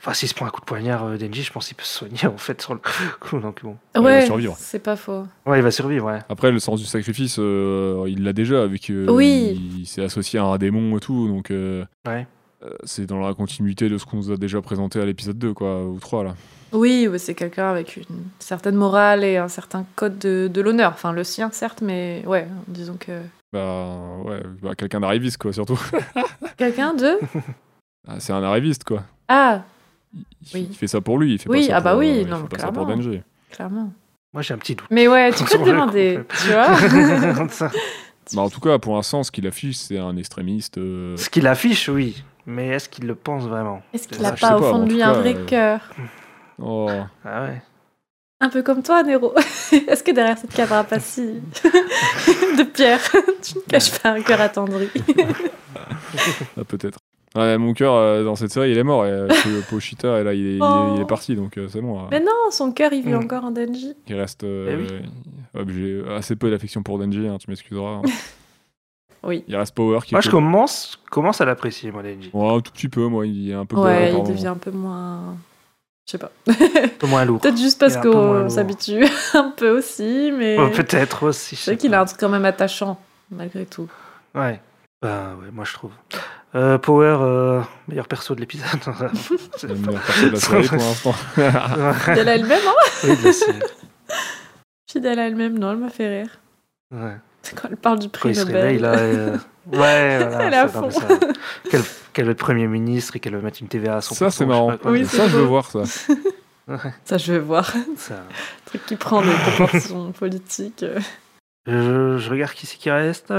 S1: enfin, s'il se prend un coup de poignard, euh, Denji, je pense qu'il peut se soigner en fait sur le coup. Donc, bon.
S3: il va
S4: Ouais,
S3: survivre.
S4: c'est pas faux.
S1: Ouais, il va survivre, ouais.
S3: Après, le sens du sacrifice, euh, il l'a déjà, vu qu'il
S4: Oui.
S3: s'est associé à un démon et tout. Donc, euh,
S1: Ouais.
S3: euh, c'est dans la continuité de ce qu'on nous a déjà présenté à l'épisode 2, quoi, ou 3, là.
S4: Oui, ouais, c'est quelqu'un avec une certaine morale et un certain code de, de l'honneur. Enfin, le sien, certes, mais ouais, disons que.
S3: Bah, ouais, bah, quelqu'un d'arriviste, quoi, surtout.
S4: Quelqu'un de.
S3: Ah, c'est un arriviste, quoi.
S4: Ah,
S3: Il,
S4: Oui.
S3: il fait ça pour lui, il fait pas
S4: Oui,
S3: ça
S4: ah bah
S3: pour,
S4: oui,
S3: euh, il
S4: non,
S3: fait pas ça pour
S4: clairement.
S3: Denji.
S4: clairement.
S1: Moi, j'ai un petit doute.
S4: Mais ouais, tu peux
S1: Sur
S4: te
S1: le
S4: demander,
S1: coup.
S4: tu vois.
S1: Ça.
S3: Bah, en tout cas, pour l'instant, ce qu'il affiche, c'est un extrémiste. euh,
S1: Ce qu'il affiche, oui. Mais est-ce qu'il le pense vraiment
S4: Est-ce qu'il
S1: Ça,
S4: a
S1: je
S4: pas,
S3: sais
S4: au
S3: pas,
S4: fond
S3: en
S4: de
S3: tout
S4: lui un
S3: cas,
S4: vrai
S3: euh,
S4: cœur
S3: Oh,
S1: Ah ouais.
S4: Un peu comme toi, Nero. Est-ce que derrière cette carapace-ci de pierre, tu ne caches pas un cœur attendri
S3: ah, peut-être. Ouais, mon cœur, euh, dans cette série, il est mort. Et, euh, que Pochita, et là, il est, il est-
S4: Oh. Ben-
S3: il est parti, donc euh, c'est bon. là.
S4: Mais non, son cœur, il vit
S1: Mm.
S4: encore en Denji.
S3: Il reste.
S4: Ben
S3: euh,
S1: Eh
S3: ouais, mais J'ai euh, assez peu d'affection pour Denji, hein, tu m'excuseras. hein.
S4: Oui.
S3: Il reste Power qui.
S1: Moi,
S3: est
S1: je
S3: cool.
S1: commence, commence à l'apprécier, moi, Denji.
S3: Ouais, un tout petit peu, moi, il est un peu.
S4: Ouais,
S3: coloré
S4: il
S3: par
S4: devient
S3: moment.
S4: un peu moins. Je sais pas.
S1: Un peu moins lourd.
S4: Peut-être juste
S1: Il
S4: parce
S1: est un peu moins
S4: qu'on
S1: lourd.
S4: s'habitue un peu aussi, mais.
S1: Ouais, Peut-être aussi.
S4: Je sais qu'il a un truc quand même attachant, malgré tout.
S1: Ouais. Bah ouais, moi je trouve. Euh, Power, euh, meilleur perso de l'épisode. C'est-
S3: Le meilleur perso de la série pour l'instant.
S4: Fidèle à elle-même, hein
S1: Oui, de la série.
S4: Fidèle à elle-même, non, elle m'a fait rire.
S1: Ouais.
S4: Quand elle parle du
S1: Quand
S4: prix
S1: il se
S4: Nobel.
S1: réveille, là. euh, Ouais, voilà,
S4: Elle est à
S1: ça, non,
S4: fond.
S1: mais ça- Qu'elle qu'elle veut être Premier ministre et qu'elle veut mettre une TVA à son
S3: Ça, c'est marrant.
S4: Oui, c'est
S3: ça, je veux
S4: beau.
S3: voir ça.
S4: Ça, je vais voir.
S1: ça.
S4: truc qui prend des proportions politiques. euh,
S1: Je, je regarde qui c'est qui reste.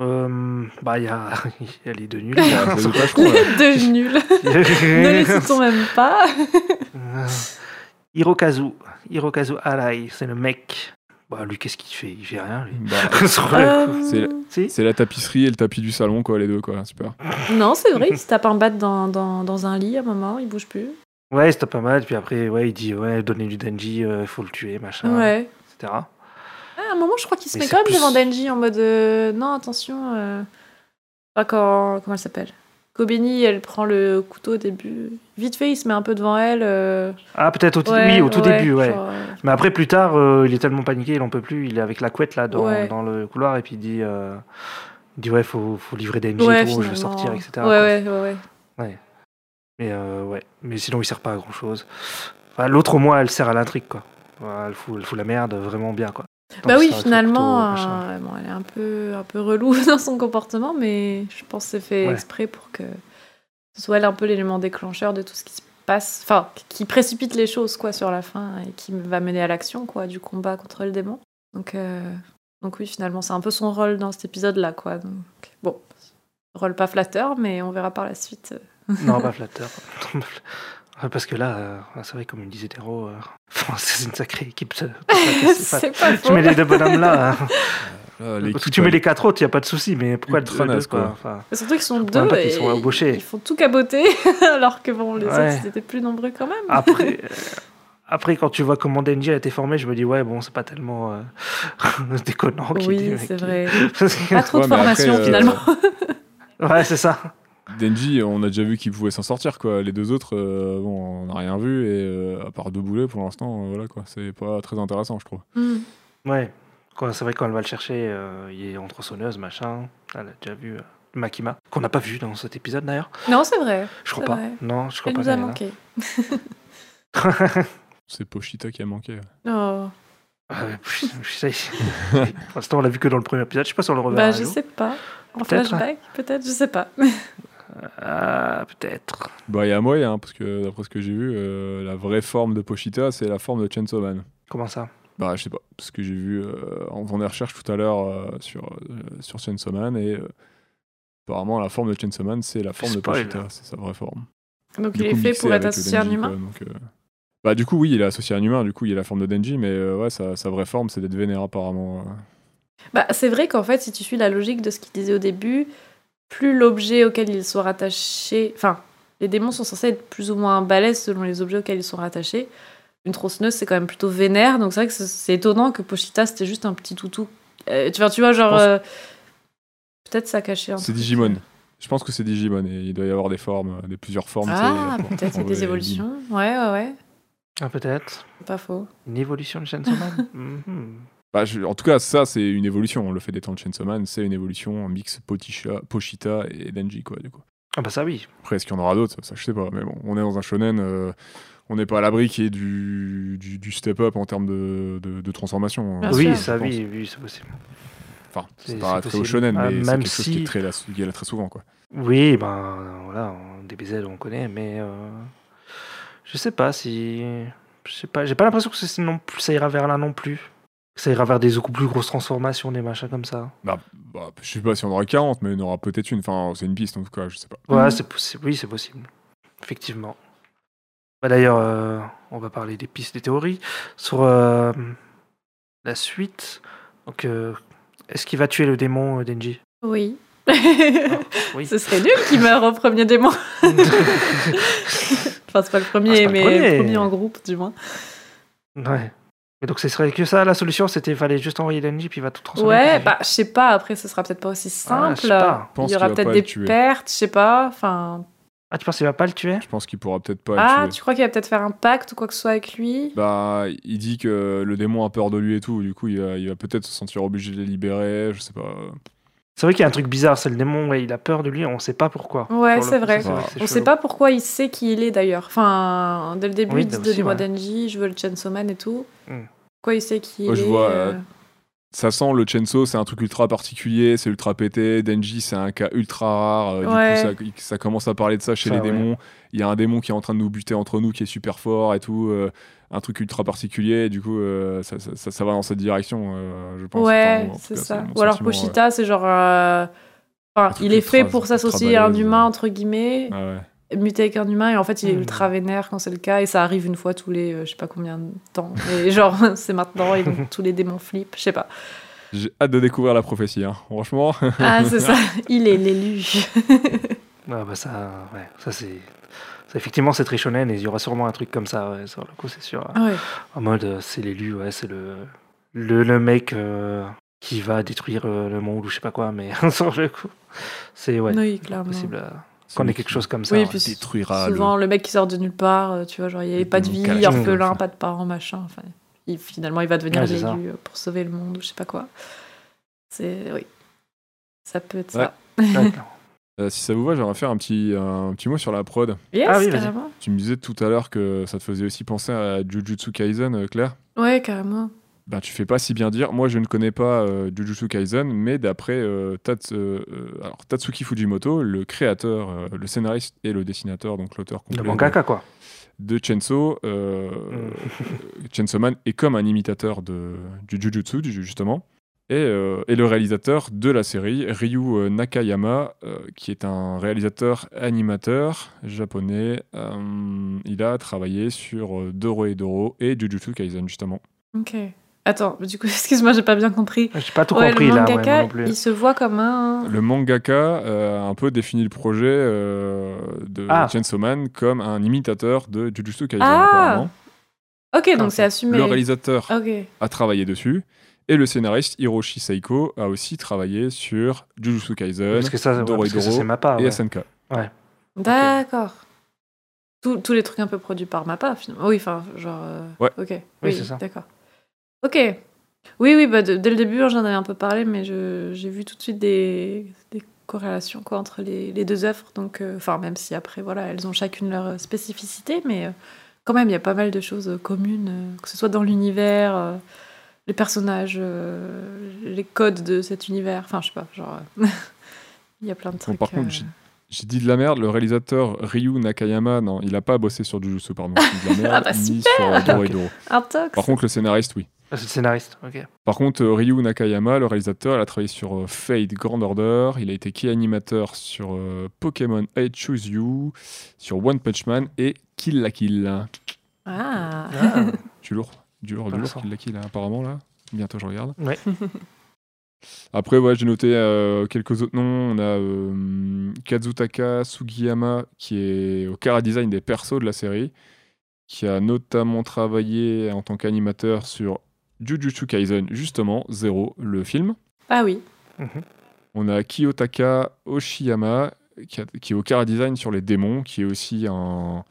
S1: Euh, bah, il y, a... il y a les deux nuls.
S3: Ah, c'est le patron, là.
S4: Deux nuls. ne les citons même pas.
S1: Ah. Euh, Hirokazu. Hirokazu Arai, c'est le mec Bah, lui, qu'est-ce qu'il fait Il fait rien, lui.
S3: Bah,
S1: Sur le coup.
S4: Euh,
S3: c'est-
S1: Si.
S3: c'est la tapisserie et le tapis du salon, quoi, les deux, quoi. Super.
S4: Non, c'est vrai, il se tape un bat dans, dans, dans un lit à un moment, il bouge plus.
S1: Ouais, c'était pas mal. Puis après, ouais, il dit, ouais, donnez du Denji, euh, faut le tuer, machin,
S4: Ouais.
S1: etc.
S4: Ah, à un moment, je crois qu'il se
S1: Mais
S4: met
S1: c'est
S4: quand même
S1: plus-
S4: devant Denji en mode euh, non, attention. euh, Enfin, quand. Comment elle s'appelle Kobeni, elle prend le couteau au début. Vite fait, il se met un peu devant elle. euh,
S1: Ah, peut-être au, ti-
S4: ouais,
S1: oui, au tout
S4: ouais,
S1: début, ouais.
S4: genre, euh,
S1: Mais après, plus tard, euh, il est tellement paniqué, il en peut plus. Il est avec la couette là dans,
S4: Ouais.
S1: dans le couloir et puis il dit, euh, il dit ouais, faut, faut livrer Denji,
S4: ouais,
S1: et tout, je
S4: finalement.
S1: vais sortir, etc.
S4: Ouais,
S1: quoi.
S4: ouais, ouais, ouais.
S1: Mais euh, ouais, mais sinon il sert pas à grand chose. Enfin, l'autre au moins, elle sert à l'intrigue quoi. Voilà, elle, fout, elle fout la merde vraiment bien quoi. Tant
S4: Bah
S1: que
S4: oui,
S1: ça reste le couteau,
S4: finalement,
S1: machin.
S4: euh, bon, elle est un peu, un peu relou dans son comportement, mais je pense que c'est fait
S1: Ouais.
S4: exprès pour que ce soit elle un peu l'élément déclencheur de tout ce qui se passe, enfin, qui précipite les choses quoi sur la fin et qui va mener à l'action quoi du combat contre le démon. Donc, euh, donc oui, finalement, c'est un peu son rôle dans cet épisode-là quoi. Donc, bon, rôle pas flatteur, mais on verra par la suite.
S1: Non, pas flatteur. Ouais, Parce que là, euh, c'est vrai, comme il disait Tero, euh, c'est une sacrée équipe. ça. C'est pas-
S4: c'est pas
S1: Tu
S4: faux.
S1: mets les deux bonhommes là. hein.
S3: Euh,
S7: Ah,
S1: Parce que
S7: l'équipe,
S1: tu mets les quatre autres, il n'y a pas de souci, mais pourquoi
S7: Ultra
S1: le deux,
S7: naze,
S1: quoi,
S7: quoi.
S1: enfin,
S4: Mais Surtout qu'ils sont
S1: comprends
S4: deux,
S1: pas qu'ils
S4: et
S1: sont embauchés.
S4: ils font tout caboter, alors que bon, les
S1: Ouais.
S4: autres ils étaient plus nombreux quand même.
S1: Après, euh, après, quand tu vois comment Denji a été formé, je me dis, ouais, bon, c'est pas tellement euh, déconnant. qu'il dit,
S4: oui,
S1: mais
S4: c'est
S1: qui-
S4: vrai. Pas
S1: Parce
S4: trop de
S3: Ouais, mais après,
S4: formation
S3: euh,
S4: finalement.
S1: que- ouais, c'est ça.
S3: Denji, on a déjà vu qu'il pouvait s'en sortir, quoi. Les deux autres, euh, bon, on n'a rien vu, et euh, à part deux boulets pour l'instant, euh, voilà, quoi. C'est pas très intéressant, je trouve.
S4: Hmm.
S1: Ouais. Quand- C'est vrai, quand elle va le chercher, euh, il est entre sonneuses, machin. Elle a déjà vu euh, Makima, qu'on n'a pas vu dans cet épisode d'ailleurs.
S4: Non, c'est vrai.
S1: Je crois
S4: C'est
S1: pas.
S4: vrai.
S1: Non, je crois
S4: Elle
S1: pas.
S4: nous a
S1: Diana.
S4: manqué.
S3: C'est Pochita qui a manqué.
S4: Oh.
S1: Euh, putain, je sais. Pour l'instant, on l'a vu que dans le premier épisode. Je sais pas si on le reverra.
S4: Bah,
S1: un
S4: je
S1: jour.
S4: sais pas. En
S1: Peut-être.
S4: flashback, peut-être, je sais pas.
S1: Ah, peut-être.
S3: Bah, il y a moyen, hein, parce que d'après ce que j'ai vu, euh, la vraie forme de Pochita, c'est la forme de Chainsaw Man.
S1: Comment ça
S3: Bah, je sais pas, parce que j'ai vu euh, en faisant des recherches tout à l'heure euh, sur, euh, sur Chainsaw Man, et euh, apparemment, la forme de Chainsaw Man, c'est la forme de
S1: Spoil.
S3: Pochita, c'est sa vraie forme.
S4: Donc,
S3: Du
S4: il est
S3: coup,
S4: fait
S3: mixé
S4: pour
S3: avec
S4: être
S3: le
S4: associé à un
S3: Denji,
S4: humain.
S3: quoi, donc, euh, Bah, du coup, oui, il est associé à un humain, du coup, il a la forme de Denji, mais euh, ouais, sa, sa vraie forme, c'est d'être vénère, apparemment. euh.
S4: Bah, c'est vrai qu'en fait, si tu suis la logique de ce qu'il disait au début, plus l'objet auquel ils sont rattachés. Enfin, les démons sont censés être plus ou moins balèzes selon les objets auxquels ils sont rattachés. Une tronçonneuse, c'est quand même plutôt vénère, donc c'est vrai que c'est- c'est étonnant que Pochita, c'était juste un petit toutou. Euh, tu, vois, tu vois, genre.
S3: pense-
S4: euh, Peut-être ça cachait un
S3: C'est
S4: truc.
S3: Digimon. Je pense que c'est Digimon, et il doit y avoir des formes, euh, des plusieurs formes.
S4: Ah,
S3: tu sais, pour-
S4: peut-être
S3: pour
S4: avec des
S3: les-
S4: évolutions. Ouais, ouais, ouais.
S1: Ah, peut-être.
S4: Pas faux.
S1: Une évolution de Chainsaw Man Mhm.
S3: Bah, je- en tout cas, ça, c'est une évolution. Le fait d'être en Chainsaw Man, c'est une évolution, un mix Potisha- Pochita et Denji, quoi, du coup.
S1: Ah, bah ça, oui.
S3: Après, est-ce qu'il y en aura d'autres Ça, je sais pas. Mais bon, on est dans un shonen. euh, on n'est pas à l'abri qu'il y ait du, du, du step-up en termes de, de- de transformation.
S4: Bien
S3: euh,
S1: oui,
S4: sûr.
S3: je
S1: ça,
S3: pense.
S1: oui, oui, c'est possible.
S3: Enfin,
S1: C'est-
S3: c'est pas
S1: c'est
S3: très au
S1: possible.
S3: shonen,
S1: Ah,
S3: mais c'est
S1: même
S3: quelque chose qui
S1: si-
S3: est très, la- qui est là très souvent, quoi.
S1: Oui, ben voilà, on- DBZ on connaît, mais euh, je sais pas si. Je sais pas, j'ai pas l'impression que c'est non plus- ça ira vers là non plus. Ça ira vers des beaucoup plus grosses transformations, des machins comme ça.
S3: Bah, bah, je sais pas si on aura 40, mais on aura peut-être une. Enfin, c'est une piste, en tout cas, je sais pas.
S1: Ouais,
S4: Mhm.
S1: c'est possible. Oui, c'est possible. Effectivement. Bah, D'ailleurs, euh, on va parler des pistes, des théories. Sur euh, la suite, donc, euh, est-ce qu'il va tuer le démon euh, Denji
S4: Oui.
S1: Oui.
S4: Ce serait nul qui meurt au premier démon. Enfin, c'est pas
S1: Ah, c'est
S4: le premier,
S1: pas le
S4: mais
S1: premier.
S4: le premier en groupe, du moins.
S1: ouais. Mais donc, ce serait que ça, la solution, c'était fallait juste envoyer Denji, puis il va tout transformer.
S4: Ouais,
S1: puis-
S4: bah, je sais pas, après, ce sera peut-être pas aussi
S1: Ah,
S4: simple.
S1: je sais pas.
S3: Je pense
S4: il y aura
S3: qu'il va
S4: peut-être
S3: pas le
S4: des
S3: tuer.
S4: pertes, je sais pas. Enfin...
S1: Ah, tu penses qu'il va pas le tuer
S3: Je pense qu'il pourra peut-être pas
S4: Ah,
S3: le tuer.
S4: tu crois qu'il va peut-être faire un pacte ou quoi que ce soit avec lui
S3: Bah, il dit que le démon a peur de lui et tout. Du coup, il va, il va peut-être se sentir obligé de les libérer. Je sais pas.
S1: C'est vrai qu'il y a un truc bizarre, c'est le démon, ouais, il a peur de lui, on sait pas pourquoi. Bah,
S4: Ouais,
S1: Pour le
S4: c'est
S1: coup,
S4: vrai.
S1: que c'est
S4: On sait
S1: chelou.
S4: pas pourquoi il sait qui il est d'ailleurs. Enfin, dès le début,
S1: Oui,
S4: il dit
S1: aussi,
S4: Donnez-moi
S1: ouais.
S4: Denji, je veux le Chainsaw Man et tout.
S1: Hmm.
S4: Pourquoi il sait qui
S3: Moi,
S4: il
S3: je
S4: est
S3: vois,
S4: euh,
S3: Ça sent le Chenso, c'est un truc ultra particulier, c'est ultra pété. Denji, c'est un cas ultra rare. euh,
S4: Ouais.
S3: Du coup, ça, ça commence à parler de ça chez
S1: Ça,
S3: les
S1: ouais.
S3: démons. Il y a un démon qui est en train de nous buter entre nous, qui est super fort et tout. euh, un truc ultra particulier. Et du coup, euh, ça, ça- ça- ça va dans cette direction, euh, je pense. Enfin,
S4: Ouais,
S3: bon, en tout
S4: c'est
S3: cas,
S4: ça.
S3: mon
S4: Ou alors
S3: sentiment,
S4: Pochita, c'est genre. euh, Enfin,
S3: Un truc
S4: il est
S3: ultra-
S4: fait pour
S3: ultra
S4: s'associer à un
S3: balèze,
S4: humain,
S3: ouais.
S4: entre guillemets.
S3: ouais. Hmm. Ah ouais.
S4: muté avec un humain et en fait il est
S1: Mm.
S4: ultra vénère quand c'est le cas et ça arrive une fois tous les euh, je sais pas combien de temps et genre c'est maintenant et donc tous les démons flippent je sais pas
S3: J'ai hâte de découvrir la prophétie, hein. franchement.
S4: ah c'est ça il est l'élu
S1: Ah bah ça, ouais, ça c'est. ça, Effectivement, c'est très shonen et il y aura sûrement un truc comme ça, ouais, sur le coup, c'est sûr.
S4: Ah ouais.
S1: En mode, euh, c'est l'élu, ouais, c'est le, le, le mec euh, qui va détruire euh, le monde ou je sais pas quoi, mais sur le coup, c'est ouais,
S4: Oui, clairement.
S1: possible. euh, Quand on est quelque chose comme ça. hein.
S4: Oui,
S1: ouais.
S4: puis
S3: Ah,
S7: détruira
S4: souvent le mec qui sort de nulle part euh, tu vois genre il n'y avait
S7: Le
S4: pas de
S7: démon
S4: vie
S7: caché,
S4: orphelin
S7: enfin.
S4: pas de parents machin enfin il- finalement il va devenir
S1: Ouais, c'est ça.
S4: l'élu euh, pour sauver le monde ou je sais pas quoi c'est oui ça peut être
S3: Ouais.
S1: Ah
S4: ça
S1: Ouais, clairement.
S3: Euh, si ça vous va, j'aimerais faire un petit, un petit mot sur la prod.
S4: yes
S1: Ah oui, vas-y.
S4: carrément
S3: Tu me disais tout à l'heure que ça te faisait aussi penser à Jujutsu Kaisen, euh, Claire.
S4: ouais carrément
S3: Ben, tu fais pas si bien dire. Moi, je ne connais pas euh, Jujutsu Kaisen, mais d'après euh, Tats- euh, euh, alors, Tatsuki Fujimoto, le créateur, euh, le scénariste et le dessinateur, donc l'auteur complet
S1: Le
S3: de-
S1: mangaka, Mm. quoi.
S3: de Chainsaw, euh, Chainsaw Man est comme un imitateur de, du Jujutsu, du- justement. Et, euh, et le réalisateur de la série, Ryu euh, Nakayama, euh, qui est un réalisateur animateur japonais. Euh, il a travaillé sur euh, Doro et Doro et Jujutsu Kaisen, justement.
S4: Ok. Attends, mais du coup, excuse-moi, j'ai pas bien compris.
S1: Euh, J'ai pas tout
S4: Ouais,
S1: compris
S4: le
S1: là, ouais, moi
S4: mangaka,
S1: non plus.
S4: il se voit comme un. hein.
S3: Le mangaka euh, a un peu défini le projet euh, de
S1: Ah.
S3: Chainsaw Man comme un imitateur de Jujutsu Kaisen,
S4: Ah.
S3: apparemment.
S4: Ok, donc
S1: ok.
S4: c'est assumé.
S3: Le réalisateur
S4: Ok.
S3: a travaillé dessus. Et le scénariste Hiroshi Saiko a aussi travaillé sur Jujutsu Kaisen
S1: Parce que ça, ouais,
S3: Doro et
S1: parce que ça,
S3: Doro
S1: c'est ma part.
S3: et
S1: ouais.
S3: SNK.
S4: D'accord. Tous- Tous les trucs un peu produits par MAPPA, finalement. Oui, enfin, genre. euh,
S3: Ouais.
S4: Ok. Oui,
S1: c'est ça.
S4: D'accord. Ok. Oui, oui, bah, de- dès le début, j'en avais un peu parlé, mais je- j'ai vu tout de suite des, des corrélations quoi, entre les, les deux œuvres. Donc, euh, enfin, même si après, voilà, elles ont chacune leur euh, spécificité, mais euh, quand même, il y a pas mal de choses euh, communes, euh, que ce soit dans l'univers, euh, les personnages, euh, les codes de cet univers. Enfin, je sais pas, genre. euh, Il y a plein de
S3: Bon,
S4: trucs.
S3: par contre,
S4: euh,
S3: j'ai- j'ai dit de la merde, le réalisateur Ryu Nakayama, non, il a pas bossé sur Jujutsu, pardon. j'ai dit de la merde,
S4: Ah bah,
S3: ni sur euh, Doro et
S1: Ok.
S3: Doro.
S4: un tox.
S3: Par contre, le scénariste, oui.
S1: Ah, c'est le scénariste, ok.
S3: Par contre, euh, Ryu Nakayama, le réalisateur, il a travaillé sur euh, Fate Grand Order, il a été key animateur sur euh, Pokémon I Choose You, sur One Punch Man et Kill la Kill.
S4: Ah.
S1: Ah.
S3: Du lourd, du lourd, du lourd,
S1: Intéressant.
S3: Kill la Kill, hein, apparemment, là. Bientôt, je regarde.
S1: Ouais.
S3: Après, ouais, j'ai noté euh, quelques autres noms. On a euh, Kazutaka Sugiyama, qui est au cara design des persos de la série, qui a notamment travaillé en tant qu'animateur sur Jujutsu Kaisen, justement, Zero, le film.
S4: Ah oui.
S1: Mhm.
S3: On a Kiyotaka Oshiyama, qui, a- qui est au cara design sur les démons, qui est aussi un,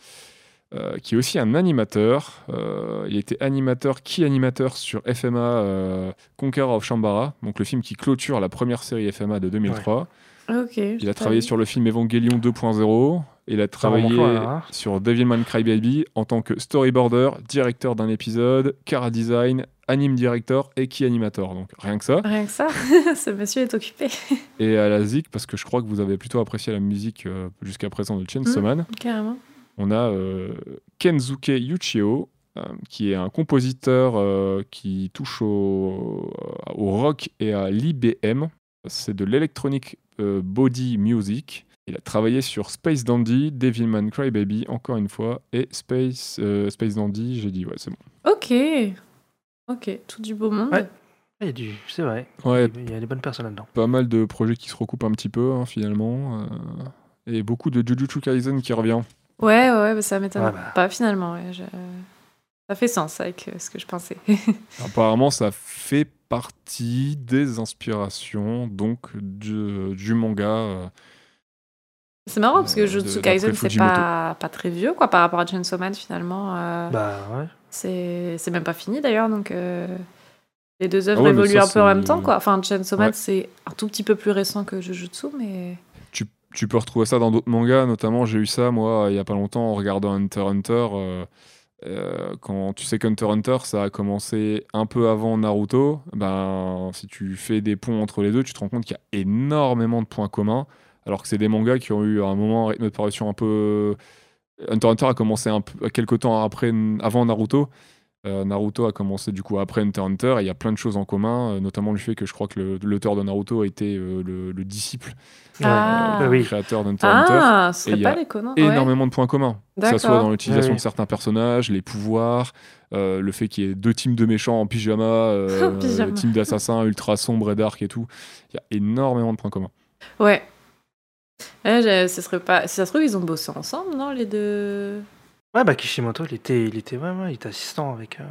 S3: euh, qui est aussi un animateur. Euh, il était animateur, qui animateur sur FMA euh, Conqueror of Shambara, donc le film qui clôture la première série FMA de 2003.
S4: Ok.
S3: Il a travaillé sur le film Evangelion 2.0. Il a
S1: Ah
S3: travaillé
S1: remonte loin, là, hein.
S3: sur Devilman Crybaby en tant que storyboarder, directeur d'un épisode, cara design, anime director et key animator. Donc rien que ça.
S4: Rien que ça, ce monsieur est occupé.
S3: Et à la ZIC, parce que je crois que vous avez plutôt apprécié la musique euh, jusqu'à présent de Chainsaw
S1: Hmm.
S4: Mm.
S3: Man,
S4: Carrément.
S3: on a euh, Kenzuke Yuchio, euh, qui est un compositeur euh, qui touche au, euh, au rock et à l'IBM. C'est de l'électronic euh, body music. Il a travaillé sur Space Dandy, Devilman Crybaby, encore une fois, et Space, euh, Space Dandy, j'ai dit, ouais, c'est bon.
S4: Ok. Ok, tout du beau monde.
S1: Ouais. Ah, Il y a du- C'est vrai,
S3: Ouais,
S1: il y a des bonnes personnes là-dedans.
S3: pas mal de projets qui se recoupent un petit peu, hein, finalement. euh, et beaucoup de Jujutsu Kaisen qui revient.
S4: Ouais, ouais, ouais, bah, ça m'étonne
S1: Ouais, bah.
S4: pas finalement. ouais, je- Ça fait sens avec euh, ce que je pensais.
S3: Apparemment, ça fait partie des inspirations donc du, du manga. euh,
S4: c'est marrant parce
S3: Euh,
S4: que
S3: de-
S4: Jutsu
S3: d'après
S4: Kaisen, c'est
S3: Fujimoto.
S4: pas, pas très vieux quoi par rapport à Chainsaw Man finalement. euh,
S1: Bah ouais.
S4: c'est c'est même pas fini d'ailleurs donc. euh, Les deux œuvres
S3: Ah ouais, mais
S4: évoluent
S3: ça,
S4: un peu en
S3: c'est-
S4: même temps, quoi. Enfin, Chainsaw Man,
S3: Ouais.
S4: c'est un tout petit peu plus récent que Jujutsu, mais...
S3: tu, tu peux retrouver ça dans d'autres mangas, notamment j'ai eu ça moi il y a pas longtemps en regardant Hunter x Hunter. euh, euh, quand tu sais qu'Hunter x Hunter ça a commencé un peu avant Naruto, ben si tu fais des ponts entre les deux, tu te rends compte qu'il y a énormément de points communs. Alors que c'est des mangas qui ont eu à un moment un rythme de parution un peu. Hunter x Hunter a commencé un peu, quelques temps après, avant Naruto. Euh, Naruto a commencé du coup après Hunter x Hunter et il y a plein de choses en commun, euh, notamment le fait que je crois que le- l'auteur de Naruto a été euh, le, le disciple
S4: Ah.
S3: euh,
S1: Oui.
S3: du créateur d'Hunter x Hunter.
S4: Ah, ce
S3: Et il
S4: serait
S3: y
S4: pas
S3: a
S4: déconnant. ouais.
S3: Énormément de points communs, que ça soit
S4: D'accord.
S3: dans l'utilisation
S1: Oui.
S3: de certains personnages, les pouvoirs, euh, le fait qu'il y ait deux teams de méchants en pyjama, euh,
S4: En pyjama.
S3: team d'assassins ultra sombre et dark et tout. Il y a énormément de points communs.
S4: Ouais. Ouais, j'ai- ce serait pas... Si ça se trouve, ils ont bossé ensemble, non, les deux
S1: Ouais, bah Kishimoto, il était, il était, ouais, ouais, il était assistant avec euh,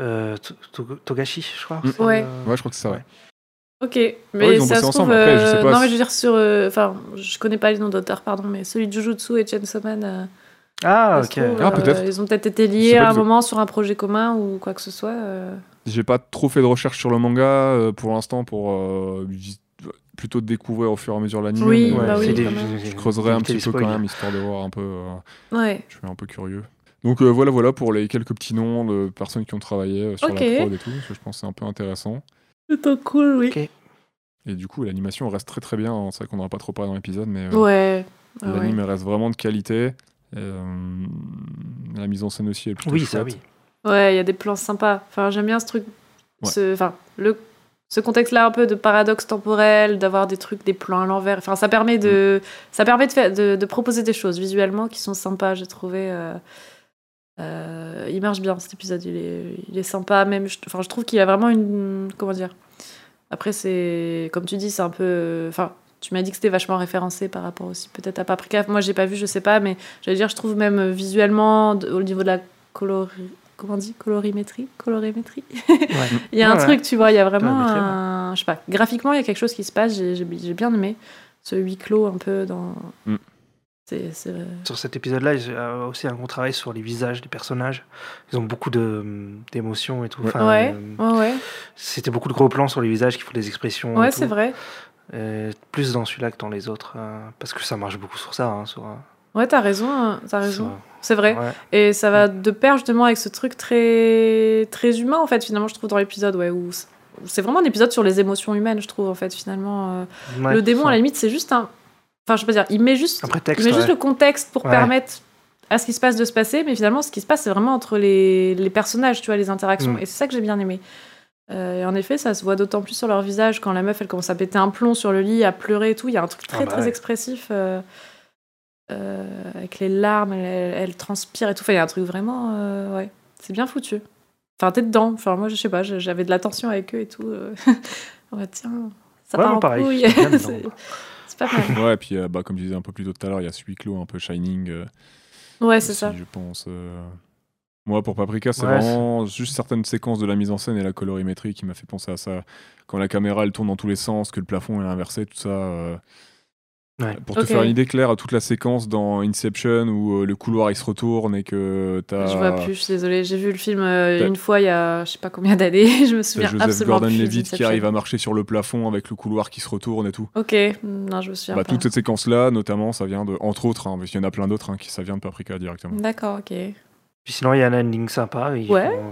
S1: euh, To- To- Togashi, je crois.
S3: Mm.
S1: c'est,
S4: Ouais.
S1: euh,
S3: Ouais, je crois que c'est ça. ouais.
S4: Ok, mais
S3: Ouais, ils ont bossé
S4: ça se trouve...
S3: ensemble, après, je sais
S4: euh,
S3: pas
S4: non,
S3: si-
S4: mais je veux dire, sur... euh, Enfin, je connais pas les noms d'auteurs, pardon, mais celui de Jujutsu et Chainsaw Man... euh,
S1: Ah,
S4: ça se
S1: ok.
S4: trouve,
S3: Ah,
S4: euh,
S3: peut-être.
S4: Ils ont peut-être été
S3: Je sais
S4: liés
S3: pas
S4: à un
S3: du tout.
S4: moment sur un projet commun ou quoi que ce soit. euh.
S3: J'ai pas trop fait de recherche sur le manga euh, pour l'instant pour euh, j- plutôt découvrir au fur et à mesure l'anime.
S4: Oui,
S3: mais,
S4: bah
S3: euh,
S4: oui,
S1: c'est
S4: quand
S1: des-
S4: même.
S3: je creuserai un
S1: éviter
S3: petit
S1: les
S3: peu quand
S1: spoils.
S3: même histoire de voir un peu. euh,
S4: Ouais.
S3: je suis un peu curieux. Donc euh, voilà, voilà pour les quelques petits noms de personnes qui ont travaillé euh, sur
S4: Ok.
S3: la prod et tout, parce que je pense que c'est un peu intéressant.
S4: Plutôt cool, oui.
S1: Ok.
S3: Et du coup, l'animation reste très très bien. hein. C'est vrai qu'on n'aura pas trop parlé dans l'épisode, mais euh,
S4: Ouais. Ah ouais.
S3: l'anime elle reste vraiment de qualité. Et, euh, la mise en scène aussi est plutôt
S1: Oui, ça
S3: chouette.
S1: oui.
S4: Ouais, il y a des plans sympas. Enfin, j'aime bien ce truc.
S3: Ouais.
S4: Ce, enfin, le, ce contexte-là un peu de paradoxe temporel, d'avoir des trucs, des plans à l'envers. Enfin, ça permet de, ça permet de, faire, de, de proposer des choses visuellement qui sont sympas, j'ai trouvé. euh, euh, il marche bien cet épisode, il est, il est sympa. Même, je, enfin, je trouve qu'il a vraiment une. Comment dire Après, c'est. Comme tu dis, c'est un peu. Enfin, tu m'as dit que c'était vachement référencé par rapport aussi peut-être à Paprika. Moi, j'ai pas vu, je sais pas, mais j'allais dire, je trouve même euh, visuellement, de- au niveau de la colori... comment on dit colorimétrie colorimétrie
S1: Ouais.
S3: Mm.
S4: il y a un
S1: Ouais, ouais.
S4: truc tu vois il y a vraiment
S1: Colorimétrie, ouais.
S4: un je sais pas graphiquement il y a quelque chose qui se passe j'ai j'ai- j'ai bien aimé ce huis clos un peu dans
S3: Mm.
S4: c'est c'est-
S1: Sur cet épisode-là, ils ont aussi un gros travail sur les visages des personnages. Ils ont beaucoup de, euh, d'émotions et tout.
S3: Ouais.
S1: Enfin,
S4: ouais
S1: euh,
S4: ouais ouais
S1: C'était beaucoup de gros plans sur les visages qui font des expressions. et
S4: ouais
S1: tout.
S4: c'est vrai
S1: Euh, plus dans celui-là que dans les autres. euh, parce que ça marche beaucoup sur ça. hein, sur, euh,
S4: ouais t'as raison hein, t'as
S1: sur- euh,
S4: raison c'est vrai
S1: ouais.
S4: Et ça va de pair justement avec ce truc très très humain en fait finalement je trouve dans l'épisode ouais où c- c'est vraiment un épisode sur les émotions humaines je trouve en fait finalement euh,
S1: Ouais,
S4: le démon
S1: ça.
S4: à la limite c'est juste un enfin je sais pas dire il met juste
S1: Un
S4: il
S1: prétexte.
S4: met juste
S1: ouais.
S4: le contexte pour
S1: Ouais.
S4: permettre à ce qui se passe de se passer mais finalement ce qui se passe c'est vraiment entre les, les personnages tu vois les interactions
S1: Mm.
S4: et c'est ça que j'ai bien aimé Euh, et en effet ça se voit d'autant plus sur leur visage quand la meuf elle commence à péter un plomb sur le lit à pleurer et tout il y a un truc très
S1: bah
S4: très
S1: ouais.
S4: expressif euh, euh, avec les larmes elle, elle- elle transpire et tout enfin il y a un truc vraiment euh, ouais c'est bien foutu enfin t'es dedans enfin moi je sais pas je- j'avais de la tension avec eux et tout euh. on va tiens ça
S1: Ouais,
S4: part
S1: moi,
S4: en
S1: pareil,
S4: couille
S1: j'étais bien dedans,
S4: c'est
S1: moi.
S4: c'est pas mal
S3: Ouais, et puis euh, bah, comme je disais un peu plus tôt tout à l'heure, il y a ce huis clos un peu Shining. euh,
S4: ouais c'est
S3: aussi,
S4: ça
S3: Je pense. euh, Moi, pour Paprika, c'est
S1: Ouais,
S3: vraiment juste certaines séquences de la mise en scène et la colorimétrie qui m'a fait penser à ça. Quand la caméra, elle tourne dans tous les sens, que le plafond est inversé, tout ça. euh,
S1: Ouais.
S3: Pour te
S4: Ok.
S3: faire une idée claire, toute la séquence dans Inception où euh, le couloir, il se retourne et que t'as...
S4: Je vois plus, je suis désolée. J'ai vu le film euh,
S3: Euh, T'as-
S4: une fois il y a je sais pas combien d'années. je me
S3: t'as
S4: souviens
S3: Joseph
S4: absolument plus.
S3: Gordon-Levitt qui
S4: d'Inception.
S3: arrive à marcher sur le plafond avec le couloir qui se retourne et tout.
S4: Ok, non, je me souviens
S3: Bah,
S4: pas.
S3: toute cette séquence-là, notamment, ça vient de... Entre autres, hein, parce qu'il y en a plein d'autres, hein, qui ça vient de Paprika directement.
S4: D'accord, ok.
S1: Puis sinon, il y a un ending sympa. ils
S4: Ouais.
S1: font-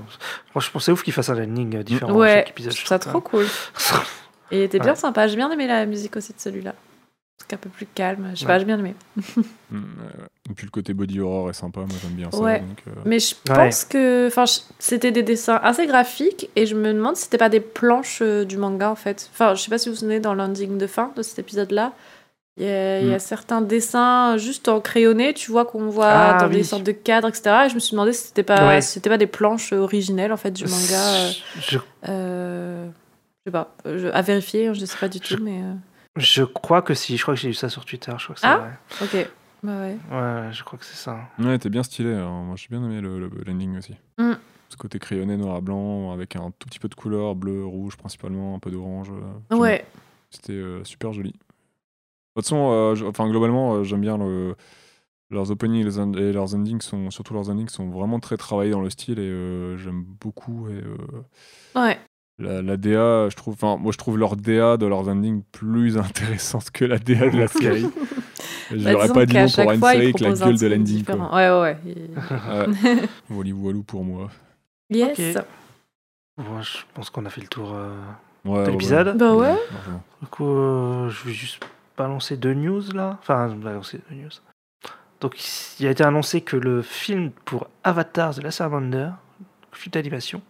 S1: Moi, je pensais ouf qu'ils fassent un ending euh, différent à
S4: ouais,
S1: chaque
S4: je
S1: épisode.
S4: trouve ça trop cool. Et il était bien sympa. J'ai bien aimé la musique aussi de celui-là. Un truc un peu plus calme. Je sais pas,
S1: Ouais.
S4: j'ai bien aimé.
S3: Mm, ouais, ouais. Et puis le côté body horror est sympa, moi j'aime bien ça.
S4: Ouais.
S3: donc, euh,
S4: Mais je
S1: Ouais.
S4: pense que enfin, je- c'était des dessins assez graphiques et je me demande si c'était pas des planches euh, du manga en fait. Enfin, je sais pas si vous vous souvenez dans l'ending de fin de cet épisode-là. Il y, a, il y a
S3: Hmm.
S4: certains dessins euh, juste en crayonné, tu vois, qu'on voit
S1: Ah,
S4: dans des
S1: oui.
S4: sortes de cadres, etc. Et je me suis demandé si c'était pas,
S1: Ouais.
S4: si c'était pas des planches euh, originelles en fait du manga. euh,
S1: Je,
S4: euh, je sais pas, euh, je- à vérifier, je sais pas du tout,
S1: Je-
S4: mais euh,
S1: je crois que si. Je crois que j'ai lu ça sur Twitter. Je crois que c'est
S4: Ah.
S1: vrai.
S4: ok. Bah ouais.
S1: Ouais, je crois que c'est ça.
S3: Ouais, t'es bien stylé. hein. Moi, j'ai bien aimé le, le landing aussi.
S4: Mm.
S3: Ce côté crayonné noir à blanc, avec un tout petit peu de couleur, bleu, rouge principalement, un peu d'orange. euh, j'aime bien.
S4: Ouais,
S3: C'était euh, super joli. De toute façon, euh, je- enfin, globalement, euh, j'aime bien le- leurs openings et, les end- et leurs endings, sont, surtout leurs endings, sont vraiment très travaillés dans le style et euh, j'aime beaucoup. Et, euh,
S4: ouais.
S3: la, la DA, je trouve, enfin, moi, je trouve leur DA de leurs endings plus intéressante que la DA de la série.
S4: Bah,
S3: J'aurais
S4: disons
S3: pas dit
S4: qu'à
S3: non
S4: chaque
S3: pour une
S4: fois, il
S3: série que la
S4: propose un
S3: gueule de
S4: truc
S3: l'ending.
S4: différent.
S3: quoi.
S4: Ouais, ouais, ouais. Il-
S3: Ouais. Voli voilou pour moi.
S4: Yes.
S1: Ok. Bon, je pense qu'on a fait le tour euh,
S3: Ah Ouais,
S1: de l'épisode.
S4: Bah ouais.
S3: largement.
S1: Du coup, euh, je vais juste balancer deux news là. Enfin, balancer deux news. Donc, il a été annoncé que le film pour Avatar The Last Airbender, film d'animation,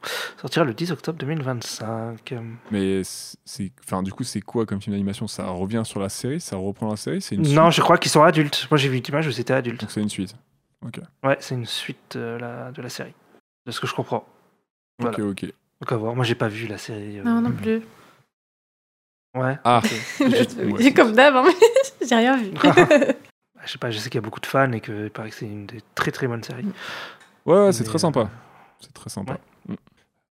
S1: sortira le 10 octobre 2025.
S3: Mais c'est, enfin, du coup, c'est quoi comme film d'animation Ça revient sur la série Ça reprend la série C'est une suite
S1: Non, je crois qu'ils sont adultes. Moi, j'ai vu une image où c'était adulte.
S3: Donc c'est une suite. Ok.
S1: Ouais, c'est une suite euh, la- de la série, de ce que je comprends. Voilà.
S3: Ok, ok.
S1: Donc à voir. Moi, j'ai pas vu la série. euh,
S4: Non, non plus.
S1: Ouais.
S3: Ah.
S4: C'est comme d'hab, hein, mais j'ai rien vu.
S1: Bah, Je sais pas. Je sais qu'il y a beaucoup de fans et que il paraît que c'est une des très très bonnes séries.
S3: Ouais, ouais, c'est
S1: Mais,
S3: très sympa. C'est très sympa. Mm.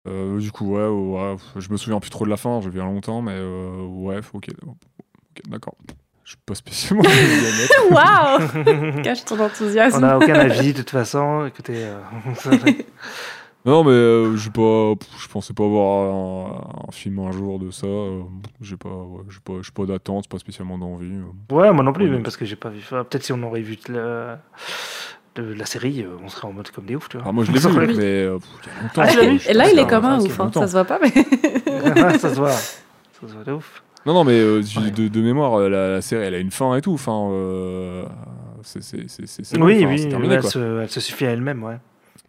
S3: Euh, du coup, ouais, ouais, pff, je me souviens plus trop de la fin, j'ai vu il y a longtemps, mais euh, ouais, ok, ok, d'accord. Je suis pas spécialement.
S4: Waouh Cache ton
S1: On
S4: enthousiasme.
S1: n'a aucun avis de toute façon. Écoutez, euh,
S3: non, mais euh, je sais pas, pff, je pensais pas voir un, un film un jour de ça. euh, j'ai pas, ouais, j'ai pas, j'ai pas d'attente, pas spécialement d'envie. euh.
S1: ouais, moi non plus,
S3: Oui.
S1: même parce que j'ai pas vu. Enfin, Peut-être si on aurait vu de la, de la série, euh, on serait en mode comme des ouf, tu vois.
S3: Ah, moi je l'ai vu,
S1: Oui.
S3: mais euh, pff, il y a longtemps.
S1: Ah, tu l'as
S3: euh,
S1: vu
S3: je
S4: Et là, il est
S3: pense,
S4: comme
S3: euh, ça
S4: un
S3: fait
S4: ouf, hein,
S3: longtemps.
S4: ça se voit pas, mais.
S1: ça se voit. Ça se voit de ouf.
S3: Non, non, mais euh, j'ai-
S1: Ouais.
S3: de, de mémoire, euh, la, la série, elle a une fin et tout. Enfin, euh, c'est c'est- c'est- c'est- c'est bon,
S1: Oui,
S3: enfin,
S1: oui,
S3: c'est
S1: ouais,
S3: terminé,
S1: elle,
S3: quoi.
S1: se, elle se suffit à elle-même, ouais.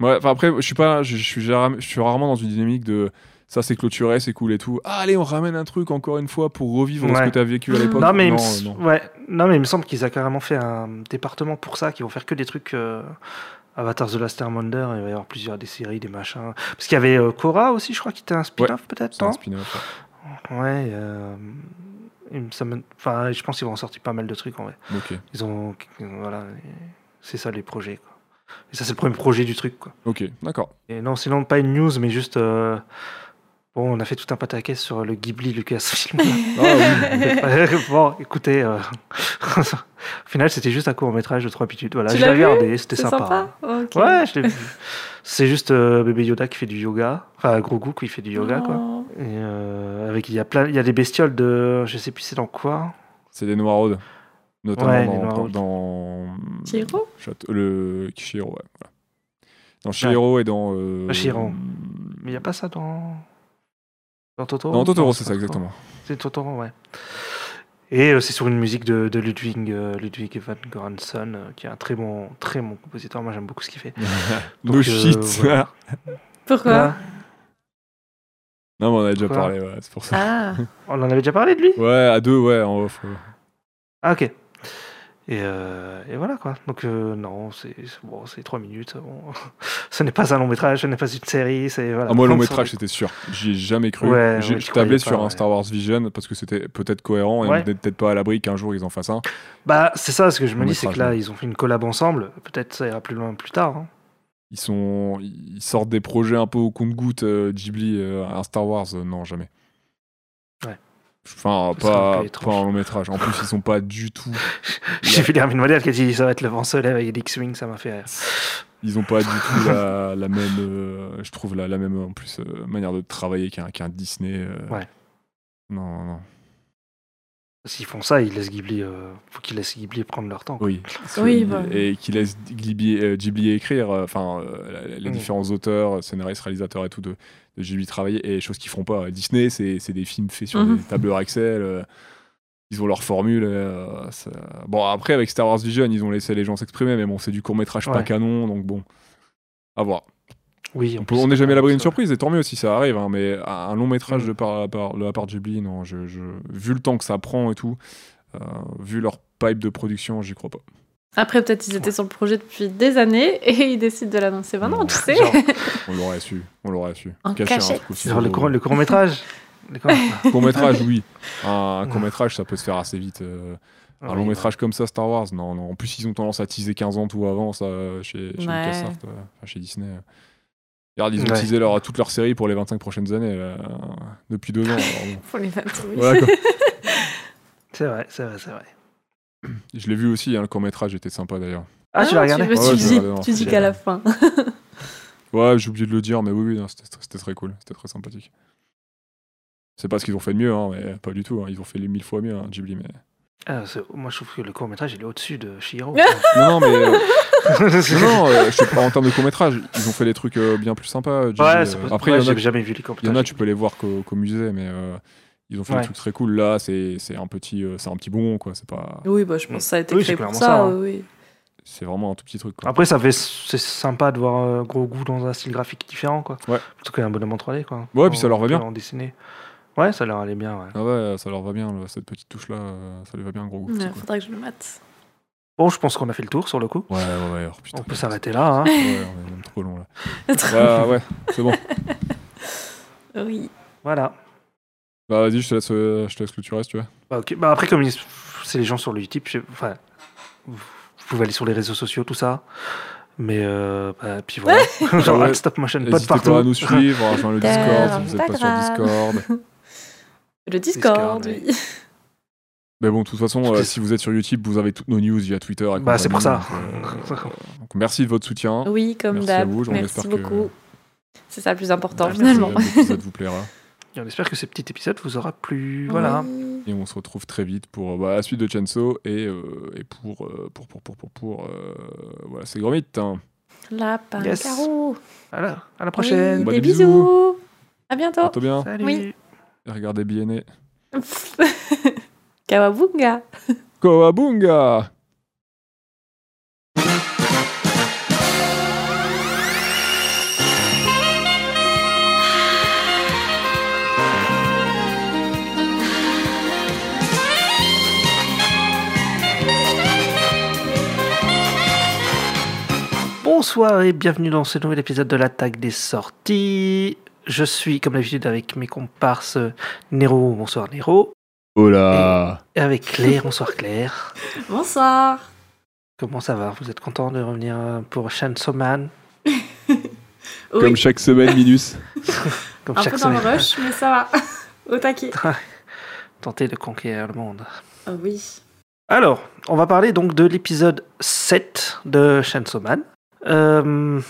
S3: Ouais, enfin après, je suis pas, je, je suis rarement, je suis rarement dans une dynamique de ça c'est clôturé, c'est cool et tout. Ah, allez, on ramène un truc encore une fois pour revivre ce
S1: Ouais.
S3: que t'as vécu à l'époque.
S1: Non mais, il me...
S3: euh,
S1: s-
S3: non.
S1: ouais. non, mais il me semble qu'ils ont carrément fait un département pour ça, qui vont faire que des trucs euh, Avatar The Last Airbender, il va y avoir plusieurs des séries, des machins. Parce qu'il y avait euh, Korra aussi, je crois, qui était un spin-off peut-être,
S3: C'est un
S1: non
S3: spin-off.
S1: Ouais, euh, il me- ça me- enfin, je pense qu'ils vont en sortir pas mal de trucs en vrai.
S3: ouais. hein. Ok,
S1: Ils ont... Voilà, c'est ça les projets, quoi. Et ça, c'est le premier projet du truc, quoi.
S3: ok, d'accord.
S1: Et non, sinon, pas une news, mais juste. euh, Bon, on a fait tout un pataquès sur le Ghibli Lucasfilm.
S3: Ah,
S1: bon, écoutez, euh, au final, c'était juste un court-métrage de trois pitutes. Voilà,
S4: Tu
S1: je l'ai
S4: l'as vu
S1: regardé, c'était
S4: C'est
S1: sympa.
S4: sympa. Ok.
S1: Ouais, je l'ai vu. C'est juste euh, bébé Yoda qui fait du yoga. Enfin, Grogu qui fait du yoga, quoi.
S4: Oh.
S1: Et euh, avec, il y a plein, il y a des bestioles de. Je sais plus c'est dans quoi.
S3: C'est des Noiraudes, notamment
S1: Ouais, les
S3: dans,
S1: Noiraudes.
S3: dans
S4: Chihiro
S3: Château- euh, le Chihiro, ouais. voilà. Dans Chihiro et dans. Euh...
S1: Chihiro. Mais il n'y a pas ça dans. Dans Totoro
S3: Dans Totoro,
S1: Oh, Non,
S3: c'est ça
S1: pas Totoro.
S3: exactement.
S1: C'est Totoro, ouais. Et euh, c'est sur une musique de, de Ludwig, euh, Ludwig van Göransson, euh, qui est un très bon, très bon compositeur. Moi, j'aime beaucoup ce qu'il fait.
S3: no
S1: euh,
S3: shit.
S1: voilà.
S4: Pourquoi
S1: Là,
S3: non, mais on en a déjà
S1: Quoi Ah.
S3: parlé, ouais, c'est pour ça.
S4: Ah,
S1: on en avait déjà parlé de lui
S3: Ouais, à deux, ouais, en off. ouais.
S1: Ah, ok. Et, euh, et voilà, quoi. Donc, euh, non, c'est c'est- bon, c'est trois minutes. bon. ce n'est pas un long métrage, ce n'est pas une série. c'est voilà.
S3: Ah, moi, le long
S1: Donc,
S3: métrage,
S1: c'est-
S3: c'était sûr. J'y ai jamais cru.
S1: Ouais, ouais,
S3: J'ai-
S1: tu
S3: je tablais
S1: croyais
S3: sur
S1: pas,
S3: un
S1: ouais.
S3: Star Wars Vision parce que c'était peut-être cohérent et
S1: Ouais.
S3: on n'est peut-être pas à l'abri qu'un jour ils en fassent un.
S1: Bah, c'est ça, ce que je me
S3: Long
S1: dis, c'est que
S3: métrage,
S1: là,
S3: ouais.
S1: ils ont fait une collab ensemble. Peut-être ça ira plus loin plus tard. hein.
S3: Ils, sont... ils sortent des projets un peu au compte-goutte Ghibli, euh, un Star Wars, euh, non, jamais.
S1: Ouais.
S3: Enfin,
S1: Ce serait un peu
S3: pas,
S1: étrange.
S3: pas un long métrage. En plus, ils sont pas du tout.
S1: J'ai vu l'Hermine Modèle qui a dit ça va être le vent solaire avec l'X-Wing, ça m'a fait rire.
S3: Ils ont pas du tout la, la même, euh, je trouve, la, la même en plus euh, manière de travailler qu'un qu'un Disney. euh.
S1: Ouais.
S3: Non, non, non.
S1: S'ils font ça, ils laissent Ghibli, euh, faut qu'ils laissent Ghibli prendre leur temps. quoi.
S3: Oui.
S4: Oui,
S3: Ce-
S4: voilà.
S3: Et qui laisse Ghibli, euh, Ghibli écrire, euh, enfin, euh, la- la- les
S1: Mm.
S3: différents auteurs, scénaristes, réalisateurs et tout de, de Ghibli travailler, et choses qu'ils feront pas. Disney, c'est c'est des films faits sur
S4: Mhm.
S3: des tableurs Excel. euh, ils ont leur formule. euh, ça- Bon, après, avec Star Wars Vision, ils ont laissé les gens s'exprimer, mais bon, c'est du court-métrage pas
S1: Ouais.
S3: canon, donc bon. À voir.
S1: Oui, en
S3: On peut-
S1: plus,
S3: on n'est jamais à l'abri d'une
S1: c'est vrai.
S3: surprise, et tant mieux si ça arrive, hein, mais un long métrage
S1: Mm.
S3: de, par, par- de la part de Ghibli, non, je, je- vu le temps que ça prend et tout, euh, vu leur pipe de production, j'y crois pas.
S4: Après, peut-être ils étaient
S1: Ouais.
S4: sur le projet depuis des années et ils décident de l'annoncer maintenant,
S3: Non.
S4: tu sais.
S1: Genre,
S3: On l'aurait su, on l'aurait su.
S4: En
S3: Caché,
S4: cachette.
S3: truc aussi
S1: Genre le,
S3: gros.
S1: court, le court métrage. Le court-
S3: court métrage, oui. Un court métrage, ça peut se faire assez vite. euh,
S1: Ah
S3: un
S1: oui,
S3: long
S1: bah,
S3: métrage comme ça, Star Wars, non, non. En plus, ils ont tendance à teaser 15 ans tout avant, ça, euh, chez, chez
S4: Ouais.
S3: LucasArts, euh, enfin, chez Disney. euh. Regarde, ils ont
S1: Ouais.
S3: teasé leur, toute leur série pour les 25 prochaines années, là, euh, depuis deux ans. alors bon.
S4: Faut les mettre, oui.
S3: Voilà, quoi.
S1: C'est vrai, c'est vrai, c'est vrai.
S3: Je l'ai vu aussi, hein, le court métrage était sympa d'ailleurs.
S1: Ah, tu l'as regardé
S4: Tu, me- tu
S3: Ouais, je l'ai
S4: dis,
S3: regardé,
S4: tu dis
S1: j'ai
S4: qu'à la fin.
S3: Ouais, j'ai oublié de le dire, mais oui, oui, non, c'était c'était très cool, c'était très sympathique. C'est pas ce qu'ils ont fait de mieux, hein, mais pas du tout. hein, Ils ont fait les mille fois mieux, hein, Ghibli. Mais...
S1: Ah, c'est- Moi, je trouve que le court métrage, il est au-dessus de Shiro.
S3: Non, non, mais euh, non, non, euh, je te parle en termes de court métrage. Ils ont fait des trucs euh, bien plus sympas. Ghibli, euh.
S1: ouais, c'est possible.
S3: Après,
S1: Ouais,
S3: il y en a
S1: j'ai jamais vu les courts
S3: Il y en a, tu
S1: métrages.
S3: peux les voir qu'au qu'au musée, mais euh, ils ont fait
S1: Ouais.
S3: des trucs très cool. Là, c'est c'est un petit, euh, c'est un petit bonbon, quoi. C'est pas.
S4: Oui, bah, je pense que ça a été
S1: Oui, c'est
S4: créé
S1: clairement
S4: pour ça.
S1: ça, hein.
S4: oui, oui.
S3: c'est vraiment un tout petit truc. quoi.
S1: Après, ça fait, c'est sympa de voir un gros goût dans un style graphique différent, quoi.
S3: Ouais.
S1: Plutôt qu'un bonhomme en 3D, quoi.
S3: Ouais, puis ça leur va bien.
S1: En dessiné. Ouais, ça leur allait bien, ouais.
S3: Ah ouais, ça leur va bien, le- cette petite touche-là, euh, ça lui va bien, gros goût.
S4: Ouais,
S3: Ouais,
S4: faudra que je le mate.
S1: Bon, je pense qu'on a fait le tour sur le coup.
S3: ouais, ouais. oh, putain,
S1: On peut
S3: ouais,
S1: s'arrêter là, hein.
S3: c'est- Ouais, on est même trop long là.
S4: Trop-
S3: Ah ouais, c'est bon.
S4: oui.
S1: Voilà.
S3: Bah vas-y, je te laisse, euh, je te laisse clôturer si tu veux.
S1: Bah, ok. Bah, après, comme ils- c'est les gens sur le YouTube, je- enfin, vous pouvez aller sur les réseaux sociaux, tout ça. Mais euh, bah, puis voilà. Genre,
S3: Ouais.
S1: at Stop Motion Pod
S3: N'hésitez
S1: partout.
S3: pas à nous suivre, à rejoindre le Discord si vous
S4: pas
S3: n'êtes pas sur
S4: grave.
S3: Discord.
S4: Le Discord,
S1: Discord,
S4: oui.
S3: Mais bon, de toute façon,
S1: Parce
S3: euh,
S1: que-
S3: si vous êtes sur YouTube, vous avez toutes nos news via Twitter. et
S1: Bah, c'est pour ça.
S3: compagnie, Donc, euh, donc, merci de votre soutien.
S4: Oui, comme
S3: Merci à
S4: d'hab.
S3: vous, on
S4: Merci
S3: espère que-
S4: beaucoup. C'est ça le plus important
S1: Merci.
S4: finalement.
S3: Ça vous hein. plaira.
S1: Et on espère que ce petit épisode vous aura plu. Voilà.
S4: Oui.
S3: Et on se retrouve très vite pour euh, bah, la suite de Chenso et, euh, et pour, euh, pour pour pour pour pour euh, voilà, c'est Gromit. Hein.
S4: Lapin
S1: Yes.
S4: carreau.
S1: Alors, à la
S4: Oui,
S1: prochaine.
S3: Bah,
S4: des
S3: des
S4: bisous.
S3: bisous.
S4: À bientôt.
S3: Porte bien.
S1: Salut.
S4: Oui.
S3: Et Regardez BNA.
S4: Kawabunga.
S3: Koabunga.
S1: Bonsoir et bienvenue dans ce nouvel épisode de l'attaque des sorties. Je suis comme d'habitude avec mes comparses Nero, bonsoir Nero,
S3: Oh
S1: là. et avec Claire, bonsoir Claire.
S4: Bonsoir.
S1: Comment ça va Vous êtes content de revenir euh, pour Chainsaw Man
S4: Oui,
S7: Comme chaque semaine, Minus.
S1: comme
S4: un peu
S1: chaque
S4: dans le
S1: semaine,
S4: rush, mais ça va. Au taquet.
S1: tenter de conquérir le monde.
S4: Ah oui.
S1: Alors, on va parler donc de l'épisode 7 de Chainsaw Man. Euh,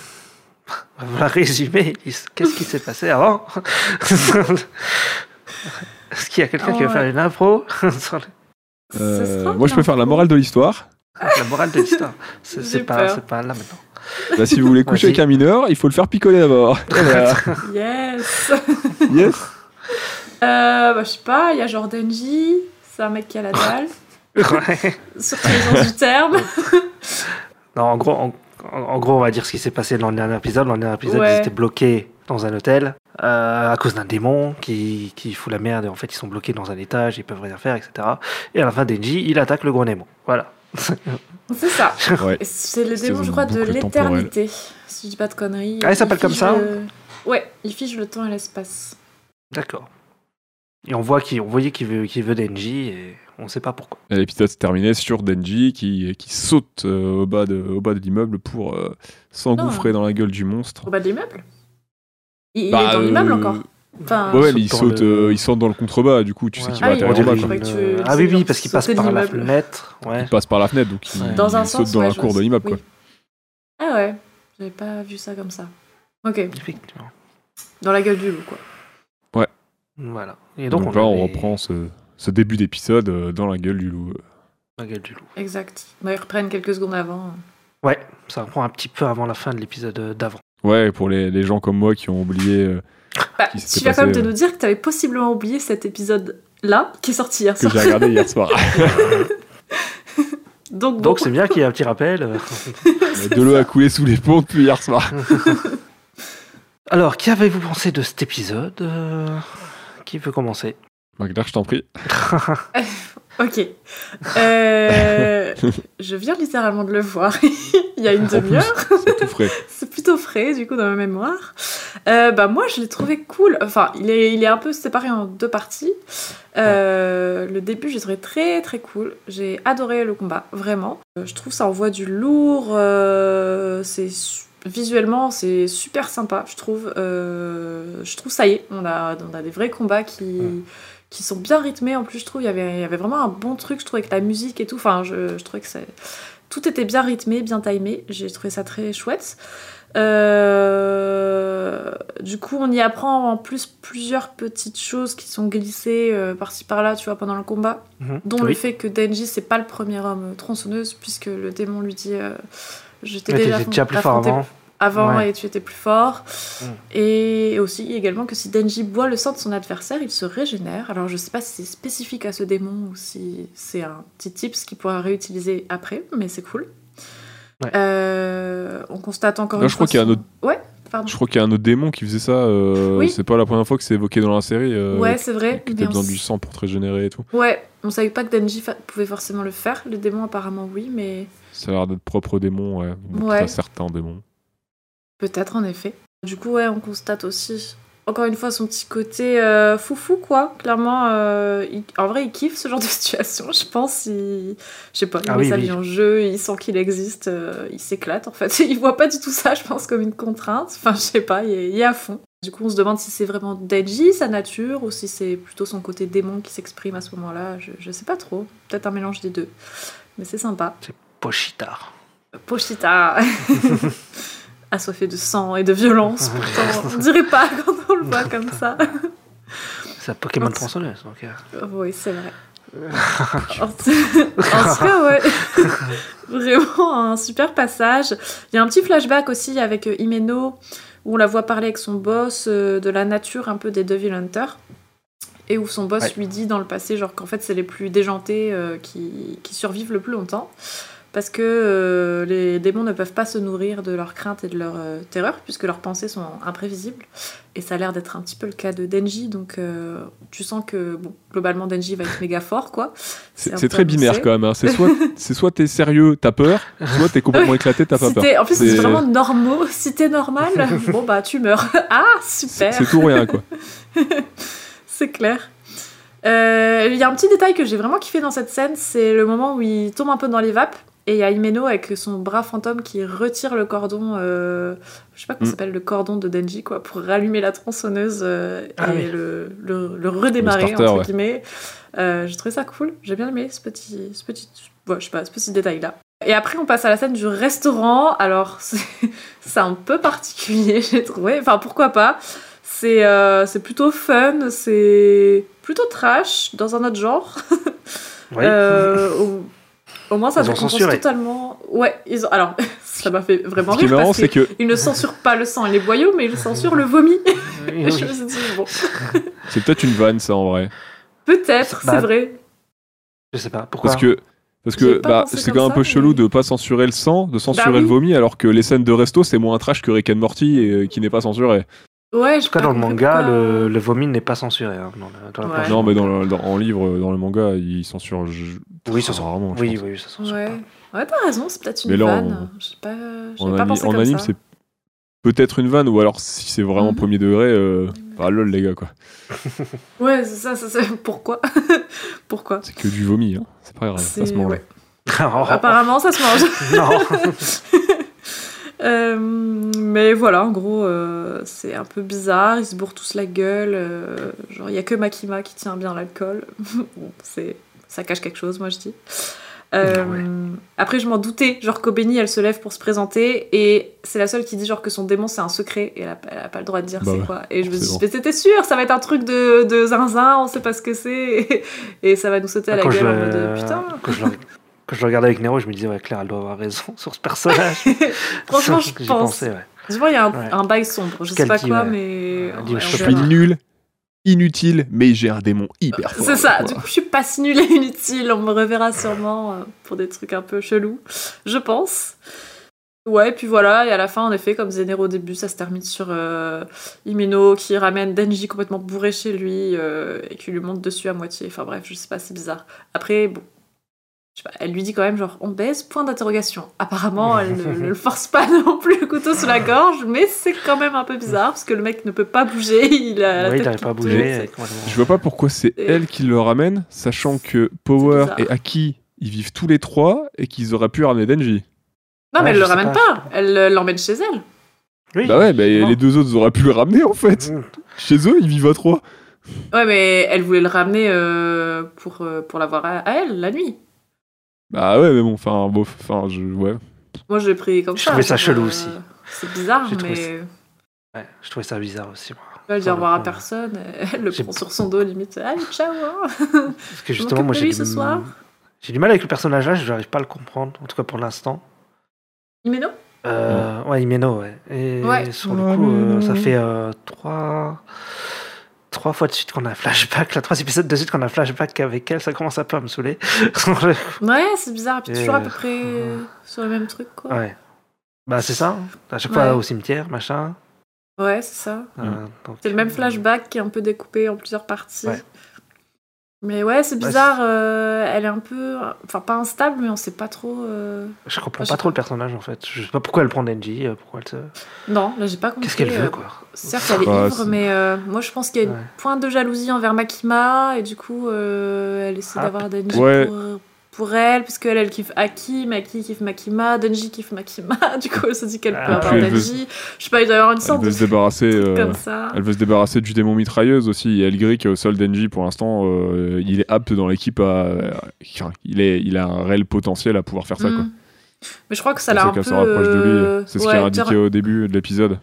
S1: on va résumer qu'est-ce qui s'est passé avant. Est-ce qu'il y a quelqu'un qui veut
S4: Oh,
S1: faire une impro sur le-
S3: Euh,
S4: Ce sera
S7: Euh, moi, je peux
S4: un
S7: faire la
S4: peu-
S7: morale de l'histoire.
S1: La morale de l'histoire. C'est
S4: J'ai
S1: c'est pas,
S4: peur.
S1: c'est pas là maintenant.
S7: Bah, si vous voulez coucher
S1: Vas-y.
S7: avec un mineur, il faut le faire picoler d'abord. Voilà.
S4: Yes.
S7: yes.
S4: Euh, bah, je sais pas, il y a genre Denji, c'est un mec qui a la dalle,
S1: Ouais.
S4: sur tous les sens du terme.
S1: Non, en gros, en, en- en gros, on va dire ce qui s'est passé dans le dernier épisode. Dans le dernier épisode,
S4: Ouais.
S1: ils étaient bloqués dans un hôtel euh, à cause d'un démon qui, qui fout la merde. Et en fait, ils sont bloqués dans un étage, ils peuvent rien faire, etc. Et à la fin, Denji, il attaque le gros démon. Voilà.
S4: C'est ça.
S3: Ouais.
S4: Et C'est le
S3: C'est
S4: démon,
S3: une
S4: je crois, de
S3: boucle temporelle.
S4: l'éternité, si je dis pas de conneries.
S1: Ah, il s'appelle comme
S4: fige
S1: ça
S4: le- Ouais, il fige le temps et l'espace.
S1: D'accord. Et on voit qu'il on voyait qu'il veut, qu'il veut Denji et on sait pas pourquoi.
S3: Et L'épisode se terminait sur Denji qui, qui saute euh, au bas de, au bas de l'immeuble pour euh, s'engouffrer dans la gueule du monstre.
S4: Au bas de l'immeuble Il, il
S3: Bah,
S4: est dans l'immeuble
S3: euh,
S4: encore Enfin,
S3: Ouais,
S1: Il
S3: ouais,
S1: saute
S3: mais il
S1: dans
S3: saute,
S1: le-
S3: euh, il saute dans le contrebas, du coup, tu sais
S1: Ouais.
S3: qu'il
S1: Ah
S3: va
S4: oui,
S1: on
S3: atterrir en
S1: dirait qu'il
S3: bas. euh,
S4: je
S3: quoi.
S4: croyais que tu-
S1: veut-
S4: tu
S1: Ah oui,
S4: disais
S1: oui,
S4: genre
S1: parce qu'il
S4: sauter
S1: passe
S4: de
S1: par la
S4: l'immeuble.
S1: fenêtre. Ouais.
S3: Il passe par la fenêtre, donc il,
S1: Dans
S4: un
S3: il
S4: sens,
S3: saute dans
S4: ouais,
S3: la
S4: je
S3: cour de
S4: vois,
S3: l'immeuble.
S4: oui.
S3: quoi.
S4: Ah ouais, j'avais pas vu ça comme ça. Ok,
S1: Effectivement.
S4: dans la gueule du loup, quoi.
S1: Voilà. Et
S3: Donc,
S1: donc,
S3: là, on
S1: avait-
S3: reprend ce, ce début d'épisode euh, dans la gueule du loup.
S1: la gueule du loup.
S4: Exact. Bah, ils reprennent quelques secondes avant.
S1: Ouais, ça reprend un petit peu avant la fin de l'épisode euh, d'avant.
S3: Ouais, pour les, les gens comme moi qui ont oublié euh,
S4: Bah,
S3: Qui s'était
S4: tu vas quand même
S3: passé,
S4: de
S3: euh,
S4: nous dire que t'avais possiblement oublié cet épisode-là, qui est sorti hier
S3: que
S4: soir.
S3: j'ai regardé hier soir.
S4: Donc, bon.
S1: Donc c'est bien qu'il y ait un petit rappel. euh.
S3: de l'eau a coulé sous les ponts depuis hier soir.
S1: Alors, qu'avez-vous pensé de cet épisode Euh, Qui veut commencer
S3: Donc là, je t'en prie.
S4: Ok. Euh, je viens littéralement de le voir il y a une
S3: En plus.
S4: demi-heure.
S3: C'est tout frais.
S4: C'est plutôt frais, du coup, dans ma mémoire. Euh, bah, moi, je l'ai trouvé cool. Enfin, il est, il est un peu séparé en deux parties. Euh, Le début, j'ai trouvé très, très cool. J'ai adoré le combat, vraiment. Euh, je trouve ça envoie du lourd. euh, c'est su- Visuellement, c'est super sympa, je trouve. Euh, je trouve ça y est, on a, on a des vrais combats qui,
S1: Ouais.
S4: qui sont bien rythmés. En plus, je trouve il y avait, il y avait vraiment un bon truc, je trouvais que la musique et tout. Enfin, je, je trouvais que c'est- tout était bien rythmé, bien timé. J'ai trouvé ça très chouette. Euh, du coup, on y apprend en plus plusieurs petites choses qui sont glissées euh, par-ci par-là, tu vois, pendant le combat.
S1: Mhm.
S4: Dont le
S1: Oui.
S4: fait que Denji, c'est pas le premier homme tronçonneuse, puisque le démon lui dit euh, Je t'ai
S1: Mais t'es-
S4: déjà,
S1: t'es déjà plus fort
S4: affronté
S1: avant.
S4: avant
S1: Ouais.
S4: et tu étais plus fort.
S1: Mm.
S4: Et aussi également que si Denji boit le sang de son adversaire, il se régénère. Alors je sais pas si c'est spécifique à ce démon ou si c'est un petit tips qu'il pourra réutiliser après, mais c'est cool.
S1: Ouais.
S4: Euh, on constate encore
S3: Là,
S4: une
S3: je crois
S4: fois.
S3: qu'il y a un
S4: son-
S3: autre-
S4: Ouais, pardon.
S3: Je crois qu'il y a un autre démon qui faisait ça. euh,
S4: Oui.
S3: C'est pas la première fois que c'est évoqué dans la série. euh,
S4: ouais, c'est vrai.
S3: Que
S4: mais
S3: t'as
S4: on
S3: besoin
S4: s-
S3: du sang pour te régénérer et tout.
S4: Ouais, on savait pas que Denji fa- pouvait forcément le faire. Le démon, apparemment, oui, mais
S3: Ça a l'air d'être propre au démon, ouais. Bon,
S4: Ouais.
S3: peut-être à certains démons.
S4: peut-être en effet. Du coup, ouais, on constate aussi, encore une fois, son petit côté euh, foufou, quoi. Clairement, euh, il- en vrai, il kiffe ce genre de situation, je pense. Il... Je sais pas, il
S1: Ah
S4: met
S1: oui,
S4: sa
S1: oui.
S4: vie en jeu, il sent qu'il existe, euh, il s'éclate, en fait. Il voit pas du tout ça, je pense, comme une contrainte. Enfin, je sais pas, il est, il est à fond. Du coup, on se demande si c'est vraiment Denji, sa nature, ou si c'est plutôt son côté démon qui s'exprime à ce moment-là. Je, je sais pas trop. Peut-être un mélange des deux. Mais c'est sympa.
S1: Pochita.
S4: Pochita Assoiffé de sang et de violence, pourtant, on dirait pas quand on le voit comme ça.
S1: C'est un Pokémon
S4: Merci.
S1: tronçonneuse. Donc, euh,
S4: Oui, c'est vrai. en, en tout cas, ouais. Vraiment un super passage. Il y a un petit flashback aussi avec euh, Himeno, où on la voit parler avec son boss euh, de la nature un peu des Devil Hunters. Et où son boss
S1: Ouais.
S4: lui dit dans le passé, genre qu'en fait, c'est les plus déjantés euh, qui, qui survivent le plus longtemps. Parce que euh, les démons ne peuvent pas se nourrir de leurs craintes et de leur euh, terreur, puisque leurs pensées sont imprévisibles. Et ça a l'air d'être un petit peu le cas de Denji, donc euh, tu sens que, bon, globalement, Denji va être méga fort, quoi.
S3: C'est
S4: un
S3: c'est
S4: peu
S3: très binaire
S4: annoncé.
S3: quand même. hein. C'est soit c'est soit t'es sérieux, t'as peur, soit t'es complètement éclaté, t'as pas
S4: Si
S3: peur.
S4: t'es- En plus, c'est
S3: C'est-
S4: vraiment normaux. Si t'es normal, bon bah tu meurs. Ah,
S3: C'est
S4: super
S3: c'est tout ou rien quoi.
S4: C'est clair. Euh, Il y a un petit détail que j'ai vraiment kiffé dans cette scène, c'est le moment où il tombe un peu dans les vapes et il y a Himeno avec son bras fantôme qui retire le cordon, euh, je sais pas comment
S3: Mm.
S4: s'appelle, le cordon de Denji quoi, pour rallumer la tronçonneuse euh,
S1: Ah
S4: et
S1: oui.
S4: le, le- le redémarrer
S3: Le starter,
S4: entre
S3: ouais.
S4: guillemets. Euh, j'ai trouvé ça cool, j'ai bien aimé ce petit, ce petit, ouais, je sais pas, ce petit détail là. Et après, on passe à la scène du restaurant. Alors, c'est c'est un peu particulier, j'ai trouvé. Enfin, pourquoi pas C'est euh, c'est plutôt fun, c'est plutôt trash, dans un autre genre.
S1: oui.
S4: Euh, au, au moins, ça
S1: Ils ont
S4: décompense
S1: censuré.
S4: totalement. Ouais, ils ont... Alors, ça m'a fait vraiment
S3: Ce qui est
S4: rire
S3: marrant,
S4: parce
S3: c'est
S4: qu'ils
S3: que
S4: ne censurent pas le sang et les boyaux, mais ils censurent le vomi.
S1: Oui,
S4: Je
S1: oui.
S4: me suis dit, bon,
S3: c'est peut-être une vanne ça en vrai.
S4: peut-être,
S1: Bah,
S4: c'est vrai.
S1: Je sais pas pourquoi.
S3: Parce que parce
S4: J'y ai
S3: que
S4: pas
S3: bah,
S4: pensé
S3: c'est quand
S4: comme
S3: même
S4: ça,
S3: un peu
S4: mais-
S3: chelou de pas censurer le sang, de censurer
S4: Bah oui.
S3: le vomi, alors que les scènes de resto c'est moins trash que Rick and Morty et, euh, qui n'est pas censuré.
S4: Ouais, je
S1: En tout cas, dans le manga, le, le vomi n'est pas censuré. hein, dans la- dans la
S4: Ouais.
S1: planche.
S3: Non mais dans, le- dans- en livre, dans le manga, ils censurent je-
S1: Oui, ça
S3: très
S1: sent.
S3: rarement. je
S1: Oui,
S3: pense.
S1: oui, ça censure
S4: Ouais,
S1: pas.
S4: ouais t'as raison, c'est peut-être une
S3: Mais là, on-
S4: vanne. Je sais pas, j'avais
S3: En,
S4: pas
S3: ani-
S4: pensé
S3: en
S4: comme
S3: anime
S4: ça.
S3: c'est peut-être une vanne ou alors si c'est vraiment
S4: Mhm.
S3: premier degré, euh, bah lol les gars quoi.
S4: Ouais, c'est ça, c'est ça. Pourquoi Pourquoi
S3: C'est que du vomi, hein. c'est pas grave. À ce
S4: C'est-
S3: moment-là.
S4: ouais. Apparemment, ça se mange.
S1: non.
S4: Euh, mais voilà, en gros, euh, c'est un peu bizarre. Ils se bourrent tous la gueule. euh, genre, il y a que Makima qui tient bien l'alcool. Bon, c'est ça cache quelque chose, moi je dis. Euh,
S1: Ah Ouais.
S4: Après, je m'en doutais. Genre, Kobeni, elle se lève pour se présenter et c'est la seule qui dit genre que son démon c'est un secret et elle a, elle a pas le droit de dire
S3: Bah
S4: c'est
S3: ouais,
S4: quoi. Et je me suis dit,
S3: forcément.
S4: mais c'était sûr, ça va être un truc de, de zinzin, on sait pas ce que c'est et ça va nous sauter à la
S1: Quand je,
S4: gueule en
S1: le-
S4: mode euh, putain.
S1: quand je le- quand je le regardais avec Nero, je me disais, ouais, Claire, elle doit avoir raison sur ce personnage.
S4: Franchement,
S1: C'est ce que
S4: je
S1: j'y
S4: pense.
S1: pensais, ouais.
S4: Je vois, il y a un,
S1: Ouais.
S4: un bail sombre, je sais
S1: Qu'elle
S4: pas
S1: dit,
S4: quoi,
S1: ouais.
S4: mais.
S1: Elle
S4: on
S1: dit,
S4: verra.
S1: je
S3: Je
S1: suis
S3: suis nul, inutile, mais j'ai un démon hyper fort.
S4: C'est ça, du
S3: Voilà.
S4: coup, je suis pas si nulle et inutile, on me reverra sûrement euh, pour des trucs un peu chelous, je pense. Ouais, puis voilà, et à la fin, en effet, comme Zenero au début, ça se termine sur euh, Himeno qui ramène Denji complètement bourré chez lui euh, et qui lui monte dessus à moitié. Enfin bref, je sais pas, c'est bizarre. Après, bon, je sais pas, elle lui dit quand même genre on baise, point d'interrogation. Apparemment, elle ne, ne le force pas non plus le couteau sous la gorge, mais c'est quand même un peu bizarre parce que le mec ne peut pas bouger, il a la
S1: Oui, il
S4: tête
S1: n'arrive
S4: qui
S1: pas à
S4: tourne,
S1: bouger.
S4: c'est-
S1: elle est complètement-
S3: Je vois pas pourquoi c'est
S4: Et-
S3: elle qui le ramène, sachant que Power
S4: bizarre.
S3: et Aki, ils vivent tous les trois et qu'ils auraient pu ramener Denji.
S4: Non,
S1: Ouais,
S4: mais elle
S1: je
S4: le
S1: sais pas,
S4: ramène pas, elle euh, l'emmène chez elle.
S1: Oui.
S3: Bah ouais, bah,
S1: Non.
S3: les deux autres auraient pu le ramener en
S4: Mhm.
S3: fait.
S1: Mm.
S3: Chez eux, ils vivent à trois.
S4: Ouais, mais elle voulait le ramener euh, pour, euh, pour l'avoir à, à elle la nuit.
S3: Bah ouais, mais bon, enfin, bof, enfin, je. Ouais.
S4: Moi, je l'ai pris comme
S1: Je
S4: ça.
S1: trouvais ça
S4: genre,
S1: chelou
S4: euh,
S1: aussi.
S4: C'est bizarre,
S1: J'ai trouvé
S4: mais
S1: ça-
S4: tu
S1: Ouais, je trouvais ça bizarre aussi. moi.
S4: vois, elle dit
S1: Enfin,
S4: au revoir à
S1: le-
S4: personne, elle le
S1: J'ai-
S4: prend sur son dos, limite. Allez, ciao hein.
S1: Parce que justement, moi,
S4: m'occupe
S1: j'ai
S4: de lui
S1: du...
S4: ce soir.
S1: j'ai du mal avec le personnage-là, je n'arrive pas à le comprendre, en tout cas pour l'instant.
S4: Mais non
S1: Euh, ouais, Imeno, ouais. Et
S4: Ouais.
S1: sur le coup, euh, ça fait 3... euh, trois fois de suite qu'on a un flashback, là, trois épisodes de suite qu'on a un flashback avec elle, ça commence un peu à me saouler.
S4: Ouais, c'est bizarre. Puis
S1: Et
S4: toujours à
S1: euh,
S4: peu près euh, sur le même truc, quoi. Ouais,
S1: ouais. Bah, c'est ça. hein. À chaque
S4: Ouais.
S1: fois au cimetière, machin.
S4: c'est ça.
S1: Euh, donc,
S4: C'est le même
S1: euh,
S4: flashback qui est un peu découpé en plusieurs parties.
S1: Ouais.
S4: Mais ouais, c'est
S1: Bah,
S4: bizarre. euh, elle est un peu. Enfin, pas instable, mais on sait pas trop. euh,
S1: Je comprends
S4: Je
S1: pas
S4: sais
S1: trop
S4: pas.
S1: le personnage en fait. Je sais pas pourquoi elle prend Denji, euh, pourquoi elle se.
S4: Non, là, j'ai pas compris.
S1: Qu'est-ce qu'elle
S4: euh,
S1: veut quoi
S4: Certes, elle est
S3: Bah,
S4: ivre,
S3: c'est-
S4: mais euh, moi, je pense qu'il y a une
S1: Ouais.
S4: pointe de jalousie envers Makima, et du coup, euh, elle essaie
S1: Ah,
S4: d'avoir Denji
S3: Ouais.
S4: pour, euh, pour elle, parce qu'elle, elle kiffe Aki, Maki kiffe Makima, Denji kiffe Makima, du coup, elle se dit qu'elle
S1: Ah.
S4: peut avoir
S3: Puis elle veut-
S4: Denji. Je sais pas, il doit y avoir une
S3: Elle
S4: sorte
S3: veut
S4: de
S3: se débarrasser.
S4: truc
S3: euh,
S4: comme ça.
S3: Elle veut se débarrasser du démon mitrailleuse aussi. Et Elgri, qui est au sol d'Enji pour l'instant, euh, il est apte dans l'équipe à. enfin, Il, est, il a un réel potentiel à pouvoir faire ça. Quoi.
S4: Mm. Mais je crois que ça
S3: On
S4: l'a
S3: sait
S4: un peu...
S3: qu'elle se rapproche de lui.
S4: euh,
S3: C'est ce
S4: ouais,
S3: qu'il a indiqué au début de l'épisode.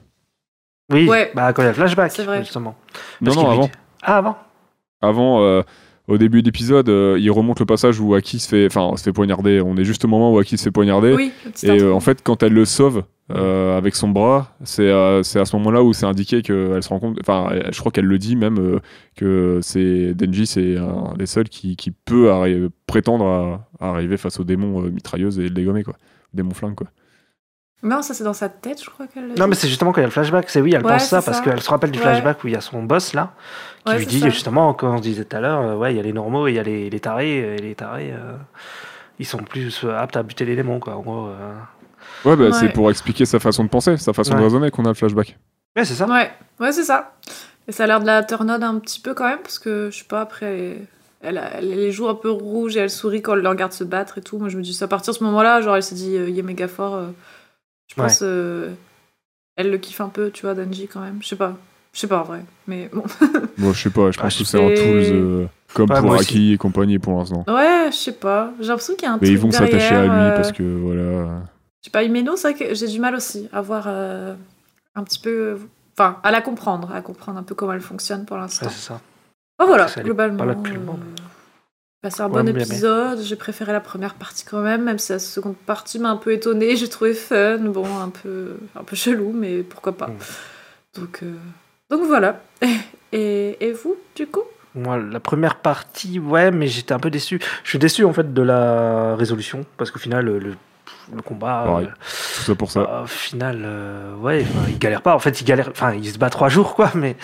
S1: Oui,
S4: Ouais.
S1: bah quand il y a le flashback,
S4: C'est vrai.
S1: justement.
S3: Non,
S1: Parce
S3: non,
S1: qu'il lui
S3: avant.
S1: dit- Ah, avant
S3: Avant, euh, au début de l'épisode, euh, il remonte le passage où Aki se fait, enfin, se fait poignarder. On est juste au moment où Aki se fait poignarder.
S4: Oui,
S3: Et euh, en fait, quand elle le sauve euh, avec son bras, c'est euh, c'est à ce moment-là où c'est indiqué qu'elle se rend compte. Enfin, elle- je crois qu'elle le dit même euh, que c'est Denji, c'est un des seuls qui, qui peut arri- prétendre à, à arriver face aux démons euh, mitrailleuses et le dégommer, quoi. Démon flingue, quoi.
S4: Non, ça c'est dans sa tête, je crois qu'elle... l'a
S1: Non,
S4: dit.
S1: mais c'est justement quand il y a le flashback. C'est oui, elle
S4: Ouais,
S1: pense ça
S4: c'est
S1: parce
S4: ça.
S1: qu'elle se rappelle du
S4: Ouais.
S1: flashback où il y a son boss là, qui
S4: Ouais,
S1: lui
S4: c'est
S1: dit
S4: ça.
S1: justement, comme on se disait tout à l'heure, euh, ouais, il y a les normaux, il y a les, les tarés, euh, et les tarés, euh, ils sont plus euh, aptes à buter les démons quoi. En gros, euh.
S3: Ouais, bah,
S4: Ouais.
S3: c'est pour expliquer sa façon de penser, sa façon
S1: Ouais.
S3: de raisonner qu'on a le flashback.
S1: Ouais, c'est ça.
S4: Ouais, ouais c'est ça. Et ça a l'air de la turn on un petit peu quand même, parce que je sais pas, après, elle, est- elle a elle a les joues un peu rouges et elle sourit quand elle le regarde se battre et tout. Moi, je me dis, c'est à partir de ce moment-là, genre, elle s'est dit, euh, il est méga fort. euh, je
S1: Ouais.
S4: pense, euh, elle le kiffe un peu, tu vois, Danji quand même. Je sais pas, je sais pas en vrai, mais bon.
S3: Bon, je sais pas, je
S1: Ah,
S3: pense
S1: je
S3: que c'est un
S4: Bah, sais.
S3: tools euh, comme
S1: Ouais,
S3: pour
S1: moi
S3: Aki et compagnie pour l'instant.
S4: Ouais, je sais pas. J'ai l'impression qu'il y a un
S3: Mais
S4: truc
S3: ils vont s'attacher à
S4: derrière,
S3: lui
S4: euh,
S3: parce que voilà.
S4: Je sais pas, Imeno, c'est vrai que j'ai du mal aussi à voir euh, un petit peu. euh, Enfin, à la comprendre, à comprendre un peu comment elle fonctionne pour l'instant.
S1: Ouais, c'est ça.
S4: Oh, voilà,
S1: Parce qu'elle est
S4: globalement.
S1: pas là depuis longtemps,
S4: euh, passé un
S1: Ouais,
S4: bon
S1: mais-
S4: épisode. J'ai préféré la première partie quand même, même si la seconde partie m'a un peu étonnée. J'ai trouvé fun, bon, un peu, un peu chelou, mais pourquoi pas.
S1: Mm.
S4: Donc, euh, donc voilà. Et, et vous, du coup
S1: Moi, la première partie, ouais, mais j'étais un peu déçu. Je suis déçu en fait de la résolution parce qu'au final, le, le- le combat.
S3: Pareil.
S1: euh,
S3: Tout ça pour ça.
S1: Bah, au final, euh, ouais, enfin, il galère pas. En fait, il galère. Enfin, il se bat trois jours, quoi. Mais,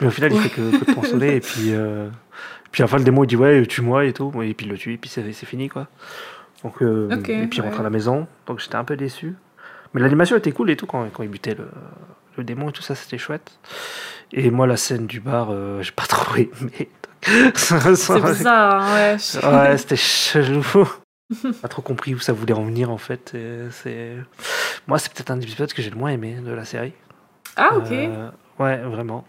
S1: mais au final, il
S4: Ouais.
S1: fait que, que de pensionner. et puis, euh, puis à la fin, le démon, il dit ouais, tue-moi et tout. Et puis, il le tue. Et puis, c'est c'est fini, quoi. Donc, euh,
S4: Ok,
S1: et puis, il rentre
S4: ouais.
S1: à la maison. Donc, j'étais un peu déçu. Mais l'animation était cool et tout quand, quand il butait le, le démon et tout ça, c'était chouette. Et moi, la scène du bar, euh, j'ai pas trop aimé.
S4: C'est bizarre, hein, ouais. je-
S1: Ouais, c'était chelou. pas trop compris où ça voulait en venir en fait. Et C'est moi, c'est peut-être un des épisodes que j'ai le moins aimé de la série.
S4: Ah, ok.
S1: Euh, ouais, vraiment.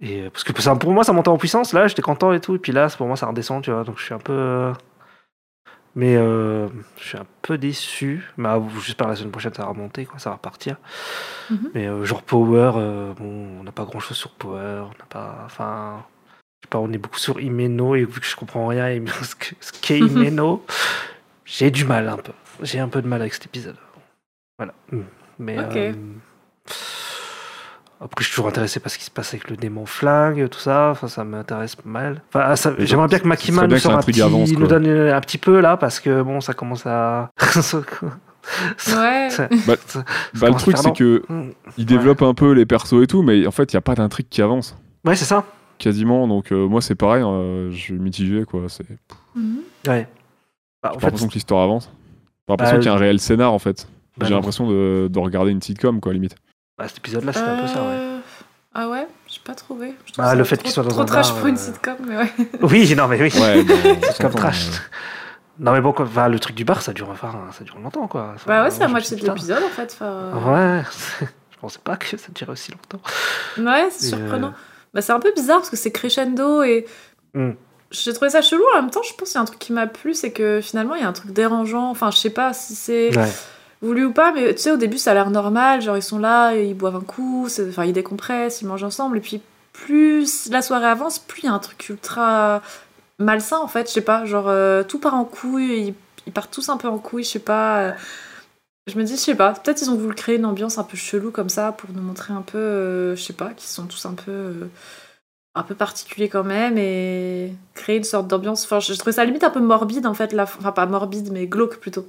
S1: Et euh, parce que ça- pour moi, ça montait en puissance. Là, j'étais content et tout. Et puis là, c'est- pour moi, ça redescend, tu vois. Donc je suis un peu. euh, Mais euh, je suis un peu déçu. Mais ah, j'espère la semaine prochaine, ça va remonter, quoi. Ça va repartir.
S4: Mhm.
S1: Mais euh, genre Power, euh, bon, on n'a pas grand-chose sur Power. On n'a pas. Enfin. Je sais pas, on est beaucoup sur Imeno et vu que je comprends rien à ce que- ce qu'est Imeno, j'ai du mal un peu. J'ai un peu de mal avec cet épisode. Voilà. Mm. Mais.
S4: Ok.
S1: euh, après, je suis toujours intéressé par ce qui se passe avec le démon flingue, tout ça. Enfin, ça m'intéresse pas mal. Enfin, ça-
S3: Et
S1: j'aimerais
S3: donc,
S1: bien que Makima
S3: ce serait bien
S1: nous,
S3: que
S1: sorte un
S3: l'intrigue
S1: petit-
S3: avance,
S1: nous
S3: quoi.
S1: donne euh, un petit peu là, parce que bon, ça commence à.
S4: Ouais.
S1: ça-
S3: Bah, le
S1: commence à
S3: truc,
S1: faire
S3: c'est
S1: long.
S3: que
S1: Mm.
S3: il développe un peu les persos et tout, mais en fait, il n'y a pas d'intrigue qui avance
S1: ouais, c'est ça.
S3: quasiment. Donc, euh, moi, c'est pareil, euh, je suis mitigé quoi. C'est j'ai
S4: Mhm.
S1: Ouais. Bah, en
S3: pas
S1: fait,
S3: l'impression que l'histoire avance. J'ai l'impression
S1: Bah,
S3: qu'il y a un réel scénar en fait.
S1: bah,
S3: J'ai
S1: non.
S3: l'impression de, de regarder une sitcom quoi, limite.
S1: Bah, cet épisode-là, c'était un peu ça, ouais.
S4: Euh, Ah ouais J'ai pas trouvé. Je trouve
S1: Bah,
S4: ça
S1: le fait
S4: trop-
S1: qu'il soit dans
S4: trop
S1: un
S4: trash
S1: bar,
S4: pour une
S1: euh,
S4: sitcom, mais ouais.
S1: Oui, non, mais oui.
S3: Ouais, bah, on
S1: C'est comme
S3: s'entend,
S1: trash.
S3: euh.
S1: Non, mais bon, quoi, enfin, le truc du bar, ça dure, enfin, ça dure longtemps, quoi. Enfin,
S4: Bah ouais, c'est
S1: moi,
S4: la
S1: je me
S4: moitié
S1: dis,
S4: de l'épisode en fait. enfin,
S1: putain, Ouais. je pensais pas que ça durait aussi longtemps.
S4: Ouais, c'est
S1: Et, euh,
S4: surprenant. Bah, c'est un peu bizarre parce que c'est crescendo et.
S1: Mm.
S4: J'ai trouvé ça chelou. En même temps, je pense qu'il y a un truc qui m'a plu, c'est que finalement, il y a un truc dérangeant. Enfin, je sais pas si c'est
S1: euh, Ouais.
S4: voulu ou pas, mais tu sais, au début, ça a l'air normal. Genre, ils sont là, et ils boivent un coup, c'est- enfin, ils décompressent, ils mangent ensemble. Et puis, plus la soirée avance, plus il y a un truc ultra malsain, en fait. Je sais pas, genre, euh, tout part en couille, ils, ils partent tous un peu en couille, je sais pas. euh, Je me dis, je sais pas, peut-être ils ont voulu créer une ambiance un peu chelou comme ça pour nous montrer un peu, euh, je sais pas, qu'ils sont tous un peu. euh, un peu particulier quand même et créer une sorte d'ambiance. Enfin, je, je trouvais ça limite un peu morbide en fait, la, fin- enfin pas morbide mais glauque plutôt.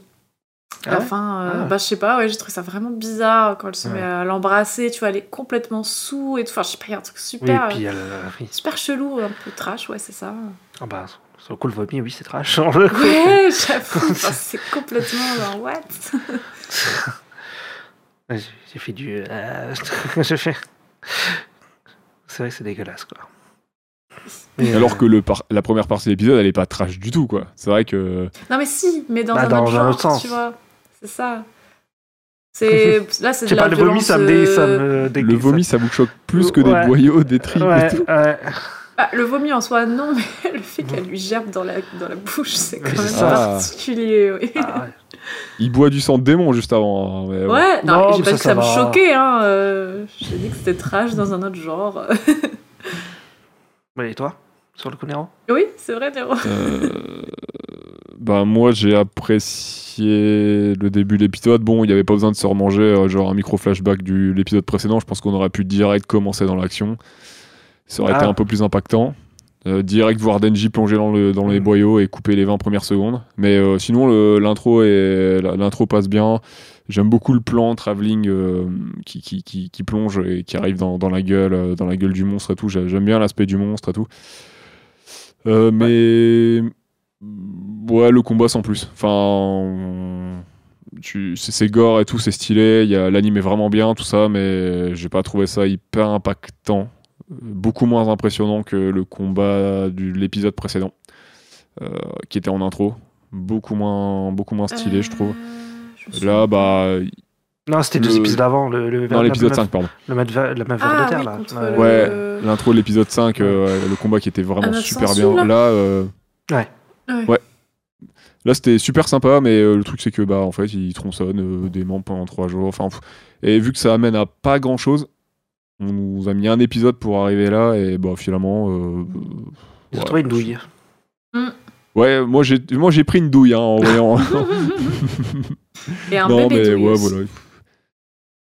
S1: Ah
S4: la
S1: ouais
S4: fin, euh,
S1: Ah.
S4: bah je sais pas, ouais, j'ai trouvé ça vraiment bizarre quand elle se met à l'embrasser, tu vois, elle est complètement sous et tout. Enfin, je sais pas, il y a un truc
S1: Oui, et
S4: super,
S1: puis elle
S4: euh, super chelou, un peu trash, ouais, c'est ça.
S1: Ah bah, sur le coup, le vomi, oui, c'est trash. Sur le coup.
S4: Ouais, j'avoue, enfin, c'est complètement genre, what
S1: J'ai j'ai fait du. euh, j'ai fait. C'est vrai que c'est dégueulasse, quoi. Mais,
S3: Alors
S1: euh,
S3: que le par- la première partie de l'épisode, elle est pas trash du tout, quoi. C'est vrai que.
S4: Non mais si, mais dans
S1: Bah,
S4: un
S1: dans
S4: autre
S1: un
S4: genre,
S1: autre sens.
S4: tu vois. C'est ça. C'est là c'est
S1: Je sais
S4: de la
S1: pas, le vomi,
S4: violence.
S1: ça me, dé... ça
S4: euh,
S1: me dégue-
S3: Le
S1: ça-
S3: vomi, ça vous choque plus que
S1: Ouais.
S3: des boyaux, des tripes et
S1: Ouais,
S3: tout.
S1: ouais.
S4: bah, le vomi en soi non, mais le fait qu'elle lui gerbe dans la dans la bouche, c'est
S1: Mm. Oui,
S4: quand
S1: c'est ça.
S4: même particulier. oui.
S1: Ah, ouais.
S3: Il boit du sang de démon juste avant. hein, mais bon.
S4: ouais, non,
S1: Non,
S4: mais j'ai
S1: mais ça,
S4: pas dit que ça,
S1: ça
S4: me
S1: va.
S4: choquait hein. euh, J'ai dit que c'était trash dans un autre genre.
S1: Ouais, Et toi Sur le coup, Nero
S4: oui, c'est vrai, Nero.
S3: Euh, bah moi j'ai apprécié le début de l'épisode. Bon, il n'y avait pas besoin de se remanger euh, genre un micro flashback de l'épisode précédent. Je pense qu'on aurait pu direct commencer dans l'action. Ça aurait
S1: Ah.
S3: été un peu plus impactant. Euh, direct voir Denji plonger dans, le, dans les
S1: Mm.
S3: boyaux et couper les 20 premières secondes. Mais euh, sinon le- l'intro est- la- l'intro passe bien. J'aime beaucoup le plan travelling euh, qui, qui, qui, qui plonge et qui arrive dans, dans la gueule euh, dans la gueule du monstre et tout. J'a- J'aime bien l'aspect du monstre et tout. Euh, mais mm, ouais, le combat sans plus. Enfin, on- tu... c'est c'est gore et tout, c'est stylé. il y a- L'anime est vraiment bien, tout ça, mais j'ai pas trouvé ça hyper impactant. Euh, Beaucoup moins impressionnant que le combat de l'épisode précédent, euh, qui était en intro. Beaucoup moins, beaucoup moins stylé, je
S2: Euh,
S3: trouve.
S4: Euh,
S3: Là, bah,
S1: Non, c'était
S3: Le-
S1: deux épisodes avant, le, le,
S3: dans
S1: la-
S3: l'épisode
S1: la-
S3: 5, pardon.
S1: Le meuf, le meuf vers
S4: Ah,
S1: de terre,
S4: oui,
S1: là.
S4: contre
S1: Ouais.
S4: le-
S3: Ouais,
S4: Euh,
S3: l'intro de l'épisode 5, euh, ouais, le combat qui était
S4: Un
S3: vraiment
S4: absent
S3: super
S4: sous, là
S3: bien. Là, euh,
S1: Ouais.
S4: Ouais.
S3: Ouais. Là, c'était super sympa, mais euh, le truc, c'est que, bah, en fait, ils tronçonnent euh, des membres pendant trois jours. Enfin, pff. et vu que ça amène à pas grand chose, on nous a mis un épisode pour arriver là, et bah, finalement. euh,
S1: Ils ont
S3: ouais,
S1: trouvé une douille.
S3: Ouais, moi, j'ai moi, j'ai pris une douille hein, en voyant.
S4: Et un
S3: non,
S4: bébé
S3: mais
S4: douille
S3: ouais,
S4: aussi.
S3: voilà.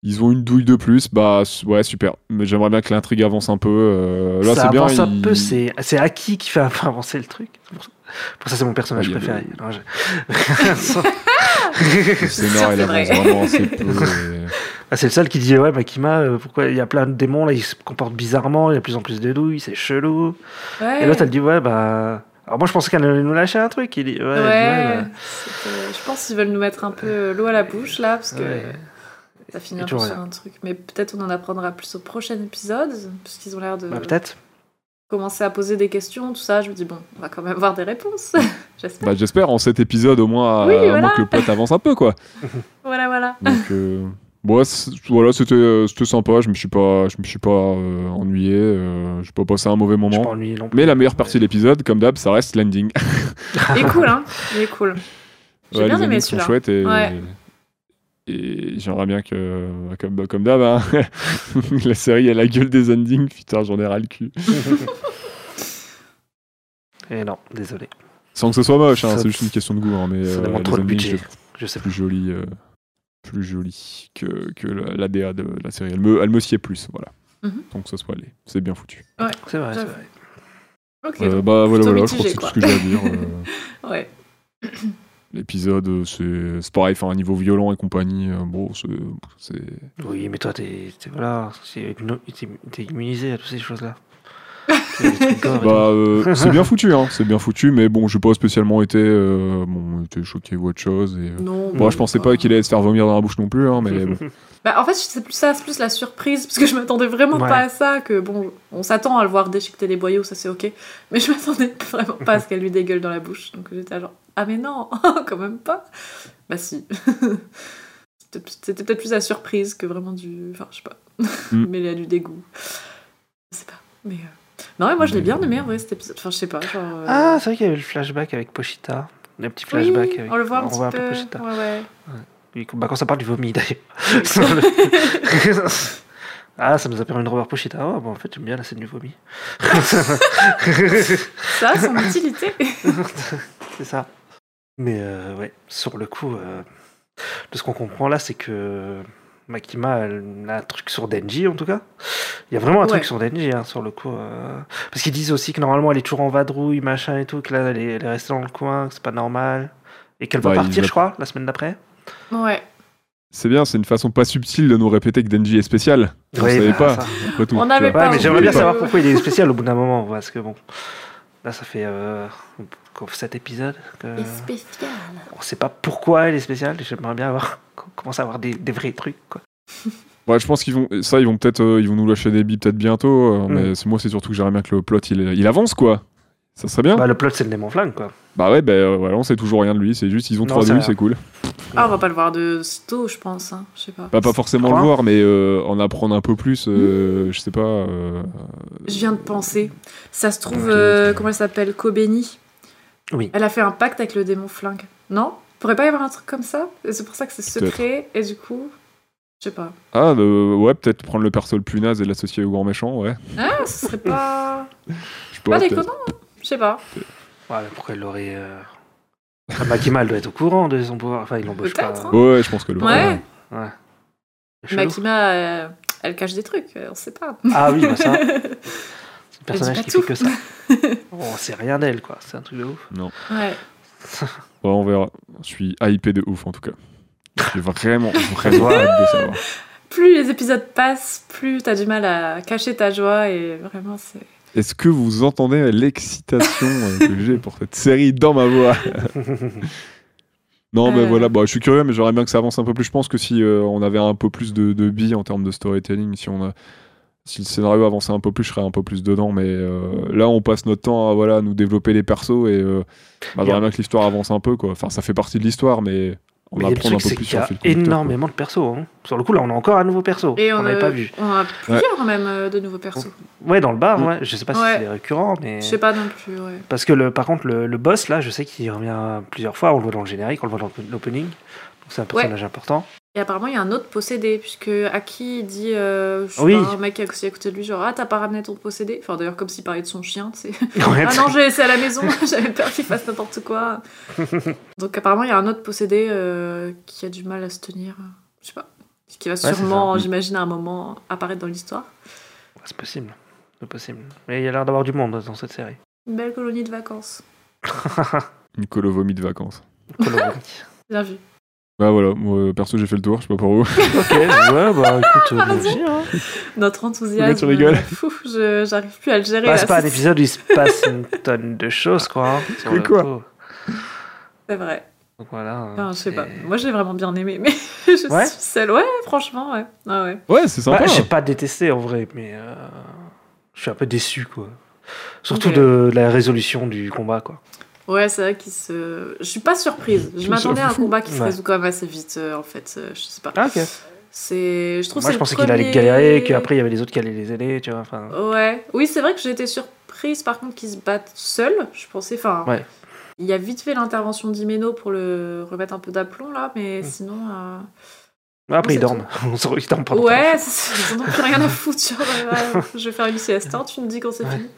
S3: Ils ont une douille de plus, bah s- ouais, super. Mais j'aimerais bien que l'intrigue avance un peu. euh, là,
S1: ça
S3: c'est bien.
S1: avance un
S3: il-
S1: peu, c'est c'est Aki qui fait un peu avancer le truc. C'est Pour ça, Pour ça, c'est mon personnage
S3: Ouais, il y a
S1: préféré. Non, je-
S3: C'est énorme,
S4: c'est
S3: elle
S4: vrai.
S3: avance vraiment assez peu. euh, et-
S1: Ah, c'est le seul qui dit Ouais, Makima, euh, pourquoi il y a plein de démons là, ils se comportent bizarrement, il y a de plus en plus de douilles, c'est chelou.
S4: Ouais.
S1: Et l'autre, elle dit Ouais, bah. Alors moi, je pensais qu'elle allait nous lâcher un truc. Il dit Ouais,
S4: Ouais,
S1: ouais, bah,
S4: c'était- je pense qu'ils veulent nous mettre un peu l'eau à la bouche là, parce que
S1: Ouais.
S4: ça
S1: Et
S4: finit un peu
S1: toujours
S4: sur
S1: rien.
S4: un truc. Mais peut-être on en apprendra plus au prochain épisode, parce qu'ils ont l'air de
S1: bah, peut-être.
S4: commencer à poser des questions, tout ça. Je me dis, bon, on va quand même avoir des réponses. J'espère.
S3: Bah, j'espère en cet épisode au moins,
S4: Oui,
S3: à- à moins
S4: voilà.
S3: que le pote avance un peu quoi.
S4: Voilà, voilà.
S3: Donc euh, ouais, c'est- voilà, c'était euh, c'était sympa. Je me suis pas, je me suis pas euh, ennuyé. euh, J'ai pas passé un mauvais
S1: Je suis pas
S3: moment.
S1: ennuyé non plus.
S3: Mais la meilleure partie de l'épisode, comme d'hab, ça reste l'ending.
S4: Il est cool, hein Il est cool. J'ai
S3: Ouais,
S4: bien
S3: les
S4: aimé
S3: endings sont
S4: celui-là.
S3: chouettes et,
S4: Ouais.
S3: et j'aimerais bien que, comme, comme d'hab, hein, la série a la gueule des endings. Putain, j'en ai ras le cul.
S1: Et non, désolé.
S3: Sans que ce soit moche, hein,
S1: Ça-
S3: c'est juste une question de goût. hein, mais
S1: ça
S3: euh,
S1: demande
S3: les
S1: trop de
S3: endings,
S1: budget.
S3: je-
S1: Je sais pas.
S3: plus jolie, euh, plus jolie que, que la, la DA de la série. Elle me, elle me sied plus, voilà.
S4: Mhm.
S3: Donc ça soit allé, c'est bien foutu.
S1: C'est vrai, c'est
S4: J'avoue.
S1: vrai.
S4: Ok.
S3: Euh, bah voilà,
S4: plutôt
S3: voilà, je crois que
S4: mitigé,
S3: c'est tout
S4: quoi.
S3: ce que j'ai à dire. euh,
S4: Ouais.
S3: L'épisode, euh, c'est c'est pareil, enfin, un niveau violent et compagnie, euh, bon, c'est- c'est.
S1: Oui, mais toi, t'es t'es- voilà, c'est- no- t'es t'es immunisé à toutes ces choses-là. T'es- t'es gore et tout.
S3: Bah, euh, c'est bien foutu, hein, c'est bien foutu, mais bon, j'ai pas spécialement été, euh, bon, été choqué ou autre chose. Et, euh,
S4: Non.
S3: Bon, je pensais pas qu'il allait se faire vomir dans la bouche non plus, hein, mais bon.
S4: Bah, en fait, c'est plus ça, c'est plus la surprise, parce que je m'attendais vraiment
S1: Ouais.
S4: pas à ça. Que bon, on s'attend à le voir déchiqueter les boyaux, ça c'est ok. Mais je m'attendais vraiment pas à ce qu'elle lui dégueule dans la bouche. Donc j'étais genre, ah mais non, quand même pas. Bah si. C'était- C'était peut-être plus la surprise que vraiment du. Enfin, je sais pas.
S3: Mm.
S4: mais il y a du dégoût. Je sais pas. Mais. euh, Non, mais moi je l'ai
S3: Mais,
S4: bien aimé
S3: euh,
S4: en vrai cet épisode. Enfin, je sais pas. Genre, euh,
S1: Ah, c'est vrai qu'il y avait le flashback avec Pochita. Un petit
S4: oui,
S1: flashback avec.
S4: on le voit un
S1: on
S4: petit
S1: voit
S4: peu.
S1: peu Pochita.
S4: ouais, ouais.
S1: Oui, quand- bah, quand ça parle du vomi, d'ailleurs. ah, ça nous a permis de revoir Pochita. Oh, bah, en fait, j'aime bien la scène du vomi.
S4: Ça a son utilité.
S1: c'est ça. Mais euh, ouais, sur le coup, euh, de ce qu'on comprend là, c'est que Makima elle a un truc sur Denji en tout cas. Il y a vraiment un truc
S4: Ouais.
S1: sur Denji hein, sur le coup. euh, Parce qu'ils disent aussi que normalement elle est toujours en vadrouille, machin et tout, que là elle est, elle est restée dans le coin, que c'est pas normal. Et qu'elle va
S8: Ouais, ils
S1: partir,
S8: la-
S1: je crois, la semaine d'après.
S4: Ouais.
S3: C'est bien, c'est une façon pas subtile de nous répéter que Denji est spécial. On
S1: Oui,
S3: savait
S1: bah,
S3: pas.
S1: ça.
S3: Après tout,
S4: On
S3: tu
S4: n'avait
S3: vois.
S1: Ouais,
S4: pas,
S1: mais
S4: on
S1: j'aimerais
S4: voulait
S1: bien savoir
S4: le-
S1: pourquoi il est spécial au bout d'un moment, parce que bon, là ça fait euh, cet épisode que
S4: spécial.
S1: on sait pas pourquoi elle est spéciale. et J'aimerais bien avoir commencer à avoir des, des vrais trucs. Quoi.
S3: Ouais, je pense qu'ils vont ça, ils vont peut-être, euh, ils vont nous lâcher des billes peut-être bientôt. euh,
S1: Mm.
S3: Mais c'est- moi, c'est surtout que j'aimerais bien que le plot il, il avance quoi. Ça serait bien. Bah,
S1: Bah, le plot c'est le démon flingue quoi.
S3: ouais, bah, euh, voilà, on sait toujours rien de lui. C'est juste ils ont
S1: Non,
S3: trois
S1: ça
S3: de lui,
S1: va.
S3: c'est cool.
S4: Ah, on va pas le voir de sitôt, je pense. Hein. Je sais pas.
S3: Bah, pas forcément le
S1: Crois.
S3: voir, mais euh, en apprendre un peu plus.
S1: Mm.
S3: euh, Je sais pas. euh,
S4: Je viens de penser. Ça se trouve,
S3: Ok.
S4: euh, comment elle s'appelle Kobeni.
S1: Oui.
S4: Elle a fait un pacte avec le démon flingue. Non Pourrait pas y avoir un truc comme ça Et c'est pour ça que c'est
S3: Peut-être.
S4: secret. Et du coup, je sais pas.
S3: Ah euh, ouais, peut-être prendre le perso le plus naze et l'associer au grand méchant. Ouais.
S4: Ah, ce serait pas.
S3: Je
S4: pas
S3: peut-être.
S4: déconnant, hein. Je sais pas.
S1: Ouais, mais pourquoi elle l'aurait. Euh... Ah, Makima elle doit être au courant de son pouvoir. Enfin, il l'embauche pas.
S4: Peut-être, hein.
S3: Ouais, ouais, je pense que le.
S4: Ouais.
S1: C'est chelou.
S4: Makima, euh, elle cache des trucs. euh, On sait pas.
S1: Ah oui, bah ça, c'est le personnage
S4: pas
S1: qui
S4: tout.
S1: fait que ça. On sait rien d'elle quoi. C'est un truc de ouf.
S4: ouais.
S3: Ouais, on verra. Je suis hypé de ouf en tout cas. Je suis vraiment, vraiment
S1: Ouais.
S3: hâte de savoir.
S4: Plus les épisodes passent, plus t'as du mal à cacher ta joie. Et vraiment, c'est.
S3: Est-ce que vous entendez l'excitation euh, que j'ai pour cette série dans ma voix Non, mais
S4: Euh.
S3: voilà, bah, je suis curieux, mais j'aimerais bien que ça avance un peu plus. Je pense que si euh, on avait un peu plus de, de billes en termes de storytelling, si on a, si le scénario avançait un peu plus, je serais un peu plus dedans. Mais euh, là, on passe notre temps à voilà, nous développer les persos et euh, bah, j'aimerais
S1: Bien.
S3: bien que l'histoire avance un peu. Quoi. Enfin, ça fait partie de l'histoire, mais on
S1: Mais
S3: va
S1: le
S3: apprendre
S1: truc
S3: un peu
S1: c'est qu'il
S3: plus
S1: y
S3: sur le
S1: a
S3: fil conducteur, quoi.
S1: énormément de persos. hein. Sur le coup là on a encore un nouveau perso.
S4: Et on,
S1: n'avait
S4: a-
S1: pas vu.
S4: On a plusieurs même euh, de nouveaux persos.
S1: Ouais, dans le bar,
S3: Mm.
S1: ouais. Je sais pas
S4: Ouais.
S1: si c'est récurrent, mais.
S4: Je sais pas non plus. Ouais.
S1: Parce que le, par contre, le, le boss, là, je sais qu'il revient plusieurs fois. On le voit dans le générique, on le voit dans l'opening. Donc c'est un personnage important.
S4: Et apparemment, il y a un autre possédé, puisque Aki dit euh, je suis
S1: Oui.
S4: pas, un mec qui est assis à côté de lui, genre Ah, t'as pas ramené ton possédé Enfin, d'ailleurs, comme s'il parlait de son chien, tu sais.
S1: Ouais,
S4: ah non, j'ai laissé à la maison, j'avais peur qu'il fasse n'importe quoi. Donc, apparemment, il y a un autre possédé euh, qui a du mal à se tenir. euh, Je sais pas. Qui va
S1: c'est
S4: sûrement,
S3: ça.
S4: j'imagine, à un moment apparaître dans l'histoire.
S1: c'est possible. C'est possible. Mais il y a l'air d'avoir du monde dans cette série.
S4: Une belle colonie de vacances.
S3: Une colovomie de vacances.
S1: Colombie.
S4: Bien vu.
S3: Bah voilà, moi, perso, j'ai fait le tour, je sais pas pour vous.
S1: ok, ouais, bah écoute, euh,
S4: Pardon.
S1: logique, hein.
S4: Notre enthousiasme.
S3: Le mec, tu rigoles.
S4: euh, fou, je- j'arrive plus à le gérer.
S1: Bah,
S4: là,
S1: c'est pas un épisode où il se passe une tonne de choses, quoi. hein, sur
S3: Mais
S1: le
S3: quoi
S1: coup.
S4: C'est vrai.
S1: Donc voilà. hein,
S4: Enfin, je sais
S1: c'est-
S4: pas. Moi, j'ai vraiment bien aimé, mais je
S1: Ouais
S4: suis seule. Ouais, franchement, ouais. Ah ouais.
S3: Ouais, c'est sympa.
S1: Bah, j'ai pas détesté en vrai, mais euh, je suis un peu déçu, quoi. Surtout
S4: Ok.
S1: de la résolution du combat, quoi.
S4: Ouais, c'est vrai qu'il se. Je suis pas surprise. Je m'attendais à un combat qui se
S1: Ouais.
S4: résout quand même assez vite, euh, en fait. euh, Je sais pas.
S1: Ah, ok.
S4: C'est. Je trouve
S1: Moi,
S4: c'est
S1: je
S4: le
S1: pensais qu'il allait
S4: premier-
S1: galérer, qu'après, il y avait les autres qui allaient les aider, tu vois. Enfin,
S4: Ouais. Oui, c'est vrai que j'ai été surprise par contre qu'ils se battent seuls. Je pensais. Enfin.
S1: Ouais.
S4: Il y a vite fait l'intervention d'Imeno pour le remettre un peu d'aplomb là, mais
S1: Mm.
S4: sinon. euh,
S1: Après, ils
S4: c'est
S1: dorment. On se ils dorment pendant
S4: ouais, c'est- ils en ont plus rien à foutre. genre, ouais, ouais, je vais faire une sieste, hein, tu me dis quand c'est
S1: Ouais.
S4: fini.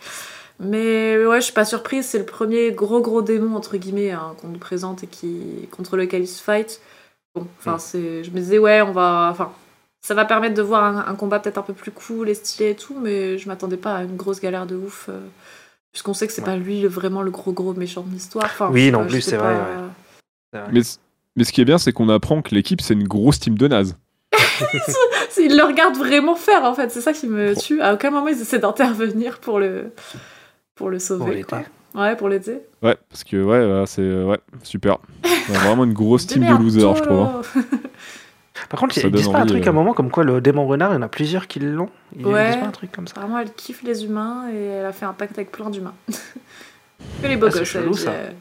S4: Mais ouais, je suis pas surprise, c'est le premier gros gros démon entre guillemets hein, qu'on nous présente et qui contre lequel ils se fight. Bon, enfin
S1: Mm.
S4: c'est, je me disais ouais, on va, enfin ça va permettre de voir un, un combat peut-être un peu plus cool et stylé et tout, mais je m'attendais pas à une grosse galère de ouf. euh, Puisqu'on sait que c'est
S1: Ouais.
S4: pas lui le- vraiment le gros gros méchant de l'histoire. Enfin,
S1: Oui,
S4: je sais
S1: non
S4: pas, Euh, je
S1: plus,
S4: sais
S1: c'est vrai,
S4: pas.
S1: ouais.
S3: Mais, c- mais ce qui est bien, c'est qu'on apprend que l'équipe, c'est une grosse team de nazes.
S4: C'est- Ils le regardent vraiment faire en fait, c'est ça qui me tue. À aucun moment ils essaient d'intervenir pour le pour le
S1: Pour
S4: sauver.
S1: l'été.
S4: quoi. Ouais, pour l'aider.
S3: Ouais, parce que ouais, euh, c'est euh, ouais, super. Ouais, vraiment une grosse team de losers, je trouve. hein.
S1: Par contre,
S3: Ça
S1: ils disent
S3: donne
S1: pas un
S3: envie,
S1: truc
S3: euh.
S1: à un moment comme quoi le démon renard, il y en a plusieurs qui l'ont. Ils
S4: Ouais.
S1: disent pas un truc comme ça.
S4: Apparemment, elle kiffe les humains et elle a fait un pacte avec plein d'humains. que les beaux
S1: Ah, c'est
S4: gosses,
S1: chelou,
S4: elle dit,
S1: ça.
S4: euh,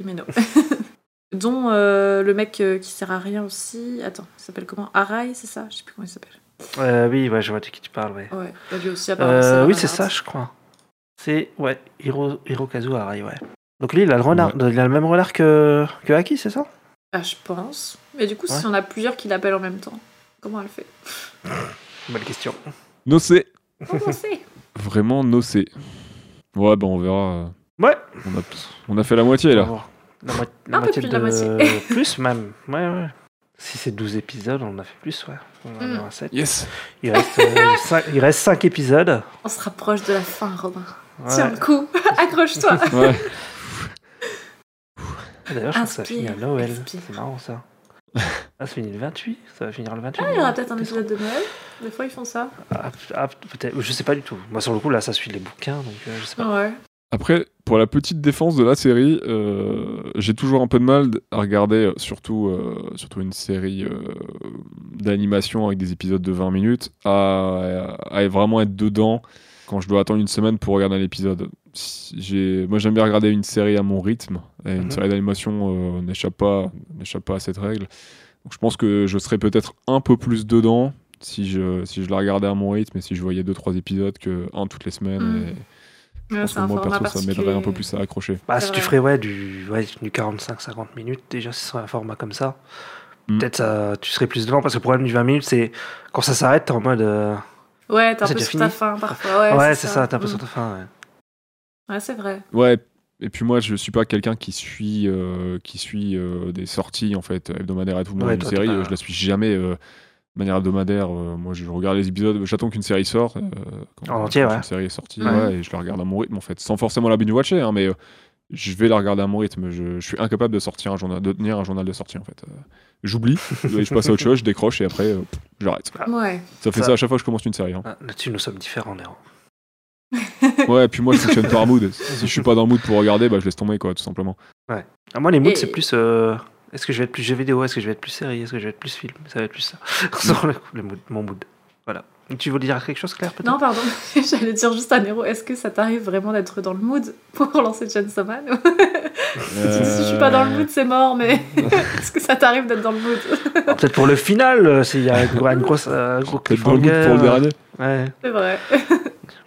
S4: Imeno. Dont euh, le mec euh, qui sert à rien aussi. Attends, il s'appelle comment Arai, c'est ça Je sais plus comment il s'appelle.
S1: Euh, oui, ouais, je vois de qui tu parles. ouais.
S4: Ouais, bah, lui aussi apparemment.
S1: Euh,
S4: sert à
S1: oui, c'est
S4: rien.
S1: ça, je crois. C'est, ouais, Hiro, Hirokazu Arai, ouais. Donc lui, il a le, renard, il a le même renard que, que Haki, c'est ça
S4: Ah, je pense. Mais du coup,
S1: Ouais.
S4: si on a plusieurs qui l'appellent en même temps, comment elle fait
S1: Bonne question.
S3: Nocé.
S4: Comment c'est
S3: Vraiment nocé. Ouais, bah on verra. euh,
S1: Ouais,
S3: On a, on a fait la moitié
S1: on va
S3: là.
S1: voir. La, mo-
S4: Un peu
S1: moitié
S4: plus
S1: de
S4: de la
S1: plus, même. Ouais, ouais. Si c'est 12 épisodes, on en a fait plus, ouais. On en
S4: Mm.
S1: aura sept.
S3: Yes.
S1: Il reste, 5, il reste cinq épisodes.
S4: On se rapproche de la fin, Robin.
S1: Ouais.
S4: Tiens le coup, accroche-toi.
S3: Ouais.
S1: Ah, D'ailleurs, je pense que ça
S4: Inspire,
S1: finit à Noël.
S4: expire.
S1: C'est marrant ça. Ah, ça finit le 28 Ça va finir le 28
S4: Ah, il y aura peut-être un épisode de Noël. Des fois, ils font ça.
S1: Ah, ah, peut-être. Je sais pas du tout. Moi, sur le coup, là, ça suit les bouquins, donc euh, je sais pas.
S4: Ouais.
S3: Après, pour la petite défense de la série, euh, j'ai toujours un peu de mal à regarder, euh, surtout, euh, surtout une série euh, d'animation avec des épisodes de 20 minutes, à, à vraiment être dedans quand je dois attendre une semaine pour regarder un épisode. Si- j'ai- Moi, j'aime bien regarder une série à mon rythme, et une
S1: Mhm.
S3: série d'animation euh, n'échappe pas, n'échappe pas à cette règle. Donc, je pense que je serais peut-être un peu plus dedans si je, si je la regardais à mon rythme et si je voyais 2-3 épisodes que un toutes les semaines.
S4: Mhm.
S3: et-
S4: Ouais,
S3: parce
S4: c'est
S3: que
S4: un
S3: moi,
S4: format
S3: perso, ça m'aiderait un peu
S4: particulier.
S3: plus à accrocher.
S1: Bah,
S4: C'est
S1: si tu
S4: vrai.
S1: ferais ouais, du, ouais, du 45-50 minutes, déjà, ce serait un format comme ça.
S3: Mm.
S1: Peut-être ça- tu serais plus devant, parce que le problème du 20 minutes, c'est quand ça s'arrête, t'es en mode. euh,
S4: Ouais, t'es un
S1: C'est
S4: peu
S1: déjà
S4: sur ta
S1: fini.
S4: fin parfois. Ouais,
S1: Ouais, c'est ça, t'es un peu sur ta fin. ouais.
S4: Mm. Ouais, c'est vrai.
S3: Ouais. Et puis moi, je suis pas quelqu'un qui suit, euh, qui suit euh, des sorties en fait hebdomadaires et tout. Moi,
S1: Ouais,
S3: une
S1: toi, t'es
S3: série,
S1: pas-
S3: euh, je la suis jamais euh, de manière hebdomadaire. Euh, moi, je regarde les épisodes. J'attends qu'une série sorte. euh, quand-
S1: En entier,
S3: quand
S1: ouais.
S3: Une série est sortie,
S1: Ouais.
S3: ouais, et je la regarde à mon rythme en fait, sans forcément la binge watcher, hein, mais euh, je vais la regarder à mon rythme. Je, je suis incapable de sortir un journal, de tenir un journal de sortie en fait. Euh, J'oublie, et je passe à autre chose, je décroche et après, euh, pff, j'arrête.
S1: Ah.
S4: Ouais.
S3: Ça fait
S1: Ça-
S3: ça. à chaque fois que je commence une série. hein.
S1: Ah, Là-dessus, nous sommes différents, Néron.
S3: Ouais, et puis moi, je fonctionne par mood. Si je suis pas dans le mood pour regarder, bah, je laisse tomber quoi, tout simplement.
S1: Ah, moi, les moods,
S4: Et-
S1: c'est plus. euh, Est-ce que je vais être plus jeu vidéo Est-ce que je vais être plus série Est-ce que je vais être plus film Ça va être plus ça. Sur le coup, le mood- mon mood. Voilà. Tu voulais dire quelque chose, Claire, peut-être
S4: Non, pardon, j'allais dire juste à Nero, est-ce que ça t'arrive vraiment d'être dans le mood pour lancer Chainsaw Man Si je suis pas dans
S3: Euh.
S4: le mood, c'est mort, mais est-ce que ça t'arrive d'être dans le mood
S1: Ah, Peut-être pour le final, euh, s'il y a une, une grosse. euh, un gros
S3: Peut-être dans le mood
S1: cliffhanger,
S3: pour le dernier.
S1: Ouais.
S4: C'est vrai.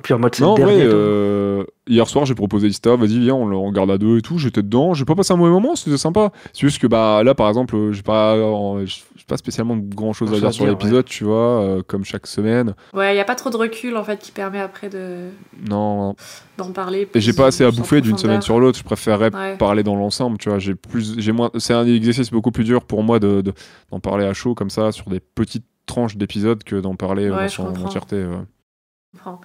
S1: Puis en mode, c'est
S3: Non,
S1: le
S3: en vrai,
S1: dernier. donc.
S3: euh, hier soir, j'ai proposé Insta, vas-y, viens, on le regarde à deux et tout. J'étais dedans, j'ai pas passé un mauvais moment, c'était sympa. C'est juste que bah, là, par exemple, euh, j'ai pas, euh, j'ai pas spécialement grand chose à
S1: Chose à
S3: dire sur
S1: dire,
S3: l'épisode, tu vois, euh, comme chaque semaine.
S4: Ouais, il a pas trop de recul en fait qui permet après de
S3: Non,
S4: d'en parler.
S3: et j'ai
S4: plus
S3: pas assez à
S4: sans
S3: bouffer d'une
S4: profondeur.
S3: semaine sur l'autre, je préférerais
S4: Ouais.
S3: parler dans l'ensemble, tu vois. J'ai plus, j'ai moins. C'est un exercice beaucoup plus dur pour moi de de- d'en parler à chaud comme ça sur des petites tranches d'épisodes que d'en parler euh,
S4: Ouais,
S3: dans
S4: je
S3: son
S4: comprends.
S3: entièreté. ouais.
S4: comprends.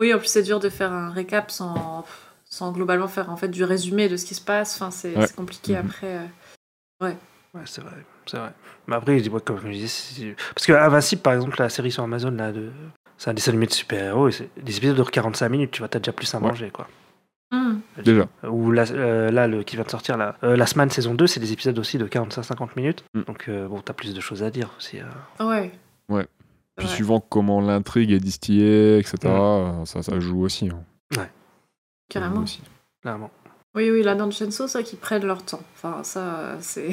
S4: Oui, en plus c'est dur de faire un récap sans, sans globalement faire en fait du résumé de ce qui se passe. Enfin, c'est
S3: Ouais.
S4: c'est compliqué
S3: Mhm.
S4: après. euh.
S1: Ouais, c'est vrai, c'est vrai. Mais après, je dis, ouais, comme je disais, c'est- parce que Invincible, par exemple, la série sur Amazon, là, de... c'est un dessin animé de super-héros, et c'est des épisodes de 45 minutes, tu vois, t'as déjà plus à
S3: Ouais.
S1: manger, quoi.
S4: Hmm.
S3: Déjà.
S1: Ou la- euh, là, le, qui vient de sortir, là, euh, la semaine saison 2, c'est des épisodes aussi de 45-50 minutes,
S3: Mm.
S1: donc euh, bon, t'as plus de choses à dire aussi. euh.
S4: Ouais.
S3: Ouais. Puis
S4: Ouais.
S3: suivant comment l'intrigue est distillée, etc.
S1: Ouais.
S3: euh, Ça, ça joue aussi. hein. Ça joue
S4: Carrément.
S3: aussi.
S1: Clairement.
S4: Oui, oui, là dans Chainsaw, ça qui prennent leur temps. Enfin, ça, euh, c'est.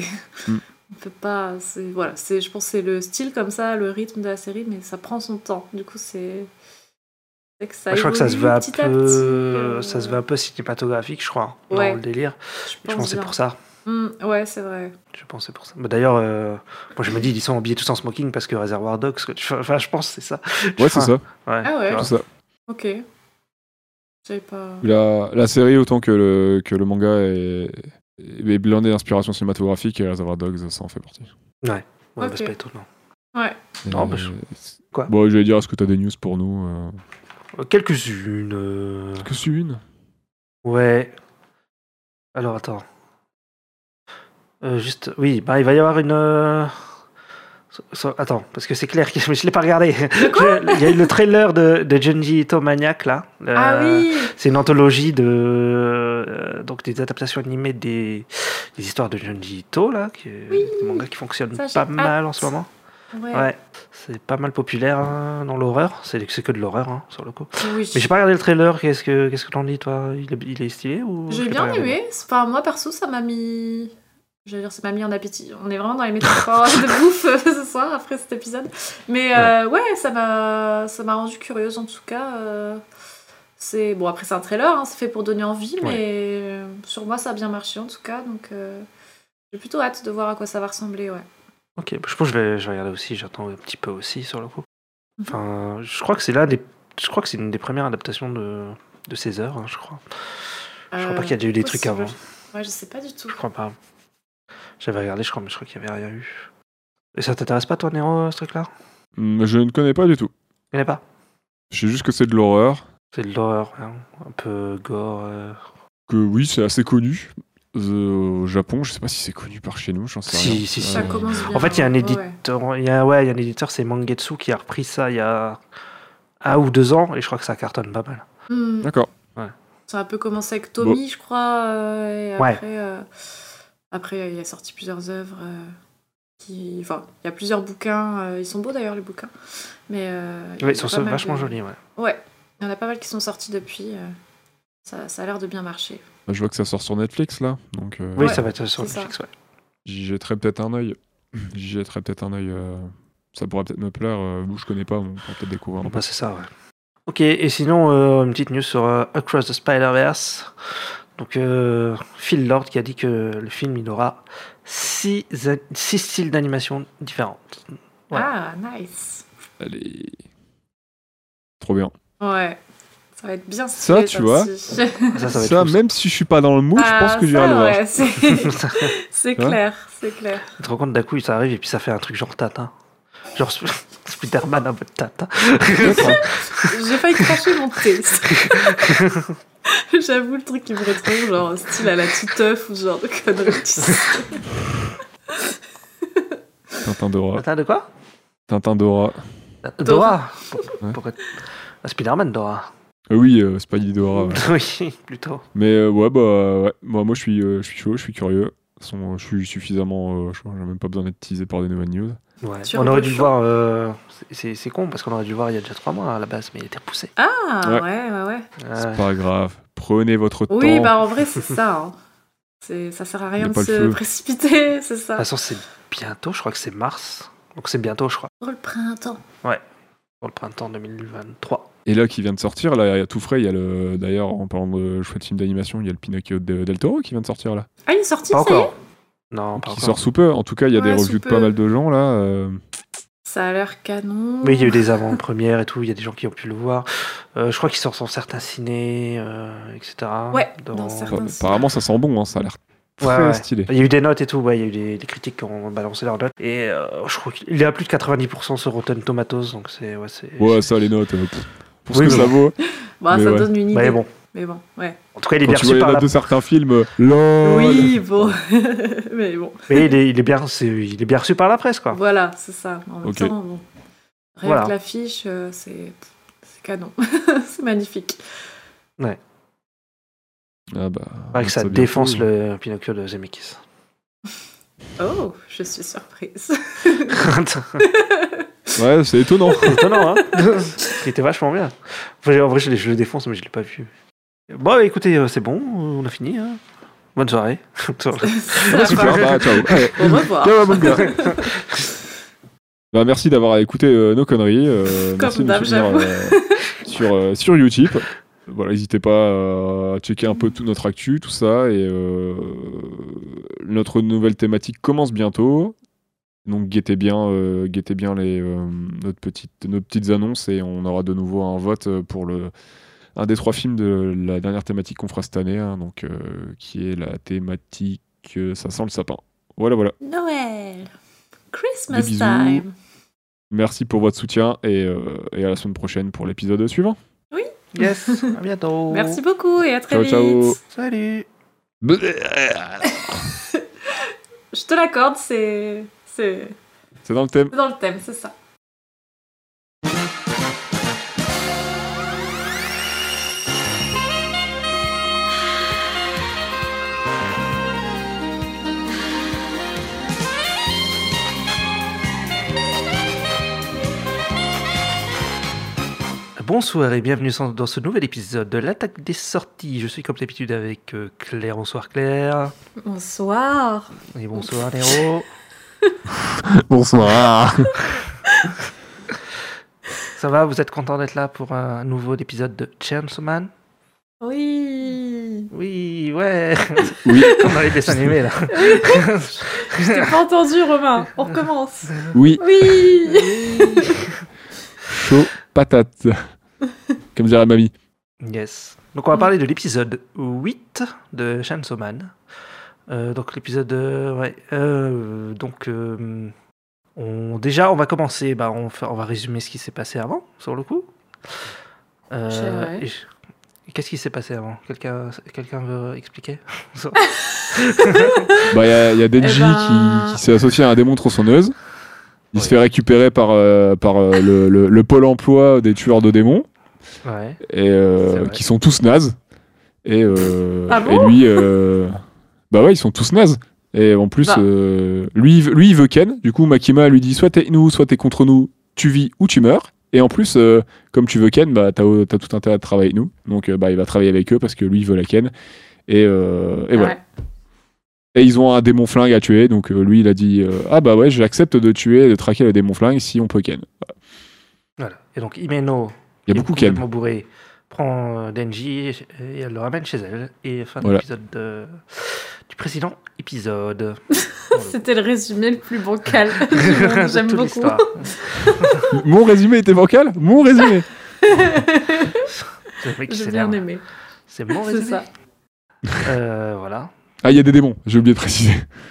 S3: Mm.
S4: On peut pas. c'est- Voilà, c'est. Je pense que c'est le style comme ça, le rythme de la série, mais ça prend son temps. Du coup, c'est. c'est que ça
S1: Bah, je crois que ça se
S4: évolue
S1: veut un
S4: petit à
S1: peu,
S4: petit, euh,
S1: ça se veut un peu cinématographique, je crois, hein,
S4: Ouais.
S1: dans le délire. Et
S4: Je
S1: Je pense
S4: pense
S1: que
S4: bien.
S1: c'est pour ça.
S4: Mm, ouais, c'est vrai.
S1: Je pense que c'est pour ça. Bah, D'ailleurs, euh, moi je me dis, ils sont habillés tous en smoking parce que Reservoir Dogs. quoi. Enfin, je pense que c'est ça.
S3: Ouais, c'est ça.
S1: Ouais,
S4: Ah ouais.
S1: tu vois.
S3: c'est ça.
S4: Ok. J'avais
S1: Euh,
S4: pas.
S3: La, la série, autant que le, que le manga, est, est blindée d'inspiration cinématographique et Reservoir Dogs, ça en fait partie.
S1: Ouais, bah,
S4: Ok.
S1: c'est pas étonnant.
S4: Ouais.
S1: Non, bah, je-
S3: c'est-
S1: Quoi
S3: Bon, j'allais dire, est-ce que t'as des news pour nous euh,
S1: Euh, Quelques-unes. euh,
S3: Que c'est une
S1: Ouais. Alors attends. Euh, juste, oui, bah, il va y avoir une. euh, so- so- Attends, parce que c'est clair que je ne l'ai pas regardé. Je- Il y a eu le trailer de, de Genji Ito Maniac là.
S4: Ah
S1: Euh,
S4: oui
S1: C'est une anthologie de euh, donc des adaptations animées des, des histoires de Junji Ito là, qui est
S4: Oui.
S1: des mangas qui fonctionnent
S4: Ça, j'ai
S1: pas
S4: hâte.
S1: mal en ce moment.
S4: Ouais.
S1: Ouais, c'est pas mal populaire hein, dans l'horreur. C'est c'est que de l'horreur hein, sur le coup.
S4: Oui.
S1: Mais j'ai pas regardé le trailer, qu'est-ce que qu'est-ce que t'en dis toi il est, il est stylé ou je
S4: J'ai
S1: l'ai pas
S4: bien
S1: regardé
S4: aimé. Enfin, moi perso, ça m'a mis. Je veux dire, ça m'a mis en appétit. On est vraiment dans les métaphores de bouffe euh, ce soir après cet épisode. Mais euh, ouais, ça m'a, ça m'a rendu curieuse en tout cas. euh, C'est bon après c'est un trailer, hein, c'est fait pour donner envie, mais euh, sur moi ça a bien marché en tout cas, donc euh, j'ai plutôt hâte de voir à quoi ça va ressembler, ouais.
S1: Ok, bah, je pense que je vais, je vais regarder aussi, j'attends un petit peu aussi sur le coup.
S4: Mhm.
S1: Enfin, je crois que c'est là des je crois que c'est une des premières adaptations de de César, hein, je crois. Je crois pas qu'il y a déjà
S4: Euh,
S1: eu des trucs avant.
S4: Ouais, je sais pas du tout.
S1: Je crois pas. J'avais regardé, je crois, mais je crois qu'il y avait rien eu. Et ça t'intéresse pas, toi, Nero, ce truc-là
S3: Hum, Je ne connais pas du tout.
S1: Il n'y en a pas.
S3: Je sais juste que c'est de l'horreur,
S1: C'est de l'horreur, hein, un peu gore. euh.
S3: que oui, c'est assez connu euh, au Japon. Je sais pas si c'est connu par chez nous, j'en sais
S1: Si,
S3: rien.
S1: si, si.
S4: Ça
S3: Euh,
S4: commence bien.
S1: En fait, il y a un
S4: Ouais, ouais.
S1: éditeur, il y a, ouais, il y a un éditeur, c'est Mangetsu qui a repris ça il y a un ou deux ans, et je crois que ça cartonne pas mal.
S4: Hmm.
S3: D'accord.
S4: Ça a un peu commencé avec Tommy, je crois. euh, et
S1: Ouais.
S4: après, euh, après, euh, il a sorti plusieurs œuvres. euh, qui... Enfin, il y a plusieurs bouquins. euh, ils sont beaux d'ailleurs, les bouquins. Mais euh, il y en
S1: Oui,
S4: a
S1: ils sont
S4: pas
S1: ceux
S4: mal
S1: vachement
S4: de-
S1: jolis, ouais.
S4: Ouais, il y en a pas mal qui sont sortis depuis. euh, ça, ça a l'air de bien marcher.
S3: Bah, Je vois que ça sort sur Netflix là, donc euh,
S1: Oui,
S4: Ouais,
S1: ça va être sur
S4: c'est ça.
S1: Netflix, ouais.
S3: j'y jetterai peut-être un œil. J'y jetterai peut-être un œil. euh, Ça pourrait peut-être me plaire. euh, ou je connais pas, on pourra peut-être découvrir.
S1: Bon, bah, c'est ça, ouais. Ok, et sinon, euh, une petite news sur euh, Across the Spider-Verse. Donc, euh, Phil Lord qui a dit que le film, il aura six, a- six styles d'animation différents. Ouais.
S4: Ah, nice.
S3: Allez. Trop bien.
S4: Ouais, ça va être bien
S3: Ça,
S4: stylé,
S3: tu vois,
S4: aussi.
S1: Ça, ça
S3: Ça,
S1: va être fou,
S3: même si je suis pas dans le mood, je pense
S4: Ah,
S3: que j'irai
S4: ça,
S3: le voir.
S4: ouais, c'est-
S1: ça.
S4: C'est
S3: Tu vois
S4: clair, c'est clair.
S1: Tu te rends compte, d'un coup, ça arrive et puis ça fait un truc genre Tintin. Genre Sp- Spider-Man un peu de Tintin.
S4: J'ai failli cracher mon thé. J'avoue, le truc qui me retrouve, genre style à la tuteuf ou ce genre de conneries. tu sais.
S3: Tintin Dora.
S1: Tintin de quoi
S3: Tintin Dora.
S1: Dora.
S3: Ouais.
S1: Pourquoi Ah, Spider-Man Dora.
S3: Ah oui, euh, Spidey Dora. ouais.
S1: Oui, plutôt.
S3: Mais euh, ouais, bah ouais. Moi, moi je, suis, euh, je suis chaud, je suis curieux. De toute façon, je suis suffisamment. euh, je crois que j'ai même pas besoin d'être teasé par des nouvelles news.
S1: Ouais.
S4: Sur
S1: On aurait
S4: le
S1: dû le
S4: champ.
S1: voir. euh, c'est- C'est con parce qu'on aurait dû le voir il y a déjà trois mois à la base, mais il était repoussé. Euh,
S4: Ah,
S3: Ouais.
S4: ouais, ouais, ouais.
S1: Ouais.
S3: C'est pas grave. Prenez votre
S4: Oui,
S3: temps.
S4: bah en vrai, c'est ça. hein. C'est- Ça sert à rien
S3: Mais
S4: de
S3: pas le
S4: se
S3: feu. Ah,
S4: précipiter, c'est
S1: De
S4: ça.
S1: toute façon, c'est bientôt, je crois que c'est mars. Donc c'est bientôt, je crois,
S4: Pour le printemps.
S1: pour le printemps 2023.
S3: Et là, qui vient de sortir, là, il y a tout frais. Il y a le. D'ailleurs, en parlant de chouette film d'animation, il y a le Pinocchio de Del Toro qui vient de sortir là.
S4: Ah, il est sorti,
S1: Pas
S4: ça y est
S1: encore. Non, pas
S3: qui
S1: encore.
S3: sort sous peu. En tout cas, il y a
S4: Ouais,
S3: des
S4: sous
S3: revues de
S4: peu.
S3: pas mal de gens là. euh,
S4: Ça a l'air canon.
S1: Mais il y a eu des avant-premières et tout, il y a des gens qui ont pu le voir. Euh, je crois qu'il sort sur certains ciné, euh, etc.
S4: Ouais,
S1: Dans-
S4: dans certains-
S3: appa- apparemment, ça sent bon. hein, Ça a l'air
S1: Ouais,
S3: très
S1: Ah, ouais.
S3: stylé.
S1: Il y a eu des notes et tout, ouais, il y a eu des, des critiques qui ont balancé leurs notes. Et euh, je crois qu'il est à plus de 90% sur Rotten Tomatoes, donc c'est. Ouais, c'est
S3: Ouais, ça, les notes. euh, pff, pour ce
S1: Oui,
S3: que
S1: bah.
S3: ça vaut.
S4: Bah,
S3: Mais
S4: ça
S3: ouais.
S4: donne une idée.
S1: mais bon.
S4: Mais bon, ouais.
S1: En tout cas, il est
S3: Quand
S1: bien
S3: tu vois
S1: reçu
S3: les
S1: par
S3: notes
S1: la.
S3: de certains films, euh, lol.
S4: Oui, bon. Mais bon,
S1: Mais il est, il est bien, c'est- il est bien reçu par la presse, quoi.
S4: voilà, c'est ça. En même
S3: Ah. Ok.
S4: temps, bon. Rien
S1: Voilà.
S4: que l'affiche, euh, c'est c'est canon. c'est magnifique.
S3: Ah bah,
S1: Il paraît que ça
S3: bientôt.
S1: défonce le Pinocchio de Zemeckis.
S4: Oh, je suis surprise.
S1: c'est
S3: Ouais, c'est étonnant.
S1: étonnant, hein Il était vachement bien. Enfin, en vrai, je, l'ai- je le défonce, mais je l'ai pas vu. Bon, écoutez, euh, c'est bon, euh, on a fini. hein. Bonne soirée.
S4: Ça
S3: Super, bah,
S4: va.
S3: ciao. Ouais.
S4: Au revoir.
S3: Ciao, mon gars. Bah, merci d'avoir écouté euh, nos conneries. euh,
S4: Comme
S3: merci de nous
S4: d'hab,
S3: soutenir euh, sur, euh, sur YouTube. Voilà, n'hésitez pas euh, à checker un peu toute notre actu, tout ça. Et euh, notre nouvelle thématique commence bientôt. Donc guettez bien, euh, guettez bien les, euh, notre petite, nos petites annonces et on aura de nouveau un vote euh, pour le, un des trois films de la dernière thématique qu'on fera cette année, hein, donc, euh, qui est la thématique euh, Ça sent le sapin. Voilà, voilà.
S4: Noël.
S3: Des
S4: Christmas
S3: bisous.
S4: time.
S3: Merci pour votre soutien et, euh, et à la semaine prochaine pour l'épisode suivant.
S1: yes, à bientôt.
S4: Merci beaucoup et à très
S3: Ciao, ciao.
S4: vite.
S1: Salut.
S4: Je te l'accorde, c'est c'est
S3: C'est dans le thème.
S4: dans le thème, c'est ça.
S1: Bonsoir et bienvenue sans- dans ce nouvel épisode de l'attaque des sorties. Je suis comme d'habitude avec euh, Claire. Bonsoir Claire.
S4: Bonsoir.
S1: Et bonsoir Nero.
S3: Bonsoir.
S1: Ça va, vous êtes content d'être là pour un nouveau épisode de Chainsaw Man
S4: Oui.
S1: Oui, ouais.
S3: Oui,
S1: On a les dessins animés là.
S4: Je t'ai pas entendu, Romain. On recommence.
S3: oui,
S4: Oui.
S3: chaud patate. Comme dirait mamie.
S1: Yes. Donc on
S4: Mm.
S1: va parler de l'épisode 8 de Chainsaw Man. Euh, donc l'épisode... euh, ouais. euh, donc... euh, On, déjà, on va commencer, bah, on, fa- on va résumer ce qui s'est passé avant, sur le coup. Euh,
S4: C'est vrai.
S1: et je- Qu'est-ce qui s'est passé avant Quelqu'un quelqu'un veut expliquer
S3: Bah, il y, a- il y a Denji
S4: Eh ben-
S3: qui, qui s'est associé à un démon tronçonneuse. Il se
S1: Oui.
S3: fait récupérer par, euh, par euh, le, le- le pôle emploi des tueurs de démons,
S1: Ouais.
S3: et, euh,
S1: C'est vrai.
S3: qui sont tous nazes. Et, euh,
S4: Ah
S3: et
S4: bon
S3: lui. euh, bah ouais, ils sont tous nazes. Et en plus,
S4: Bah.
S3: euh, lui, il veut- lui, il veut Ken. Du coup, Makima lui dit soit t'es nous, soit t'es contre nous, tu vis ou tu meurs. Et en plus, euh, comme tu veux Ken, bah, t'as as tout intérêt à travailler avec nous. Donc euh, bah, il va travailler avec eux parce que lui, il veut la Ken. Et, euh, et voilà.
S4: Ouais.
S3: Et ils ont un démon flingue à tuer, donc euh, lui il a dit euh, Ah bah ouais, j'accepte de tuer, de traquer le démon flingue si on peut Ken.
S1: Voilà. Et donc, Imeno,
S3: Il y
S1: qui
S3: a
S1: est
S3: beaucoup Ken.
S1: complètement bourré, prend euh, Denji et elle le ramène chez elle. Et fin
S3: Voilà.
S1: de l'épisode de- du précédent épisode. Pour le
S4: C'était le résumé le plus bancal.
S1: coup.
S4: du monde.
S1: De
S4: J'aime
S1: toute
S4: beaucoup.
S1: l'histoire.
S3: Mon résumé était bancal Mon résumé
S1: Le mec qui
S4: J'ai
S1: s'énerve.
S4: bien aimé.
S1: C'est mon
S4: C'est
S1: résumé.
S4: ça.
S1: Euh, voilà.
S3: Ah, il y a des démons, j'ai oublié de préciser.
S4: Euh,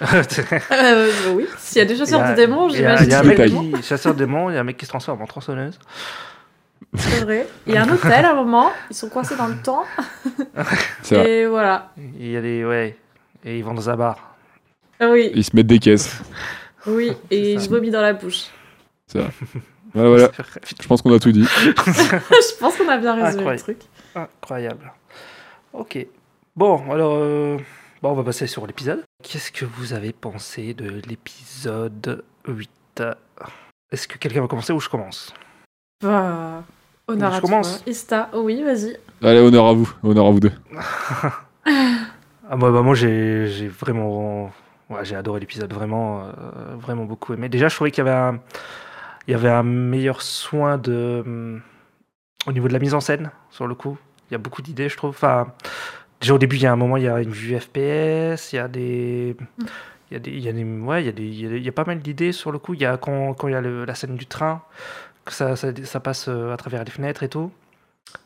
S4: bah oui, s'il y a des chasseurs
S1: Il y a-
S4: de démons,
S1: Il y a, il y
S4: j'imagine.
S1: a un
S3: Petit
S1: mec
S3: détail.
S1: qui, chasseur de démons, il y a un mec qui se transforme en tronçonneuse.
S4: C'est vrai. Il y a un hôtel à un moment, ils sont coincés dans le temps.
S3: C'est vrai.
S4: Et voilà.
S1: Il y a des. Ouais. Et ils vont dans un bar.
S4: Ah Oui,
S3: Ils se mettent des caisses.
S4: oui.
S1: C'est
S4: Et
S1: ça.
S4: je vomis dans la bouche.
S3: Voilà, voilà. Je pense qu'on a tout dit.
S4: je pense qu'on a bien résumé
S1: Incroyable.
S4: le truc.
S1: Incroyable. Ok. Bon, alors. euh, Bon, on va passer sur l'épisode. Qu'est-ce que vous avez pensé de l'épisode 8 Est-ce que quelqu'un va commencer ou je commence
S4: Bah,
S1: Je
S4: honneur à toi.
S1: commence.
S4: Ista, oh oui, vas-y.
S3: Allez, honneur à vous, honneur à vous deux.
S1: Ah bah, bah, moi j'ai j'ai vraiment ouais, j'ai adoré l'épisode vraiment euh, vraiment beaucoup aimé. Déjà je trouvais qu'il y avait un il y avait un meilleur soin de hum, au niveau de la mise en scène sur le coup. Il y a beaucoup d'idées je trouve. Enfin déjà au début il y a un moment il y a une vue FPS, il y a des il y a des il y a des ouais il y a des il y a des- il y a pas mal d'idées sur le coup. Il y a quand quand il y a le- la scène du train que ça, ça ça passe euh, à travers les fenêtres et tout.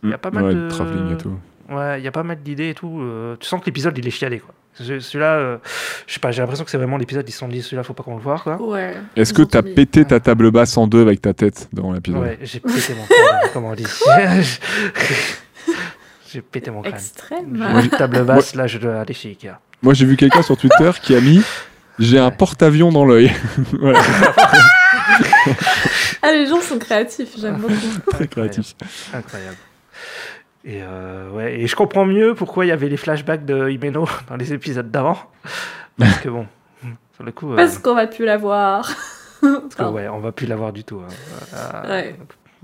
S1: Il y a pas mal
S3: ouais,
S1: de-
S3: travelling et tout.
S1: Ouais, il y a pas mal d'idées et tout. euh, tu sens que l'épisode, il est chialé, quoi. Je- Celui-là, euh, je sais pas, j'ai l'impression que c'est vraiment l'épisode, ils se sont dit, celui-là, faut pas qu'on le voit, quoi.
S4: Ouais.
S3: Est-ce
S4: Ils
S3: que
S4: ont
S3: t'as
S4: tout mis.
S3: pété ta table basse en deux avec ta tête dans l'épisode
S1: Ouais, j'ai pété mon crâne, comme on dit. j'ai pété mon crâne.
S4: Extrême.
S1: J'ai une table basse, là, je dois aller chez Ikea.
S3: Moi j'ai vu quelqu'un sur Twitter qui a mis J'ai un
S1: Ouais.
S3: porte-avions dans l'œil. voilà,
S4: Ah, les gens sont créatifs, j'aime beaucoup.
S3: très créatif.
S1: Incroyable. Et, euh, ouais, et je comprends mieux pourquoi il y avait les flashbacks de Himeno dans les épisodes d'avant. Parce que bon, sur le coup, euh,
S4: Parce qu'on va plus la voir.
S1: parce que, ouais, on va plus l'avoir du tout. hein. Euh,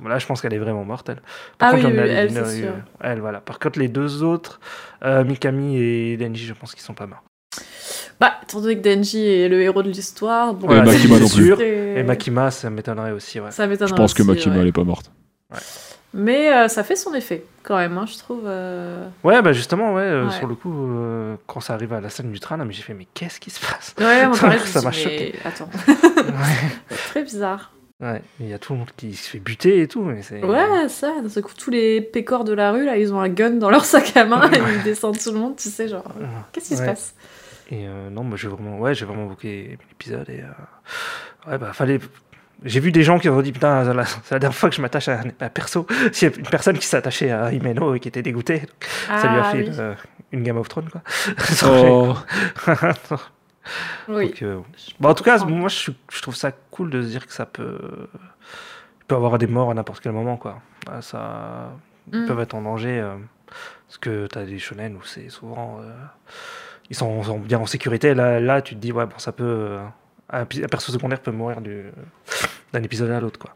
S4: Ouais.
S1: Là, je pense qu'elle est vraiment morte. Elle.
S4: Ah oui,
S1: j'en ai
S4: oui,
S1: la
S4: elle,
S1: Lina,
S4: c'est
S1: euh,
S4: sûr.
S1: elle, voilà. Par contre, les deux autres, euh, Mikami et Denji, je pense qu'ils sont pas morts.
S4: Bah, étant donné que Denji est le héros de l'histoire, bon,
S3: Et
S4: bah,
S3: Makima
S4: c'est
S3: non plus.
S4: sûr.
S1: Et Makima, ça m'étonnerait aussi, ouais.
S4: Ça m'étonnerait
S3: Je pense que
S4: aussi,
S3: Makima
S4: ouais.
S3: elle est pas morte.
S4: Mais euh, ça fait son effet, quand même, hein, je trouve. euh.
S1: Ouais, bah justement, ouais, euh,
S4: Ouais.
S1: sur le coup, euh, quand ça arrive à la scène du train, là, mais j'ai fait, mais qu'est-ce qui se passe
S4: Ouais, moi,
S1: Ça-
S4: pareil, je me
S1: ça
S4: suis
S1: m'a
S4: dit,
S1: choqué.
S4: mais Attends,
S1: Ouais,
S4: très bizarre.
S1: Ouais, il y a tout le monde qui se fait buter et euh, tout, mais c'est...
S4: Ouais, ça, d'un seul coup, tous les pécores de la rue, là, ils ont un gun dans leur sac à main et ils descendent tout le monde, tu sais, genre,
S1: Ouais.
S4: qu'est-ce qui
S1: Ouais.
S4: se passe
S1: Et euh, non, moi j'ai vraiment, ouais, j'ai vraiment bouqué l'épisode et euh, ouais, bah fallait. J'ai vu des gens qui ont dit putain, c'est la, c'est la dernière fois que je m'attache à un à un perso. S'il y a une personne qui s'attachait à Himeno et qui était dégoûtée, ça lui a
S4: Ah,
S1: fait
S4: oui.
S1: une, euh, une Game of Thrones quoi.
S3: Oh.
S4: Oui.
S1: Donc, euh, bon, en tout cas,
S4: comprends.
S1: moi je, suis- je trouve ça cool de se dire que ça peut, il peut avoir des morts à n'importe quel moment quoi. Ah, Ça, ils
S4: Mm.
S1: peuvent être en danger. euh, parce que tu as des shonen où c'est souvent. euh, ils sont, sont bien en sécurité. Là, là, tu te dis, ouais, bon, ça peut. euh, un, pi- un perso secondaire peut mourir du- d'un épisode à l'autre, quoi.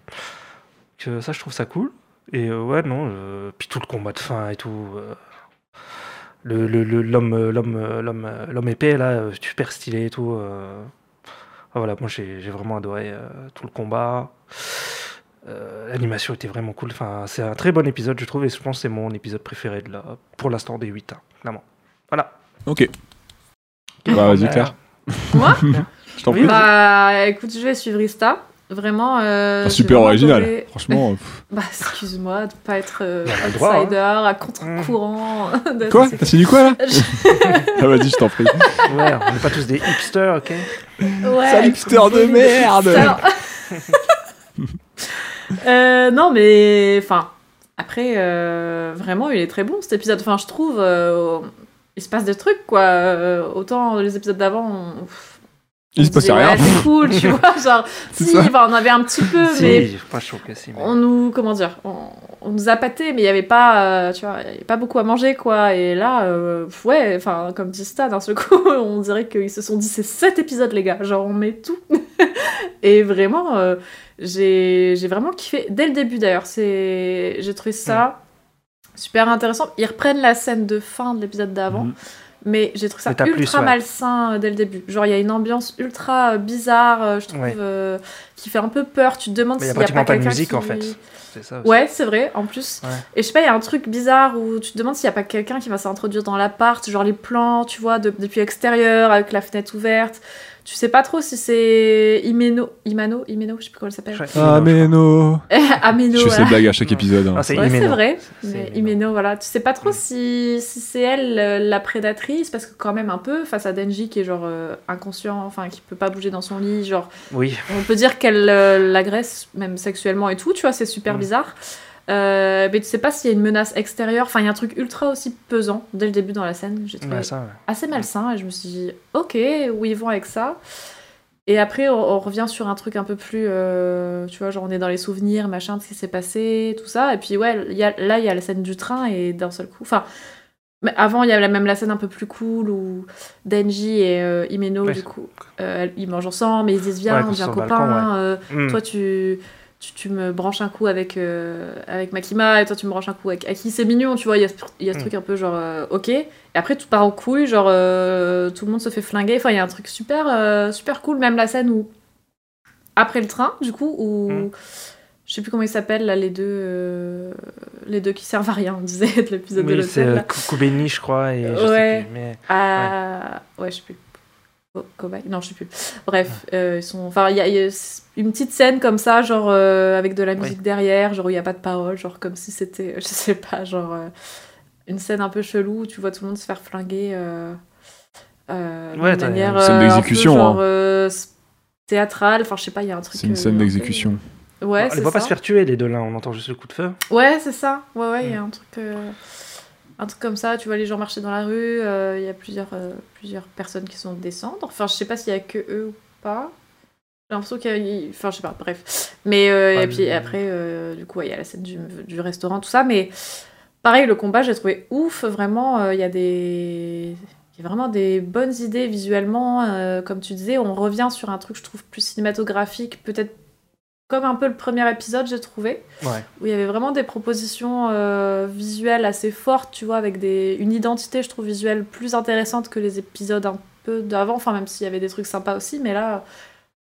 S1: Que ça, je trouve ça cool. Et euh, ouais, non. euh, puis tout le combat de fin et tout. euh, le- le- le- L'homme euh, l'homme euh, l'homme euh, l'homme épais, là, euh, super stylé et tout. euh. Ah, voilà, moi, j'ai j'ai vraiment adoré euh, tout le combat. Euh, L'animation était vraiment cool. Enfin, c'est un très bon épisode, je trouve, et je pense que c'est mon épisode préféré de la, pour l'instant des 8, hein, clairement. Voilà.
S3: Ok. Bah, vas-y, Claire.
S4: Moi
S3: Je t'en
S1: Oui, vas-y.
S3: prie.
S4: Bah, écoute, je vais suivre Ista. Vraiment.
S1: bah,
S4: euh,
S3: Enfin,
S4: j'ai
S3: super
S4: vraiment
S3: original.
S4: adoré.
S3: Franchement, euh, pff.
S4: Bah, excuse-moi de pas être euh,
S1: Mais on a Bah, le
S4: outsider,
S1: droit, hein. Mm.
S4: à contre-courant. de-
S3: quoi T'as signé quoi là Ah, vas-y, je t'en prie.
S1: Ouais, on n'est pas tous des hipsters, ok
S4: ouais,
S3: Sale hipster de
S4: désolé,
S3: merde.
S4: hipster. Euh, non, mais enfin, après, euh, vraiment, il est très bon cet épisode. Enfin, je trouve, euh, il se passe des trucs quoi. Euh, autant les épisodes d'avant, on- pff,
S7: Il
S4: on
S7: se passait
S4: disait,
S7: rien.
S4: ouais, C'est cool, tu vois. Genre,
S7: C'est
S4: si,
S7: ça.
S4: enfin, on avait un petit peu, mais
S1: Si, moi, je trouve que si, mais-
S4: on nous, comment dire, on, on nous a pâté, mais il y avait pas, euh, tu vois, il y avait pas beaucoup à manger quoi. Et là, euh, pff, ouais, enfin, comme dit Stan, d'un seul coup, on dirait qu'ils se sont dit, c'est sept épisodes les gars. Genre, on met tout. Et vraiment, euh, j'ai j'ai vraiment kiffé. Dès le début d'ailleurs, c'est j'ai trouvé ça super intéressant. Ils reprennent la scène de fin de l'épisode d'avant,
S3: Mhm.
S4: mais j'ai trouvé ça
S1: Mais t'as
S4: ultra
S1: plus, ouais.
S4: malsain euh, dès le début. Genre, il y a une ambiance ultra euh, bizarre, euh, je trouve,
S1: Ouais.
S4: euh, qui fait un peu peur. Tu te demandes
S1: Mais il
S4: s'il
S1: n'y
S4: y
S1: a pratiquement pas de
S4: quelqu'un
S1: musique en
S4: qui-
S1: fait. C'est ça aussi.
S4: Ouais, c'est vrai, en plus.
S1: Ouais.
S4: Et je sais pas, il y a un truc bizarre où tu te demandes s'il y a pas quelqu'un qui va s'introduire dans l'appart, genre les plans, tu vois, de- depuis l'extérieur, avec la fenêtre ouverte. Tu sais pas trop si c'est Imeno, Imano, Imeno, je sais plus comment elle s'appelle.
S1: Je-
S7: Ah, mais non
S4: Ameno,
S7: Je fais
S4: voilà.
S7: ces blagues à chaque
S1: Non.
S7: épisode. hein.
S1: Ah, c'est
S4: Ouais, c'est
S1: Imeno.
S4: vrai.
S1: C'est
S4: Mais
S1: Imeno.
S4: Imeno, voilà. Tu sais pas trop
S1: Mm.
S4: si, si c'est elle euh, la prédatrice, parce que quand même un peu, face à Denji qui est genre euh, inconscient, enfin qui peut pas bouger dans son lit, genre
S1: Oui,
S4: on peut dire qu'elle euh, l'agresse même sexuellement et tout, tu vois, c'est super
S1: Mm.
S4: bizarre. Euh, mais tu sais pas s'il y a une menace extérieure, enfin il y a un truc ultra aussi pesant dès le début dans la scène, j'ai trouvé
S1: bah, ça, ouais.
S4: assez malsain et je me suis dit ok où ils vont avec ça et après on, on revient sur un truc un peu plus euh, tu vois genre on est dans les souvenirs machin de ce qui s'est passé tout ça et puis ouais il y a- là il y a la scène du train et d'un seul coup enfin mais avant il y avait même la scène un peu plus cool où Denji et euh, Himeno
S1: Ouais.
S4: du coup euh, ils mangent ensemble et ils disent viens
S1: Ouais,
S4: on
S1: quand ils
S4: devient
S1: sont sur le
S4: copains
S1: balcon,
S4: euh,
S1: Mm.
S4: toi tu, tu, tu me branches un coup avec, euh, avec Makima et toi tu me branches un coup avec Aki, c'est mignon, tu vois, il y a, ce- il y a ce
S1: Mm.
S4: truc un peu genre euh, ok, et après tout part en couille, genre euh, tout le monde se fait flinguer, enfin il y a un truc super, euh, super cool, même la scène où, après le train du coup, où...
S1: Mm.
S4: Je sais plus comment ils s'appellent là, les deux, euh, les deux qui servent à rien, on disait de l'épisode de
S1: Oui, c'est
S4: l'hôtel.
S1: euh,
S4: là.
S1: Kou- Koubeni, je crois. Et je
S4: Ouais.
S1: sais plus, mais...
S4: Ah, ouais. je sais plus. Oh, cobaye Non, je sais plus. Bref, euh, ils sont. Enfin, il y, a- il y a une petite scène comme ça, genre euh, avec de la musique derrière, genre où il n'y a pas de parole, genre comme si c'était, je sais pas, genre euh, une scène un peu chelou où tu vois tout le monde se faire flinguer. Euh, euh, d'une
S1: Ouais, t'as une
S4: manière,
S7: scène
S4: euh, un peu
S7: d'exécution,
S4: genre,
S7: hein.
S4: euh, s- théâtrale. Enfin, je sais pas, il y a un truc.
S7: C'est une
S4: euh,
S7: scène
S4: un peu-
S7: d'exécution.
S4: Ouais,
S1: on Ah, les
S4: c'est
S1: voit pas
S4: ça.
S1: se faire tuer, les deux là. On entend juste le coup de feu.
S4: Ouais, c'est ça. Ouais, ouais, il y a un truc, euh, un truc comme ça. Tu vois les gens marcher dans la rue. euh, Il y a plusieurs, euh, plusieurs personnes qui sont descendre. Enfin, je sais pas s'il y a que eux ou pas. J'ai l'impression qu'il y a. Enfin, je sais pas, bref. Mais euh,
S1: Ouais,
S4: et puis
S1: mais-
S4: après, euh, du coup, ouais, il y a la scène du, du restaurant, tout ça. Mais pareil, le combat, j'ai trouvé ouf. Vraiment, euh, il y a des. Il y a vraiment des bonnes idées visuellement. euh, comme tu disais, on revient sur un truc, je trouve, plus cinématographique. Peut-être comme un peu le premier épisode, j'ai trouvé
S1: Ouais.
S4: où il y avait vraiment des propositions euh, visuelles assez fortes, tu vois, avec des, une identité, je trouve, visuelle plus intéressante que les épisodes un peu d'avant, enfin, même s'il y avait des trucs sympas aussi, mais là,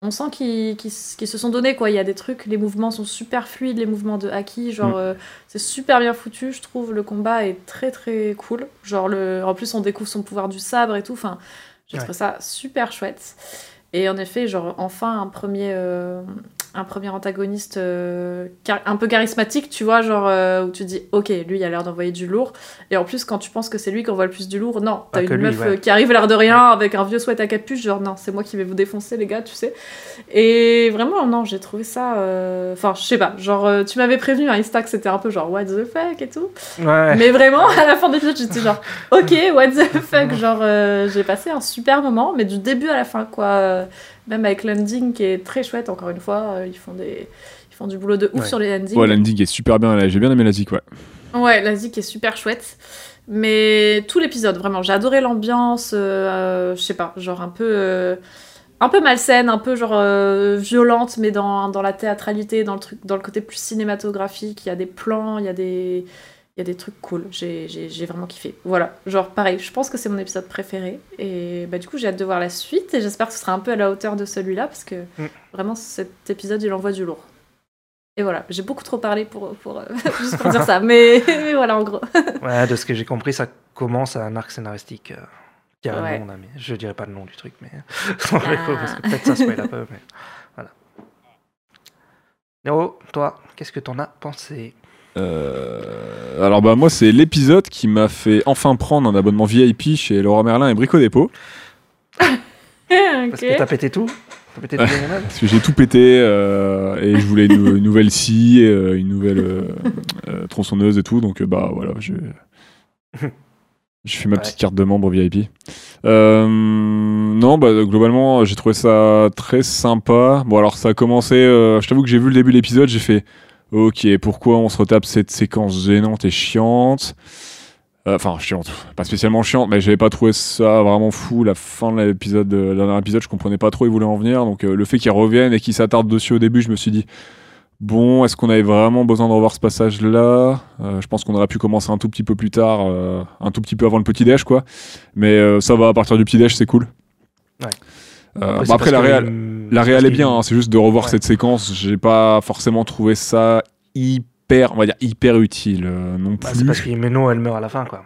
S4: on sent qu'ils qu'ils s- qu'ils se sont donnés, quoi. Il y a des trucs, les mouvements sont super fluides, les mouvements de Haki, genre,
S3: Mm.
S4: euh, c'est super bien foutu, je trouve, le combat est très très cool. Genre, le, en plus, on découvre son pouvoir du sabre et tout, enfin, j'ai
S1: Ouais.
S4: trouvé ça super chouette. Et en effet, genre, enfin, un premier. euh, un premier antagoniste euh, char- un peu charismatique, tu vois, genre euh, où tu dis ok, lui il a l'air d'envoyer du lourd. Et en plus, quand tu penses que c'est lui qui envoie le plus du lourd, non,
S1: Pas
S4: t'as
S1: que
S4: une
S1: lui,
S4: meuf
S1: ouais.
S4: euh, qui arrive l'air de rien avec un vieux sweat à capuche, genre non, c'est moi qui vais vous défoncer les gars, tu sais. Et vraiment, non, j'ai trouvé ça. euh, Enfin, je sais pas, genre euh, tu m'avais prévenu à Insta que c'était un peu genre what the fuck et tout.
S1: Ouais.
S4: Mais vraiment, à la fin de l'épisode, j'étais genre, ok, what the fuck, genre, euh, j'ai passé un super moment, mais du début à la fin, quoi. Euh, Même avec l'ending qui est très chouette, encore une fois, euh, ils font des, ils font du boulot de ouf
S1: Ouais.
S4: sur les endings.
S3: Ouais, l'ending est super bien. là. J'ai bien aimé la zik, ouais.
S4: Ouais, l'Asie qui est super chouette. Mais tout l'épisode, vraiment, j'ai adoré l'ambiance, euh, je sais pas, genre un peu, euh, un peu malsaine, un peu genre euh, violente, mais dans, dans la théâtralité, dans le truc, dans le côté plus cinématographique. Il y a des plans, il y a des, il y a des trucs cool. J'ai, j'ai- j'ai vraiment kiffé. Voilà, genre pareil, je pense que c'est mon épisode préféré. Et bah du coup, j'ai hâte de voir la suite et j'espère que ce sera un peu à la hauteur de celui-là parce que
S1: Mm.
S4: vraiment cet épisode, il envoie du lourd. Et voilà, j'ai beaucoup trop parlé pour, pour, euh, juste pour dire ça, mais, mais voilà en gros.
S1: Ouais, de ce que j'ai compris, ça commence à un arc scénaristique. euh, qui a un
S4: Ouais. Ah.
S1: nom, là, mais je dirais pas le nom du truc, mais. Parce que peut-être ça spoil un peu, mais. Voilà. Nero, toi, qu'est-ce que t'en as pensé
S3: Euh, alors bah moi c'est l'épisode qui m'a fait enfin prendre un abonnement VIP chez Laura Merlin et Brico Dépôt.
S4: ok.
S1: Parce que t'as pété tout T'as pété des guirlandes
S3: Parce que j'ai tout pété euh, et je voulais une, une nouvelle scie, euh, une nouvelle euh, euh, tronçonneuse et tout. Donc euh, bah voilà, je, je fais ma
S1: Ouais.
S3: petite carte de membre VIP. Euh, non, bah globalement, j'ai trouvé ça très sympa. Bon alors ça a commencé, euh, je t'avoue que j'ai vu le début de l'épisode, j'ai fait ok, pourquoi on se retape cette séquence gênante et chiante Euh, Enfin, chiante, pas spécialement chiante, mais j'avais pas trouvé ça vraiment fou. La fin de l'épisode, de- le dernier épisode, je comprenais pas trop où ils voulaient en venir. Donc, euh, le fait qu'ils reviennent et qu'ils s'attardent dessus au début, je me suis dit, bon, est-ce qu'on avait vraiment besoin de revoir ce passage-là Euh, Je pense qu'on aurait pu commencer un tout petit peu plus tard, euh, un tout petit peu avant le petit déj, quoi. Mais euh, ça va, à partir du petit déj, c'est cool.
S1: Ouais.
S3: Euh,
S1: Ouais, c'est
S3: bah,
S1: parce
S3: après, la
S1: que
S3: réal,
S1: le-
S3: la
S1: parce
S3: réal est
S1: qu'il-
S3: bien, hein, c'est juste de revoir
S1: Ouais.
S3: cette séquence. J'ai pas forcément trouvé ça hyper, on va dire hyper utile euh, non
S1: Bah,
S3: plus.
S1: c'est parce qu'Imeno, elle meurt à la fin, quoi.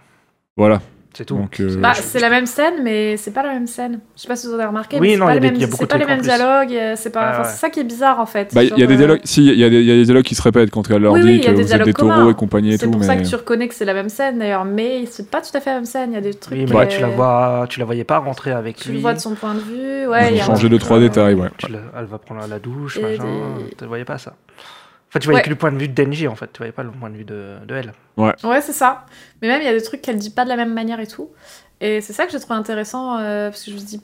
S3: Voilà.
S1: C'est tout.
S3: Donc, euh,
S4: Bah, c'est la même scène, mais c'est pas la même scène. Je sais pas si vous avez remarqué,
S1: Oui,
S4: mais c'est
S1: non,
S4: pas
S1: il y a
S4: les
S1: des-
S4: mêmes-
S1: il y a beaucoup
S4: c'est
S1: de
S4: pas les
S1: trucs en
S4: mêmes
S1: plus.
S4: dialogues. euh, C'est pas.
S1: Ah,
S4: enfin,
S1: ouais.
S4: c'est ça qui est bizarre en fait.
S3: Bah, il y a
S4: Genre,
S3: des
S4: euh,
S3: dialogues, si, il y, a des- il y a des dialogues qui se répètent quand elle leur
S4: Oui,
S3: dit
S4: oui, il
S3: que
S4: y a des
S3: vous êtes
S4: dialogues
S3: des taureaux
S4: communs.
S3: et compagnie et
S4: C'est
S3: tout.
S4: pour
S3: mais...
S4: ça que tu reconnais que c'est la même scène d'ailleurs, mais c'est pas tout à fait la même scène. Il y a des trucs.
S1: Oui, mais là,
S4: euh,
S1: tu la vois, tu la voyais pas rentrer avec
S4: tu
S1: lui.
S4: le vois de son point de vue.
S3: Ils
S4: Ouais,
S3: ont
S4: il y a un-
S3: changé deux, trois
S1: Euh,
S3: détails, ouais.
S1: tu la- elle va prendre la douche,
S4: Et
S1: machin.
S4: des-
S1: Tu ne voyais pas ça. Enfin, tu voyais
S4: Ouais.
S1: que le point de vue de Denji, en fait. Tu voyais pas le point de vue de, de elle.
S4: Ouais, c'est ça. Mais même, il y a des trucs qu'elle dit pas de la même manière et tout. Et c'est ça que j'ai trouvé intéressant, euh, parce que je me dis,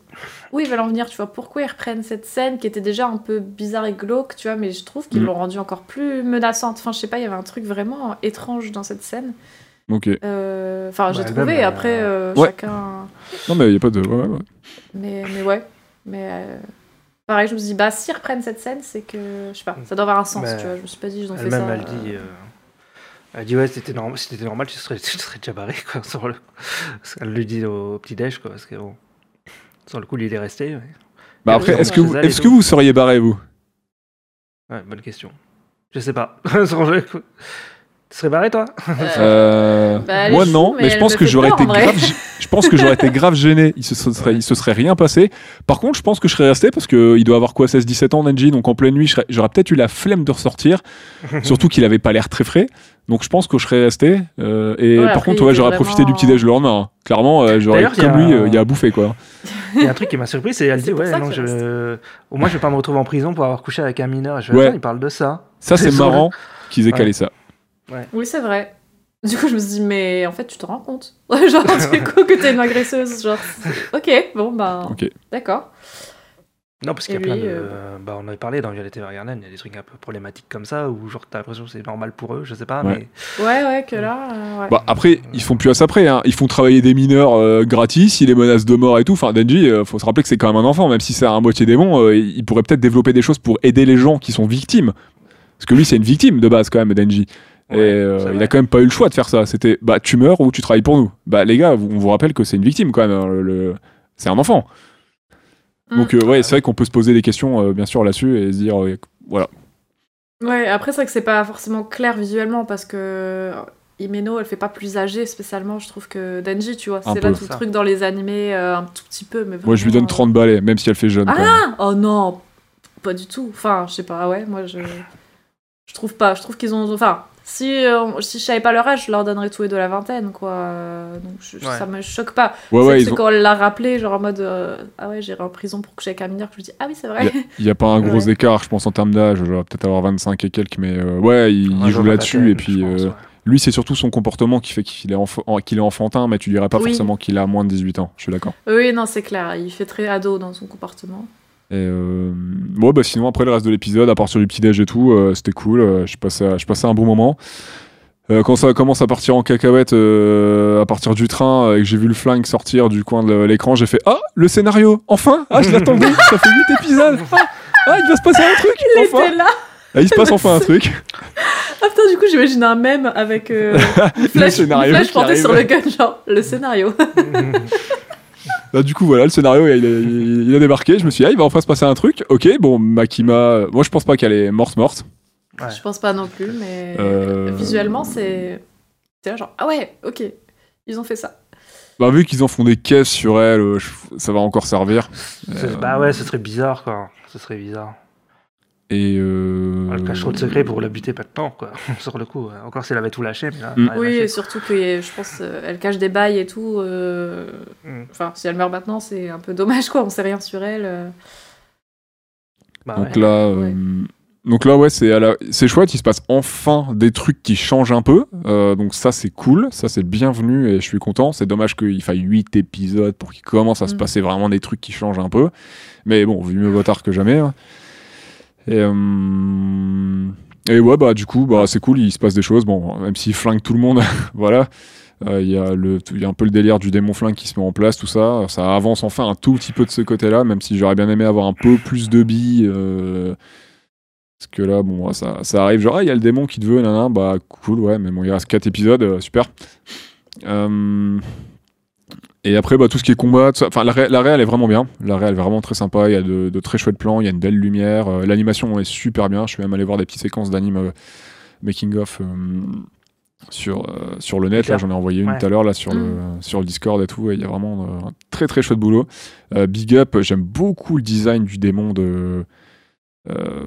S4: où ils veulent en venir, tu vois, pourquoi ils reprennent cette scène qui était déjà un peu bizarre et glauque, tu vois, mais je trouve qu'ils
S3: Mm.
S4: l'ont rendue encore plus menaçante. Enfin, je sais pas, il y avait un truc vraiment étrange dans cette scène.
S3: Ok.
S4: Euh, Enfin, j'ai
S1: Bah,
S4: trouvé,
S1: elle-même, elle
S4: après,
S1: a-
S4: euh,
S3: Ouais.
S4: chacun.
S3: Non, mais il n'y a pas de. ouais, ouais, Bah, ouais.
S4: Mais, mais ouais. Mais euh, pareil, je me dis, bah, s'ils reprennent cette scène, c'est que, je sais pas, ça doit avoir un sens,
S1: Mm. Mais
S4: tu vois. Je me suis pas dit, ils ont fait ça.
S1: Elle-même, elle
S4: euh,
S1: dit. euh, Elle dit, ouais, c'était normal, si c'était normal, tu serais, tu serais déjà barré, quoi. Sur le... parce qu'elle lui dit au petit-déj, quoi. Parce que, bon. Sur le coup, il est resté. Ouais,
S3: Bah après,
S4: raison,
S3: est-ce que,
S1: ouais.
S3: vous- est-ce que vous seriez barré, vous
S1: Ouais, bonne question. Je sais pas. Sur le coup. Tu serais barré, toi
S3: Euh,
S4: Bah, elle
S3: Moi,
S4: est
S3: non,
S4: fou, mais
S3: mais, je
S4: elle
S3: pense
S4: me
S3: que
S4: fait
S3: j'aurais
S4: peur,
S3: été
S4: en vrai.
S3: grave. gê- Je pense que j'aurais été grave gêné. Il se se serait,
S1: Ouais.
S3: il se serait rien passé. Par contre, je pense que je serais resté parce que euh, il doit avoir quoi, 16-17 ans, Nenji. Donc en pleine nuit, je serais- j'aurais peut-être eu la flemme de ressortir. Surtout qu'il avait pas l'air très frais. Donc je pense que je serais resté. Euh, et
S4: Ouais,
S3: par
S4: après,
S3: contre,
S4: il
S3: ouais,
S4: était
S3: j'aurais profité du
S4: vraiment-
S3: petit déj le lendemain. hein. Clairement, euh, j'aurais
S1: D'ailleurs, il y
S3: comme
S1: a-
S3: lui, euh, il y a à bouffer quoi.
S1: Il y a un truc qui m'a surpris, c'est elle
S4: C'est
S1: dit
S4: pour
S1: ouais
S4: ça
S1: non
S4: que ça
S1: je au moins je vais pas me retrouver en prison pour avoir couché avec un mineur. Et Je fais,
S3: Ouais.
S1: attends, il parle de ça.
S3: Ça, c'est
S1: C'est
S3: marrant qu'ils aient
S1: Ouais.
S3: calé ça.
S4: Oui, c'est vrai. Du coup, je me suis dit, mais en fait, tu te rends compte. Ouais, genre, du coup, que t'es une agresseuse. Genre, c'est- ok, bon, bah.
S3: Ok.
S4: D'accord.
S1: Non parce qu'il y a
S4: Et
S1: plein
S4: lui,
S1: de
S4: euh,
S1: bah on avait parlé dans Violet Evergarden, il y a des trucs un peu problématiques comme ça où genre t'as l'impression que c'est normal pour eux, je sais pas
S3: Ouais.
S1: mais
S4: Ouais, ouais, que là. euh, ouais.
S3: Bah, après, ils font plus à ça après. Hein. Ils font travailler des mineurs euh, gratis, il les menaces de mort et tout. Enfin, Denji, euh, faut se rappeler que c'est quand même un enfant, même si c'est un moitié démon, euh, il pourrait peut-être développer des choses pour aider les gens qui sont victimes. Parce que lui, c'est une victime de base quand même, Denji.
S1: Ouais,
S3: et euh,
S1: c'est
S3: il
S1: vrai.
S3: a quand même pas eu le choix de faire ça. C'était bah tu meurs ou tu travailles pour nous. Bah les gars, vous- on vous rappelle que c'est une victime quand même. hein, le- le- C'est un enfant.
S4: Mm.
S3: Donc euh, ouais, c'est vrai qu'on peut se poser des questions euh, bien sûr là-dessus et se dire euh, voilà.
S4: Ouais, après, c'est vrai que c'est pas forcément clair visuellement parce que. euh, Imeno, elle fait pas plus âgée spécialement, je trouve, que Denji, tu vois.
S3: Un
S4: C'est là
S3: peu.
S4: tout le
S1: Ça.
S4: truc dans les animés, euh, un tout petit peu, mais
S3: Moi je lui donne
S4: vraiment,
S3: 30
S4: euh,
S3: balais, même si elle fait jeune.
S4: Mm. Ah
S3: quand même.
S4: euh, Oh non, pas du tout. Enfin, je sais pas, ouais, moi, je. Je trouve pas. Je trouve qu'ils ont. Enfin, si, euh, si je savais pas leur âge, je leur donnerais tout et de la vingtaine, quoi. Euh, Donc, je-
S1: Ouais.
S4: ça me choque pas.
S3: ouais
S4: C'est
S3: ouais,
S4: que
S3: ils
S4: c'est
S3: ont-
S4: quand elle l'a rappelé, genre en mode euh, Ah ouais, j'irai en prison pour coucher avec un mineur, que je lui dis Ah oui, c'est vrai.
S3: Il n'y a pas un gros
S1: Ouais.
S3: écart, je pense, en termes d'âge. Je vais peut-être avoir 25 et quelques, mais euh, ouais, il, il
S1: un
S3: joue
S1: jour,
S3: là-dessus.
S1: la
S3: Et puis,
S1: je pense,
S3: euh,
S1: ouais.
S3: lui, c'est surtout son comportement qui fait qu'il est, enf- en- qu'il est enfantin, mais tu dirais pas
S4: Oui.
S3: forcément qu'il a moins de 18 ans. Je suis d'accord.
S4: Oui, non, c'est clair, il fait très ado dans son comportement.
S3: Et euh, ouais, bah sinon, après le reste de l'épisode, à partir du petit-déj et tout, euh, c'était cool. euh, je, passais, je passais un bon moment. Euh, quand ça commence à partir en cacahuète, euh, à partir du train, euh, et que j'ai vu le flingue sortir du coin de l'écran, j'ai fait Ah, le scénario Enfin Ah, je l'attendais Ça fait 8 épisodes ah, ah, il va se passer un truc
S4: Il
S3: enfin.
S4: était là
S3: Ah, Il se passe enfin un truc
S4: Ah putain, du coup, j'imagine un mème avec euh, une
S3: Le
S4: flash, une
S3: scénario
S4: flash
S3: qui
S4: portée
S3: arrive.
S4: sur le gun, genre le scénario.
S3: Bah, du coup, voilà, le scénario, il a, il- il a débarqué. Je me suis dit, ah, il va enfin se passer un truc. Ok, bon, Makima, euh, moi, je pense pas qu'elle est morte-morte.
S1: Ouais.
S4: Je pense pas non plus, mais
S3: Euh,
S4: visuellement, c'est. C'est là, genre Ah ouais, ok, ils ont fait ça.
S3: Bah, vu qu'ils en font des caisses sur elle, euh, je- ça va encore servir.
S1: C'est- Bah ouais, ce serait bizarre quoi. Ce serait bizarre.
S3: Et. euh,
S1: Elle cache trop Ah, de secrets pour la buter pas de temps quoi. Sur le coup, ouais. encore si elle avait tout lâché mais là.
S3: Mm.
S1: elle a
S4: Oui,
S1: lâché.
S4: et surtout que je pense euh, elle cache des bails et tout. euh,
S1: Mm.
S4: Enfin, si elle meurt maintenant, c'est un peu dommage, quoi. On sait rien sur elle. euh.
S1: Bah
S3: donc
S1: ouais.
S3: là, euh,
S4: Ouais.
S3: donc là, ouais, c'est à la- c'est chouette. Il se passe enfin des trucs qui changent un peu. Euh, donc ça, c'est cool. Ça, c'est le bienvenu et je suis content. C'est dommage qu'il faille 8 épisodes pour qu'il commence à se
S4: Mm.
S3: passer vraiment des trucs qui changent un peu. Mais bon, vu mieux vaut tard que jamais. hein. Et, euh, et ouais, bah du coup, bah c'est cool. Il se passe des choses. Bon, même s'il flingue tout le monde, voilà. Euh, Il y a le- il y a un peu le délire du démon flingue qui se met en place, tout ça. Ça avance enfin un tout petit peu de ce côté-là, même si j'aurais bien aimé avoir un peu plus de billes. euh, parce que là, bon, ça, ça arrive. Genre, Ah, il y a le démon qui te veut, nanana. Bah, cool, ouais, mais bon, il reste 4 épisodes, euh, super. Euh, et après, bah, tout ce qui est combat, tout ça. Enfin, la, ré- la réal est vraiment bien. La réal est vraiment très sympa. Il y a de, de très chouettes plans, il y a une belle lumière. euh, L'animation est super bien. Je suis même allé voir des petites séquences d'anime euh, making-of. euh, sur, euh, sur le net, là
S1: Super.
S3: j'en ai envoyé une
S1: Ouais.
S3: tout à l'heure là sur, le, sur le Discord et tout, et il y a vraiment euh, un très très chouette boulot. Euh, big up, j'aime beaucoup le design du démon de. euh,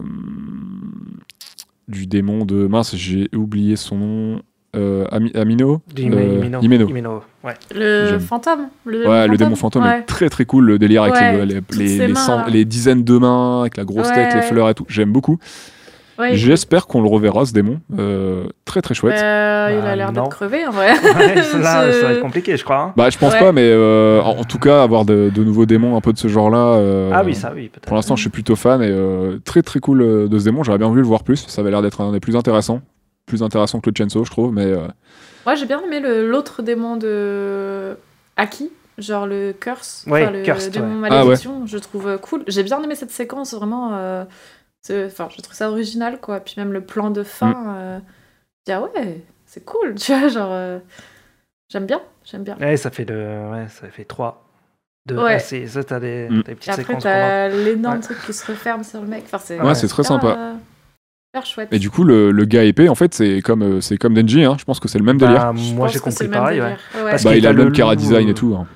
S3: du démon de. Mince, j'ai oublié son nom. Euh, Ami- Amino Euh,
S1: Imeno.
S3: Imeno.
S1: Imeno, ouais.
S4: Le
S3: J'aime.
S4: fantôme. Le
S3: Ouais, le démon fantôme
S4: Ouais.
S3: est très très cool. Le délire avec
S4: Ouais,
S3: les,
S4: toutes
S3: les-
S4: ses
S3: les
S4: mains,
S3: cent-
S4: là.
S3: les dizaines de mains, avec la grosse tête,
S4: Ouais.
S3: les fleurs et tout. J'aime beaucoup.
S4: Ouais, il-
S3: J'espère qu'on le reverra ce démon. Euh, très très chouette.
S4: Euh, il
S1: Bah,
S4: a l'air
S1: non.
S4: d'être crevé en vrai.
S1: Ouais, là,
S4: Je-
S1: ça va être compliqué, je crois. hein.
S3: Bah, je pense
S4: Ouais.
S3: pas, mais euh, en, en tout cas, avoir de, de nouveaux démons un peu de ce genre-là. euh,
S1: ah oui, ça, oui, peut-être.
S3: Pour l'instant, je suis plutôt fan et euh, très très cool euh, de ce démon. J'aurais bien voulu le voir plus. Ça avait l'air d'être un des plus intéressants. Plus intéressant que le Chenso, je trouve, mais euh,
S4: Moi j'ai bien aimé le- l'autre démon de Aki, genre le curse,
S1: Ouais,
S4: enfin, le
S1: cursed,
S4: démon
S1: ouais.
S4: malédiction. Je trouve euh, cool. J'ai bien aimé cette séquence vraiment. euh, c'est- Enfin, je trouve ça original quoi. Puis même le plan de fin.
S1: Mm.
S4: euh, je dis, ah ouais, c'est cool. Tu vois, genre euh, j'aime bien, j'aime bien.
S1: Ouais, ça fait le... ouais, ça fait 3, 2,
S4: Ouais.
S1: c'est ça, t'as des,
S3: Mm.
S1: t'as des petites
S4: Et après
S1: séquences communes.
S4: t'as l'énorme
S1: Ouais.
S4: truc qui se referme sur le mec. Enfin, c'est
S3: ouais, c'est très
S4: hyper,
S3: sympa.
S4: euh, hyper chouette.
S3: Et du coup, le, le gars épée, en fait, c'est comme, euh, c'est comme Denji. Hein. Je pense que c'est le même délire.
S1: Bah,
S4: Je
S1: moi,
S4: pense
S1: j'ai
S4: que
S1: compris
S4: c'est le même
S1: pareil. ouais.
S4: délire. Ouais.
S1: Parce
S3: bah,
S1: qu'il
S3: il a
S1: a
S3: le même
S1: loup,
S3: cara design
S1: euh,
S3: et tout. hein.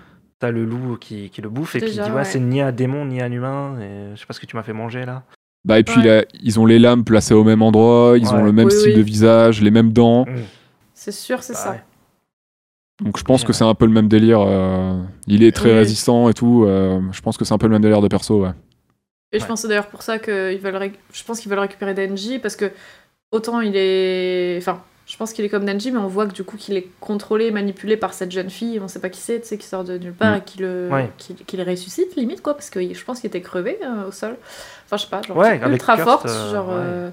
S1: T'as le loup qui, qui le bouffe et puis il
S4: Déjà,
S1: dit ouais,
S4: ouais.
S1: c'est ni un démon ni un humain. Et je sais pas ce que tu m'as fait manger là.
S3: Bah, et puis,
S4: ouais.
S3: là, ils ont les lames placées au même endroit, ils ont
S1: Ouais.
S3: le même
S4: Oui,
S3: style
S4: oui.
S3: de visage, les mêmes dents.
S4: C'est sûr, c'est
S1: Mmh. Bah
S4: ça.
S1: ouais.
S3: Donc, je pense
S1: Bien,
S3: que c'est un peu le même délire. euh, Il est très
S4: Oui.
S3: résistant et tout. euh, Je pense que c'est un peu le même délire de perso, ouais.
S4: Et je
S1: Ouais.
S4: pense que c'est d'ailleurs pour ça qu'ils veulent, réc- je pense qu'ils veulent récupérer Denji parce que autant il est, enfin, je pense qu'il est comme Denji, mais on voit que du coup qu'il est contrôlé, et manipulé par cette jeune fille, on sait pas qui c'est, tu sais, qui sort de nulle part
S3: Mm.
S4: et qui le,
S1: Ouais.
S4: qui, qui le ressuscite limite quoi, parce que je pense qu'il était crevé euh, au sol. Enfin, je sais pas, genre
S1: Ouais,
S4: qui est
S1: avec
S4: ultra
S1: Kirst,
S4: forte,
S1: euh,
S4: genre.
S1: ouais. Mm.
S4: euh,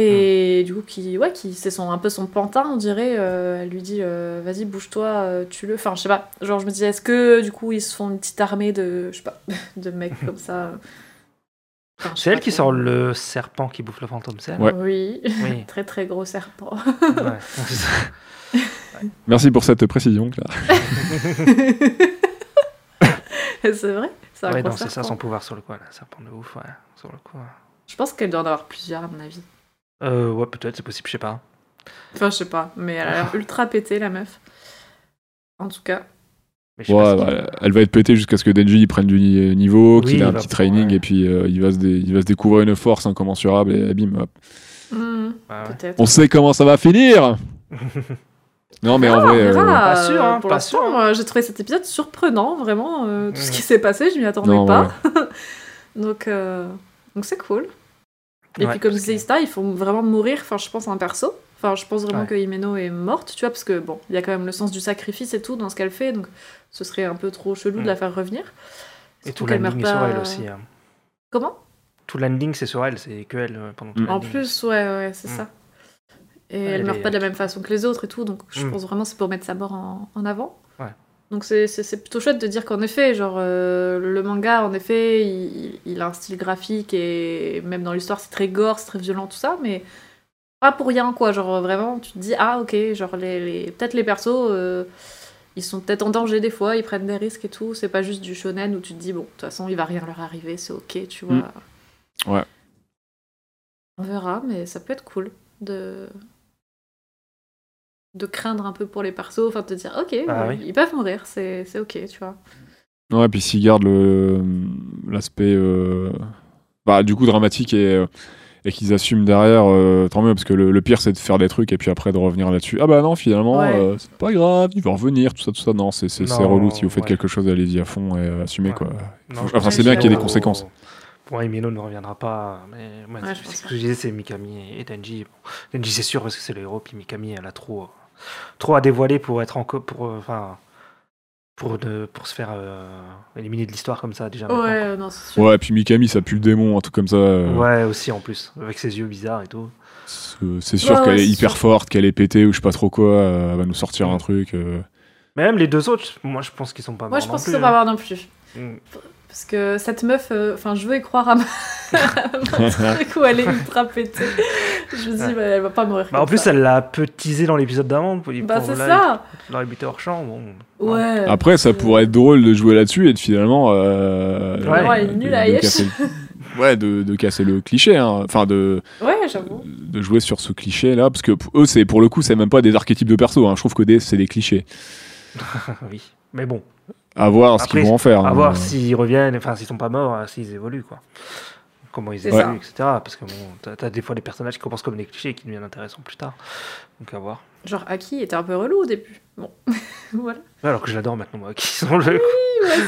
S4: Et du coup, qui, ouais, qui, c'est son, un peu son pantin, on dirait. euh, elle lui dit, euh, vas-y, bouge-toi, euh, tue-le. Enfin, je sais pas. Genre, je me disais, est-ce que du coup, ils se font une petite armée de, je sais pas, de mecs comme ça euh, Enfin, je sais
S1: C'est elle
S4: pas
S1: qui
S4: trop.
S1: sort le serpent qui bouffe le fantôme, c'est elle
S3: Ouais.
S4: Oui,
S1: Oui.
S4: très très gros serpent.
S1: Ouais.
S3: Merci pour cette précision, Claire.
S1: Ah,
S4: c'est vrai C'est un
S1: Ouais,
S4: gros
S1: non, c'est ça
S4: serpent.
S1: son pouvoir sur le coup, là. Serpent de ouf, ouais. Sur le coup. ouais.
S4: Je pense qu'elle doit en avoir plusieurs, à mon avis.
S1: Euh, ouais, peut-être, c'est possible, je sais pas.
S4: Enfin, je sais pas, mais elle a
S1: Ah.
S4: l'air ultra pétée, la meuf. En tout cas.
S1: Mais je sais pas
S3: Ouais,
S1: si-
S3: bah, elle va être pétée jusqu'à ce que Denji il prenne du ni- euh, niveau,
S1: Oui,
S3: qu'il ait un
S1: il va
S3: petit
S1: prendre,
S3: training
S1: ouais.
S3: et puis euh, il, va se dé- il va se découvrir une force incommensurable et bim. hop.
S4: hmm,
S1: Ouais, ouais.
S4: Peut-être.
S3: On sait comment ça va finir Non, mais en
S4: Ah, on
S3: vrai. euh,
S4: verra,
S1: Pas sûr, hein,
S4: euh, pour
S1: pas
S4: l'instant,
S1: sûr.
S4: moi, j'ai trouvé cet épisode surprenant, vraiment. euh, tout ce
S1: Mm.
S4: qui s'est passé, je m'y attendais
S3: non,
S4: pas.
S3: voilà.
S4: Donc, euh, donc c'est cool. Et
S1: Ouais,
S4: puis comme
S1: parce
S4: disait
S1: que-
S4: Ista, il faut vraiment mourir, enfin je pense à un perso. Enfin je pense vraiment
S1: Ouais.
S4: que Himeno est morte, tu vois, parce que bon, il y a quand même le sens du sacrifice et tout dans ce qu'elle fait, donc ce serait un peu trop chelou
S1: Mm.
S4: de la faire revenir.
S1: Et
S4: Surtout
S1: tout
S4: qu'elle meurt
S1: l'ending est sur
S4: pas-
S1: elle aussi. hein.
S4: Comment
S1: Tout l'ending, c'est sur elle, c'est que elle euh, pendant tout
S3: Mm.
S4: En
S1: l'ending.
S4: plus, ouais, ouais, c'est
S1: Mm.
S4: ça. Et
S1: Ouais,
S4: elle
S1: elle
S4: meurt
S1: est- euh,
S4: pas de la même façon que les autres et tout, donc je
S1: Mm.
S4: pense vraiment c'est pour mettre sa mort en, en avant.
S1: Ouais.
S4: Donc c'est- c'est c'est plutôt chouette de dire qu'en effet, genre euh, le manga, en effet, il, il a un style graphique et même dans l'histoire c'est très gore, c'est très violent tout ça, mais pas pour rien quoi. Genre vraiment, tu te dis ah ok, genre les, les- peut-être les persos, euh, ils sont peut-être en danger des fois, ils prennent des risques et tout. C'est pas juste du shonen où tu te dis bon de toute façon il va rien leur arriver, c'est ok, tu
S1: Mm.
S4: vois.
S3: Ouais.
S4: On verra, mais ça peut être cool de de craindre un peu pour les persos, enfin de te dire ok,
S1: Ah
S4: ouais,
S1: oui.
S4: ils peuvent mourir, c'est c'est ok, tu vois.
S3: Ouais, puis s'il garde le- l'aspect euh, bah, du coup dramatique et, euh, et qu'ils assument derrière, euh, tant mieux, parce que le, le pire c'est de faire des trucs et puis après de revenir là-dessus. Ah bah non, finalement,
S4: Ouais.
S3: euh, c'est pas grave, il va revenir, tout ça, tout ça. Non, c'est c'est- c'est
S1: Non,
S3: relou si vous faites
S1: ouais.
S3: quelque chose, allez-y à fond et euh, assumez
S1: Ouais.
S3: quoi.
S1: Non,
S3: Enfin,
S1: je pense
S4: c'est bien
S1: que-
S4: qu'il y ait des
S1: pour-
S3: conséquences.
S1: Ouais, Milo ne reviendra pas. Mais moi,
S4: Ouais, je
S1: c'est-
S4: pense
S1: ce
S4: pas.
S1: que je disais, c'est Mikami et Denji. Bon, Denji, c'est sûr parce que c'est le héros. Puis Mikami, elle a trop, euh, trop à dévoiler pour être en co- pour, euh, enfin, pour ne- pour se faire euh, éliminer de l'histoire comme ça déjà.
S4: Ouais,
S1: maintenant, quoi.
S4: euh, non, c'est sûr.
S3: Ouais, et puis Mikami, ça pue le démon, un truc comme ça. euh,
S1: Ouais, aussi en plus, avec ses yeux bizarres et tout.
S3: c'est- C'est sûr
S4: Ouais,
S3: qu'elle
S4: ouais,
S3: est
S4: c'est
S3: hyper
S4: sûr.
S3: forte, qu'elle est pétée ou je sais pas trop quoi, euh, elle va nous sortir un truc. euh.
S1: Mais même les deux autres, moi je pense qu'ils sont pas
S4: Moi,
S1: morts.
S4: je pense que
S1: non
S4: ça
S1: plus,
S4: va avoir non plus.
S1: hein. Mm.
S4: Parce que cette meuf, euh, enfin, je veux y croire à ma- à un truc où elle est ultra pétée. Je me dis,
S1: Ouais.
S4: bah, elle va pas mourir.
S1: Bah, en
S4: comme
S1: plus,
S4: ça.
S1: elle l'a un peu teasé dans l'épisode d'avant. pour-
S4: Bah,
S1: pour-
S4: c'est
S1: là,
S4: ça
S1: Il l'aurait buté hors champ. Bon.
S4: Ouais.
S3: Après, ça
S4: c'est-
S3: pourrait être drôle de jouer là-dessus et de finalement. euh,
S1: Ouais.
S3: euh,
S1: Ouais,
S4: elle est
S3: de-
S4: nulle à
S3: de
S4: Ayesh.
S3: casser le- Ouais, de, de casser le cliché, hein. enfin de,
S1: Ah.
S4: Ouais, j'avoue.
S3: de jouer sur ce cliché là, parce que pour eux, c'est pour le coup, c'est même pas des archétypes de perso, hein. je trouve que des, c'est des clichés.
S1: Ah, oui. Mais bon,
S3: À voir ce qu'ils
S1: Après,
S3: vont en faire.
S1: à
S3: hein.
S1: voir s'ils reviennent, enfin s'ils sont pas morts, hein, s'ils évoluent quoi. Comment ils
S4: C'est
S1: évoluent, etc. Parce que bon, t'as t'as des fois des personnages qui commencent comme des clichés et qui deviennent intéressants plus tard. Donc à voir.
S4: Genre, Aki était un peu relou au début. Bon, voilà.
S1: Mais Alors que je l'adore maintenant, moi, qui sont le.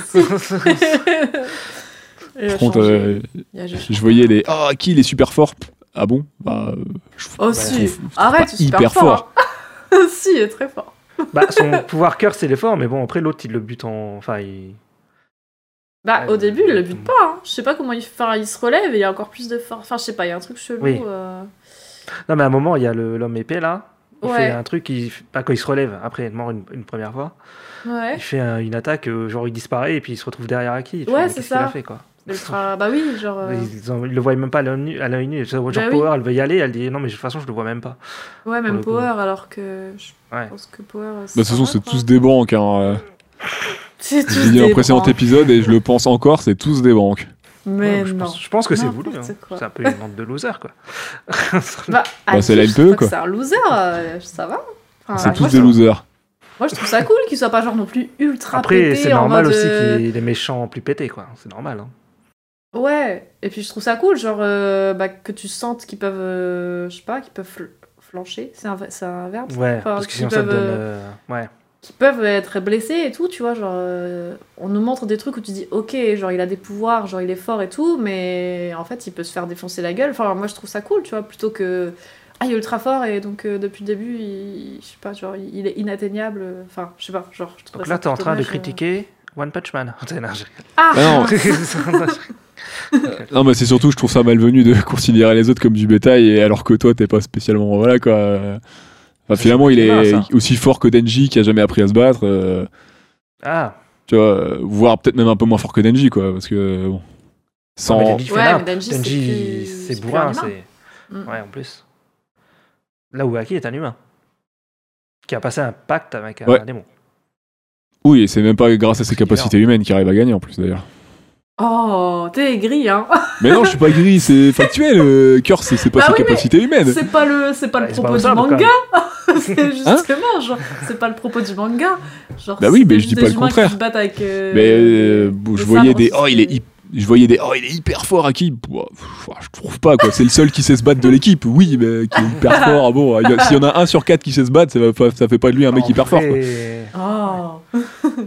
S4: Elle a
S3: Par contre,
S4: changé.
S3: euh,
S4: Il y a juste-
S3: je voyais les. Ah, qui il est super fort Ah bon Bah. euh, je- je trouve-
S4: Oh, si
S3: je trouve
S4: Arrête,
S3: pas
S4: c'est super
S3: hyper
S4: fort hein. Si, il est très fort.
S1: bah, son pouvoir cœur, c'est l'effort, mais bon, après l'autre, il le bute en. Enfin, il.
S4: Bah,
S1: Ouais,
S4: au début, il le bute
S1: mm.
S4: pas. hein. Je sais pas comment il, enfin, il se relève et il y a encore plus de force. Enfin, je sais pas, il y a un truc chelou.
S1: Oui.
S4: euh.
S1: Non, mais à un moment, il y a le- l'homme épée là. Il
S4: Ouais.
S1: fait un truc, il... bah, quand il se relève, après il mort une, une première fois,
S4: Ouais.
S1: il fait un- une attaque, euh, genre il disparaît et puis il se retrouve derrière Aki.
S4: Ouais, c'est
S1: Il
S4: ça.
S1: a fait, quoi.
S4: Ultra- Bah oui, genre. euh,
S1: Ils, en- ils le voient même pas à l'œil nu- à l'œil nu. Genre,
S4: Bah oui.
S1: Power, elle veut y aller, elle dit non, mais de toute façon, je le vois même pas.
S4: Ouais,
S1: Pour
S4: même
S1: le coup.
S4: Power, alors que je
S1: Ouais.
S4: pense que Power. euh,
S3: Bah, de toute façon, c'est tous des banques. Hein. euh.
S4: C'est tous
S3: Je l'ai dit dans
S4: des
S3: le précédent
S4: bras.
S3: épisode et je le pense encore, c'est tous des banques.
S4: Mais
S1: Ouais, je,
S4: non.
S1: pense, je pense que c'est
S4: N'importe
S1: voulu. hein.
S4: quoi.
S1: C'est un peu une vente de loser, quoi.
S4: Bah,
S3: Bah, c'est
S4: Aki,
S3: la
S4: je
S3: NPE,
S4: trouve que
S3: quoi.
S4: C'est un loser, euh, ça va. Enfin,
S3: c'est tous
S4: moi,
S3: des
S4: je,
S3: losers.
S4: moi, je trouve ça cool qu'il soit pas genre non plus ultra
S1: Après,
S4: pété
S1: c'est
S4: en
S1: normal
S4: mode,
S1: aussi
S4: euh,
S1: qu'il est méchant plus pété, quoi. C'est normal. hein.
S4: Ouais, et puis je trouve ça cool, genre euh, bah, que tu sentes qu'ils peuvent, euh, je sais pas, qu'ils peuvent fl- flancher, c'est un, v- c'est un verbe,
S1: Ouais,
S4: Enfin,
S1: parce que
S4: qu'ils
S1: sinon ça te
S4: peuvent,
S1: donne. euh,
S4: euh,
S1: Ouais.
S4: qu'ils peuvent être blessés et tout, tu vois, genre euh, on nous montre des trucs où tu dis ok, genre il a des pouvoirs, genre il est fort et tout, mais en fait il peut se faire défoncer la gueule, enfin moi je trouve ça cool, tu vois, plutôt que ah il est ultra fort et donc euh, depuis le début, il, je sais pas, genre il est inatteignable, euh, enfin je sais pas, genre je trouve
S1: Donc
S4: ça
S1: là, t'es en
S4: plutôt
S1: train de
S4: dommage, euh.
S1: critiquer One Punch Man. T'es là, je-
S4: Ah,
S3: Ah non. Non, mais c'est surtout, je trouve ça malvenu de considérer les autres comme du bétail et alors que toi, t'es pas spécialement. Voilà quoi. euh. Enfin, finalement, il
S1: c'est pas
S3: est
S1: ça.
S3: aussi fort que Denji qui a jamais appris à se battre. euh,
S1: ah,
S3: tu vois, euh, voire peut-être même un peu moins fort que Denji quoi. Parce que euh, bon.
S1: non, Ah, mais
S3: Sans.
S1: Denji fait
S4: Ouais,
S1: là.
S4: mais Denji, c'est
S1: Denji,
S4: plus-
S1: c'est
S4: c'est plus
S1: bourrin.
S4: un humain.
S1: c'est-
S4: Mm.
S1: Ouais, en plus. Là où Aki est un humain. Qui a passé un pacte avec un
S3: Ouais.
S1: démon.
S3: Oui, et c'est même pas grâce à ses capacités humaines qu'il arrive à gagner en plus d'ailleurs.
S4: Oh, t'es aigri, hein
S3: Mais non, je suis pas gris, c'est factuel. euh, Curse, c'est- c'est pas
S4: Bah
S3: ses
S4: oui, mais
S3: capacités humaines.
S4: C'est pas le, c'est pas
S1: Ouais,
S4: le
S1: c'est
S4: propos du
S1: simple, quand
S4: manga.
S1: même. hein.
S4: c'est justement, genre, c'est pas le propos du manga. Genre,
S3: Hein Bah oui,
S4: c'est
S3: mais
S4: des-
S3: je dis
S4: des
S3: pas le
S4: humains qui
S3: contraire.
S4: se battent avec, euh,
S3: Mais euh, bon,
S4: le
S3: je voyais
S4: sabre,
S3: des
S4: c'est-
S3: oh il est hyp- je voyais des oh il est hyper fort à qui Pouah, pff, ah, je trouve pas quoi c'est le seul qui sait se battre de l'équipe oui mais qui est hyper fort ah bon il y a- s'il y en a un sur quatre qui sait se battre ça, va pas- ça fait pas de lui un mec hyper fort quoi.
S1: fort.
S4: Oh.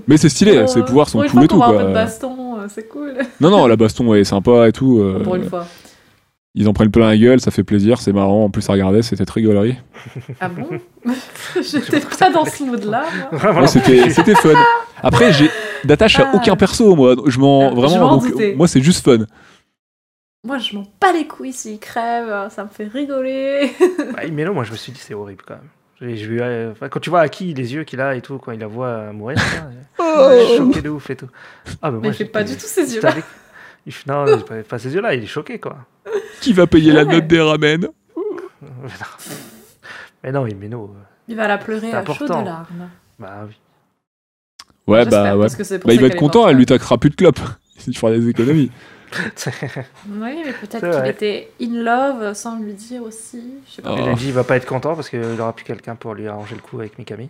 S3: mais c'est stylé
S4: Oh,
S3: ses pouvoirs sont
S4: pour une
S3: cool et
S4: fois
S3: tout
S4: qu'on voit
S3: quoi
S4: un peu de baston, euh, c'est cool.
S3: non non la baston est sympa et tout euh,
S4: Pour une fois.
S3: ils en prennent plein la gueule ça fait plaisir c'est marrant en plus à regarder c'était très galerie
S4: Ah bon J'étais pas dans ce mood-là. moi.
S3: Ouais, c'était c'était fun après j'ai d'attache à
S4: Ah.
S3: aucun perso moi je m'en
S4: Je
S3: vraiment
S4: m'en
S3: donc,
S4: doutais.
S3: moi c'est juste fun
S4: Moi, je m'en bats les couilles s'il crève, hein, ça me fait rigoler.
S1: Ouais, mais non, moi je me suis dit c'est horrible quand même. J'ai- j'ai vu, euh, enfin, quand tu vois Aki, les yeux qu'il a et tout, quand il la voit euh, mourir, là,
S3: Oh.
S1: il est choqué de ouf et tout. Ah, bah,
S4: Mais il fait pas du tout ses
S1: j'étais
S4: yeux-là.
S1: avec- Il fait, non, il fait pas, pas ses yeux-là, il est choqué quoi.
S3: qui va payer la
S4: Ah Ouais.
S3: note des ramen
S1: Mais non, mais non, il- mais non, euh,
S4: Il va la pleurer
S1: C'est
S4: à chaudes
S1: important.
S4: larmes.
S1: Bah oui.
S3: ouais bah
S4: J'espère,
S3: ouais
S4: parce que c'est pour
S3: Bah, il
S4: ça
S3: va être
S4: qu'elle est
S3: content, elle
S4: morte. hein.
S3: lui taquera plus de clopes. Il fera des économies.
S4: Oui, mais
S1: C'est
S4: peut-être
S1: vrai.
S4: qu'il était in love sans lui dire aussi. Je sais pas.
S3: Oh.
S1: Et Denji, il va pas être content parce qu'il aura plus quelqu'un pour lui arranger le coup avec Mikami.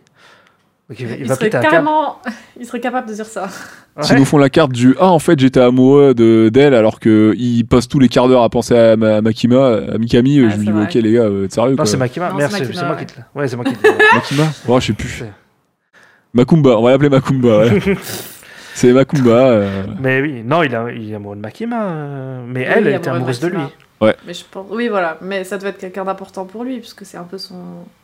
S1: Donc il, va- il
S4: Il
S1: va
S4: serait
S1: péter un câble.
S4: carrément, il serait capable de dire ça.
S1: Ouais.
S3: S'ils nous font la carte du Ah, en fait, j'étais amoureux de- d'elle alors que il passe tous les quarts d'heure à penser à, ma- à Makima, à Mikami,
S4: Ah,
S3: je me
S4: c'est
S3: dis
S4: vrai.
S3: Ok, les gars, euh, t'es sérieux
S1: Non,
S3: quoi.
S1: c'est Makima.
S4: Non,
S1: Merde,
S4: c'est
S1: c'est
S4: Makima,
S1: c'est moi
S4: ouais.
S1: qui te Ouais, c'est moi qui te
S3: Makima Oh, je sais plus. Makumba, on va l'appeler Makumba, ouais.
S7: C'est Makumba. euh,
S1: Mais oui, non, il, a, il est amoureux de Makima, euh, mais
S4: Oui,
S1: elle, elle était
S4: amoureux
S1: amoureuse de lui.
S4: Maxima. Mais je pense, oui, voilà. Mais ça devait être quelqu'un d'important pour lui, puisque c'est un peu son,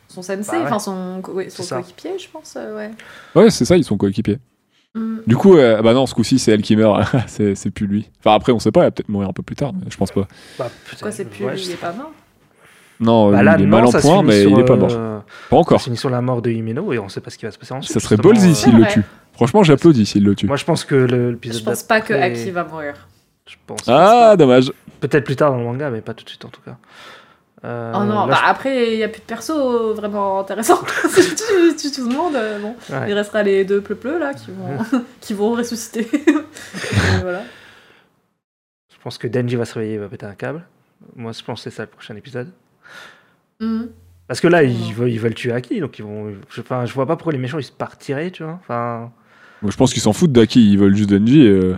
S4: son sensei,
S1: Bah ouais.
S4: enfin son, co- oui, son
S1: C'est ça.
S4: coéquipier, je pense. euh, ouais.
S3: Ouais, c'est ça, ils sont coéquipiers.
S4: Mm.
S3: Du coup, euh, bah non, ce coup-ci, c'est elle qui meurt. c'est c'est plus lui. Enfin, après, on sait pas, elle va peut-être mourir un peu plus tard, mais je pense pas.
S1: Bah,
S4: Pourquoi
S1: peut-être,
S4: c'est plus
S1: ouais,
S4: lui,
S1: je
S4: il
S1: sais
S4: est pas mort
S3: Non,
S1: pas. Bah
S3: lui,
S1: là,
S3: Oh, il est
S1: non,
S3: mal en
S1: ça se
S3: point,
S1: finit
S3: mais
S1: sur,
S3: il est pas mort.
S1: euh, ça
S3: Pas encore.
S1: se finit sur la mort de Himeno et on sait pas ce qui va se passer ensuite.
S3: Ça serait
S1: justement. euh,
S3: ballsy s'il
S4: C'est
S3: le
S4: vrai.
S3: tue. Franchement, j'applaudis s'il le tue.
S1: Moi, je pense que le-
S4: Je
S1: l'épisode.
S4: pense pas que
S1: d'après-
S4: Aki va mourir.
S1: Je pense.
S3: Ah, dommage.
S1: Peut-être plus tard dans le manga, mais pas tout de suite en tout cas. Euh,
S4: oh non,
S1: là,
S4: bah après, il y a plus de perso vraiment intéressant. si tu tues tout le monde, euh, bon,
S1: je- ouais.
S4: il restera les deux pleupleux là qui vont, qui vont ressusciter. Et voilà.
S1: Je pense que Denji va se réveiller, il va péter un câble. Moi, je pense que c'est ça le prochain épisode.
S4: Mm.
S1: Parce que là, ils
S4: Ouais.
S1: veulent, ils veulent tuer Aki, donc ils vont. je- Enfin, je vois pas pourquoi les méchants ils se partiraient, tu vois. Enfin,
S3: Moi, je pense qu'ils s'en foutent d'Aki, ils veulent juste Denji. euh.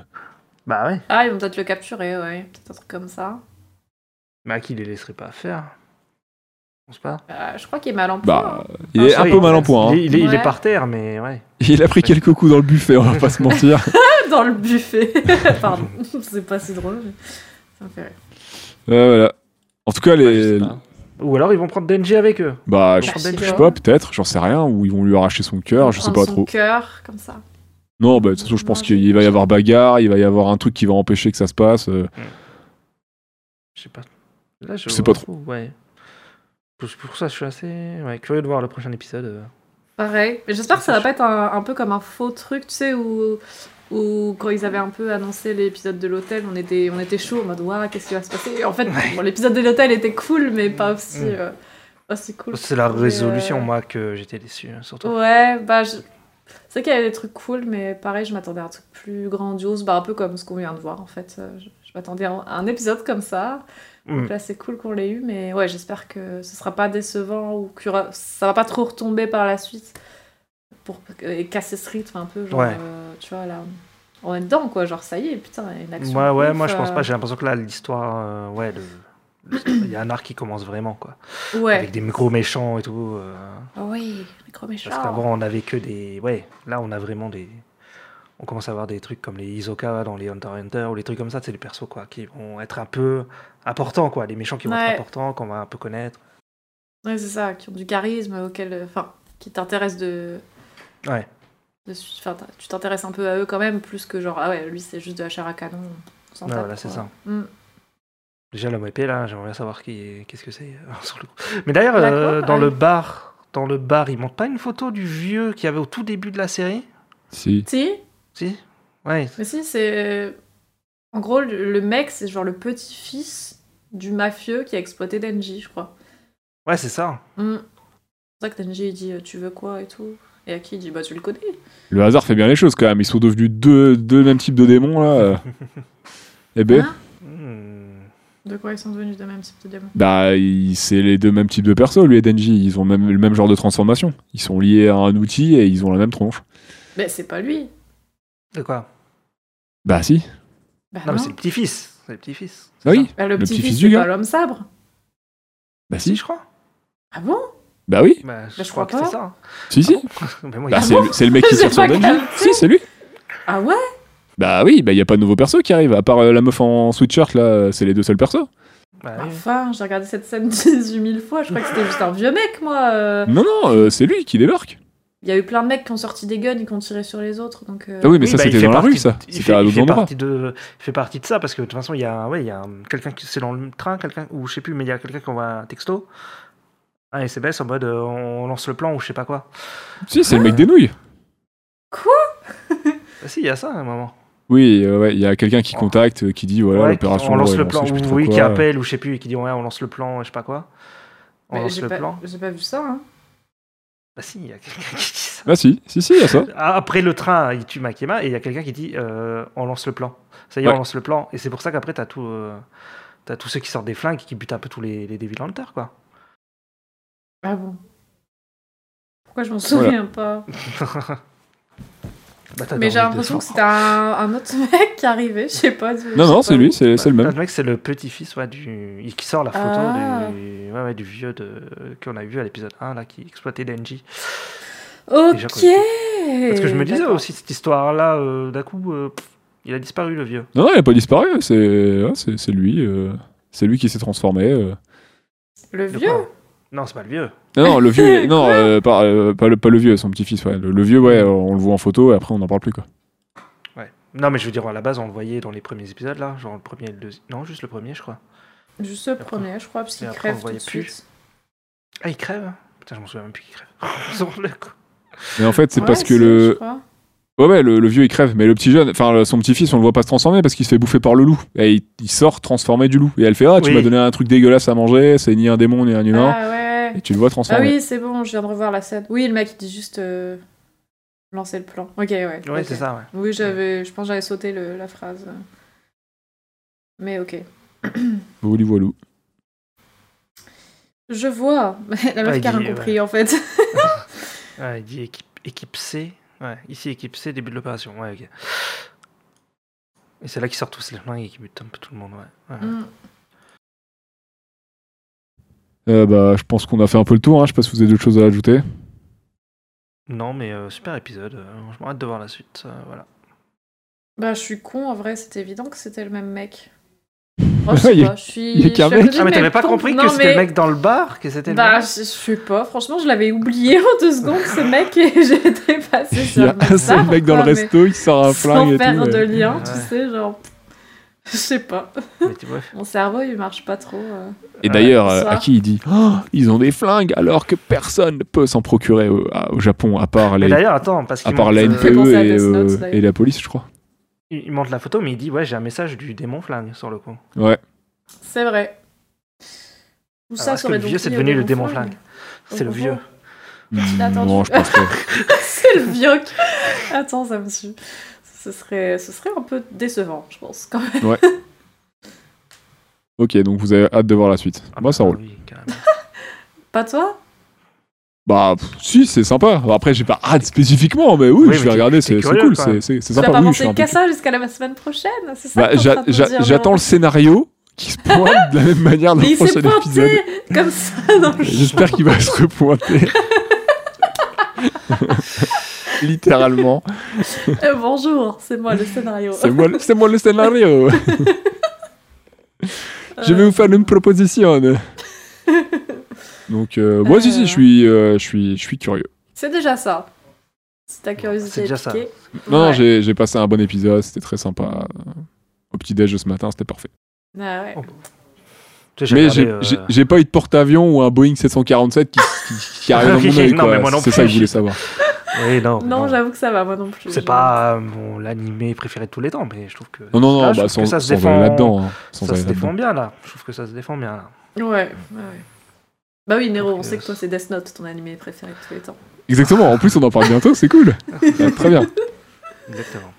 S1: bah ouais.
S4: Ah, ils vont peut-être le capturer, ouais. Peut-être un truc comme ça.
S1: Mais Aki, il les laisserait pas faire. Je pense pas.
S4: Euh, je crois qu'il est mal en point.
S3: Bah, il
S4: Ah,
S3: est
S4: ça
S3: un
S1: y
S3: peu
S1: est,
S3: mal en point. hein.
S1: Il, il est- il est
S4: Ouais.
S1: par terre, mais ouais.
S3: Il a pris quelques coups dans le buffet, on va pas se mentir.
S4: dans le buffet. Pardon, c'est pas si drôle, mais ça me fait rire.
S3: Ouais, voilà. En tout cas, les.
S1: Ou alors ils vont prendre Denji avec eux.
S3: Bah,
S1: Ils
S3: je
S1: vont prendre
S4: Je sais
S1: Denji.
S3: je sais pas, peut-être, j'en sais rien, ou ils vont lui arracher son cœur, je sais
S4: Prendre
S3: pas
S4: son
S3: trop.
S4: cœur, comme ça.
S3: Non, bah, de toute façon, je pense
S4: Non,
S3: qu'il
S4: j'ai-
S3: va y avoir bagarre, il va y avoir un truc qui va empêcher que ça se passe. euh.
S1: Je sais pas. Là, je
S3: Je sais
S1: vois
S3: pas
S1: Ouais. Pour, pour ça, je suis assez ouais, curieux de voir le prochain épisode. euh.
S4: Pareil. Mais j'espère que ça va pas être un, un peu comme un faux truc, tu sais, où, où quand ils avaient un peu annoncé l'épisode de l'hôtel, on était, on était chaud en mode, waouh, qu'est-ce qui va se passer En fait,
S1: Ouais.
S4: bon, l'épisode de l'hôtel était cool, mais pas aussi,
S1: Mm.
S4: euh, aussi cool.
S1: C'est la
S4: Mais, euh,
S1: résolution, moi, que j'étais déçu, hein, surtout.
S4: Ouais, bah, je... c'est qu'il y avait des trucs cool, mais pareil, je m'attendais à un truc plus grandiose, bah, un peu comme ce qu'on vient de voir en fait. Euh, Je, je m'attendais à un- à un épisode comme ça.
S1: Mm.
S4: Donc Là, c'est cool qu'on l'ait eu, mais ouais, j'espère que ce sera pas décevant ou que ça va pas trop retomber par la suite pour et casser ce rythme un peu. Genre,
S1: Ouais.
S4: euh, tu vois, là, on est dedans quoi. Genre, ça y est, putain, il y a une action.
S1: Ouais, ouais,
S4: ouf,
S1: moi, je
S4: euh,
S1: pense pas. J'ai l'impression que là, l'histoire. euh, ouais, le- l'histoire- il y a un arc qui commence vraiment, quoi.
S4: Ouais,
S1: Avec des micro méchants et tout. euh,
S4: oui, micro méchant.
S1: parce qu'avant, on avait que des. Ouais, là, on a vraiment des. On commence à avoir des trucs comme les Isoka dans les Hunter x Hunter ou les trucs comme ça, c'est des persos quoi, qui vont être un peu importants, quoi, les méchants qui vont
S4: Ouais.
S1: être importants, qu'on va un peu connaître.
S4: Ouais, c'est ça, qui ont du charisme, auquel, euh, enfin, qui t'intéressent de.
S1: Ouais.
S4: de su- enfin, t'in- tu t'intéresses un peu à eux quand même, plus que genre, ah ouais, lui c'est juste de la chair à canon. on s'en
S1: Ouais,
S4: tape,
S1: voilà, c'est
S4: quoi.
S1: ça.
S4: Mm.
S1: Déjà, l'homme épée, là, j'aimerais bien savoir qui est- qu'est-ce que c'est. euh, sur le coup. Mais d'ailleurs,
S4: La
S1: euh,
S4: quoi
S1: dans
S4: Ah
S1: le
S4: oui.
S1: bar, dans le bar, ils montrent pas une photo du vieux qu'il y avait au tout début de la série
S3: Si.
S4: Si,
S1: Si Ouais.
S4: mais si, c'est. En gros, le le mec, c'est genre le petit-fils du mafieux qui a exploité Denji, je crois.
S1: Ouais, c'est ça.
S4: Mm. C'est pour ça que Denji il dit, euh, tu veux quoi et tout. Et Aki il dit, bah tu le connais.
S3: Le hasard fait bien les choses quand même, ils sont devenus deux, deux mêmes types de démons là. euh. Eh ben,
S4: Hein
S1: Hmm.
S4: de quoi ils sont devenus de même type de démon
S3: bah, ils- c'est les deux mêmes types de persos, lui et Denji, ils ont même, le même genre de transformation. Ils sont liés à un outil et ils ont la même tronche.
S4: Mais c'est pas lui.
S1: De quoi
S3: Bah si.
S4: Bah,
S1: Non, mais
S4: non.
S1: c'est le petit-fils. C'est le petit-fils.
S3: Bah oui.
S4: Bah, le, petit-fils
S3: petit-fils du
S4: du
S3: gars.
S4: gars. l'homme sabre.
S3: Bah
S1: Si,
S3: si.
S1: je crois.
S4: Ah bon
S3: Bah oui.
S1: Bah, je,
S4: Bah, je
S1: crois,
S4: crois
S1: que
S4: pas.
S1: c'est ça.
S3: Si si.
S1: Mais moi, il-
S3: Bah c'est le, c'est le mec qui
S4: J'ai
S3: tire sur
S4: pas
S3: Denji.
S4: capté.
S3: Si c'est lui.
S4: Ah ouais
S3: Bah oui, bah y a pas de nouveau perso qui arrive, à part euh, la meuf en sweatshirt là, euh, c'est les deux seuls persos.
S1: Bah, oui.
S4: Enfin, j'ai regardé cette scène 18 000 fois, je crois que c'était juste un vieux mec, moi. euh.
S3: Non, non, euh, c'est lui qui débarque.
S4: Il y a eu plein de mecs qui ont sorti des guns et qui ont tiré sur les autres, donc... euh,
S3: Ah oui, mais
S1: Oui,
S3: ça
S1: bah, il
S3: c'était
S1: fait
S3: dans la rue
S1: partie-
S3: ça.
S1: il
S3: C'était
S1: fait-
S3: à
S1: il
S3: d'autres
S1: fait
S3: endroits.
S1: partie de, il fait partie de ça parce que de toute façon il y a, ouais, il y a un- quelqu'un qui c'est dans le train, quelqu'un ou je sais plus, mais il y a quelqu'un qui envoie un texto, un SMS en mode euh, on lance le plan ou je sais pas quoi.
S3: Si, c'est le mec des nouilles.
S1: Ah, si, il y a ça à un moment.
S3: Oui, euh, ouais, il y a quelqu'un qui contacte, euh, qui dit voilà
S1: Ouais,
S3: l'opération.
S1: On lance
S3: ouais,
S1: le
S3: lancée,
S1: plan,
S3: je sais plus trop
S1: ou oui,
S3: quoi.
S1: qui appelle ou je sais plus et qui dit ouais, on lance le plan, je sais pas quoi. On
S4: mais
S1: lance
S4: j'ai
S1: le
S4: pas,
S1: plan.
S4: j'ai pas vu ça, hein.
S1: Bah si, il y a quelqu'un qui dit ça.
S3: Ah si, si, si, il y a ça.
S1: Ah, Après le train, il tue Makema et il y a quelqu'un qui dit euh, on lance le plan. Ça y est,
S3: Ouais.
S1: on lance le plan. Et c'est pour ça qu'après t'as tout, euh, t'as tous ceux qui sortent des flingues et qui butent un peu tous les, les Devil Hunters quoi.
S4: Ah bon Pourquoi je m'en
S3: Voilà.
S4: souviens pas
S1: Bah, t'as
S4: Mais j'ai
S1: dormi
S4: l'impression que
S1: deux
S4: c'était un, un autre mec qui arrivait, je sais pas. je-
S3: Non,
S4: je
S3: non,
S4: sais pas
S3: c'est lui,
S4: où.
S3: c'est c'est le
S1: Ah,
S3: même.
S1: Le mec, c'est le petit-fils ouais, du... il- qui sort la photo
S4: Ah.
S1: du... ouais, ouais, du vieux de... qu'on a vu à l'épisode 1 là, qui exploitait Denji. Déjà
S4: Ok
S1: connu. Parce que je me disais
S4: d'accord.
S1: aussi, cette histoire-là, euh, d'un coup, euh, pff, il a disparu, le vieux.
S3: Non, non, il a pas disparu. C'est ouais, c'est- c'est lui. euh, C'est lui qui s'est transformé. euh.
S4: Le
S1: De
S4: vieux
S1: quoi Non, c'est pas le vieux.
S3: Non, non, le vieux. il est- non, euh, pas, euh, pas le, pas le vieux, son petit-fils. Ouais. Le, le vieux, ouais, on le voit en photo et après on n'en parle plus. Quoi.
S1: Ouais. Non, mais je veux dire, à la base, on le voyait dans les premiers épisodes, là. Genre le premier et le deuxième. Non, juste le premier, je crois.
S4: Juste le premier, je crois, parce qu'il
S1: après, on
S4: crève tout
S1: voyait
S4: de
S1: plus.
S4: suite.
S1: Ah, il crève hein Putain, je m'en souviens même plus qu'il crève. Sur le coup.
S3: Mais en fait, c'est
S4: Ouais,
S3: parce que
S4: si, je
S3: le.
S4: crois.
S3: Ouais, ouais, le, le vieux il crève, mais le petit jeune, enfin le- son petit-fils, on le voit pas se transformer parce qu'il se fait bouffer par le loup. Et il, il sort transformé du loup. Et elle fait Ah, tu
S1: Oui.
S3: m'as donné un truc dégueulasse à manger, c'est ni un démon ni un humain.
S4: Ah ouais.
S3: Et tu le vois
S4: Ah
S3: transformé.
S4: oui, c'est bon, je viens de revoir la scène. Oui, le mec il dit juste euh, lancer le plan. Ok, ouais.
S1: Ouais,
S4: ok.
S1: c'est ça, ouais.
S4: Oui, j'avais, je pense que j'avais sauté le- la phrase. Mais ok.
S3: Vouli voilou.
S4: Je vois.
S1: Ouais,
S4: La meuf
S1: il
S4: qui a
S1: dit,
S4: rien compris en fait.
S1: Ouais, Ah, il dit équipe, équipe C. Ouais, ici, équipe C, début de l'opération. Ouais, ok. Et c'est là qu'ils sortent tous les flingues et qu'ils butent un peu tout le monde, ouais. ouais.
S4: Mm.
S3: Euh, bah, je pense qu'on a fait un peu le tour. Hein. Je sais pas si vous avez d'autres choses à ajouter.
S1: Non, mais euh, super épisode. euh, je m'arrête de voir la suite. euh, voilà.
S4: Bah, je suis con en vrai, c'est évident que c'était le même mec. Oh, je sais
S3: Il y a-
S4: pas, je suis.
S3: il y a qu'un
S4: je suis à
S3: mec.
S4: côté de
S1: Ah, mais
S4: mes
S1: t'avais pas
S4: pompes.
S1: compris
S4: Non,
S1: que c'était
S4: mais-
S1: le mec dans le bar Que c'était le
S4: Bah,
S1: mec
S4: je, je sais pas, franchement, je l'avais oublié en deux secondes ce mec et j'étais passée
S3: Il
S4: sur
S3: y a un seul
S4: bizarre,
S3: mec dans le
S4: quoi, mais
S3: resto, il sort un
S4: Sans
S3: flingue et tout.
S4: faire de
S3: mais-
S4: lien,
S1: Ouais.
S4: tu sais, genre. Je sais pas.
S1: Mais tu- bref.
S4: Mon cerveau, il marche pas trop. euh.
S3: Et d'ailleurs,
S4: Ouais,
S3: euh, à
S4: soir.
S3: qui il dit Oh, Ils ont des flingues alors que personne ne peut s'en procurer au, à- au Japon, à part,
S1: Mais
S3: les,
S1: d'ailleurs, attends, parce
S3: à
S1: qu'il
S3: part
S1: montre,
S3: la
S1: euh,
S3: NPE
S4: Ça fait penser à
S3: et,
S4: Death Note,
S3: euh,
S4: d'ailleurs.
S3: et la police, je crois.
S1: il il montre la photo, mais il dit Ouais, j'ai un message du démon flingue sur le coup.
S3: Ouais.
S4: C'est vrai. Tout
S1: Alors,
S4: ça
S1: est-ce
S4: sur
S1: que
S4: les
S1: le vieux,
S4: donkeys
S1: c'est devenu
S4: au
S1: le démon
S4: flingue.
S1: flingue C'est le
S4: Au
S1: vieux.
S4: revoir. Tu l'as
S3: Hmm,
S4: attendu.
S3: Non, je pense pas.
S4: c'est le vieux. qui- Attends, ça me suit. Ce serait, ce serait un peu décevant, je pense, quand même.
S3: ok, donc vous avez hâte de voir la suite.
S1: Ah,
S3: Moi, ça
S1: bah,
S3: roule.
S1: oui, carrément.
S4: Pas toi
S3: Bah, pff, si, c'est sympa. Bah, Après, j'ai pas hâte spécifiquement, mais oui,
S1: Oui, mais
S3: je vais
S1: t'es-
S3: regarder,
S1: t'es
S3: c'est c'est
S1: curieux,
S3: cool,
S1: quand même.
S3: c'est c'est- c'est
S4: Tu vas
S3: sympa. Oui,
S4: pas
S3: je suis
S4: penser
S3: un peu
S4: qu'à ça jusqu'à la semaine prochaine, c'est ça
S3: Bah,
S4: que t'es en
S3: j'a-
S4: train de me
S3: j'a-
S4: dire, non
S3: J'attends le scénario qui se pointe de la même manière dans
S4: Mais
S3: le
S4: il s'est
S3: prochain épisode.
S4: pointé comme ça dans le
S3: J'espère qu'il va se repointer. Littéralement.
S4: Euh, bonjour, c'est moi le scénario.
S3: C'est moi, le- c'est moi le scénario. Je vais vous faire une proposition. Donc, euh, moi, si, si, je suis, euh, je suis, je suis curieux.
S4: C'est déjà ça. Si ta
S1: C'est
S4: curiosité
S1: déjà
S4: est
S1: ça.
S4: piquée.
S3: Non,
S4: Ouais.
S3: j'ai j'ai passé un bon épisode, c'était très sympa. Au petit-déj de ce matin, c'était parfait.
S4: Ah
S3: Oh,
S4: ouais.
S1: Tu sais,
S3: Mais
S1: regardé,
S3: j'ai
S1: euh,
S3: j'ai- j'ai pas eu de porte-avions ou un Boeing 747 qui, qui, qui arrive dans mon œil.
S1: Non, mais moi
S3: quoi.
S1: non
S3: C'est ça que
S1: plus.
S3: je voulais savoir.
S1: oui, non, mais
S4: Non,
S1: non.
S4: j'avoue que ça va, moi non plus.
S1: C'est
S4: Je-
S1: pas euh, mon l'animé préféré de tous les temps, mais je trouve que.
S3: Non, non,
S1: là,
S3: non,
S1: Ah, je
S3: bah,
S1: trouve
S3: sans,
S1: que ça se
S3: sans
S1: défend.
S3: aller là-dedans. hein. Sans
S1: ça
S3: aller
S1: se
S3: là-dedans.
S1: défend bien là. Je trouve que ça se défend bien là.
S4: Ouais, ouais, ouais. Bah oui, Nero, on
S1: Donc,
S4: sait
S1: euh,
S4: que toi c'est Death Note, ton animé préféré de tous les temps.
S3: Exactement, en plus on en parle bientôt, c'est cool. Ah, très bien.
S1: Exactement.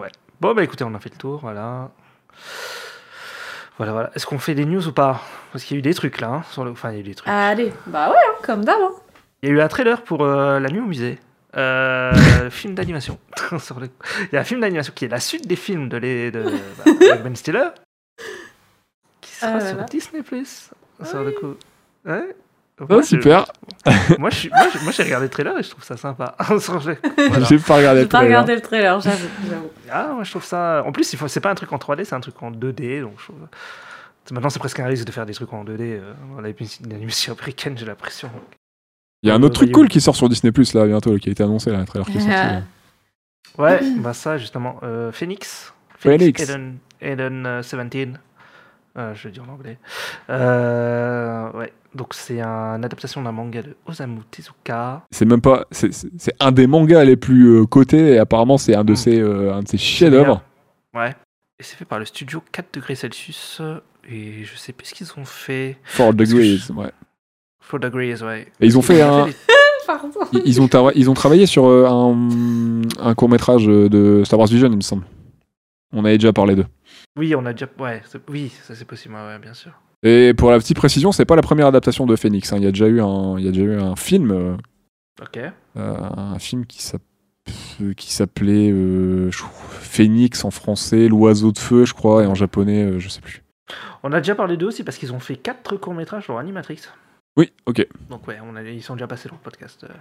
S1: Ouais. Bon bah écoutez, on a fait le tour, voilà. Voilà, voilà. Est-ce qu'on fait des news ou pas Parce qu'il y a eu des trucs là, hein, sur le... enfin il y a eu des trucs.
S4: Allez, bah ouais, hein, comme d'hab. hein.
S1: Il y a eu un trailer pour euh, La Nuit au musée. Euh, film d'animation. Sur le- Il y a un film d'animation qui est la suite des films de, les... de bah, avec Ben Stiller. Qui sera
S4: Ah là
S1: sur
S4: là.
S1: Disney Plus. Sur le coup. Ouais.
S3: Oh,
S1: Moi, je-
S3: super,
S1: Moi, je suis- moi, je- moi, j'ai regardé le trailer et je trouve ça sympa. Sur le- Voilà.
S3: j'ai pas regardé
S4: J'ai
S3: le
S4: pas
S3: trailer.
S4: regardé le trailer, j'avoue. j'avoue.
S1: Ah, moi je trouve ça. En plus, il faut... c'est pas un truc en 3D, c'est un truc en 2D. Donc je trouve- Maintenant, c'est presque un risque de faire des trucs en 2D. euh, dans la- l'animation américaine, j'ai l'impression.
S3: Il y a un autre truc
S1: Voyons.
S3: cool qui sort sur Disney Plus là bientôt, là, qui a été annoncé là, le trailer qui est sorti.
S4: Ah.
S3: là.
S1: Ouais, bah ça, justement. euh, Phoenix.
S3: Phoenix.
S1: Eden, Eden euh, 17. Euh, je le dis en anglais. Euh, ouais. Donc, c'est un- une adaptation d'un manga de Osamu Tezuka.
S3: C'est même pas, c'est- c'est c'est un des mangas les plus euh, cotés et apparemment c'est un de
S1: Mm.
S3: ses, euh, un de ses chefs-d'œuvre.
S1: Ouais. Et c'est fait par le studio 4 degrés Celsius. Et je sais plus ce qu'ils ont fait.
S3: Four Degrees, ouais.
S1: 4 degrees, ouais.
S3: Et ils ont fait un-
S1: des-
S4: Pardon.
S3: Ils, ils ont tra- ils ont travaillé sur euh, un, un court métrage de Star Wars Vision, il me semble. On avait déjà parlé d'eux.
S1: Oui, on a déjà. Ouais, c'est- oui, ça c'est possible, ouais, ouais, bien sûr.
S3: Et pour la petite précision, c'est pas la première adaptation de Phoenix. hein. Il y a déjà eu un, il y a déjà eu un film euh,
S1: Ok.
S3: euh, un film qui s'app- euh, qui s'appelait euh, je crois, Phoenix en français, l'oiseau de feu, je crois, et en japonais, euh, je sais plus.
S1: On a déjà parlé d'eux aussi parce qu'ils ont fait quatre courts-métrages dans Animatrix.
S3: Oui, ok.
S1: Donc, ouais, on a... ils sont déjà passés dans le podcast euh,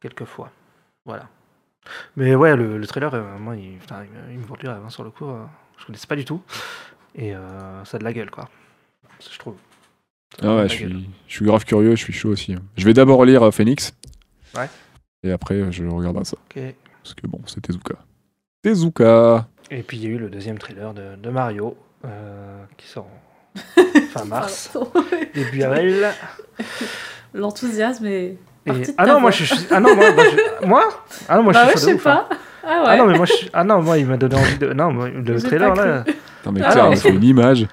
S1: quelques fois. Voilà. Mais ouais, le, le trailer, euh, moi, il, putain, il me- il me vend du rêve, hein, sur le coup. euh, je connaissais pas du tout. Et euh, ça a de la gueule, quoi. Je trouve. Ça a
S3: Ah
S1: de
S3: ouais,
S1: la
S3: je
S1: gueule.
S3: suis, je suis grave curieux, je suis chaud aussi. hein. Je vais d'abord lire euh, Phoenix.
S1: Ouais.
S3: Et après, euh, je regarderai ça.
S1: Ok.
S3: Parce que bon, c'est Tezuka. Tezuka
S1: Et puis il y a eu le deuxième trailer de, de Mario euh, qui sort en fin mars, début avril.
S4: L'enthousiasme est.
S1: Et-
S4: Partie de
S1: Ah
S4: ta
S1: non, moi
S4: voix.
S1: je suis. Ah non, moi, moi, je... moi Ah non, moi
S4: bah ouais,
S1: je
S4: je
S1: suis chaud de ouf,
S4: sais
S1: hein.
S4: pas. Ah ouais.
S1: Ah non, mais moi je suis- Ah non, moi il m'a donné envie de. Non, moi, le
S4: J'ai pas
S1: trailer là.
S3: Putain, mais
S1: Ah
S3: Claire,
S1: ouais.
S3: elle fait une image.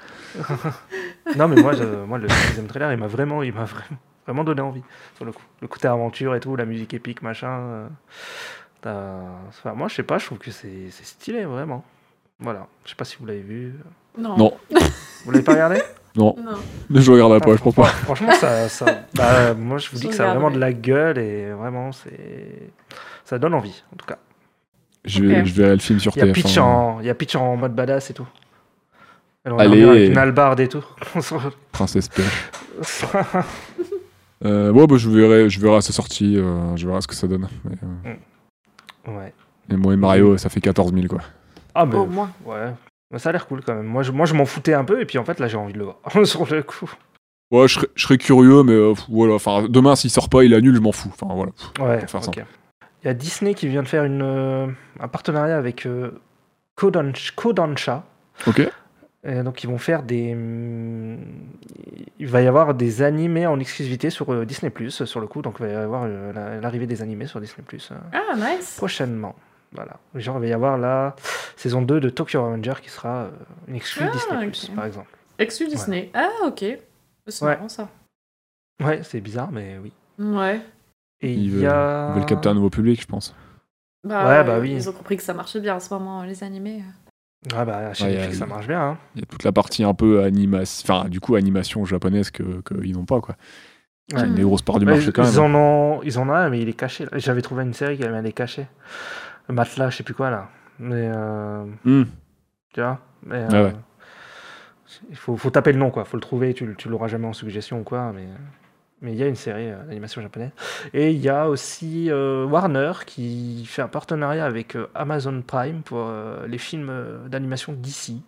S1: Non, mais moi, je- moi le deuxième trailer il m'a vraiment, il m'a vraiment, vraiment donné envie sur le coup. Le côté aventure et tout, la musique épique, machin. euh, t'as- enfin, moi je sais pas, je trouve que c'est c'est stylé vraiment. Voilà, je sais pas si vous l'avez vu.
S4: Non.
S3: Non.
S1: Vous l'avez pas regardé
S3: Non,
S4: Non.
S3: je regarderai pas, Ah, je pense pas.
S1: Franchement, franchement, ça, ça- bah, moi, je vous dis que ça a vraiment de la gueule et vraiment, c'est, ça donne envie, en tout cas.
S3: Je,
S4: Ok.
S3: je verrai le film sur hein,
S1: Il y a
S3: TF1.
S1: Peach en, il y a Peach en mode badass et tout. Elle en
S3: Allez.
S1: a avec une albarde et tout.
S3: Princesse Peach. Euh, bon, bah, je verrai, je verrai à sa sortie, euh, je verrai ce que ça donne. Mais, euh,
S1: ouais.
S3: et moi et Mario, ça fait 14 000 quoi.
S1: Ah mais
S4: Au moins.
S1: ouais. Mais ça a l'air cool quand même. Moi, je, moi, je m'en foutais un peu et puis en fait, là, j'ai envie de le voir sur le coup.
S3: Ouais, je serais, je serais curieux, mais euh, pff, voilà. Enfin, demain, s'il sort pas, il annule, je m'en fous. Enfin, voilà. Pff,
S1: Ouais.
S3: faire
S1: ok. Il y a Disney qui vient de faire une, euh, un partenariat avec euh, Kodansha. Kodansha.
S3: Ok.
S1: Euh, donc ils vont faire des... hum, Il va y avoir des animés en exclusivité sur euh, Disney ⁇ sur le coup, donc il va y avoir euh, la- l'arrivée des animés sur Disney ⁇
S4: Ah, nice.
S1: prochainement. Voilà. Genre il va y avoir la saison 2 de Tokyo Revenger qui sera euh, une exclue
S4: Ah,
S1: Disney
S4: ok.
S1: par exemple.
S4: Exclu Disney. Ah, ok. C'est
S1: Ouais.
S4: marrant ça.
S1: Ouais, c'est bizarre, mais oui.
S4: Ouais.
S1: Et
S3: Ils
S1: il
S3: veulent,
S1: y a...
S3: ils veulent capter un nouveau public, je pense.
S1: Ouais, bah oui.
S4: Ils ont compris que ça marchait bien en ce moment, les animés.
S1: Ah bah, chez
S3: Ouais, il y a-
S1: Netflix, ça marche bien. hein.
S3: Il y a toute la partie un peu animation, enfin, du coup, animation japonaise que qu'ils n'ont pas quoi. Il y a
S1: Ouais.
S3: une des grosses parts du
S1: Ouais,
S3: marché quand
S1: Bah, ils,
S3: même.
S1: en ont, ils en ont un, mais il est caché. là. J'avais trouvé une série qui elle est cachée. Matelas, je sais plus quoi là. Mais... euh,
S3: Hmm.
S1: Tu vois mais, euh,
S3: Ah ouais.
S1: Il faut, faut taper le nom, quoi. faut le trouver. Tu, le- tu l'auras jamais en suggestion ou quoi. Mais mais il y a une série euh, d'animation japonaise. Et il y a aussi euh, Warner qui fait un partenariat avec euh, Amazon Prime pour euh, les films euh, d'animation d'ici.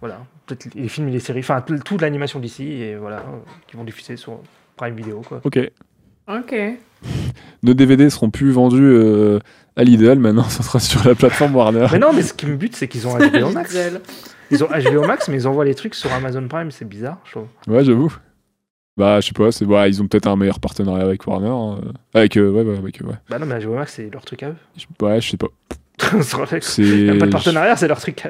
S1: voilà. Peut-être les films et les séries. Enfin, tout- toute l'animation d'ici. Et voilà. euh, qui vont diffuser sur Prime Video, quoi.
S3: Ok.
S4: Ok.
S3: Nos DVD seront plus vendus euh, à Lidl, maintenant, ça sera sur la plateforme Warner.
S1: Mais non, mais ce qui me bute, c'est qu'ils ont HBO Max.
S4: Lidl.
S1: Ils ont HBO Max, mais ils envoient les trucs sur Amazon Prime. C'est bizarre, je trouve.
S3: Ouais, j'avoue. Bah, je sais pas, c'est bah, ils ont peut-être un meilleur partenariat avec Warner. hein. Avec, euh, ouais, ouais, avec, euh, ouais.
S1: Bah non, mais HBO Max, c'est leur truc à eux.
S3: Je- Ouais, je sais pas.
S1: Sur le-
S3: C'est.
S1: Y a pas de partenariat, c'est leur truc.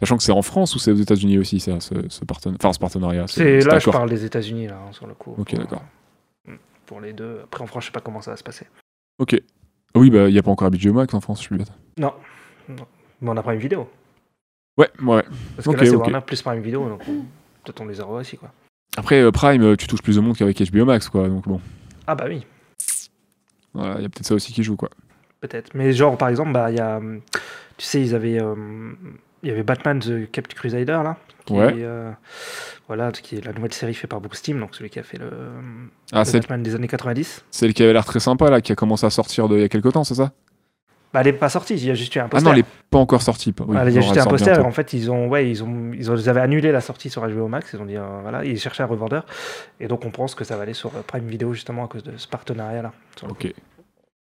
S3: Sachant que c'est en France ou c'est aux États-Unis aussi, ça, ce, ce partena- enfin, ce partenariat. ce-
S1: C'est
S3: cet
S1: là, je
S3: accord.
S1: parle des États-Unis là, hein, sur le coup.
S3: Ok, d'accord.
S1: Pour les deux. Après, en France, je sais pas comment ça va se passer.
S3: Ok. Oui, bah, il n'y a pas encore HBO Max en France, je suis bête.
S1: Non. Non. Mais on a Prime Vidéo.
S3: Ouais, ouais.
S1: Parce que
S3: Ok,
S1: là, c'est
S3: ok.
S1: Warner plus Prime Vidéo, donc euh, peut-être on les aura aussi, quoi.
S3: Après, euh, Prime, euh, tu touches plus de monde qu'avec HBO Max, quoi. Donc bon,
S1: Ah bah oui,
S3: il y a peut-être ça aussi qui joue, quoi.
S1: peut-être. Mais genre, par exemple, bah il y a, hum, tu sais, ils avaient, hum, il y avait Batman the Caped Crusader là. Qui
S3: Ouais.
S1: est, euh, voilà, qui est la nouvelle série faite par Bruce Timm, donc celui qui a fait le, hum,
S3: Ah,
S1: le
S3: celle,
S1: Batman des années 90.
S3: celle qui avait l'air très sympa, là, qui a commencé à sortir de- il y a quelques temps, c'est ça
S1: Bah elle est pas sortie, il y a juste eu un
S3: Ah
S1: poster.
S3: non, elle est pas encore sortie. pas- oui,
S1: Voilà, il y a
S3: non,
S1: juste
S3: elle
S1: un
S3: sort
S1: poster et
S3: bientôt.
S1: en fait ils ont ouais ils ont ils, ont- ils avaient annulé la sortie sur HBO Max ils ont dit euh, voilà ils cherchaient un revendeur et donc on pense que ça va aller sur euh, Prime Video justement à cause de ce partenariat là
S3: Ok.
S1: hein.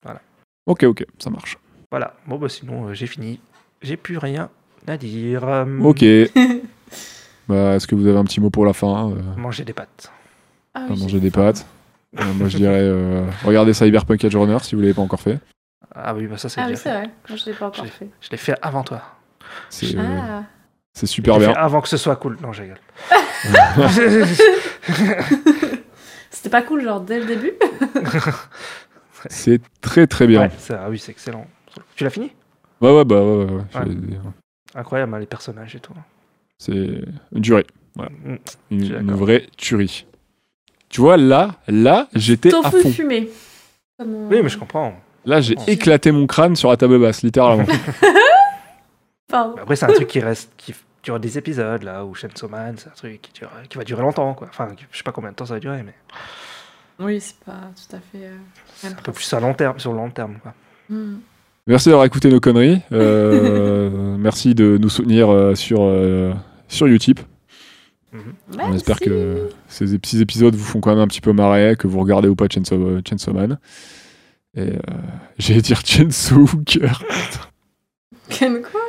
S1: Voilà.
S3: Ok, ok, ça marche.
S1: voilà bon bah sinon euh, j'ai fini j'ai plus rien à dire Euh,
S3: Ok. bah, est-ce que vous avez un petit mot pour la fin euh,
S1: manger des pâtes
S4: Ah,
S3: à
S4: oui.
S3: Manger des pâtes. Euh, moi, je dirais, euh, regardez Cyberpunk Edge Runner si vous l'avez pas encore fait.
S1: ah oui bah ça c'est
S4: Ah
S1: déjà
S4: oui, c'est
S1: fait.
S4: vrai. Moi, je l'ai pas encore
S1: J'ai-
S4: fait.
S1: je l'ai fait avant toi
S3: C'est euh,
S4: Ah.
S3: c'est super
S1: Je l'ai
S3: bien.
S1: fait avant que ce soit cool non je rigole
S4: C'était pas cool, genre, dès le début
S3: C'est très très bien.
S1: Ouais, ça- ah oui c'est excellent tu l'as fini
S3: Ouais, ouais, bah, ouais, ouais, ouais. C'est-
S1: incroyable hein, les personnages et tout
S3: C'est une durée.
S1: Mm.
S3: Une,
S1: Je suis
S3: une
S1: d'accord.
S3: vraie tuerie. Tu vois, là, là, j'étais à
S4: Tofu
S3: fond.
S4: fumé. Comme on-
S1: oui mais je comprends
S3: Là, j'ai
S1: Oh.
S3: éclaté mon crâne sur la table basse, littéralement.
S4: Pardon.
S1: Bah, Après, c'est un truc qui reste, qui dure des épisodes, là, ou Chainsaw Man, c'est un truc qui, dure, qui va durer longtemps, quoi. Enfin, je sais pas combien de temps ça va durer, mais.
S4: Oui, c'est pas tout à fait. euh, même
S1: Un peu plus à long terme, sur le long terme. quoi.
S4: Hmm.
S3: Merci d'avoir écouté nos conneries. Euh, merci de nous soutenir euh, sur, euh, sur Utip. On espère
S4: Bah, Merci.
S3: que ces petits épisodes vous font quand même un petit peu marrer, que vous regardez ou pas Chainsaw, euh, Chainsaw Man. Et euh, j'allais dire Chainsaw Hooker.
S4: Ken quoi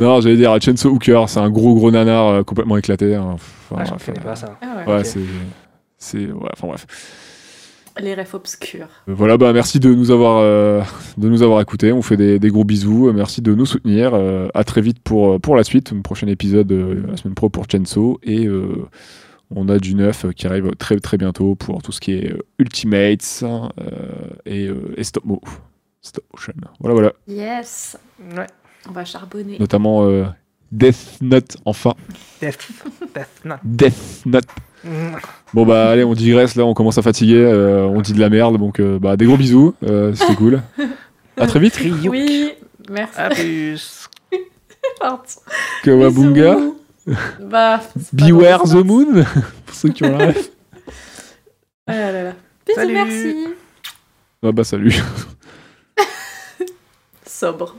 S3: non, j'allais dire Chainsaw Hooker, c'est un gros gros nanar euh, complètement éclaté. hein. Enfin,
S1: Ah, je ne
S3: bref,
S1: connais
S3: euh,
S1: pas ça.
S4: Ah ouais.
S3: Ouais,
S1: Ok.
S3: c'est. c'est- ouais, enfin bref.
S4: Les refs obscurs.
S3: Euh, Voilà, bah merci de nous avoir, euh, de nous avoir écoutés. On fait des, des gros bisous. Euh, Merci de nous soutenir. Euh, à très vite pour, euh, pour la suite. Un prochain épisode euh, la semaine pro pour Chenso. Et euh, on a du neuf euh, qui arrive très très bientôt pour tout ce qui est euh, Ultimates euh, et, euh, et Stop Mo. Stop Motion. Voilà, voilà.
S4: Yes.
S1: Ouais.
S4: On va charbonner.
S3: Notamment euh, Death Note, enfin.
S1: Death, Death Note.
S3: Death Note.
S1: Mm.
S3: Bon, bah allez, on digresse là, on commence à fatiguer. euh, on dit de la merde. Donc, euh, bah des gros bisous. Euh, C'était cool. À très vite.
S1: Ryuk.
S4: Oui. Merci.
S1: À plus.
S4: Bisous.
S3: Kawabunga.
S4: Bah. c'est pas
S3: Beware
S4: dans
S3: the
S4: le sens.
S3: Moon Pour ceux qui ont la ref.
S4: Ah là là. Bisous,
S1: Salut.
S4: merci.
S3: Ah bah salut.
S4: Sobre.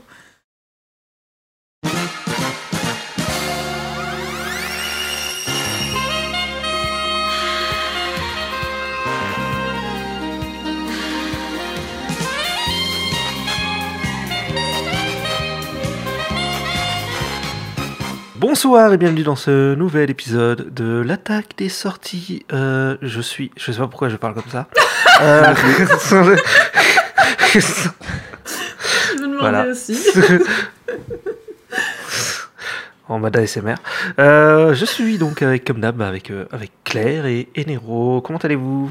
S1: Bonsoir et bienvenue dans ce nouvel épisode de l'attaque des sorties. Euh, je suis, je sais pas pourquoi je parle comme ça. Euh,
S4: Je me demandais
S1: Voilà.
S4: aussi.
S1: en mode ASMR. Euh, je suis donc avec comme d'hab avec euh, avec Claire et, et Nero. Comment allez-vous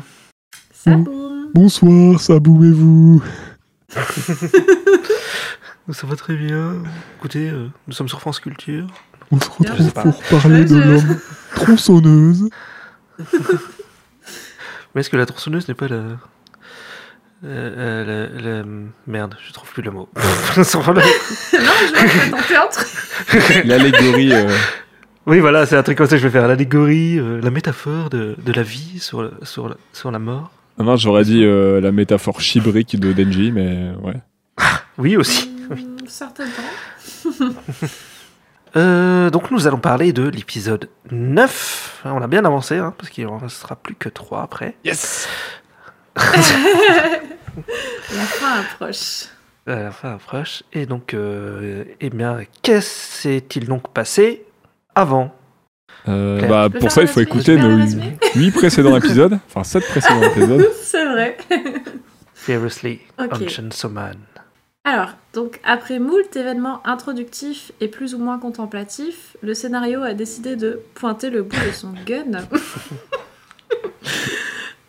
S4: Ça boum.
S3: Bonsoir, saboumez-vous.
S1: Oh, Ça va très bien. Écoutez, euh, nous sommes sur France Culture.
S3: On se
S1: Je sais pas.
S3: reparler
S4: Ouais, je-
S3: tronçonneuse.
S1: Mais est-ce que la tronçonneuse n'est pas la... euh, euh, la- la- Merde, je trouve plus le mot.
S4: non, je vais tenter un truc.
S7: L'allégorie. euh,
S1: oui, voilà, c'est un truc comme ça que je vais faire. L'allégorie, euh, la métaphore de, de la vie sur, le- sur, le- sur la mort.
S3: Ah non, j'aurais dit euh, la métaphore chibrique de Denji, mais ouais.
S1: Oui, aussi.
S4: Hmm, Certainement.
S1: Euh, donc, nous allons parler de l'épisode 9. On a bien avancé, hein, parce qu'il en restera plus que 3 après.
S3: Yes
S4: La fin approche.
S1: Euh, la fin approche. Et donc, euh, eh bien, qu'est-ce s'est-il donc passé avant Claire.
S3: bah,
S4: Je peux
S3: pour
S4: faire
S3: ça,
S4: un
S3: il faut
S4: résumé
S3: écouter
S4: Je peux
S3: nos
S4: faire un résumé
S3: 8 précédents épisodes, enfin 7 précédents épisodes.
S4: C'est vrai.
S1: Seriously,
S4: Ok.
S1: on Chainsaw Man
S4: Alors, donc après moult événements introductifs et plus ou moins contemplatifs, le scénario a décidé de pointer le bout de son gun.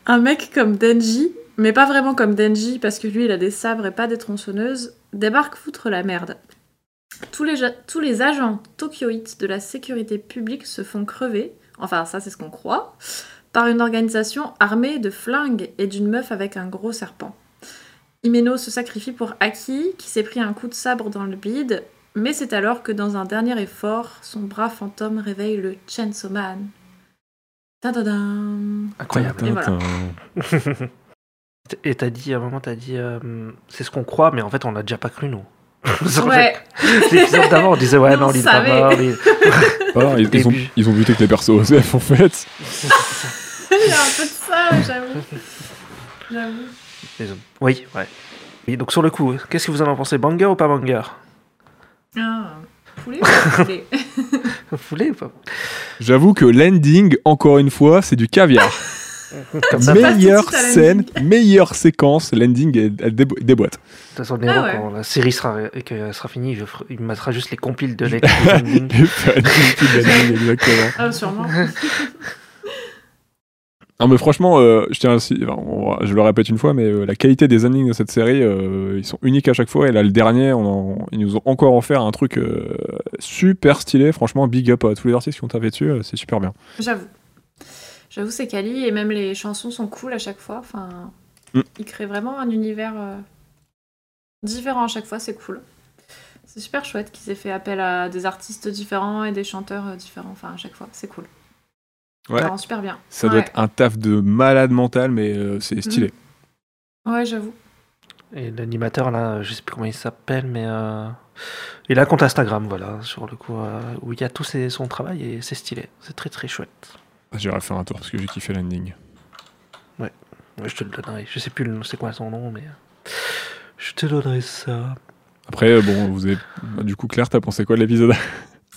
S4: Un mec comme Denji, mais pas vraiment comme Denji parce que lui il a des sabres et pas des tronçonneuses, débarque foutre la merde. Tous les, ja- tous les agents tokyoïtes de la sécurité publique se font crever, enfin ça c'est ce qu'on croit, par une organisation armée de flingues et d'une meuf avec un gros serpent. Himeno se sacrifie pour Aki, qui s'est pris un coup de sabre dans le bide, mais c'est alors que dans un dernier effort, son bras fantôme réveille le Chainsaw Man. Tadadam.
S1: Incroyable.
S4: Et voilà.
S1: Et t'as dit, à un moment, t'as dit, euh, c'est ce qu'on croit, mais en fait, on l'a déjà pas cru, nous.
S4: Ouais,
S1: L'épisode d'avant, on disait, ouais,
S4: Nous,
S1: non,
S4: on
S1: il est pas
S4: savait.
S1: mort. lui.
S3: Voilà, ils, ils ont,
S1: Début.
S3: ils ont buté que les persos OSF en fait.
S4: il y a un peu de ça, ouais, j'avoue. J'avoue.
S1: Ils ont- Oui, ouais. Oui, donc sur le coup, qu'est-ce que vous en avez pensé Banger ou pas banger
S4: Ah, poulet ou pas poulet
S1: Vous voulez ou pas
S7: J'avoue que l'ending, encore une fois, c'est du caviar.
S1: Comme ça, de
S4: passe tout de
S7: meilleure
S4: suite à
S7: scène, meilleure séquence, l'ending elle- elle débo- déboîte.
S1: toute façon, Nero,
S4: Ah ouais.
S1: quand la série sera, et que elle sera finie, je ferai- il me mettra juste les compiles de
S4: Mm.
S1: l'ex
S7: Et pas du tout de l'ending, exactement.
S4: Ah, sûrement.
S3: Non mais franchement, euh, je tiens aussi, enfin, on va- je le répète une fois, mais euh, la qualité des endings de cette série, euh, ils sont uniques à chaque fois. Et là, le dernier, on en- ils nous ont encore offert un truc euh, super stylé. Franchement, big up à tous les artistes qui ont tapé dessus, euh, c'est super bien.
S4: J'avoue. J'avoue, c'est Kali, et même les chansons sont cool à chaque fois. Enfin,
S3: Mm.
S4: il crée vraiment un univers euh, différent à chaque fois, c'est cool. C'est super chouette qu'ils aient fait appel à des artistes différents et des chanteurs euh, différents, enfin, à chaque fois, c'est cool. Ça
S7: Ouais.
S4: rend super bien.
S7: Ça doit
S4: Ouais. Mm.
S7: être un taf de malade mental, mais euh, c'est stylé.
S4: Ouais, j'avoue.
S1: Et l'animateur, là, euh, je sais plus comment il s'appelle, mais euh, il a un compte Instagram, voilà, sur le coup, euh, où il y a tout ses- son travail et c'est stylé. C'est très très chouette.
S3: Ah, J'irai faire un tour parce que j'ai kiffé l'ending.
S1: Ouais, Je te le donnerai. Je sais plus le nom- c'est quoi son nom, mais euh, je te donnerai ça.
S3: Après, euh, bon, vous avez... bah, du coup, Claire, t'as pensé quoi de l'épisode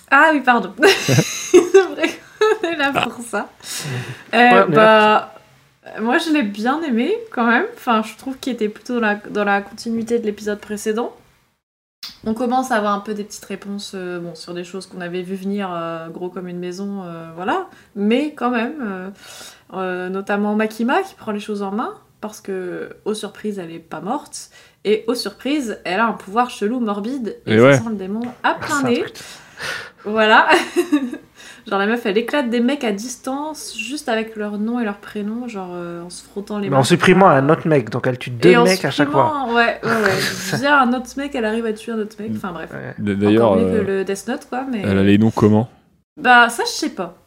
S4: Ah oui, pardon. C'est vrai qu'on est là pour ça. Euh,
S1: Ouais, on est
S4: bah, euh, moi, je l'ai bien aimé quand même. Enfin, je trouve qu'il était plutôt dans la, dans la continuité de l'épisode précédent. On commence à avoir un peu des petites réponses euh, bon, sur des choses qu'on avait vu venir euh, gros comme une maison, euh, voilà. Mais quand même, euh, euh, notamment Makima qui prend les choses en main parce que, aux surprises, elle est pas morte. Et aux surprises, elle a un pouvoir chelou, morbide. Et,
S3: Et
S4: ça
S3: ouais.
S4: sent le démon à plein
S1: Ça,
S4: nez. Voilà. genre la meuf, elle éclate des mecs à distance, juste avec leur nom et leur prénom, genre euh, en se frottant les
S1: Mais en
S4: mains.
S1: supprimant un autre mec, donc elle tue deux
S4: Et en
S1: mecs à chaque fois.
S4: supprimant- Ouais, ouais, ouais. Via un autre mec, elle arrive à tuer un autre mec. Enfin bref.
S1: Ouais.
S3: D'ailleurs,
S4: Encore mieux
S3: euh,
S4: que le Death Note, quoi. Mais...
S3: elle a les noms comment
S4: Bah ça, je sais pas.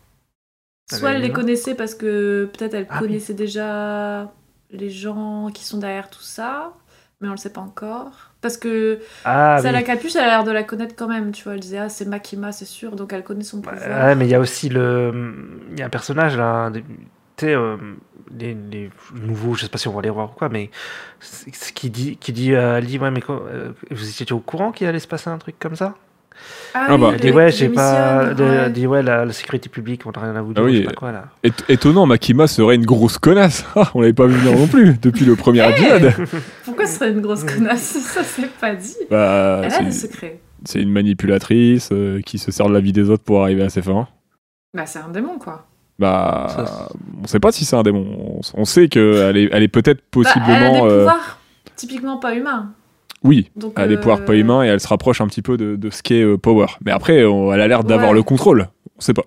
S4: Soit
S1: Elle a
S4: elle
S1: les
S4: les
S1: noms.
S4: connaissait parce que peut-être elle
S1: Ah oui.
S4: connaissait déjà les gens qui sont derrière tout ça, mais on le sait pas encore. Parce que
S1: Ah,
S4: ça,
S1: oui.
S4: la capuche, elle a l'air de la connaître quand même, tu vois. Elle disait, ah, c'est Makima, c'est sûr, donc elle connaît son
S1: Bah,
S4: pouvoir.
S1: ouais, mais il y a aussi le. Il y a un personnage là, un des- tu sais, euh, les, les nouveaux, je sais pas si on va les voir ou quoi, mais c- c- qui dit, qui dit à Ali, ouais, mais quoi, euh, vous étiez au courant qu'il allait se passer un truc comme ça
S3: Ah bah,
S1: Elle
S4: le
S1: dit,
S4: mec
S1: ouais,
S4: qui
S1: j'ai pas.
S4: démissionne,
S1: le-
S4: ouais.
S1: elle dit, ouais, la, la sécurité publique, on n'a rien à vous
S3: Ah
S1: dire,
S3: oui.
S1: je sais pas quoi là.
S3: Ét- Étonnant, Makima serait une grosse connasse. Ah, On l'avait pas vu venir non plus depuis le premier épisode.
S4: Pourquoi ce serait une grosse connasse Ça s'est pas dit.
S3: Bah,
S4: elle a
S3: c'est-
S4: des secrets.
S3: c'est une manipulatrice euh, qui se sert de la vie des autres pour arriver à ses fins.
S4: Bah, c'est un démon, quoi.
S3: Bah,
S1: Ça, c'est-
S3: on sait pas si c'est un démon. On, on sait qu'elle est, elle est peut-être
S4: Bah, elle a des
S3: possiblement. euh,
S4: pouvoirs typiquement pas humains.
S3: oui,
S4: Donc,
S3: elle a des
S4: euh,
S3: pouvoirs pas humains et elle se rapproche un petit peu de, de ce qu'est euh, Power. Mais après, on- elle a l'air d'avoir
S4: Ouais.
S3: le contrôle. On sait pas.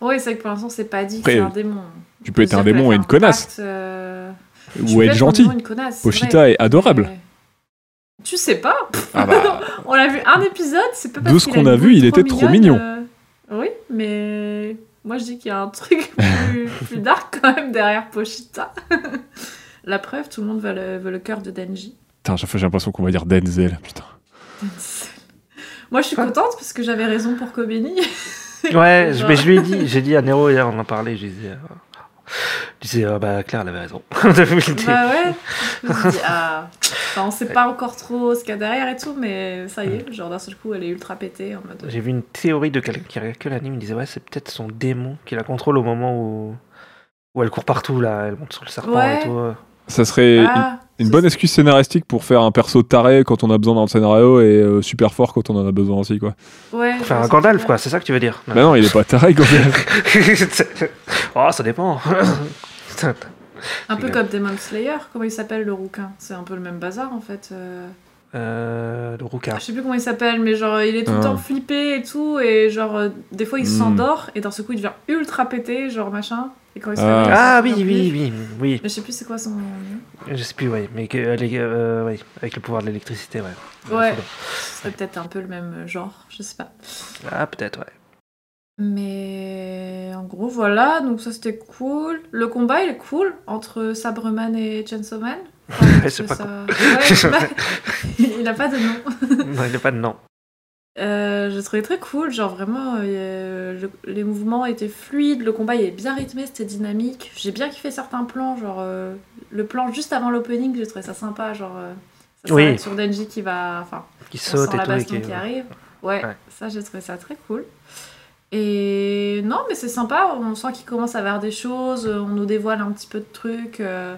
S4: Oui, c'est que pour l'instant, c'est pas dit que
S3: Après,
S4: c'est un démon.
S3: Tu peux être un démon et une connasse.
S4: euh, ah,
S3: Ou être gentil.
S4: gentil.
S3: Pochita est adorable.
S4: Tu sais pas
S3: Ah bah,
S4: On l'a vu un épisode, c'est pas parce
S3: De ce
S4: qu'il
S3: qu'on a
S4: une
S3: vu,
S4: bouille
S3: il était trop
S4: mignonne, euh, Oui, mais moi je dis qu'il y a un truc plus, plus dark quand même derrière Pochita. La preuve, tout le monde veut le, veut le cœur de Denji.
S3: putain, chaque fois, j'ai l'impression qu'on va dire Denzel. Putain.
S4: Moi je suis
S1: Quoi
S4: contente parce que j'avais raison pour Kobeni.
S1: Ouais, je-
S4: Genre-
S1: mais je lui ai dit, j'ai dit à Nero hier, on en parlait, je lui disais. euh, je disais, ah bah Claire, elle avait raison.
S4: bah ouais. Je me suis dit, ah. Enfin, on sait pas encore trop ce qu'il y a derrière et tout, mais ça y est, genre d'un seul coup elle est ultra pétée en mode.
S1: J'ai vu une théorie de quelqu'un qui regarde que l'anime, il disait ouais c'est peut-être son démon qui la contrôle au moment où, où elle court partout là, elle monte sur le serpent
S4: Ouais.
S1: et tout. euh.
S3: Ça serait une-
S4: Ah,
S3: une,
S4: ce-
S3: bonne excuse scénaristique pour faire un perso taré quand on a besoin dans le scénario et euh, super fort quand on en a besoin aussi, quoi.
S4: Ouais,
S1: Enfin un
S4: ouais,
S1: Gandalf
S4: ouais.
S1: quoi, c'est ça que tu veux dire
S3: Bah non, il est pas taré, Gandalf.
S1: Oh ça dépend.
S4: Un peu
S1: Rigole.
S4: comme Demon Slayer, comment il s'appelle le rouquin C'est un peu le même bazar en fait. euh.
S1: euh, le rouquin.
S4: Je sais plus comment il s'appelle, mais genre il est tout
S3: Ah.
S4: le temps flippé et tout, et genre euh, des fois il
S3: Hmm.
S4: s'endort et d'un seul coup il devient ultra pété, genre machin. Et quand il se
S3: Ah.
S4: réveille, il
S1: Ah
S4: se
S1: oui
S4: souvient
S1: oui
S4: plus.
S1: oui oui,
S4: Mais je sais plus c'est quoi son. nom.
S1: je sais plus ouais, mais que, euh, les- euh, ouais, avec le pouvoir de l'électricité ouais.
S4: Ouais, ce serait peut-être un peu le même genre, je sais pas.
S1: Ah peut-être ouais.
S4: Mais en gros voilà, donc ça c'était cool. Le combat il est cool entre Sabreman et Chainsaw Man. Enfin, parce
S1: c'est
S4: que
S1: pas
S4: Ouais, je sais pas. il a pas de nom.
S1: Non, il n'y a pas de nom.
S4: Euh, je trouvais très cool, genre vraiment euh, le- les mouvements étaient fluides, le combat il est bien rythmé, c'était dynamique. J'ai bien kiffé certains plans, genre euh, le plan juste avant l'opening, j'ai trouvé ça sympa, genre euh, ça
S1: Oui.
S4: s'arrête sur Denji qui va, enfin,
S1: Qui
S4: on
S1: saute
S4: sent
S1: et
S4: la
S1: tout. et
S4: baston qui
S1: qui-
S4: arrive. Ouais,
S1: Ouais.
S4: ça j'ai trouvé ça très cool. Et non, mais c'est sympa, on sent qu'il commence à avoir des choses, euh, on nous dévoile un petit peu de trucs. euh,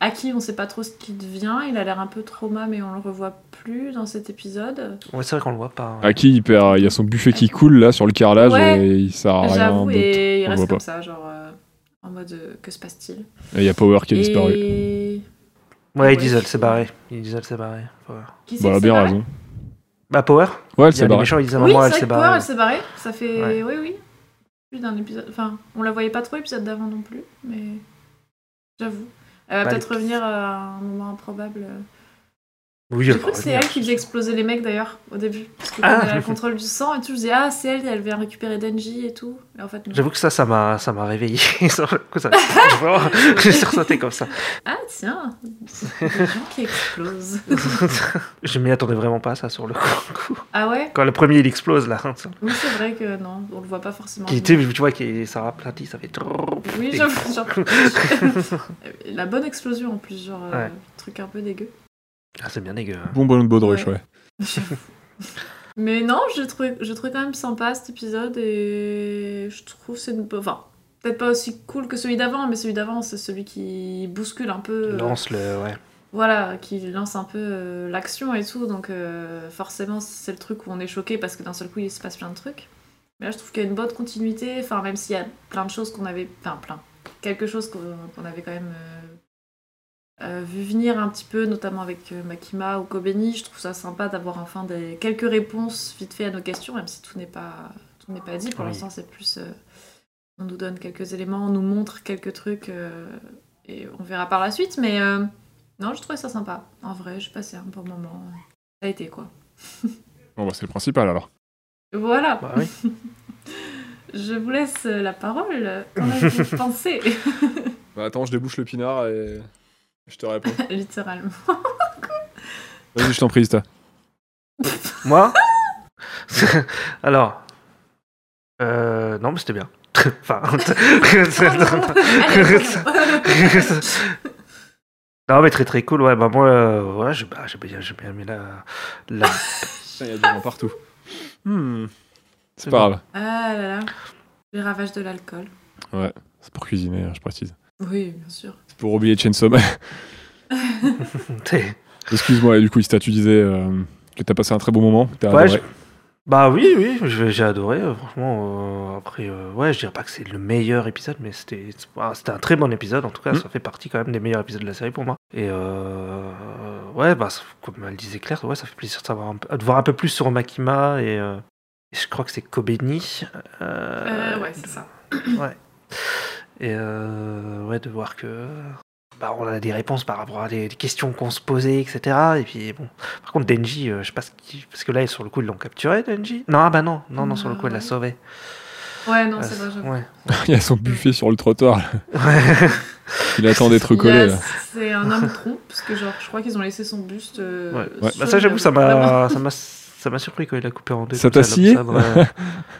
S4: Aki, on sait pas trop ce qu'il devient, il a l'air un peu trauma, mais on le revoit plus dans cet épisode.
S1: Ouais, c'est vrai qu'on le voit pas. hein. ouais.
S3: À qui il perd Il y a son buffet qui coule là sur le carrelage
S4: Ouais.
S3: et il sert à Ah, rien.
S4: J'avoue,
S3: d'autre.
S4: et il
S3: On le
S4: reste
S3: voit
S4: comme
S3: pas.
S4: ça, genre euh, en mode euh, que se passe-t-il
S3: Et il y a Power qui a disparu.
S4: Et.
S1: Ouais,
S4: Ouais.
S1: Diesel s'est barré. Diesel s'est barré. Power.
S4: Qui c'est
S3: Bah, elle a
S4: qui
S3: bien
S4: s'est
S3: raison.
S1: Bah Power.
S3: Ouais, elle
S1: Il y a
S3: s'est
S1: les
S3: barrée.
S1: méchants, ils disent à un
S4: barrée Oui,
S1: moment,
S4: c'est
S1: elle s'est
S4: vrai que Power,
S1: barrée.
S4: elle s'est barrée. Ça fait.
S1: Ouais.
S4: Oui, oui. Plus d'un épisode. Enfin, on la voyait pas trop, l'épisode d'avant non plus, mais. J'avoue. Elle va
S1: Bah,
S4: peut-être
S1: les-
S4: revenir à un moment improbable. euh.
S1: Oui,
S4: J'ai cru que c'est elle qui faisait exploser les mecs d'ailleurs au début. Parce que quand
S1: Ah.
S4: elle a le contrôle du sang et tout, je disais ah c'est elle, elle vient récupérer Denji et tout. Et en fait, non.
S1: J'avoue que ça, ça m'a, ça m'a réveillé. Sur le coup, ça- Vraiment, J'ai sursauté comme ça.
S4: Ah tiens, des gens qui explosent.
S1: Je m'y attendais vraiment pas, ça, sur le coup.
S4: Ah ouais
S1: Quand le premier, il explose, là. hein, sur-
S4: Oui c'est vrai que non, on le voit pas forcément.
S1: Qui, tu sais, tu vois, qui, ça raplatit, ça fait... trrrr.
S4: Oui, j'avoue. genre- La bonne explosion en plus, genre euh,
S1: Ouais.
S4: truc un peu dégueu.
S1: Ah, c'est bien dégueu. hein.
S7: Bon ballon de baudruche,
S4: Ouais.
S7: ouais.
S4: Mais non, je trouve, je trouve quand même sympa cet épisode et je trouve c'est une... enfin peut-être pas aussi cool que celui d'avant, mais celui d'avant c'est celui qui bouscule un peu, euh,
S1: Lance le... Ouais.
S4: voilà, qui lance un peu euh, l'action et tout, donc euh, forcément c'est le truc où on est choqué parce que d'un seul coup il se passe plein de trucs. Mais là je trouve qu'il y a une bonne continuité, enfin même s'il y a plein de choses qu'on avait, enfin plein, quelque chose qu'on qu'on avait quand même euh, euh, vu venir un petit peu, notamment avec euh, Makima ou Kobeni. Je trouve ça sympa d'avoir enfin des, quelques réponses vite fait à nos questions, même si tout n'est pas, tout n'est pas dit. Pour
S1: Oui.
S4: l'instant, c'est plus. euh, on nous donne quelques éléments, on nous montre quelques trucs, euh, et on verra par la suite. Mais euh, non, je trouvais ça sympa. En vrai, j'ai passé un bon moment. Ça a été quoi.
S3: Bon, bah, c'est le principal alors.
S4: Voilà,
S1: Bah oui.
S4: je vous laisse euh, la parole. Qu'en avez-vous pensé
S7: Bah, attends, je débouche le pinard et je te réponds.
S4: Littéralement.
S3: Vas-y, je t'en prie, Ista.
S1: Moi Alors... Euh, non, mais c'était bien. enfin...
S4: Oh, Allez, voyons.
S1: non, mais très très cool. Ouais, bah moi, euh, ouais, j'ai bah, j'ai bien, j'ai bien aimé la... la...
S7: Putain, il y a du vent partout.
S3: Hmm. C'est pas grave.
S4: Ah là là. Les ravages de l'alcool.
S3: C'est pour cuisiner, hein, je précise.
S4: Oui, bien sûr.
S3: C'est pour oublier Chainsaw Man.
S1: T'es-
S3: Excuse-moi, et du coup, Ista, tu disais euh, que t'as passé un très bon moment. T'as
S1: Ouais,
S3: adoré.
S1: Bah oui, oui, je- j'ai adoré, euh, franchement. euh, après, euh, ouais, je dirais pas que c'est le meilleur épisode, mais c'était c'est- ah, c'était un très bon épisode, en tout cas,
S3: Mhm.
S1: ça fait partie quand même des meilleurs épisodes de la série pour moi. Et euh, ouais, bah, ça- comme elle disait Claire, ouais, ça fait plaisir de, savoir un peu- de voir un peu plus sur Makima et, euh, et je crois que c'est Kobeni. euh,
S4: Euh, ouais, c'est ça.
S1: et euh, ouais, de voir que bah, on a des réponses par rapport à des, des questions qu'on se posait, etc. Et puis bon, par contre Denji, euh, je sais pas ce qui- parce que là sur le coup ils l'ont capturé Denji. Non ah bah non, non non sur le coup elle l'a
S4: Non.
S1: sauvé.
S4: Ouais, non,
S1: Euh,
S4: c'est vrai, j'avoue.
S1: ouais.
S3: Il y a son buffet sur le trottoir. là.
S1: Ouais.
S3: Il attend d'être
S4: Il y a-
S3: collé. là.
S4: C'est un homme tronc, parce que genre, je crois qu'ils ont laissé son buste. euh,
S1: Ouais.
S4: sur
S3: Ouais.
S1: bah, ça j'avoue ça
S4: vraiment.
S1: m'a ça m'a ça m'a surpris quand il l'a coupé en deux.
S3: Ça
S1: comme
S3: t'a scié
S1: là, dans la-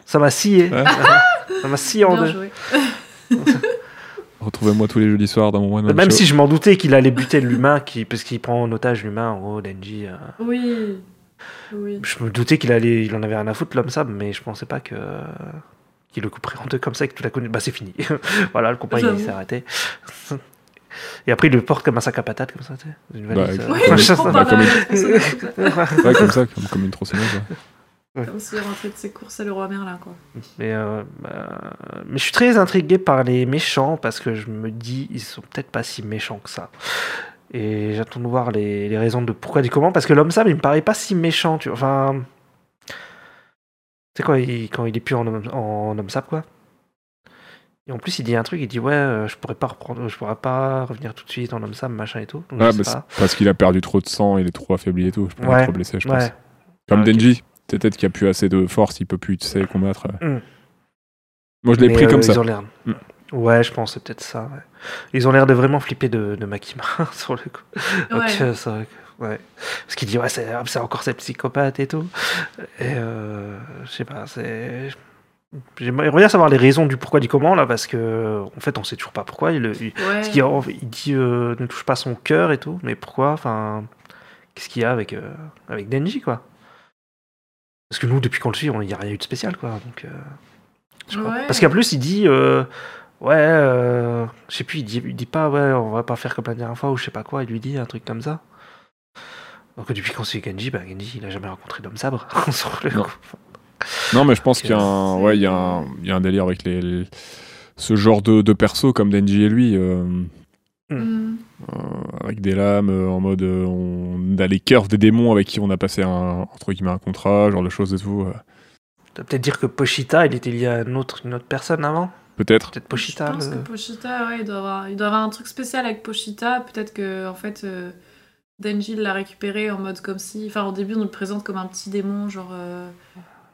S1: Ça m'a scié.
S3: Ouais.
S1: Ouais. ça m'a scié en
S4: Bien
S1: deux.
S4: joué.
S3: Retrouvez-moi tous les jeudis soirs dans mon one
S1: Même si je m'en doutais qu'il allait buter l'humain qui parce qu'il prend en otage l'humain en gros Denji. euh,
S4: Oui. Oui.
S1: Je me doutais qu'il allait, il en avait rien à foutre l'homme ça, mais je pensais pas que qu'il le couperait en deux comme ça et que tout à coup, bah c'est fini. voilà, le combat il
S4: J'avoue.
S1: s'est arrêté. et après il le porte comme un sac à patates comme ça, tu sais, dans une
S3: Bah,
S1: valise.
S3: écoute,
S1: euh,
S4: Oui,
S3: Comme-
S4: je
S1: machin,
S4: prends
S1: ça.
S3: bah,
S4: par
S3: comme
S4: la-
S3: il-
S4: la tronçonneuse, quoi.
S3: Ouais, comme ça, comme, comme une tronçonneuse. ouais.
S4: Comme s'il rentrait de ses courses à le roi Merlin, quoi.
S1: mais, euh, bah, mais je suis très intrigué par les méchants parce que je me dis ils sont peut-être pas si méchants que ça. Et j'attends de voir les, les raisons de pourquoi du comment parce que l'homme sable il me paraît pas si méchant, tu vois. Enfin, tu sais quoi, il- quand il est plus en homme, en homme sable quoi. Et en plus il dit un truc, il dit ouais euh, je pourrais pas reprendre, je pourrais pas revenir tout de suite en homme sable machin et tout. Donc, je
S3: Ah,
S1: sais
S3: bah,
S1: pas.
S3: c'est parce qu'il a perdu trop de sang, il est trop affaibli et tout. Je pense qu'il est
S1: Ouais.
S3: trop blessé, je pense.
S1: Ouais.
S3: Comme
S1: Ah, ok.
S3: Denji, peut-être qu'il a plus assez de force, il peut plus, tu sais, combattre.
S1: Hmm.
S3: Moi, je l'ai
S1: Mais,
S3: pris
S1: euh,
S3: comme ça.
S1: Ils ont l'air.
S3: Mm.
S1: Ouais, je pense, c'est peut-être ça. ouais. Ils ont l'air de vraiment flipper de, de Makima sur le coup. Donc,
S4: Ouais.
S1: euh, c'est vrai que- ouais. Parce qu'il dit, ouais, c'est ah, c'est encore ces psychopathes et tout. Et euh, je sais pas, c'est. J'aimerais bien savoir les raisons du pourquoi du comment là, parce que en fait, on sait toujours pas pourquoi. Il, il-
S4: Ouais.
S1: parce qu'il- il dit euh, ne touche pas son cœur et tout, mais pourquoi Enfin, qu'est-ce qu'il y a avec euh, avec Denji quoi Parce que nous, depuis qu'on le suit, on- il n'y a rien eu de spécial quoi. Donc, euh, je sais pas.
S4: Ouais.
S1: Parce qu'en plus, il dit euh, ouais, euh, je sais plus, il dit, il dit pas ouais, on va pas faire comme la dernière fois ou je sais pas quoi. Il lui dit un truc comme ça. Donc depuis qu'on suit Genji, bah, Genji, il a jamais rencontré d'homme sabre. Sur le
S3: Non.
S1: coup.
S3: Non, mais je pense
S1: Ok.
S3: qu'il y a un, ouais, il y a un, il y a un délire avec les, les- ce genre de, de perso comme Denji et lui, euh,
S4: Hmm.
S3: euh, avec des lames, euh, en mode euh, on a les curves des démons avec qui on a passé un, entre guillemets, un contrat, genre de choses et tout. euh.
S1: T'as peut-être dire que Pochita, il était lié à une autre, une autre personne avant.
S3: Peut-être.
S1: Peut-être Pochita.
S4: Je pense
S1: le-
S4: que Pochita, ouais, il doit avoir, il doit avoir un truc spécial avec Pochita. Peut-être que, en fait, euh, Denji l'a récupéré en mode comme si. Enfin, au début, on le présente comme un petit démon, genre. euh,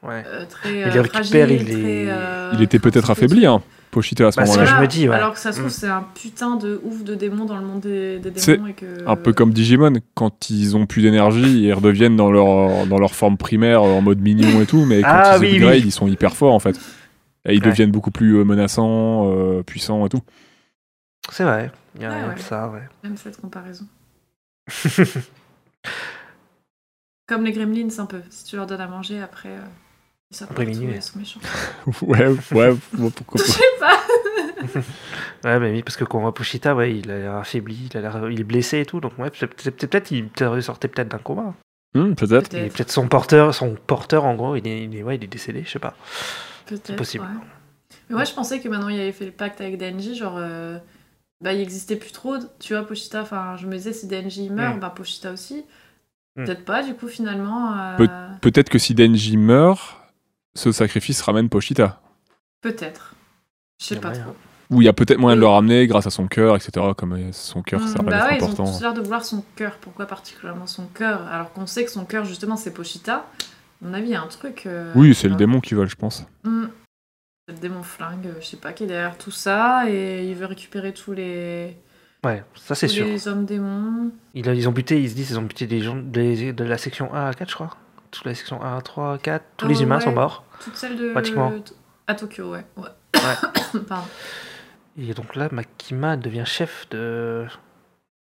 S1: Ouais.
S4: euh, très
S1: Il
S4: euh,
S1: les récupère,
S4: fragile,
S1: il les-
S4: très, euh,
S3: Il était peut-être affaibli, hein, Pochita à ce
S1: Bah, c'est
S3: moment-là.
S1: je me dis, ouais.
S4: Alors que ça se trouve,
S1: Mm.
S4: c'est un putain de ouf de démon dans le monde des, des
S3: C'est
S4: démons. Et que...
S3: Un peu comme Digimon, quand ils ont plus d'énergie, ils redeviennent dans leur, euh, dans leur forme primaire euh, en mode mignon et tout, mais quand
S1: Ah,
S3: ils
S1: oui,
S3: upgrade,
S1: oui.
S3: ils sont hyper forts en fait. Et ils
S1: Ouais.
S3: deviennent beaucoup plus euh, menaçants, euh, puissants et tout.
S1: C'est vrai. Il y a
S4: Ouais,
S1: un peu
S4: ouais.
S1: ça, ouais.
S4: Même cette comparaison. Comme les gremlins, un peu. Si tu leur donnes à manger après. euh, Ils sortent
S1: Après
S4: partout,
S1: minuit.
S4: ils sont méchants.
S3: ouais, ouais, ouais, pourquoi
S4: Je
S3: pas.
S4: sais pas.
S1: Ouais, mais oui, parce que quand on voit Pushita, ouais, il a l'air affaibli, il, a l'air- il est blessé et tout, donc ouais, peut-être peut peut il ressortait peut-être d'un combat.
S3: Hmm, Peut-être.
S1: Et
S4: Peut-être.
S1: peut-être son porteur, son porteur en gros, il est, il est- ouais, il est décédé, je sais pas.
S4: Peut-être.
S1: possible.
S4: ouais. Mais moi, je pensais que maintenant, il avait fait le pacte avec Denji, genre. euh, Bah, il existait plus trop, tu vois, Pochita. Enfin, je me disais, si Denji il meurt,
S1: Mm.
S4: bah, Pochita aussi.
S1: Mm.
S4: Peut-être pas, du coup, finalement. euh,
S3: Peut-être que si Denji meurt, ce sacrifice ramène Pochita.
S4: Peut-être. Je
S1: Y
S4: sais
S1: a
S4: pas
S1: moyen.
S4: trop.
S3: Ou il y a peut-être moyen de le ramener grâce à son cœur, etc. Comme euh, son cœur,
S4: Hmm,
S3: ça va
S4: bah ouais,
S3: être
S4: ils ont
S3: important.
S4: tous l'air de vouloir son cœur. Pourquoi particulièrement son cœur Alors qu'on sait que son cœur, justement, c'est Pochita. À mon avis, il y a un truc. euh,
S3: Oui, c'est le
S4: hein.
S3: démon qui veulent, je pense.
S4: Hmm. C'est le démon flingue, euh, je sais pas, qui est derrière tout ça. Et il veut récupérer tous les,
S1: Ouais, ça c'est
S4: tous
S1: sûr.
S4: les hommes démons.
S1: Ils, ils ont buté, ils se disent, ils ont buté des gens des- de la section 1 à 4, je crois. Toute la section 1 à 3, 4, tous
S4: Ah
S1: les humains
S4: ouais.
S1: sont morts.
S4: Toutes celles de.
S1: Pratiquement.
S4: À Tokyo, ouais. Ouais. Pardon.
S1: Et donc là, Makima devient chef de.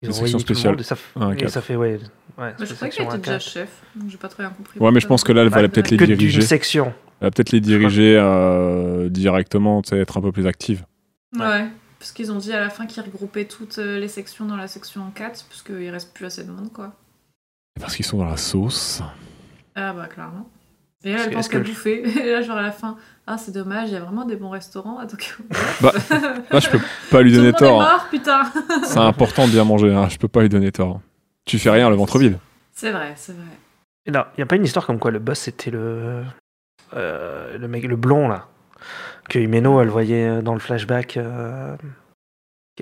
S3: La
S1: réuni
S3: section
S1: tout le
S3: spéciale,
S1: monde et ça, f-
S3: 1 à
S1: et
S3: 4.
S1: ça fait, ouais. ouais
S4: Mais Bah, je croyais qu'il
S1: section 1
S4: était
S1: à
S4: déjà
S1: 4.
S4: chef. donc J'ai pas très bien compris.
S3: Ouais, mais je pense que là, elle va
S4: Ouais,
S3: peut-être les
S4: ouais.
S1: Que d'une
S3: diriger.
S1: section.
S3: Elle va peut-être les diriger euh, directement, tu sais, être un peu plus active.
S1: Ouais.
S4: Ouais. Parce qu'ils ont dit à la fin qu'ils regroupaient toutes euh, les sections dans la section 4, parce qu'il reste plus assez de monde, quoi.
S3: Parce qu'ils sont dans la sauce.
S4: Ah bah clairement. Et là,
S1: Parce
S4: elle
S1: que-
S4: pense
S1: est-ce que
S4: qu'à
S1: le-
S4: bouffer. Et là, genre à la fin, ah c'est dommage, il y a vraiment des bons restaurants à Tokyo.
S3: Bah, Là, je peux pas lui
S4: Tout
S3: donner
S4: le monde est
S3: tort. hein.
S4: mort, putain.
S3: C'est important de bien manger. hein. Je peux pas lui donner tort. Tu fais rien, le ventre vide.
S4: C'est vrai, c'est vrai.
S1: Et là, il n'y a pas une histoire comme quoi le boss c'était le. euh, le mec, le blond là. Que Himeno, elle voyait dans le flashback. euh,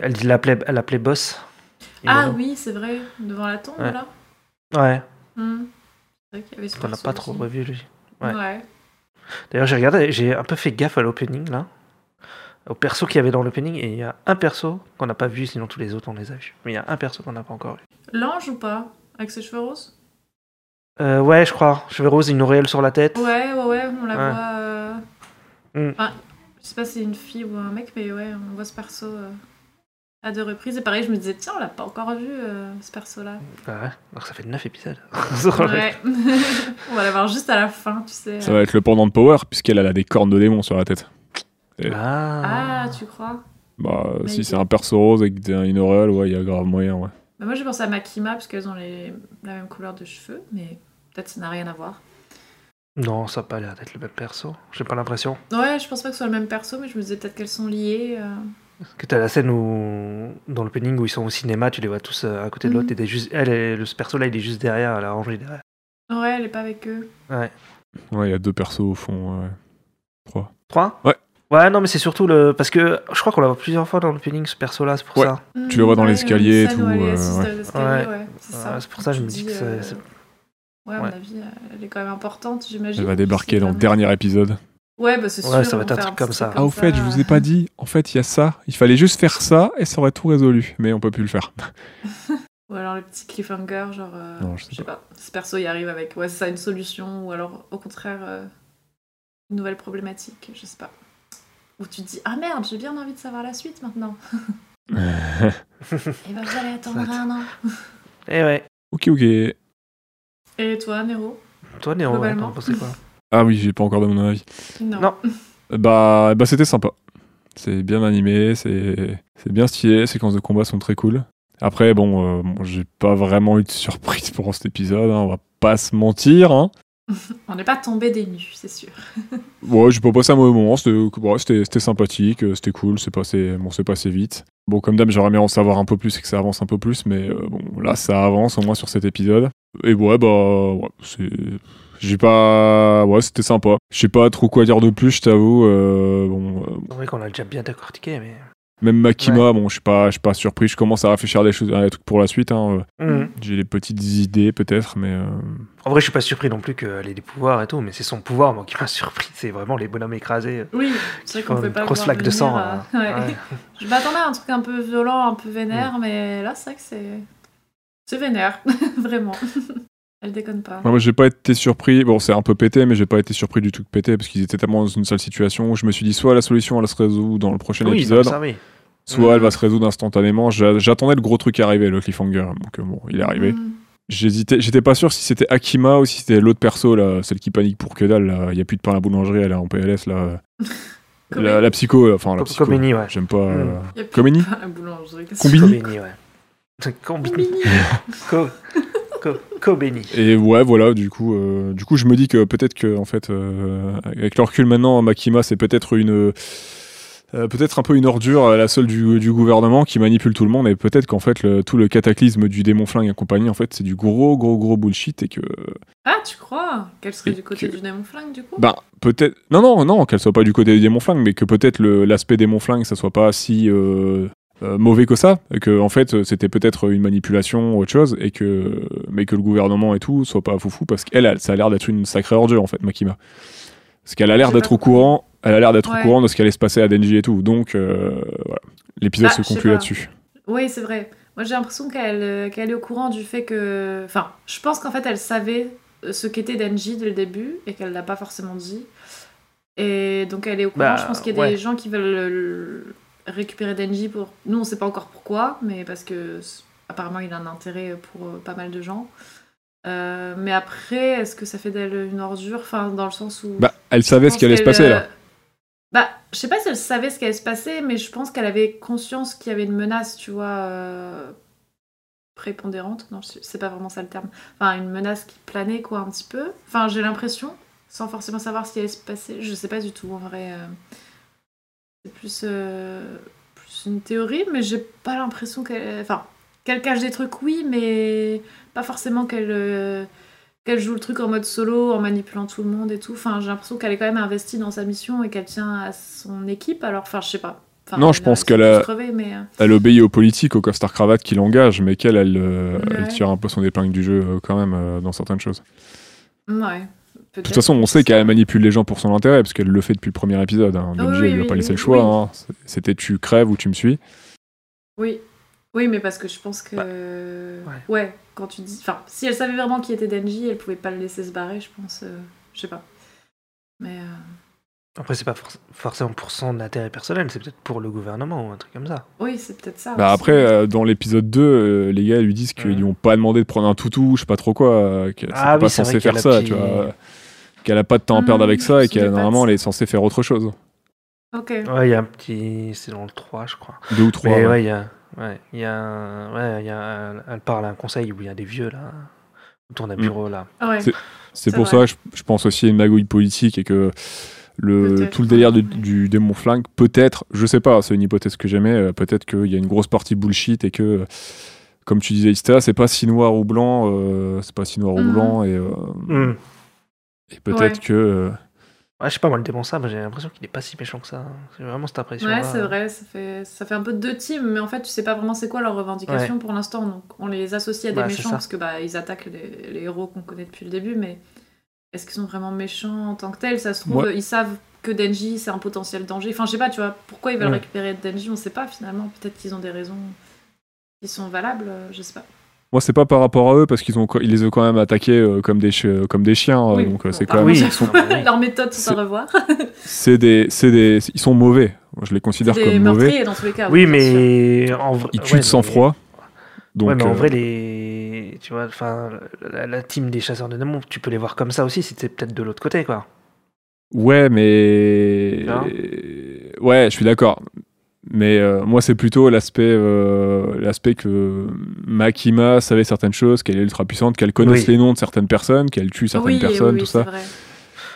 S1: elle dit- l'appelait elle l'appelait boss.
S4: Ah
S1: Himeno.
S4: oui, c'est vrai, devant la tombe
S1: Ouais.
S4: là.
S1: Ouais,
S4: Hmm. C'est vrai qu'il y avait ce
S1: on n'a
S4: perso
S1: pas trop
S4: aussi.
S1: revu lui. ouais.
S4: Ouais.
S1: D'ailleurs, j'ai regardé, j'ai un peu fait gaffe à l'opening là. Au perso qu'il y avait dans l'opening, et il y a un perso qu'on n'a pas vu, sinon tous les autres on les a vus. Mais il y a un perso qu'on n'a pas encore vu.
S4: L'ange ou pas Avec ses cheveux roses
S1: Euh, ouais, je crois. Cheveux roses, une auréole sur la tête.
S4: Ouais, ouais, ouais, on la
S1: Ouais.
S4: voit. euh,
S1: Hmm.
S4: enfin, je sais pas si c'est une fille ou un mec, mais ouais, on voit ce perso euh, à deux reprises. Et pareil, je me disais, tiens, on l'a pas encore vu euh, ce perso là.
S1: Ouais, alors ça fait 9 épisodes.
S4: Ouais. on va l'avoir juste à la fin, tu sais.
S3: Ça va être le pendant de Power, puisqu'elle elle a des cornes de démon sur la tête.
S1: Ah.
S4: Ah, tu crois
S3: Bah, euh, si
S4: Maybe.
S3: c'est un perso rose avec des- une auréole, ouais, il y a grave moyen, ouais.
S4: bah, Moi, j'ai pensé à Makima parce qu'elles ont les... la même couleur de cheveux, mais peut-être ça n'a rien à voir.
S1: Non, ça n'a pas l'air d'être le même perso. J'ai pas l'impression.
S4: Ouais, je pense pas que ce soit le même perso, mais je me disais peut-être qu'elles sont liées. euh.
S1: Que t'as la scène où, dans l'opening où ils sont au cinéma, tu les vois tous euh, à côté de l'autre.
S4: Mhm.
S1: et t'es juste, elle, elle- ce perso là, il est juste derrière, elle a rangé derrière.
S4: Ouais, elle est pas avec eux.
S3: Ouais, il y a deux persos au fond, ouais. Trois.
S1: 3
S3: Ouais.
S1: Ouais, non, mais c'est surtout le. Parce que je crois qu'on l'a voit plusieurs fois dans l'opening, ce perso là, c'est pour
S3: Ouais.
S1: ça.
S3: Tu les vois dans
S4: Ouais,
S3: l'escalier et
S4: une scène où
S3: tout,
S4: elle est
S3: euh,
S4: assise
S3: ouais.
S4: dans l'escalier, ouais, c'est
S1: Ouais,
S4: ça.
S1: c'est pour ça que je
S4: Tu
S1: me
S4: te
S1: dis que
S4: dis,
S1: c'est-
S4: euh,
S1: c'est-
S4: Ouais, à mon
S1: Ouais.
S4: avis, euh, elle est quand même importante, j'imagine.
S3: Elle va débarquer dans le dernier épisode.
S4: Ouais, bah c'est sûr.
S1: Ouais, ça va
S4: ils
S1: être un
S4: vont faire
S1: truc comme
S4: petit
S1: ça.
S4: truc
S3: Ah, au fait, je vous ai pas dit. En fait, il y a ça. Il fallait juste faire ça et ça aurait tout résolu. Mais on peut plus le faire.
S4: Ou alors le petit cliffhanger, genre. euh,
S3: Non, je sais
S4: je sais pas. Ce perso y arrive avec, ouais, c'est ça, une solution, ou alors au contraire, euh, une nouvelle problématique, je sais pas. Où tu te dis, ah merde, j'ai bien envie de savoir la suite maintenant. Eh Et bah, j'allais
S1: Ça
S4: attendre
S1: va
S4: un an.
S1: Et Eh ouais.
S3: ok, ok.
S4: Et toi, Nero
S1: Toi, Néo, ouais,
S4: Globalement.
S1: t'en pensais quoi
S3: Ah oui, j'ai pas encore donné mon avis.
S4: Non.
S1: Non.
S3: Bah, bah c'était sympa. C'est bien animé, c'est c'est bien stylé, les séquences de combat sont très cool. Après, bon, euh, bon, j'ai pas vraiment eu de surprise pour cet épisode, hein, on va pas se mentir. Hein.
S4: On n'est pas tombé des nues, c'est sûr.
S3: Ouais, j'ai pas passé un mauvais moment, c'était ouais, c'était- c'était sympathique, euh, c'était cool, c'est passé, bon, c'est passé vite. Bon, comme d'hab, j'aurais aimé en savoir un peu plus et que ça avance un peu plus, mais euh, bon, là, ça avance au moins sur cet épisode. Et ouais, bah, ouais, c'est. J'ai pas. Ouais, c'était sympa. Je sais pas trop quoi dire de plus, je t'avoue. euh, bon, euh,
S1: C'est vrai qu'on l'a déjà bien décortiqué, mais.
S3: Même Makima, bon, je suis pas, je suis pas surpris. Je commence à réfléchir à des choses, à des trucs pour la suite. hein.
S1: Mhm.
S3: J'ai des petites idées peut-être, mais euh,
S1: En vrai, je suis pas surpris non plus qu'elle ait des pouvoirs et tout, mais c'est son pouvoir moi, qui m'a surpris. C'est vraiment les bonhommes écrasés.
S4: Oui, c'est
S1: qui
S4: vrai qu'on
S1: font
S4: peut
S1: une
S4: pas.
S1: grosse
S4: voir
S1: flaque de
S4: venir,
S1: sang.
S4: euh,
S1: euh,
S4: ouais.
S1: ouais. Mm.
S4: Je m'attendais à un truc un peu violent, un peu vénère, mais là, c'est vrai que c'est. C'est vénère, vraiment. Elle déconne pas.
S3: Ouais, moi, j'ai pas été surpris. Bon, c'est un peu pété, mais j'ai pas été surpris du tout que pété parce qu'ils étaient tellement dans une seule situation. où Je me suis dit, soit la solution, elle se résout dans le prochain
S1: Oui,
S3: épisode, hein.
S1: comme ça, oui.
S3: soit
S1: Mm.
S3: elle va se résoudre instantanément. J'a- J'attendais le gros truc arriver, le cliffhanger. Donc, euh, bon, il est arrivé.
S4: Mm.
S3: J'hésitais, j'étais pas sûr si c'était Akima ou si c'était l'autre perso, là, celle qui panique pour que dalle. là. Il y a plus de pain à la boulangerie, elle est en PLS, là. la, la psycho, là. enfin, la
S1: Com-
S3: psycho.
S1: Comini, ouais.
S3: J'aime pas. euh,
S4: Y a plus
S3: Comini
S4: de pain à la boulangerie. qu'est-ce que-
S3: Combini
S1: Combini, ouais. Combini. Co. Co. Cobini.
S3: Et ouais, voilà, du coup, euh, du coup, je me dis que peut-être que, en fait, euh, avec le recul maintenant, Makima, c'est peut-être une. euh, peut-être un peu une ordure, euh, la seule du, du gouvernement qui manipule tout le monde, et peut-être qu'en fait, le- tout le cataclysme du démon flingue et compagnie, en fait, c'est du gros, gros, gros bullshit, et que.
S4: Ah, tu crois Qu'elle serait
S3: Et
S4: du côté
S3: que-
S4: du démon flingue, du coup
S3: Ben, peut-être. Non, non, non, qu'elle soit pas du côté des démons flingues, mais que peut-être le- l'aspect démon flingue, ça soit pas si euh, euh, mauvais que ça. Et que, en fait, euh, c'était peut-être une manipulation ou autre chose, et que, mais que le gouvernement et tout soit pas foufou, parce qu'elle, elle, ça a l'air d'être une sacrée ordure, en fait, Makima. Parce qu'elle a l'air
S4: J'ai pas
S3: d'être au
S4: compris.
S3: courant. Elle a l'air d'être
S4: Ouais.
S3: au courant de ce qui allait se passer à Denji et tout. Donc, euh, voilà. L'épisode
S4: Ah,
S3: se
S4: je sais
S3: conclut
S4: pas.
S3: là-dessus.
S4: Oui, c'est vrai. Moi, j'ai l'impression qu'elle euh, qu'elle est au courant du fait que. Enfin, je pense qu'en fait, elle savait euh, ce qu'était Denji dès le début et qu'elle l'a pas forcément dit. Et donc, elle est au courant.
S1: Bah,
S4: je pense qu'il y a
S1: ouais.
S4: des gens qui veulent euh, récupérer Denji pour. Nous, on sait pas encore pourquoi, mais parce que c- apparemment, il a un intérêt pour euh, pas mal de gens. Euh, mais après, est-ce que ça fait d'elle une ordure Enfin, dans le sens où.
S3: Bah, elle savait
S4: Je
S3: ce
S4: pense
S3: qui allait se
S4: qu'elle,
S3: passer, là.
S4: euh, Bah, je sais pas si elle savait ce qui allait se passer, mais je pense qu'elle avait conscience qu'il y avait une menace, tu vois, euh, prépondérante. Non, je sais- c'est pas vraiment ça le terme. Enfin, une menace qui planait, quoi, un petit peu. Enfin, j'ai l'impression, sans forcément savoir ce qui allait se passer. Je sais pas du tout, en vrai. euh, C'est plus, euh, plus une théorie, mais j'ai pas l'impression qu'elle. Enfin, qu'elle cache des trucs, oui, mais pas forcément qu'elle. euh, qu'elle joue le truc en mode solo, en manipulant tout le monde et tout. Enfin, j'ai l'impression qu'elle est quand même investie dans sa mission et qu'elle tient à son équipe. Alors, enfin, je sais pas. Enfin,
S3: Non, je
S4: elle
S3: pense
S4: risque
S3: qu'elle
S4: de
S3: a-
S4: se crever, mais... euh,
S3: Elle obéit aux politiques, aux costards cravates qui l'engagent, mais qu'elle, elle, euh, elle
S4: Ouais.
S3: tire un peu son épingle du jeu euh, quand même euh, dans certaines choses.
S4: euh, Ouais.
S3: De toute façon, on sait qu'elle manipule les gens pour son intérêt, parce qu'elle le fait depuis le premier épisode. Hein.
S4: Ah
S3: Benji,
S4: oui,
S3: elle lui a
S4: oui,
S3: pas laissé
S4: oui,
S3: le choix.
S4: oui.
S3: hein. C'est- C'était tu crèves ou tu me suis.
S4: Oui. Oui, mais parce que je pense que.
S3: Bah,
S4: ouais. quand tu dis. Enfin, si elle savait vraiment qui était Denji, elle pouvait pas le laisser se barrer, je pense. euh, Je sais pas. Mais. euh,
S1: Après, c'est pas forc- forcément pour son intérêt personnel, c'est peut-être pour le gouvernement ou un truc comme ça.
S4: Ah, Oui, c'est peut-être ça.
S3: Bah
S4: aussi.
S3: après, euh, dans l'épisode 2, euh, les gars lui disent qu'ils
S1: Mhm.
S3: lui ont pas demandé de prendre un toutou, je sais pas trop quoi. euh, qu'elle
S1: Ah
S3: c'est
S1: oui,
S3: pas
S1: c'est
S3: censé
S1: vrai
S3: faire
S1: qu'elle
S3: ça,
S1: a
S3: tu
S1: petit-
S3: vois. Qu'elle a pas de temps à
S4: Mhm,
S3: perdre avec ça et
S4: sous les
S3: qu'elle normalement
S4: pattes.
S3: elle est censée faire autre chose.
S4: Ok.
S1: Ouais, il y a un petit. C'est dans le 3, je crois.
S3: Deux ou trois.
S1: Mais
S3: ouais.
S1: ouais, il y a. Ouais, il y a. un- Ouais, il y a. un- Elle parle à un conseil où il y a des vieux, là. Autour d'un
S3: Mm.
S1: bureau, là.
S4: Ah ouais.
S3: C'est
S4: C'est
S3: pour ça,
S4: vrai.
S3: je, je pense aussi à une magouille politique et que le,
S4: Peut-être.
S3: tout le délire de- du démon flingue, peut-être, je sais pas, c'est une hypothèse que j'aimais, euh, peut-être qu'il y a une grosse partie bullshit et que, euh, comme tu disais, Ista, c'est pas si noir ou blanc, euh, c'est pas si noir ou
S4: Mhm.
S3: blanc et, euh,
S1: Mm.
S3: et peut-être
S4: Ouais.
S3: que. euh,
S1: Ouais, je sais pas, moi, le démon sabre, j'ai l'impression qu'il est pas si méchant que ça. J'ai vraiment cette impression.
S4: Ouais,
S3: euh,
S4: c'est vrai, ça fait, ça fait un peu deux teams, mais en fait, tu sais pas vraiment c'est quoi leurs revendications pour l'instant. Donc, on les associe à des
S1: Bah, c'est
S4: méchants
S1: ça.
S4: parce que bah ils attaquent les, les héros qu'on connaît depuis le début, mais est-ce qu'ils sont vraiment méchants en tant que tels Ça se trouve,
S3: Moi-
S4: ils savent que Denji c'est un potentiel danger. Enfin, je sais pas, tu vois, pourquoi ils veulent
S1: Mm.
S4: récupérer Denji, on sait pas finalement. Peut-être qu'ils ont des raisons qui sont valables, euh, je sais pas.
S3: Moi, c'est pas par rapport à eux parce qu'ils ont, ils les ont quand même attaqués euh, comme des, chi- euh, comme des chiens. euh,
S4: Oui.
S3: donc, euh, c'est
S4: Bon,
S3: quand même.
S1: oui,
S4: pardon,
S1: ils sont-
S4: Leurs méthodes sont
S3: C'est-
S4: à revoir.
S3: C'est des, c'est des, ils sont mauvais. Moi, je les
S4: C'est
S3: considère
S4: des
S3: comme mauvais.
S4: meurtriers dans tous les cas.
S1: Oui,
S4: bien sûr.
S1: mais. En... vrai-
S3: Ils tuent
S1: ouais,
S3: de sang-froid. Donc,
S1: ouais, mais en
S3: euh,
S1: vrai, les. Tu vois, enfin, la, la team des chasseurs de démons, tu peux les voir comme ça aussi si t'es peut-être de l'autre côté, quoi.
S3: Ouais, mais.
S1: Non
S3: Ouais, je suis d'accord. Mais euh, moi, c'est plutôt l'aspect euh, l'aspect que Makima savait certaines choses, qu'elle est ultra puissante, qu'elle connaisse
S1: Oui.
S3: les noms de certaines personnes, qu'elle tue certaines
S4: Oui,
S3: personnes,
S4: oui,
S3: tout
S4: c'est
S3: ça.
S4: vrai.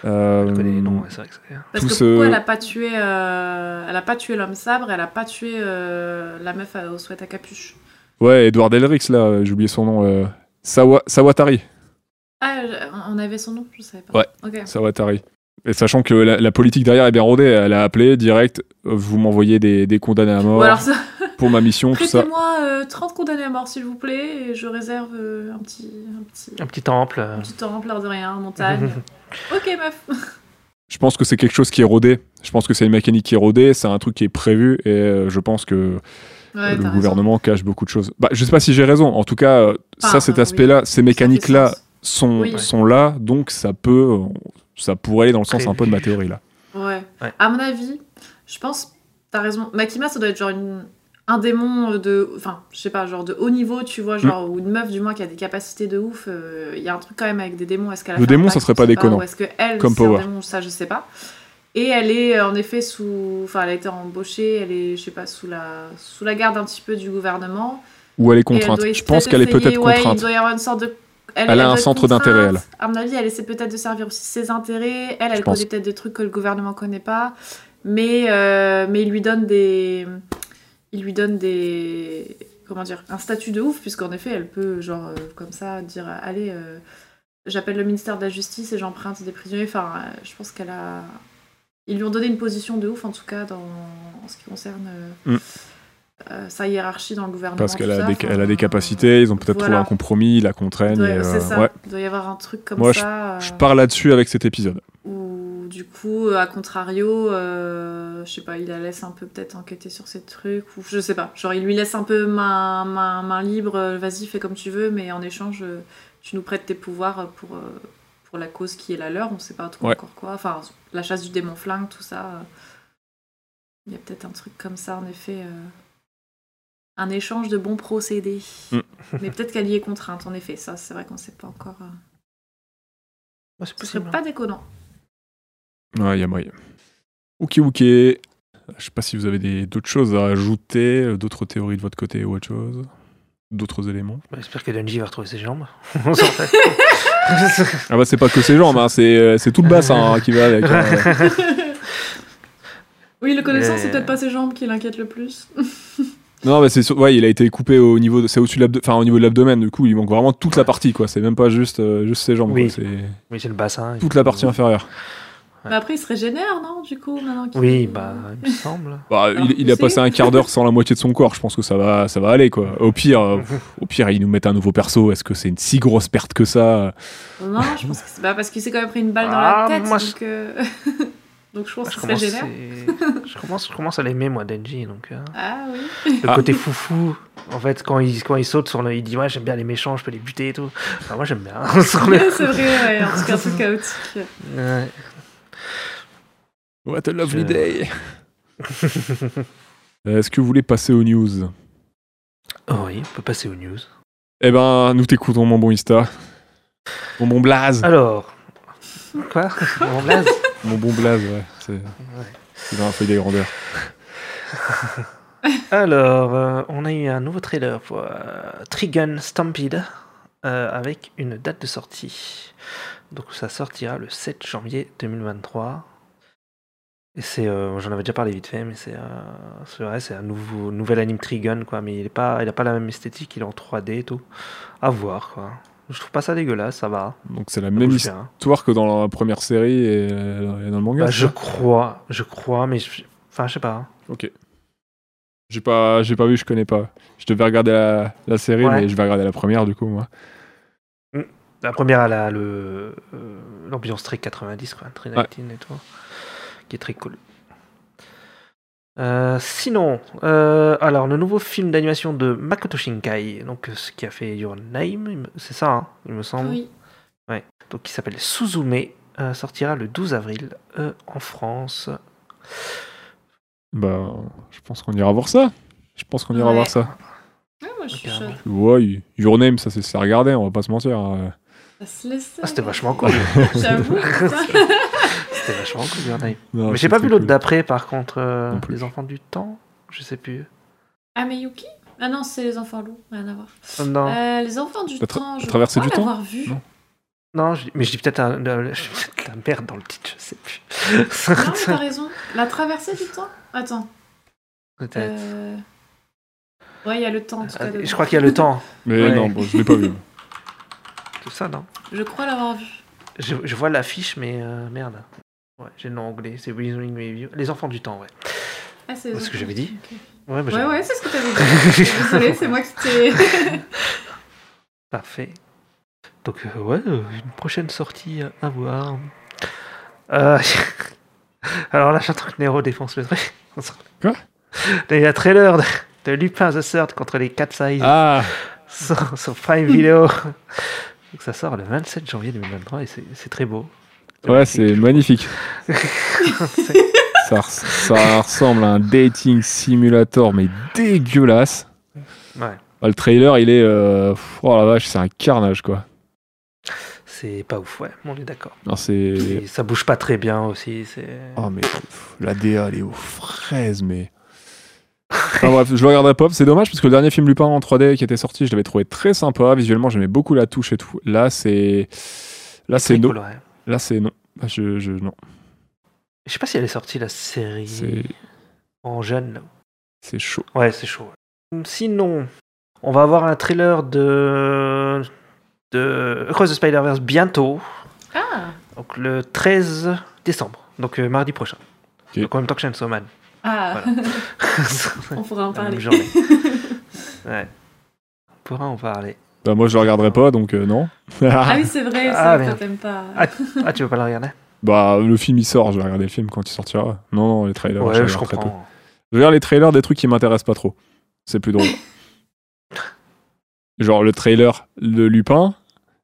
S3: Euh,
S1: Je connais les noms, ouais, c'est vrai que c'est.
S4: Parce
S3: Tout
S4: que
S3: ce-
S4: pourquoi elle a pas tué, euh, elle a pas tué l'homme sabre, elle a pas tué euh, la meuf à- au sweat à capuche.
S3: Ouais, Edward Elric, là, euh, j'ai oublié son nom. euh, Sawa- Sawatari.
S4: Ah, je- euh, on avait son nom, je savais pas.
S3: Ouais.
S4: Ok.
S3: Sawatari. Et sachant que la, la politique derrière est bien rodée, elle a appelé direct, euh, vous m'envoyez des, des condamnés à mort
S4: Ou alors, ça-
S3: pour ma mission, tout ça.
S4: prêtez-moi euh, 30 condamnés à mort, s'il vous plaît, et je réserve euh, un petit. Un petit...
S1: Un petit temple. euh,
S4: un petit torrent plein de rien, montagne. ok, meuf.
S3: Je pense que c'est quelque chose qui est rodé. Je pense que c'est une mécanique qui est rodée, c'est un truc qui est prévu et euh, je pense que
S4: Ouais,
S3: le
S4: t'as
S3: gouvernement cache beaucoup de choses. Bah, je sais pas si j'ai raison. En tout cas, euh,
S4: Enfin,
S3: ça, cet
S4: euh,
S3: aspect-là, ces
S4: raison. Ça fait
S3: mécaniques-là
S4: sens.
S3: sont,
S4: Oui.
S3: sont là, donc ça peut, euh, ça pourrait aller dans le sens un peu de ma théorie là.
S4: Ouais.
S1: Ouais.
S4: À mon avis, je pense, t'as raison. Makima, ça doit être genre une- un démon euh, de. Enfin, je sais pas, genre de haut niveau, tu vois, genre,
S3: Mm.
S4: ou une meuf du moins qui a des capacités de ouf. euh, Il y a un truc quand même avec des démons. Est-ce qu'elle a
S3: Le
S4: fait un
S3: démon, ça
S4: pacte,
S3: serait
S4: on
S3: pas
S4: sait
S3: déconnant.
S4: Ou est-ce qu'elle,
S3: Comme
S4: c'est un
S3: Power.
S4: démon, ça, je sais pas. Et elle est euh, en effet sous. Enfin, elle a été embauchée, elle est, je sais pas, sous la, sous la garde un petit peu du gouvernement.
S3: Ou elle est
S4: Et elle
S3: contrainte.
S4: doit
S3: je pense qu'elle est
S4: essayer-
S3: peut-être
S4: ouais, Il
S3: contrainte.
S4: doit y avoir une sorte de.
S3: Elle a
S4: doit
S3: un
S4: être
S3: centre d'intérêt,
S4: contrainte. À mon avis, elle essaie peut-être de servir aussi ses intérêts. Elle,
S3: Je
S4: elle
S3: pense.
S4: connaît peut-être des trucs que le gouvernement connaît pas. Mais, euh, mais il lui donne des. Il lui donne des. Comment dire Un statut de ouf, puisqu'en effet, elle peut, genre, euh, comme ça, dire Allez, euh, j'appelle le ministère de la Justice et j'emprunte des prisonniers. Enfin, euh, je pense qu'elle a. Ils lui ont donné une position de ouf, en tout cas, dans en ce qui concerne euh,
S3: Mm.
S4: euh, sa hiérarchie dans le gouvernement.
S3: Parce qu'elle
S4: tout
S3: a,
S4: ça.
S3: des,
S4: Enfin,
S3: elle a des capacités, ils ont peut-être trouvé
S4: voilà.
S3: un compromis, ils la contraignent.
S4: il doit-
S3: et, euh,
S4: c'est ça.
S3: ouais.
S4: Il doit y avoir un truc comme
S3: Moi,
S4: ça.
S3: Je
S4: euh,
S3: pars là-dessus avec cet épisode.
S4: Ou du coup, à contrario, euh, je sais pas, il la laisse un peu peut-être enquêter sur ces trucs, ou je sais pas. Genre, il lui laisse un peu main, main, main libre, euh, vas-y, fais comme tu veux, mais en échange, euh, tu nous prêtes tes pouvoirs pour, euh, pour la cause qui est la leur, on sait pas trop
S3: Ouais.
S4: encore quoi. Enfin, la chasse du démon flingue, tout ça. euh, Il y a peut-être un truc comme ça, en effet. euh, un échange de bons procédés.
S3: Mm.
S4: mais peut-être qu'elle y est contrainte, en effet, ça, c'est vrai qu'on sait pas encore. euh.
S1: ouais, c'est
S4: Ce serait
S1: possible.
S4: pas déconnant.
S3: Ouais, il y a moyen. Ok, ok. Je sais pas si vous avez des- d'autres choses à ajouter, euh, d'autres théories de votre côté ou autre chose, d'autres éléments.
S1: Bah, J'espère que Denji va retrouver ses jambes. On s'en fait.
S3: Ah bah c'est pas que ces jambes, hein, c'est euh, c'est tout le bassin hein, qui va avec. hein.
S4: Oui, le connaissant,
S1: Mais-
S4: c'est peut-être pas ses jambes qui l'inquiètent le plus.
S3: Non mais c'est sûr- ouais, il a été coupé au niveau de c'est au-dessus de l'abdo- enfin au niveau de l'abdomen du coup, il manque vraiment toute la partie quoi, c'est même pas juste euh, juste ses jambes
S1: Oui.
S3: quoi, c'est
S1: oui, c'est le bassin.
S3: toute la partie inférieure.
S4: Mais Bah, après, il se régénère, non Du coup, maintenant qu'il-
S1: Oui, bah, il me semble.
S3: Bah, il, il a
S4: si.
S3: passé un quart d'heure sans la moitié de son corps, je pense que ça va ça va aller quoi. Au pire euh, pff, au pire ils nous mettent un nouveau perso, est-ce que c'est une si grosse perte que ça
S4: Non, je pense que c'est pas parce qu'il s'est quand même pris une balle dans
S1: Ah,
S4: la tête.
S1: moi,
S4: donc, euh, donc je pense
S1: Moi, je,
S4: qu'il se
S1: commence,
S4: régénère.
S1: c'est- je, commence, je commence à l'aimer, moi, Denji. Donc, hein.
S4: Ah oui.
S1: Le
S3: Ah.
S1: côté foufou, en fait, quand il, quand il saute sur le. Il dit, ouais, j'aime bien les méchants, je peux les buter et tout. Enfin, moi, j'aime bien. Sur le-
S4: c'est vrai, ouais. En tout cas, un peu chaotique.
S1: Ouais.
S3: What a
S1: lovely day.
S3: Euh, Est-ce que vous voulez passer aux news
S1: Oh oui, on peut passer aux news.
S3: Eh ben, nous t'écoutons, mon bon Insta. Mon bon Blaze.
S1: Alors. Quoi Mon blaze
S3: Mon bon Blaze, ouais. C'est
S1: Ouais.
S3: c'est dans la feuille des grandeurs.
S1: Alors, euh, on a eu un nouveau trailer pour euh, Trigun Stampede euh, avec une date de sortie. Donc ça sortira le 7 janvier 2023. Et c'est, euh, j'en avais déjà parlé vite fait, mais c'est, euh, c'est vrai, c'est un nouveau, nouvel anime Trigun quoi. Mais il est pas, il a pas la même esthétique, il est en 3D et tout. À voir quoi. Je trouve pas ça dégueulasse, ça va.
S3: Donc c'est la
S1: ça
S3: même
S1: bouge bien.
S3: histoire que dans la première série et, euh, et dans le manga.
S1: Bah,
S3: c'est
S1: je
S3: ça
S1: crois, je crois, mais je- enfin je sais pas.
S3: Ok. J'ai pas, j'ai pas vu, je connais pas. Je devais regarder la, la série,
S1: Ouais.
S3: mais je vais regarder la première du coup, moi.
S1: La première, elle a le, euh, l'ambiance très 90, quoi, très 19 et tout, qui est très cool. Euh, sinon, euh, alors le nouveau film d'animation de Makoto Shinkai, donc euh, ce qui a fait Your Name, il me- c'est ça, hein, il me semble,
S4: Oui.
S1: donc qui s'appelle Suzume, euh, sortira le 12 avril euh, en France.
S3: Bah, je pense qu'on ira voir ça. Je pense qu'on ira
S4: Ouais.
S3: voir ça.
S4: Ah, moi, je suis
S1: Ok,
S4: chaude.
S3: Ouais, Your Name, ça c'est à regarder, on va pas se mentir. hein.
S4: Ça se laisse.
S1: Ah, c'était vachement cool,
S4: J'avoue. putain.
S1: c'était vachement cool Your Name.
S3: Non,
S1: Mais
S3: c'est
S1: j'ai pas
S3: très
S1: vu l'autre
S3: cool.
S1: d'après, par contre, euh,
S3: Non plus.
S1: Les Enfants du Temps, je sais plus.
S4: Ah, mais Yuki Ah non, c'est les enfants loups. Rien à voir.
S1: Euh, Non.
S4: Euh, les enfants du
S3: La tra-
S4: temps.
S3: la
S4: Je
S3: traversée
S4: crois
S3: du temps
S4: l'avoir vu.
S3: Non.
S4: Non,
S1: Non, je- mais je dis peut-être un- euh, je dis peut-être la merde dans le titre, je sais plus.
S4: mais t'as raison. La traversée du temps Attends.
S1: Peut-être.
S4: euh, Ouais, il y a le temps. en tout cas,
S1: Euh,
S4: dedans.
S1: je crois qu'il y a le temps,
S3: Mais
S1: Ouais.
S3: non, bon, je l'ai pas vu.
S1: tout ça, non
S4: Je crois l'avoir vu.
S1: je, je vois l'affiche, mais euh, merde. Ouais, j'ai le nom anglais, c'est Withering Review. Les enfants du temps, ouais.
S4: Ah,
S1: C'est ce que j'avais dit.
S4: Ok.
S1: Ouais, bah, j'ai-
S4: Ouais, ouais, c'est ce que t'avais dit. Désolée, c'est moi qui t'ai.
S1: Parfait. Donc, euh, ouais, euh, une prochaine sortie euh, à voir. Euh, Alors là, j'attends que Nero défonce le truc.
S3: Quoi
S1: Il y a un trailer de, de Lupin the Third contre les Cat Size
S3: Ah
S1: sur, sur Prime Video. Donc, ça sort le 27 janvier 2023 et c'est c'est très beau.
S3: Ouais, c'est magnifique.
S1: C'est-
S3: Ça, res- ça ressemble à un dating simulator, mais dégueulasse.
S1: ouais,
S3: Bah, le trailer, il est. euh, pff, Oh la vache, c'est un carnage, quoi.
S1: c'est pas ouf, ouais, on est d'accord.
S3: Non, c'est.
S1: Et Ça bouge pas très bien aussi. c'est-
S3: Oh, mais pff, la DA, elle est aux fraises, mais. Enfin bref, je le regarderai pas. C'est dommage parce que le dernier film Lupin en 3D qui était sorti, je l'avais trouvé très sympa. Visuellement, j'aimais beaucoup la touche et tout. Là, c'est. Là, c'est non.
S1: cool, ouais.
S3: Là, c'est non. Là, Je, je, non.
S1: Je sais pas si elle est sortie la série
S3: C'est
S1: en jeune. là.
S3: c'est chaud.
S1: Ouais, c'est chaud. Sinon, on va avoir un trailer de. de Across the Spider-Verse bientôt,
S4: Ah
S1: donc le 13 décembre, donc euh, mardi prochain.
S3: Ok.
S1: Donc en même temps que Chainsaw Man.
S4: Ah On pourra en
S1: La
S4: parler.
S1: même journée. ouais. On pourra en parler.
S3: Bah, moi, je le regarderai pas, donc euh, non.
S4: Ah oui, c'est vrai,
S1: Ah,
S4: ça, toi,
S1: merde.
S4: t'aimes pas.
S1: Ah, Ah, tu veux pas le regarder
S3: Bah, le film il sort, je vais regarder le film quand il sortira. Non, non, les trailers,
S1: Ouais,
S3: je,
S1: je
S3: regarde très peu.
S1: comprends.
S3: Je regarde les trailers des trucs qui m'intéressent pas trop. C'est plus drôle. Genre le trailer de Lupin,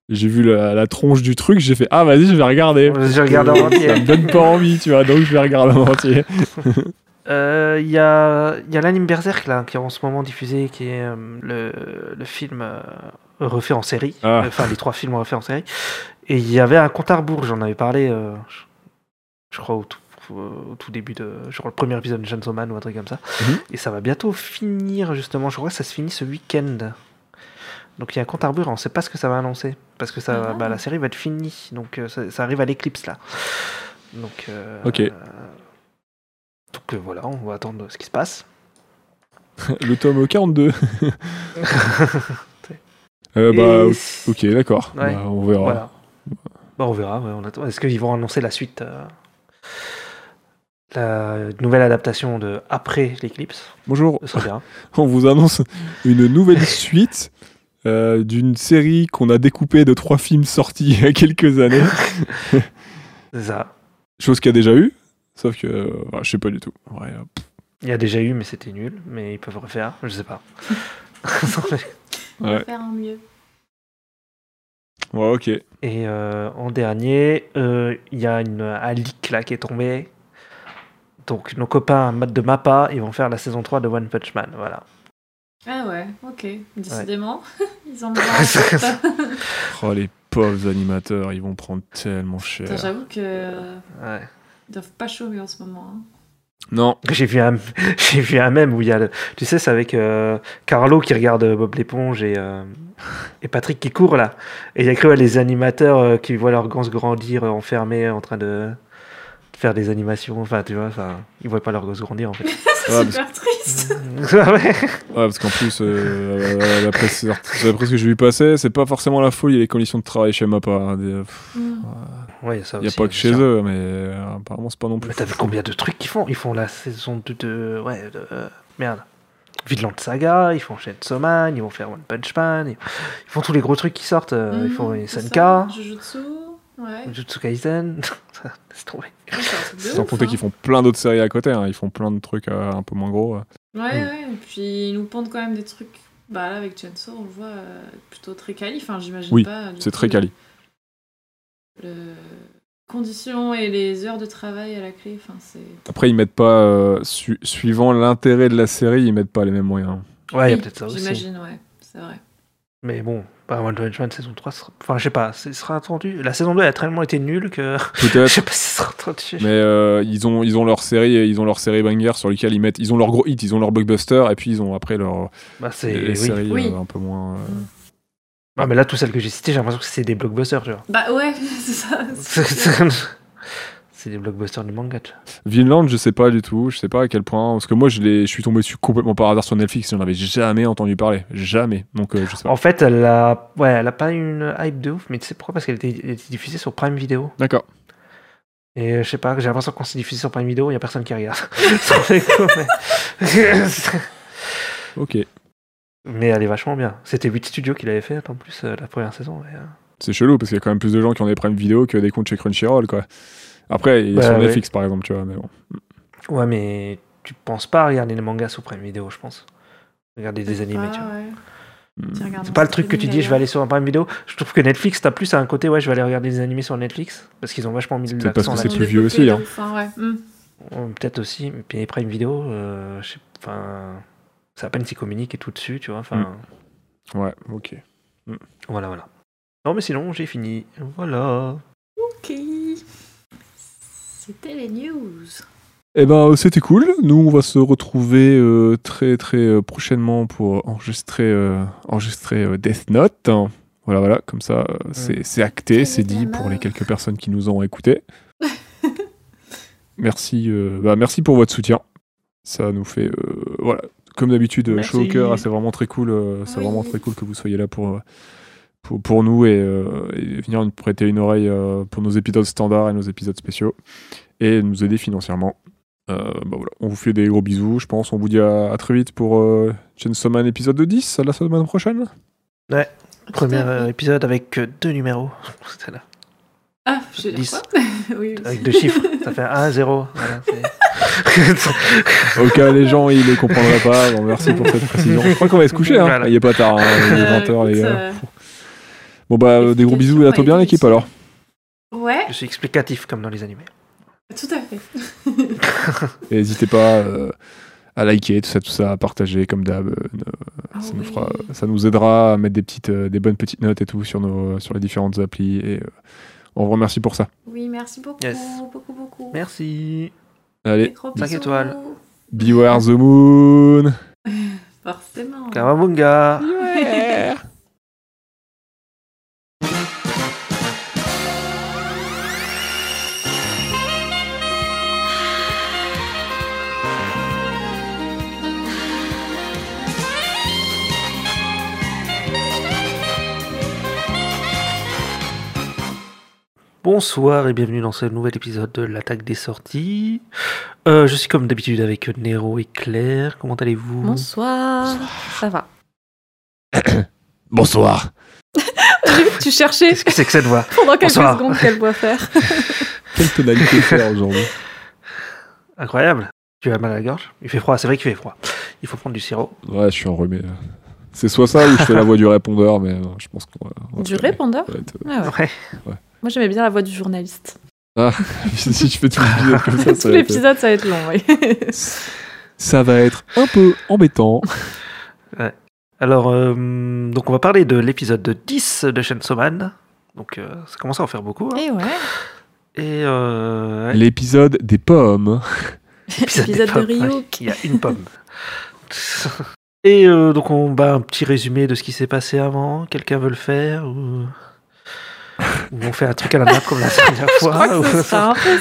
S3: j'ai vu la, la tronche du truc, j'ai fait Ah, vas-y, je vais regarder.
S1: Je regarde en
S3: Euh,
S1: entier.
S3: Ça me donne pas envie, tu vois, donc je vais regarder en entier.
S1: Euh, Il y a, il y a l'anime Berserk là, qui est en ce moment diffusé, qui est euh, le, le film euh, refait en série.
S3: Ah.
S1: Enfin, les trois films refaits en série. Et il y avait un compte à rebours, j'en avais parlé, euh, je, je crois, au tout, au tout début de. Genre le premier épisode de Chainsaw Man ou un truc comme ça.
S3: Mhm.
S1: Et ça va bientôt finir, justement. Je crois que ça se finit ce week-end. Donc il y a un compte à rebours, on ne sait pas ce que ça va annoncer. Parce que ça,
S4: Ah.
S1: bah, la série va être finie. Donc euh, ça, ça arrive à l'éclipse là. Donc. euh,
S3: Ok.
S1: donc euh, voilà, on va attendre ce qui se passe.
S3: Le tome 42. Euh, bah,
S1: Et-
S3: ok, d'accord.
S1: Ouais.
S3: Bah, on verra.
S1: Voilà. Bah, on verra, ouais, on attend. Est-ce qu'ils vont annoncer la suite euh, La nouvelle adaptation de Après l'éclipse
S3: Bonjour,
S1: Ce serait bien.
S3: on vous annonce une nouvelle suite euh, d'une série qu'on a découpée de trois films sortis il y a quelques années.
S1: C'est ça.
S3: Chose qu'il y a déjà eu, sauf que euh, bah, je sais pas du tout. Ouais, euh,
S1: Il y a déjà eu, mais c'était nul. Mais ils peuvent refaire, je sais pas.
S4: On va
S3: Ouais.
S4: faire un mieux.
S3: ouais, ok.
S1: Et euh, en dernier, euh, il y a une, un leak là qui est tombé. Donc nos copains de MAPPA, ils vont faire la saison 3 de One Punch Man. Voilà.
S4: Ah ouais, ok. Décidément, ils en ont
S3: Oh, les pauvres animateurs, ils vont prendre tellement cher.
S4: Putain, J'avoue que euh,
S1: Ouais.
S4: ils doivent pas chômer en ce moment. hein.
S3: Non,
S1: J'ai vu un, j'ai vu un même où il y a, le- tu sais, c'est avec euh, Carlo qui regarde euh, Bob l'éponge et, euh, et Patrick qui court là. Et il y a que ouais, les animateurs euh, qui voient leur gosse grandir euh, enfermés en train de de faire des animations. Enfin, tu vois, enfin, ils voient pas leur gosse grandir en fait. Ah
S4: C'est
S3: Ouais,
S4: super triste.
S1: Ouais.
S3: ouais, parce qu'en plus, euh, euh, d'après ce d'après ce que j'ai vu passer, c'est pas forcément la folie, les conditions de travail chez MAPA. hein. Des- pff,
S4: Mm.
S1: Euh, ouais, ça
S3: Il y
S1: Ah, aussi,
S3: a
S1: hein,
S3: pas que
S1: c'est
S3: chez
S1: sûr.
S3: eux, mais euh, apparemment, c'est pas non plus.
S1: Mais t'as vu combien de trucs qu'ils font Ils font la saison 2 de. Ouais, de. euh, merde. Vidland Saga, ils font Chainsaw Man, ils vont faire One Punch Man, ils ils font tous les gros trucs qui sortent, euh, ils font
S4: Mm, c'est
S1: SNK,
S4: ça, Jujutsu. Ouais.
S1: Jujutsu Kaisen, ça laisse tomber.
S4: Ouais, c'est un truc de
S3: Sans
S4: ouf,
S3: compter
S4: hein.
S3: qu'ils font plein d'autres séries à côté, hein. ils font plein de trucs euh, un peu moins gros. euh.
S4: Ouais,
S1: Mm.
S4: ouais, et puis ils nous pendent quand même des trucs. Bah là, avec Chainsaw, on le voit euh, plutôt très quali. Enfin, j'imagine
S3: Oui,
S4: pas. euh, du
S3: C'est
S4: coup,
S3: très quali.
S4: le- Conditions et les heures de travail à la clé. Enfin, c'est.
S3: Après, ils mettent pas, euh, su- suivant l'intérêt de la série, ils mettent pas les mêmes moyens.
S1: Ouais, il y
S4: Oui,
S1: a peut-être ça aussi.
S4: J'imagine, ouais, c'est vrai.
S1: Mais bon, bah, One Punch Man saison 3, sera- enfin, je sais pas, ce sera attendu. La saison 2 elle a tellement été nulle que je
S3: Peut-être.
S1: sais pas si ce sera attendu.
S3: Mais euh, ils ont ils ont leur série ils ont leur série banger sur lequel ils mettent ils ont leur gros hit ils ont leur blockbuster et puis ils ont après leur
S1: Bah, c'est.
S3: les
S1: oui.
S3: séries
S4: Oui.
S3: euh, un peu moins euh,
S1: Ah, mais là, toutes celles que j'ai citées, j'ai l'impression que c'est des blockbusters, tu vois.
S4: Bah ouais, c'est ça. c'est clair.
S1: c'est des blockbusters du manga, tu vois.
S3: Vinland je sais pas du tout je sais pas à quel point parce que moi je l'ai je suis tombé dessus complètement par hasard sur Netflix j'en avais jamais entendu parler jamais donc euh, je sais pas
S1: En fait, elle a, ouais, elle a pas une hype de ouf, mais tu sais pourquoi Parce qu'elle était, elle était diffusée sur Prime Video.
S3: d'accord
S1: Et euh, je sais pas, j'ai l'impression que quand c'est diffusé sur Prime Video, il n'y a personne qui regarde. Sans déconner.
S3: Ok.
S1: Mais elle est vachement bien. C'était 8 studios qu'il avait fait en plus euh, la première saison. et, euh,
S9: C'est chelou parce qu'il y a quand même plus de gens qui ont des primes vidéo que des comptes chez Crunchyroll, quoi. Après, ils
S1: Bah,
S9: sont
S1: ouais.
S9: Netflix, par exemple, tu vois, mais bon.
S1: Ouais, mais tu penses pas à regarder les mangas sous Prime Video, je pense. Regarder des
S4: Ah,
S1: animés, tu vois.
S9: Hmm.
S1: C'est pas le truc que tu dis, je vais aller sur un Prime Video. Je trouve que Netflix, t'as plus un côté, ouais, je vais aller regarder des animés sur Netflix. Parce qu'ils ont vachement mis
S9: peut-être parce
S1: l'accent
S9: que
S1: là-dessus.
S9: plus vieux aussi, hein.
S4: Enfin, ouais. Mm.
S1: Ouais, Peut-être aussi. Et puis Prime Video, euh, je sais enfin, c'est à peine s'ils communiquent et tout dessus, tu vois. Enfin,
S9: Mm. Ouais, ok.
S1: voilà, voilà. Non, mais sinon, j'ai fini. Voilà.
S4: Ok. C'était les news.
S3: Eh ben, euh, c'était cool. Nous, on va se retrouver euh, très très euh, prochainement pour enregistrer euh, enregistrer euh, Death Note. hein. Voilà, voilà, comme ça, euh, c'est c'est acté,
S4: Très
S3: c'est dit
S4: bien.
S3: pour les quelques personnes qui nous ont écoutés. merci, euh, bah, merci pour votre soutien. Ça nous fait, euh, voilà, comme d'habitude, euh, chaud au
S1: Merci.
S3: cœur. Ah, c'est vraiment très cool. euh, c'est
S4: Oui.
S3: vraiment très cool que vous soyez là pour. euh, pour, pour nous et, euh, et venir nous prêter une oreille euh, pour nos épisodes standards et nos épisodes spéciaux et nous aider financièrement. Euh, bah voilà, on vous fait des gros bisous, je pense. On vous dit à, à très vite pour euh, Chainsaw Man épisode de 10, à la semaine prochaine.
S1: Premier
S4: Tout à
S1: euh,
S4: fait.
S1: épisode avec euh, deux numéros. C'était là.
S4: Ah, je dis
S1: Dix.
S4: quoi Oui, oui.
S1: Avec deux chiffres. Ça fait 1, 0. Voilà, c'est-
S3: Au cas où les gens ils les comprendraient pas, bon, merci pour cette précision. Je crois qu'on va se coucher, hein.
S1: Voilà.
S3: il est pas tard, hein, il
S4: Euh,
S3: est 20h les
S4: écoute,
S3: gars.
S4: euh,
S3: Bon bah euh, des gros bisous et à toi bien l'équipe alors.
S4: Ouais,
S1: Je suis explicatif comme dans les animés.
S4: tout à fait.
S3: Et n'hésitez pas euh, à liker, tout ça, tout ça, à partager comme d'hab. euh, ne-
S4: Ah
S3: ça, nous
S4: oui.
S3: fera- euh, ça nous aidera à mettre des, petites, euh, des bonnes petites notes et tout sur, nos, sur les différentes applis et euh, on vous remercie pour ça.
S4: Oui, merci beaucoup,
S1: Yes.
S4: beaucoup, beaucoup.
S1: Merci.
S3: Allez,
S4: Des gros
S1: Cinq
S4: bisous.
S1: étoiles.
S3: beware the moon
S4: Forcément.
S1: Kawabunga. Bonsoir et bienvenue dans ce nouvel épisode de l'attaque des sorties. Euh, je suis comme d'habitude avec Nero et Claire. Comment allez-vous
S2: Bonsoir. Ça va.
S3: Bonsoir.
S4: J'ai vu que tu cherchais
S1: Qu'est-ce que c'est que cette voix
S4: pendant quelques
S1: Bonsoir.
S4: secondes qu'elle doit faire.
S3: Quelle tonalité faire aujourd'hui
S1: Incroyable. Tu as mal à la gorge Il fait froid, c'est vrai qu'il fait froid. Il faut prendre du sirop.
S3: Ouais, je suis enrhumé. là. C'est soit ça ou je fais la voix du répondeur, mais non, je pense qu'on va. on va
S4: Du
S3: se calmer.
S4: répondeur
S3: Ça va être-
S4: Ah ouais.
S1: Ouais.
S4: Moi, j'aimais bien la voix du journaliste.
S3: euh, si je fais tout l'épisode comme ça, ça va,
S4: Tout
S3: être... euh,
S4: l'épisode, ça va être long, oui.
S3: ça va être un peu embêtant.
S1: Alors, euh, donc on va parler de l'épisode 10 de Chainsaw Man. Donc euh, ça commence à en faire beaucoup. hein.
S4: Et Eh ouais.
S1: Et euh, ouais,
S3: L'épisode des pommes.
S1: l'épisode
S4: Épisode de
S1: des pommes,
S4: Rio.
S1: ouais, Il y a une pomme. Et euh, donc on bat un petit résumé de ce qui s'est passé avant. Quelqu'un veut le faire ou... ou on fait un truc à la map comme la dernière
S4: Je
S1: fois
S4: crois
S3: Ah,
S4: que ce
S1: ou-
S4: sera un peu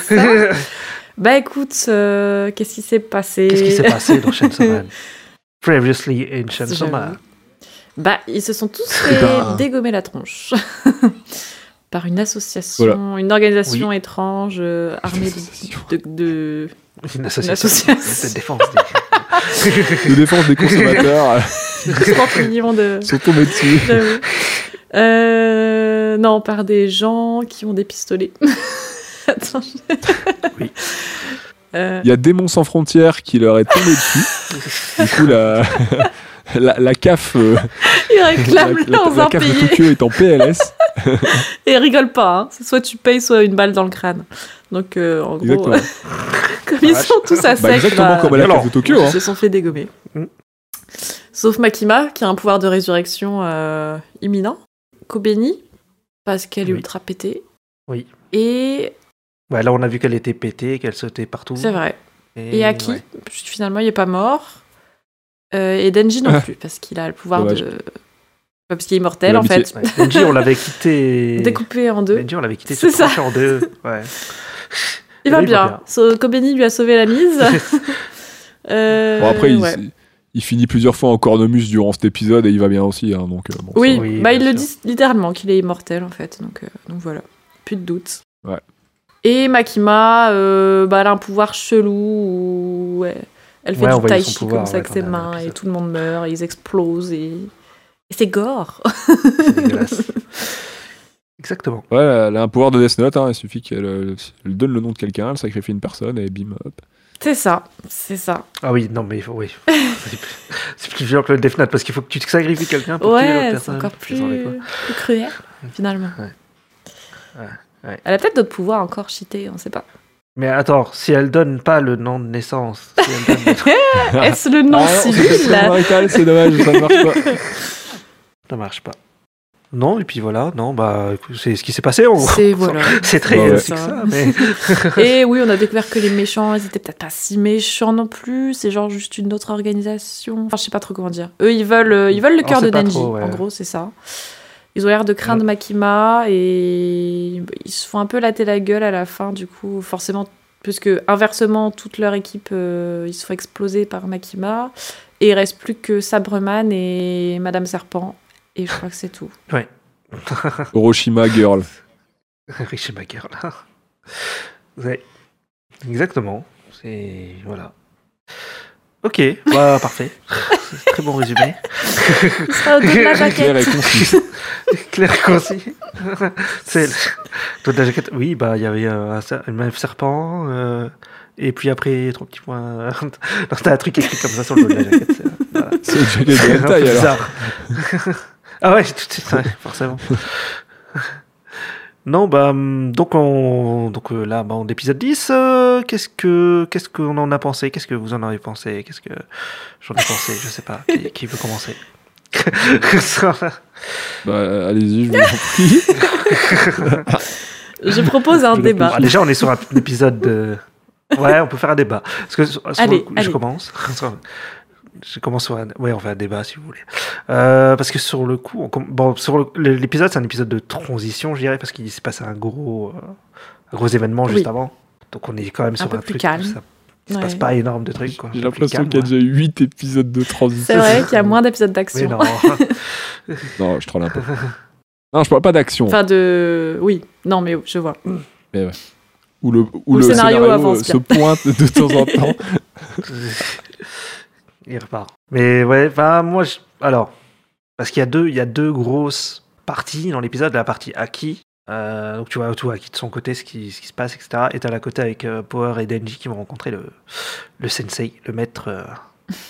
S4: ça. Bah écoute, euh, qu'est-ce qui s'est passé
S1: Qu'est-ce qui s'est passé dans Chainsaw Man Previously in Chainsaw Man.
S4: J'avoue. Bah, ils se sont tous fait
S3: ben-
S4: dégommer la tronche par une association,
S3: Voilà.
S4: une organisation étrange euh, armée
S3: Association.
S4: de, de, de-
S1: Une
S4: association.
S1: de défense des...
S3: De défense des consommateurs euh,
S4: de sports millions de.
S3: sont tombés dessus.
S4: j'avoue. Euh, non, par des gens qui ont des pistolets. Attends. je-
S1: Oui.
S4: Euh,
S3: Il y a Démons sans frontières qui leur est tombé dessus. Du coup, la, la, la CAF, euh,
S4: ils
S3: la,
S4: réclament
S3: la-
S4: leurs
S3: la CAF de
S4: impayés
S3: Tokyo est en PLS.
S4: et rigole pas. Hein. C'est Soit tu payes, soit une balle dans le crâne. Donc euh, en gros,
S3: Exactement.
S4: euh, comme ils sont tous à sec,
S3: Bah, exactement
S4: bah,
S3: comme à la
S1: alors,
S3: CAF de Tokyo.
S4: Ils
S3: hein.
S4: se sont fait dégommer.
S1: Mm.
S4: Sauf Makima, qui a un pouvoir de résurrection euh, imminent. Kobeni, parce qu'elle est
S1: Oui.
S4: ultra pétée.
S1: Oui.
S4: Et
S1: Ouais, là, on a vu qu'elle était pétée, qu'elle sautait partout.
S4: c'est vrai. Et, Aki,
S1: ouais.
S4: finalement, il n'est pas mort. Euh, et Denji non
S3: Ah.
S4: plus, parce qu'il a le pouvoir
S3: Dommage.
S4: de. Pas Parce qu'il est immortel,
S3: De
S4: en fait.
S1: Ouais, Denji, on l'avait quitté.
S4: Découpé en deux.
S1: Benji, on l'avait quitté
S4: C'est
S1: sur
S4: ça.
S1: tranché en deux. Ouais.
S4: Il va
S1: Oui, il va
S4: bien.
S1: bien.
S4: So- Kobeni lui a sauvé la mise. Euh,
S3: Bon, après, il,
S4: ouais.
S3: il finit plusieurs fois en cornemus durant cet épisode et il va bien aussi. hein, donc, euh, bon,
S4: Oui,
S3: ça-
S1: Oui,
S4: bah, il
S1: bien
S4: le
S1: sûr.
S4: dit littéralement qu'il est immortel en fait, donc, euh, donc voilà, plus de doute.
S3: Ouais.
S4: Et Makima, euh, bah, elle a un pouvoir chelou. Où elle, elle fait
S1: Ouais, on
S4: du
S1: voyait
S4: tai
S1: son
S4: chi
S1: pouvoir,
S4: comme ça
S1: ouais,
S4: avec
S1: dans
S4: ses
S1: le
S4: mains et
S1: épisode.
S4: tout le monde meurt, et ils explosent et, et c'est gore.
S1: C'est dégueulasse. Exactement.
S7: Ouais, elle a un pouvoir de Death Note, hein, il suffit qu'elle euh, elle donne le nom de quelqu'un, elle sacrifie une personne et bim, hop.
S4: c'est ça, c'est ça.
S1: Ah oui, non, mais oui. C'est plus- c'est plus violent que le Death Note parce qu'il faut que tu sacrifies quelqu'un pour tuer l'autre
S4: Ouais, c'est
S1: personne.
S4: encore plus,
S1: Puis j'en ai quoi.
S4: plus cruel, finalement.
S1: Ouais. Ouais, ouais.
S4: Elle a peut-être d'autres pouvoirs encore cheatés, on sait pas.
S1: Mais attends, si elle donne pas le nom de naissance, si elle donne-
S4: Est-ce le nom
S7: Ah non, c'est
S4: civil
S7: pas
S4: là
S7: marital, c'est dommage, ça ne marche pas.
S1: ça marche pas. Non, et puis voilà, non, bah écoute, c'est ce qui s'est passé. on-
S4: C'est voilà.
S1: C'est très
S7: Bah ouais.
S1: euh, fixe, ça, mais
S4: Et oui, on a découvert que les méchants, ils étaient peut-être pas si méchants non plus. C'est genre juste une autre organisation. Enfin, je sais pas trop comment dire. Eux, ils veulent, euh, ils veulent le
S1: On
S4: cœur
S1: sait
S4: de
S1: pas
S4: Denji.
S1: trop, ouais.
S4: En gros, c'est ça. Ils ont l'air de craindre Makima et ils se font un peu latter la gueule à la fin. Du coup, forcément, puisque inversement, toute leur équipe, euh, ils se font exploser par Makima. Et il reste plus que Sabreman et Madame Serpent. Et je crois que c'est tout.
S7: Hiroshima Girl.
S1: Richie Macker, là. Ouais. Exactement. C'est. Voilà. Ok, bah parfait. C'est un très bon résumé.
S4: Il sera au dos de la
S7: Claire
S4: jaquette.
S7: et concise.
S1: Clair et concis. C'est. Toi, de la jaquette. Oui, bah, il y avait euh, un, ser- un serpent. euh, Et puis après, trois petits points. Non, t'as un truc écrit comme ça sur le dos de la jaquette. c'est- voilà.
S7: C'est une jaquette de
S1: C'est un peu
S7: hentai, alors.
S1: bizarre. ah ouais, tout est, ouais, forcément. Non, bah, hum, donc, on, donc euh, là, bah, on est épisode 10. euh, qu'est-ce que qu'est-ce qu'on en a pensé Qu'est-ce que vous en avez pensé Qu'est-ce que j'en ai pensé Je sais pas. Qui, qui veut commencer
S7: Bah, allez-y, je vous en prie.
S4: Je propose un débat.
S1: Ah, déjà, on est sur un épisode de. Ouais, on peut faire un débat. Parce que sur- sur
S4: Allez,
S1: le coup, je
S4: allez.
S1: commence. Sur- Je commence sur un... Ouais, on fait un débat si vous voulez. Euh, parce que sur le coup, on com- bon, sur le- l'épisode, c'est un épisode de transition, je dirais, parce qu'il s'est passé un gros, euh, un gros événement juste
S4: Oui.
S1: avant. Donc on est quand même sur
S4: peu
S1: un
S4: plus
S1: truc
S4: calme.
S1: où ça il se
S4: Ouais.
S1: passe pas énorme de trucs. quoi.
S7: J'ai
S1: Un peu plus
S7: l'impression qu'il y a
S1: calme,
S7: déjà 8 épisodes de transition.
S4: C'est vrai qu'il y a moins d'épisodes
S1: ouais. Mais
S4: d'action.
S1: non.
S7: Non, je troll un peu. Non, je parle pas d'action.
S4: Enfin, de. Oui, non, mais je vois.
S7: Où le, où
S4: le
S7: le
S4: scénario
S7: scénario,
S4: avance
S7: euh, se pointe de temps en temps.
S1: il repart. Mais ouais, enfin, moi, je- alors, parce qu'il y a deux, il y a deux grosses parties dans l'épisode, la partie Aki. euh, donc tu vois tout Aki de son côté, ce qui, ce qui se passe, etc. Et t'as la côté avec euh, Power et Denji qui vont rencontrer le, le sensei, le maître, euh,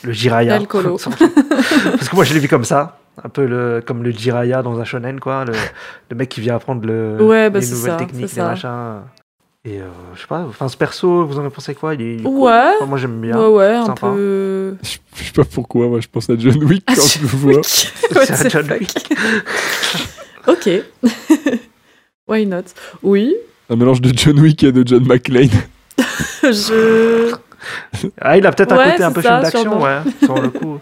S1: le Jiraya.
S4: L'alcoolo.
S1: Parce que moi je l'ai vu comme ça, un peu le, comme le Jiraya dans un shonen, quoi. Le, le mec qui vient apprendre le,
S4: Ouais, bah,
S1: les
S4: c'est
S1: nouvelles
S4: ça,
S1: techniques,
S4: c'est
S1: les
S4: ça.
S1: machins. Et euh, je sais pas, enfin ce perso, vous en avez pensé quoi Il est- il est cool.
S4: Ouais. Bah,
S1: Enfin, moi j'aime bien.
S4: Ouais, ouais, un
S1: Sympa.
S4: peu.
S7: Je je sais pas pourquoi, moi je pense à John
S4: Ah,
S7: Wick quand je le vois.
S4: Wick. What
S1: C'est un
S4: the
S1: John
S4: fuck.
S1: Wick.
S4: ok. Why not Oui,
S7: Un mélange de John Wick et de John McClane.
S4: je.
S1: Ah, il a peut-être un
S4: Ouais,
S1: côté un
S4: c'est
S1: peu
S4: ça,
S1: film d'action,
S4: sûrement.
S1: ouais, sur le coup.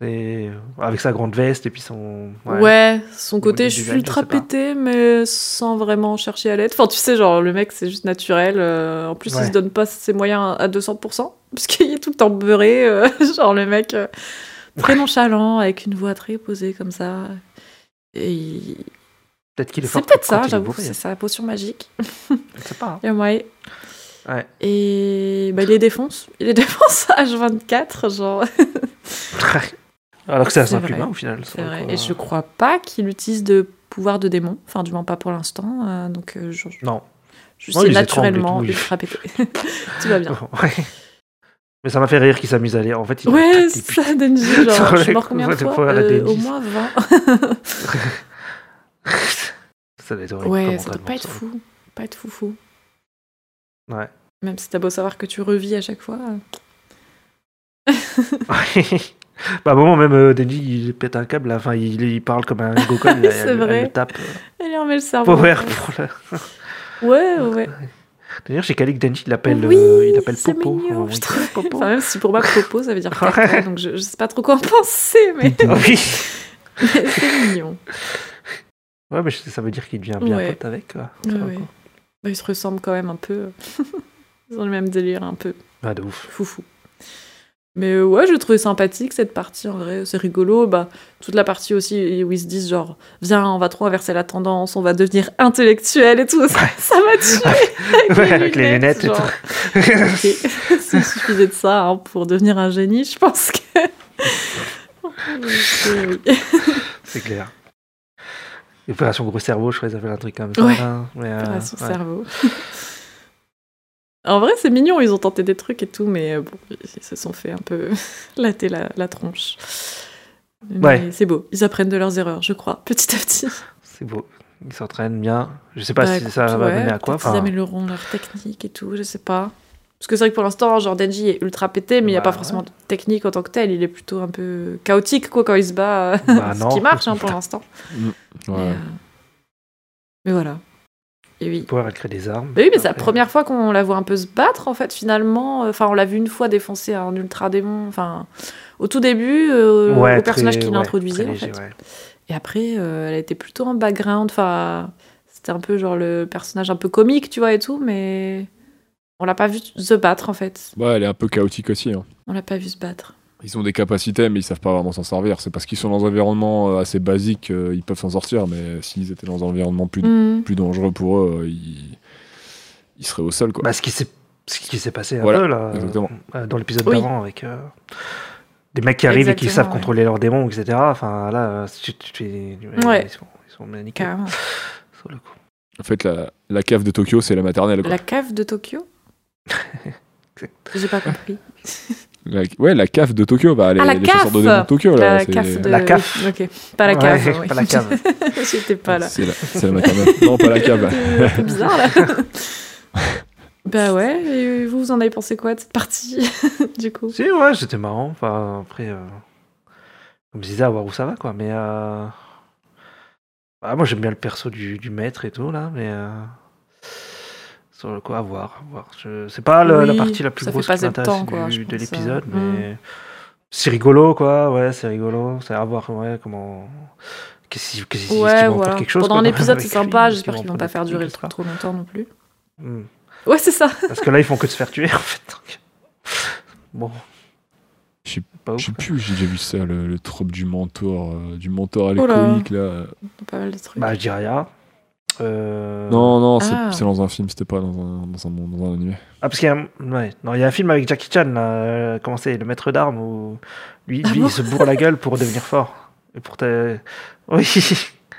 S1: C'est avec sa grande veste et puis son.
S4: Ouais, son côté,
S1: Maudit
S4: je suis
S1: design, je
S4: ultra
S1: sais pas.
S4: pété, mais sans vraiment chercher à l'être. Enfin, tu sais, genre, le mec, c'est juste naturel. euh, en plus,
S1: Ouais.
S4: il se donne pas ses moyens à 200%, parce qu'il est tout le temps beurré. euh, genre, le mec, euh, très nonchalant, avec une voix très posée comme ça. Et il-
S1: Peut-être qu'il est fort.
S4: C'est peut-être
S1: quand
S4: ça,
S1: il est
S4: j'avoue,
S1: bourré,
S4: c'est sa potion magique.
S1: Je sais pas. hein.
S4: Et ouais.
S1: Ouais.
S4: Et bah, il les défonce. Il les défonce à H24, genre.
S1: Alors que c'est un
S4: C'est
S1: simple
S4: vrai,
S1: humain au final. sur
S4: C'est
S1: le
S4: vrai.
S1: coup,
S4: Et
S1: euh,
S4: je crois pas qu'il utilise de pouvoir de démon. Enfin, du moins pas pour l'instant. euh, donc, euh, je,
S1: Non.
S4: je
S1: Ouais,
S4: suis
S1: il les étrangle et
S4: naturellement
S1: tout, il-
S4: ultra pété. tout va bien.
S1: Ouais. Mais ça m'a fait rire qu'il s'amuse à lire. En fait, il
S4: Ouais,
S1: attaque des
S4: c'est ça, Denji.
S1: Sur
S4: Genre, je
S1: les
S4: suis mort combien de
S1: coups de
S4: fois
S1: poing à la
S4: Euh,
S1: Denji.
S4: Au moins 20.
S1: putes. ça doit être horrible
S4: ouais,
S1: comme
S4: ça doit
S1: entraînement,
S4: pas être
S1: ça.
S4: fou. Pas être fou fou.
S1: Ouais.
S4: Même si t'as beau savoir que tu revis à chaque fois. euh,
S1: Ouais. bah, à un moment, même euh, Denji, il pète un câble. là. Enfin, il, il parle comme un Goku. il-
S4: C'est
S1: elle- elle
S4: vrai. Ah
S1: le tape. euh,
S4: Elle en met le cerveau.
S1: Power pour le.
S4: Ouais, ouais.
S1: D'ailleurs, j'ai calé que Denji, il l'appelle
S4: Oui,
S1: euh, il appelle
S4: c'est
S1: Popo.
S4: mignon,
S1: Oui,
S4: je trouve.
S1: Popo.
S4: Enfin, même si pour moi, Popo, ça veut dire
S1: Ouais.
S4: carton, donc je, je sais pas trop quoi en penser, mais,
S1: Ah oui.
S4: mais c'est mignon.
S1: Ouais, mais ça veut dire qu'il devient bien
S4: Ouais.
S1: pote avec. Quoi.
S4: Ouais,
S1: Ça va,
S4: ouais.
S1: quoi.
S4: Bah, ils se
S3: Bah,
S4: ressemblent quand même un peu. Ils ont le même délire, un peu
S1: Ah, de ouf.
S4: foufou. Mais euh, ouais, j'ai trouvé sympathique cette partie en vrai, c'est rigolo. Bah, toute la partie aussi où ils se disent genre, viens, on va trop inverser la tendance, on va devenir intellectuel et tout. Ça, ça m'a tué
S1: Ouais, avec les lunettes et
S4: genre. Ok. S'il suffisait de ça hein, pour devenir un génie, je pense que. Oui, oui.
S1: C'est clair. Opération gros cerveau, je crois qu'ils appellent un truc comme ça.
S4: Ouais.
S1: hein, mais, euh,
S4: à son
S1: ouais.
S4: cerveau. en vrai, c'est mignon, ils ont tenté des trucs et tout, mais euh, bon, ils se sont fait un peu latter la, la tronche. Mais
S1: Ouais.
S4: C'est beau, ils apprennent de leurs erreurs, je crois, petit à petit.
S1: C'est beau. Ils s'entraînent bien. Je sais pas
S4: Bah,
S1: si ça
S4: écoute,
S1: va
S4: ouais,
S1: mener à quoi.
S4: peut-être Ils
S1: enfin,
S4: amélioreront leur technique et tout, je sais pas. Parce que c'est vrai que pour l'instant, genre Denji est ultra pété, mais il n'y a
S1: Bah,
S4: pas forcément de technique en tant que tel. Il est plutôt un peu chaotique quoi, quand il se bat. euh,
S1: Bah,
S4: ce
S1: non.
S4: qui marche hein, pour l'instant. Mais,
S3: Ouais.
S4: euh, mais voilà. Et oui,
S1: pouvoir elle crée des armes.
S4: Bah oui, mais c'est la
S1: Après, euh,
S4: première fois qu'on la voit un peu se battre, en fait, finalement. Enfin, on l'a vu une fois défoncer un ultra-démon, enfin, au tout début, euh,
S1: ouais,
S4: au personnage
S1: très-
S4: qui
S1: ouais,
S4: l'introduisait,
S1: très
S4: en
S1: léger,
S4: fait.
S1: ouais.
S4: Et après, euh, elle était plutôt en background, enfin, c'était un peu genre le personnage un peu comique, tu vois, et tout, mais on l'a pas vu se battre, en fait.
S3: Ouais, Bah, elle est un peu chaotique aussi. hein.
S4: On l'a pas vu se battre.
S3: Ils ont des capacités, mais ils savent pas vraiment s'en servir. C'est parce qu'ils sont dans un environnement euh, assez basique, euh, ils peuvent s'en sortir, mais s'ils étaient dans un environnement plus,
S4: Hmm.
S3: plus dangereux pour eux, euh, ils, ils seraient au sol. Quoi.
S1: Bah, ce qui s'est ce qui s'est passé un
S3: Voilà,
S1: peu là,
S3: exactement.
S1: euh, dans l'épisode
S4: Oui.
S1: d'avant avec euh, des mecs qui arrivent et qui
S4: Exactement,
S1: savent
S4: ouais.
S1: contrôler leurs démons, etc. Enfin là, euh, tu- tu- tu-
S4: Ouais.
S1: ils sont, ils sont magnifiques
S4: Carrément.
S1: sur le coup.
S3: En fait, la, la cave de Tokyo, c'est la maternelle. Quoi.
S4: euh, La cave de Tokyo J'ai pas compris.
S3: La- ouais, la cave de Tokyo. Bah, les,
S4: Ah, la
S3: les chasseurs de
S4: CAF.
S3: démons de Tokyo. Oh là,
S4: la
S3: c'est-
S4: cave de...
S1: La CAF.
S4: Ok, pas la
S1: Ouais,
S4: cave. ouais.
S1: pas la cave.
S4: J'étais pas là.
S3: C'est la, c'est la maternelle. non, pas la cave.
S4: C'est c'est bizarre là. bah ouais, et vous, vous en avez pensé quoi de cette partie du coup
S1: Si ouais, c'était marrant. Enfin après, euh, comme je disais, à voir où ça va quoi. Mais euh, ah, moi j'aime bien le perso du, du maître et tout là, mais euh, sur le coup à voir. à voir. Je- C'est pas le- la
S4: Oui,
S1: partie la plus
S4: ça fait
S1: grosse qui
S4: passer le
S1: m'intéresse
S4: temps, quoi,
S1: du-
S4: je
S1: de
S4: pense,
S1: l'épisode,
S4: euh,
S1: mais c'est rigolo quoi. Ouais, c'est rigolo. C'est à voir ouais comment. Qu'est-ce qu'ils qu'est-ce qu'ils- est-ce qu'ils vont
S4: Ouais,
S1: faire
S4: voilà.
S1: quelque chose
S4: Pendant
S1: quoi,
S4: un épisode,
S1: avec
S4: c'est
S1: lui,
S4: sympa.
S1: est-ce
S4: J'espère qu'ils vont pas
S1: prendre
S4: faire
S1: des
S4: durer le
S1: trucs,
S4: truc
S1: etc.
S4: trop longtemps non plus.
S1: Hmm.
S4: Ouais, c'est ça.
S1: Parce que là, ils font que de se faire tuer en fait. donc. Bon.
S3: Je sais
S1: pas ouf.
S3: Je sais plus, où j'ai déjà vu ça, le, le trope du mentor, euh, du mentor
S4: Oh là.
S3: alcoolique là.
S4: Pas mal de trucs.
S1: Bah, je dirais rien. Euh,
S3: Non, non, c'est
S4: Ah.
S3: c'est dans un film, c'était pas dans un, dans un, dans un animé.
S1: Ah, parce qu'il y, a un... ouais. Non, il y a un film avec Jackie Chan, là, euh, comment c'est, le maître d'armes, où lui,
S4: Ah
S1: lui,
S4: bon
S1: il se bourre la gueule pour devenir fort. Et pour te... Oui,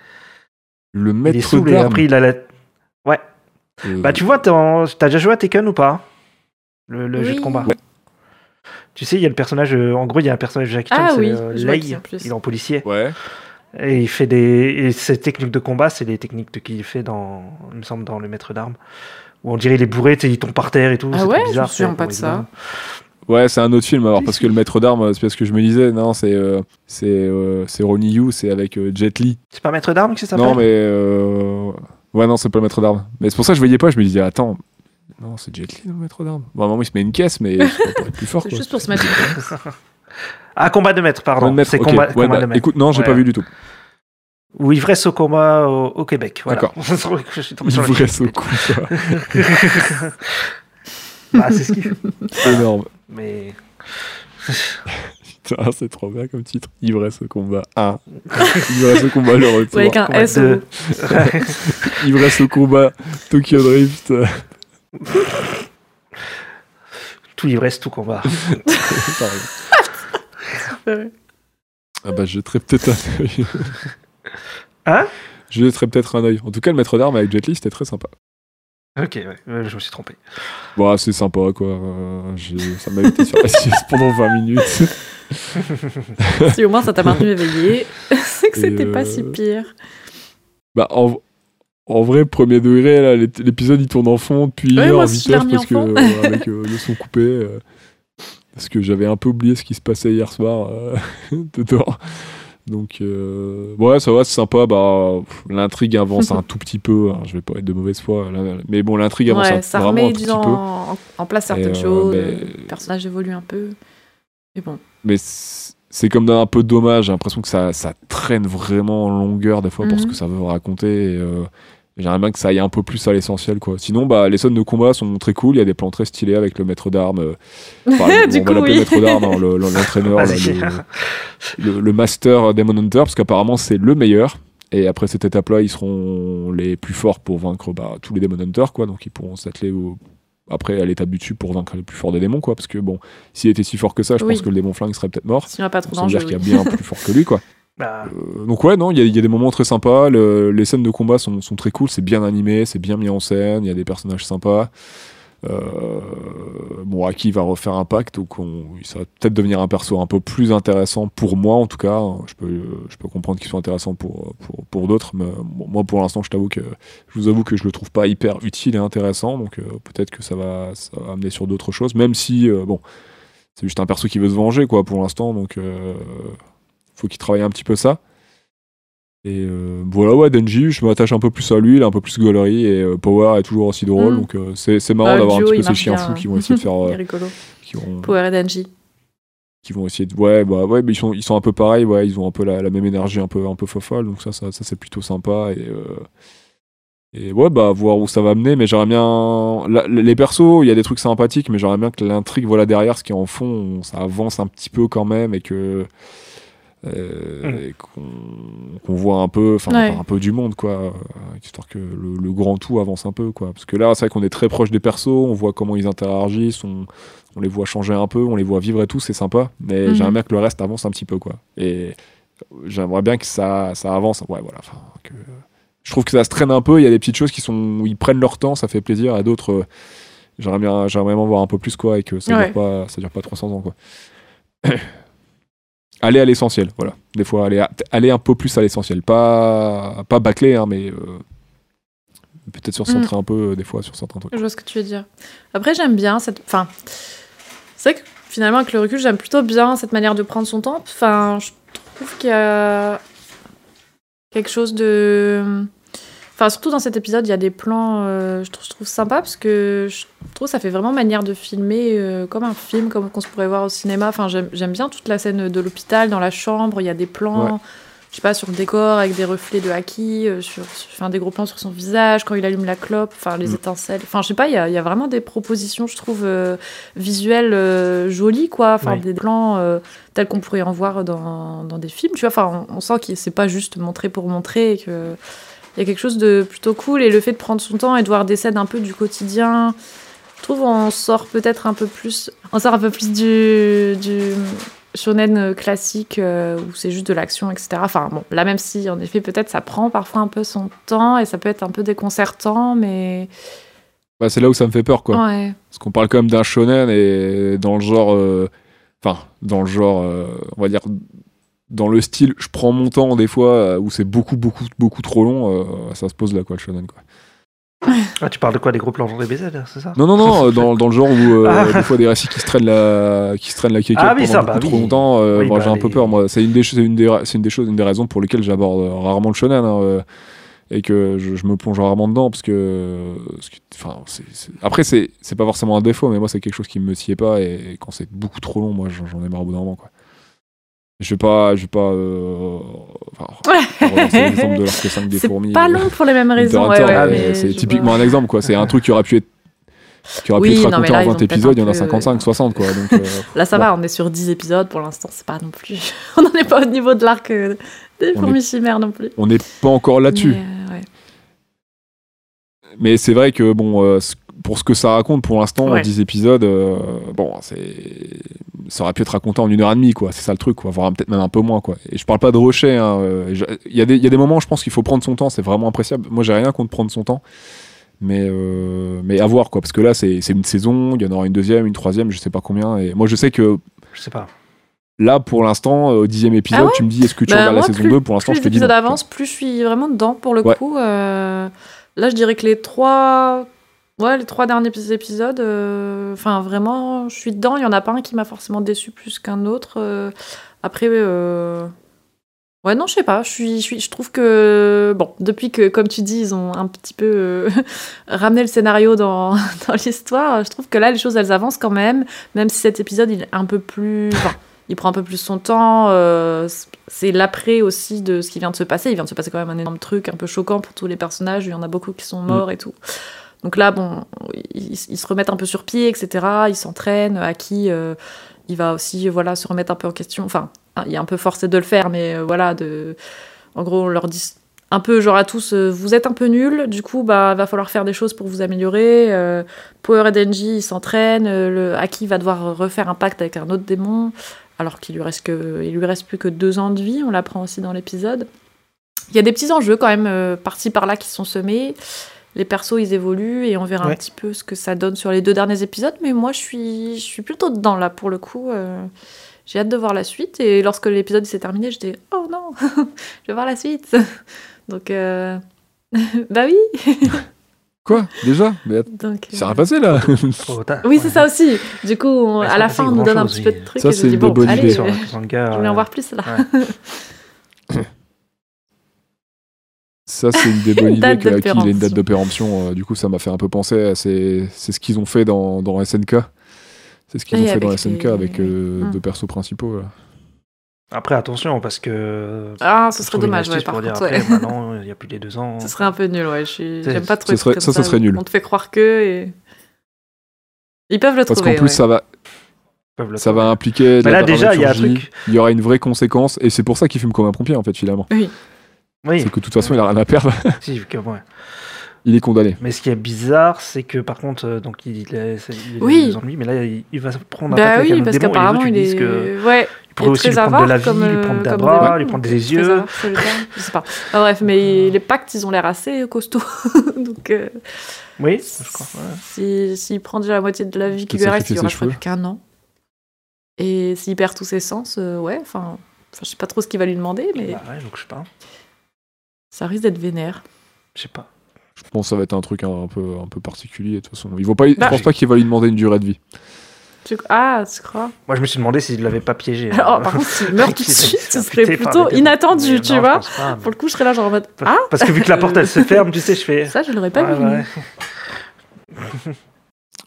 S3: Le
S1: il est
S3: maître
S1: saoul et
S3: d'armes.
S1: hein. après il a la...
S3: euh,
S1: Bah, tu vois, t'es en- t'as déjà joué à Tekken ou pas Le, le jeu de
S4: Oui.
S1: combat.
S4: Ouais.
S1: Tu sais, il y a le personnage, euh, en gros, il y a un personnage de Jackie Chan,
S4: Ah
S1: c'est
S4: oui,
S1: euh,
S4: je vois
S1: Lei,
S4: qui, en plus.
S1: il est en policier.
S3: Ouais.
S1: Et il fait des. Et ses techniques de combat, c'est les techniques de- qu'il fait dans. Il me semble dans le maître d'armes. Où on dirait il est bourré, tu sais, il tombe par terre et tout.
S4: Ah
S1: c'est trop
S4: ouais, je me
S1: bizarre,
S4: souviens
S1: c'est-
S4: pas de
S1: bon,
S4: ça.
S1: évidemment.
S3: Ouais, c'est un autre film alors parce que le maître d'armes, c'est parce que je me disais, non, c'est euh, c'est euh, c'est Ronnie Yu, c'est avec euh, Jet Li.
S1: C'est pas maître d'armes qui s'appelle
S3: Non, mais euh, ouais, non, c'est pas le maître d'armes. Mais c'est pour ça que je voyais pas, je me disais, attends, non, c'est Jet Li, non, le maître d'armes. Bon, à un moment, il se met une caisse, mais c'est pas pour être plus fort.
S4: C'est
S3: Quoi.
S4: juste pour se mettre.
S1: Ah, combat de maître, pardon.
S3: Ouais, le maître,
S1: c'est
S3: ok.
S1: combat,
S3: Ouais,
S1: combat
S3: bah,
S1: de maître.
S3: Écoute, non, j'ai
S1: Ouais.
S3: pas vu du tout.
S1: Ou ivresse au combat au, au Québec. Voilà.
S3: D'accord.
S1: Je suis tombé
S3: Il
S1: sur la
S3: vous
S1: chaîne.
S3: reste au cou, quoi.
S1: bah, c'est ce qu'il fait.
S3: énorme.
S1: Mais.
S3: Putain, Ah, c'est trop bien comme titre. Ivresse au combat 1. Ivresse au combat le retour.
S4: Ouais, avec un
S1: Combat
S4: S. au
S1: de-
S4: bout.
S3: Ivresse au combat Tokyo Drift.
S1: tout ivresse, tout combat.
S3: Pardon.
S4: Ouais.
S3: ah bah, je jetterai peut-être un œil.
S1: Hein
S3: Je jetterai peut-être un œil. En tout cas, le maître d'armes avec Jet Li, c'était très sympa.
S1: ok, ouais, euh, je me suis trompé.
S3: Bon, ah, c'est sympa, quoi. Euh, j'ai- Ça m'a été sur la sieste pendant 20 minutes.
S4: Si au moins ça t'a maintenu éveillé, c'est que
S3: Et,
S4: c'était pas
S3: euh,
S4: si pire.
S3: Bah, en, en vrai, premier degré, là, l'ép- l'épisode il tourne en fond depuis
S4: Ouais,
S3: hier
S4: moi
S3: en
S4: aussi, je
S3: vitesse
S4: l'ai remis
S3: parce
S4: en
S3: que
S4: fond.
S3: euh, avec euh, le son coupé. euh, parce que j'avais un peu oublié ce qui se passait hier soir euh, dedans. Donc, euh, ouais, ça va, c'est sympa. Bah, pff, l'intrigue avance un tout petit peu. hein, je vais pas être de mauvaise foi. là, mais bon, l'intrigue avance un,
S4: Ouais, ça
S3: vraiment un
S4: remet
S3: tout petit
S4: disons,
S3: peu.
S4: en, en place certaines
S3: euh,
S4: choses,
S3: mais-
S4: le personnage évolue un peu. Mais bon.
S3: mais c- c'est comme d'un- un peu dommage. J'ai l'impression que ça, ça traîne vraiment en longueur des fois pour ce
S4: Mhm.
S3: que ça veut raconter. Et, euh, J'aimerais bien que ça aille un peu plus à l'essentiel, quoi. Sinon, bah, les scènes de combat sont très cool. Il y a des plans très stylés avec le maître d'armes. euh, enfin, le-
S2: Du
S3: on
S2: coup,
S3: va l'appeler
S2: oui.
S3: maître d'armes, hein, le- le- l'entraîneur, là,
S1: Vas-y.
S3: le, le- le master Demon Hunter, parce qu'apparemment, c'est le meilleur. Et après cette étape-là, ils seront les plus forts pour vaincre bah, tous les Demon Hunters, quoi. Donc, ils pourront s'atteler au- après à l'étape du dessus pour vaincre les plus forts des démons, quoi. Parce que, bon, s'il était si fort que ça, je
S4: Oui.
S3: pense que le démon flingue serait peut-être mort.
S4: S'il n'y en a pas trop
S3: Ça veut
S4: d'enjeux.
S3: dire qu'il y a
S4: oui.
S3: bien plus fort que lui, quoi.
S1: Bah,
S3: Euh, donc ouais, non, il y, a- il y a des moments très sympas. le- les scènes de combat sont, sont très cool. C'est bien animé, c'est bien mis en scène. Il y a des personnages sympas. Euh, bon, Aki va refaire un pacte, donc on- ça va peut-être devenir un perso un peu plus intéressant pour moi, en tout cas. Hein, Je peux, je peux comprendre qu'il soit intéressant pour, pour, pour d'autres, mais bon, moi pour l'instant, je t'avoue que je vous avoue que je le trouve pas hyper utile et intéressant, donc euh, peut-être que ça va, ça va amener sur d'autres choses, même si euh, bon, c'est juste un perso qui veut se venger quoi pour l'instant, donc euh, faut qu'il travaille un petit peu ça. Et euh, voilà, ouais, Denji, je m'attache un peu plus à lui, il a un peu plus gaulerie, et euh, Power est toujours aussi drôle,
S4: Mm.
S3: donc euh, c'est c'est marrant
S4: Bah, le
S3: d'avoir un
S4: duo,
S3: petit peu
S4: il
S3: ces
S4: marche
S3: chiens
S4: bien,
S3: fous
S4: hein.
S3: qui vont essayer de faire.
S4: Il est
S3: euh,
S4: rigolo.
S3: qui vont,
S4: Power et Denji.
S3: qui vont essayer de. Ouais, bah, ouais mais ils sont, ils sont un peu pareils, ouais, ils ont un peu la, la même énergie un peu, un peu fofolle, donc ça, ça, ça, c'est plutôt sympa. Et, euh, et ouais, bah, voir où ça va mener, mais j'aimerais bien. la- les persos, il y a des trucs sympathiques, mais j'aimerais bien que l'intrigue, voilà, derrière, ce qui est en fond, ça avance un petit peu quand même et que. euh,
S1: Mm.
S3: et qu'on qu'on voit un peu enfin
S4: Ouais.
S3: un peu du monde quoi euh, histoire que le, le grand tout avance un peu quoi parce que là c'est vrai qu'on est très proche des persos on voit comment ils interagissent on, on les voit changer un peu, on les voit vivre et tout, c'est sympa. Mais
S4: Mhm.
S3: j'aimerais bien que le reste avance un petit peu, quoi. Et j'aimerais bien que ça, ça avance. Ouais, voilà. Enfin, que- Je trouve que ça se traîne un peu. Il y a des petites choses qui sont, ils prennent leur temps, ça fait plaisir. À d'autres, euh, j'aimerais bien, j'aimerais bien en voir un peu plus, quoi, et que ça
S4: Ouais.
S3: dure pas, ça dure pas 300 ans, quoi. aller à l'essentiel, voilà. Des fois, aller, à- aller un peu plus à l'essentiel, pas, pas bâcler, hein, mais euh, peut-être
S4: Mm.
S3: sur centrer un peu euh, des fois sur certains trucs.
S4: Je vois ce que tu veux dire. Après, j'aime bien cette. Enfin, c'est vrai que finalement, avec le recul, j'aime plutôt bien cette manière de prendre son temps. Enfin, je trouve qu'il y a quelque chose de. Enfin, surtout dans cet épisode, il y a des plans, euh, je, trouve, je trouve sympa parce que je trouve que ça fait vraiment manière de filmer euh, comme un film, comme qu'on se pourrait voir au cinéma. Enfin, j'aime j'aime bien toute la scène de l'hôpital, dans la chambre, il y a des plans, je sais pas, sur le décor avec des reflets de Haki, euh, sur, sur- enfin, des gros plans sur son visage, quand il allume la clope, enfin, les
S3: Mm.
S4: étincelles. Enfin, je sais pas, il y a, il y a vraiment des propositions, je trouve, euh, visuelles euh, jolies, quoi. Enfin,
S1: Oui.
S4: des plans. euh, tel qu'on pourrait en voir dans, dans des films. Tu vois, enfin, on, on sent que c'est pas juste montrer pour montrer, et que il y a quelque chose de plutôt cool et le fait de prendre son temps et de voir des scènes un peu du quotidien. Je trouve on sort peut-être un peu plus, on sort un peu plus du, du shonen classique euh, où c'est juste de l'action, etc. Enfin bon, là même si en effet peut-être ça prend parfois un peu son temps et ça peut être un peu déconcertant, mais
S3: Bah, c'est là où ça me fait peur, quoi.
S4: ouais,
S3: Parce qu'on parle quand même d'un shonen et dans le genre. euh, Enfin, dans le genre, euh, on va dire. Dans le style, je prends mon temps des fois euh, où c'est beaucoup, beaucoup, beaucoup trop long. euh, ça se pose là, quoi, le shonen, quoi.
S1: ah, tu parles de quoi Des gros plans dans les BZ, là, c'est ça
S3: Non, non, non, euh, dans, dans le genre où euh,
S1: Ah.
S3: des fois des récits qui se traînent la, qui se traînent la kékette
S1: Ah oui,
S3: pendant
S1: ça,
S3: beaucoup
S1: bah
S3: trop
S1: oui.
S3: longtemps, euh,
S1: Oui,
S3: moi,
S1: bah,
S3: j'ai un peu
S1: les-
S3: peur. Moi, c'est une des, c'est une des, ra- c'est une des choses, une des raisons pour lesquelles j'aborde euh, rarement le shonen hein, euh, et que je, je me plonge rarement dedans parce que, euh, parce que- enfin, c'est- c'est- après c'est, c'est pas forcément un défaut, mais moi c'est quelque chose qui me tient pas et, et quand c'est beaucoup trop long, moi j'en, j'en ai marre au bout d'un moment, quoi. Je vais pas, je vais pas. euh, enfin, relancer l'exemple de l'arc 5 des
S4: c'est
S3: fourmis.
S4: pas
S3: euh,
S4: long pour les mêmes raisons.
S3: Hunter,
S4: ouais, ouais,
S3: euh,
S4: mais
S3: c'est
S4: je
S3: typiquement
S4: vois.
S3: un exemple, quoi. C'est un truc qui aurait pu être. Qui aurait
S4: Oui,
S3: pu
S4: non,
S3: être
S4: mais
S3: raconté
S4: là,
S3: en
S4: ils ont
S3: 20
S4: peut-être
S3: épisodes, il y en
S4: un
S3: a
S4: peu-
S3: 55, 60, quoi. Donc, euh,
S4: Là, ça
S3: bon,
S4: va, on est sur 10 épisodes pour l'instant, c'est pas non plus. on n'en est pas au niveau de l'arc euh, des
S3: On
S4: fourmis chimères non plus.
S3: On n'est pas encore là-dessus.
S4: Mais, euh, ouais.
S3: Mais c'est vrai que, bon, euh, ce- pour ce que ça raconte, pour l'instant,
S4: Ouais.
S3: 10 épisodes, euh, bon, c'est. Ça aurait pu être raconté en une heure et demie, quoi. C'est ça le truc, quoi. Voire peut-être même un peu moins, quoi. Et je parle pas de rocher, hein. euh, je- Il y, a des- il y a des moments, je pense qu'il faut prendre son temps, c'est vraiment appréciable. Moi, j'ai rien contre prendre son temps. Mais, euh, mais à voir, quoi. Parce que là, c'est c'est une saison, il y en aura une deuxième, une troisième, je sais pas combien. Et moi, je sais que
S1: Je sais pas.
S3: Là, pour l'instant, euh, au dixième épisode,
S4: Ah ouais
S3: tu me dis est-ce que tu
S4: Bah,
S3: regardes la
S4: moi,
S3: saison
S4: plus-
S3: 2 Pour l'instant,
S4: Plus
S3: je te dis.
S4: l'épisode
S3: non.
S4: avance, plus je suis vraiment dedans pour le
S3: Ouais.
S4: coup. euh, Là, je dirais que les trois. Ouais, les trois derniers épis- épisodes, euh, enfin vraiment, je suis dedans. Il y en a pas un qui m'a forcément déçu plus qu'un autre. euh, Après, euh, ouais, non, je sais pas. Je suis, je suis, je trouve que bon, depuis que, comme tu dis, ils ont un petit peu euh, ramené le scénario dans, dans l'histoire, je trouve que là, les choses elles avancent quand même. Même si cet épisode il est un peu plus, enfin, il prend un peu plus son temps. euh, c'est l'après aussi de ce qui vient de se passer. Il vient de se passer quand même un énorme truc un peu choquant pour tous les personnages. Il y en a beaucoup qui sont morts et tout. Donc là, bon, ils, ils se remettent un peu sur pied, etc. Ils s'entraînent. À qui euh, il va aussi, voilà, se remettre un peu en question. Enfin, hein, il est un peu forcé de le faire, mais euh, voilà, de. En gros, on leur dit un peu genre à tous, euh, vous êtes un peu nuls, du coup, bah, va falloir faire des choses pour vous améliorer. euh, Power et Denji, ils s'entraînent. euh, le Aki va devoir refaire un pacte avec un autre démon, alors qu'il lui reste que, il lui reste plus que deux ans de vie. On l'apprend aussi dans l'épisode. Il y a des petits enjeux quand même, euh, par-ci par-là, qui sont semés. Les persos, ils évoluent et on verra
S1: Ouais.
S4: un petit peu ce que ça donne sur les deux derniers épisodes. Mais moi, je suis, je suis plutôt dedans là pour le coup. euh, j'ai hâte de voir la suite. Et lorsque l'épisode s'est terminé, j'étais oh non, je vais voir la suite. Donc euh, bah oui.
S3: Quoi Déjà Mais attends,
S4: Donc, euh,
S3: c'est rien passé là
S1: Trop tard.
S4: Oui, c'est ça aussi. Du coup, on-
S1: Ouais, ça
S4: à la
S1: fait
S4: fin, on nous donne un
S1: grand-chose,
S4: petit peu
S1: et-
S4: de trucs.
S3: Ça,
S4: et
S3: c'est
S4: je me dis,
S3: une bonne
S4: bon,
S3: idée.
S4: allez,
S1: Sur
S4: euh,
S1: la manga,
S4: je voulais en
S1: euh,
S4: voir plus là.
S3: Ça, c'est une des bonnes idées
S4: Date
S3: que
S4: de
S3: Aki, il ait une date
S4: péremption.
S3: de péremption. euh, du coup, ça m'a fait un peu penser à ces- c'est ce qu'ils ont fait dans, dans SNK. C'est ce qu'ils
S4: Oui,
S3: ont fait dans
S4: avec
S3: SNK
S4: les-
S3: avec euh,
S4: Hmm.
S3: deux persos principaux. là.
S1: Après, attention, parce que.
S4: Ah, ce
S1: faut
S4: serait
S1: trouver une
S4: dommage, ouais,
S1: astuce
S4: par
S1: pour dire
S4: contre. ouais.
S1: après, maintenant, il n'y a plus les deux ans.
S4: Ce serait un peu nul, ouais. je suis-
S1: C'est-
S4: J'aime pas trop les
S3: ce serait-
S4: trucs
S3: ça,
S4: comme
S3: ce serait nul.
S4: On te fait croire que. et- Ils peuvent le
S3: Parce qu'en
S4: trouver.
S3: plus,
S4: ouais.
S3: ça, va,
S1: Ils peuvent le
S3: ça
S1: trouver.
S3: va impliquer. de
S1: Mais
S3: la
S1: là, déjà, il y a un
S3: dramaturgie,
S1: truc.
S3: Il y aura une vraie conséquence. Et c'est pour ça qu'il fume comme un pompier, en fait, finalement.
S1: Oui,
S3: C'est que de toute façon, il a rien à perdre.
S1: si, que- ouais.
S3: il est condamné.
S1: Mais ce qui est bizarre, c'est que par contre, euh, donc il, il a, c'est- il a
S4: Oui.
S1: deux ans de vie, mais là, il, il va prendre un
S4: Bah
S1: pacte avec
S4: oui,
S1: un
S4: parce
S1: autre démon.
S4: qu'apparemment,
S1: et
S4: il
S1: les autres, ils disent que
S4: est. Ouais.
S1: il pourrait
S4: est
S1: aussi
S4: très
S1: lui prendre de la
S4: avare
S1: vie,
S4: comme,
S1: lui prendre
S4: euh,
S1: d'un
S4: comme
S1: bras,
S4: démon.
S1: lui prendre des
S4: Très
S1: yeux.
S4: avare, solitaire, je sais pas. Ah, bref, mais les pactes, ils ont l'air assez costauds. Donc, euh,
S1: Oui, je crois. ouais.
S4: si- s'il prend déjà la moitié de la vie qui
S3: Peut-être
S4: lui reste, il
S3: sacrifier
S4: aura
S3: ses
S4: je crois,
S3: cheveux.
S4: plus qu'un an. Et s'il perd tous ses sens, euh, ouais, enfin, enfin, je sais pas trop ce qu'il va lui demander, mais
S1: Bah ouais, donc je sais pas.
S4: ça risque d'être vénère.
S1: Je sais pas.
S3: Je pense que ça va être un truc un, un peu, un peu particulier. De toute façon, ils vont pas, je
S4: Bah.
S3: pense pas qu'il va lui demander une durée de vie.
S4: Tu- Ah, tu crois
S1: Moi, je me suis demandé s'il l'avait pas piégé. hein.
S4: Alors, par contre, s'il meurt tout de
S1: Qu'il s'est
S4: suite,
S1: fait
S4: ce serait
S1: buter par le
S4: plutôt
S1: démon. Mais
S4: inattendu, tu
S1: non, je
S4: vois.
S1: pense pas, mais-
S4: Pour le coup, je serais là, genre en mode Ah,
S1: Parce- Parce que vu que la porte, elle se ferme, tu sais, je fais.
S4: ça, je l'aurais pas
S1: Ouais,
S4: vu.
S1: ouais.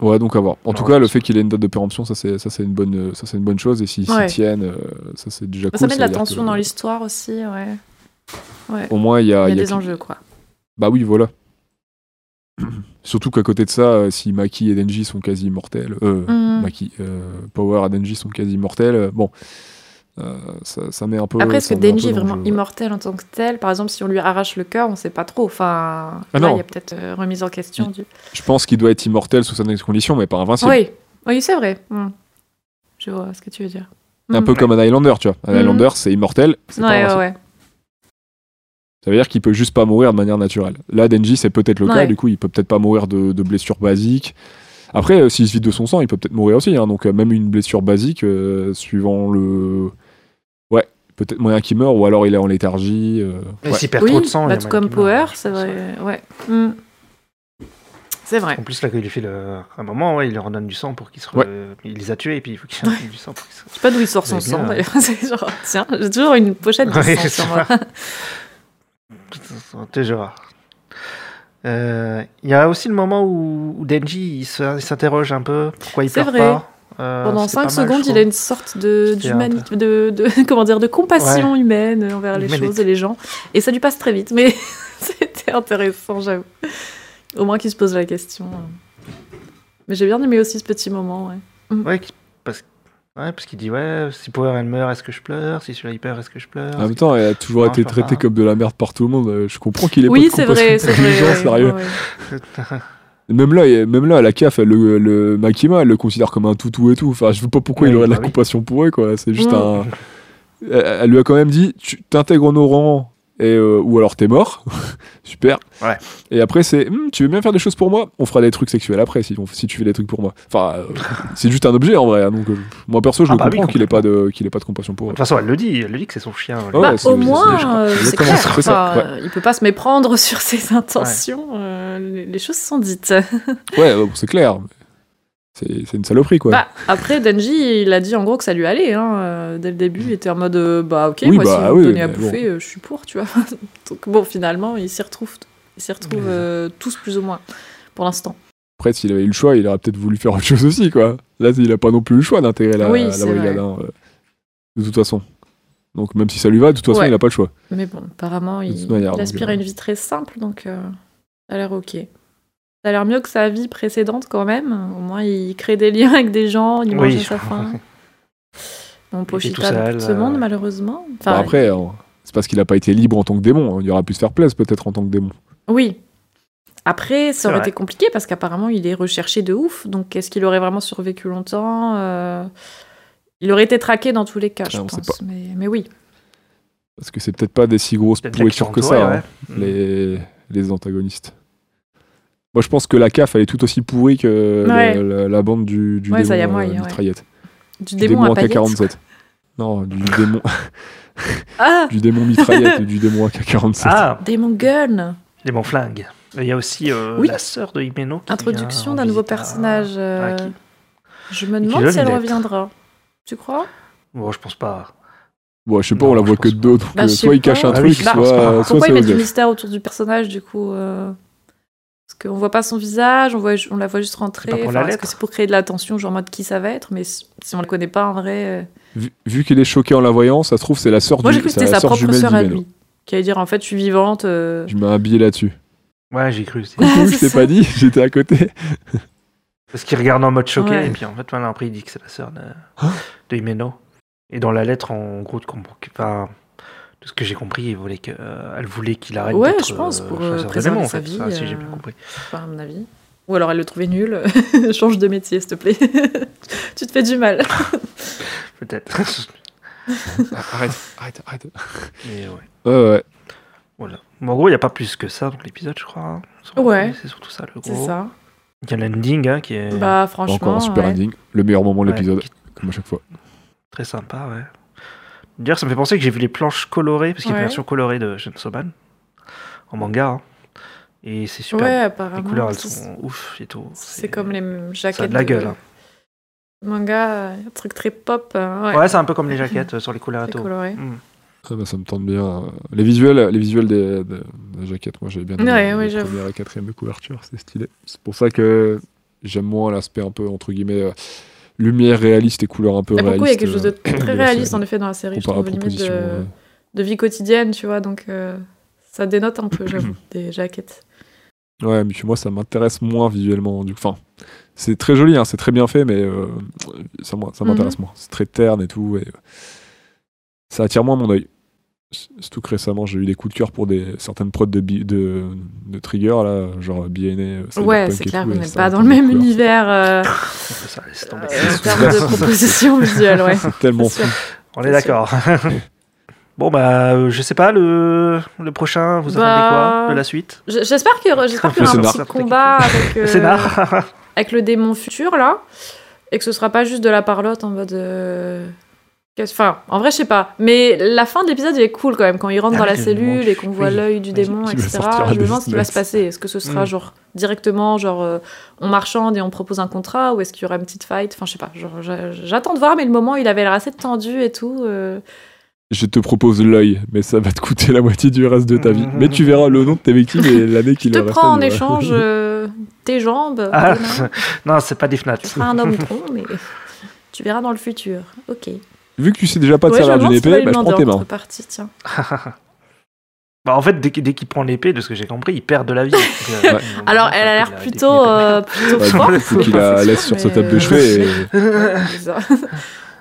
S3: Ouais, donc à voir. En
S1: Non,
S3: tout cas, le
S1: parce
S3: fait qu'il ait une date de péremption, ça c'est ça c'est une bonne euh, ça c'est une bonne chose et s'ils s'y
S4: Ouais.
S3: tiennent, euh, ça c'est déjà cool.
S4: Ça met de la
S3: veut dire
S4: tension
S3: que-
S4: dans l'histoire aussi, ouais. Ouais.
S3: Au moins, il y a,
S1: Ah,
S4: Il y a
S3: il y a
S4: des
S3: plus-
S4: enjeux, quoi.
S3: Bah oui, voilà. Surtout qu'à côté de ça, euh, si Maki et Denji sont quasi immortels, euh,
S4: Hmm.
S3: Maki, euh, Power et Denji sont quasi immortels, euh, bon, euh, ça, ça met un peu.
S4: Après, est-ce
S3: ça
S4: que
S3: met un
S4: Denji
S3: peu
S4: est
S3: dans le
S4: vraiment
S3: jeu.
S4: immortel en tant que tel Par exemple, si on lui arrache le cœur, on sait pas trop. Enfin,
S3: Ah
S4: là,
S3: non.
S4: il y a peut-être euh, remise en question. Du...
S3: Je pense qu'il doit être immortel sous certaines conditions, mais pas invincible.
S4: Oui, oui c'est vrai. Hmm. Je vois ce que tu veux dire.
S3: Un peu
S1: Ouais.
S3: comme un Highlander, tu vois. Un
S4: Mhm.
S3: Highlander, c'est immortel, c'est pas
S4: Ouais, ouais,
S3: invincible.
S4: ouais.
S3: Ça veut dire qu'il peut juste pas mourir de manière naturelle. Là, Denji, c'est peut-être le cas,
S4: Ouais.
S3: du coup, il peut peut-être pas mourir de, de blessure basique. Après, euh, s'il se vide de son sang, il peut peut-être mourir aussi. hein. donc, euh, même une blessure basique, euh, suivant le. Ouais, peut-être moyen qu'il meure, ou alors il est en léthargie. euh,
S1: Mais
S3: ouais.
S1: s'il perd
S4: oui,
S1: trop de sang, il y
S4: bah,
S1: a
S4: tout
S1: moyen
S4: comme
S1: qu'il meure,
S4: Power,
S1: je
S4: c'est
S1: pense, ouais.
S4: vrai. Ouais. Hmm. C'est vrai.
S1: En plus, là, quand il fait le... à un moment, ouais, il leur donne du sang pour qu'ils se. re- Il les a tués et puis il faut qu'ils donnent du sang pour qu'ils se.
S4: Je sais pas d'où il sort son
S1: Mais bien,
S4: sang,
S1: ouais.
S4: d'ailleurs. C'est genre, tiens, j'ai toujours une pochette de
S1: Ouais,
S4: sang
S1: c'est
S4: sur moi.
S1: Tu sais, genre. Euh, Il y a aussi le moment où, où Denji il se- il s'interroge un peu pourquoi il
S4: C'est
S1: pleure
S4: vrai.
S1: pas. Euh,
S4: Pendant
S1: c'est pas
S4: 5
S1: mal, je
S4: secondes, il
S1: trouve.
S4: a une sorte de,
S1: C'était
S4: d'humani- de, de- comment dire, de compassion humaine envers les
S1: Humanité.
S4: choses et les gens. Et ça lui passe très vite, mais c'était intéressant, j'avoue. Au moins qu'il se pose la question. Mais j'ai bien aimé aussi ce petit moment. ouais.
S1: Ouais, qui- parce, ouais, parce qu'il dit ouais, si Power elle meurt, est-ce que je pleure Si celui-là il pleure, est-ce que je pleure
S3: En même temps, elle a toujours
S1: Non,
S3: été
S1: je vois
S3: traitée
S1: pas.
S3: comme de la merde par tout le monde. euh, Je comprends qu'il est
S4: Oui,
S3: pas de
S4: c'est vrai, c'est
S3: compassion
S4: vrai.
S3: intelligent,
S4: ouais,
S3: sérieux.
S4: ouais, ouais.
S3: Même là, il- même là, la CAF, elle le, le- Makima, elle le considère comme un toutou et tout. Enfin, je vois pas pourquoi
S1: Oui,
S3: il aurait de la
S1: bah oui.
S3: compassion pour eux, quoi. C'est juste
S4: Mm.
S3: un. Elle, elle lui a quand même dit tu t'intègres nos rangs, et, euh, ou alors t'es mort. Super.
S1: Ouais.
S3: Et après, c'est Hum, tu veux bien faire des choses pour moi On fera des trucs sexuels après si, on- si tu fais des trucs pour moi. Enfin, euh, c'est juste un objet en vrai. hein, Donc, euh, moi perso, je
S1: Ah
S3: le
S1: bah oui,
S3: comprends qu'il ait pas de qu'il ait pas de compassion pour
S1: De
S3: eux.
S1: toute façon, elle le dit, elle le dit que c'est son chien. elle.
S3: Ah Ouais,
S4: Bah,
S3: c'est-
S4: au
S3: c'est- je
S4: moins,
S3: crois.
S4: euh, c'est
S3: Exactement,
S4: clair.
S3: c'est ça,
S4: Enfin, Il peut pas se méprendre sur ses intentions. euh, les, les choses sont dites.
S3: Ouais, euh, c'est clair. C'est c'est une saloperie, quoi.
S4: Bah, après, Denji, il a dit en gros que ça lui allait. Hein. euh, Dès le début, il était en mode euh, bah ok,
S3: Oui,
S4: moi
S3: bah,
S4: si vous
S3: oui,
S4: me donnez à
S3: mais
S4: bouffer, euh, je suis pour, tu vois. Donc bon, finalement, ils s'y retrouvent, ils s'y retrouvent
S1: Mais-
S4: euh, tous plus ou moins pour l'instant.
S3: Après, s'il avait eu le choix, il aurait peut-être voulu faire autre chose aussi, quoi. Là, il a pas non plus le choix d'intégrer la,
S4: Oui,
S3: la
S4: c'est
S3: brigade.
S4: vrai.
S3: hein. de toute façon. Donc même si ça lui va, de toute façon,
S10: Ouais.
S3: il n'a pas le choix.
S10: Mais bon, apparemment, il,
S3: toute manière,
S10: il
S3: donc,
S10: aspire
S3: euh,
S10: à une vie très simple, donc euh, ça a l'air ok. Ça a l'air mieux que sa vie précédente quand même. Au moins, il crée des liens avec des gens, il mange
S1: Oui.
S10: à sa faim. Bon,
S1: tout
S10: Pochita, dans
S1: seul,
S10: tout ce monde,
S1: euh,
S10: malheureusement.
S3: Bon,
S10: Enfin,
S3: après, hein, c'est parce qu'il n'a pas été libre en tant que démon. hein. Il aurait pu se faire plaisir peut-être en tant que démon.
S10: Oui. Après, ça aurait
S1: vrai.
S10: été compliqué parce qu'apparemment, il est recherché de ouf. Donc, est-ce qu'il aurait vraiment survécu longtemps Euh, Il aurait été traqué dans tous les cas,
S3: Ah,
S10: je
S3: on sait
S10: pense. Mais, mais oui.
S3: Parce que c'est peut-être pas des si grosses
S1: Peut-être qu'ils
S3: pourritures
S1: sont
S3: que
S1: entourés,
S3: ça,
S1: ouais.
S3: hein, les, les antagonistes. Moi, je pense que la CAF, elle est tout aussi pourrie que la-
S10: Ouais.
S3: la, la bande du, du
S10: Ouais, ça y a
S3: démon
S10: moyen,
S3: euh,
S10: ouais.
S3: mitraillette.
S10: Du
S3: Du
S10: démon, à paillettes.
S3: AK-47. Non, du démon,
S10: Ah
S3: du démon mitraillette et du démon AK-47.
S1: Ah,
S10: Démon gun
S1: les monflingues. Il y a aussi euh,
S10: Oui.
S1: la sœur de Himeno. qui
S10: Introduction
S1: vient
S10: d'un
S1: en
S10: nouveau
S1: visite à-
S10: personnage. euh,
S1: qui-
S10: Je me
S1: qui
S10: demande
S1: donne
S10: si elle
S1: une lettre.
S10: reviendra. Tu crois
S1: Bon, je pense pas.
S3: Bon, je sais pas,
S1: Non,
S3: on la
S1: je
S3: voit
S1: pense
S3: que
S1: pas.
S3: deux, donc
S10: Bah,
S3: euh,
S10: je
S3: soit
S10: sais
S3: il cache
S10: pas.
S3: un
S1: Ah
S3: truc,
S1: oui, bah,
S3: soit, euh,
S1: c'est pas-
S3: soit
S10: Pourquoi
S3: c'est
S10: ils
S3: au
S10: mettent du
S3: gars.
S10: mystère autour du personnage du coup euh, Parce qu'on voit pas son visage, on, voit, ju- on la voit juste
S1: C'est
S10: rentrer.
S1: pas pour
S10: Enfin,
S1: la
S10: Est-ce
S1: lettre.
S10: que c'est pour créer de la tension, genre en mode qui ça va être Mais si si on la connaît pas en vrai. euh,
S3: Vu, vu qu'il est choqué en la voyant, ça se trouve, c'est la sœur
S10: Moi
S3: du
S10: j'ai cru que
S3: c'est
S10: c'était
S3: la
S10: sa
S3: sœur
S10: propre
S3: jumelle
S10: sœur à
S3: d'Himeno.
S10: lui. Qui allait dire en fait je suis vivante. euh.
S3: Je m'ai habillé là-dessus.
S1: Ouais, j'ai cru. aussi.
S3: Coucou, je
S10: C'est
S3: t'ai
S10: ça.
S3: pas dit, j'étais à côté.
S1: Parce qu'il regarde en mode choqué,
S10: Ouais.
S1: et puis en fait, voilà, après, il dit que c'est la sœur de,
S3: Hein
S1: de Himeno. Et dans la lettre, en gros, de, comprend- que- enfin, de ce que j'ai compris, il voulait que, euh, elle voulait qu'il arrête
S10: Ouais,
S1: d'être,
S10: je pense, pour,
S1: chasseur
S10: euh,
S1: de démons,
S10: préserver
S1: en
S10: sa
S1: fait,
S10: vie,
S1: ça, si j'ai bien
S10: euh,
S1: compris.
S10: Enfin, à mon avis. Ou alors elle le trouvait nul. Change de métier s'il te plaît. tu te fais du mal.
S1: Peut-être. Ah,
S3: Arrête, arrête, arrête.
S1: Mais ouais.
S3: Ouais, ouais.
S1: Voilà. Bon, en gros, il n'y a pas plus que ça dans l'épisode, je crois. hein.
S10: Ouais.
S1: C'est surtout ça, le
S10: C'est
S1: gros.
S10: ça.
S1: Il y a l'ending hein, qui est
S10: Bah
S3: Pas
S10: franchement.
S3: Encore un super
S10: ouais.
S3: ending. Le meilleur moment de
S1: ouais,
S3: l'épisode,
S1: qui est
S3: comme à chaque fois.
S1: très sympa, ouais. D'ailleurs, ça me fait penser que j'ai vu les planches colorées, parce qu'il y a une
S10: Ouais.
S1: version colorée de Shinsoban, en manga. hein. Et c'est super.
S4: Ouais,
S1: Les
S4: apparemment.
S1: couleurs, elles
S4: c'est-
S1: sont ouf et tout.
S4: C'est comme les jaquettes.
S1: Ça a de la gueule. hein.
S4: Manga, un truc très pop. hein, ouais.
S1: Ouais, c'est un peu comme les jaquettes euh, sur les couleurs et
S4: Très
S1: tout.
S4: coloré.
S1: Mm.
S3: Ah bah, ça me tente bien. Les visuels, les visuels des, des- des jaquettes, moi j'avais bien aimé
S4: Ouais,
S3: les
S4: ouais, j'avoue.
S3: première et quatrième de couverture, c'est stylé. C'est pour ça que j'aime moins l'aspect un peu entre guillemets euh, lumière réaliste et couleur un peu
S4: Et pour le
S3: réaliste. euh,
S4: coup, il y a quelque chose de très
S3: la
S4: réaliste
S3: série.
S4: en effet dans la série. Je
S3: comparé à
S4: trouve
S3: la
S4: limite
S3: proposition.
S4: de,
S3: euh,
S4: de vie quotidienne, tu vois. Donc euh, ça dénote un peu, j'avoue, des jaquettes.
S3: Ouais, mais puis moi ça m'intéresse moins visuellement. Du coup, enfin, c'est très joli, hein, c'est très bien fait, mais euh, ça, moi,
S4: Mhm.
S3: ça m'intéresse moins. C'est très terne et tout, et euh, ça attire moins mon œil. S- Surtout que récemment, j'ai eu des coups de cœur pour des certaines prods de, bi- de, de Trigger, là, genre BNA. euh, Cyberpunk
S4: ouais,
S3: et
S4: c'est
S3: tout,
S4: clair
S3: et
S4: qu'on n'est
S3: ça
S4: pas dans le
S3: m'attire des
S4: même
S3: couleurs.
S4: univers euh,
S1: Ça, laisse tomber.
S4: en termes de propositions visuelles, ouais.
S3: C'est tellement
S4: C'est sûr.
S3: fou.
S1: On est d'accord. Bon, bah, euh, je sais pas, le, le prochain, vous attendez
S4: Bah,
S1: quoi de la suite
S4: J- J'espère qu'il y aura j'espère qu'il y
S3: Le
S4: aura un
S3: scénar.
S4: petit combat avec, euh,
S1: Le Scénar
S4: avec le démon futur, là. Et que ce sera pas juste de la parlotte en mode. euh, qu'est-ce- Enfin, en vrai, je sais pas. Mais la fin de l'épisode, elle est cool quand même. Quand il rentre
S1: Ah
S4: dans
S1: oui,
S4: la
S1: le
S4: cellule
S1: démon,
S4: et qu'on voit
S1: oui.
S4: l'œil du
S1: Oui,
S4: démon,
S3: qui va
S4: etc.
S3: sortir
S4: Je me demande
S3: des
S4: ce qui va se
S3: snacks.
S4: passer. Est-ce que ce sera
S1: Mm.
S4: genre directement, genre euh, on marchande et on propose un contrat ou est-ce qu'il y aura une petite fight Enfin, je sais pas. Genre, j'a- J'attends de voir, mais le moment, il avait l'air assez tendu et tout. euh.
S3: Je te propose l'œil, mais ça va te coûter la moitié du reste de ta vie. Mais tu verras le nom de tes victimes et l'année qui
S4: Je te
S3: leur reste. à
S4: prends en
S3: vivre.
S4: échange euh, tes jambes.
S1: Ah,
S4: tes mains.
S1: Non, c'est pas des
S4: Tu
S1: fenêtres.
S4: seras un homme tronc, mais tu verras dans le futur. Ok.
S3: Vu que tu sais déjà pas de
S4: Ouais, je me
S3: salaire
S4: demande
S3: d'une
S4: si tu vas
S3: épée,
S4: lui
S3: bah, je prends
S4: demander
S3: tes
S4: en
S3: mains.
S4: contrepartie, tiens.
S1: Bah, en fait, dès, qu'il- dès qu'il prend l'épée, de ce que j'ai compris, il perd de la vie. Donc, euh,
S4: Alors, elle a l'air plutôt, euh, plutôt
S3: Bah, du coup,
S4: forte.
S3: il faut qu'il la laisse sur sa
S4: mais,
S3: table de
S4: euh,
S3: chevet et.
S4: ouais, c'est ça.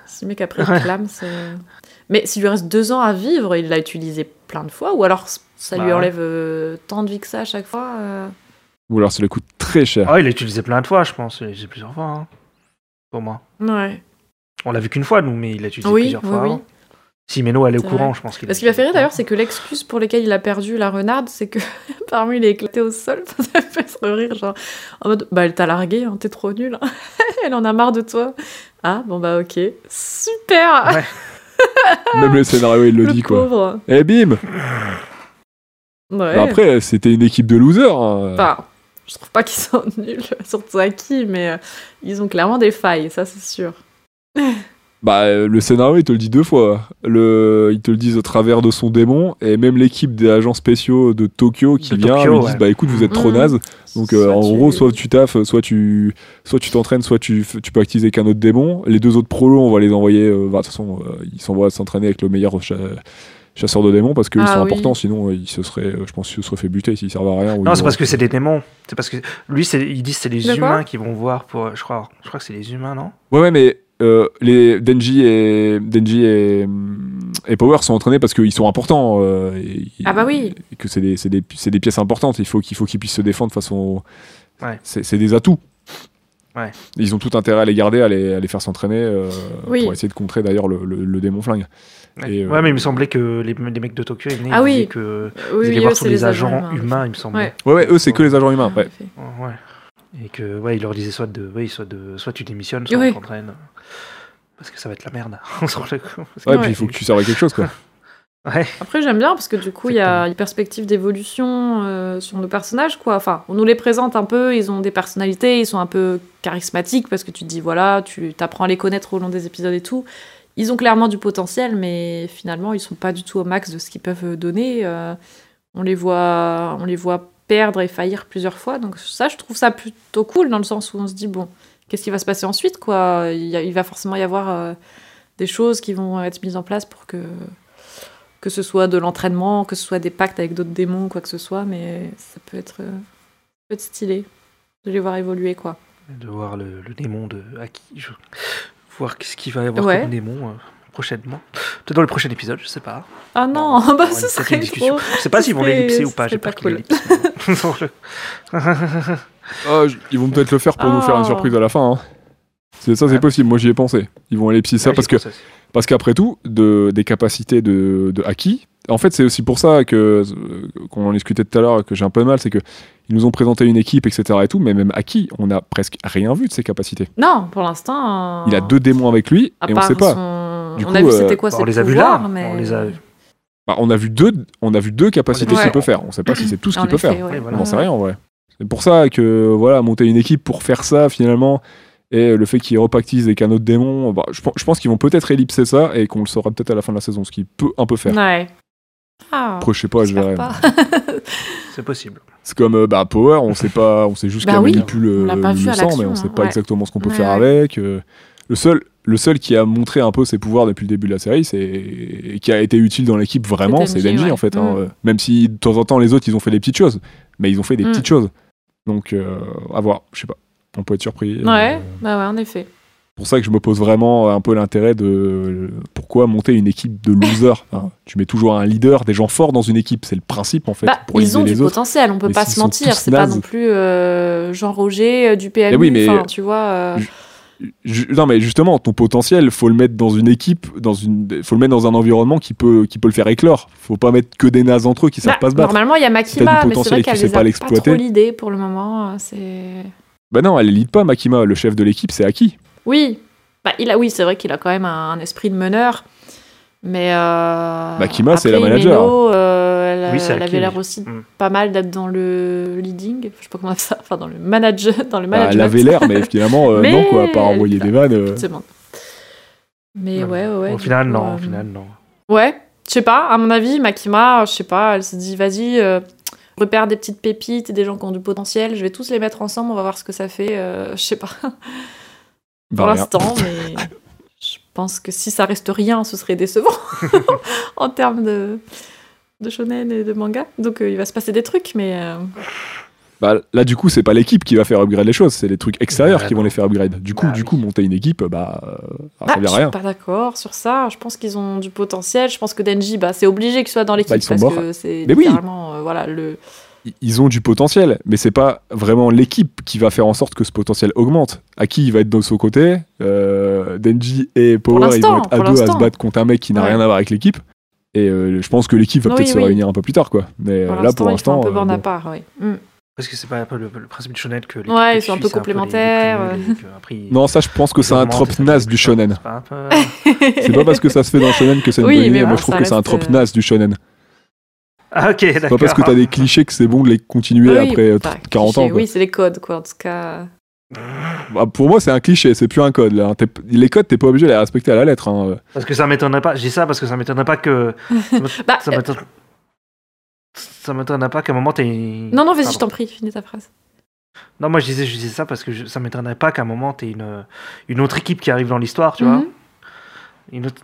S4: Si le mec après il clame, c'est. Mais s'il lui reste deux ans à vivre, il l'a utilisé plein de fois, ou alors ça
S1: Bah
S4: lui
S1: ouais.
S4: enlève euh, tant de vie que ça à chaque fois. euh.
S3: Ou alors ça lui coûte très cher.
S1: Ah, il l'a utilisé plein de fois, je pense. Il l'a utilisé plusieurs fois, hein, pour moi.
S4: Ouais.
S1: On l'a vu qu'une fois, nous, mais il l'a utilisé
S4: Oui,
S1: plusieurs
S4: oui,
S1: fois.
S4: oui.
S1: avant. Si Meno, elle est au
S4: C'est
S1: courant,
S4: vrai.
S1: je pense qu'il
S4: Ce qui m'a fait rire d'ailleurs, c'est que l'excuse pour laquelle il a perdu la renarde, c'est que apparemment il est éclaté au sol. Ça m'a fait se rire, genre en mode Bah, elle t'a largué, hein, t'es trop nul. hein. elle en a marre de toi. Ah, bon, bah, ok. Super
S1: Ouais,
S3: Même le scénario, il le,
S4: Le
S3: dit quoi.
S4: pauvre.
S3: Et bim
S4: Ouais.
S3: Bah Après, c'était une équipe de losers. hein.
S4: Enfin, je trouve pas qu'ils sont nuls, surtout à qui, mais euh, ils ont clairement des failles, ça c'est sûr.
S3: Bah, euh, le scénario, il te le dit deux fois. Le, ils te le disent au travers de son démon, et même l'équipe des agents spéciaux de Tokyo qui
S1: De
S3: vient,
S1: Tokyo,
S3: ils disent
S1: ouais.
S3: Bah écoute, vous êtes trop
S4: Mhm.
S3: naze. Donc euh,
S4: Soit
S3: en
S4: tu-
S3: gros, soit tu taffes, soit tu soit tu t'entraînes, soit tu, f- tu peux activer qu'un autre démon. Les deux autres prolos, on va les envoyer. euh, bah, de toute façon, euh, ils s'envoient s'entraîner avec le meilleur cha- chasseur de démons parce qu'ils
S4: Ah
S3: sont
S4: oui.
S3: importants. Sinon, euh, ils se seraient, euh, je pense, qu'ils se seraient fait buter s'ils servent à rien. ou
S1: Non,
S3: ils
S1: c'est
S3: ont-
S1: parce que c'est des démons. C'est parce que lui, c'est- il dit que c'est les
S4: De quoi
S1: humains qui vont voir pour. euh, Je crois, je crois que c'est les humains, non
S3: Ouais, ouais, mais euh, les Denji et Denji et, hum, et Power sont entraînés parce qu'ils sont importants. euh, et-
S4: Ah bah oui.
S3: et que c'est des, c'est des, c'est des pièces importantes. Il faut qu'il faut qu'ils puissent se défendre de façon.
S1: Ouais.
S3: C'est c'est des atouts.
S1: Ouais.
S3: Ils ont tout intérêt à les garder, à les, à les faire s'entraîner euh,
S4: Oui.
S3: pour essayer de contrer d'ailleurs le, le- le démon flingue.
S1: Ouais,
S3: Et, euh,
S1: Ouais, mais il me semblait que les, les mecs de Tokyo, ils venaient,
S4: Ah
S1: ils
S4: oui.
S1: disaient que. ils
S4: Oui,
S1: allaient
S4: oui,
S1: voir
S4: eux,
S1: tous
S4: c'est
S1: les agents
S4: en
S1: humains, il me semblait.
S3: Ouais, ouais, eux, c'est que les agents humains.
S4: fait.
S3: Ouais.
S4: En effet.
S1: Ouais. Et que, ouais, il leur disait soit de. Oui, soit, de, soit tu démissionnes, soit
S4: Oui.
S1: on t'entraîne. Parce que ça va être la merde. sur le coup. Parce que-
S3: Ouais, puis il faut que tu serves à quelque chose, quoi.
S1: Ouais.
S4: Après, j'aime bien parce que du coup, il y a une perspective d'évolution euh, sur nos personnages, quoi. Enfin, on nous les présente un peu, ils ont des personnalités, ils sont un peu charismatiques parce que tu te dis, voilà, tu t'apprends à les connaître au long des épisodes et tout. Ils ont clairement du potentiel, mais finalement, ils sont pas du tout au max de ce qu'ils peuvent donner. Euh, on les voit, on les voit perdre et faillir plusieurs fois. Donc ça, je trouve ça plutôt cool dans le sens où on se dit, bon, qu'est-ce qui va se passer ensuite, quoi il, y a- il va forcément y avoir euh, des choses qui vont être mises en place pour que que ce soit de l'entraînement, que ce soit des pactes avec d'autres démons, quoi que ce soit, mais ça peut être, euh, ça peut être stylé de les voir évoluer, quoi.
S1: De voir le, le démon de Aki. Je... Voir ce qu'il va y avoir
S4: Ouais.
S1: comme démon euh, prochainement. Peut-être dans le prochain épisode, je sais pas.
S4: Ah non,
S1: Bon,
S4: bah
S1: on aura peut-être
S4: ce
S1: une
S4: serait
S1: discussion.
S4: trop.
S1: Je sais pas
S4: Ce
S1: s'ils vont
S4: serait-
S1: l'ellipser
S4: ce
S1: ou pas, j'ai
S4: serait
S1: peur
S4: pas
S1: qu'ils
S4: cool.
S1: l'ellipsent. Sur le-
S3: Ah, je- ils vont peut-être le faire pour nous faire une
S4: Oh.
S3: surprise à la fin. hein. C'est ça, c'est
S1: Ouais.
S3: possible. Moi, j'y ai pensé. Ils vont aller psy ça
S1: Ouais,
S3: parce
S1: j'ai
S3: que
S1: pensé
S4: Bah,
S1: aussi.
S3: Parce qu'après tout, de, des capacités de, de acquis, en fait, c'est aussi pour ça que euh, qu'on en discutait tout à l'heure, que j'ai un peu de mal, c'est que ils nous ont présenté une équipe, etc. et tout, mais même acquis, on n'a presque rien vu de ses capacités.
S4: Non, pour l'instant. euh,
S3: Il a deux démons avec lui,
S4: à
S3: et on
S4: part
S3: sait pas.
S4: son-
S3: Du
S4: on
S3: coup,
S4: a vu
S3: euh,
S4: c'était quoi
S1: bah,
S4: ses
S1: on les a vus
S4: pouvoirs,
S1: là,
S4: mais...
S1: on les a-
S3: Bah, on a vu deux, on a vu deux capacités
S4: Ouais.
S3: qu'il peut faire. On sait pas si c'est tout ce
S4: En
S3: qu'il peut
S4: effet,
S3: faire.
S4: ouais.
S1: Oui,
S3: On
S1: voilà.
S3: n'en sait rien en vrai. C'est pour ça que voilà, monter une équipe pour faire ça finalement, et le fait qu'ils repactisent avec un autre démon, bah, je, pense- je pense qu'ils vont peut-être ellipser ça et qu'on le saura peut-être à la fin de la saison, ce qu'il peut un peu faire.
S4: Ouais. Ah,
S3: Après, je sais pas, je
S4: j'espère
S3: verrai.
S4: pas.
S1: C'est possible.
S3: C'est comme euh, bah, Power, on sait pas, on sait juste
S4: Bah
S3: qu'elle
S4: oui,
S3: manipule euh,
S4: on l'a pas
S3: le
S4: vu à
S3: sang,
S4: l'action, hein.
S3: mais on sait pas
S4: ouais.
S3: exactement ce qu'on peut
S4: Ouais,
S3: faire
S4: ouais.
S3: avec. euh, le seul, le seul qui a montré un peu ses pouvoirs depuis le début de la série, c'est et qui a été utile dans l'équipe vraiment,
S4: C'est
S3: c'est
S4: Denji,
S3: Denji
S4: ouais.
S3: en fait. hein,
S4: Mm.
S3: euh, même si de temps en temps les autres ils ont fait des petites choses, mais ils ont fait des
S4: Mm.
S3: petites choses. Donc euh, à voir, je sais pas. On peut être surpris. euh,
S4: ouais, bah ouais, en effet.
S3: pour ça que je me pose vraiment un peu l'intérêt de euh, pourquoi monter une équipe de losers. hein. Tu mets toujours un leader, des gens forts dans une équipe, c'est le principe en fait.
S4: Bah,
S3: pour
S4: ils
S3: aider
S4: ont
S3: les
S4: du
S3: autres.
S4: potentiel, on peut
S3: Mais
S4: pas
S3: s'ils
S4: se
S3: sont
S4: mentir.
S3: tous
S4: C'est pas
S3: nazes.
S4: non plus euh, Jean Roger euh, du PMU.
S3: Eh oui, mais-
S4: enfin, tu vois. euh,
S3: Ju- non mais justement ton potentiel faut le mettre dans une équipe dans une faut le mettre dans un environnement qui peut qui peut le faire éclore faut pas mettre que des nazes entre eux qui
S4: Bah,
S3: savent pas se battre
S4: Normalement, il y a Makima, mais c'est
S3: potentiel et
S4: vrai
S3: que tu
S4: qu'elle
S3: sais
S4: les
S3: pas
S4: a pas,
S3: l'exploiter.
S4: trop l'idée pour le moment. euh, C'est
S3: bah non elle élite pas Makima le chef de l'équipe c'est Aki
S4: oui, bah, il a oui, c'est vrai qu'il a quand même un, un esprit de meneur, mais euh,
S3: Makima, c'est la
S4: après,
S3: manager.
S4: Himeno, euh, elle, a-
S1: Oui, c'est
S4: elle
S1: elle qui-
S4: avait l'air aussi
S1: Mm.
S4: pas mal d'être dans le leading, je sais pas comment on appelle ça, enfin dans le manager, dans le
S3: Bah,
S4: management.
S3: elle avait l'air mais finalement euh,
S4: Mais-
S3: non quoi à part envoyer des vannes euh,
S4: Je te demande. Mais
S1: Non,
S4: ouais, ouais, ouais.
S1: Au
S4: du
S1: final,
S4: coup,
S1: non.
S4: euh,
S1: Au final, non.
S4: Ouais, je sais pas, à mon avis, Makima, je sais pas, elle s'est dit, vas-y, euh, repère des petites pépites et des gens qui ont du potentiel, je vais tous les mettre ensemble, on va voir ce que ça fait, euh, je sais pas,
S3: bah,
S4: pour
S3: rien.
S4: l'instant, mais je pense que si ça reste rien, ce serait décevant en termes de, de shonen et de manga. Donc euh, il va se passer des trucs, mais euh,
S3: Bah, là du coup c'est pas l'équipe qui va faire upgrade les choses c'est les trucs extérieurs
S1: Bah,
S3: qui vont
S1: non.
S3: les faire upgrade du coup
S1: Bah,
S3: du
S1: oui.
S3: coup monter une équipe bah euh, ça
S4: bah,
S3: servait
S4: je
S3: à
S4: suis
S3: rien
S4: pas d'accord sur ça, je pense qu'ils ont du potentiel, je pense que Denji, bah, c'est obligé qu'il soit dans l'équipe,
S3: Bah, ils sont
S4: parce
S3: morts.
S4: que c'est
S3: Mais oui.
S4: littéralement, euh, voilà, le...
S3: I- ils ont du potentiel, mais c'est pas vraiment l'équipe qui va faire en sorte que ce potentiel augmente. À qui il va être de son côté euh, Denji et Power, ils
S4: l'instant,
S3: vont être à
S4: pour
S3: deux à se
S4: l'instant.
S3: battre contre un mec qui n'a
S4: Ouais.
S3: rien à voir avec l'équipe. Et euh, je pense que l'équipe va
S4: Oui,
S3: peut-être se
S4: oui.
S3: réunir un peu plus tard, quoi. Mais
S4: Pour
S3: euh, là, pour
S4: ils font
S3: l'instant,
S4: un peu
S3: euh,
S4: borne à
S3: bon.
S4: part, oui. Mm.
S1: Parce que c'est pas un peu le, le principe du shonen que les
S4: Ouais,
S1: que
S4: ils
S1: tu
S4: sont
S1: suis, c'est
S4: un peu
S1: les- les
S4: complémentaires,
S1: plus nuls et que après, ils-
S3: non, ça, je pense que c'est un
S1: Sûrement,
S3: trop
S1: ça,
S3: naze
S1: c'est
S3: du
S1: ça,
S3: shonen.
S1: c'est pas un peu-
S3: C'est pas parce que ça se fait dans le shonen que c'est une
S4: Oui,
S3: bonne
S4: mais
S3: idée. Moi,
S4: bon,
S3: je trouve
S4: ça
S3: que c'est un
S4: reste,
S3: trop
S4: euh,
S3: naze du shonen.
S1: Ah, ok, d'accord.
S3: C'est pas parce que t'as des clichés que c'est bon de les continuer
S4: Oui,
S3: après euh,
S4: bah,
S3: 40 ans.
S4: cliché,
S3: quoi.
S4: Oui, c'est les codes, quoi, en tout cas.
S3: Bah, pour moi, c'est un cliché, c'est plus un code. Là. hein. T'es- Les codes, t'es pas obligé de les respecter à la lettre. hein.
S1: Parce que ça m'étonnerait pas. J'ai ça parce que ça m'étonnerait pas que.
S4: Bah,
S1: Ça m'étonnerait. Ça m'étonnerait pas qu'à un moment t'aies. une-
S4: Non, non, vas-y,
S1: Pardon.
S4: je t'en prie, finis ta phrase.
S1: Non, moi je disais, je disais ça parce que je- ça m'étonnerait pas qu'à un moment t'aies une, une autre équipe qui arrive dans l'histoire, tu vois.
S4: Mhm.
S1: Une autre-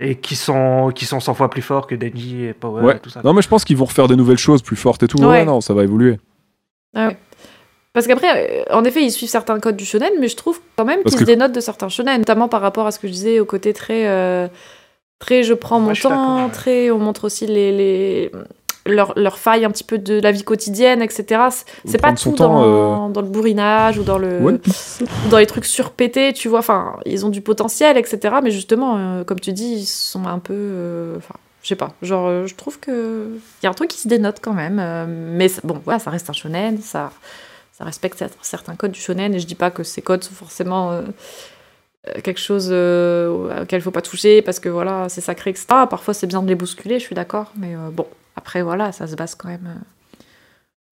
S1: Et qui sont, qui sont 100 fois plus forts que Denji et Power
S3: Ouais.
S1: et tout ça.
S3: Non, mais je pense qu'ils vont refaire des nouvelles choses plus fortes et tout. Ouais,
S4: Ouais.
S3: non, ça va évoluer.
S4: Parce qu'après, euh, en effet, ils suivent certains codes du shonen, mais je trouve quand même
S3: Parce
S4: qu'ils
S3: que-
S4: se dénotent de certains shonen, notamment par rapport à ce que je disais au côté très, euh, très je prends
S1: Ouais,
S4: mon
S1: je suis d'accord,
S4: temps,
S1: ouais.
S4: très on montre aussi les, les leurs leurs failles un petit peu de la vie quotidienne, etc. C'est- C'est pas
S3: Prendre son
S4: tout
S3: temps, euh,
S4: dans, dans le bourrinage ou dans le
S3: One
S4: ou dans les trucs surpétés, tu vois. Enfin, ils ont du potentiel, etc. Mais justement, euh, comme tu dis, ils sont un peu, euh, enfin, je sais pas. Genre, euh, je trouve que il y a un truc qui se dénote quand même. euh, mais c'est- bon, voilà, ça reste un shonen, ça ça respecte cer- certains codes du shonen et je dis pas que ces codes sont forcément euh, euh, quelque chose euh, auquel faut pas toucher parce que voilà c'est sacré etc parfois c'est bien de les bousculer je suis d'accord mais euh, bon après voilà ça se base quand même euh,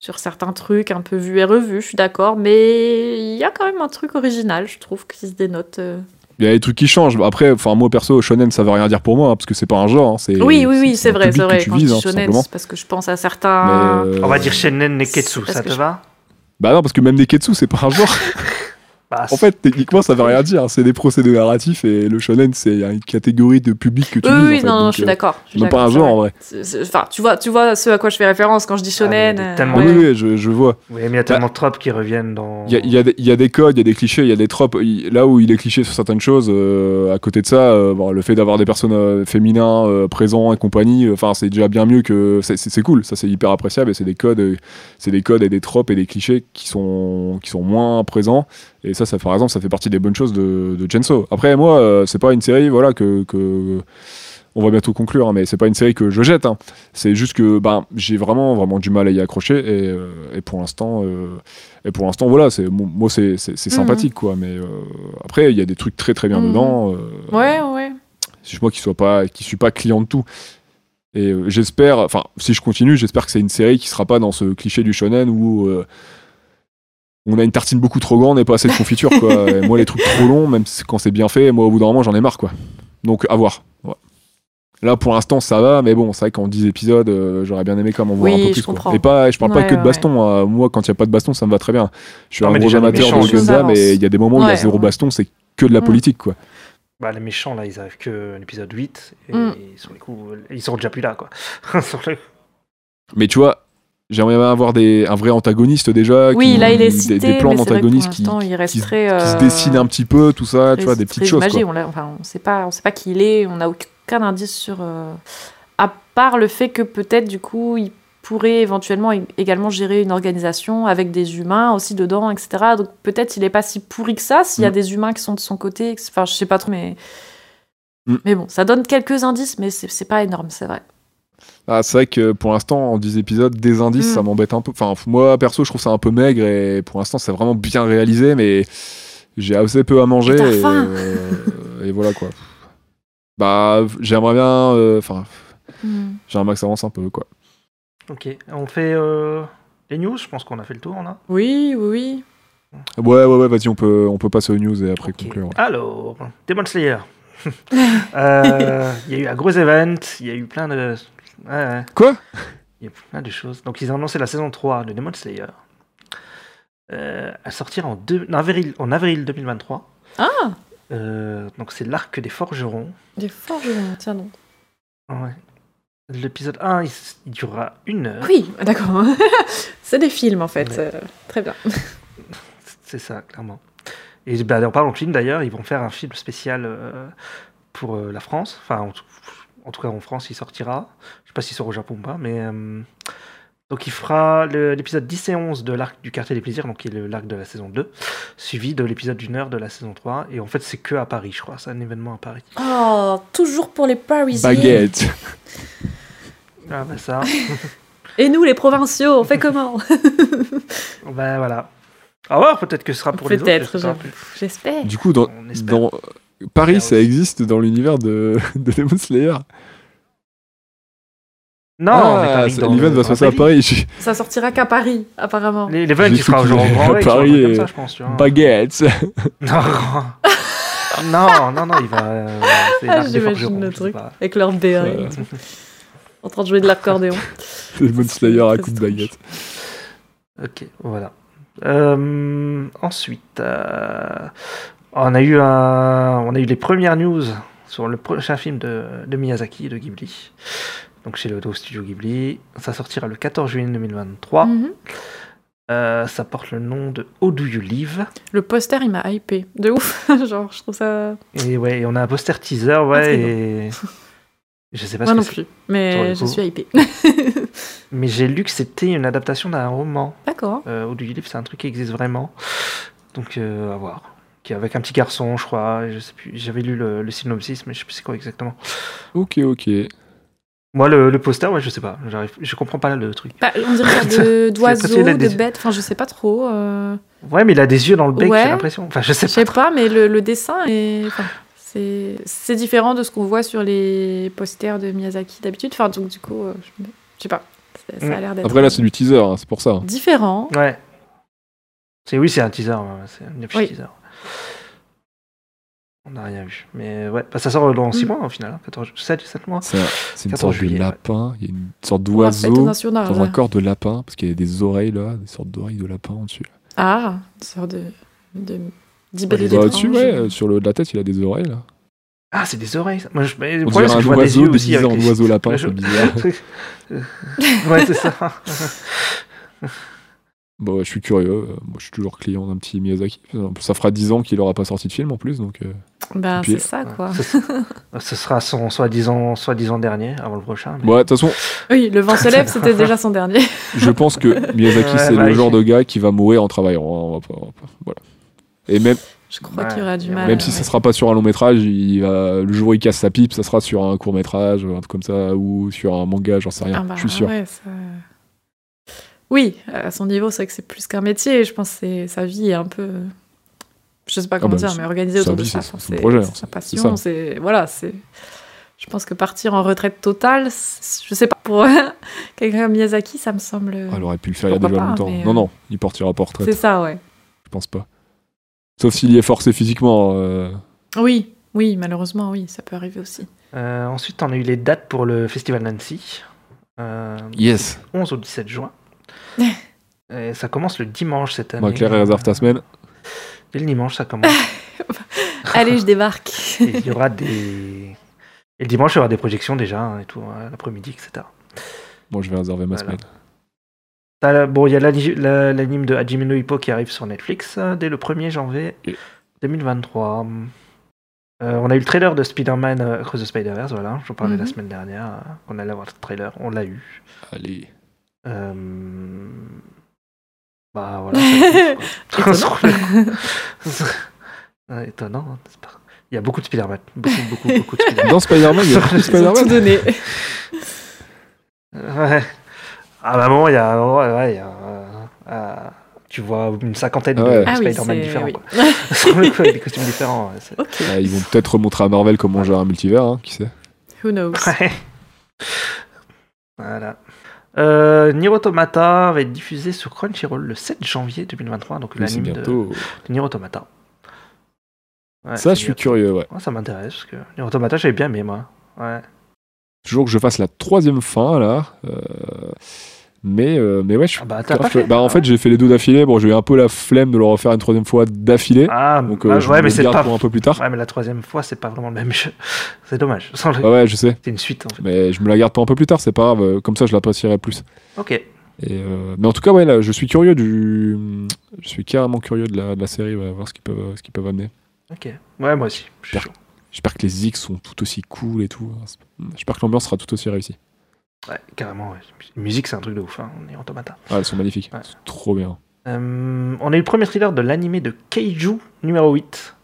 S4: sur certains trucs un peu vus et revus je suis d'accord mais il y a quand même un truc original je trouve qui se dénote euh.
S3: Il y a des trucs qui changent. Après, enfin, moi perso, shonen, ça veut rien dire pour moi hein, parce que c'est pas un genre. hein, c'est-
S4: oui oui oui c'est
S3: le
S4: vrai
S3: public
S4: c'est
S3: que
S4: vrai
S3: tu
S4: quand
S3: vises,
S4: je
S3: hein,
S4: dis
S3: tout
S4: shonen
S3: simplement.
S4: c'est parce que je pense à certains
S3: Mais, euh,
S1: On va dire Shennen Neketsu,
S4: Parce
S1: ça
S4: que
S1: te
S4: je-
S1: va
S3: Bah non, parce que même les Ketsu, c'est pas un genre.
S1: Bah,
S3: En fait, techniquement, ça veut rien dire. C'est des procédés narratifs et le shonen, c'est une catégorie de public que tu
S4: oui,
S3: vises,
S4: oui,
S3: en fait.
S4: non, non,
S3: Donc,
S4: je suis
S3: euh,
S4: d'accord. je suis
S3: C'est même pas hein. un
S4: d'accord, c'est
S3: genre
S4: vrai.
S3: en vrai.
S4: C'est- c'est- Enfin, tu vois, tu vois ce à quoi je fais référence quand je dis shonen.
S1: Ah, mais il y a
S4: euh,
S1: tellement
S4: ouais.
S3: Oui, oui, je, je vois.
S1: Oui, mais il y a tellement de tropes qui reviennent dans.
S3: bah Il y a, il y a des- il y a des codes, il y a des clichés, il y a des tropes. Il- Là où il est cliché sur certaines choses, euh, à côté de ça, euh, bon, le fait d'avoir des personnes euh, féminins euh, présents et compagnie, euh, enfin, c'est déjà bien mieux que. c'est- C'est c'est cool, ça c'est hyper appréciable et c'est des codes, euh, c'est des codes et des tropes et des clichés qui sont qui sont moins présents. Et ça, ça par exemple, ça fait partie des bonnes choses de, de Genso. Après, moi, euh, c'est pas une série, voilà que. que- on va bientôt conclure, hein, mais c'est pas une série que je jette. hein. C'est juste que ben, j'ai vraiment, vraiment du mal à y accrocher. Et, euh, et pour l'instant, euh, et pour l'instant, voilà, c'est mon- moi c'est c'est- c'est
S4: Mhm.
S3: sympathique quoi. Mais euh, après, il y a des trucs très très bien
S4: Mhm.
S3: dedans. euh,
S4: Ouais, ouais.
S3: si je- moi qui sois pas, qui suis pas client de tout. Et euh, j'espère, enfin, si je continue, j'espère que c'est une série qui sera pas dans ce cliché du shonen où euh, on a une tartine beaucoup trop grande et pas assez de confiture quoi. Et moi, les trucs trop longs, même si- quand c'est bien fait, moi au bout d'un moment, j'en ai marre quoi. Donc à voir. Ouais. Là pour l'instant ça va, mais bon, c'est vrai qu'en 10 épisodes, euh, j'aurais bien aimé quand même en voir
S4: Oui,
S3: un peu
S4: je
S3: plus. quoi.
S4: comprends.
S3: Et pas, je parle
S4: Ouais,
S3: pas que de
S4: ouais,
S3: baston. hein. Moi, quand il n'y a pas de baston, ça me va très bien. Je suis
S1: Non,
S3: un
S1: mais
S3: gros
S1: déjà, les
S3: amateur
S1: méchants,
S3: de
S1: je
S4: les
S3: Gundam,
S4: avance.
S3: mais il y a des moments où il y a
S4: Ouais,
S3: zéro
S4: ouais.
S3: baston, c'est que de la
S4: Mm.
S3: politique quoi.
S1: Bah, les méchants, là, ils arrivent que à l'épisode 8. Et
S4: Mm.
S1: sur les coups, ils sont déjà plus là, quoi. Sur le-
S3: Mais tu vois, j'aimerais bien avoir des, un vrai antagoniste déjà.
S4: Oui,
S3: qui-
S4: là, il est
S3: des- Des,
S4: cité,
S3: plans
S4: mais c'est vrai que pour
S3: d'antagonistes qui,
S4: l'instant, il reste
S3: qui se-
S4: très,
S3: qui se
S4: euh,
S3: dessinent un petit peu, tout ça, tu vois, des
S4: très
S3: petites choses.
S4: imagé,
S3: Quoi.
S4: On l'a- enfin, on sait pas, on sait pas qui il est, on n'a aucun indice sur. euh, À part le fait que peut-être du coup, il pourrait éventuellement ég- également gérer une organisation avec des humains aussi dedans, etc. Donc peut-être il est pas si pourri que ça s'il y a
S3: Mm.
S4: des humains qui sont de son côté. que- Enfin, je sais pas trop, mais.
S3: Mm.
S4: Mais bon, ça donne quelques indices, mais c'est c'est pas énorme, c'est vrai.
S3: Ah, c'est vrai que pour l'instant, en 10 épisodes, des indices,
S4: Mm.
S3: ça m'embête un peu. Enfin, moi, perso, je trouve ça un peu maigre et pour l'instant, c'est vraiment bien réalisé, mais j'ai assez peu à manger.
S4: Et t'as
S3: Et,
S4: faim.
S3: euh, et voilà quoi. Bah, j'aimerais bien. euh, Enfin,
S11: Mm.
S3: j'aimerais que ça avance un peu quoi.
S1: Ok, on fait euh, les news, je pense qu'on a fait le tour, là.
S4: Oui, oui, oui.
S3: Ouais, ouais, ouais, vas-y, on peut, on peut passer aux news et après
S1: Ok.
S3: conclure. ouais.
S1: Alors, Demon Slayer. Euh, Il y a eu un gros event, il y a eu plein de. ouais, ouais.
S3: Quoi
S1: Il y a plein de choses. Donc, ils ont annoncé la saison 3 de Demon Slayer. Euh, à sortir en, deux- en avril, en avril 2023.
S4: Ah
S1: Euh, donc, c'est l'arc des forgerons.
S4: Il est fort violent, tiens donc.
S1: Ouais. L'épisode 1, il, s- il durera une heure.
S4: Oui, d'accord. c'est des films en fait.
S1: Ouais.
S4: euh, très bien.
S1: C'est ça, clairement. Et bah, en parlant de film, d'ailleurs, ils vont faire un film spécial euh, pour euh, la France. Enfin, en, tout- en tout cas, en France, il sortira. Je sais pas s'il sort au Japon ou pas, mais. euh, donc, il fera le- l'épisode 10 et 11 de l'arc du Quartier des Plaisirs, donc qui est le- l'arc de la saison 2, suivi de l'épisode d'une heure de la saison 3. Et en fait, c'est que à Paris, je crois. C'est un événement à Paris.
S11: Oh, toujours pour les Parisiens.
S3: Baguette.
S1: Ah, bah ça.
S4: Et nous, les provinciaux, on fait comment
S1: ben voilà. À voir, peut-être que ce sera pour les autres. je
S4: Peut-être,
S1: sais pas.
S4: je- j'espère.
S3: Du coup, dans,
S1: On espère.
S3: dans- Paris,
S1: Espère
S3: ça
S1: aussi.
S3: existe dans l'univers de, de Demon Slayer.
S1: Non, on est pas
S3: Ah,
S1: arrivé
S3: c'est-
S1: dans-
S3: l'event va
S1: dans
S3: se passer à
S1: Paris.
S3: Paris. J'ai-
S4: Ça sortira qu'à Paris, apparemment.
S1: Les- L'event,
S3: J'ai
S1: il sera
S3: cru qu'il
S1: genre au
S3: allait
S1: Grand
S3: à
S1: Rex, un truc
S3: Paris euh. Bah,
S1: comme
S3: et-
S1: ça, je pense. Tu vois.
S3: Baguette.
S1: euh, Non, non, non, il va. euh, c'est l'arc des
S4: Ah, J'imagine
S1: forgerons,
S4: le
S1: je sais
S4: truc.
S1: pas.
S4: Avec leur BA
S3: Voilà.
S4: euh, en train de jouer de l'accordéon.
S3: Euh, Demon Slayer à
S4: C'est
S3: coups de
S4: strange.
S3: baguette.
S1: Ok, voilà. Euh, ensuite, euh, on, a eu un, on a eu les premières news sur le prochain film de, de Miyazaki, de Ghibli. Donc chez le Do Studio Ghibli. Ça sortira le 14 juillet
S3: Ah.
S1: 2023.
S4: Mhm.
S1: Euh, ça porte le nom de How Do You Live
S4: Le poster, il m'a hypé. De ouf. Genre, je trouve ça.
S1: Et ouais, et on a un poster teaser, ouais. et... Je sais pas
S4: Ah, Moi
S1: ce que c'est.
S4: non plus.
S1: Sur
S4: Mais
S1: les
S4: je
S1: coups.
S4: suis hypée.
S1: Mais j'ai lu que c'était une adaptation d'un roman.
S4: D'accord.
S1: Euh, Au du livre, c'est un truc qui existe vraiment. Donc, euh, à voir. Qui est avec un petit garçon, je crois. Je sais plus. J'avais lu le, le synopsis, mais je sais plus c'est quoi exactement.
S3: Ok, ok.
S1: Moi, le, le poster, ouais, je sais pas. J'arrive, je comprends pas le truc.
S4: Bah, on dirait pas de- d'oiseaux,
S1: facile à
S4: de
S1: dire.
S4: bêtes. Enfin, je sais pas trop. euh,
S1: Ouais, mais il a des yeux dans le bec,
S4: Ouais.
S1: j'ai l'impression. Enfin, je sais
S4: Je sais
S1: pas.
S4: pas, mais le, le dessin est. enfin, c'est c'est différent de ce qu'on voit sur les posters de Miyazaki d'habitude. Enfin, donc du coup, euh, je je sais pas. Ça- Ça a l'air d'être.
S3: Après, là, c'est du teaser, hein, c'est pour ça. hein.
S4: Différent.
S1: Ouais. C'est oui, c'est un teaser. ouais, C'est un affiche
S4: Oui.
S1: teaser. On n'a rien vu. Mais ouais, bah, ça sort dans 6
S4: Mm.
S1: mois au final. hein, 14, 7, 7 mois.
S3: C'est un- c'est une
S1: 14
S3: sorte de
S1: juillet, ouais.
S3: lapin. Il y a une sorte
S4: pour la fête
S3: d'oiseau
S4: nationale,
S3: dans un
S4: ouais.
S3: corps de lapin. Parce qu'il y a des oreilles là, des sortes d'oreilles de lapin en dessus.
S4: Ah, une sorte de. de
S3: Il
S4: d'hybride
S3: va
S4: étrange.
S3: au-dessus, ouais. euh, Sur le haut de la tête, il a des oreilles là.
S1: Ah, c'est des oreilles. ça. Moi, je, mais le
S3: On
S1: problème,
S3: dirait
S1: c'est que
S3: un
S1: je vois des
S3: oiseau
S1: yeux aussi.
S3: déguisé
S1: avec
S3: en
S1: les-
S3: oiseau lapin,
S1: Ouais,
S3: c'est bizarre.
S1: ouais, c'est ça.
S3: Bon, ouais, je suis curieux. euh, Moi, je suis toujours client d'un petit Miyazaki. Ça fera 10 ans qu'il aura pas sorti de film en plus, donc. euh,
S4: Ben,
S3: Puis-
S4: c'est ça,
S1: Ouais,
S4: quoi.
S1: Ce, ce sera son soi-disant soi dernier avant le prochain. mais-
S3: Ouais, Bah, de toute façon,
S4: Oui, le vent se lève, c'était déjà son dernier.
S3: je pense que Miyazaki,
S1: Ouais,
S3: c'est
S1: bah,
S3: le
S1: il-
S3: genre de gars qui va mourir en travaillant. hein, on va pas- on va pas- voilà. Et même,
S4: Je crois
S1: Ouais,
S4: qu'il y aura du
S1: même
S4: mal.
S3: même
S4: euh,
S3: si ça sera pas sur un long métrage, il va- le jour où il casse sa pipe, ça sera sur un court métrage, un truc comme ça, ou sur un manga, j'en sais rien.
S4: Ah bah,
S3: je suis sûr.
S4: ouais, ça- Oui, à son niveau, c'est vrai que c'est plus qu'un métier. Je pense que c'est- sa vie est un peu. Je sais pas comment
S3: bah,
S4: dire,
S3: c'est-
S4: mais organisée
S3: sa
S4: autour de
S3: vie,
S4: ça.
S3: c'est son
S4: enfin,
S3: projet, hein.
S4: c'est
S3: c'est-
S4: sa
S3: c'est
S4: passion.
S3: ça.
S4: C'est voilà, c'est. Je pense que partir en retraite totale, c'est- je sais pas pour quelqu'un comme Miyazaki, ça me semble.
S3: Ah, Elle aurait pu le faire il y a
S4: Pourquoi
S3: déjà
S4: pas,
S3: longtemps.
S4: mais, euh,
S3: Non, non, il partira pas en retraite,
S4: c'est ça, ouais.
S3: je pense pas. Sauf s'il y est forcé physiquement. euh,
S4: Oui, oui, malheureusement, oui, ça peut arriver aussi.
S1: Euh, ensuite, on a eu les dates pour le Festival Nancy. Euh,
S3: Yes.
S1: du 11 au 17 juin. Et ça commence le dimanche cette année.
S3: Moi, Claire, elle réserve ta semaine.
S1: Dès le dimanche, ça commence.
S4: Allez, je débarque.
S1: Et il y aura des. Et le dimanche, il y aura des projections déjà, hein, et tout, hein, l'après-midi, etc.
S3: Moi, je vais réserver ma
S1: Voilà.
S3: semaine.
S1: T'as la- Bon, il y a l'ani- la- l'anime de Hajime no Hippo qui arrive sur Netflix euh, dès le 1er janvier
S3: Et-
S1: 2023. Euh, on a eu le trailer de Spider-Man euh, Across the Spider-Verse, voilà, j'en parlais la
S4: Mhm.
S1: semaine dernière. euh, On allait avoir le trailer, on l'a eu.
S3: Allez.
S1: Euh, Bah voilà. ça compte, quoi. Sur le coup. Ouais, Étonnant. hein, c'est pas- Il y a beaucoup de Spider-Man. Beaucoup, beaucoup, beaucoup de Spider-Man.
S3: Dans Spider-Man, il y a beaucoup de
S4: Ils ont tout
S3: Spider-Man.
S4: donné.
S1: Ouais. À un moment, il y a. un endroit, ouais, il y a un- un- tu vois une cinquantaine
S3: Ah ouais.
S1: de
S4: Ah oui,
S1: Spider-Man
S4: c'est-
S1: différents.
S4: oui.
S1: quoi. Sur le coup, avec des costumes différents. ouais, c'est-
S4: Ok.
S3: Ah, ils vont peut-être remontrer à Marvel comment gérer un multivers, hein, qui sait.
S4: Who knows?
S1: Ouais. Voilà. Euh, Nier Automata va être diffusé sur Crunchyroll le 7 janvier 2023, donc
S3: Mais C'est
S1: l'anime de, de
S3: bientôt.
S1: Nier Automata. Ouais,
S3: Ça,
S1: c'est
S3: je suis
S1: bientôt.
S3: curieux, ouais.
S1: Ouais, ça m'intéresse, parce que Nier Automata, j'avais bien aimé, moi. Ouais.
S3: Toujours que je fasse la troisième fin, là. euh, Mais, euh, mais ouais, je suis.
S1: Ah bah, t'as pas
S3: grave-
S1: fait
S3: bah, en fait, j'ai fait les deux d'affilée. Bon, j'ai eu un peu la flemme de le refaire une troisième fois d'affilée.
S1: Ah,
S3: donc,
S1: bah,
S3: euh, je
S1: ouais,
S3: me
S1: mais
S3: le
S1: c'est
S3: garde
S1: pas...
S3: pour un peu plus tard.
S1: Ouais, mais la troisième fois, c'est pas vraiment le même jeu. C'est dommage. Sans le-
S3: Ah ouais, je sais.
S1: C'est une suite, en fait.
S3: Mais je me la garde pour un peu plus tard, c'est pas grave. euh, Comme ça, je l'apprécierai plus.
S1: Ok.
S3: Et, euh, Mais en tout cas, ouais, là, je suis curieux du. Je suis carrément curieux de la, de la série, ouais, voir ce qu'ils peuvent, ce qu'ils peuvent amener.
S1: Ok. Ouais, moi aussi. Je suis
S3: Par-
S1: chaud.
S3: J'espère que les X sont tout aussi cool et tout. J'espère que l'ambiance sera tout aussi réussie.
S1: Ouais, carrément. ouais. La musique, c'est un truc de ouf. hein. On est en tomata.
S3: Ah, elles sont magnifiques.
S1: Ouais.
S3: Elles sont trop bien.
S1: Euh, on a eu le premier thriller de l'animé de Keiju numéro 8.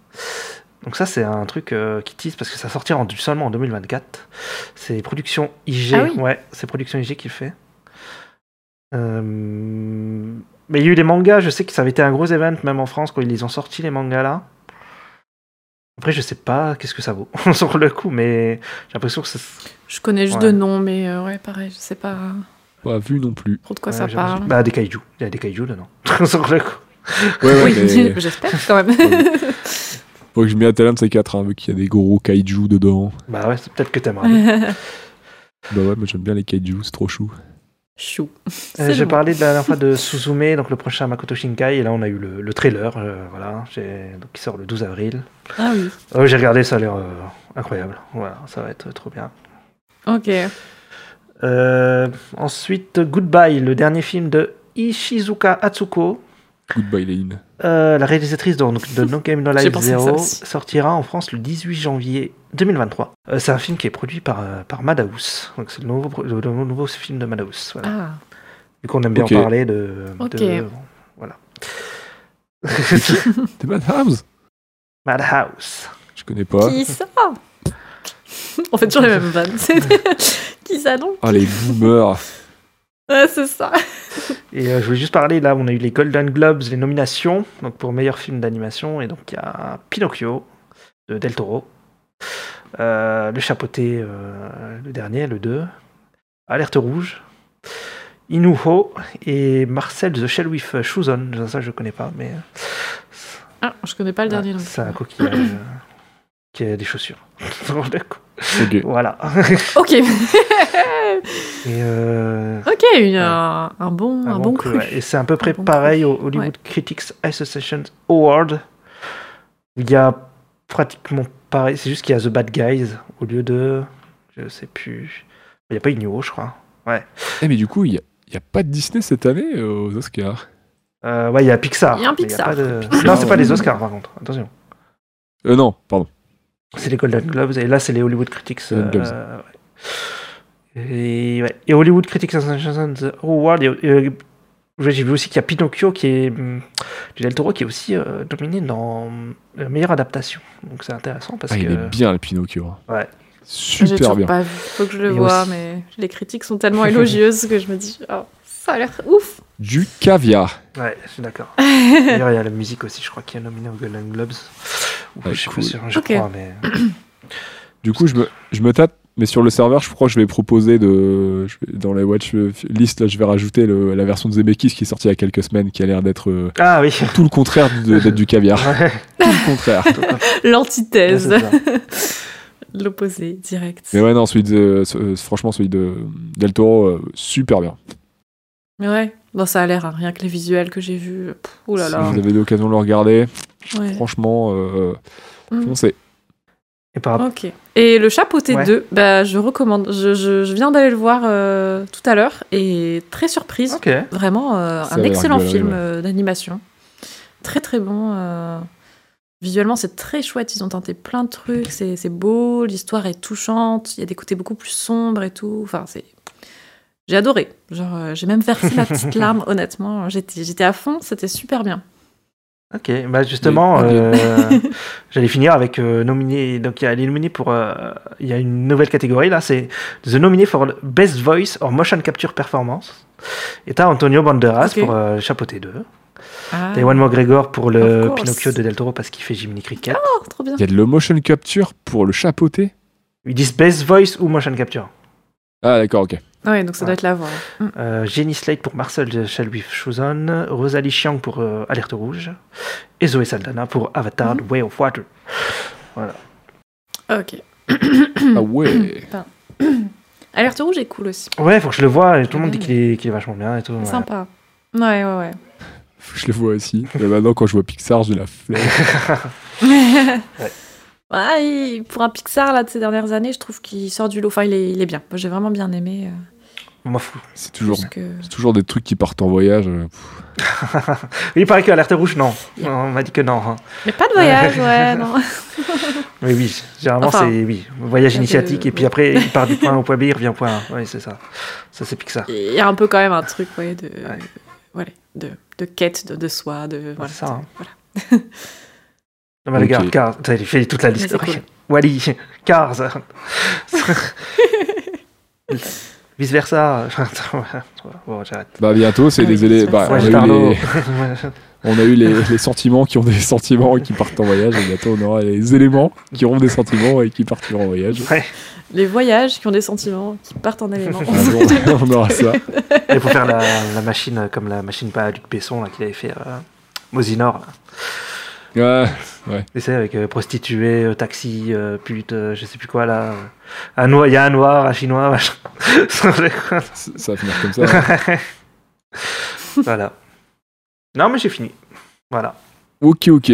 S1: Donc, ça, c'est un truc euh, qui tease parce que ça sortira en- seulement en 2024. C'est Production IG.
S4: Ah oui.
S1: Ouais, c'est Production IG qui le fait. Euh, Mais il y a eu les mangas. Je sais que ça avait été un gros event, même en France, quand ils les ont sortis, les mangas là. Après, je sais pas qu'est-ce que ça vaut sur le coup, mais j'ai l'impression que ça.
S4: Je connais juste
S1: Ouais.
S4: de nom, mais euh, ouais, pareil, je sais pas
S12: Pas vu non plus.
S4: trop de quoi
S1: Ouais,
S4: ça
S1: j'ai l'impression-
S4: parle.
S1: Bah, des kaiju. Il y a des kaiju dedans. sur le coup.
S3: Ouais, ouais,
S4: oui,
S3: mais
S4: j'espère quand même.
S3: faut que je mette à l'un de ces quatre, hein, vu qu'il y a des gros kaiju dedans.
S1: Bah ouais, c'est peut-être que t'aimeras. bien.
S3: Bah ouais, moi j'aime bien les kaiju, c'est trop chou.
S4: Chou.
S1: Euh,
S4: C'est
S1: J'ai
S4: bon.
S1: parlé de la dernière fois de Suzume, donc le prochain Makoto Shinkai, et là on a eu le, le trailer, euh, voilà, j'ai- donc, qui sort le 12 avril.
S4: Ah oui.
S1: Euh, J'ai regardé, ça a l'air euh, incroyable. Voilà, ça va être trop bien.
S4: Ok.
S1: Euh, ensuite, Goodbye, le dernier film de Ishizuka Atsuko.
S3: Goodbye Lane.
S1: Euh, la réalisatrice de, de No Game No
S4: J'ai
S1: Life
S4: pensé à ça
S1: 0
S4: aussi.
S1: sortira en France le 18 janvier 2023. Euh, c'est un film qui est produit par, euh, par Madhouse. Donc c'est le nouveau, pro- le, le nouveau film de Madhouse. Voilà.
S4: Ah.
S1: Vu qu'on aime bien
S3: Ok.
S1: parler de.
S4: Ok.
S1: de- voilà.
S3: T'es Madhouse
S1: Madhouse.
S3: Je connais pas.
S4: Qui ça On fait toujours les mêmes vannes. C'est- Qui ça donc
S3: Ah, les boomers
S4: Ouais, C'est ça.
S1: Et euh, je voulais juste parler, là, on a eu les Golden Globes, les nominations, donc pour meilleur film d'animation, et donc il y a Pinocchio de Del Toro, Euh, Le Chapoté, euh, le dernier, le 2, Alerte Rouge, Inuho et Marcel The Shell with Chouzon. Ça, je connais pas, mais
S4: Ah, je connais pas le dernier.
S1: Ouais,
S4: donc.
S1: c'est un coquillage euh, qui a des chaussures.
S3: Ok.
S1: voilà.
S4: Ok.
S1: Et euh,
S4: ok, une, un, un bon, Ah, un, bon
S1: cru,
S4: cru.
S1: ouais. Et c'est à peu près
S4: bon cru.
S1: pareil au Hollywood Critics Association Award. Il y a pratiquement pareil. C'est juste qu'il y a The Bad Guys au lieu de. Je sais plus. Il n'y a pas Inuo, je crois.
S3: Eh, mais du coup, il n'y a, il y a pas de Disney cette année euh, aux Oscars.
S1: Euh, ouais, il y a Pixar.
S4: Il y a un
S1: mais
S4: Pixar.
S1: pas de-
S4: Pixar.
S1: Non, c'est pas les Oscars, par contre. Attention.
S3: Euh, non, pardon.
S1: C'est les Golden Globes. Et là, c'est les Hollywood Critics.
S3: Golden Globes.
S1: euh, ouais. et, ouais. Et Hollywood Critics Association Award. et, euh, ouais, J'ai vu aussi qu'il y a Pinocchio qui est hum, du Del Toro qui est aussi euh, dominé dans la meilleure adaptation. Donc c'est intéressant parce
S3: Ah,
S1: que
S3: il est bien le Pinocchio. hein.
S1: Ouais.
S4: J'ai
S3: Super
S4: toujours
S3: bien.
S4: pas vu. Faut que je le
S1: Et
S4: vois,
S1: aussi-
S4: mais les critiques sont tellement élogieuses que je me dis, oh, ça a l'air ouf.
S3: Du caviar.
S1: ouais, je suis d'accord. D'ailleurs, il y a la musique aussi. Je crois qu'il est nominé aux Golden Globes. Ou
S3: Ouais,
S1: je suis
S3: Ah, cool.
S1: pas sûr, je
S4: Ok.
S1: crois, mais
S3: Du coup, je me, je me tape, mais sur le serveur, je crois que je vais proposer de. je vais- dans la watch list, là, je vais rajouter le- la version de Zemeckis qui est sortie il y a quelques semaines, qui a l'air d'être euh,
S1: ah oui.
S3: tout le contraire de- d'être du caviar.
S1: Ouais,
S3: tout le contraire.
S1: c'est
S4: L'antithèse.
S1: ça.
S4: L'opposé, direct.
S3: Mais ouais, non, celui de, ce- euh, franchement, celui de Del Toro, euh, super bien.
S4: Mais ouais, bon, ça a l'air, hein, rien que les visuels que j'ai vus. pff, Ouh Oh là là.
S3: Si vous avez l'occasion de le regarder,
S4: Ouais.
S3: franchement, euh,
S4: Mm.
S3: foncez.
S1: Et par rapport
S4: Ok. Et le chapeauté
S1: Ouais.
S4: 2, bah, je recommande. Je, je- je viens d'aller le voir euh, tout à l'heure et très surprise.
S1: Ok.
S4: Vraiment euh,
S3: Ça a
S4: un
S3: l'air
S4: excellent
S3: gueulerie,
S4: film
S3: ouais.
S4: euh, d'animation. Très très bon. euh, Visuellement, c'est très chouette. Ils ont tenté plein de trucs. C'est c'est beau. L'histoire est touchante. Il y a des côtés beaucoup plus sombres et tout. Enfin, c'est. J'ai adoré. Genre, euh, j'ai même versé ma petite larme, honnêtement. J'étais j'étais à fond. C'était super bien.
S1: Ok, bah justement,
S3: Mais-
S1: euh, j'allais finir avec euh, nominé. Donc il y a les nominés pour. euh, Il y a une nouvelle catégorie là, c'est The Nominee for Best Voice or Motion Capture Performance. Et t'as Antonio Banderas
S4: Ok.
S1: pour euh, Chapeauté 2.
S4: Ah,
S1: T'as Ewan McGregor pour
S4: Of
S1: le
S4: course.
S1: Pinocchio de Del Toro parce qu'il fait Jiminy Cricket.
S4: oh, trop bien.
S3: Il y a de le motion capture pour le chapeauter.
S1: Ils disent Best Voice ou Motion Capture.
S3: Ah, d'accord, ok.
S4: Ouais, donc ça doit
S1: Ouais.
S4: être la voix. Mm.
S1: Euh, Jenny Slate pour Marcel de Shelby Chouzon. Rosalie Chiang pour euh, Alerte Rouge. Et Zoé Saldana pour Avatar The Way of Water.
S4: Ok. Mm.
S3: Ah ouais.
S4: Alerte rouge est cool aussi.
S1: Ouais, faut que je le vois. et Tout le monde
S4: Ouais.
S1: dit qu'il est, qu'il est vachement bien et tout. ouais.
S4: Sympa. Ouais, ouais, ouais.
S3: Faut que Je le vois aussi. Mais maintenant, quand je vois Pixar, j'ai la flemme.
S4: Ouais, il- pour un Pixar là, de ces dernières années, je trouve qu'il sort du lot. Enfin, il est, il est bien. Moi, j'ai vraiment bien aimé. euh,
S1: Moi, fou.
S3: C'est toujours,
S4: parce que-
S3: c'est toujours des trucs qui partent en voyage. euh, pff.
S1: Il paraît que Alerte Rouge, non.
S4: Yeah.
S1: On m'a dit que non. hein.
S4: Mais pas de voyage, ouais. non.
S1: Mais oui, généralement,
S4: Enfin,
S1: c'est oui, voyage
S4: ça,
S1: initiatique,
S4: c'est-
S1: et puis après, il part du point A au point B, il revient au point A. Oui, c'est ça. Ça, c'est Pixar.
S4: Il y a un peu quand même un truc, ouais, de,
S1: Ouais.
S4: voilà, de, de quête de, de soi, de voilà.
S1: c'est ça, hein.
S4: voilà. Ah,
S1: Non, mais regarde,
S3: Ok.
S1: Cars, t'as fait toute la liste.
S4: c'est cool.
S1: Wally, Cars. vice versa. bon, j'arrête.
S3: Bah bientôt, c'est
S2: Ah oui,
S3: les élèves.
S2: c'est
S3: bah,
S2: ça.
S3: on, a
S1: Moi,
S3: eu
S1: je Arnaud.
S3: les, on a eu les, les sentiments qui ont des sentiments et qui partent en voyage. Et bientôt, on aura les éléments qui auront des sentiments et qui partiront en voyage.
S4: Les voyages qui ont des sentiments, qui partent en éléments.
S3: Un jour, on aura ça.
S1: Et pour faire la, la machine euh, comme la machine pas à Luc Besson là, qu'il avait fait euh, Mosinor. Là.
S3: Ouais.
S1: Et c'est avec euh, prostituée, euh, taxi, euh, pute, euh, je sais plus quoi là. Un noir, il y a un noir, un chinois, machin.
S3: C- ça va finir comme ça.
S1: voilà. Non mais j'ai fini. Voilà.
S3: ok, ok.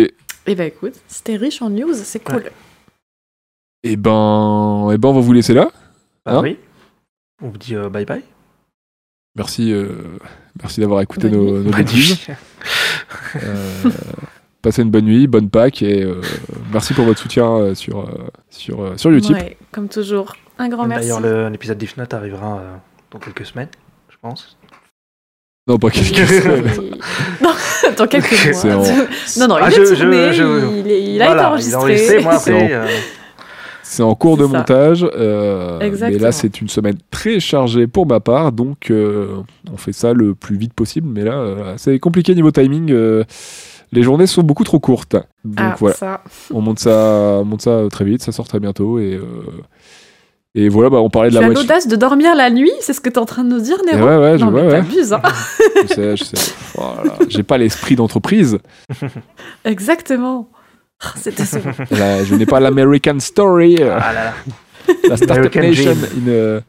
S4: Et bah écoute, c'était riche en news, c'est cool.
S3: Et ben, et ben, on va vous laisser là.
S1: Bah
S3: Hein
S1: oui. On vous dit euh, bye bye.
S3: Merci, euh, merci d'avoir écouté
S4: Bonne
S3: nos, nos
S1: Bonne
S3: bêtises.
S1: nuit.
S3: Euh, passez une bonne nuit, bonne Pâques et euh, merci pour votre soutien euh, sur euh, sur euh, sur YouTube.
S4: Ouais, comme toujours. Un grand merci.
S1: D'ailleurs le- l'épisode d'If Not arrivera euh, dans quelques semaines, je pense.
S3: Non, pas quelques semaines.
S4: Dans quelques
S3: C'est
S4: mois.
S3: en-
S4: Non, non, il
S1: Ah,
S4: est
S1: je-
S4: tourné,
S1: je- je-
S4: il, est- il a
S1: Voilà,
S4: été
S1: il
S4: enregistré.
S1: est enregistré, moi après.
S3: C'est
S1: euh,
S3: C'est en cours de
S4: C'est ça.
S3: montage. euh, mais
S4: Exactement.
S3: là, c'est une semaine très chargée pour ma part. Donc, euh, on fait ça le plus vite possible. Mais là, euh, c'est compliqué niveau timing. euh, les journées sont beaucoup trop courtes. Donc,
S4: ah,
S3: voilà.
S4: ça.
S3: On monte ça, on monte ça euh, très vite. Ça sort très bientôt. Et, euh, et voilà, bah, on parlait de
S4: Tu
S3: la
S4: as
S3: voiture.
S4: l'audace de dormir la nuit, c'est ce que t'es en train de nous dire,
S3: Eh
S4: Nero
S3: ouais, ouais, je,
S4: Non,
S3: ouais,
S4: mais
S3: ouais.
S4: t'abuses, hein.
S3: Je sais, je sais. Voilà. J'ai pas l'esprit d'entreprise.
S4: Exactement. Ah, C'est décevant.
S3: Là, Je n'ai pas l'American Story, euh,
S1: ah là là.
S3: la Startup
S1: American
S3: Nation in, euh,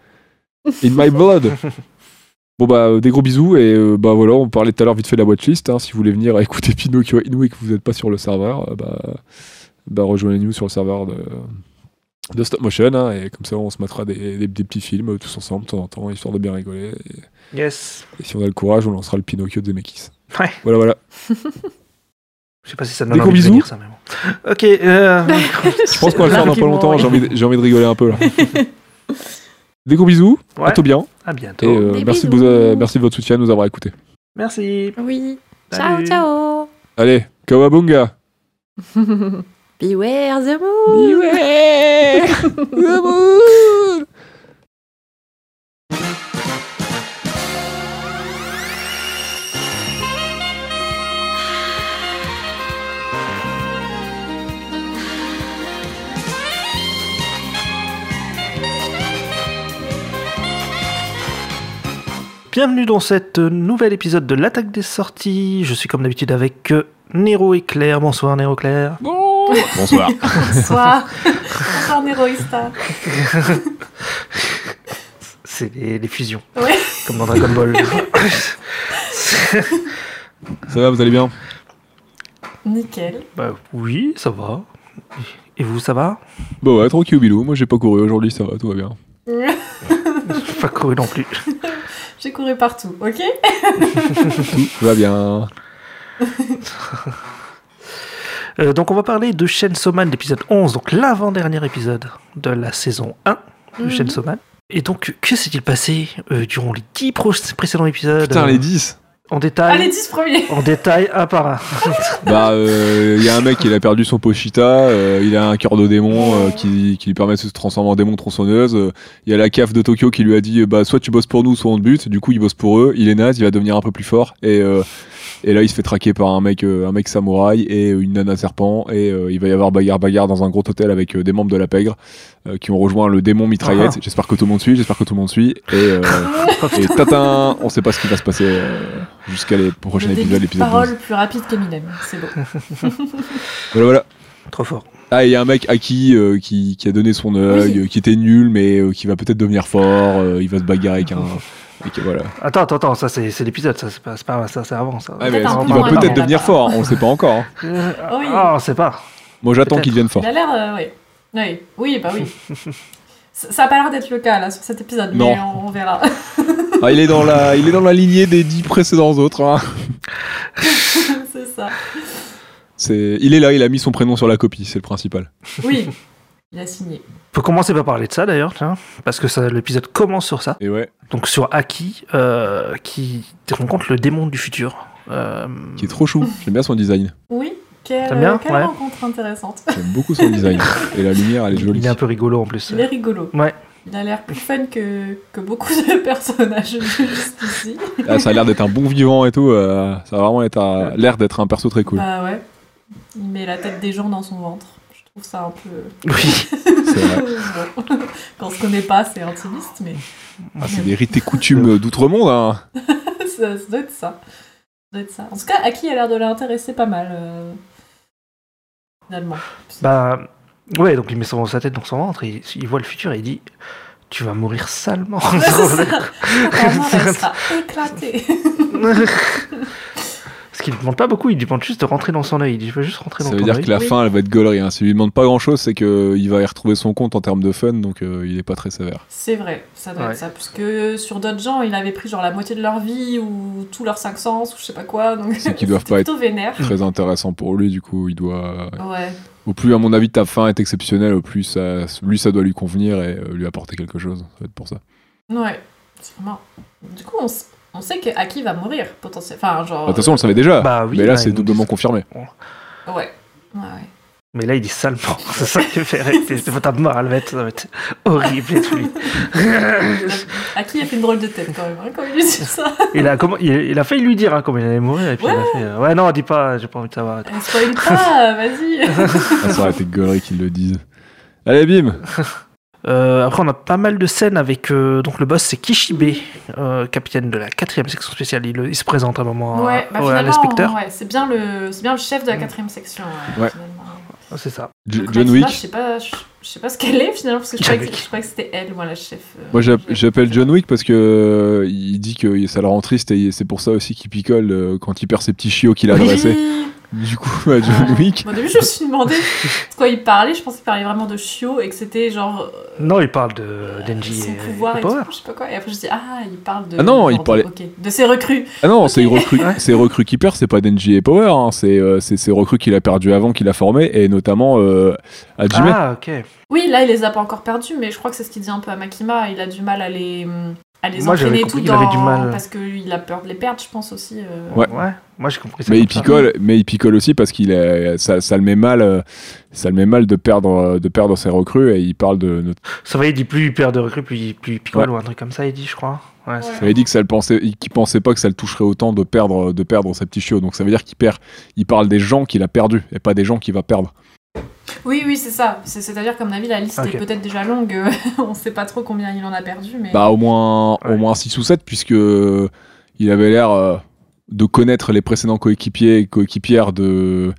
S3: in my blood. Bon bah euh, des gros bisous et euh, bah voilà on parlait tout à l'heure vite fait de la watchlist hein, si vous voulez venir écouter Pinocchio Inu et que vous n'êtes pas sur le serveur euh, bah, bah, rejoignez-nous sur le serveur de, de Stop Motion hein, et comme ça on se mettra des, des- des petits films euh, tous ensemble de temps en temps histoire de bien rigoler et,
S1: Yes.
S3: et si on a le courage on lancera le Pinocchio de Zemeckis
S1: Ouais.
S3: voilà voilà
S1: Je sais pas si ça
S3: Des
S1: donne
S3: gros
S1: envie de
S3: bisous.
S1: venir ça mais bon. Ok. euh,
S3: je pense qu'on va le faire dans pas
S4: L'argument,
S3: longtemps
S4: oui.
S3: j'ai envie, de- j'ai envie de rigoler un peu là des gros bisous à
S1: ouais.
S3: tout bien
S1: À
S3: Et
S1: bientôt.
S3: euh,
S4: Des
S3: merci, de
S4: bisous.
S3: vous- euh, merci de votre soutien, de nous avoir écoutés.
S1: Merci.
S4: Oui.
S1: Salut.
S4: Ciao,
S3: Allez, Kawabunga
S4: ciao. Beware the moon.
S3: Beware
S1: Bienvenue dans cet euh, nouvel épisode de l'attaque des sorties. Je suis comme d'habitude avec euh, Nero et Claire. Bonsoir Nero Claire.
S3: Bonsoir.
S4: Bonsoir. Bonsoir, Neroista.
S1: C'est les, les fusions.
S4: Ouais.
S1: Comme dans Dragon Ball.
S3: Ça va, vous allez bien
S4: Nickel.
S1: bah oui, ça va. Et vous, ça va
S3: Bah ouais, tranquille, Bilou. Moi, j'ai pas couru aujourd'hui, ça va, tout va bien.
S1: J'ai Pas couru non plus.
S4: J'ai couru partout, ok
S3: Tout va bien.
S1: Euh, donc on va parler de Chainsaw Man, l'épisode 11, donc l'avant-dernier épisode de la saison 1 de
S4: Mhm.
S1: Chainsaw Man. Et donc, que s'est-il passé euh, durant les 10 pro- précédents épisodes
S3: Putain,
S1: euh,
S3: les 10
S1: En
S4: Allez,
S1: détail,
S4: 10 premiers.
S1: en détail, un par un.
S3: Bah, euh, il y a un mec, il a perdu son Pochita, euh, il a un cœur de démon euh, qui, qui lui permet de se transformer en démon tronçonneuse. euh, Il y a la CAF de Tokyo qui lui a dit, euh, bah, soit tu bosses pour nous, soit on te bute. Du coup, il bosse pour eux, il est naze, il va devenir un peu plus fort. Et, euh, et là, il se fait traquer par un mec, euh, un mec samouraï et une nana serpent. Et euh, il va y avoir bagarre-bagarre dans un gros hôtel avec euh, des membres de la pègre euh, qui ont rejoint le démon mitraillette.
S1: Ah.
S3: J'espère que tout le monde suit, j'espère que tout le monde suit. Et, euh, et tatin, on sait pas ce qui va se passer euh, jusqu'à les prochains
S4: Le début
S3: épisodes,
S4: de
S3: l'épisode 12.
S4: Parole plus rapide qu'Eminem, c'est beau.
S3: Voilà, voilà.
S1: Trop fort.
S3: Ah, et il y a un mec à qui, euh, qui, qui a donné son œil, euh, qui était nul, mais euh, qui va peut-être devenir fort, euh, il va se bagarrer avec un. avec- voilà.
S1: Attends, attends, attends, ça c'est c'est l'épisode, ça c'est pas, c'est pas ça, c'est avant ça.
S3: Ah,
S4: mais
S3: il
S4: Peut-être un peu
S3: va
S4: moins
S3: peut-être
S4: avant.
S3: devenir fort, on sait pas encore. hein.
S1: Euh,
S4: Oh oui.
S1: Ah, on sait pas.
S3: Moi j'attends qu'il devienne
S4: Il
S3: fort.
S4: a l'air, euh, oui. oui. Oui, bah oui. ça ça a pas l'air d'être le cas là sur cet épisode, mais
S3: Non.
S4: on, on verra.
S3: Ah, il, est dans la, il est dans la lignée des dix précédents autres. hein.
S4: c'est ça.
S3: C'est, il est là, il a mis son prénom sur la copie, c'est le principal.
S4: Oui, il a signé.
S1: On peut commencer par parler de ça d'ailleurs, tiens, parce que ça- l'épisode commence sur ça.
S3: Et ouais,
S1: Donc sur Aki, euh, qui rencontre le démon du futur. Euh,
S3: qui est trop chou. J'aime bien son design.
S4: Oui, quelle,
S1: T'aimes bien
S4: quelle
S1: Ouais.
S4: rencontre intéressante.
S3: J'aime beaucoup son design. Et la lumière, elle est jolie.
S1: il est un peu rigolo en plus.
S4: Il est rigolo.
S1: Ouais.
S4: Il a l'air plus fun que, que beaucoup de personnages jusqu'ici.
S3: Ah, ça a l'air d'être un bon vivant et tout. euh, ça a vraiment être un- l'air d'être un perso très cool.
S4: Bah ouais. Il met la tête des gens dans son ventre. Je trouve ça un peu.
S1: Oui,
S3: C'est euh, vrai.
S4: Bon. Quand on se connaît pas, c'est intimiste, mais
S3: Ah, c'est des rites et coutumes d'outre-monde. Hein.
S4: ça, ça doit être ça. Ça doit être ça. En tout cas, Aki a l'air de l'intéresser pas mal. euh, Finalement.
S1: bah ouais, donc il met son dans sa tête dans son ventre, il, il voit le futur et il dit Tu vas mourir salement.
S4: Ouais, c'est ça. Apparemment, elle sera éclatée.
S1: Parce qu'il ne demande pas beaucoup, il lui demande juste de rentrer dans son œil. Il dit Je veux juste rentrer
S3: Ça
S1: dans
S3: veut
S1: ton
S3: dire
S1: œil.
S3: que la
S4: Oui.
S3: fin, elle va être gaulerie. Hein. Ça lui demande pas grand-chose, c'est qu'il va y retrouver son compte en termes de fun, donc euh, il est pas très sévère.
S4: C'est vrai, ça doit
S1: Ouais.
S4: être ça. Parce que sur d'autres gens, il avait pris genre la moitié de leur vie ou tous leurs cinq sens ou je sais pas quoi. Donc
S3: C'est qu'ils doivent pas
S4: c'était plutôt vénère.
S3: Très intéressant pour lui, du coup, il doit. euh,
S4: Ouais.
S3: Au plus, à mon avis, ta fin est exceptionnelle, au plus, ça- lui, ça doit lui convenir et euh, lui apporter quelque chose. Ça va être pour ça.
S4: Ouais, sûrement. Du coup, on, s- on sait que Aki va mourir potentiellement. Enfin, genre.
S3: De toute façon, on le savait déjà.
S1: Bah oui,
S3: mais là,
S1: bah,
S3: c'est
S1: ils nous
S3: doublement
S1: disent-
S3: confirmé.
S4: euh, Ouais. Ouais,
S1: Ah.
S4: ouais.
S1: Mais là, il dit salement. C'est ça qui fait rire. C'est votre moral, mec. Ça va être horrible et tout. lui.
S4: Aki a fait une drôle de tête quand même hein, quand il lui dit ça.
S1: Il a, comment, il, il a failli lui dire hein, comment il allait mourir. Et puis il a fait euh, Ouais, non, dis pas, j'ai pas envie de savoir. et tout.
S4: Elle spoil pas, euh, vas-y.
S3: Ah, ça aurait été gaulerie qu'ils le disent. Allez, bim
S1: Euh, après, on a pas mal de scènes avec. euh, donc, le boss, c'est Kishibe, euh, capitaine de la quatrième section spéciale. Il, il se présente un moment à-
S4: Ouais, bah
S1: au- à
S4: finalement,
S1: l'inspecteur.
S4: ouais, c'est bien le, c'est bien le chef de la quatrième section. Ouais.
S3: Ouais.
S4: finalement.
S1: Ah, C'est ça.
S3: J-
S4: Après,
S3: John
S4: Tina,
S3: Wick.
S4: Je sais pas, je, je sais pas ce qu'elle est finalement parce que je
S1: John
S4: croyais que,
S1: Wick.
S4: je croyais que c'était elle, moi la chef. euh,
S3: Moi j'app-
S4: chef.
S3: j'appelle John Wick parce que euh, il dit que ça le rend triste et c'est pour ça aussi qu'il picole euh, quand il perd ses petits chiots qu'il a
S4: Oui. Ah.
S3: dressés. Du coup, à John
S4: Ouais.
S3: Wick,
S4: Moi, Au début, je me suis demandé de quoi il parlait. Je pensais qu'il parlait vraiment de chiot et que c'était genre euh,
S1: Non, il parle de d'Enji
S4: son
S1: et,
S4: pouvoir
S1: et
S4: et
S1: Power.
S4: tout, je sais pas quoi. Et après, je dis ah, il parle de.
S3: Ah non, il
S4: de-
S3: parlait-
S4: ok, de ses recrues.
S3: Ah non, c'est
S4: Ok.
S3: recru, c'est recru qui perd, c'est pas Denji et Power, hein, c'est euh, c'est ses recrues qu'il a perdu avant, qu'il a formé, et notamment euh, à Jimé.
S1: Ah, ok.
S4: Oui, là, il les a pas encore perdus, mais je crois que c'est ce qu'il dit un peu à Makima. Il a du mal à les à les
S1: Moi, j'avais compris
S4: entraîner et tout
S1: qu'il avait
S4: dans-
S1: du mal.
S4: parce qu'il a peur de les perdre, je pense aussi. euh,
S3: Ouais.
S1: Ouais, moi j'ai compris ça.
S3: mais il
S1: comme ça.
S3: picole, mais il picole aussi parce qu'il a- ça, ça le met mal, euh, ça le met mal de perdre euh, de perdre ses recrues et il parle de. de-
S1: Ça va, il dit plus il perd de recrues, plus, il- plus il picole
S3: Ouais.
S1: ou un truc comme ça, il dit, je crois. Ouais, c'est
S4: Ouais.
S1: ça.
S3: Il avait dit que ça le pensait, qu'il pensait pas que ça le toucherait autant de perdre de perdre ses petits chiots. Donc ça veut dire qu'il perd, il parle des gens qu'il a perdus et pas des gens qu'il va perdre.
S4: Oui, oui, c'est ça. C'est- C'est-à-dire qu'à mon avis, la liste
S1: Ah, Ok.
S4: est peut-être déjà longue. euh, On sait pas trop combien il en a perdu, mais.
S3: Bah au moins
S1: Ouais.
S3: au moins 6 ou 7 puisque euh, il avait l'air euh, de connaître les précédents coéquipiers et coéquipières de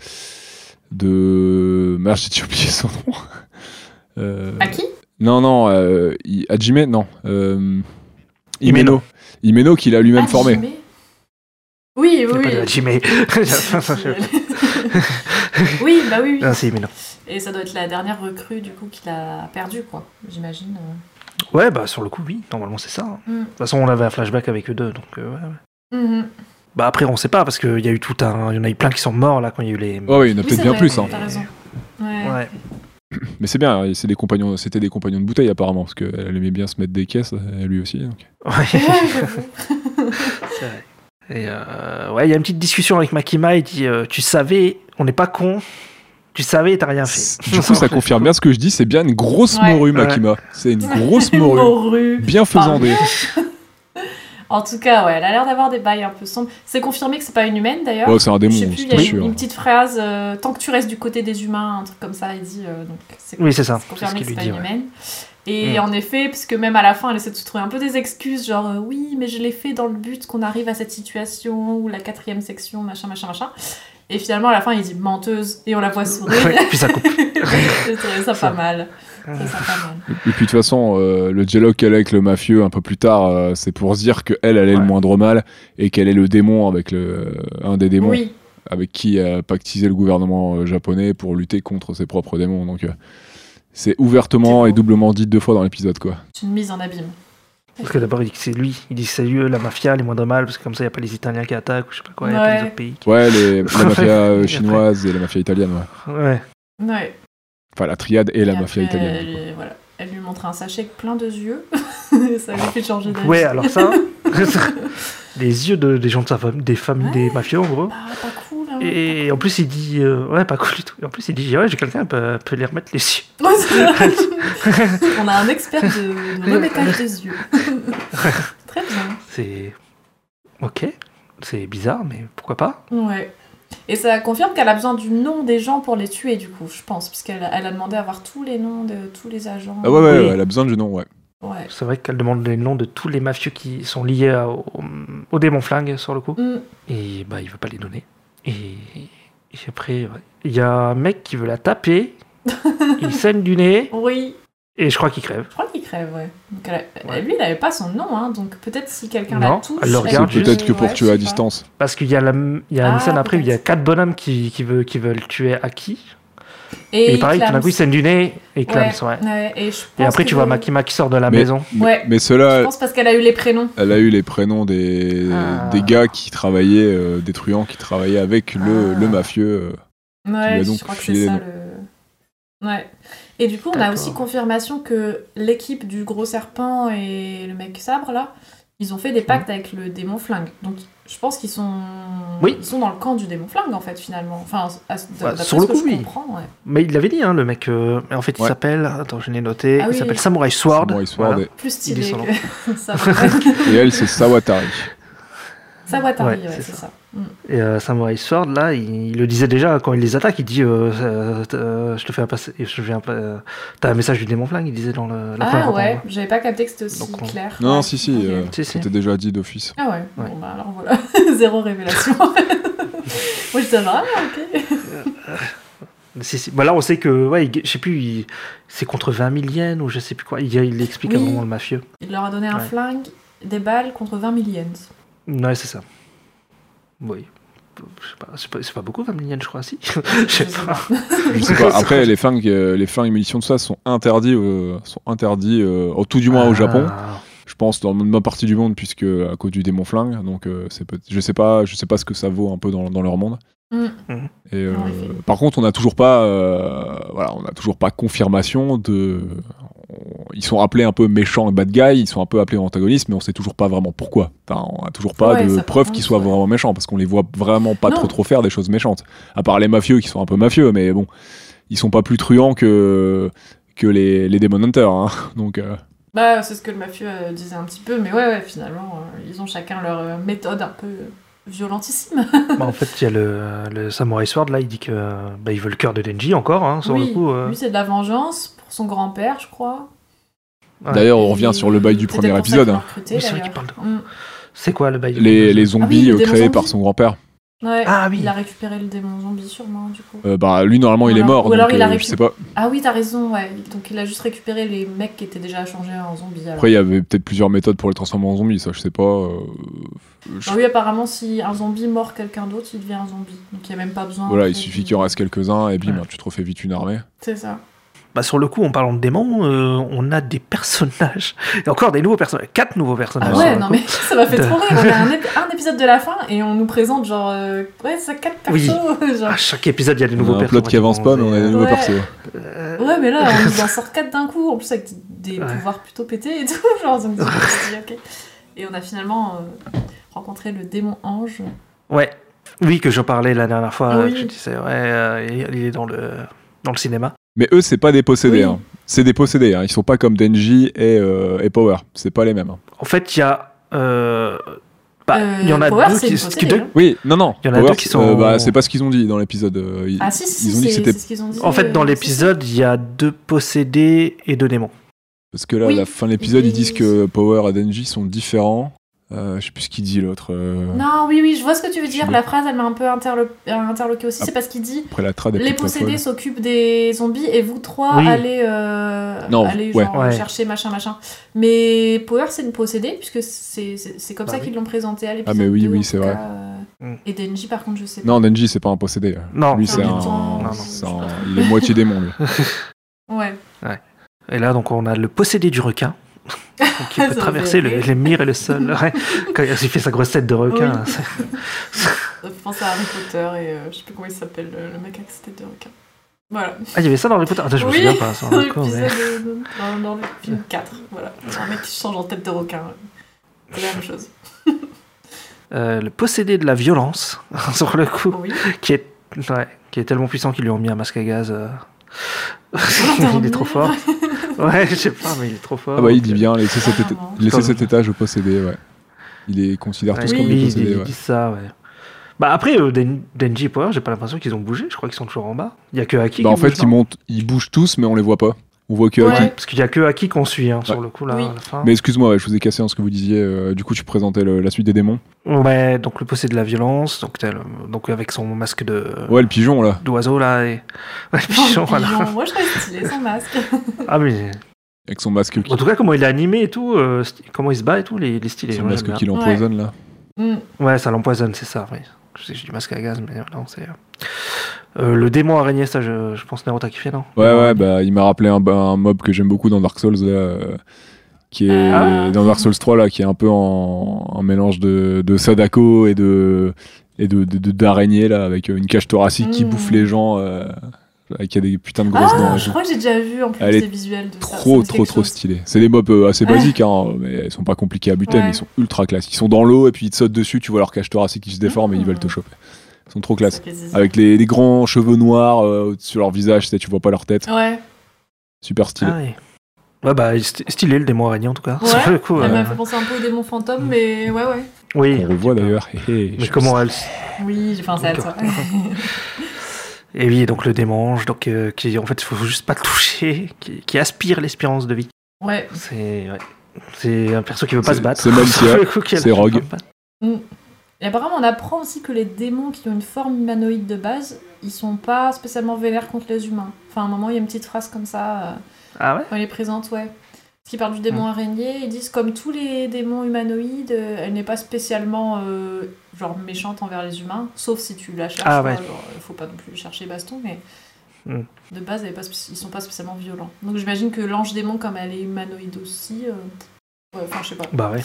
S3: de merde j'ai déjà oublié son nom. Euh,
S4: À qui
S3: non non euh, I- Hajime non euh,
S1: Himeno.
S3: Imeno Imeno qu'il a lui-même
S4: Ah,
S3: formé.
S4: Jimé. Oui, oui,
S1: Il y a
S4: oui.
S1: pas de Hajime.
S4: oui, bah oui, oui.
S1: Ah, si, mais non.
S4: Et ça doit être la dernière recrue du coup qu'il a perdue, quoi, j'imagine. euh.
S1: Ouais, bah sur le coup, oui, normalement c'est ça. hein.
S4: Mm.
S1: De toute façon, on avait un flashback avec eux deux, donc euh, ouais, ouais.
S3: Mm-hmm.
S4: Mhm.
S1: Bah après, on sait pas, parce qu'il y a eu tout un. Il y en a eu plein qui sont morts là quand il y a eu les.
S3: Oh, oui, il y en a
S4: Oui,
S3: peut-être
S4: c'est
S3: bien
S4: vrai,
S3: plus hein.
S4: T'as raison. Ouais.
S1: Ouais.
S3: Mais c'est bien, hein, c'est des compagnons, c'était des compagnons de bouteille apparemment parce qu'elle aimait bien se mettre des caisses euh, lui aussi. donc.
S1: Ouais.
S4: Ouais, j'avoue.
S1: C'est vrai. Et euh, ouais, il y a une petite discussion avec Makima, il dit euh, Tu savais, on n'est pas con, tu savais, t'as rien fait.
S3: Du coup, ça confirme bien ce que je dis, c'est bien une grosse
S4: Ouais.
S3: morue,
S1: Ouais.
S3: Makima. C'est une grosse morue.
S4: Morue.
S3: Bien faisandée.
S4: En tout cas, ouais, elle a l'air d'avoir des bails un peu sombres. C'est confirmé que c'est pas une humaine d'ailleurs.
S3: Ouais, c'est un
S4: Je
S3: démon,
S4: sais plus,
S3: c'est
S4: il y a
S3: pas
S4: une,
S3: sûr.
S4: une petite phrase euh, tant que tu restes du côté des humains, un truc comme ça, il dit. euh, donc c'est
S1: Oui, c'est ça,
S4: C'est
S1: c'est ce
S4: confirmé
S1: qu'il
S4: que
S1: lui
S4: c'est pas
S1: dit.
S4: une
S1: ouais.
S4: humaine. Et
S1: Mm.
S4: en effet, parce que même à la fin, elle essaie de se trouver un peu des excuses, genre euh, oui, mais je l'ai fait dans le but qu'on arrive à cette situation, ou la quatrième section, machin, machin, machin. Et finalement, à la fin, il dit menteuse, et on la voit sourire.
S1: Ouais, puis ça coupe.
S4: J'ai trouvé ça
S1: Ça-
S4: pas mal. Je trouvais ça pas mal.
S3: Et puis de toute façon, euh, le dialogue qu'elle a avec le mafieux un peu plus tard, euh, c'est pour se dire qu'elle, elle est
S1: Ouais.
S3: le moindre mal et qu'elle est le démon avec le, un des démons
S4: Oui,
S3: avec qui a pactisé le gouvernement euh, japonais pour lutter contre ses propres démons. Donc euh, c'est ouvertement
S4: C'est
S3: et
S4: beau.
S3: doublement dit deux fois dans l'épisode, quoi.
S4: c'est une mise en abîme.
S1: Parce que d'abord, il dit que c'est lui, il dit que c'est lui, la mafia, les moindres mal, parce que comme ça, il n'y a pas les Italiens qui attaquent, ou je sais pas quoi, il n'y a pas
S4: Ouais.
S1: les autres pays. qui-
S3: Ouais, les, la mafia euh,
S1: Et après-
S3: chinoise et la mafia italienne, ouais.
S1: Ouais.
S4: Ouais.
S3: Enfin, la triade et la
S4: Et
S3: mafia
S4: après, euh,
S3: italienne.
S4: Elle,
S3: du coup.
S4: lui- voilà. elle lui montre un sachet plein de yeux. ça lui fait changer d'avis.
S1: Ouais, alors ça, les yeux de, des gens de sa famille, des familles des mafieux en gros.
S4: Ah, pas cool. hein.
S1: Et en plus, il dit euh, ouais, pas cool du tout. Et en plus, il dit ouais, j'ai quelqu'un peut, peut les remettre les yeux.
S4: On a un expert de remettage des yeux. Très bien.
S1: C'est ok, c'est bizarre, mais pourquoi pas
S4: Ouais. Et ça confirme qu'elle a besoin du nom des gens pour les tuer, du coup, je pense, puisqu'elle elle a demandé à avoir tous les noms de tous les agents.
S3: Ah ouais, ouais,
S1: Oui.
S3: ouais, elle a besoin du nom, ouais.
S4: Ouais.
S1: C'est vrai qu'elle demande les noms de tous les mafieux qui sont liés à- au, au démon flingue sur le coup.
S4: Mm.
S1: Et bah, il veut pas les donner. Et, et après, ouais. il y a un mec qui veut la taper. il saigne du nez
S4: Oui,
S1: et je crois qu'il crève.
S4: je crois qu'il crève, ouais. Donc elle a-
S1: Ouais.
S4: Lui, il n'avait pas son nom, hein, donc peut-être si quelqu'un
S1: Non,
S4: la touche.
S1: elle le
S3: C'est
S1: regarde
S4: peut-
S1: juste.
S3: peut-être que pour
S4: ouais,
S3: tuer
S4: je
S3: à
S4: sais pas.
S3: distance.
S1: Parce qu'il y a, la, il y a une
S4: Ah,
S1: scène après où il y a
S4: peut-être.
S1: quatre bonhommes qui, qui, veulent, qui veulent tuer Aki.
S4: Et,
S1: Et, Ah,
S4: il
S1: pareil, tout d'un
S4: clame.
S1: coup, il saigne du nez et clame.
S4: Ouais, ouais, et, je
S1: Et
S4: pense
S1: après,
S4: que-
S1: tu vois Makima qui sort de la
S3: Mais-
S1: maison.
S4: Ouais.
S3: Mais
S4: Je
S3: cela,
S4: pense parce qu'elle a eu les prénoms.
S3: elle a eu les prénoms des,
S1: Ah.
S3: des gars qui travaillaient, euh, des truands qui travaillaient avec le,
S1: Ah.
S3: le mafieux. euh. lui
S4: Ouais,
S3: a
S4: je
S3: donc
S4: crois que
S3: filé
S4: c'est ça
S3: les
S4: le. Ouais. Et du coup, on a
S1: D'accord.
S4: aussi confirmation que l'équipe du gros serpent et le mec sabre, là, ils ont fait des pactes avec le démon flingue. Donc, je pense qu'ils sont.
S1: Oui. Bah,
S4: Ils sont dans le camp du démon flingue, en fait, finalement. Enfin, à- d'après
S1: sur le
S4: ce
S1: coup,
S4: que je
S1: oui.
S4: comprends, ouais.
S1: Mais il l'avait dit, hein, le mec. euh, mais en fait, il
S3: Ouais.
S1: s'appelle. Attends, je l'ai noté.
S4: Ah
S1: il
S4: oui.
S1: s'appelle Samurai Sword.
S3: Samurai Sword,
S1: Voilà.
S4: Plus
S1: Il est
S4: stylé
S1: sur le-
S4: que ça. ouais.
S3: Et, et elle, c'est Sawatari.
S4: Sawatari,
S1: Ouais,
S4: ouais,
S1: c'est
S4: c'est
S1: ça.
S4: ça. Mm.
S1: Et euh, Samurai Sword, là, il, il le disait déjà quand il les attaque. Il dit euh, euh, euh, Je te fais un passe- Je viens pas- euh, T'as un message du démon flingue, il disait dans le, la première
S4: Ah ouais,
S1: rencontre.
S4: j'avais pas capté que c'était aussi
S1: Donc, on-
S4: clair.
S3: Non,
S4: Ouais.
S3: si, si,
S4: Ok.
S3: euh,
S1: Si, si.
S3: c'était déjà dit d'office.
S4: Ah ouais,
S1: Ouais.
S4: bon bah alors voilà, zéro révélation. Moi je savais, ah ok.
S1: Si, si. Bah, là, on sait que, ouais, il- je sais plus, il- c'est contre 20 000 yens ou je sais plus quoi. Il, il explique
S4: Oui.
S1: à un moment le mafieux.
S4: Il leur a donné un
S1: Ouais.
S4: flingue, des balles contre 20 000 yens.
S1: Ouais, c'est ça. Oui. Je sais pas, c'est pas, c'est pas beaucoup 20 000 yens, je crois, si. je sais
S4: sais
S1: pas.
S3: Je sais pas. Après, les flingues, euh, les flingues munitions de ça sont interdits, euh, sont interdits, euh, au tout du moins au Japon.
S1: Ah.
S3: Je pense dans ma partie du monde, puisque à cause du démon flingue. Donc, euh, c'est peut- je sais pas, je sais pas ce que ça vaut un peu dans, dans leur monde.
S4: Mm.
S1: Mhm.
S3: Et, euh,
S4: En effet.
S3: par contre, on n'a toujours pas, euh, voilà, on n'a toujours pas confirmation de. on- Ils sont appelés un peu méchants et bad guys, ils sont un peu appelés antagonistes, mais on sait toujours pas vraiment pourquoi. Enfin, on a toujours pas
S4: Ouais, ça
S3: de
S4: par
S3: preuves
S4: contre,
S3: qu'ils soient
S4: ouais.
S3: vraiment méchants, parce qu'on les voit vraiment pas
S4: Non.
S3: trop trop faire des choses méchantes. À part les mafieux qui sont un peu mafieux, mais bon, ils sont pas plus truands que que les, les Demon Hunters. hein. Donc, euh,
S4: Bah c'est ce que le mafieux euh, disait un petit peu, mais ouais, ouais finalement, euh, ils ont chacun leur euh, méthode un peu euh, violentissime.
S1: Bah, en fait, il y a le, le Samurai Sword, là, il dit que bah, il veut le cœur de Denji encore, hein, sur
S4: oui,
S1: le coup. euh.
S4: lui c'est de la vengeance pour son grand-père, je crois.
S1: Ouais.
S3: d'ailleurs, on revient sur le bail du
S4: C'était
S3: premier
S4: pour ça
S3: épisode.
S4: qu'il
S3: hein.
S4: l'a recruté,
S1: Oui, c'est vrai
S4: d'ailleurs.
S1: qu'il parle
S4: Mm.
S1: C'est quoi le bail
S3: Les, les zombies
S4: Ah oui,
S3: euh,
S4: les
S3: créés
S4: démons
S3: par
S4: zombies.
S3: son grand-père.
S4: Ouais,
S1: Ah oui.
S4: il a récupéré le démon zombie sûrement, du coup.
S3: Euh, bah, lui, normalement,
S4: Ou
S3: il est
S4: alors-
S3: mort.
S4: ou
S3: donc,
S4: alors il
S3: euh,
S4: a
S3: je sais pas.
S4: Ah oui, t'as raison, ouais. Donc il a juste récupéré les mecs qui étaient déjà changés en zombies. alors.
S3: Après, il y avait peut-être plusieurs méthodes pour les transformer en zombies, ça, je sais pas. euh, je-
S4: Alors Ah Bah oui, apparemment, si un zombie mord quelqu'un d'autre, il devient un zombie. Donc il n'y a même pas besoin.
S3: Voilà,
S4: en
S3: il
S4: fait,
S3: suffit
S4: de-
S3: qu'il en reste quelques-uns et bim,
S1: Ouais.
S3: tu te refais vite une armée.
S4: C'est ça.
S1: Bah, sur le coup, en parlant de démons, euh, on a des personnages. Et encore des nouveaux personnages. Quatre nouveaux
S4: Ah,
S1: personnages.
S3: Ah,
S1: sur
S4: ouais,
S1: le
S4: non
S1: coup.
S4: mais ça m'a fait
S1: De-
S4: trop rire. On a un, ép- un épisode de la fin et on nous présente genre. euh, Ouais, ça quatre persos.
S1: Oui.
S4: genre.
S1: À chaque épisode, il y a des nouveaux
S3: on a un
S1: personnages.
S3: plot qui avance pas, mais on a des nouveaux
S4: Ouais.
S3: persos.
S1: Euh,
S4: Ouais, mais là, on nous en sort quatre d'un coup, en plus avec des
S1: Ouais.
S4: pouvoirs plutôt pétés et tout. Genre, donc, je me suis dit, ok. Et on a finalement euh, rencontré le démon ange.
S1: Ouais. Oui, que j'en parlais la dernière fois.
S4: Ah Oui.
S1: Je disais, ouais, euh, il il est dans le, dans le cinéma.
S3: Mais eux, c'est pas des possédés.
S4: Oui.
S3: hein. C'est des possédés. Hein. Ils sont pas comme Denji et, euh, et Power. C'est pas les mêmes. hein.
S1: En fait, il y a. euh, bah,
S4: Euh,
S1: il y en a
S4: Power,
S1: deux
S4: c'est
S1: qui,
S4: une
S1: qui-
S4: possédée,
S1: deux-
S4: hein.
S3: Oui, non, non.
S1: Il y en a
S3: Power,
S1: deux qui
S3: euh,
S1: sont-
S3: bah, c'est pas ce qu'ils ont dit dans l'épisode. euh, ils-
S4: Ah si, si,
S3: ils ont dit
S4: c'est
S3: que c'était.
S4: c'est ce qu'ils ont dit.
S1: En fait, dans
S4: euh,
S1: l'épisode, il y a deux possédés et deux démons.
S3: Parce que là,
S4: Oui.
S3: à la fin de l'épisode,
S4: Ils
S3: ils disent que Power et Denji sont différents. Euh, je sais plus ce qu'il dit l'autre. euh,
S4: Non, oui, oui, je vois ce que tu veux dire.
S3: Je- Ah.
S4: La phrase, elle m'a un peu interlo- euh, interloquée aussi. C'est parce qu'il dit
S3: Après la trad, elle
S4: les
S3: pète la
S4: possédés
S3: folle.
S4: s'occupent des zombies et vous trois
S1: Oui.
S4: allez, euh,
S3: Non,
S4: allez
S3: ouais.
S4: genre,
S1: Ouais.
S4: chercher machin machin. Mais Power, c'est une possédée puisque c'est c'est- c'est comme
S1: Bah
S4: ça
S1: oui.
S4: qu'ils l'ont présenté à l'épisode.
S3: Ah, mais oui,
S4: deux,
S3: oui,
S4: en
S3: c'est
S4: tout
S3: vrai.
S4: cas, euh,
S1: Mm.
S4: Et Denji, par contre, je sais pas.
S3: Non, Denji, c'est pas un possédé.
S1: Non.
S3: Lui,
S4: c'est
S3: c'est
S4: un
S3: un,
S4: mutant. Non, non.
S3: c'est un- Il est moitié démon, lui.
S4: Ouais.
S1: Et là, donc, on a le possédé du requin. qui
S4: Ah, Ça
S1: peut
S4: me
S1: traverser
S4: fait
S1: le-
S4: rire.
S1: les mires et le sol. ouais. Quand il fait sa grosse tête de requin.
S4: Oui.
S1: hein, c'est-
S4: Ça fait penser euh, à Harry Potter et euh, je sais plus comment il s'appelle euh, le mec avec sa tête de requin. Voilà.
S1: Ah, il y avait ça dans les potes. Attends, je me
S4: Oui,
S1: souviens pas. ça,
S4: Dans
S1: encore, mais-
S4: l'épisode de- dans- dans le film 4, voilà. Un mec qui change en tête de requin. C'est la même chose.
S1: euh, le possédé de la violence, sur le coup,
S4: Oui.
S1: qui est, ouais, qui est tellement puissant qu'ils lui ont mis un masque à gaz. euh. il est trop fort. Ouais, je sais pas, mais il est trop fort.
S3: Ah bah il dit bien, laissez cet, éta-
S4: Clairement.
S3: laissez
S1: Comme-
S3: cet étage au possédé, ouais. Il les considère
S1: Ouais,
S3: tous
S1: oui,
S3: comme
S1: ils
S3: des
S1: disent-
S3: possédés,
S1: ils
S3: ouais.
S1: disent ça, ouais. Bah après, euh, Den- Denji et Power, j'ai pas l'impression qu'ils ont bougé, je crois qu'ils sont toujours en bas. Il y a que Haki
S3: Bah
S1: qui
S3: en fait,
S1: bouge,
S3: ils
S1: non
S3: montent, ils bougent tous, mais on les voit pas. On voit que
S4: Ouais.
S3: Haki.
S1: Parce qu'il y a que Haki qu'on suit, hein, sur le coup, là,
S4: Oui.
S1: à la fin.
S3: Mais excuse-moi, ouais, je vous ai cassé en ce que vous disiez. euh, du coup, tu présentais le- la suite des démons.
S1: Ouais, donc le possédé de la violence, donc, t'as le- donc avec son masque de
S3: Ouais, le pigeon là.
S1: d'oiseau, là, et... Ouais, le
S4: Pigeon,
S1: pigeon, voilà.
S4: Moi, je trouve stylé son masque.
S1: Ah mais...
S3: Avec son masque qui,
S1: En tout cas, comment il est animé et tout, euh, st- comment il se bat et tout, les, les stylés.
S3: son
S1: ouais,
S3: masque
S1: j'aime
S3: qui
S1: bien.
S3: l'empoisonne là.
S4: Mm.
S1: Ouais, ça l'empoisonne, c'est ça, oui. Je sais que j'ai du masque à gaz, mais non, c'est... euh, euh, le démon araignée, ça, je, je pense, Naruto t'as kiffé, non
S3: Ouais, ouais, bah il m'a rappelé un, un mob que j'aime beaucoup dans Dark Souls là. euh, qui est
S4: Ah.
S3: dans Dark Souls 3 là, qui est un peu en, un mélange de, de Sadako et de et de de- de- d'araignée là, avec euh, une cage thoracique qui
S4: Mm.
S3: bouffe les gens, euh, qui a des putains de grosses dents.
S4: Ah,
S3: et
S4: je
S3: tout.
S4: crois que j'ai déjà vu en plus
S3: Elle est
S4: les visuels de ça. ça. me
S3: trop
S4: dit
S3: trop
S4: quelque
S3: trop
S4: chose.
S3: stylé. C'est des mobs euh, assez
S4: Ouais.
S3: basiques, hein, mais ils sont pas compliqués à buter,
S4: Ouais.
S3: mais ils sont ultra classe. Ils sont dans l'eau et puis ils te sautent dessus, tu vois leur cage thoracique qui se déforme et ils
S4: Mhm.
S3: veulent te choper. Ils sont trop
S4: Ça
S3: classe.
S4: fait plaisir.
S3: Avec les, les grands cheveux noirs euh, sur leur visage, tu sais, tu vois pas leur tête.
S4: Ouais,
S3: Super stylé.
S1: Ah, oui. Ouais, bah, il est st- stylé, le démon araignée, en tout cas.
S4: Ouais, Ah, bah,
S1: Sur le coup,
S4: elle
S1: euh,
S4: m'a fait penser un peu au démon fantôme, mais ouais, ouais.
S1: Oui,
S3: On revoit d'ailleurs. Hé, hé,
S1: mais
S3: je-
S1: comment elle...
S4: Oui, j'ai pensé à toi.
S1: Et oui, donc le démange, donc, euh, qui, en fait, il faut juste pas le toucher, qui, qui aspire l'espérance de vie.
S4: Ouais,
S1: C'est... ouais. C'est un perso qui veut pas
S3: C'est-
S1: se battre.
S3: c'est même
S1: Sur
S3: si-
S1: le coup, qui-
S3: c'est Rogue.
S4: Et apparemment, on apprend aussi que les démons qui ont une forme humanoïde de base, ils sont pas spécialement vénères contre les humains. Enfin, à un moment, il y a une petite phrase comme ça, euh,
S1: Ah ouais
S4: quand il les présente, ouais. Parce qu'ils parlent du
S1: Mm.
S4: démon araignée, ils disent comme tous les démons humanoïdes, euh, elle n'est pas spécialement euh, genre méchante envers les humains, sauf si tu la cherches.
S1: Ah
S4: quoi,
S1: ouais.
S4: genre, euh, faut pas non plus chercher baston, mais
S1: Mm.
S4: de base, elle est pas spéc- ils sont pas spécialement violents. Donc j'imagine que l'ange démon, comme elle est humanoïde aussi, euh, ouais, enfin, je sais pas,
S1: Bah ouais.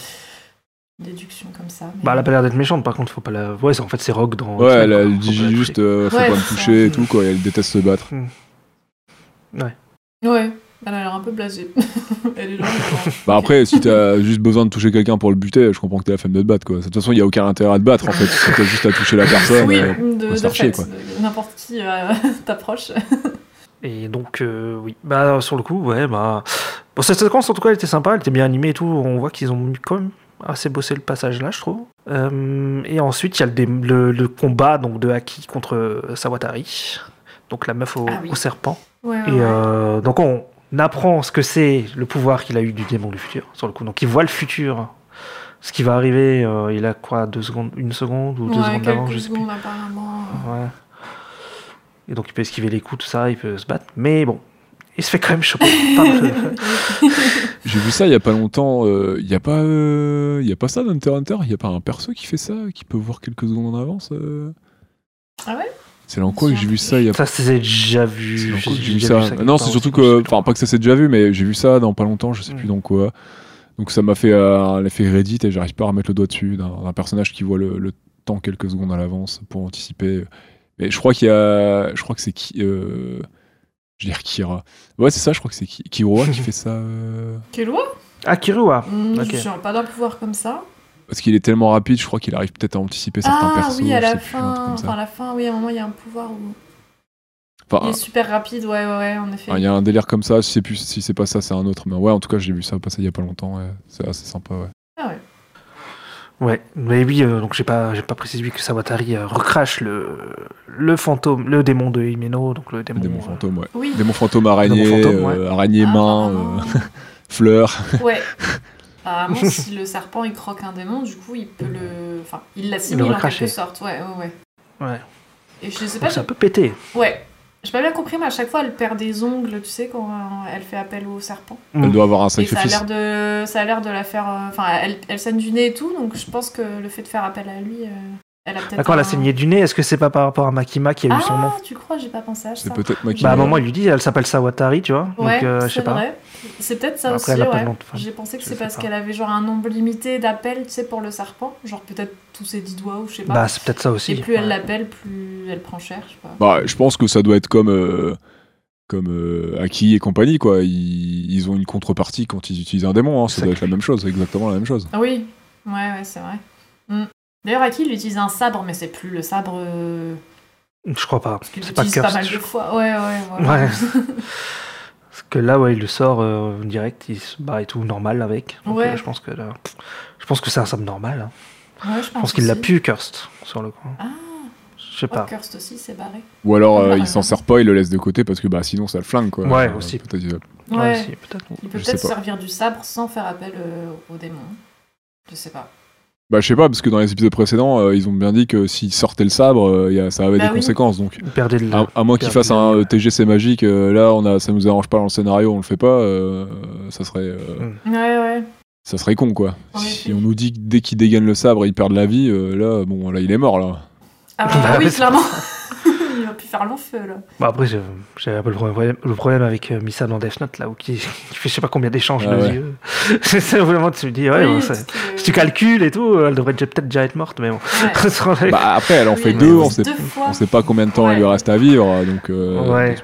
S4: déduction comme ça. mais-
S1: Bah, elle a pas l'air d'être méchante, par contre, faut pas la. Ouais, c'est- en fait, c'est Rogue dans. hein.
S3: Ouais, elle,
S1: Faut
S3: elle
S1: pas
S3: dit
S1: la toucher.
S3: juste euh, faut
S4: Ouais,
S3: pas me
S4: c'est
S3: toucher
S1: ça.
S3: et tout, quoi. et Elle déteste se battre.
S4: Ouais, elle a l'air un peu blasée. elle est là. genre,
S3: Bah après, si t'as juste besoin de toucher quelqu'un pour le buter, je comprends que t'es la femme de te battre, quoi. De toute façon, il y a aucun intérêt à te battre, en fait. Si t'as juste à toucher la personne.
S4: oui,
S3: euh,
S4: de,
S3: se
S4: de
S3: faire chier,
S4: fait,
S3: quoi.
S4: euh, n'importe qui euh, t'approche.
S1: Et donc, euh, oui. Bah, sur le coup, ouais, bah. Bon, cette séquence, en tout cas, elle était sympa, elle était bien animée et tout. On voit qu'ils ont mis quand même assez bossé le passage là, je trouve. Euh, et ensuite, il y a le, dé- le, le combat donc, de Haki contre euh, Sawatari. Donc, la meuf au,
S4: Ah oui.
S1: au serpent.
S4: Ouais, ouais,
S1: Et euh, donc, on apprend ce que c'est le pouvoir qu'il a eu du démon du futur, sur le coup. Donc, il voit le futur. Ce qui va arriver, euh, il a quoi, deux secondes, une seconde ou
S4: ouais.
S1: deux
S4: Ouais,
S1: secondes d'avant,
S4: quelques
S1: je sais plus.
S4: secondes apparemment. euh,
S1: Ouais. Et donc il peut esquiver les coups, tout ça, il peut se battre. Mais bon, il se fait quand même choper. par le-
S3: J'ai vu ça il y a pas longtemps. euh, Il y a pas, euh, il y a pas ça dans Hunter x Hunter. Il y a pas un perso qui fait ça, qui peut voir quelques secondes en avance. euh
S4: Ah ouais
S3: C'est dans quoi que j'ai vu ça il y a
S1: ça, c'est déjà vu.
S3: C'est dans quoi que j'ai
S1: déjà
S3: vu ça.
S1: quelque
S3: non,
S1: part
S3: c'est surtout
S1: aussi,
S3: que,
S1: je sais
S3: enfin, pas que ça s'est déjà vu, mais j'ai vu ça dans pas longtemps, je sais
S1: Mm.
S3: plus dans quoi. Donc ça m'a fait euh, un effet Reddit et j'arrive pas à remettre le doigt dessus d'un d'un personnage qui voit le, le temps quelques secondes à l'avance pour anticiper. Mais je crois qu'il y a, je crois que c'est qui, euh, je veux dire Kira. Ouais, c'est ça. Je crois que c'est Ki- Kiroa qui fait ça euh,
S4: Quelle loi
S1: pas. Ah, Kirua.
S4: Mmh,
S1: Ok.
S4: Je suis pas d'un pouvoir comme ça.
S3: parce qu'il est tellement rapide. Je crois qu'il arrive peut-être à anticiper certains
S4: ah
S3: persos.
S4: oui, à
S3: je sais plus, un
S4: la
S3: truc
S4: fin.
S3: comme ça.
S4: Enfin, à la fin, oui, à un moment, il y a un pouvoir où.
S3: Enfin,
S4: Il est super rapide, ouais, ouais, ouais, en effet.
S3: Ah, Il y a un délire comme ça, je sais plus si c'est pas ça, c'est un autre. Mais ouais, en tout cas, j'ai vu ça passer il y a pas longtemps. ouais. C'est assez sympa, ouais.
S4: Ah ouais.
S1: Ouais, mais oui, euh, donc j'ai pas, j'ai pas précisé oui, que Sawatari euh, recrache le, le fantôme, le démon de Himeno, donc le démon.
S3: Démon
S1: euh,
S3: fantôme, ouais.
S4: Oui.
S3: Démon fantôme, araignée,
S1: Démon fantôme, ouais.
S3: euh, araignée
S4: Ah,
S3: main, euh,
S4: Apparemment.
S3: fleur.
S4: Ouais. Apparemment, si le serpent il croque un démon, du coup, il peut le. Enfin, il
S1: Le
S4: l'assimile en
S1: recracher.
S4: quelque sorte, ouais, ouais, ouais.
S1: Ouais.
S4: Et je sais pas,
S1: donc
S4: j'ai
S1: ça peut péter.
S4: Ouais. J'ai pas bien compris, mais à chaque fois, elle perd des ongles, tu sais, quand euh, elle fait appel au serpent.
S1: Mm.
S3: Elle doit avoir un
S4: Et ça a
S3: sacrifice.
S4: l'air de, ça a l'air de la faire. euh, Enfin, elle, elle saigne du nez et tout, donc je pense que le fait de faire appel à lui, euh, elle a peut-être.
S1: D'accord,
S4: un-
S1: la saignée du nez, est-ce que c'est pas par rapport à Makima qui a eu
S4: Ah,
S1: son nom
S4: tu crois J'ai pas pensé à ça.
S3: C'est peut-être Makima.
S1: Bah, à un moment, il lui dit, elle s'appelle Sawatari, tu vois.
S4: Ouais,
S1: donc, euh, je
S4: c'est
S1: sais pas.
S4: vrai. C'est peut-être ça
S1: Après,
S4: aussi,
S1: elle a pas
S4: ouais.
S1: le nom de femme.
S4: J'ai pensé que
S1: Je
S4: c'est
S1: sais
S4: parce
S1: pas.
S4: qu'elle avait genre un nombre limité d'appels, tu sais, pour le serpent. Genre peut-être tous ses dix doigts ou je sais pas.
S1: Bah, c'est peut-être ça aussi.
S4: et plus elle
S1: ouais.
S4: l'appelle, plus elle prend cher, je sais pas.
S3: Bah, je pense que ça doit être comme. euh, comme euh, Aki et compagnie, quoi. Ils, ils ont une contrepartie quand ils utilisent un démon. hein. Ça doit être la même chose, exactement la même chose.
S4: Ah oui, ouais, ouais, c'est vrai. D'ailleurs, Aki, il utilise un sabre, mais c'est plus le sabre. euh,
S1: Je crois pas.
S4: Parce qu'il
S1: C'est pas
S4: l'utilise pas mal
S1: cursed.
S4: de
S1: je-
S4: fois. Ouais, ouais, voilà.
S1: Ouais. Parce que là, ouais, il le sort euh, direct, il se bat et tout normal avec. Donc,
S4: Ouais.
S1: euh, je pense que là, pff, je pense que c'est un somme normal. hein.
S4: Ouais, je
S1: Je
S4: pense,
S1: pense qu'il l'a
S4: aussi.
S1: pu cursed sur le coup.
S4: Ah,
S1: Je sais
S4: oh,
S1: pas.
S4: Cursed aussi, c'est barré.
S3: Ou alors euh,
S4: Ah.
S3: il s'en sert pas, il le laisse de côté parce que bah sinon ça le flingue quoi. Euh,
S1: Ouais, aussi.
S3: peut-être il va-
S4: Ouais,
S1: Ouais, si, peut-être.
S4: il peut
S3: je sais
S4: peut-être
S3: pas.
S4: servir du sabre sans faire appel euh, au démon. Je sais pas.
S3: Bah je sais pas parce que dans les épisodes précédents euh, ils ont bien dit que s'il sortait le sabre euh, il y a- ça avait
S4: Bah
S3: des
S4: oui.
S3: conséquences donc.
S1: Il perdait de la-
S3: À, à moins qu'il fasse un euh, TGC magique, euh, là on a, ça nous arrange pas dans le scénario, on le fait pas, euh, ça serait euh,
S4: Ouais, ouais.
S3: ça serait con quoi.
S4: En
S3: Si
S4: effet.
S3: on nous dit que dès qu'il dégaine le sabre, il perd de la vie, euh, là bon là il est mort là.
S4: Ah,
S1: Bah,
S4: oui,
S1: c'est-
S4: clairement. il va plus faire long feu, là.
S1: Bah, après, j'ai- j'avais un peu le problème, le problème avec euh, Missa dans Death Note, là, où qui, qui fait je sais pas combien d'échanges
S3: Ah
S1: de
S3: ouais.
S1: yeux. c'est ça, vraiment, tu me dis, ouais,
S4: Oui,
S1: bon, ça-
S4: parce que-
S1: si tu calcules et tout, elle devrait déjà- peut-être déjà être morte, mais bon.
S4: Ouais.
S3: Bah après elle en
S4: Oui,
S3: fait
S4: elle
S3: deux,
S4: existe
S3: on sait,
S4: deux fois.
S3: on sait pas combien de temps il lui
S4: Ouais.
S3: reste à vivre, donc euh,
S1: ouais.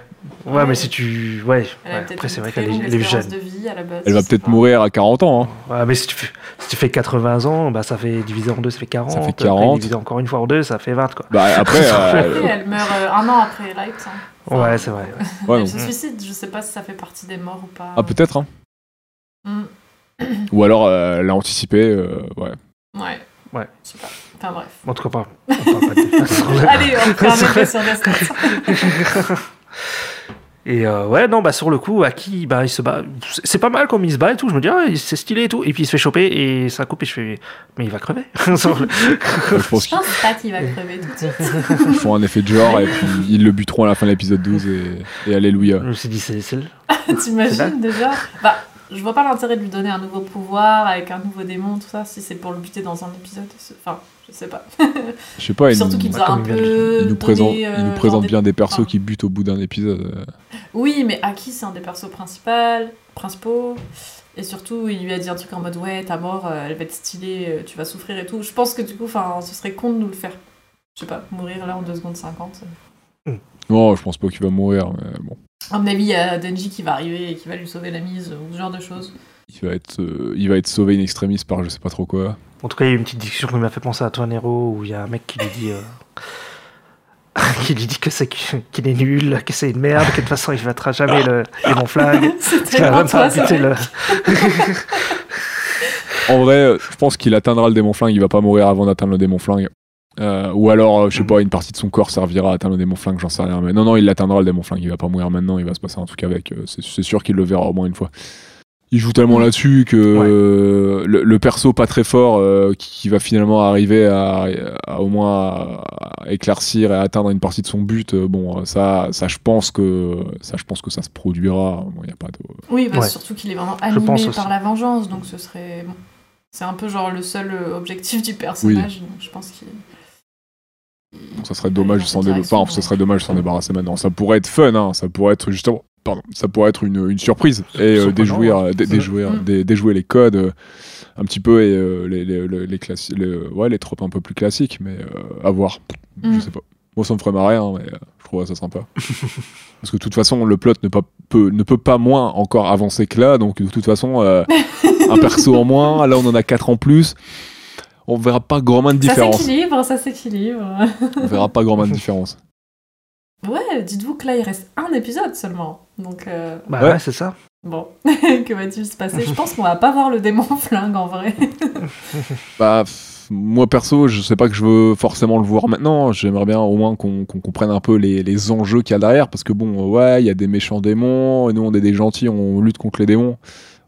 S1: Ouais,
S4: Ouais.
S1: mais si tu. Ouais,
S4: Elle
S1: ouais.
S4: a peut-être
S1: après,
S4: une
S1: c'est vrai
S4: très
S1: qu'elle est,
S4: longue
S1: elle est
S4: espérance
S1: jeune.
S4: de vie à la base.
S3: elle va
S4: je sais
S3: peut-être
S4: pas.
S3: mourir à 40 ans. hein.
S1: Ouais, mais si tu, fais, si tu fais 80 ans, bah, ça fait divisé en deux, ça fait 40.
S3: fait
S1: après,
S3: 40.
S1: divisé encore une fois en deux, ça fait 20, quoi.
S3: Bah après, euh,
S4: Après, elle meurt euh, un an après Light. hein. Enfin,
S1: Ouais, c'est vrai. ouais.
S3: ouais,
S4: Elle
S3: non.
S4: se suicide, je sais pas si ça fait partie des morts ou pas.
S3: ah peut-être. Hein.
S4: Hmm.
S3: Ou alors euh, elle a anticipé, euh, ouais.
S4: Ouais.
S1: Ouais.
S4: Je sais pas. Enfin bref.
S1: En tout cas, pas. on parle pas de-
S4: Allez, on fait un effet sur Death Note.
S1: Et euh, ouais, non, bah sur le coup, Aki, bah, il se bat. C'est pas mal comme il se bat et tout. Je me dis, ah, c'est stylé et tout. Et puis il se fait choper et ça coupe et je fais, mais il va crever. Sur le-
S3: Ouais, Je pense
S4: Je pense pas qu'il va crever tout de suite.
S3: qu'ils font un effet de genre et puis ils le buteront à la fin de l'épisode 12 et, et alléluia.
S1: je me suis dit, c'est c'est le-
S4: T'imagines déjà Bah, je vois pas l'intérêt de lui donner un nouveau pouvoir avec un nouveau démon, tout ça, si c'est pour le buter dans un épisode. c'est- Enfin, je sais pas.
S3: Je sais pas, ils
S4: Surtout
S3: nous-
S4: qu'il nous
S1: bah,
S4: a un
S1: comme il vient de-
S4: peu.
S3: il nous
S4: donné,
S3: présente,
S4: euh,
S3: il nous
S4: genre
S3: présente
S4: des-
S3: bien des persos
S4: enfin,
S3: qui butent au bout d'un épisode. euh.
S4: Oui, mais Aki, c'est un des persos principal, principaux. Et surtout, il lui a dit un truc en mode Ouais, ta mort, euh, elle va être stylée, euh, tu vas souffrir et tout. Je pense que du coup, enfin, ce serait con de nous le faire. Je sais pas, mourir là en 2 secondes 50.
S3: Non, je pense pas qu'il va mourir, mais bon.
S4: À mon avis, il y a Denji qui va arriver et qui va lui sauver la mise, ou ce genre de choses.
S3: Il va être, euh, il va être sauvé in extremis par je sais pas trop quoi.
S1: En tout cas, il y a eu une petite discussion qui m'a fait penser à toi, Nero, où il y a un mec qui lui dit. euh, qui lui dit que c'est qu'il est nul, que c'est une merde, que de toute façon il battra jamais le démon flag,
S4: c'est
S1: qu'il va
S4: tellement
S1: même pas
S4: toi, ça.
S1: buter le.
S3: En vrai, euh, je pense qu'il atteindra le démon flingue, il va pas mourir avant d'atteindre le démon flingue. Euh, ou alors, euh, je sais pas, une partie de son corps servira à atteindre le démon flingue, j'en sais rien. Mais non, non, il l'atteindra le démon flingue, il va pas mourir maintenant, il va se passer un truc avec. euh, C'est c'est sûr qu'il le verra au moins une fois. Il joue tellement là-dessus que
S1: Ouais.
S3: euh, le, le perso pas très fort euh, qui, qui va finalement arriver à, à au moins à- à éclaircir et à atteindre une partie de son but. euh, bon, euh, ça, ça je pense que ça, je pense que ça se produira. Bon, y a pas de...
S4: Oui, bah,
S1: Ouais.
S4: surtout qu'il est vraiment animé
S1: pense aussi.
S4: par la vengeance, donc ce serait. bon, c'est un peu genre le seul euh, objectif du personnage, donc je pense qu'il.
S3: Bon, ça serait dommage de s'en
S4: Dans cette
S3: débarrasser. Enfin,
S4: direction,
S3: ça serait dommage de s'en débarrasser maintenant. Ça pourrait être fun, hein. ça pourrait être justement. Pardon, ça pourrait être une, une surprise et euh,
S1: surprenant,
S3: déjouer,
S1: ouais.
S3: euh, dé-
S1: Ça-
S3: déjouer,
S4: Mm.
S3: dé- déjouer les codes euh, un petit peu et euh, les, les, les, les classi- les, euh, ouais, les tropes un peu plus classiques, mais euh, à voir. Je
S4: Mm.
S3: sais pas. Moi, ça me ferait marrer, hein, mais euh, je trouverais ça sympa. Parce que de toute façon, le plot ne, pas, peut, ne peut pas moins encore avancer que là, donc de toute façon, euh, un perso en moins, là on en a quatre en plus. On verra pas grand-main de
S4: Ça
S3: différence.
S4: s'équilibre, ça s'équilibre.
S3: On verra pas grand-main de différence.
S4: Ouais, dites-vous que là, il reste un épisode seulement. Donc, euh,
S1: Bah
S3: Ouais.
S1: ouais, c'est ça.
S4: bon, que va-t-il se passer Je pense qu'on va pas voir le démon flingue en vrai.
S3: Bah, pff, moi perso, je sais pas que je veux forcément le voir maintenant. J'aimerais bien au moins qu'on qu'on comprenne un peu les, les enjeux qu'il y a derrière. Parce que bon, euh, ouais, il y a des méchants démons, et nous on est des gentils, on lutte contre les démons.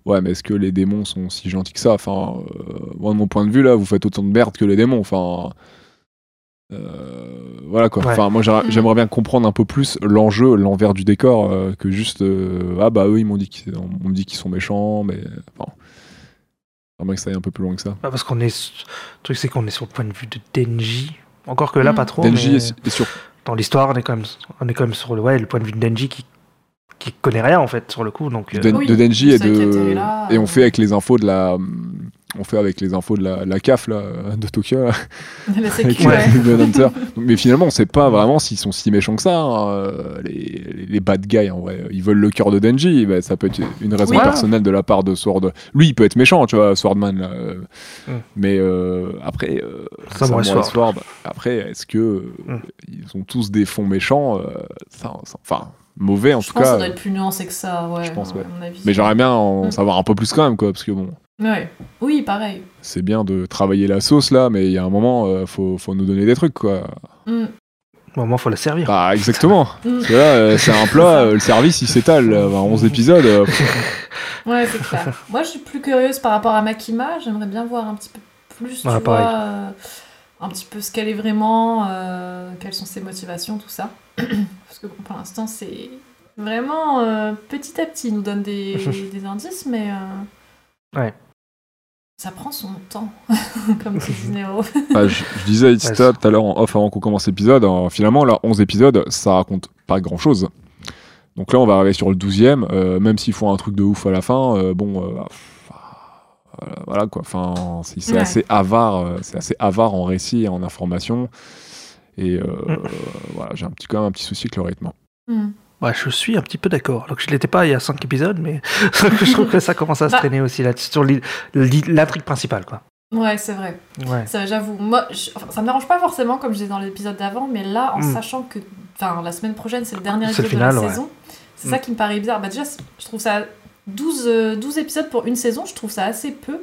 S3: Ouais, mais est-ce que les démons sont si gentils que ça Enfin, euh, moi de mon point de vue, là, vous faites autant de merde que les démons. Enfin. euh, voilà quoi.
S1: Ouais.
S3: Enfin, moi j'aimerais
S4: Mm.
S3: j'aimerais bien comprendre un peu plus l'enjeu, l'envers du décor euh, que juste euh, ah bah eux ils m'ont dit qu'ils on me dit qu'ils sont méchants, mais enfin, j'aimerais que ça aille un peu plus loin que ça.
S1: Bah, parce qu'on est. s- Le truc, c'est qu'on est sur le point de vue de Denji. Encore que là,
S4: Mm.
S1: pas trop.
S3: Hmm. Denji
S1: mais
S3: est, su- est sur.
S1: Dans l'histoire, on est quand même, on est quand même sur le, ouais, le point de vue de Denji qui, qui connaît rien, en fait, sur le coup. Donc, euh,
S3: Den-
S4: Oui,
S3: de Denji et
S4: c'est ça qui était
S3: de.
S4: là,
S3: Et
S4: euh.
S3: on fait avec les infos de la. hum, on fait avec les infos de la, la CAF là, de Tokyo. là,
S4: La
S3: avec
S4: sécu,
S3: euh,
S4: ouais.
S3: les Blood Hunters. Donc, mais finalement, on sait pas vraiment s'ils sont si méchants que ça, hein, euh, les, les bad guys en vrai. Ils veulent le cœur de Denji. bah, ça peut être une raison
S4: Oui.
S3: personnelle de la part de Sword. Lui, il peut être méchant, tu vois, Swordman. là, euh,
S1: Mm.
S3: Mais euh, après, euh,
S1: Samurai
S3: Samurai
S1: Sword.
S3: Sword, après, est-ce que euh,
S1: Mm.
S3: ils ont tous des fonds méchants euh, ça, ça- Enfin, mauvais en
S4: Je
S3: tout
S4: pense que
S3: cas.
S4: ça doit être plus nuancé que ça, ouais.
S3: je pense, ouais.
S4: à mon avis.
S3: Mais j'aimerais bien en
S4: Mm.
S3: savoir un peu plus quand même, quoi, parce que bon,
S4: Ouais. Oui, pareil.
S3: c'est bien de travailler la sauce là, mais il y a un moment, euh, faut, faut nous donner des trucs, quoi.
S4: Mm.
S1: Au moment, faut la servir.
S3: Bah, exactement.
S4: Mm.
S3: Parce que là, euh, c'est un plat, euh, le service, il s'étale, euh, bah, 11 épisodes. euh, pff,
S4: Ouais, c'est clair. Moi, je suis plus curieuse par rapport à Makima. J'aimerais bien voir un petit peu plus, tu
S1: Ouais, pareil.
S4: vois, euh, un petit peu ce qu'elle est vraiment, euh, quelles sont ses motivations, tout ça. Parce que bon, pour l'instant, c'est vraiment euh, petit à petit, il nous donne des, des indices, mais. euh,
S1: Ouais.
S4: Ça prend son temps, comme tu dis, Nero.
S3: bah, je, je disais à Stop tout à l'heure en off avant qu'on commence l'épisode, euh, finalement, là, 11 épisodes, ça raconte pas grand chose. Donc là, on va arriver sur le 12 e même s'ils font un truc de ouf à la fin, euh, bon. euh, bah, pff, voilà, voilà quoi, enfin, c'est c'est
S4: Ouais.
S3: assez avare, euh, c'est assez avare en récit et en information. Et euh,
S1: Mm.
S3: voilà, j'ai un petit, quand même un petit souci avec le rythme. hein.
S4: Hmm.
S1: Ouais, Bah, je suis un petit peu d'accord. Alors que je l'étais pas il y a 5 épisodes, mais je trouve que ça commence à se
S4: Bah.
S1: traîner aussi là, sur l'i- l'i- l'intrigue principale. Quoi.
S4: Ouais, c'est vrai.
S1: Ouais.
S4: Ça, j'avoue, moi, je- enfin, ça me dérange pas forcément comme je disais dans l'épisode d'avant, mais là, en
S3: Hmm.
S1: Mm.
S4: sachant que enfin, la semaine prochaine, c'est le dernier
S1: C'est
S4: épisode
S1: le
S4: de
S1: final,
S4: la
S1: ouais.
S4: saison, c'est
S1: Mm.
S3: Hmm.
S4: ça qui me paraît bizarre. Bah, déjà, c'est- je trouve ça 12, euh, 12 épisodes pour une saison, je trouve ça assez peu.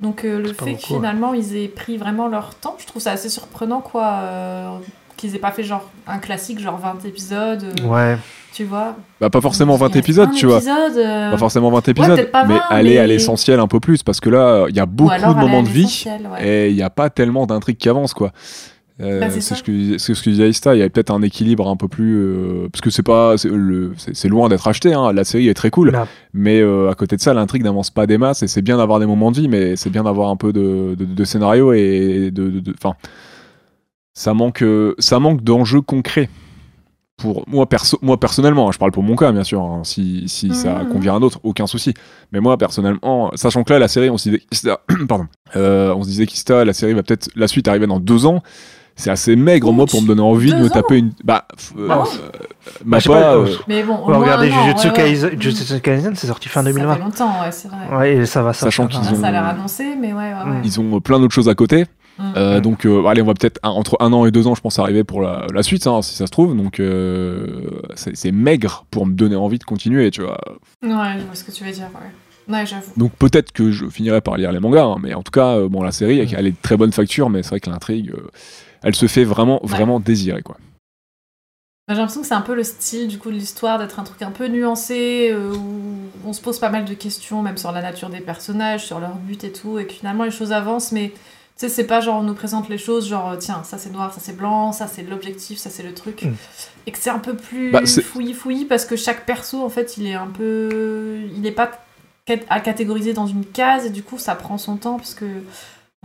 S4: Donc, euh, le
S1: C'est pas
S4: fait que
S1: beaucoup, ouais.
S4: finalement ils aient pris vraiment leur temps, je trouve ça assez surprenant, quoi. euh, qu'ils aient pas fait genre un classique, genre 20 épisodes, euh,
S1: Ouais.
S4: tu vois.
S3: Bah, pas forcément
S4: Il y a
S3: 20 épisodes,
S4: un
S3: tu vois.
S4: épisode, euh,
S3: Pas forcément 20 épisodes,
S4: peut-être pas
S3: mais
S4: 20,
S3: aller à
S4: mais-
S3: l'essentiel un peu plus, parce que là, il y a
S4: ou
S3: beaucoup
S4: alors
S3: de
S4: aller à
S3: moments de vie
S4: l'essentiel, ouais.
S3: et il n'y a pas tellement d'intrigues qui avancent, quoi. Euh,
S4: Bah,
S3: c'est
S4: c'est ça.
S3: ce que c'est ce que disait Aïsta, il y a peut-être un équilibre un peu plus euh, parce que c'est pas c'est le- c'est- c'est loin d'être acheté hein, la série est très cool
S1: Là,
S3: mais euh, à côté de ça l'intrigue n'avance pas des masses et c'est bien d'avoir des moments de vie mais c'est bien d'avoir un peu de, de- de scénario et de de- de- enfin ça manque euh, ça manque d'enjeux concrets pour moi perso moi personnellement hein, je parle pour mon cas bien sûr hein, si, si ça
S4: Mhm.
S3: convient à un autre aucun souci mais moi personnellement sachant que là la série on se disait qu'Ista- pardon Euh, on se disait qu'Ista la série va peut-être la suite arriver dans deux ans c'est assez maigre
S4: Ouch.
S3: moi pour me donner envie de
S4: Deux
S3: me
S4: ans
S3: taper une bah euh,
S4: Ah ouais.
S3: euh, bah,
S1: je sais pas,
S3: pas,
S1: euh,
S3: euh,
S4: Mais bon,
S1: Ouais,
S4: au moins
S1: regardez
S4: un an,
S1: Jujutsu
S4: ouais, ouais.
S1: Kaisen,
S4: Mm.
S1: Jujutsu Kaisen, c'est sorti fin
S4: Ça fait
S1: 2020.
S4: longtemps, ouais, c'est vrai.
S1: Ouais, et ça va sortir.
S3: Sachant
S1: fin
S3: qu'ils
S4: Ah,
S1: vingt.
S3: ont-
S4: Ça a l'air annoncé, mais ouais, ouais, ouais.
S3: ils ont euh, plein d'autres choses à côté
S4: Mm.
S3: Euh,
S1: Mm.
S3: donc euh, allez on va peut-être un- entre un an et deux ans je pense arriver pour la, la suite hein, si ça se trouve donc euh, c'est c'est maigre pour me donner envie de continuer tu vois
S4: Ouais, je vois ce que tu veux dire, ouais. Ouais, j'avoue.
S3: donc peut-être que je finirai par lire les mangas hein, mais en tout cas euh, bon la série elle,
S1: Mm.
S3: elle est de très bonne facture mais c'est vrai que l'intrigue euh, elle se fait vraiment vraiment désirer quoi
S4: J'ai l'impression que c'est un peu le style du coup de l'histoire d'être un truc un peu nuancé euh, où on se pose pas mal de questions même sur la nature des personnages, sur leur but et tout et que finalement les choses avancent mais tu sais c'est pas genre on nous présente les choses genre tiens ça c'est noir, ça c'est blanc, ça c'est l'objectif, ça c'est le truc
S1: Mm.
S4: et que c'est un peu plus
S3: Bah, c'est-
S4: fouillis fouillis parce que chaque perso en fait il est un peu il est pas cat- à catégoriser dans une case et du coup ça prend son temps parce que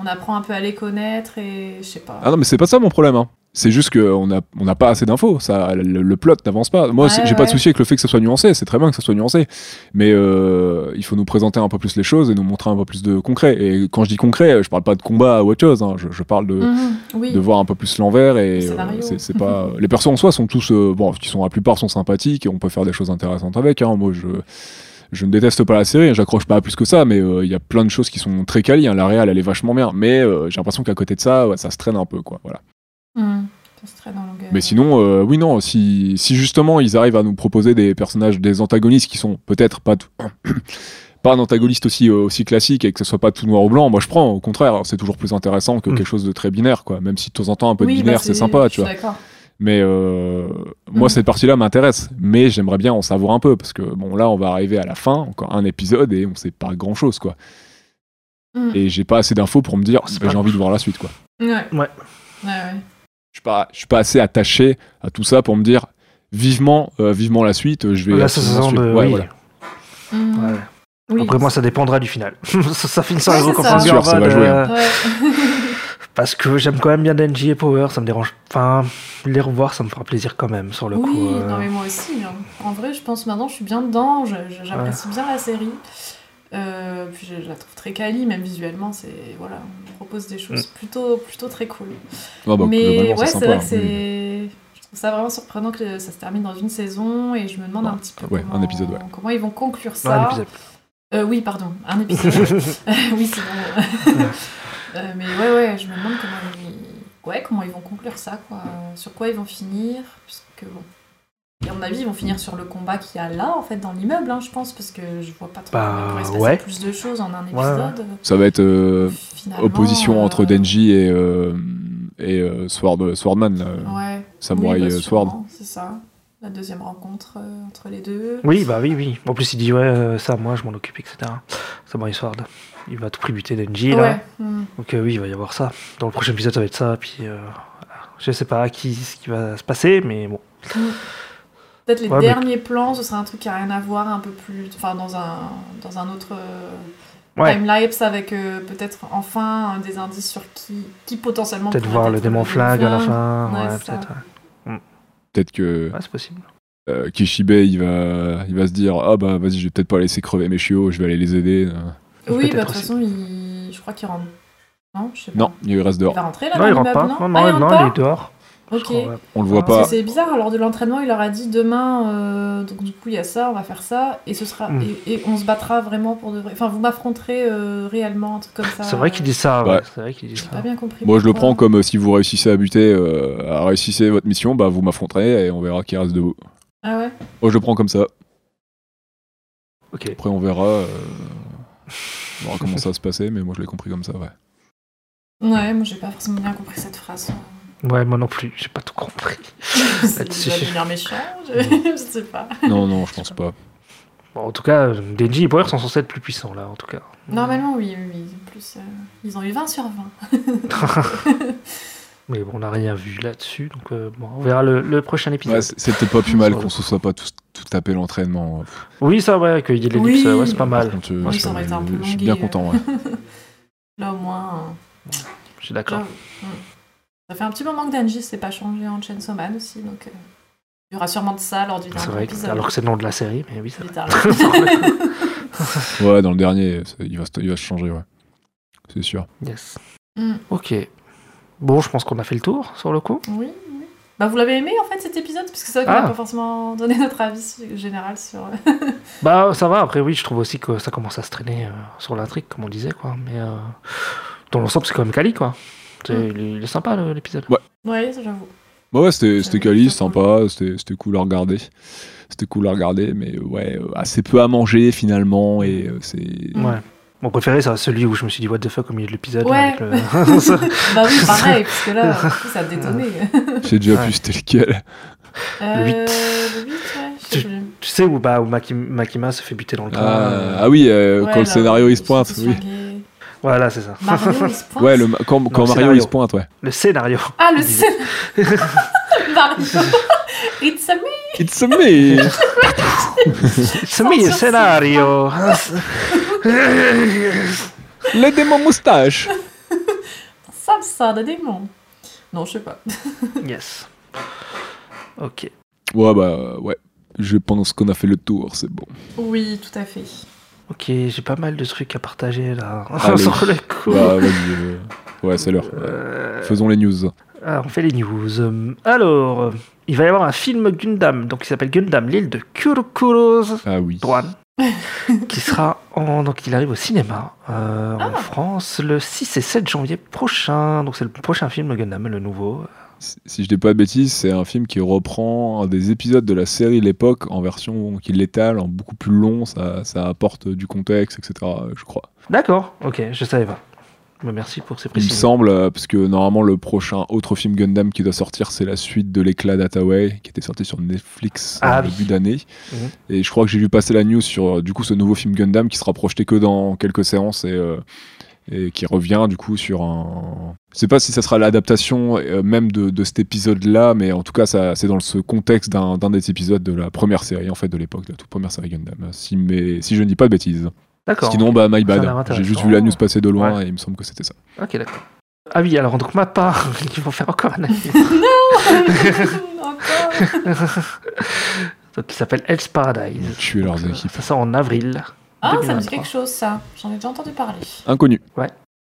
S4: on apprend un peu à les connaître et je sais pas.
S3: ah non mais c'est pas ça mon problème hein. c'est juste qu'on n'a on n'a pas assez d'infos ça le, le plot n'avance pas moi
S4: Ouais,
S3: c'est- j'ai pas de
S4: ouais.
S3: souci avec le fait que ça soit nuancé c'est très bien que ça soit nuancé mais euh, il faut nous présenter un peu plus les choses et nous montrer un peu plus de concret et quand je dis concret je parle pas de combat ou autre chose hein. je, je parle de
S4: Mhm, oui.
S3: de voir un peu plus l'envers et
S4: Le scénario.
S3: euh, c'est c'est pas les persos en soi sont tous euh, bon qui sont la plupart sont sympathiques et on peut faire des choses intéressantes avec hein. moi je je ne déteste pas la série hein. j'accroche pas à plus que ça mais euh, il y a plein de choses qui sont très quali hein. la réal elle est vachement bien mais euh, j'ai l'impression qu'à côté de ça ouais, ça se traîne un peu quoi voilà
S4: Mhm. Ça se traîne en longueur.
S3: mais sinon euh, oui non si si justement ils arrivent à nous proposer des personnages des antagonistes qui sont peut-être pas tout- pas un antagoniste aussi euh, aussi classique et que ce soit pas tout noir ou blanc moi je prends au contraire c'est toujours plus intéressant que
S1: Mm.
S3: quelque chose de très binaire quoi même si de temps en temps un peu de
S4: Oui, bah,
S3: binaire c'est sympa
S4: je
S3: tu
S4: suis
S3: vois
S4: D'accord.
S3: mais euh, moi,
S4: Mm.
S3: cette partie-là m'intéresse. Mais j'aimerais bien en savoir un peu. Parce que, bon, là, on va arriver à la fin, encore un épisode, et on sait pas grand-chose, quoi.
S4: Mm.
S3: Et j'ai pas assez d'infos pour me dire,
S1: Oh, c'est
S3: bah,
S1: pas
S3: j'ai envie de voir la suite, quoi.
S4: Mmh. Ouais.
S1: Ouais.
S4: Ouais, ouais.
S3: Je suis pas, je suis pas assez attaché à tout ça pour me dire, vivement, euh, vivement la suite, euh, je vais.
S1: Là, ça
S3: absolument
S1: se sent
S3: la suite.
S1: de.
S3: Ouais,
S1: oui.
S3: voilà.
S4: Mhm.
S1: Ouais.
S4: Oui.
S1: Après, moi, ça dépendra du final. ça, ça finit sans
S4: Ouais,
S1: les
S4: c'est
S1: comme
S4: ça.
S1: ça.
S3: Sûr, ça va jouer, hein.
S4: Ouais.
S1: Parce que j'aime quand même bien Denji et Power, ça me dérange. Enfin, les revoir, ça me fera plaisir quand même, sur le
S4: oui,
S1: coup. euh.
S4: non mais moi aussi. hein. En vrai, je pense maintenant, je suis bien dedans. je- je- J'apprécie bien la série. Euh, puis je la trouve très quali, même visuellement, c'est voilà, on propose des
S1: Mm.
S4: choses plutôt plutôt très cool.
S3: Non, bah,
S4: Mais
S3: globalement,
S4: ouais, c'est
S3: sympa,
S4: vrai que
S3: hein.
S4: c'est. Je trouve ça vraiment surprenant que ça se termine dans une saison et je me demande un petit peu
S3: Ah, Ouais, un
S4: comment,
S3: épisode, ouais.
S4: comment ils vont conclure
S1: Non, un
S4: ça.
S1: épisode.
S4: Euh, oui, pardon, un épisode. Euh, oui, c'est bon. Euh, mais ouais, ouais, je me demande comment ils, ouais, comment ils vont conclure ça, quoi. Sur quoi ils vont finir, puisque bon. Et à mon avis, ils vont finir sur le combat qu'il y a là, en fait, dans l'immeuble, hein, je pense, parce que je vois pas trop
S1: Bah,
S4: comment il pourrait se passer
S1: ouais.
S4: plus de choses en un
S1: Ouais, ouais.
S4: épisode.
S3: Ça va être euh,
S4: Finalement,
S3: opposition
S4: euh,
S3: entre Denji et, euh, et euh, Sword, Swordman, là,
S4: Ouais.
S3: Samurai
S4: Oui, bah,
S3: euh, Sword.
S4: sûrement, C'est ça. La deuxième rencontre euh, entre les deux.
S1: Oui, bah oui, oui. En plus, il dit, ouais, euh, ça, moi, je m'en occupe, etc. Ça m'a histoire. de- Il va tout prébuter d'Engie, là.
S4: Ouais. hmm.
S1: Donc, euh, oui, il va y avoir ça. Dans le prochain épisode, ça va être ça. Puis, euh, je sais pas à qui, ce qui va se passer, mais bon.
S4: Peut-être les
S1: Ouais, mais-
S4: derniers plans, ce sera un truc qui a rien à voir, un peu plus. Enfin, dans un, dans un autre euh,
S1: Ouais.
S4: timelapse avec euh, peut-être enfin un des indices sur qui, qui potentiellement.
S1: Peut-être
S4: pourrait
S1: voir le
S4: être
S1: démon flag à la fin.
S4: Ouais,
S1: Ouais,
S4: c'est ça.
S1: peut-être. Ouais,
S3: Peut-être que
S1: Ouais, c'est possible.
S3: euh, Kishibe, il va, il va se dire Ah bah vas-y, je vais peut-être pas laisser crever mes chiots, je vais aller les aider. Euh,
S4: Oui, bah, de
S1: Peut-être
S4: toute
S1: aussi.
S4: façon, il- je crois qu'il rentre. Non, je sais pas.
S3: Non, il reste
S4: Il
S3: dehors.
S4: va rentrer là
S1: non,
S4: dans
S1: il rentre pas.
S4: l'immeuble,
S1: Non,
S4: Ah,
S1: non,
S4: il
S1: non,
S4: rentre
S1: il est dehors.
S4: pas
S1: Je crois,
S4: Ok.
S1: ouais.
S3: On le voit
S1: Ah,
S3: pas.
S4: Parce que c'est bizarre, lors de l'entraînement, il leur a dit demain, euh, donc du coup, il y a ça, on va faire ça, et ce sera
S1: Mm.
S4: et, et on se battra vraiment pour de vrai. Enfin, vous m'affronterez euh, réellement, un truc comme ça. Euh,
S1: C'est vrai qu'il dit ça.
S3: Ouais.
S1: Ouais. C'est vrai qu'il dit
S4: J'ai pas
S1: ça.
S4: bien compris.
S3: Moi, je le
S4: pourquoi.
S3: prends comme euh, si vous réussissez à buter, euh, à réussissez votre mission, bah vous m'affronterez et on verra qui reste debout.
S4: Ah ouais
S3: Moi, je le prends comme ça.
S1: Ok.
S3: Après, on verra, euh, on verra comment ça va se passer, mais moi, je l'ai compris comme ça, ouais.
S4: Ouais, moi j'ai pas forcément bien compris cette phrase.
S1: Ouais, moi non plus. J'ai pas tout compris.
S4: C'est
S1: Là-dessus.
S4: déjà devenir méchant, je... je sais pas.
S3: Non, non, je pense pas.
S1: Bon, en tout cas, euh, Denji et Power sont censés être plus puissants, là, en tout cas.
S4: Normalement, oui, oui, oui. En plus, euh, ils ont eu 20 sur 20.
S1: Mais bon, on n'a rien vu là-dessus. Donc, euh, bon, on verra le, le prochain épisode.
S3: Ouais, c'est- c'est peut-être pas plus mal
S1: Ouais.
S3: qu'on se soit pas tous- tout tapé l'entraînement. euh, pff,
S1: oui, ça, ouais, qu'il y ait les
S4: Oui.
S1: lips, euh, ouais, c'est pas
S3: par
S1: mal.
S3: contre, euh,
S4: Oui,
S3: je-
S4: ça aurait été un peu
S3: Je suis
S4: longué,
S3: bien
S4: euh.
S3: content, ouais.
S4: Là au moins.
S1: Je suis
S4: euh,
S1: d'accord.
S4: là, mm. Ça fait un petit moment que Danji s'est pas changé en Chainsaw Man aussi, donc euh, il y aura sûrement de ça lors du
S1: C'est
S4: dernier
S1: vrai, que-
S4: épisode.
S1: alors que c'est le nom de la série, mais oui, ça
S4: Littéralement.
S3: Ouais, dans le dernier, euh, ça- il va, se- il va se changer, ouais. C'est sûr.
S1: Yes.
S4: Mm.
S1: Ok. Bon, je pense qu'on a fait le tour sur le coup.
S4: Oui, oui. Bah, vous l'avez aimé en fait cet épisode Parce que c'est vrai qu'on
S1: Ah.
S4: n'a pas forcément donné notre avis su- général sur. euh,
S1: Bah, ça va. Après, oui, je trouve aussi que ça commence à se traîner euh, sur l'intrigue, comme on disait, quoi. Mais euh, dans l'ensemble, c'est quand même quali, quoi. C'est-
S4: Mm.
S1: Il est- il est sympa, le- l'épisode.
S4: ouais, ça, j'avoue.
S3: Bah ouais, c'était c'était quali,
S4: c'était cool.
S3: sympa, c'était c'était cool à regarder. C'était cool à regarder, mais euh, ouais, euh, assez peu à manger finalement, et euh, c'est.
S4: Mm.
S1: Ouais. Mon préféré, c'est celui où je me suis dit, what the fuck, au milieu de l'épisode.
S4: Ouais.
S1: avec le- Ça-
S4: Bah oui, pareil, parce que là, en plus, ça a détonné.
S3: J'ai déjà
S1: Ouais.
S3: vu c'était lequel.
S4: Euh,
S1: huit.
S4: le huit, ouais, je sais
S1: Tu-
S4: plus.
S1: tu sais, où, bah, où Maki- Makima se fait buter dans le train.
S3: Ah,
S1: euh,
S3: ah oui, euh,
S4: Ouais,
S3: quand le
S4: là,
S3: scénario il se
S4: ils
S3: pointe,
S4: sont tous
S3: oui.
S4: fringués.
S1: Voilà, c'est ça.
S4: Mario, il se pointe.
S3: Ouais, le, ma- quand, quand
S1: le
S3: Mario il se
S1: scénario.
S3: pointe, ouais.
S1: Le scénario.
S4: Ah, le
S1: Il dit-
S4: scénario Mario It's a me
S3: It's a me!
S1: C'est le
S4: Censure,
S1: scénario.
S3: Le démon moustache!
S4: Ça me sort de démon. Non, je sais pas.
S1: yes. Ok.
S3: Ouais, bah ouais. Je pense qu'on a fait le tour, c'est bon.
S4: Oui, tout à fait.
S1: Ok, j'ai pas mal de trucs à partager là.
S3: Allez.
S1: Sur le coup.
S3: Bah, vas-y, euh, Ouais, c'est l'heure.
S1: Euh,
S3: Faisons les news.
S1: ah, on fait les news. Euh, Alors, euh, il va y avoir un film Gundam, donc il s'appelle Gundam, l'île de Kurokuros.
S3: Ah oui.
S1: Douane, qui sera en. Donc, il arrive au cinéma euh, en France le 6 et 7 janvier prochain. Donc, c'est le prochain film Gundam, le nouveau.
S3: Si- Si je dis pas de bêtises, c'est un film qui reprend un des épisodes de la série L'époque en version qui l'étale, en beaucoup plus long, ça, ça apporte du contexte, etc. euh, Je crois.
S1: D'accord, ok, je savais pas. Mais merci pour ces
S3: Il me
S1: précisions.
S3: semble, euh, parce que normalement le prochain autre film Gundam qui doit sortir, c'est la suite de l'éclat d'Ataway, qui était sorti sur Netflix en
S1: Ah oui.
S3: début d'année.
S1: Mhm.
S3: Et je crois que j'ai vu passer la news sur euh, du coup ce nouveau film Gundam qui sera projeté que dans quelques séances et, euh, et qui revient du coup sur un. Je sais pas si ça sera l'adaptation euh, même de, de cet épisode-là, mais en tout cas ça c'est dans ce contexte d'un d'un des épisodes de la première série en fait de l'époque, de la toute première série Gundam. Si, mais, si je ne dis pas de bêtises.
S1: D'accord.
S3: Sinon bah my
S1: Ça a l'air
S3: bad.
S1: intéressant.
S3: J'ai juste vu la news passer de loin et il me semble que c'était ça.
S1: Ok, d'accord. Ah oui, alors, donc, ma part, ils vont faire encore un anime.
S4: Encore
S1: donc, il s'appelle Hell's Paradise.
S3: Tuer leurs
S1: Donc, euh,
S3: équipes.
S1: Ça sort en avril.
S13: Ah, ça me
S1: 2023.
S13: dit quelque chose, ça. J'en ai déjà entendu parler.
S3: Inconnu.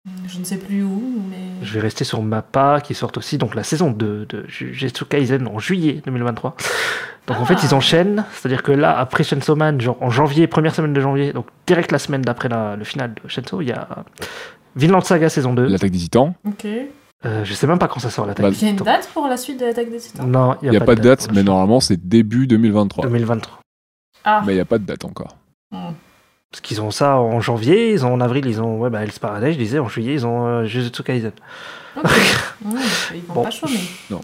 S13: Hmm, Je ne sais plus où, mais.
S1: Je vais rester sur Mappa qui sort aussi donc la saison 2 de Jujutsu Kaisen en juillet 2023. Donc en fait,
S13: Ah.
S1: ils enchaînent, c'est-à-dire que là après Chainsaw Man, genre en janvier, première semaine de janvier, donc direct la semaine d'après la- le final de Chainsaw, il y a Vinland Saga saison 2.
S3: L'attaque des titans.
S13: Ok. Il
S1: Euh, je sais même pas quand ça sort la
S3: Bah,
S1: date.
S13: y a une date hein. pour la suite de l'attaque des titans
S1: Non, il
S3: Il n'y a, pas de date,
S1: pour
S3: mais
S1: l'instant.
S3: normalement c'est début 2023.
S1: 2023.
S13: Ah,
S3: Mais il n'y a pas de date encore.
S13: hmm.
S1: Parce qu'ils ont ça en janvier, ils ont en avril, ils ont ouais bah Hell's Paradise, je disais en juillet, ils ont euh, Jujutsu Kaisen.
S13: Ok. Hmm, Ils vont
S1: Bon.
S13: pas chômer.
S1: Non.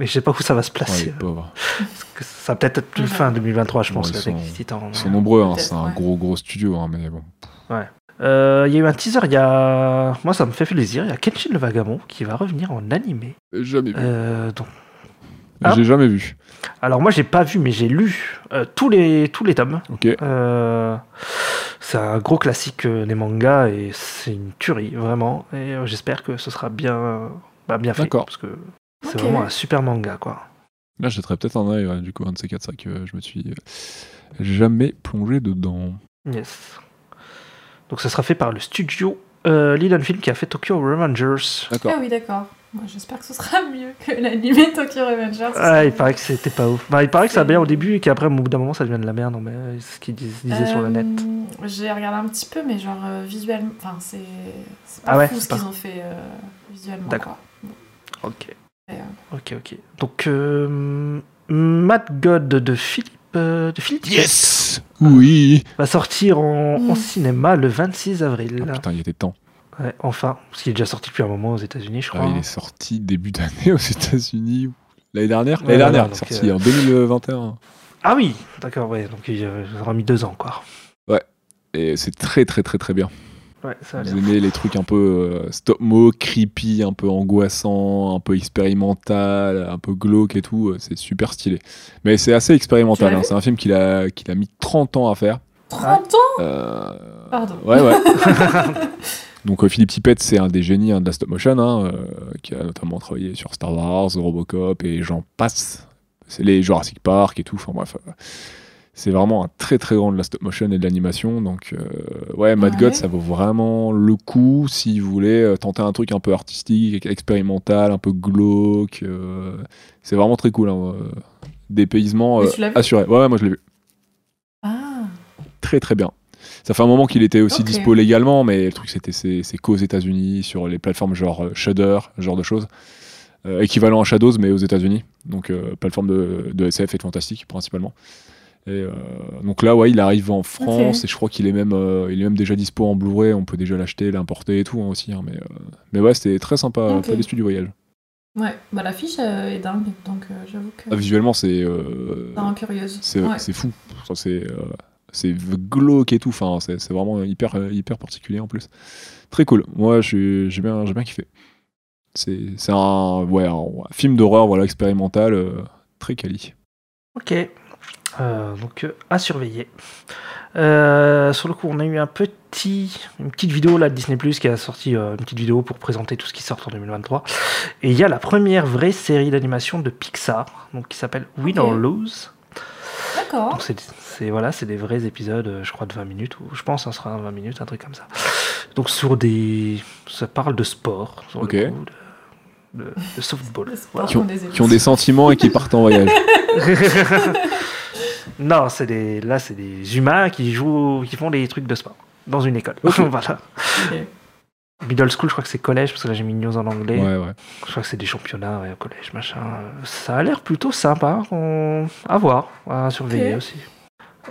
S1: Mais je sais pas où ça va se
S3: Ouais, les
S1: placer.
S3: pauvres.
S1: Parce que ça va peut-être être plus
S13: Ouais.
S1: fin 2023, je pense,
S3: Ouais, ils
S1: avec
S3: sont-
S1: les Titans.
S3: Ils sont nombreux, hein,
S13: Peut-être,
S3: c'est un
S13: ouais.
S3: gros gros studio, hein, mais bon.
S1: Euh, Il y a eu un teaser, il y a... Moi, ça me fait plaisir. Il y a Kenshin le Vagabond qui va revenir en animé.
S3: Jamais vu.
S1: Euh, donc... ah.
S3: J'ai jamais vu.
S1: Alors, moi, j'ai pas vu, mais j'ai lu euh, tous, les, tous les tomes.
S3: Ok.
S1: Euh, C'est un gros classique euh, des mangas et c'est une tuerie, vraiment. Et euh, j'espère que ce sera bien, euh, bah, bien fait.
S3: D'accord.
S1: Parce que c'est
S13: Ok.
S1: vraiment un super manga, quoi.
S3: Là, jetterais peut-être un œil, ouais, du coup, un de ces quatre, ça que euh, je me suis euh, jamais plongé dedans.
S1: Yes. Donc, ça sera fait par le studio euh, Lilan Film qui a fait Tokyo Revengers.
S3: D'accord.
S13: Ah oui, d'accord. Moi, J'espère que ce sera mieux que l'anime Tokyo Revengers.
S1: Ah, il paraît que c'était pas ouf. Bah, il paraît que ça va bien au début et qu'après, au bout d'un moment, ça devient de la merde. Mais euh, c'est ce qu'ils dis- disaient sur le net.
S13: Euh, J'ai regardé un petit peu, mais genre euh, visuellement. Enfin, c'est c'est pas
S1: Ah ouais,
S13: fou ce
S1: c'est pas-
S13: qu'ils ont fait euh, visuellement.
S1: D'accord.
S13: quoi.
S1: Ok.
S13: Et, euh,
S1: Ok, ok. Donc, euh, Mad God de Philippe, euh, de Philippe
S3: Yes Oui
S1: va sortir en, en
S13: Mm.
S1: cinéma le 26 avril.
S3: Ah, Putain, il était temps.
S1: Ouais, enfin, parce qu'il est déjà sorti depuis un moment aux États-Unis, je
S3: Ah,
S1: crois.
S3: il est sorti début d'année aux États-Unis. L'année dernière
S1: Ouais,
S3: L'année dernière,
S1: voilà,
S3: il est
S1: donc,
S3: sorti
S1: euh,
S3: en 2021.
S1: Ah oui, d'accord, ouais. Donc, il euh, ça aura mis deux ans, quoi.
S3: Et c'est très, très, très, très bien.
S1: Ouais, ça a l'air.
S3: Vous aimez les trucs un peu euh, stop-mo, creepy, un peu angoissant, un peu expérimental, un peu glauque et tout. euh, C'est super stylé. Mais c'est assez
S13: Tu
S3: expérimental.
S13: l'as
S3: hein,
S13: vu
S3: C'est un film qu'il a, qu'il a mis 30 ans à faire.
S1: Ah.
S13: 30 ans
S3: Euh,
S13: Pardon.
S3: Ouais, ouais. Donc euh, Philippe Tippett, c'est un des génies hein, de la stop motion, hein, euh, qui a notamment travaillé sur Star Wars, Robocop et j'en passe. C'est les Jurassic Park et tout. Enfin bref, euh, c'est vraiment un très très grand de la stop motion et de l'animation. Donc euh, ouais, Mad
S13: Ouais.
S3: God, ça vaut vraiment le coup si vous voulez euh, tenter un truc un peu artistique, expérimental, un peu glauque. euh, c'est vraiment très cool. Hein, euh, dépaysement
S13: Mais
S3: euh,
S13: tu l'as vu
S3: assuré. Ouais, ouais, moi je l'ai vu
S13: Ah,
S3: très très bien. Ça fait un moment qu'il était aussi
S13: Ok.
S3: dispo légalement, mais le truc c'était c'est c'est qu'aux États-Unis sur les plateformes genre euh, Shudder, ce genre de choses, Euh, équivalent à Shadows mais aux États-Unis, donc euh, plateforme de, de SF et de fantastique principalement. Et euh, donc là ouais, il arrive en France et je crois qu'il est même euh, il est même déjà dispo en Blu-ray, on peut déjà l'acheter, l'importer et tout hein, aussi. hein, mais euh, mais ouais c'était très sympa,
S13: Ok.
S3: pas des studios voyage.
S13: ouais. Bah, l'affiche euh, est dingue, donc euh, j'avoue que.
S3: Ah, visuellement c'est euh,
S13: Ça rend curieuse.
S3: c'est
S13: Ouais.
S3: c'est fou. Ça, c'est euh, c'est glauque et tout. Enfin, c'est c'est vraiment hyper, euh, hyper particulier en plus. Très cool. Moi, je suis- j'ai bien, j'ai bien kiffé. C'est c'est un, ouais, un film d'horreur voilà, expérimental. euh, très quali.
S1: Ok. Euh, donc euh, à surveiller. Euh, sur le coup, on a eu un petit, une petite vidéo là de Disney Plus qui a sorti euh, une petite vidéo pour présenter tout ce qui sort en 2023. Et il y a la première vraie série d'animation de Pixar, donc qui s'appelle Win
S13: Ok.
S1: or Lose.
S13: D'accord.
S1: Donc c'est, c'est- voilà, c'est des vrais épisodes, euh, je crois de 20 minutes ou je pense ça sera un 20 minutes, un truc comme ça. Donc sur des, ça parle de sport, sur le
S3: Ok.
S1: coup, de, de- de softball.
S13: Le sport
S3: Qui ont-
S13: qu'on les
S3: Qui ont des sentiments et qui partent en voyage.
S1: non, c'est des, là, c'est des humains qui jouent, qui font des trucs de sport dans une école. voilà.
S13: Ok.
S1: Middle school, je crois que c'est collège parce que là j'ai mis news en anglais.
S3: Ouais, ouais.
S1: Je crois que c'est des championnats ouais, au collège, machin. Euh, Ça a l'air plutôt sympa. on- À voir, à surveiller
S13: Ok.
S1: aussi.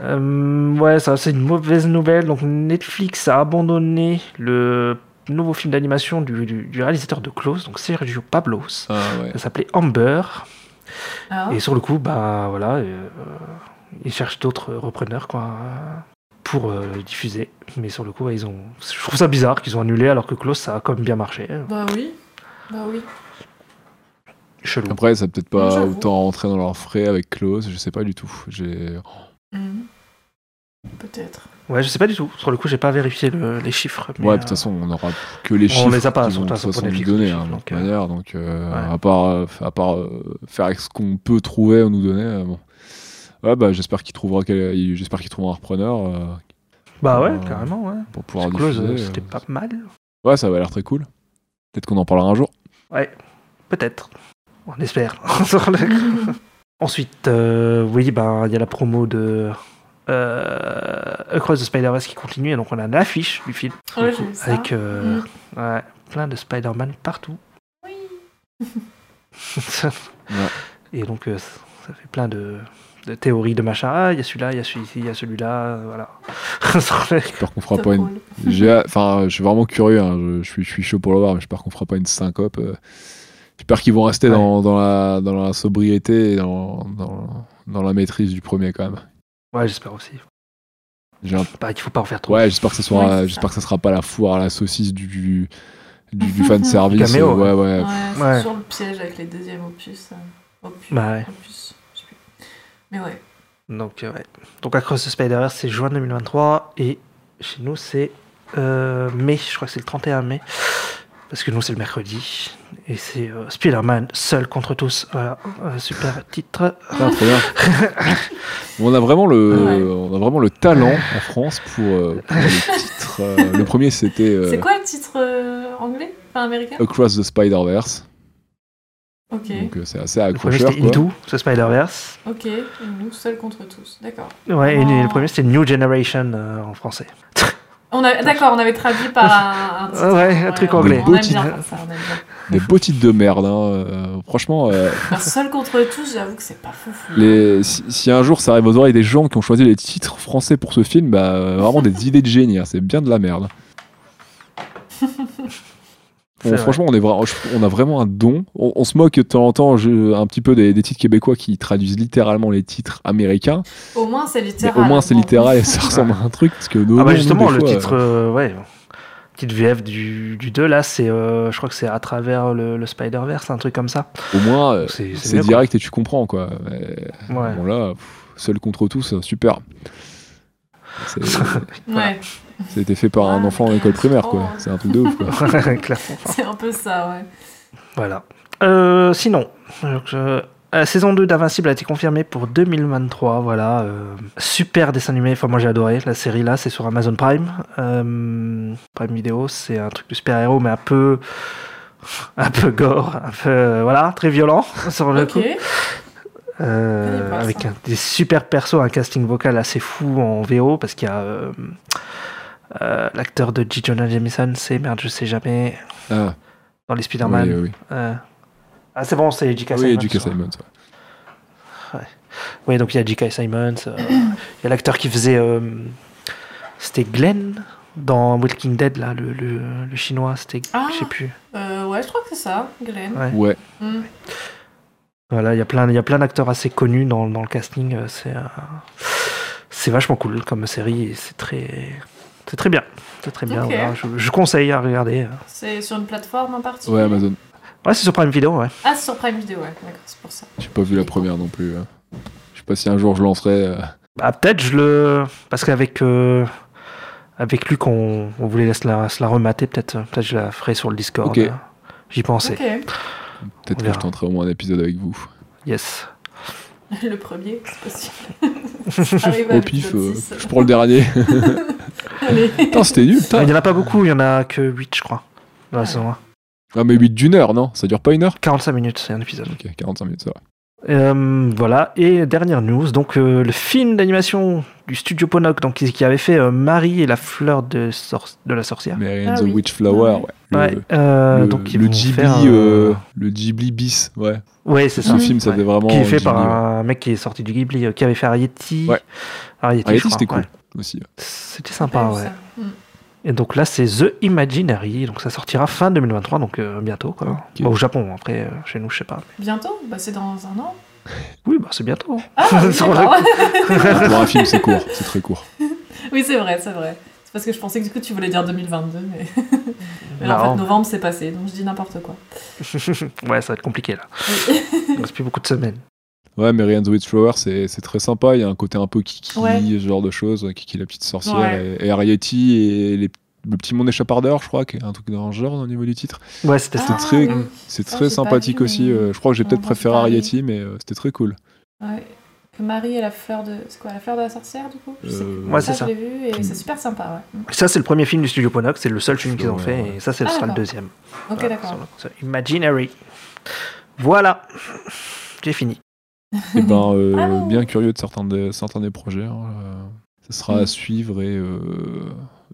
S1: Euh, ouais, ça c'est une mauvaise nouvelle. Donc Netflix a abandonné le nouveau film d'animation du, du- du réalisateur de Close, donc Sergio Pablos.
S3: Ah, ouais.
S1: Ça s'appelait Amber.
S13: Ah,
S1: Et sur le coup, bah voilà, euh, ils cherchent d'autres repreneurs quoi euh, pour euh, diffuser. Mais sur le coup, ouais, ils ont. Je trouve ça bizarre qu'ils ont annulé alors que Close ça a quand même bien marché.
S13: Bah oui. Bah oui.
S1: Chelou.
S3: Après, ça peut-être
S13: Non,
S3: pas
S13: j'avoue.
S3: autant rentrer dans leurs frais avec Klaus, je sais pas du tout. J'ai
S13: Hmm. Peut-être.
S1: Ouais, je sais pas du tout. Sur le coup, j'ai pas vérifié le- les chiffres. mais,
S3: Ouais,
S1: euh,
S3: de toute façon, on n'aura que les
S1: on
S3: chiffres.
S1: les a pas,
S3: qui
S1: sur-
S3: vont
S1: de
S3: de
S1: toute façon,
S3: toute
S1: pour
S3: façon nous
S1: Netflix,
S3: donner,
S1: les
S3: hein,
S1: chiffres,
S3: de
S1: donc,
S3: toute
S1: euh,
S3: manière. Donc, euh,
S1: ouais.
S3: à part, euh, à part euh, faire avec ce qu'on peut trouver ou nous donner, euh, bon. Ouais, bah, j'espère qu'il trouvera, quel- il- j'espère qu'il trouvera un repreneur. euh,
S1: Bah
S3: pour,
S1: ouais,
S3: euh,
S1: carrément, ouais.
S3: pour pouvoir
S1: Close,
S3: diffuser,
S1: euh,
S3: euh,
S1: c'était pas mal.
S3: Ouais, ça va l'air très cool. Peut-être qu'on en parlera un jour.
S1: Peut-être. On espère.
S13: Hmm.
S1: Ensuite, euh, oui, ben, il y a la promo de euh, Across the Spider-Verse qui continue, et donc on a l'affiche du film.
S13: Ouais, j'ai vu ça.
S1: Avec euh,
S13: Mm.
S1: ouais, plein de Spider-Man partout.
S13: Oui.
S1: Et donc, euh, ça fait plein de, de théories, de machin. Ah, il y a celui-là, il y a celui-ci, il y a celui-là, euh, voilà.
S3: J'espère qu'on fera
S13: Trop
S3: pas une.
S13: cool.
S3: J'ai- Enfin, je suis vraiment curieux. hein. Je, je suis, je suis chaud pour le voir, mais j'espère qu'on fera pas une syncope. euh. J'espère qu'ils vont rester
S1: Ouais.
S3: dans, dans la, dans la sobriété et dans, dans, dans la maîtrise du premier quand même.
S1: ouais, j'espère aussi.
S3: J'ai un-
S1: Bah, il faut pas en faire trop.
S3: Ouais, j'espère que ce
S13: Ouais,
S3: sera,
S13: c'est ça.
S3: j'espère que ça sera pas la foire à la saucisse du du, du, du fan service.
S1: Du caméo,
S3: ouais, ouais.
S13: Ouais,
S1: Ouais.
S13: c'est toujours le piège avec les deuxièmes opus. euh, opus.
S1: Bah ouais.
S13: opus, je sais plus. Mais ouais.
S1: Donc, euh, ouais. Donc, Across the Spider-Verse, c'est juin 2023. Et chez nous, c'est euh, mai. Je crois que c'est le 31 mai. Parce que nous, c'est le mercredi. Et c'est euh, Spider-Man, seul contre tous. Voilà. Un super titre.
S3: Putain, trop bien. on a vraiment le,
S13: Ouais.
S3: on a vraiment le talent en France pour, euh, pour les titres. euh, le premier c'était euh,
S13: C'est quoi le titre euh, anglais Enfin américain
S3: Across the Spider Verse.
S13: Ok,
S3: Donc euh, c'est assez
S1: Le premier,
S3: accrocheur.
S1: c'était
S3: Quoi.
S1: Into, ce Spider-Verse.
S13: ok. Et nous seuls contre tous. D'accord.
S1: Ouais, et le
S13: Oh.
S1: premier, c'était New Generation euh, en français.
S13: On a- D'accord, on avait traduit par un, un titre.
S1: Ouais, un truc
S13: on-
S1: anglais.
S13: On aime
S1: Beau
S13: bien
S1: titre.
S13: faire ça, on aime bien.
S3: Des beaux titres de merde. hein, euh, franchement, euh,
S13: Alors, seul contre tous, j'avoue que c'est pas fou. fou.
S3: les, si, si un jour ça arrive aux oreilles des gens qui ont choisi les titres français pour ce film, bah euh, vraiment des idées de génie. hein, c'est bien de la merde.
S1: C'est
S3: Bon,
S1: vrai.
S3: franchement, on, est vra- je- on a vraiment un don. On, on se moque de temps en temps je- un petit peu des, des titres québécois qui traduisent littéralement les titres américains.
S13: Au moins, c'est
S3: Mais
S13: littéral.
S3: au moins, c'est
S13: bon.
S3: littéral et ça ressemble à un truc. Parce que nous,
S1: hein. ah, bah,
S3: nous,
S1: justement,
S3: des
S1: le
S3: fois, euh,
S1: titre, euh, ouais. Petite VF du, du 2, là, c'est. euh, je crois que c'est à travers le, le Spider-Verse, un truc comme ça.
S3: au moins, euh,
S1: C'est c'est
S3: c'est
S1: mieux, quoi.
S3: direct et tu comprends. quoi. Mais
S1: Ouais.
S3: Bon, là, pff, seul contre tous, super. C'est-
S13: Ouais,
S3: C'était fait par un
S13: Ouais,
S3: enfant en
S13: mais
S3: école primaire,
S13: oh.
S3: quoi. C'est un truc de ouf, quoi.
S1: Clairement.
S13: c'est un peu ça, ouais.
S1: Voilà. Euh, sinon, donc, euh, la saison 2 d'Invincible a été confirmée pour 2023. Voilà. euh, super dessin animé. Enfin, moi, j'ai adoré. La série là, c'est sur Amazon Prime. Euh, Prime Video, c'est un truc de super-héros, mais un peu. Un peu gore, un peu. euh, Voilà, très violent sur le
S13: Ok.
S1: coup. Euh,
S13: Connais pas,
S1: avec
S13: ça.
S1: un- des super persos, un casting vocal assez fou en VO parce qu'il y a. euh, euh, L'acteur de G. Jonah Jameson, c'est merde, je sais jamais,
S3: Ah,
S1: dans les Spider-Man.
S3: oui, oui.
S1: Euh, Ah, c'est bon, c'est J.K.
S3: Oui,
S1: Simons.
S3: J.K.
S1: ouais.
S3: Simons. ouais.
S1: Oui, donc il y a J.K. Simons. euh, Il y a l'acteur qui faisait. euh, c'était Glenn dans Walking Dead, là, le, le, le chinois. C'était.
S13: Ah.
S1: Je sais plus.
S13: Euh, ouais, je crois que c'est ça, Glenn.
S1: Ouais.
S3: Ouais.
S13: Mm.
S1: Voilà, il y a plein, il y a plein d'acteurs assez connus dans, dans le casting. euh, C'est. euh, c'est vachement cool comme série et c'est très. C'est très bien. C'est très bien.
S13: Ok.
S1: voilà, je, je conseille à regarder.
S13: C'est sur une plateforme en particulier
S3: Ouais, bah- Amazon.
S1: Ouais, c'est sur Prime Video, ouais.
S13: Ah, c'est sur Prime Video, ouais, d'accord, c'est pour ça.
S3: J'ai pas vu la première non plus. hein. Je sais pas si un jour je lancerai. euh,
S1: Bah, peut-être je le. Parce qu'avec. euh, Avec Luc, on, on voulait se la, se la remater, peut-être. Peut-être je la ferai sur le Discord.
S3: Ok.
S1: euh, J'y pensais.
S13: Ok,
S1: On
S3: Peut-être que
S1: verra.
S3: je tenterai au moins un épisode avec vous.
S1: Yes.
S13: le premier, c'est possible. Ça arrive à
S3: Au pif,
S13: l'épisode
S3: euh,
S13: six.
S3: je prends le dernier.
S13: Allez.
S3: Putain, c'était nul,
S1: Ah, Il
S3: putain.
S1: n'y en a pas beaucoup, il y en a que 8, je crois. dans la
S13: Ouais.
S1: saison un.
S3: Ah, mais 8 d'une heure, non Ça dure pas une heure
S1: 45 minutes, c'est un épisode.
S3: Ok, 45 minutes, ça va.
S1: Euh, voilà, et dernière news, donc euh, le film d'animation du studio Ponok, donc, qui, qui avait fait euh, Marie et la fleur de, sor- de la sorcière.
S3: Mary
S13: Ah
S3: and the
S13: oui.
S3: Witch Flower, ouais. Le,
S1: ouais, euh,
S3: le-
S1: donc ils
S3: le
S1: vont
S3: Ghibli,
S1: faire,
S3: euh,
S1: euh,
S3: le Ghibli bis, ouais.
S1: Ouais, c'est
S3: Ce
S1: ça.
S3: film, ça
S1: Ouais.
S3: fait vraiment.
S1: Qui est fait
S3: Ghibli,
S1: par
S3: ouais. Ah,
S1: un mec qui est sorti du Ghibli, euh, qui avait fait Ariety.
S3: Ouais.
S1: Ariety, je
S3: Arrêtez,
S1: crois,
S3: c'était cool
S1: ouais.
S3: aussi. hein. ouais.
S1: C'était
S13: Ah,
S1: sympa,
S13: oui,
S1: ouais.
S13: ça. Mm.
S1: Et donc là, c'est The Imaginary, donc ça sortira fin 2023, donc euh, bientôt, quoi. Bah, au Japon, après, euh, chez nous, je sais pas.
S13: Bientôt Bah, c'est dans un an.
S1: Oui, bah, c'est bientôt.
S13: Ah, oui,
S1: Sur le
S13: d'accord.
S3: Pour un film, c'est court, c'est très court.
S13: Oui, c'est vrai, c'est vrai. C'est parce que je pensais que du coup tu voulais dire 2022, mais, mais
S1: Non.
S13: en fait novembre c'est passé, donc je dis n'importe quoi.
S1: ouais, ça va être compliqué là.
S13: Oui.
S1: Il reste plus beaucoup de semaines.
S3: Ouais, Mary and the Witch Flower, c'est c'est très sympa. Il y a un côté un peu kiki,
S13: Ouais.
S3: ce genre de choses. ouais, Kiki la petite sorcière
S13: Ouais.
S3: et, et Ariety et les- le petit monde échappardeur, je crois, qui est un truc dans le genre au niveau du titre.
S1: Ouais, c'était
S13: Ah,
S1: ça.
S3: C'était très,
S13: oui.
S3: c'est
S13: Ça,
S3: très
S13: j'ai pas
S3: sympathique
S13: vu,
S3: aussi.
S13: mais
S3: euh, je crois que j'ai
S13: on
S3: peut-être
S13: va
S3: préféré
S13: parler.
S3: Ariety, mais euh, c'était très cool.
S13: Ouais. que Marie est la fleur de. C'est quoi la fleur de la sorcière du coup Je sais plus.
S7: Euh,
S1: Ouais, c'est ça.
S13: je l'ai vu et c'est super sympa, ouais.
S1: Ça, c'est le premier film du studio Ponox, c'est le seul film qu'ils ont
S7: Ouais,
S1: fait,
S7: ouais.
S1: et ça, ce
S13: Ah,
S1: sera le
S13: d'accord.
S1: deuxième.
S13: Ok,
S1: Voilà,
S13: d'accord.
S1: sur le- sur Imaginary. Voilà, j'ai fini.
S3: Et ben, euh,
S13: Bravo.
S3: bien curieux de certains, des- certains des projets. hein, euh, ça sera
S13: Mm.
S3: à suivre et, euh,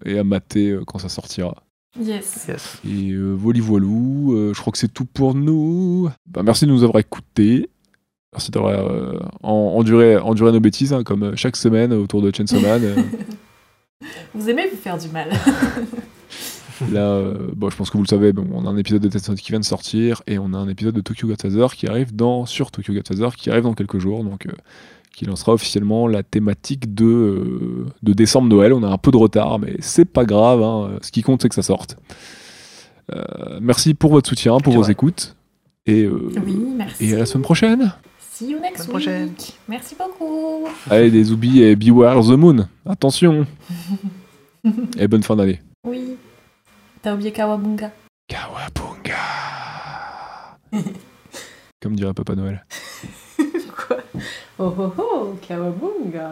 S3: et à mater euh, quand ça sortira.
S13: Yes.
S1: Yes.
S3: Et euh, voli voilou, euh, je crois que c'est tout pour nous. Bah, merci de nous avoir écoutés. Merci d'avoir euh, en- enduré, enduré nos bêtises, hein, comme euh, chaque semaine autour de Chainsaw Man. euh,
S13: Vous aimez vous faire du mal.
S3: là, euh, bon, je pense que vous le savez, bon, on a un épisode de Tetsuo qui vient de sortir et on a un épisode de Tokyo Godfather qui arrive dans, sur Tokyo Godfather qui arrive dans quelques jours. Donc, euh, qui lancera officiellement la thématique de, euh, de décembre-Noël. On a un peu de retard, mais c'est pas grave. hein. Ce qui compte, c'est que ça sorte. Euh, merci pour votre soutien, pour
S1: C'est
S3: vos
S1: vrai.
S3: écoutes. Et, euh,
S13: Oui, merci.
S3: et à la semaine prochaine.
S13: See you next
S1: Semaine prochaine.
S13: week. Merci beaucoup.
S3: Allez, des oublis et beware the moon. Attention. et bonne fin d'année.
S13: Oui. T'as oublié Kawabunga.
S3: Kawabunga. Comme dirait Papa Noël.
S4: Quoi Oh oh oh, Kawabunga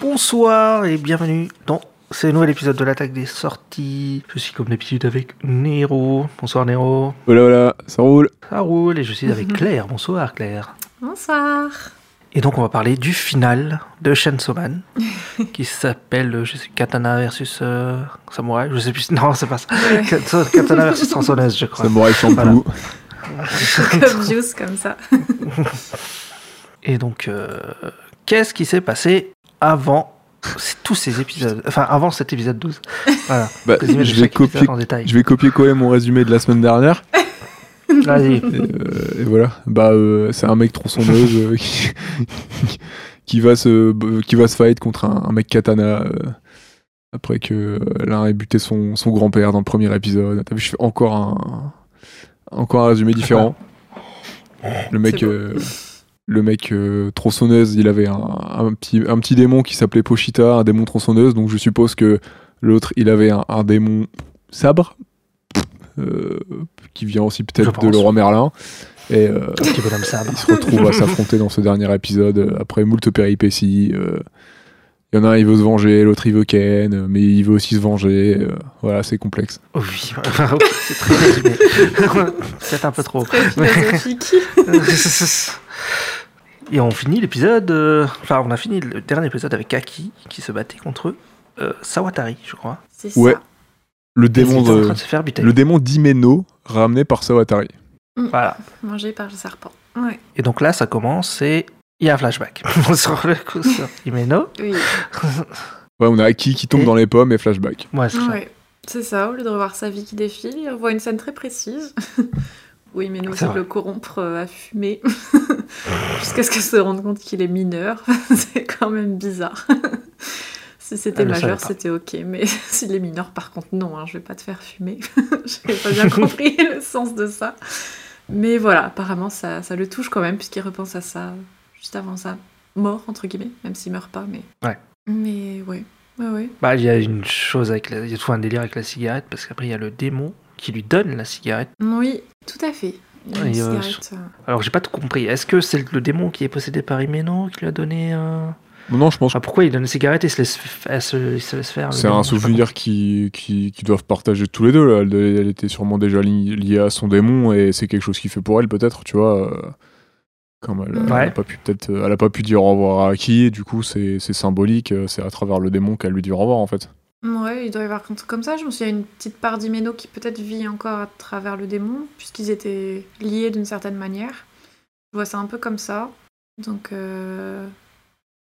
S1: Bonsoir et bienvenue dans ce nouvel épisode de l'attaque des sorties. Je suis comme d'habitude avec Nero. Bonsoir Nero.
S7: Voilà, voilà, ça roule.
S1: Ça roule et je suis avec Claire. Bonsoir Claire.
S4: Bonsoir
S1: Et donc on va parler du final de Chainsaw Man qui s'appelle euh, je sais Katana versus euh, Samurai, je sais plus. Non, c'est pas ça. Katana versus Tronçonneuse, je crois.
S7: Samouraï
S1: Voilà.
S7: shampoo.
S4: Comme Juice, comme ça.
S1: Et donc euh, qu'est-ce qui s'est passé avant tous ces épisodes, enfin avant cet épisode 12. Voilà.
S7: Bah,
S1: Les images
S7: je
S1: de
S7: vais
S1: chaque épisode
S7: copier.
S1: en détail.
S7: Je vais copier-coller mon résumé de la semaine dernière.
S1: Vas-y.
S7: Et, euh, et voilà. Bah, euh, c'est un mec tronçonneuse euh, qui, qui va se, b- qui va se fight contre un, un mec katana euh, après que euh, l'un ait buté son, son grand-père dans le premier épisode. T'as vu, je fais encore un, encore un résumé différent. Le mec,
S4: C'est beau.
S7: euh, le mec euh, tronçonneuse, il avait un, un petit, un petit démon qui s'appelait Pochita, un démon tronçonneuse. Donc je suppose que l'autre, il avait un, un démon sabre. euh, qui vient aussi
S1: Je
S7: peut-être de
S1: pense.
S7: le roi Merlin. Et euh,
S1: Un petit bonhomme sabre.
S7: ils se retrouvent à s'affronter dans ce dernier épisode euh, après moult péripéties. euh. Il y en a un, il veut se venger, l'autre, il veut Ken, euh, mais il veut aussi se venger. euh, voilà, c'est complexe.
S1: Oh Oui, enfin, oui, c'est très résumé. Peut-être un peu trop.
S4: Très philosophique.
S1: Et on finit l'épisode. euh, Enfin, on a fini le dernier épisode avec Kaki qui se battait contre euh, Sawatari, je crois.
S4: C'est
S7: Ouais.
S4: ça.
S7: Le
S1: Ils étaient
S7: démon,
S1: en
S7: de,
S1: train de se faire buter.
S7: euh, le démon d'Imeno ramené par Sawatari.
S1: Voilà.
S4: Mangé par le serpent. Ouais.
S1: Et donc là, ça commence et il y a un flashback. sur le coup, sur Imeno.
S4: Oui.
S7: Ouais, on a Aki qui tombe
S1: Et-
S7: dans les pommes et flashback.
S1: Ouais, c'est ça.
S4: Ouais. C'est ça, au lieu de revoir sa vie qui défile, il revoit une scène très précise. Oui, mais nous,
S1: C'est
S4: c'est
S1: vrai.
S4: le corrompre euh, à fumer. Jusqu'à ce qu'il se rende compte qu'il est mineur. c'est quand même bizarre. si c'était
S1: Elle Ah, le savait
S4: majeur,
S1: pas.
S4: c'était ok. Mais s'il est mineur, par contre, non, hein, je vais pas te faire fumer. J'avais pas bien compris le sens de ça. Mais voilà, apparemment, ça, ça le touche quand même, puisqu'il repense à ça juste avant sa mort, entre guillemets, même s'il meurt pas. Mais
S1: Ouais.
S4: Mais ouais. Ouais, ouais.
S1: Bah, il y a une chose avec la... Il y a tout un délire avec la cigarette parce qu'après, il y a le démon qui lui donne la cigarette.
S4: Oui, tout à fait. Il y a une
S1: Et, euh,
S4: cigarette, euh,
S1: Alors, j'ai pas tout compris. Est-ce que c'est le démon qui est possédé par Imeno qui lui a donné un.
S7: Non, non, je pense que
S1: Ah, pourquoi il donne une cigarette et se laisse, f- elle se, il se laisse
S4: Ah,
S1: faire le
S7: c'est
S1: démon,
S7: un
S1: je sais pas
S7: souvenir qui, qui, qui doivent partager tous les deux. Là. Elle, elle était sûrement déjà li- liée à son démon et c'est quelque chose qui fait pour elle, peut-être, tu vois. euh, Comme elle, elle
S1: Ouais.
S7: a pas pu peut-être, euh, elle a pas pu dire au revoir à Aki, et du coup c'est c'est symbolique, euh, c'est à travers le démon qu'elle lui dit au revoir en fait.
S4: Ouais, il doit y avoir un truc comme ça. Je me souviens une petite part d'Imeno qui peut-être vit encore à travers le démon, puisqu'ils étaient liés d'une certaine manière. Je vois ça un peu comme ça. Donc, euh,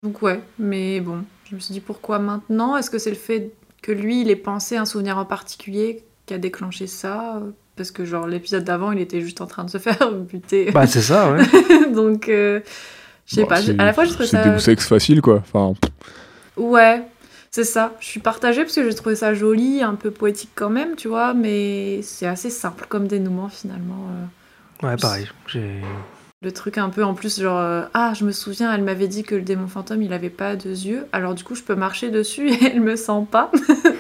S4: donc ouais, mais bon, je me suis dit pourquoi maintenant Est-ce que c'est le fait que lui, il ait pensé à un souvenir en particulier qui a déclenché ça Parce que genre l'épisode d'avant, il était juste en train de se faire buter.
S1: Bah, c'est ça, ouais.
S4: donc, euh, je sais
S7: Bah,
S4: pas.
S7: c'est-
S4: À la fois, je trouve
S7: C'est
S4: ça
S7: des sexes faciles quoi. Enfin, pff,
S4: Ouais, c'est ça. Je suis partagée parce que j'ai trouvé ça joli, un peu poétique quand même, tu vois, mais c'est assez simple comme dénouement finalement. euh.
S1: Ouais, pareil. J'ai
S4: le truc un peu en plus, genre, euh, ah, je me souviens, elle m'avait dit que le démon fantôme, il avait pas deux yeux, alors du coup, je peux marcher dessus et elle me sent pas.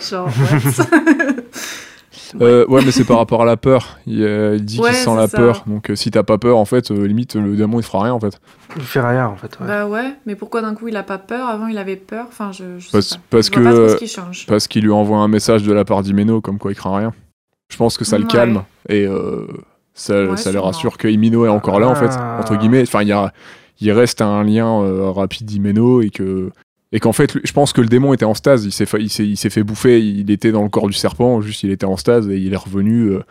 S4: genre, what
S3: Euh, ouais, mais c'est par rapport à la peur. Il, euh, il dit
S4: Ouais,
S3: qu'il sent
S4: c'est
S3: la
S4: ça.
S3: peur. Donc euh, si t'as pas peur, en fait, euh, limite, le démon il fera rien en fait.
S1: Il fait rien en fait. ouais.
S4: Bah ouais, mais pourquoi d'un coup il a pas peur Avant il avait peur. Enfin, je, je sais
S3: Parce-
S4: pas.
S3: parce
S4: Je vois
S3: que-
S4: pas trop ce qui change.
S3: Parce qu'il lui envoie un message de la part d'Imeno, comme quoi il craint rien. Je pense que ça le
S4: Ouais.
S3: calme et euh, ça,
S4: Ouais,
S3: ça les
S4: sûrement.
S3: rassure que Imeno est encore là en fait,
S1: Ah.
S3: entre guillemets. Enfin, il, y a- il reste un lien euh, rapide d'Imeno et que. Et qu'en fait, lui- je pense que le démon était en stase, il s'est fa- il s'est- il s'est fait bouffer, il était dans le corps du serpent, juste il était en stase et il est revenu euh,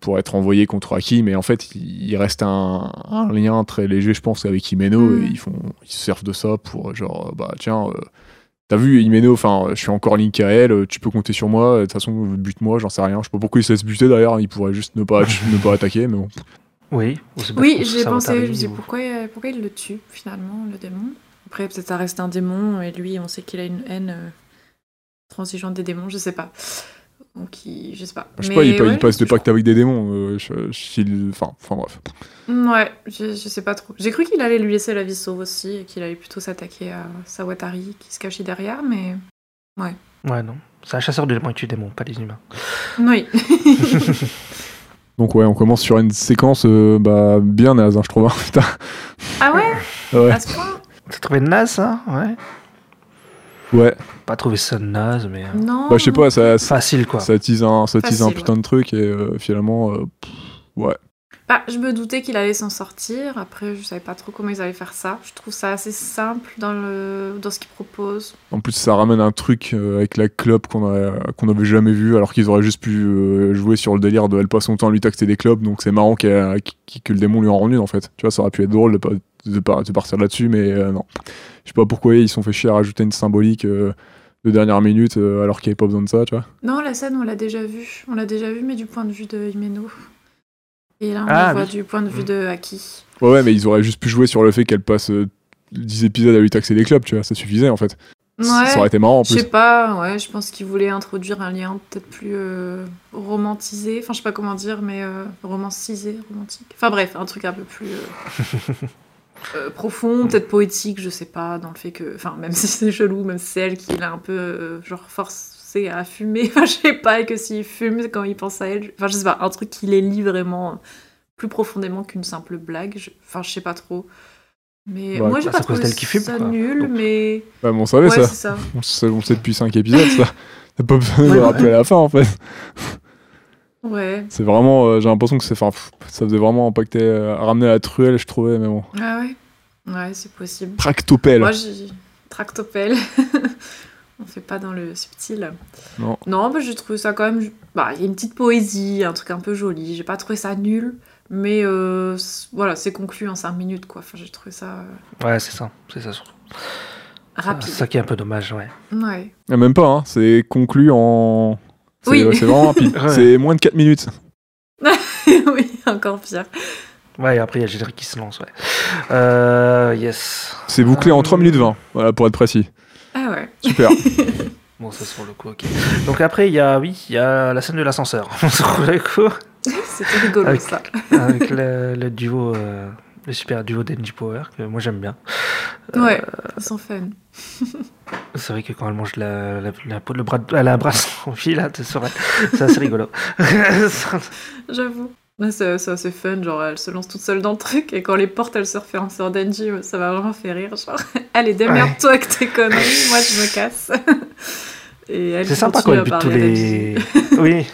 S3: pour être envoyé contre Aki, mais en fait, il il reste un, un lien très léger, je pense, avec Imeno,
S4: Mm.
S3: et ils, font, ils se servent de ça pour, genre, euh, bah tiens, euh, t'as vu, Imeno, enfin, je suis encore linké à elle, euh, tu peux compter sur moi, euh, de toute façon, bute-moi, j'en sais rien, je sais pas pourquoi ils se laissent buter d'ailleurs, ils pourraient juste ne pas, ne pas attaquer, mais bon.
S1: Oui, ou c'est parce
S3: Bah,
S4: Oui,
S1: que
S4: j'ai
S1: ça va
S4: pensé, je me
S1: t'arriver,
S4: suis dit,
S1: ou-
S4: pourquoi, euh, pourquoi il le tue finalement, le démon Après, peut-être ça reste un démon et lui, on sait qu'il a une haine euh, transigeante des démons, je sais pas. Donc, il- je sais pas.
S3: Je sais pas, ils,
S4: Mais
S3: pa- ils
S4: ouais,
S3: passent des
S4: je-
S3: pactes avec des démons, euh, je- je- enfin, enfin bref.
S4: Mm, Ouais, je, je sais pas trop. J'ai cru qu'il allait lui laisser la vie sauve aussi et qu'il allait plutôt s'attaquer à Sawatari qui se cachait derrière, mais.
S1: Ouais, non. C'est un chasseur de démons, il tue des démons, pas des humains.
S4: Oui.
S3: Donc ouais, on commence sur une séquence euh, bah, bien naze, hein, je trouve. hein, putain.
S4: ah ouais
S3: ouais,
S4: À ce point
S1: T'as trouvé naze, ça Ouais.
S3: ouais.
S1: Pas trouvé ça naze, mais. euh,
S4: Non.
S3: Bah, je sais pas, ça, ça,
S1: Facile, quoi.
S3: ça tease un, ça tease un
S4: Facile,
S3: putain de truc et euh, finalement, euh, pff, ouais.
S4: Bah, je me doutais qu'il allait s'en sortir. Après, je savais pas trop comment ils allaient faire ça. Je trouve ça assez simple dans, le... dans ce qu'ils proposent.
S3: En plus, ça ramène un truc euh, avec la clope qu'on a- qu'on n'avait jamais vu, alors qu'ils auraient juste pu euh, jouer sur le délire de elle passe son temps à lui taxer des clopes, donc c'est marrant qu'elle- qu- que le démon lui en rende une en fait. Tu vois, ça aurait pu être drôle de, pas- de, pas- de partir là-dessus, mais euh, non. Je sais pas pourquoi ils se sont fait chier à rajouter une symbolique euh, de dernière minute euh, alors qu'il n'y avait pas besoin de ça, tu vois.
S4: Non, la scène, on l'a déjà vue. On l'a déjà vue, mais du point de vue de Himeno. Et là, on
S1: Ah,
S4: la voit
S1: oui.
S4: du point de vue
S1: Mm.
S4: de Haki.
S3: Ouais, ouais, mais ils auraient juste pu jouer sur le fait qu'elle passe euh, 10 épisodes à lui taxer des clubs, tu vois, ça suffisait en fait.
S4: Ouais.
S3: Ça aurait été marrant en
S4: Je sais
S3: plus.
S4: pas, ouais, je pense qu'il voulait introduire un lien peut-être plus euh, romantisé, enfin je sais pas comment dire, mais euh, romancisé, romantique. Enfin bref, un truc un peu plus euh, euh, profond, peut-être poétique, je sais pas, dans le fait que, enfin même si c'est chelou, même si c'est elle qui l'a un peu euh, genre forcé à fumer, enfin je sais pas, et que s'il fume quand il pense à elle, je- enfin je sais pas, un truc qui les lie vraiment plus profondément qu'une simple blague, je- enfin je sais pas trop. Mais
S3: Bah,
S4: moi j'ai
S1: bah, c'est
S4: pas
S1: à cause
S4: trouvé
S1: d'elle qui fume,
S4: ça
S1: quoi.
S4: nul,
S1: Donc.
S4: mais
S3: Ouais, mais on savait
S4: ouais
S3: ça.
S4: c'est ça.
S3: On le sait, on le sait depuis 5 épisodes, ça. T'as pas besoin de
S1: Ouais,
S3: le
S1: ouais.
S3: rappeler à la fin en fait.
S4: Ouais.
S3: C'est vraiment, euh, j'ai l'impression que c'est, enfin, pff, ça faisait vraiment impacter, euh, ramener la truelle, je trouvais, mais bon.
S4: Ah ouais Ouais, c'est possible.
S3: Tractopelle.
S4: Moi, j'ai tractopelle. On fait pas dans le subtil.
S3: Non.
S4: Non, bah, j'ai trouvé ça quand même. Bah, il y a une petite poésie, un truc un peu joli. J'ai pas trouvé ça nul, mais euh, c- voilà, c'est conclu en 5 minutes, quoi. Enfin, j'ai trouvé ça euh,
S1: Ouais, c'est ça. C'est ça, surtout.
S4: rapide.
S1: C'est ça qui est un peu dommage, ouais.
S4: Ouais.
S3: Ah, Même pas, hein, c'est conclu en. C'est,
S4: Oui.
S3: c'est vraiment rapide.
S1: Ouais.
S3: C'est moins de 4 minutes.
S4: oui, encore pire.
S1: Ouais, et après, il y a le générique qui se lance, ouais. Euh, yes.
S3: C'est bouclé en
S2: Ah.
S1: Euh,
S3: 3 minutes 20, voilà, pour être précis.
S4: Ah ouais.
S3: Super.
S1: Bon, ça sur le coup, ok. Donc après, il y a, oui, il y a la scène de l'ascenseur. sur le coup,
S4: C'était rigolo,
S1: Avec-
S4: ça.
S1: avec le, le duo, euh, le super duo d'Engie Power, que moi j'aime bien.
S4: Ouais, ils sont fun.
S1: C'est vrai que quand elle mange la, la, la peau, le bras, de- elle a un bras sans fil, là, c'est sur elle. C'est assez rigolo.
S4: J'avoue. Là, c'est c'est assez fun, genre elle se lance toute seule dans le truc et quand les portes elles se referment sur Denji, ça m'a vraiment fait rire. Genre, allez, démerde-toi avec tes conneries, moi je me casse. Et elle
S1: C'est sympa quand
S4: continue
S1: il
S4: à
S1: bute tous
S4: parler à Denji.
S1: les. Oui.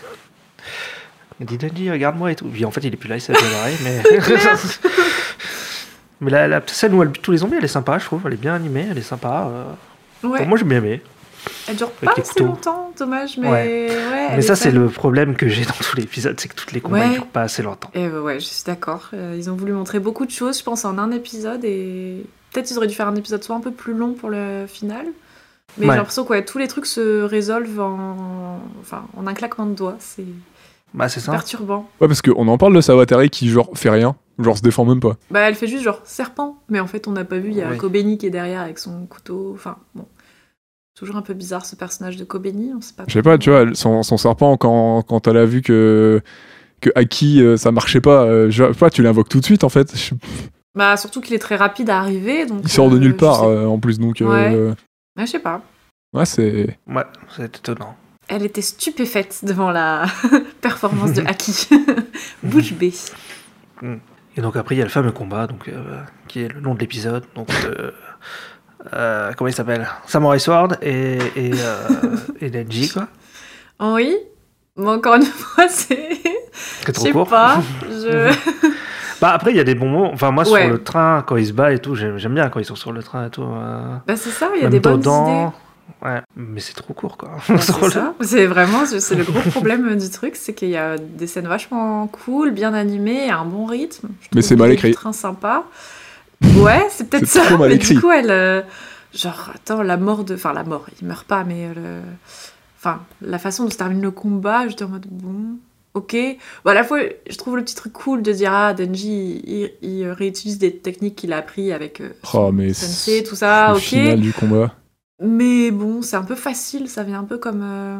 S1: Il dit Dandy, regarde-moi et tout. Puis en fait, il est plus là, il s'est fait barrer, mais. mais la, la scène où elle bute tous les zombies, elle est sympa, je trouve. Elle est bien animée, elle est sympa. euh.
S4: Ouais,
S1: Pour moi, j'ai bien aimé.
S4: elle dure
S1: les
S4: pas assez
S1: couteaux.
S4: longtemps, dommage, mais
S1: Ouais.
S4: ouais.
S1: mais ça, c'est le problème que j'ai dans tous les épisodes, c'est que toutes les combats ne
S4: Ouais.
S1: durent pas assez longtemps.
S4: Et ouais, je suis d'accord. Euh, Ils ont voulu montrer beaucoup de choses, je pense, en un épisode et peut-être ils auraient dû faire un épisode soit un peu plus long pour le final. Mais
S1: Ouais.
S4: j'ai l'impression que ouais, tous les trucs se résolvent en, enfin, en un claquement de doigts. C'est
S3: Hein
S1: Bah, c'est ça.
S4: perturbant.
S3: Ouais, parce qu'on en parle de Savatari qui, genre, fait rien. Genre, se défend même pas.
S4: Bah, elle fait juste genre serpent, mais en fait, on n'a pas vu. Il y a
S1: Oui.
S4: Kobeni qui est derrière avec son couteau. Enfin, bon. Toujours un peu bizarre ce personnage de Kobeni, on sait pas.
S3: Je sais pas, tu vois, son, son serpent, quand, quand elle a vu que que à qui euh, ça marchait pas. euh, je, je sais pas, tu l'invoques tout de suite en fait. Je-
S2: Bah, surtout qu'il est très rapide à arriver. Donc,
S3: il sort de
S2: euh,
S3: nulle
S2: je
S3: part
S2: sais-
S3: euh, en plus, donc euh,
S4: Bah,
S2: Ouais, je sais pas.
S3: ouais, c'est.
S1: Ouais, c'est étonnant.
S2: Elle était stupéfaite devant la performance de Haki. Bouche bée.
S1: Et donc après, il y a le fameux combat, donc, euh, qui est le nom de l'épisode. Donc, euh, euh, comment il s'appelle Samurai Sword et, et, euh, et Denji, quoi.
S2: Henri Mais encore une fois, c'est.
S1: Qui est
S2: Je
S1: trop
S2: sais
S1: court.
S2: pas. Je...
S1: Bah, après, il y a des bons moments. Enfin, moi,
S2: Ouais.
S1: sur le train, quand ils se battent et tout, j'aime j'aime bien quand ils sont sur le train et tout. euh,
S2: Bah, c'est ça, il y a
S1: même
S2: des bonnes
S1: dedans. Ouais, mais c'est trop court, quoi.
S2: idées.
S1: Sur
S2: C'est
S1: le-
S2: ça. C'est vraiment c'est le gros problème du truc, c'est qu'il y a des scènes vachement cool, bien animées, à un bon rythme. Je
S3: Mais
S2: trouve
S3: c'est mal
S2: l'idée
S3: écrit.
S2: du train sympa. Ouais, c'est peut-être
S3: C'est
S2: ça.
S3: trop mal
S2: mais
S3: écrit.
S2: du coup, elle. euh, Genre, attends, la mort de. Enfin, la mort, il meurt pas, mais. euh, le- Enfin, la façon dont se termine le combat, j'étais en mode bon. Ok. Bon, à la fois, je trouve le petit truc cool de dire Ah, Denji, il, il réutilise des techniques qu'il a appris avec euh,
S3: Oh, mais
S2: Sensei,
S3: c'est
S2: tout ça,
S3: le
S2: Ah, ok.
S3: final du combat.
S2: Mais bon, c'est un peu facile, ça vient un peu comme euh,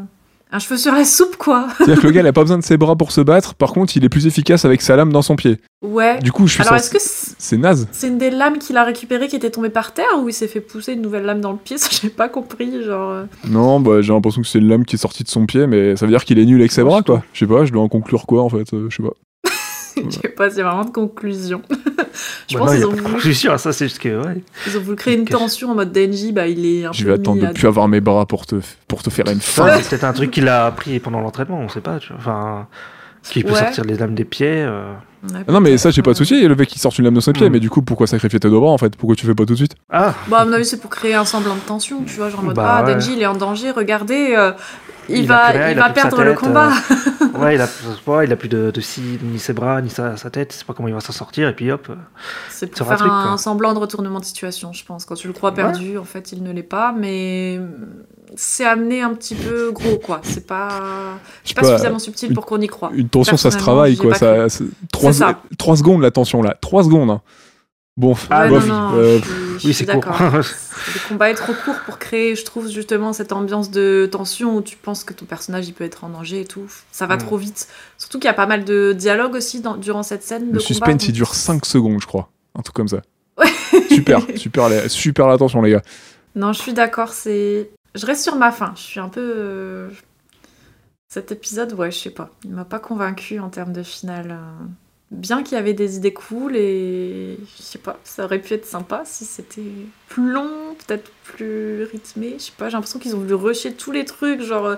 S2: un cheveu sur la soupe, quoi.
S3: C'est-à-dire que le gars, il a pas besoin de ses bras pour se battre. Par contre, il est plus efficace avec sa lame dans son pied.
S2: Ouais.
S3: Du coup, je suis
S2: Alors, est-ce
S3: censé-
S2: que c-
S3: c'est naze.
S2: c'est une des lames qu'il a récupérées qui était tombée par terre ou il s'est fait pousser une nouvelle lame dans le pied Ça, j'ai pas compris. Genre, euh,
S3: Non, bah, j'ai l'impression que c'est une lame qui est sortie de son pied, mais ça veut dire qu'il est nul avec ses bras, quoi. Je sais pas, je dois en conclure quoi, en fait, euh, je sais pas.
S2: je sais pas, c'est vraiment de conclusion. je
S1: Bah
S2: pense
S1: non, il
S2: qu'ils
S1: y a
S2: ont,
S1: pas de
S2: voulu-
S1: conclusion à ça, c'est juste que. Ouais.
S2: ils ont voulu créer une
S1: Qu'est-ce-
S2: tension en mode Denji, bah il est un
S3: Je
S2: peu.
S3: vais attendre
S2: mis
S3: de
S2: à-
S3: plus avoir mes bras pour te, pour te faire une
S1: Ouais,
S3: fin.
S1: c'est peut-être un truc qu'il a appris pendant l'entraînement, on sait pas. Tu vois. Enfin, qui peut
S2: Ouais.
S1: sortir les lames des pieds. euh.
S2: Ouais,
S3: Ah non, mais ça, j'ai pas de
S2: peut-être,
S3: souci, le mec qui sort une lame de son pied,
S1: Mm.
S3: mais du coup, pourquoi sacrifier tes deux bras, en fait Pourquoi tu fais pas tout de suite
S1: Ah,
S2: Bon, Bah, à mon avis, c'est pour créer un semblant de tension, tu vois, genre en mode
S1: Bah
S2: Ah,
S1: ouais.
S2: Denji, il est en danger, regardez, euh, il,
S1: Il a
S2: va,
S1: plus rien,
S2: il
S1: il a
S2: va
S1: plus que sa
S2: perdre le
S1: tête, euh.
S2: combat.
S1: ouais, il a, ouais, il a plus de, de scie, ni ses bras, ni sa, sa tête, il sait pas comment il va s'en sortir, et puis hop.
S2: C'est pour
S1: sur un
S2: faire un,
S1: truc, quoi.
S2: semblant de retournement de situation, je pense. Quand tu le crois
S1: Ouais.
S2: perdu, en fait, il ne l'est pas, mais c'est amené un petit peu gros, quoi. C'est pas,
S3: Je sais
S2: pas
S3: pas,
S2: suffisamment subtil pour qu'on y croie.
S3: une tension, ça se
S2: Personnellement,
S3: travaille,
S2: j'ai
S3: quoi.
S2: pas
S3: Ça, c'est- trois,
S2: C'est ça.
S3: trois secondes, la tension, là. Trois secondes. hein. Bon,
S1: Ah,
S2: Ouais,
S3: bof,
S2: non, non,
S3: euh,
S2: je suis- je
S1: Oui,
S2: suis
S1: c'est court.
S2: d'accord. Le combat est trop court pour créer, je trouve, justement, cette ambiance de tension où tu penses que ton personnage, il peut être en danger et tout. Ça va
S1: Mm.
S2: trop vite. Surtout qu'il y a pas mal de dialogues aussi dans- durant cette scène
S3: le
S2: de combat.
S3: suspense, il
S2: donc-
S3: dure 5 secondes, je crois. Un truc comme ça.
S2: Ouais.
S3: Super, super, la- super la tension, les gars.
S2: Non, je suis d'accord, c'est. Je reste sur ma fin. Je suis un peu. euh, Cet épisode, ouais, je sais pas. Il m'a pas convaincu en termes de finale. euh. Bien qu'il y avait des idées cool et. Je sais pas, ça aurait pu être sympa si c'était plus long, peut-être plus rythmé. Je sais pas, j'ai l'impression qu'ils ont voulu rusher tous les trucs, genre. euh,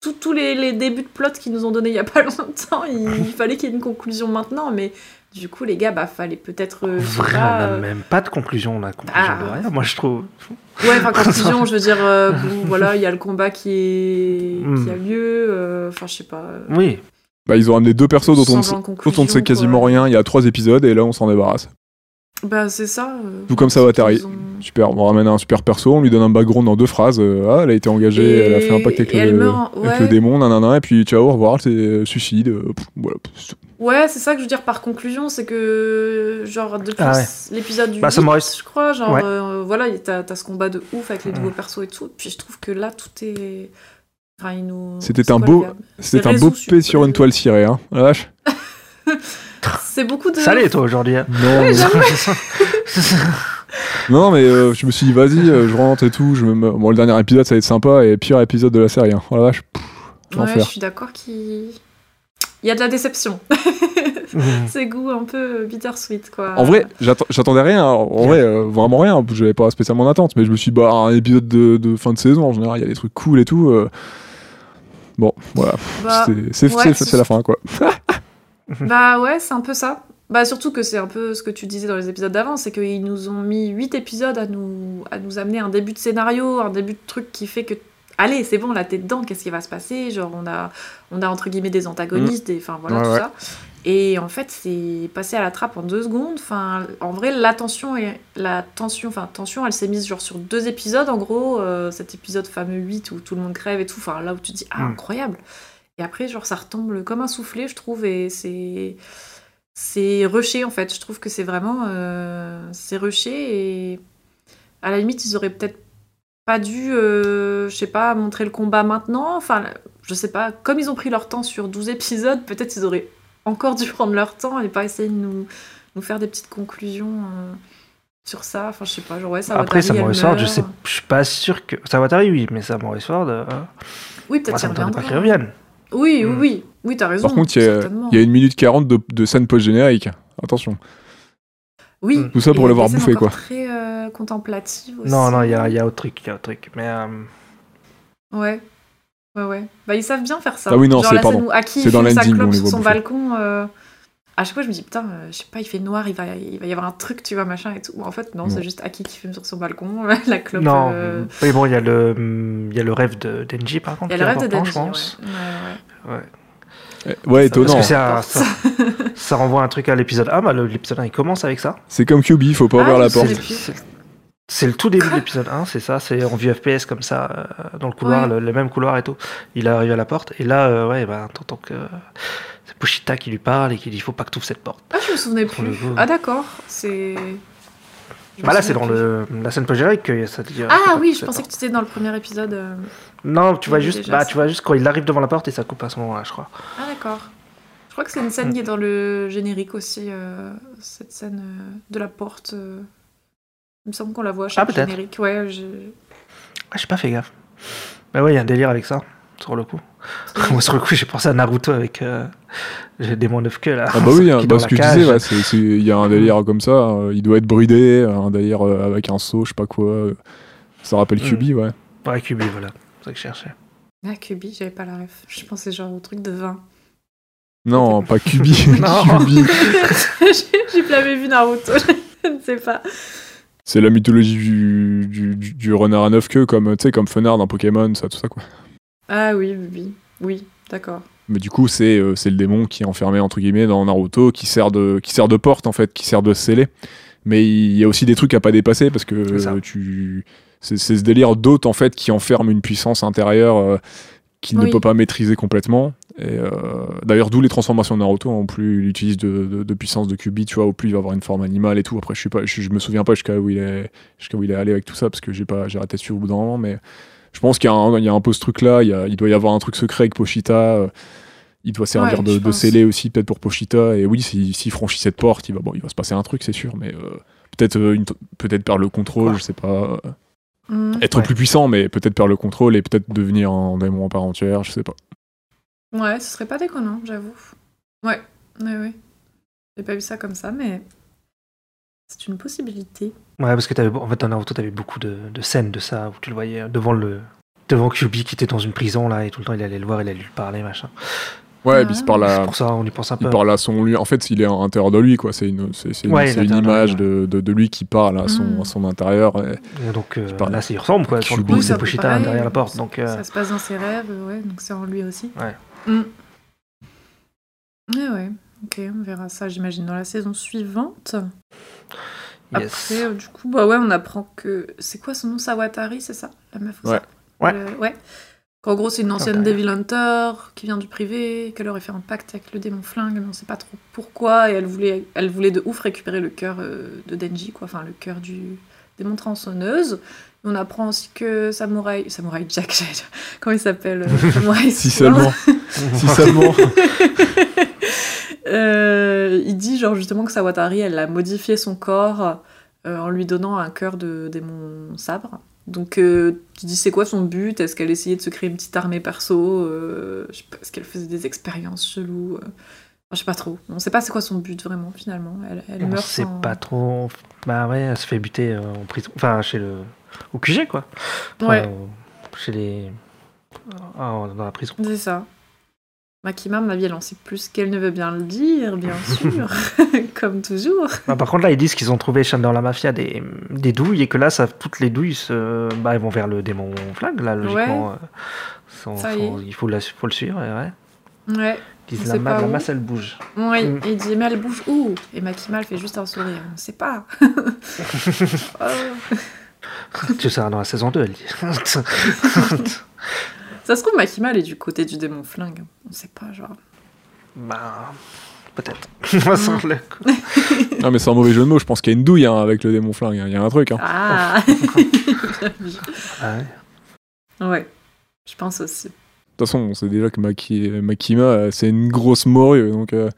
S2: Tous, tous les, les débuts de plot qu'ils nous ont donnés il y a pas longtemps, il, il fallait qu'il y ait une conclusion maintenant, mais du coup, les gars, bah, fallait peut-être. euh, je sais
S1: Vraiment,
S2: pas,
S1: on n'a
S2: euh,
S1: même pas de conclusion, on a conclusion de
S2: Ah.
S1: rien, moi je trouve.
S2: Ouais, enfin, conclusion, je veux dire, euh, bon, voilà, il y a le combat qui, est... qui
S3: Hmm.
S2: a lieu, euh, enfin, je sais pas. euh,
S1: Oui,
S3: Bah, ils ont amené deux persos dont on ne
S2: semblant
S3: sait, dont on ne
S2: conclusion,
S3: sait quasiment
S2: quoi.
S3: rien. Il y a trois épisodes et là, on s'en débarrasse.
S2: Bah, c'est ça. euh,
S3: Tout comme ça, Watari.
S2: ils ont-
S3: Super, on ramène un super perso, on lui donne un background en deux phrases. euh, ah, elle a été engagée,
S2: Et-
S3: elle a fait un pacte avec,
S2: et elle
S3: le,
S2: meurt,
S3: avec
S2: ouais.
S3: le démon, nanana, et puis tu vas au revoir, c'est euh, suicide. euh, pff, voilà, pff,
S2: Ouais, c'est ça que je veux dire par conclusion, c'est que, genre, depuis
S1: Ah ouais.
S2: l'épisode du
S1: Bah, ça
S2: huit,
S1: m'aurait-
S2: je crois, genre,
S1: Ouais.
S2: euh, voilà, y- t'as t'as ce combat de ouf avec les
S1: Mm.
S2: nouveaux persos et tout, puis je trouve que là, tout est... Enfin, il nous...
S3: C'était
S2: c'est
S3: un
S2: quoi,
S3: beau-
S2: les gars
S3: C'était
S2: C'est
S3: un
S2: raison,
S3: beau
S2: je
S3: P sur
S2: suppose.
S3: une toile cirée, hein. La vache.
S2: C'est beaucoup de...
S1: ça l'est toi aujourd'hui. hein.
S3: Non, mais, non, mais euh, je me suis dit, vas-y, euh, je rentre et tout. Je me... Bon, le dernier épisode, ça va être sympa, et pire épisode de la série, hein. Oh la vache. pff,
S2: Ouais, je
S3: l'enfer.
S2: suis d'accord qu'il... Il y a de la déception. C'est goût un peu bittersweet, quoi.
S3: En vrai, j'att- j'attendais rien, hein. en vrai, euh, vraiment rien, j'avais pas spécialement d'attente, mais je me suis dit, bah, un épisode de, de fin de saison, en général, il y a des trucs cool et tout. euh. Bon, voilà,
S2: Bah,
S3: c'est- c'est
S2: ouais,
S3: c'est-
S2: c'est-
S3: c'est la fin, quoi.
S1: Hum.
S2: Bah ouais, c'est un peu ça. Bah surtout que c'est un peu ce que tu disais dans les épisodes d'avant, c'est qu'ils nous ont mis 8 épisodes à nous, à nous amener un début de scénario, un début de truc qui fait que... Allez, c'est bon, là t'es dedans, qu'est-ce qui va se passer Genre on a, on a entre guillemets des antagonistes,
S1: Hum.
S2: et enfin voilà
S3: Ouais,
S2: tout
S3: ouais.
S2: ça. Et en fait, c'est passé à la trappe en deux secondes. Enfin, en vrai, la tension, est, la tension, enfin, tension, elle s'est mise genre sur deux épisodes, en gros. euh, cet épisode fameux 8 où tout le monde crève et tout. Enfin, là où tu te dis, ah,
S3: Hmm.
S1: Mm.
S2: incroyable. Et après, genre, ça retombe le- comme un soufflé, je trouve, et c'est. C'est rushé, en fait. Je trouve que c'est vraiment. euh, c'est rushé, et. À la limite, ils auraient peut-être pas dû, euh, je sais pas, montrer le combat maintenant. Enfin,
S4: je sais pas, comme ils ont pris leur temps sur 12 épisodes, peut-être ils auraient encore dû prendre leur temps et pas essayer de nous, nous faire des petites conclusions euh, sur ça. Enfin, je sais pas, genre, ouais, ça
S1: Après, Samuel Sword, je sais, je suis pas sûr que. Savatari, oui, mais Samuel Sword, euh,
S4: Oui,
S1: moi,
S4: peut-être
S1: ça
S4: qu'ils
S1: me donne pas
S4: reviendront.
S1: qu'ils reviennent.
S4: Oui, oui,
S1: Hmm.
S4: oui. Oui, t'as raison.
S3: Mm. Par contre, il y a-
S4: certainement.
S3: il y a une minute 40 de, de scène post-générique. Attention.
S4: Oui.
S3: Tout ça pour
S4: et
S3: l'avoir
S4: des scènes
S3: bouffé, quoi.
S4: encore Très euh, contemplative aussi.
S1: Non,
S4: hein.
S1: non, il y a, il y a autre truc, il y a autre truc. Mais euh,
S4: Ouais. Ouais, ouais. Bah, ils savent bien faire ça.
S3: Ah oui, non,
S4: Genre
S3: c'est-
S4: la scène
S3: pardon.
S4: où Aki
S3: C'est
S4: fume
S3: dans
S4: sa
S3: l'ending, on
S4: clope
S3: les
S4: sur
S3: voit
S4: son
S3: bouffer.
S4: balcon. euh, À chaque fois, je me dis, putain, euh, je sais pas, il fait noir, il va, il va y avoir un truc, tu vois, machin et tout. En fait, non,
S3: Non.
S4: c'est juste Aki qui fume sur son balcon, la clope.
S1: non,
S4: euh,
S1: oui, bon, il y, a le, hum, il y a le rêve de Denji, par contre.
S4: Il y a le
S1: qui est
S4: rêve de
S1: important,
S4: Denji,
S1: je pense.
S4: ouais. Ouais, ouais.
S3: Eh, Ouais,
S4: Ça, parce
S1: Parce
S3: étonnant.
S1: que c'est un-
S4: Important.
S1: Ah, ça, ça renvoie un truc à l'épisode 1. Bah, le- l'épisode 1, il commence avec ça.
S3: C'est comme QB, il faut pas
S4: Ah,
S3: ouvrir la
S4: je sais.
S3: porte.
S1: C'est- C'est c'est le tout début de l'épisode 1, c'est ça, c'est en vue FPS comme ça, euh, dans le couloir,
S4: Ouais.
S1: le, le même couloir et tout. Il arrive à la porte, et là, euh, ouais, bah, t'entends que euh, c'est Pushita qui lui parle et qui dit faut pas que t'ouvres cette porte.
S4: Ah, je me souvenais
S1: Pour le
S4: plus.
S1: coup.
S4: Ah, d'accord, c'est. je me
S1: Bah là,
S4: souvenais
S1: c'est dans
S4: plus.
S1: le, la scène post-générique que ça te dit. euh, faut pas
S4: Ah
S1: que
S4: oui,
S1: t'ouvres
S4: je
S1: cette
S4: pensais que tu étais dans le premier épisode. euh.
S1: porte. Non, tu vois,
S4: Oui,
S1: juste,
S4: déjà,
S1: bah,
S4: ça.
S1: tu vois juste quand il arrive devant la porte et ça coupe à ce moment-là, je crois.
S4: Ah d'accord. Je crois que c'est une scène qui est dans le générique aussi, euh, cette scène euh, de la porte. euh. Il me semble qu'on la voit à chaque
S1: Ah, peut-être.
S4: générique. Ouais, je-
S1: Ah, j'ai pas fait gaffe. Mais ouais, il y a un délire avec ça, sur le coup. Moi, sur le coup, j'ai pensé à Naruto avec euh, j'ai des moins neuf queues là.
S3: Ah bah oui, hein,
S1: Qui est
S3: bah,
S1: dans
S3: ce
S1: la
S3: que je
S1: cage. Mm.
S3: disais, ouais, c'est- c'est- il y a un délire comme ça, euh, il doit être bridé, euh, un délire euh, avec un seau, je sais pas quoi, euh, ça rappelle
S1: Hmm.
S3: QB, ouais.
S1: Ouais, Kubi, voilà, c'est ça que je cherchais.
S4: Ah, Kubi, j'avais pas la ref. Je pensais genre au truc de vin.
S3: Non, pas QB,
S1: Non.
S3: QB,
S4: J'ai j'ai plus jamais vu Naruto, je ne sais pas.
S3: c'est la mythologie du, du, du- du renard à neuf queues, comme, tu sais, comme Fenard dans Pokémon, ça, tout ça, quoi.
S4: Ah oui, oui, oui, oui, d'accord.
S3: Mais du coup, c'est euh, c'est le démon qui est enfermé, entre guillemets, dans Naruto, qui sert de, qui sert de porte, en fait, qui sert de scellé. Mais il y a aussi des trucs à pas dépasser, parce que
S1: C'est ça.
S3: euh, tu... C'est c'est ce délire d'hôte, en fait, qui enferme une puissance intérieure euh, qu'il
S4: Oui.
S3: ne peut pas maîtriser complètement. Et euh, D'ailleurs, d'où les transformations de Naruto, en plus il utilise de, de- de puissance de Kubi, tu vois, au plus il va avoir une forme animale et tout. Après, je, suis pas, je, je me souviens pas jusqu'à où, il est- jusqu'à où il est allé avec tout ça, parce que j'ai pas- j'ai arrêté de suivre au bout d'un moment, mais je pense qu'il y, a un- il y a un peu ce truc-là, il, y a- il doit y avoir un truc secret avec Pochita, euh, il doit servir
S4: Ouais,
S3: de,
S4: je
S3: de
S4: pense.
S3: scellé aussi, peut-être pour Pochita, et oui, s'il s'il franchit cette porte, il va, bon, il va se passer un truc, c'est sûr, mais euh, peut-être euh, une t- peut-être perdre le contrôle,
S1: Quoi
S3: je sais pas, euh,
S4: Hmm,
S3: être
S1: Ouais.
S3: plus puissant, mais peut-être perdre le contrôle et peut-être devenir un démon à part entière, je sais pas.
S4: Ouais, ce serait pas déconnant, j'avoue. Ouais, ouais, ouais. J'ai pas vu ça comme ça, mais c'est une possibilité.
S1: Ouais, parce que t'avais, en fait, dans Naruto, t'avais beaucoup de, de scènes de ça où tu le voyais euh, devant le devant Kyubi qui était dans une prison là et tout le temps il allait le voir, il allait lui parler machin.
S3: Ouais,
S4: Ouais.
S3: et puis il se parle
S1: C'est
S3: à,
S1: pour ça on y Ah. pense un peu.
S3: il parle à son lui, en fait, il est à l'intérieur de lui, quoi, c'est une, c'est- c'est une-
S1: Ouais, il est
S3: c'est
S1: à
S3: une
S1: l'intérieur de
S3: image
S1: lui,
S3: de, de- de lui qui parle à son,
S4: Mm.
S3: à son intérieur. et-
S1: Et donc euh,
S3: Il parle
S1: là, ça y ressemble quoi. Sur le
S3: Kyubi.
S1: coup,
S3: Oui,
S1: c'est
S3: ça,
S1: Pochita hein,
S4: pareil,
S1: derrière la porte. Donc euh,
S4: Ça se passe dans ses rêves, euh, ouais, donc c'est en lui aussi.
S1: Ouais.
S4: Mm. Ouais, ouais. Ok, on verra ça, j'imagine, dans la saison suivante.
S1: yes.
S4: Après, euh, du coup, bah ouais, on apprend que. C'est quoi son nom Sawatari, c'est ça La meuf ou
S3: Ouais.
S4: ça
S1: Ouais.
S4: Le- ouais. Qu'en gros, c'est une ancienne
S1: Sawatari.
S4: Devil Hunter qui vient du privé, qu'elle aurait fait un pacte avec le démon flingue, mais on sait pas trop pourquoi, et elle voulait, elle voulait de ouf récupérer le cœur euh, de Denji, quoi, enfin le cœur du démon tronçonneuse. On apprend aussi que Samurai. Samurai Jack, j'allais dire. Comment il s'appelle euh, Samurai
S3: Si
S4: Sword.
S3: seulement, si seulement.
S4: Euh, il dit genre justement que Sawatari, elle a modifié son corps euh, en lui donnant un cœur de démon sabre. Donc euh, tu dis c'est quoi son but Est-ce qu'elle essayait de se créer une petite armée perso Euh, je sais pas, Est-ce qu'elle faisait des expériences cheloues Euh, Je sais pas trop. On sait pas c'est quoi son but vraiment finalement. Elle, elle
S1: On
S4: meurt
S1: sait
S4: sans-
S1: pas trop. Bah ouais, elle se fait buter euh, en prison. Enfin, chez le au QG quoi. Enfin,
S4: Ouais,
S1: au- chez les ah, dans la prison.
S4: c'est ça. Makima, ma vie, elle en sait plus qu'elle ne veut bien le dire, bien sûr, comme toujours.
S1: Ah, par contre, là, ils disent qu'ils ont trouvé chez- dans la mafia des, des douilles et que là, ça, toutes les douilles se, bah, elles vont vers le démon flag, là, logiquement. euh, sans-
S4: Ça y
S1: sans-
S4: est.
S1: il faut, la, faut le suivre, et ouais.
S4: Ouais,
S1: Ils
S4: On
S1: disent
S4: sait
S1: la, ma-
S4: pas
S1: la
S4: où.
S1: masse, elle bouge.
S4: Oui,
S1: Mm.
S4: il dit mais elle bouge où Et Makima elle fait juste un sourire, on sait pas. Oh.
S1: tu sais, dans la saison 2, elle dit.
S4: Ça se trouve Makima elle est du côté du démon flingue, on sait pas genre.
S1: bah, peut-être.
S4: Mm.
S1: Moi, sans le coup.
S3: Non, mais c'est un mauvais jeu de mots, je pense qu'il y a une douille hein, avec le démon flingue, hein, il y a un truc. hein.
S4: Ah
S1: Ah ouais.
S4: Ouais, je pense aussi.
S3: toute façon, on sait déjà que Maki- Makima, euh, c'est une grosse morue, donc euh,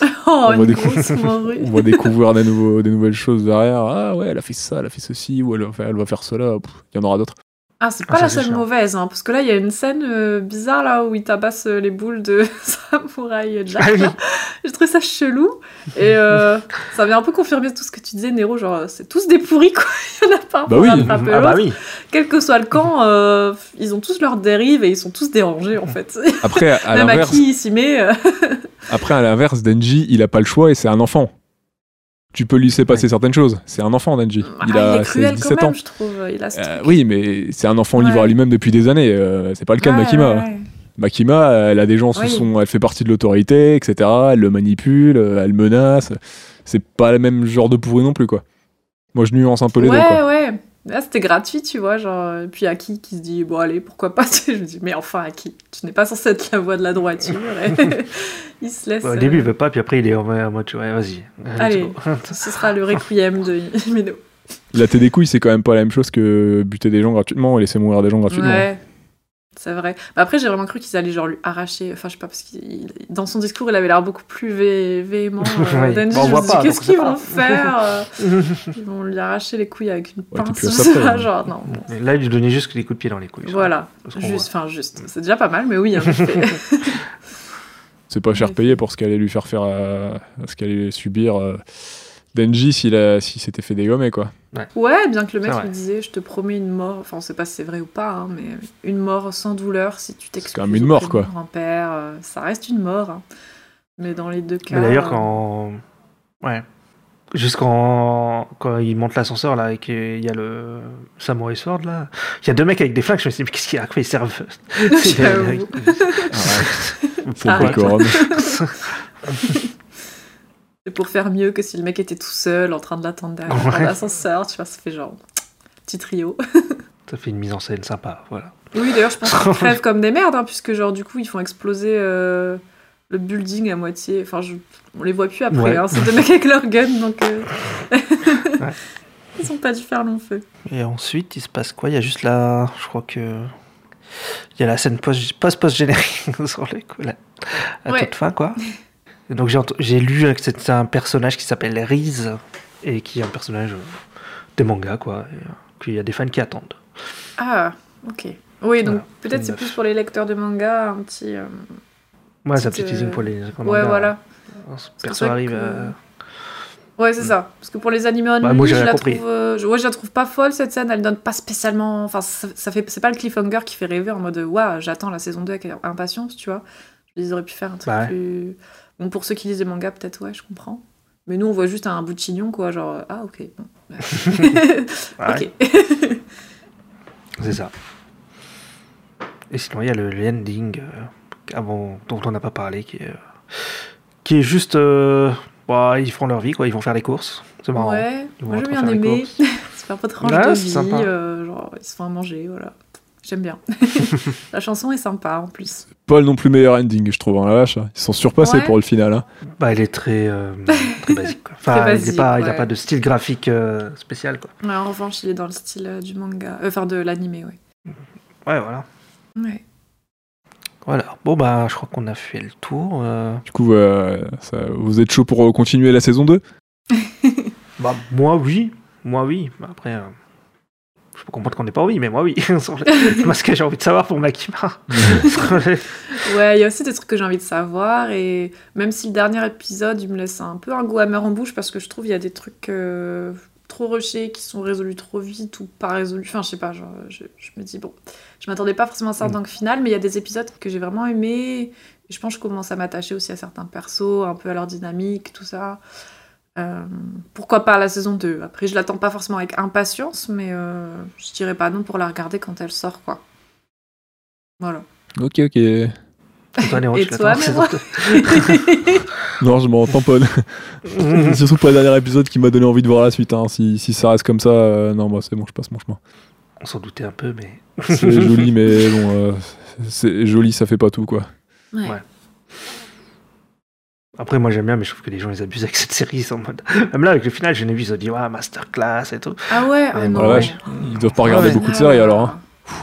S2: Oh,
S3: On va
S2: une
S3: décou-
S2: grosse morue.
S3: on va découvrir des, nouveaux, des nouvelles choses derrière. Ah ouais, elle a fait ça, elle a fait ceci, ou elle, va faire- elle va faire cela, pff, il y en aura d'autres.
S2: Ah, c'est
S1: Ah,
S2: pas
S1: ça,
S2: la
S1: c'est
S2: seule
S1: chiant.
S2: mauvaise, hein, parce que là, il y a une scène euh, bizarre là où il tabasse euh, les boules de Samouraï
S1: Ah
S2: Jack.
S1: oui.
S2: là. J'ai trouvé ça chelou. Et euh, ça vient un peu confirmer tout ce que tu disais, Nero. Genre, euh, c'est tous des pourris, quoi. Il y en a pas un
S3: Bah
S2: pour
S3: oui.
S2: attraper
S1: Ah bah
S2: l'autre.
S1: oui.
S2: Quel que soit le camp, euh, ils ont tous leurs dérives et ils sont tous dérangés, en fait.
S3: Après, à
S2: Même à
S3: l'inverse,
S2: qui il s'y met. euh,
S3: après, à l'inverse, Denji, il a pas le choix et c'est un enfant. Tu peux lui laisser passer certaines choses. C'est un enfant, Denji.
S2: ah,
S3: il a
S2: est
S3: 16,
S2: cruel
S3: 17
S2: quand même,
S3: ans.
S2: je trouve. Il a ce
S3: Euh,
S2: truc.
S3: oui, mais c'est un enfant libre à
S2: Ouais.
S3: lui-même depuis des années. euh, c'est pas le cas de
S2: Ouais,
S3: Makima.
S2: ouais, ouais.
S3: Makima, elle a des gens sous
S2: Oui.
S3: son. Elle fait partie de l'autorité, etc. Elle le manipule, euh, elle menace. C'est pas le même genre de pourri non plus, quoi. Moi, je nuance un peu les deux, quoi.
S2: Ouais, ouais. Là, c'était gratuit, tu vois. Genre, et puis Aki qui se dit, bon, allez, pourquoi pas. tu sais, Je me dis, mais enfin, Aki, tu n'es pas censé être la voix de la droiture. Et il se laisse.
S1: Au début,
S2: euh,
S1: il veut pas, puis après, il est en mode, en mode, ouais, vas-y. let's
S2: Allez.
S1: go.
S2: ce sera le requiem de Himeno.
S3: La tête des couilles, c'est quand même pas la même chose que buter des gens gratuitement et laisser mourir des gens gratuitement.
S2: Ouais.
S1: hein.
S2: C'est vrai. Bah, après, j'ai vraiment cru qu'ils allaient genre lui arracher. Enfin, je sais pas, parce que dans son discours, il avait l'air beaucoup plus vé- véhément. euh,
S1: Oui.
S2: Denji,
S1: Bah, on
S2: je me
S1: voit
S2: suis dit,
S1: pas, donc
S2: qu'est-ce
S1: on sait
S2: qu'ils
S1: pas.
S2: vont faire euh, Ils vont lui arracher les couilles avec une
S3: Ouais, t'es
S2: pince.
S3: plus à
S2: je
S3: ça
S2: sais
S3: près,
S2: pas,
S3: hein.
S2: genre, non. bon.
S1: Mais Là, il lui donnait juste des coups de pied dans les couilles.
S2: Voilà.
S1: Parce qu'on
S2: Juste, enfin, juste. C'est déjà pas mal, mais oui, hein, en effet.
S3: C'est pas cher
S2: Ouais.
S3: payé pour ce qu'elle allait lui faire faire, à- à ce qu'elle allait subir euh, Denji s'il a- s'il s'était fait dégommer, quoi.
S2: Ouais, bien que le
S1: C'est
S2: mec
S1: vrai.
S2: lui disait je te promets une mort, enfin on sait pas si c'est vrai ou pas, hein, mais une mort sans douleur si tu t'excuses.
S3: quand même une mort,
S2: auprès de
S3: quoi.
S2: mon Grand-père, euh, ça reste une mort. hein. Mais dans les deux cas.
S1: Mais d'ailleurs,
S2: euh,
S1: quand. Ouais. Jusqu'en. Quand il monte l'ascenseur, là, et qu'il y a le Samurai Sword, là. Il y a deux mecs avec des flingues, je me suis dit, mais qu'est-ce qu'il y a À quoi ils servent
S2: euh, J'avoue.
S3: Ah Pour
S2: Ah, ouais.
S3: décorum.
S2: C'est pour faire mieux que si le mec était tout seul en train de l'attendre derrière
S1: Ouais.
S2: dans l'ascenseur, tu vois, ça fait genre petit trio.
S1: Ça fait une mise en scène sympa, voilà.
S2: Oui, d'ailleurs, je pense qu'ils crèvent comme des merdes, hein, puisque genre du coup ils font exploser. euh, Le building à moitié, enfin, je... on les voit plus après.
S1: Ouais.
S2: hein, C'est deux mecs avec leur gun, donc euh,
S1: Ouais.
S2: ils ont pas dû faire long feu.
S1: Et ensuite, il se passe quoi Il y a juste la. Je crois que. Il y a la scène post- post-post-générique sur le coup, là. À
S2: Ouais.
S1: toute fin, quoi. Et donc, j'ai ent- j'ai lu que c'était un personnage qui s'appelle Riz, et qui est un personnage euh, des mangas, quoi. et, euh, Qu'il y a des fans qui attendent.
S2: Ah, ok. Oui, donc
S1: Voilà,
S2: peut-être c'est
S1: neuf.
S2: plus pour les lecteurs de manga, un petit. euh,
S1: Moi, c'est un
S2: Petite,
S1: petit teasing
S2: euh,
S1: pour les. hein.
S2: Ouais, voilà.
S1: Perso
S2: vrai
S1: arrive.
S2: que-
S1: euh,
S2: Ouais, c'est ça. Parce que pour les animés en
S1: Mm. Bah,
S2: ligne,
S1: moi, j'ai
S2: je
S1: rien
S2: la
S1: compris.
S2: trouve. euh, je- ouais, je la trouve pas folle cette scène. Elle donne pas spécialement. Enfin, ça, ça fait. C'est pas le cliffhanger qui fait rêver en mode euh, waouh, j'attends la saison 2 avec impatience, tu vois. Ils auraient pu faire un truc
S1: Bah ouais.
S2: plus. Bon, pour ceux qui lisent des mangas, peut-être, ouais, je comprends. Mais nous, on voit juste un bout de chignon, quoi. Genre, euh, ah, ok. bon.
S1: ouais,
S2: ok.
S1: C'est ça. Et sinon, il y a le le ending euh, avant, dont on n'a pas parlé, qui est, euh, qui est juste. euh, bah, ils font leur vie, quoi. Ils vont faire les courses. C'est marrant.
S2: Ouais,
S1: Ils vont
S2: moi j'ai
S1: entre
S2: bien
S1: faire les
S2: aimé.
S1: courses.
S2: C'est pas tranche
S1: Ouais,
S2: de
S1: c'est
S2: vie,
S1: sympa.
S2: euh, genre ils se font à manger, voilà. J'aime bien. La chanson est sympa en plus.
S3: Pas le non plus meilleur ending, je trouve, hein, la vache. hein. Ils sont surpassés
S2: Ouais.
S3: pour le final. hein.
S1: Bah, il est très, euh, très basique. Quoi. Enfin,
S2: Très
S1: il
S2: basique,
S1: n'a pas, il a
S2: ouais.
S1: pas de style graphique euh, spécial, quoi.
S2: Ouais, en revanche, il est dans le style euh, du manga, euh, enfin de l'animé, ouais.
S1: Ouais, voilà.
S2: Ouais.
S1: Voilà. Bon, bah, je crois qu'on a fait le tour. euh.
S3: Du coup, euh, ça- vous êtes chaud pour euh, continuer la saison 2
S1: Bah, moi, oui. Moi, oui. Bah, Après, euh, je peux comprendre qu'on n'ait pas envie, mais moi, oui. Sur le- Moi, ce que j'ai envie de savoir pour Makima. Sur le-
S2: Ouais, il y a aussi des trucs que j'ai envie de savoir et même si le dernier épisode il me laisse un peu un goût amer en bouche parce que je trouve il y a des trucs euh, trop rushés qui sont résolus trop vite ou pas résolus. Enfin, je sais pas, genre, je, je me dis bon, je m'attendais pas forcément à ça en tant que finale, mais il y a des épisodes que j'ai vraiment aimé. Je pense que je commence à m'attacher aussi à certains persos, un peu à leur dynamique, tout ça. Euh, pourquoi pas la saison 2 Après, je l'attends pas forcément avec impatience, mais euh, je dirais pas non pour la regarder quand elle sort, quoi. Voilà.
S3: Ok, ok.
S1: Et toi, Néo,
S2: Et
S1: tu
S2: toi,
S1: l'attends,
S2: Néo
S1: c'est-
S3: Non, je m'en tamponne. C'est surtout pas le dernier épisode qui m'a donné envie de voir la suite. hein. Si, si ça reste comme ça, euh, non, bah, c'est bon, je passe mon chemin.
S1: On s'en doutait un peu, mais.
S3: C'est joli, mais bon, euh, c'est joli, ça fait pas tout, quoi.
S2: Ouais.
S1: Ouais. Après, moi, j'aime bien, mais je trouve que les gens, ils abusent avec cette série. Ils sont en mode. Même là, avec le final, j'ai vu, ils ont dit, ouais, masterclass et tout.
S2: Ah ouais, ah
S1: Ouais,
S2: non.
S3: voilà, je- Ils doivent pas regarder
S1: Ouais.
S3: beaucoup de
S2: Ah
S3: séries, hein.
S2: ouais.
S3: alors. hein.
S2: Ah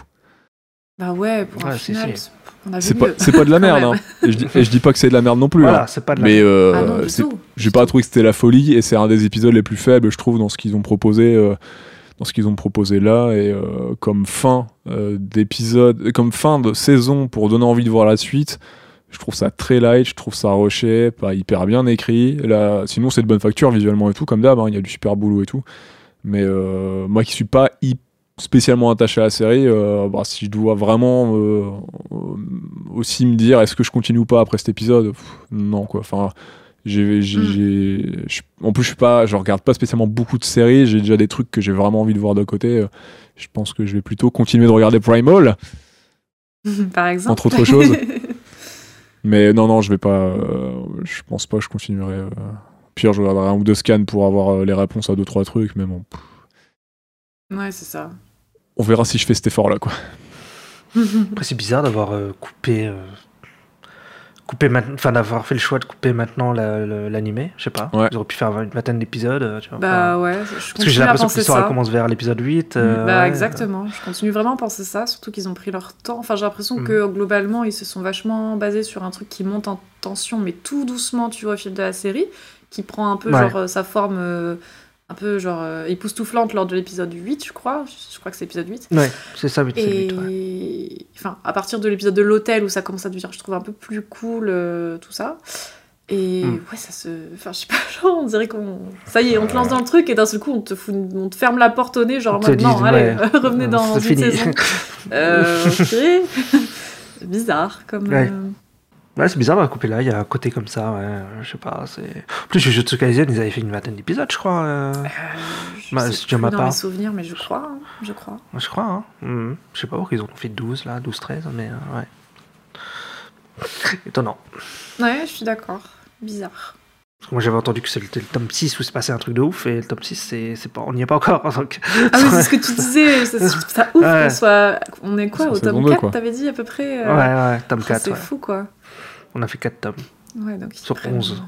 S2: Bah ouais, pour un
S1: Ouais, si,
S2: final,
S1: si.
S2: c'est- On a vu
S3: C'est pas,
S2: mieux.
S3: c'est pas de la
S2: Quand
S3: merde,
S2: même.
S3: hein. Et je, dis- et je dis pas que c'est de la merde non plus. hein.
S1: Voilà, c'est pas de la
S3: Mais euh,
S2: Ah non, du
S3: c'est-
S2: tout.
S3: j'ai pas trouvé que c'était la folie et c'est un des épisodes les plus faibles, je trouve, dans ce qu'ils ont proposé, euh, dans ce qu'ils ont proposé là et euh, comme fin euh, d'épisode, comme fin de saison pour donner envie de voir la suite. Je trouve ça très light, je trouve ça rocher, pas hyper bien écrit. Là, sinon, c'est de bonne facture visuellement et tout, comme d'hab. hein, Il y a du super boulot et tout. Mais euh, moi qui suis pas hy- spécialement attaché à la série, euh, bah, si je dois vraiment euh, euh, aussi me dire est-ce que je continue ou pas après cet épisode, pff, non quoi. Enfin, j'ai, j'ai-
S2: Mm.
S3: j'ai- je- en plus je suis pas, je regarde pas spécialement beaucoup de séries. J'ai déjà des trucs que j'ai vraiment envie de voir de côté. Euh, Je pense que je vais plutôt continuer de regarder Primal,
S2: Par exemple.
S3: entre autres choses. Mais non, non, je vais pas. euh, je pense pas que je continuerai. euh. Pire, je regarderai un ou deux scans pour avoir euh, les réponses à deux trois trucs. Mais bon,
S2: ouais, c'est ça.
S3: on verra si je fais cet effort là quoi.
S1: Après, c'est bizarre d'avoir euh, coupé. euh, coupé maintenant. Enfin, d'avoir fait le choix de couper maintenant la- le- l'animé. Je sais pas.
S3: Ouais.
S1: Ils auraient pu faire une vingtaine d'épisodes. euh, tu vois, enfin,
S2: bah ouais, je
S1: parce que j'ai
S2: continue à
S1: l'impression que
S2: penser
S1: l'histoire elle
S2: ça.
S1: commence vers l'épisode 8. euh,
S2: Bah
S1: ouais.
S2: exactement, je continue vraiment à penser ça, surtout qu'ils ont pris leur temps. Enfin, j'ai l'impression
S1: Mhm.
S2: que globalement, ils se sont vachement basés sur un truc qui monte en tension, mais tout doucement, tu vois, au fil de la série, qui prend un peu
S1: Ouais.
S2: genre euh, sa forme euh, un peu genre euh, époustouflante lors de l'épisode 8, je crois. Je crois que c'est l'épisode 8.
S1: Ouais, c'est ça, mais c'est
S2: Et
S1: le but, ouais.
S2: enfin, à partir de l'épisode de l'hôtel où ça commence à devenir, je trouve, un peu plus cool, euh, tout ça. Et
S1: Hmm.
S2: ouais, ça se. Enfin, je sais pas, genre, on dirait qu'on. Ça y est, on te lance dans le truc et d'un seul coup, on te, fout une- on te ferme la porte au nez, genre,
S1: On Euh.
S2: en
S1: te
S2: mode,
S1: dit,
S2: non, allez,
S1: ouais,
S2: revenez dans une
S1: c'est fini.
S2: saison. Euh, ok. C'est Bizarre, comme.
S1: Ouais.
S2: euh,
S1: Ouais, c'est bizarre d'avoir coupé là. Il y a un côté comme ça. ouais, Je sais pas. c'est- En plus, Jujutsu Kaisen, ils avaient fait une vingtaine d'épisodes, je crois. euh,
S2: je
S1: Bah,
S2: sais
S1: si tu
S2: plus
S1: m'as
S2: dans
S1: pas.
S2: mes souvenirs, mais je crois, hein, je crois.
S1: Je crois, hein. Mhm. Je sais pas pourquoi ils en ont fait 12, là, 12, 13, mais euh, ouais. Étonnant.
S2: Ouais, je suis d'accord. Bizarre.
S1: Parce que moi, j'avais entendu que c'était le tome 6 où se passait un truc de ouf, et le tome 6, c'est, c'est pas, on n'y est pas encore. Donc,
S2: Ah oui, c'est ce que tu disais, c'est- je trouve ça ouf
S1: Ouais.
S2: qu'on soit. On est quoi,
S3: C'est
S2: au
S3: saison
S2: tome
S3: deux,
S2: 4,
S3: quoi.
S2: t'avais dit à peu près
S1: ouais,
S2: euh,
S1: ouais, tome
S2: Ah,
S1: 4,
S2: C'est
S1: ouais.
S2: fou, quoi.
S1: On a fait 4 tomes.
S2: Ouais, donc ils
S1: Sur
S2: prennent-
S1: 11.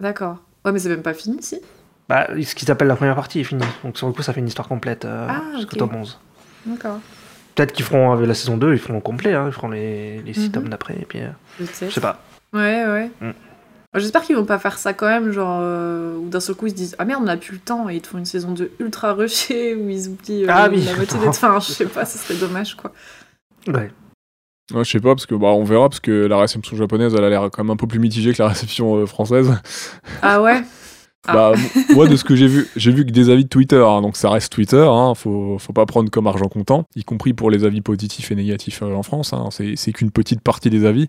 S2: D'accord. Ouais, mais c'est même pas fini, si
S1: Bah, ce qu'ils appellent la première partie est finie. Donc, sur le coup, ça fait une histoire complète, euh,
S2: Ah,
S1: jusqu'au
S2: ok.
S1: tome 11.
S2: D'accord.
S1: Peut-être qu'ils feront, avec la saison 2, ils feront le complet, hein, ils feront les, les 6
S2: Mhm.
S1: tomes d'après, et puis, euh,
S2: Je sais.
S1: je sais pas.
S2: Ouais, ouais.
S1: Mm.
S2: J'espère qu'ils vont pas faire ça quand même, genre, euh, où d'un seul coup ils se disent Ah merde, on a plus le temps, et ils te font une saison de ultra rushée où ils oublient euh,
S1: Ah oui.
S2: la moitié des. Enfin, je sais pas, ce serait dommage, quoi.
S1: Ouais.
S3: Ouais, je sais pas, parce que bah, on verra, parce que la réception japonaise, elle a l'air quand même un peu plus mitigée que la réception euh, française.
S2: Ah ouais Ah.
S3: Bah, m- moi, de ce que j'ai vu, j'ai vu que des avis de Twitter, hein, donc ça reste Twitter, hein, faut, faut pas prendre comme argent comptant, y compris pour les avis positifs et négatifs euh, en France, hein, c'est c'est qu'une petite partie des avis.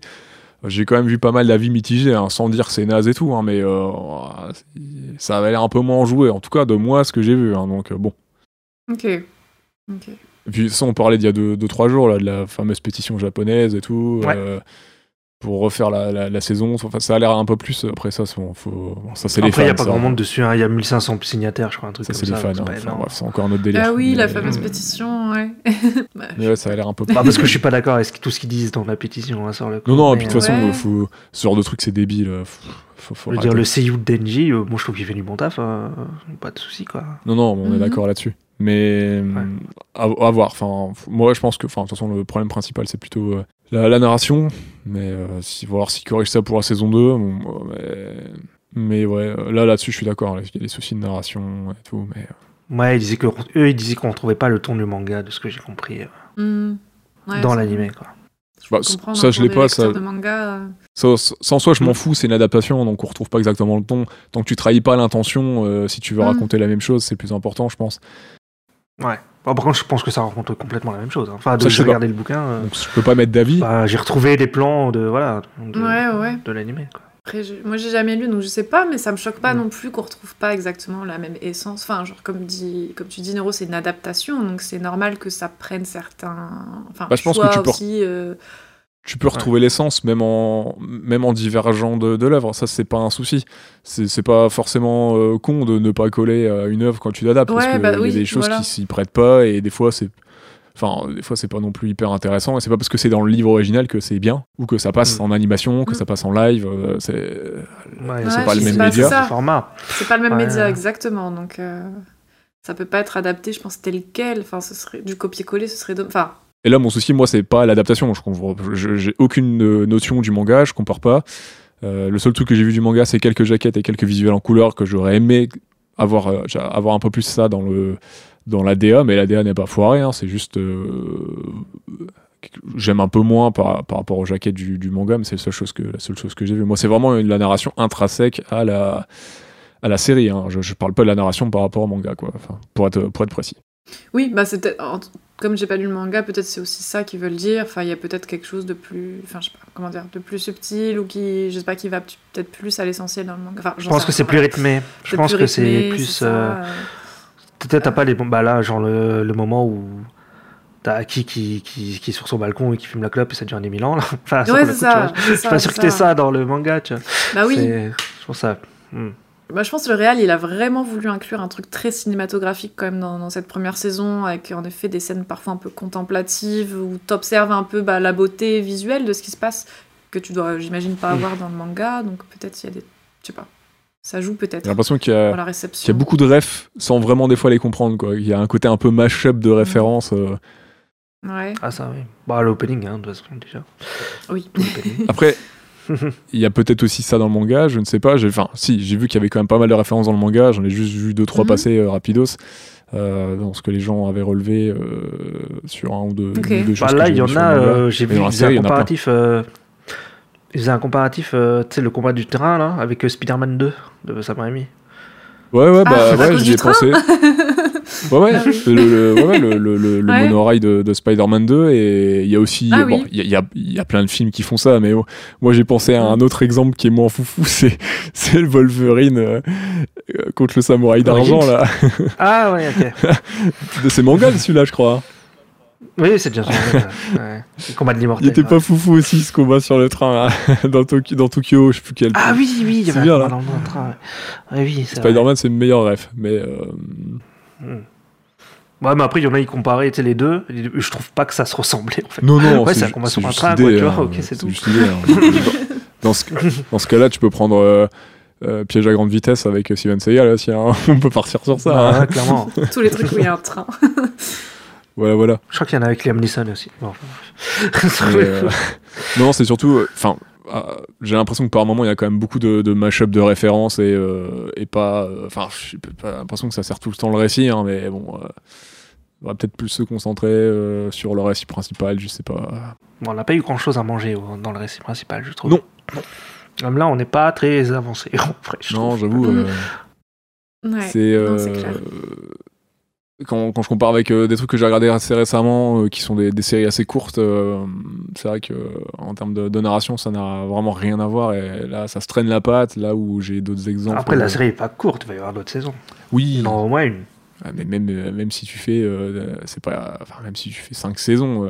S3: J'ai quand même vu pas mal d'avis mitigés, hein, sans dire c'est naze et tout, hein, mais euh, ça avait l'air un peu moins enjoué, en tout cas de moi, ce que j'ai vu, hein, donc euh, bon.
S2: Ok. Ok.
S3: Et Puis ça, on parlait d'il y a 2-3 deux, deux, trois jours, là, de la fameuse pétition japonaise et tout,
S1: Ouais.
S3: euh, pour refaire la, la- la saison. Enfin, ça a l'air un peu plus. euh, Après, ça, c'est bon, faut... bon, ça, c'est les fans.
S1: Après, il n'y a pas
S3: ça.
S1: grand monde dessus, hein. il y a 1500 signataires, je crois, un truc
S3: Ça,
S1: comme
S3: c'est les
S1: ça.
S3: fans.
S1: donc
S3: hein.
S1: c'est pas
S3: Enfin,
S1: énorme.
S3: bref, c'est encore un autre délire.
S2: Ah oui, la
S3: Mais- euh,
S2: fameuse
S1: Mm.
S2: pétition, ouais. Bah,
S3: Mais ouais, ça a l'air un peu.
S1: Bah, parce que je suis pas d'accord avec ce- tout ce qu'ils disent dans la pétition, hein, sur le coup.
S3: Non, non, et
S1: mais,
S3: puis de toute
S1: euh,
S3: façon,
S2: Ouais.
S3: euh, faut... ce genre de truc, c'est débile. euh, Faut, faut- faut
S1: Je veux
S3: arrêter.
S1: dire, le seiyuu de Denji, euh, moi je trouve qu'il fait du bon taf, euh, pas de soucis quoi.
S3: Non, non, on est
S2: Mhm.
S3: d'accord là-dessus. Mais euh, à, à voir. Enfin, f- moi, je pense que, enfin, de toute façon, le problème principal, c'est plutôt euh, la, la narration. Mais euh, si voir s'ils corrigent ça pour la saison 2, bon, euh, mais, mais ouais, euh, là, là-dessus, je suis d'accord. Il y a des soucis de narration et tout. Mais euh,
S1: Ouais, ils disaient que, eux ils disaient qu'on retrouvait pas le ton du manga, de ce que j'ai compris, euh,
S2: hmm. Ouais,
S1: dans
S2: ça-
S1: l'animé quoi.
S2: je
S3: Bah,
S2: peux
S3: ça,
S2: comprendre,
S3: ça, je
S2: pour
S3: l'ai
S2: des
S3: pas, ça-
S2: lecteurs de manga, euh,
S3: ça, ça- en soi, je
S2: Mm.
S3: m'en fous. C'est une adaptation, donc on retrouve pas exactement le ton. Tant que tu trahis pas l'intention, euh, si tu veux
S2: Mhm.
S3: raconter la même chose, c'est le plus important, je pense.
S1: Bon, par contre, je pense que ça rencontre complètement la même chose. hein. Enfin,
S3: Ça,
S1: de
S3: je sais
S1: j'ai
S3: pas.
S1: regardé le bouquin, euh,
S3: Donc, je peux pas mettre d'avis.
S1: bah, j'ai retrouvé des plans de voilà de,
S2: Ouais, ouais.
S1: de l'animé. quoi.
S2: Après, je- moi j'ai jamais lu donc je sais pas, mais ça me choque pas
S1: Mm.
S2: non plus qu'on retrouve pas exactement la même essence. Enfin, genre comme dit, comme tu dis, Nero, c'est une adaptation, donc c'est normal que ça prenne certains. Enfin,
S3: Bah, je pense que
S2: choix
S3: tu peux-
S2: aussi. euh,
S3: tu peux retrouver l'essence même en même en divergeant de, de l'œuvre ça c'est pas un souci c'est c'est pas forcément euh, con de ne pas coller à une œuvre quand tu l'adaptes parce
S2: Ouais,
S3: que
S2: bah
S3: il y a
S2: oui,
S3: des choses
S2: voilà.
S3: qui s'y prêtent pas et des fois c'est enfin des fois c'est pas non plus hyper intéressant et c'est pas parce que c'est dans le livre original que c'est bien ou que ça passe
S1: Mm.
S3: en animation que
S2: Mm.
S3: ça passe en live euh, c'est
S1: Ouais,
S2: c'est
S3: pas le
S1: c'est-
S3: même
S1: c'est
S3: média.
S1: c'est le format.
S2: C'est pas le même
S1: Ouais.
S2: média exactement, donc euh, ça peut pas être adapté. Je pense tel quel. Enfin, ce serait du copier-coller, ce serait. dom- Enfin,
S3: Et là, mon souci, moi, c'est pas l'adaptation. Je comprends- je- J'ai aucune euh, notion du manga, je compare pas. Euh, le seul truc que j'ai vu du manga, c'est quelques jaquettes et quelques visuels en couleur que j'aurais aimé avoir, euh, j'a- avoir un peu plus ça dans le dans la DA, mais la DA n'est pas foirée. hein, c'est juste euh, j'aime un peu moins par, par rapport aux jaquettes du, du manga, mais c'est la seule chose que la seule chose que j'ai vue. Moi, c'est vraiment une- la narration intrinsèque à la à la série. hein. Je, je parle pas de la narration par rapport au manga, quoi. Enfin, pour être pour être précis.
S2: Oui, bah c'est peut-être- en- comme j'ai pas lu le manga, peut-être c'est aussi ça qu'ils veulent dire. Enfin, il y a peut-être quelque chose de plus, enfin, je sais pas, comment dire, de plus subtil ou qui, je sais pas, qui va p- peut-être plus à l'essentiel dans le manga. Enfin,
S1: Je pense que c'est plus rythmé. Je pense que c'est plus. euh, Peut-être t'as pas les bons. Bah là, genre le, le moment où t'as Aki qui, qui, qui est sur son balcon et qui fume la clope et ça dure des mille ans. Là. Enfin,
S2: Ouais,
S1: pour le
S2: c'est
S1: coup, tu vois,
S2: ça.
S1: Je suis pas sûr que t'aies ça Ah dans le manga, tu vois.
S2: Bah oui.
S1: C'est- Je pense ça.
S2: Bah, je pense que le réal, il a vraiment voulu inclure un truc très cinématographique quand même dans, dans cette première saison, avec en effet des scènes parfois un peu contemplatives où t'observes un peu bah, la beauté visuelle de ce qui se passe que tu dois, j'imagine, pas
S1: Mm.
S2: avoir dans le manga. Donc peut-être il y a des, je sais pas, ça joue peut-être
S3: J'ai l'impression qu'il y a
S2: dans la
S3: qu'il Ah, y
S2: réception.
S3: a beaucoup de refs sans vraiment des fois les comprendre, quoi. Il y a un côté un peu mash-up de références. euh.
S2: Ouais.
S1: Ah, ça, oui. Bah, l'opening, hein, de toute façon, déjà.
S2: Oui.
S3: Ah,
S1: L'opening.
S3: Après. Il y a peut-être aussi ça dans le manga, je ne sais pas. J'ai- Enfin, si, j'ai vu qu'il y avait quand même pas mal de références dans le manga. J'en ai juste vu deux, trois
S2: Mhm.
S3: passer euh, rapidos euh, dans ce que les gens avaient relevé euh, sur un ou deux,
S2: Ok.
S3: une ou deux
S1: Bah,
S3: choses que
S1: là,
S3: j'ai
S1: il y
S3: vues
S1: en
S3: sur
S1: a,
S3: le manga.
S1: euh, j'ai vu,
S3: dans la
S1: ils faisaient
S3: série, il y
S1: un
S3: en a plein.
S1: comparatif. euh, Ils faisaient un comparatif, euh, tu sais, le combat du terrain, là, avec euh, Spider-Man 2 de Sam Raimi.
S3: Ouais, ouais, bah
S2: Ah, à
S3: ouais,
S2: cause
S3: j'y ai
S2: du train
S3: pensé. Ouais, ouais,
S2: Ah oui.
S3: le, le- ouais, ouais, le, le- le- le
S2: Ouais.
S3: monorail de, de Spider-Man 2, et il y a aussi.
S2: Ah
S3: bon,
S2: oui.
S3: il y a- il y, a, il y a plein de films qui font ça, mais oh, moi j'ai pensé à un autre exemple qui est moins foufou, c'est c'est le Wolverine euh, euh, contre le samouraï d'argent,
S1: Origins.
S3: là.
S1: Ah, ouais, ok.
S3: De ces mangas, celui-là, je crois. hein.
S1: Oui, c'est déjà ça. ouais, ouais. Le combat de l'immortel.
S3: Il était pas
S1: ouais.
S3: foufou aussi, ce combat sur le train, là, dans, Tokyo, dans Tokyo, je sais plus quel.
S1: Ah, oui, oui, il y
S3: C'est
S1: avait un
S3: bien,
S1: combat
S3: là.
S1: dans le train. ouais. Ah, oui, c'est vrai.
S3: Spider-Man, c'est le meilleur ref, mais. euh,
S1: Ouais, mais après, il y en a, ils comparaient tu sais, les deux. et Je trouve pas que ça se ressemblait, en fait.
S3: Non, non,
S1: Ouais,
S3: c'est
S1: c'est un
S3: ju-
S1: combat
S3: c'est
S1: sur un
S3: juste
S1: train,
S3: l'idée,
S1: quoi, tu vois,
S3: hein,
S1: ok, c'est tout.
S3: juste l'idée, hein. dans, ce, dans ce cas-là, tu peux prendre euh, euh, Piège à grande vitesse avec euh, Steven Seagal, là, si, hein, on peut partir sur ça.
S1: Bah,
S3: hein.
S1: ouais, clairement.
S2: Tous les trucs où il y a un train.
S3: Voilà, voilà.
S1: Je crois qu'il y en a avec Liam Neeson aussi. Bon.
S3: Mais, euh, non, c'est surtout. euh, Enfin, j'ai l'impression que par moment, il y a quand même beaucoup de, de mash-up de références et, euh, et pas. Enfin, j'ai pas l'impression que ça sert tout le temps le récit, hein, mais bon. euh, on va peut-être plus se concentrer euh, sur le récit principal, je sais pas.
S1: Bon, on n'a pas eu grand chose à manger au- dans le récit principal, je trouve.
S3: Non.
S1: Même là, on n'est pas très avancé. en vrai, je
S3: Non,
S1: trouve.
S3: j'avoue.
S2: Mm.
S3: euh,
S2: Ouais.
S3: C'est
S2: non, c'est
S3: euh,
S2: clair.
S3: quand, quand je compare avec euh, des trucs que j'ai regardé assez récemment, euh, qui sont des, des séries assez courtes, euh, c'est vrai que euh, en termes de, de narration, ça n'a vraiment rien à voir. Et là, ça se traîne la patte. Là où j'ai d'autres exemples.
S1: Après,
S3: euh,
S1: la série est pas courte, il va y avoir d'autres saisons.
S3: Oui.
S1: Non, au moins une.
S3: Ah, mais même euh, même si tu fais, euh, c'est pas, enfin, même si tu fais cinq saisons, euh,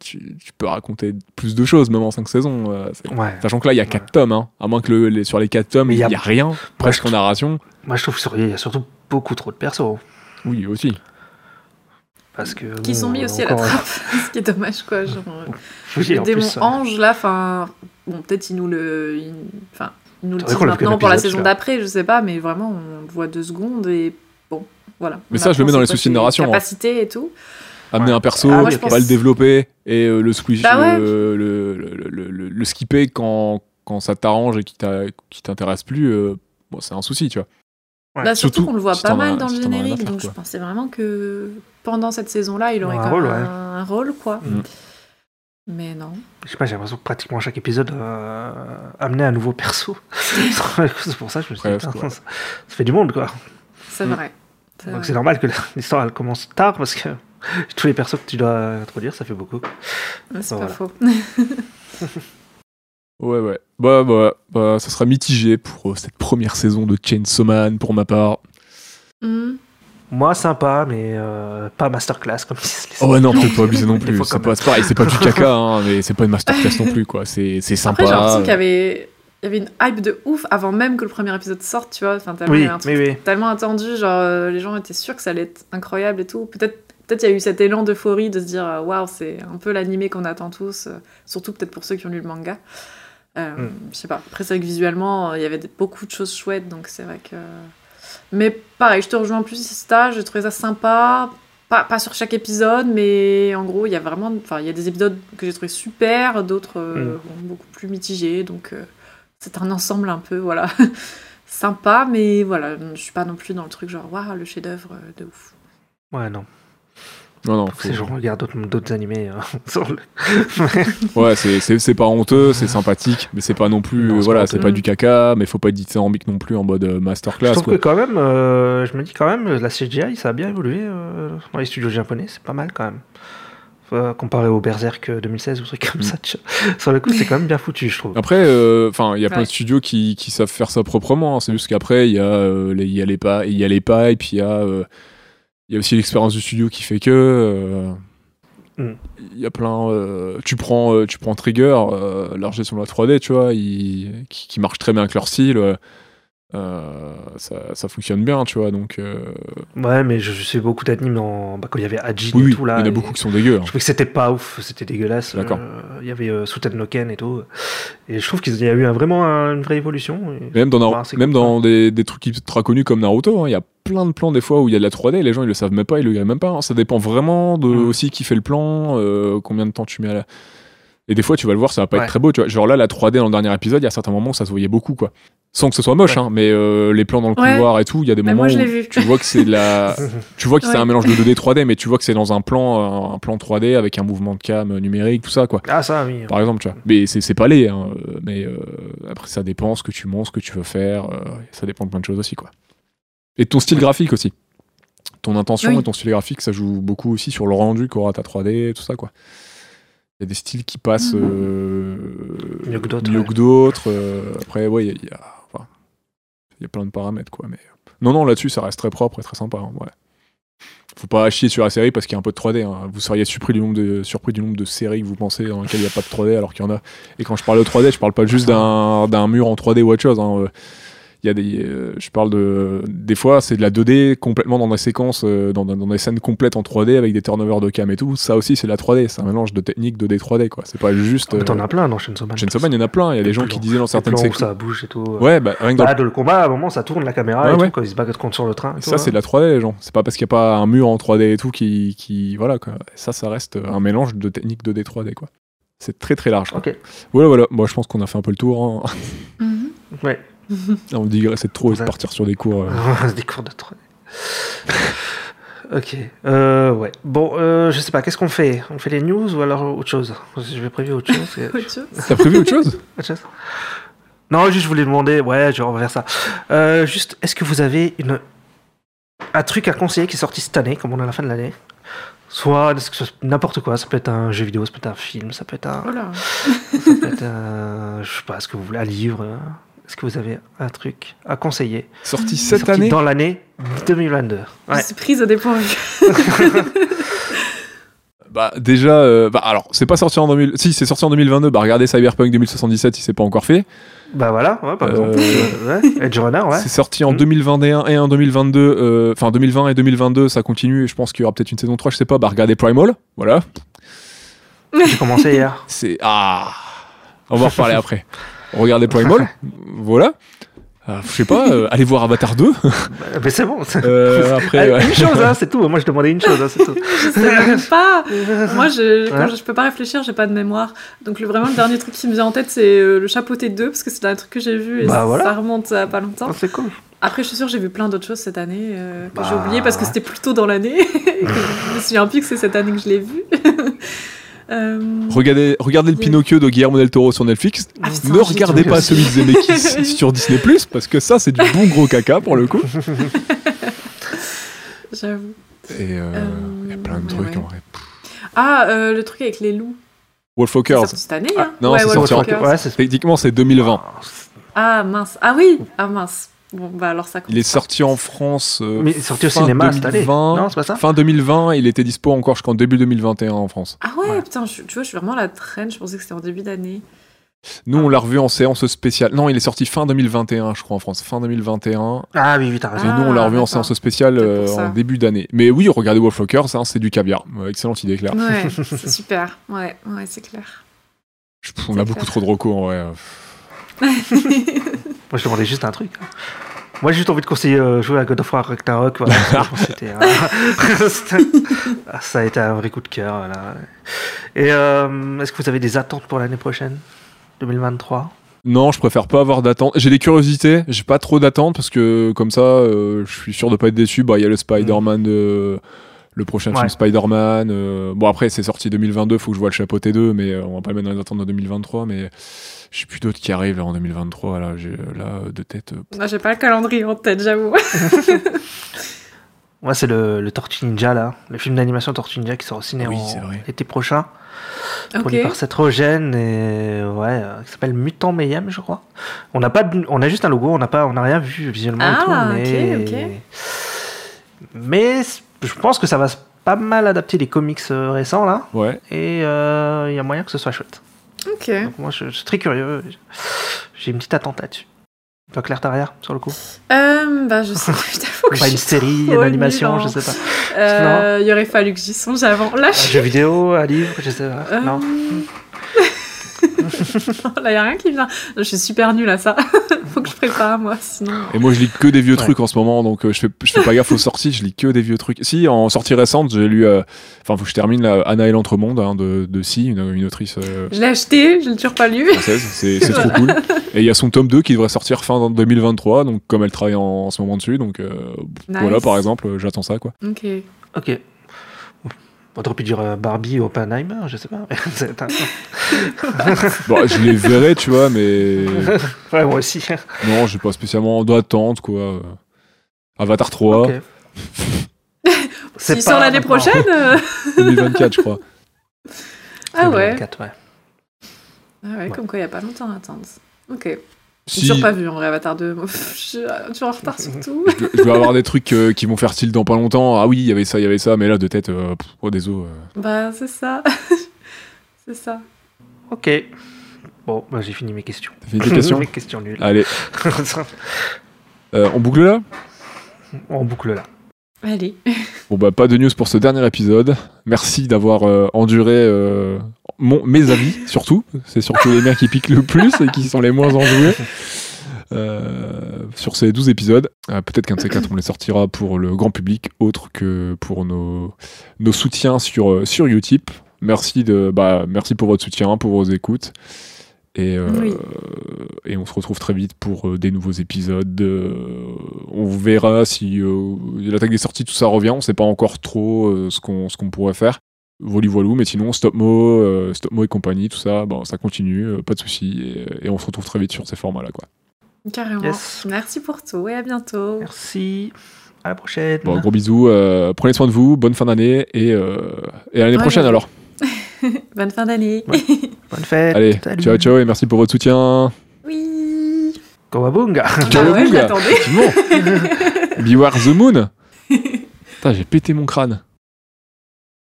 S3: tu, tu peux raconter plus de choses, même en cinq saisons. euh, c'est-
S1: Ouais.
S3: Sachant que là, il y a quatre tomes, hein. à moins que le- les- sur les quatre tomes,
S1: Mais
S3: il
S1: il y
S3: n'y
S1: a-
S3: a... rien, presque en
S1: je-
S3: narration.
S1: Moi, je trouve qu'il y a surtout beaucoup trop de persos.
S3: Oui, aussi.
S1: Parce que,
S2: Qui
S1: bon,
S2: sont mis aussi à la
S1: encore-
S2: trappe, ce qui est dommage quoi. Genre, euh,
S1: Oui,
S2: le
S1: en
S2: démon
S1: plus, euh,
S2: ange là, enfin, bon peut-être il nous le, il- enfin, il nous le
S1: T'aurais
S2: dit
S1: qu'on l'a vu qu'un
S2: maintenant pour la
S1: épisode,
S2: saison
S1: celui-là.
S2: d'après, je sais pas, mais vraiment on le voit deux secondes et bon, voilà.
S3: Mais
S2: On
S3: ça, je le mets
S2: apprend
S3: dans les
S2: c'est quoi
S3: soucis de
S2: ses
S3: narration, hein.
S2: Capacités et tout.
S3: amener un perso,
S1: Ah, moi, je
S3: pas
S2: pense-
S3: le développer et euh, le squish,
S2: Bah ouais.
S3: le, le, le- le- le- le skipper quand, quand ça t'arrange et qui t'a- qui t'intéresse plus, euh, bon, c'est un souci, tu vois.
S1: Ouais.
S2: Bah, surtout,
S3: Surtout,
S2: qu'on le voit
S3: si
S2: pas
S3: t'en
S2: mal
S3: as-
S2: dans
S3: si
S2: le
S3: t'en as rien à
S2: générique,
S3: faire,
S2: donc je
S3: quoi.
S2: pensais vraiment que pendant cette saison-là, il aurait
S1: Un
S2: quand
S1: rôle,
S2: même
S1: ouais.
S2: un, un rôle quoi.
S1: Mm.
S2: Mais non.
S1: Je sais pas, j'ai l'impression que pratiquement chaque épisode euh, amenait un nouveau perso. c'est pour ça que je me suis dit,
S3: Ouais,
S1: putain,
S3: c'est vrai.
S1: ça, ça fait du monde, quoi.
S2: C'est
S3: Mm.
S2: vrai. C'est
S1: Donc
S2: vrai.
S1: c'est normal que l'histoire elle commence tard parce que tous les persos que tu dois introduire, ça fait beaucoup.
S2: C'est pas
S1: Voilà.
S2: faux.
S3: Ouais, ouais. Bah, bah, bah, ça sera mitigé pour euh, cette première saison de Chainsaw Man, pour ma part.
S2: Mm.
S1: Moi, sympa, mais euh, pas masterclass comme ils se les-
S3: Oh ouais, non, peut-être pas abuser non
S1: Des
S3: plus.
S1: fois,
S3: C'est
S1: quand
S3: pas, c'est pareil, c'est pas du caca, hein, mais c'est pas une masterclass non plus, quoi. C'est c'est sympa.
S2: Après, j'ai l'impression qu'il y
S3: euh,
S2: avait... il y avait une hype de ouf avant même que le premier épisode sorte, tu vois. Enfin, tellement, il y
S1: Oui,
S2: avait un truc
S1: oui, oui.
S2: tellement attendu, genre euh, les gens étaient sûrs que ça allait être incroyable et tout. Peut-être peut-être il y a eu cet élan d'euphorie de se dire euh, waouh, c'est un peu l'animé qu'on attend tous, euh, surtout peut-être pour ceux qui ont lu le manga. Euh,
S1: Mm.
S2: Je sais pas. Après, c'est vrai que visuellement, euh, il y avait des- beaucoup de choses chouettes, donc c'est vrai que. Mais pareil, je te rejoins plus, Stage, j'ai trouvé ça sympa. Pas, pas sur chaque épisode, mais en gros, il y a vraiment. Enfin, il y a des épisodes que j'ai trouvé super, d'autres euh, bon, beaucoup plus mitigés. Donc, euh, c'est un ensemble un peu, voilà. sympa, mais voilà, je suis pas non plus dans le truc genre, waouh, le chef-d'œuvre euh, de ouf.
S1: Ouais, non.
S3: Non, non,
S1: Si je
S3: faut-
S1: regarde d'autres- d'autres animés, euh, sur le-
S3: Ouais, c'est- c'est c'est pas honteux, c'est sympathique, mais c'est pas non plus. euh,
S1: Non, c'est
S3: voilà,
S1: pas
S3: c'est
S2: honteux.
S3: pas du caca, mais faut pas être dithyrambique non plus en mode euh,
S1: je
S3: masterclass.
S1: trouve
S3: quoi.
S1: que quand même, euh, je me dis quand même, la CGI, ça a bien évolué euh, dans les studios japonais, c'est pas mal quand même. Enfin, comparé au Berserk euh, 2016 ou truc comme
S3: Mm. Ah.
S1: ça, tu- sur le coup, c'est quand même bien foutu, je trouve.
S3: Après, euh, enfin, il y a plein
S2: Ouais.
S3: de studios qui, qui savent faire ça proprement. hein. C'est juste qu'après, il y a euh, les, il y a les pas, il y a les pas, et puis il y a, euh, il y a aussi l'expérience du studio qui fait que. euh, Il
S1: Mm.
S3: y a plein. euh, tu prends, euh, tu prends Trigger, euh, leur gestion de la 3D, tu vois, ils- qui, qui marche très bien avec leur style. euh, euh, ça, ça fonctionne bien, tu vois. Donc, euh,
S1: Ouais, mais je, je sais beaucoup d'animes en- bah, quand il y avait Ajin
S3: oui,
S1: et
S3: oui,
S1: tout là.
S3: il y en a
S1: et-
S3: beaucoup qui sont dégueux. hein.
S1: Je trouvais que c'était pas ouf, c'était dégueulasse.
S3: D'accord.
S1: Euh, Il y avait euh, Suten no Ken et tout. Et je trouve qu'il y a eu un- vraiment un- une vraie évolution. et-
S3: Mais Même dans, Nar-
S1: Bah, c'est
S3: même
S1: cool,
S3: dans des, des trucs ultra connus comme Naruto, hein, il y a plein de plans des fois où il y a de la 3D, les gens ils le savent même pas, ils le regardent même pas. hein. Ça dépend vraiment de
S1: Mm.
S3: aussi qui fait le plan, euh, combien de temps tu mets à la. Et des fois tu vas le voir, ça va pas
S1: Ouais.
S3: être très beau. Tu vois. Genre là, la 3D dans le dernier épisode, il y a certains moments où ça se voyait beaucoup quoi. Sans que ce soit moche,
S1: Ouais.
S3: hein, mais euh, les plans dans le
S2: Ouais.
S3: couloir et tout, il y a des
S2: Mais
S3: moments
S2: moi, je l'ai
S3: où
S2: vu.
S3: tu vois que c'est de la, tu vois que c'est
S2: Ouais.
S3: un mélange de 2D 3D, mais tu vois que c'est dans un plan, euh, un, un plan 3D avec un mouvement de cam euh, numérique, tout ça quoi
S1: Ah, ça, oui.
S3: par exemple, tu vois. Mais c'est c'est pas laid, hein, euh, mais euh, après, ça dépend ce que tu montres, ce que tu veux faire, euh, ça dépend de plein de choses aussi, quoi. Et de ton style graphique aussi. Ton intention
S2: Oui.
S3: et ton style graphique, ça joue beaucoup aussi sur le rendu qu'aura ta 3D, tout ça, quoi. Il y a des styles qui passent euh,
S1: Mieux que d'autres, ouais.
S3: que d'autres, euh, après, ouais, il y a- il y, a- enfin, il y a plein de paramètres, quoi. Mais... Non, non, là-dessus, ça reste très propre et très sympa, hein, ouais. Faut pas chier sur la série parce qu'il y a un peu de 3D. hein. Vous seriez surpris du, nombre de, surpris du nombre de séries que vous pensez dans lesquelles il n'y a pas de 3D alors qu'il y en a. Et quand je parle de 3D, je parle pas juste d'un d'un mur en 3D ou autre chose. hein. Euh, Il y a des, euh, je parle de. Des fois, c'est de la 2D complètement dans des séquences, euh, dans, dans- dans des scènes complètes en 3D avec des turnovers de cam et tout. Ça aussi, c'est de la 3D. C'est un mélange de techniques 2D, 3D, quoi. C'est pas juste.
S1: Ah, mais T'en
S3: euh,
S1: as plein dans Chainsaw Man.
S3: Chainsaw Man, il y en a plein. Il y a des gens qui
S1: plans-
S3: disaient dans
S1: Des
S3: certaines
S1: plans où
S3: séquences.
S1: ça bouge et tout.
S3: Ouais, bah, rien que dans
S1: Bah, de le combat, à un moment, ça tourne la caméra et
S3: Ouais,
S1: tout,
S3: ouais.
S1: quand ils se battent contre sur le train. et tout,
S3: Ça, c'est
S1: hein.
S3: de la 3D, les gens. C'est pas parce qu'il n'y a pas un mur en 3D et tout qui. qui voilà, quoi. Ça, ça reste un mélange de techniques 2D, 3D, quoi. C'est très très large. quoi.
S1: Ok.
S3: Voilà, voilà. Bon, je pense qu'on a fait un peu le tour. hein.
S1: Ouais.
S3: On digressait trop et
S1: Vous
S3: de
S1: avez-
S3: partir sur des cours. euh.
S1: Des cours de 3D. ok. Euh, ouais. Bon, euh, je sais pas, qu'est-ce qu'on fait On fait les news ou alors autre chose Je vais prévu autre chose. et-
S2: Autre chose
S3: T'as prévu autre chose
S1: Autre chose non, juste je voulais demander, ouais, je- on va faire ça. Euh, juste, est-ce que vous avez une, un truc à conseiller qui est sorti cette année, comme on est à la fin de l'année Soit est-ce que ce- n'importe quoi, ça peut être un jeu vidéo, ça peut être un film, ça peut être un,
S2: Oh là.
S1: ça peut être un- je sais pas, ce que vous voulez, un livre. hein. Est-ce que vous avez un truc à conseiller
S3: Sorti
S1: qui est
S3: cette
S1: sorti
S3: année
S1: dans l'année 2022.
S2: Je
S1: Ouais.
S2: suis prise au dépourvu.
S3: Bah, déjà. euh, bah, alors, c'est pas sorti en 2000. Si, c'est sorti en 2022. Bah, regardez Cyberpunk 2077 si c'est pas encore fait.
S1: Bah voilà, ouais, par
S3: Euh,
S1: exemple. Ouais, Edge Runner, ouais.
S3: C'est sorti en
S1: Mm.
S3: 2021 et en 2022. euh, Enfin, 2020 et 2022, ça continue. Et je pense qu'il y aura peut-être une saison 3, je sais pas. Bah, regardez Primal. Voilà.
S1: J'ai commencé hier.
S3: C'est. Ah On va en reparler après. Regardez Primal. voilà. Euh, je sais pas, euh, allez voir Avatar 2.
S1: Bah, Mais c'est bon. c'est-
S3: Euh, après, ouais.
S1: Une chose, hein, c'est tout. Moi, je demandais une chose, hein, c'est tout. Ah,
S2: Je sais même pas. Moi, je, quand
S1: Ouais.
S2: je, je peux pas réfléchir, j'ai pas de mémoire. Donc, le, vraiment, le dernier truc qui me vient en tête, c'est euh, le chapeauté 2, parce que c'est un truc que j'ai vu et
S1: Bah,
S2: ça
S1: voilà.
S2: remonte à pas longtemps.
S1: Oh, c'est cool.
S2: Après, je suis sûre, j'ai vu plein d'autres choses cette année euh, que
S1: Bah,
S2: j'ai oublié parce que
S1: ouais.
S2: c'était plus tôt dans l'année. et que je me souviens plus que c'est cette année que je l'ai vu. Euh,
S3: Regardez, regardez le
S2: Yeah.
S3: Pinocchio de Guillermo del Toro sur Netflix.
S2: ah, putain,
S3: ne
S2: j'ai
S3: regardez
S2: tout
S3: pas
S2: oublié.
S3: celui de Zemeckis sur Disney parce que ça c'est du bon gros caca pour le coup.
S2: J'avoue.
S3: Et euh, il y a plein de
S2: Euh,
S3: trucs hein.
S2: ouais,
S3: en vrai.
S2: Ah, euh, le truc avec les loups. C'est
S3: Wolfwalkers.
S2: sorti cette année,
S3: Ah,
S2: hein
S3: non, c'est
S2: ouais,
S3: sorti en-
S2: Wolfwalkers.
S1: Ouais, c'est
S3: Techniquement c'est 2020.
S2: Ah, mince. Ah oui Ah, mince. Bon, bah alors ça compte.
S3: Il est sorti en France euh,
S1: Mais il est sorti au
S3: fin
S1: cinéma cette année.
S3: 2020.
S1: Non, c'est pas ça
S3: fin 2020. Il était dispo encore jusqu'en début 2021 en France.
S2: Ah ouais,
S1: Ouais.
S2: putain, je- tu vois, je suis vraiment à la traîne. Je pensais que c'était en début d'année.
S3: Nous, on l'a revu en séance spéciale. Non, il est sorti fin 2021, je crois, en France. Fin 2021.
S1: Ah oui, oui, t'as
S3: Et
S1: raison.
S2: Ah,
S3: nous, on l'a revu en
S2: d'accord.
S3: séance spéciale
S2: Peut-être pour
S3: euh,
S2: ça.
S3: en début d'année. Mais oui, regardez Wolfwalkers, hein, c'est du caviar. Ouais, excellente idée, Claire.
S2: Ouais, c'est super. Ouais, ouais, c'est clair.
S3: Je- pff, on a
S2: C'est
S3: beaucoup
S2: clair.
S3: trop de recours, ouais.
S1: Moi, je demandais juste un truc. hein. Moi, j'ai juste envie de conseiller euh, jouer à God of War Ragnarok. Voilà, parce que je pense que c'était un- c'était- ah, ça a été un vrai coup de cœur. voilà. Et euh, est-ce que vous avez des attentes pour l'année prochaine 2023
S3: Non, je préfère pas avoir d'attente. J'ai des curiosités, j'ai pas trop d'attente parce que comme ça, euh, je suis sûr de pas être déçu. Bah, il y a le Spider-Man,
S2: Mm.
S3: de- le prochain
S1: Ouais.
S3: film Spider-Man. euh, Bon, après, c'est sorti 2022, faut que je vois le chapeauté 2, mais euh, on va pas le mettre dans les attentes de 2023. Mais je suis plus d'autres qui arrivent là, en 2023. Là, j'ai là euh, de tête. euh,
S2: Moi, j'ai pas le calendrier en tête, j'avoue.
S1: Moi, c'est le, le Tortue Ninja, là. Le film d'animation Tortue Ninja qui sort au ciné
S3: Oui,
S1: en-
S3: c'est vrai.
S1: l'été prochain.
S2: ok.
S1: produit par Seth Rogen et euh, ouais, euh, qui s'appelle Mutant Mayhem, je crois. On n'a pas, de- on a juste un logo, on n'a pas, on n'a rien vu visuellement
S2: Ah,
S1: et tout, mais
S2: ok, ok.
S1: mais c- je pense que ça va s- pas mal adapter les comics euh, récents là,
S3: Ouais.
S1: et euh, il y a moyen que ce soit chouette.
S2: Ok. Euh,
S1: Donc moi, je, je suis très curieux, j'ai une petite attente là-dessus. Toi, Claire Tarrière, sur le coup.
S2: Euh, bah, je sais pas, je t'avoue que
S1: Pas
S2: je
S1: une
S2: suis
S1: série,
S2: trop
S1: une animation,
S2: nulle en-
S1: je sais pas.
S2: Euh, Il aurait fallu que j'y songe avant. Là,
S1: Un
S2: je...
S1: jeu vidéo, un livre, je sais pas.
S2: Euh,
S1: Non.
S2: Là, y a rien qui vient. Je suis super nulle à ça. Faut que je prépare, moi, sinon.
S3: Et moi, je lis que des vieux
S1: Ouais.
S3: trucs en ce moment, donc euh, je, fais, je fais pas gaffe aux sorties, je lis que des vieux trucs. Si, en sortie récente, j'ai lu. euh, Enfin, faut que je termine là, Anna et l'Entremonde hein, de, de Si, une, une autrice. euh,
S2: Je l'ai acheté, je l'ai toujours pas lu.
S3: française, c'est c'est trop cool. Et il y a son tome 2 qui devrait sortir fin 2023, donc comme elle travaille en, en ce moment dessus, donc euh,
S2: Nice.
S3: voilà par exemple, euh, j'attends ça quoi.
S2: Ok.
S1: Ok. On aurait pu dire euh, Barbie ou Oppenheimer, je sais pas. C'est un-
S3: Bon, je les verrai, tu vois, mais
S1: ouais, moi aussi.
S3: non, j'ai pas spécialement d'attente quoi. Avatar 3,
S1: Ok.
S2: S'il sort l'année
S1: maintenant.
S2: prochaine euh,
S3: 2024, je crois.
S2: Ah ouais.
S1: 2024, ouais.
S2: Ah ouais, comme quoi, il y a pas longtemps à attendre. Ok. J'ai
S3: Si,
S2: toujours pas vu en vrai Avatar 2. Moi, Je suis toujours en retard sur tout.
S3: je dois- je dois avoir des trucs euh, qui vont faire style dans pas longtemps. Ah oui, il y avait ça, il y avait ça, mais là de tête, euh, pff, oh, désolé. euh.
S2: Bah, c'est ça. c'est ça.
S1: Ok. Bon, bah, j'ai fini mes questions.
S3: T'as fini tes questions Ah.
S1: Mes questions nulles.
S3: Allez, euh, on boucle là
S1: On boucle là.
S2: Allez.
S3: Bon bah pas de news pour ce dernier épisode. Merci d'avoir euh, enduré euh, mon, mes avis surtout. C'est surtout les mères qui piquent le plus et qui sont les moins enjouées. Euh, sur ces 12 épisodes. Euh, Peut-être qu'un de ces quatre on les sortira pour le grand public, autre que pour nos, nos soutiens sur, euh, sur Utip. Merci, de, bah, merci pour votre soutien, pour vos écoutes. Et, euh,
S2: Oui.
S3: et on se retrouve très vite pour euh, des nouveaux épisodes. Euh, on verra si euh, l'attaque des sorties, tout ça revient. On sait pas encore trop euh, ce qu'on ce qu'on pourrait faire. Voli voilou, mais sinon, Stopmo, euh, Stopmo et compagnie, tout ça, bon, ça continue, euh, pas de soucis. Et, et on se retrouve très vite sur ces formats-là. quoi.
S2: Carrément.
S1: Yes.
S2: Merci pour tout et à bientôt.
S1: Merci. À la prochaine.
S3: Bon, gros bisous, euh, prenez soin de vous, bonne fin d'année et, euh, et à l'année
S2: Ouais,
S3: prochaine
S2: ouais.
S3: alors.
S2: Bonne fin d'année.
S1: Ouais. Bonne fête.
S3: Allez,
S1: Salut.
S3: ciao ciao et merci pour votre soutien.
S2: Oui.
S1: Kawabunga.
S2: Bah Ah ouais, je
S3: Kawabunga.
S2: l'attendais.
S3: Effectivement. Beware the moon. Putain, j'ai pété mon crâne.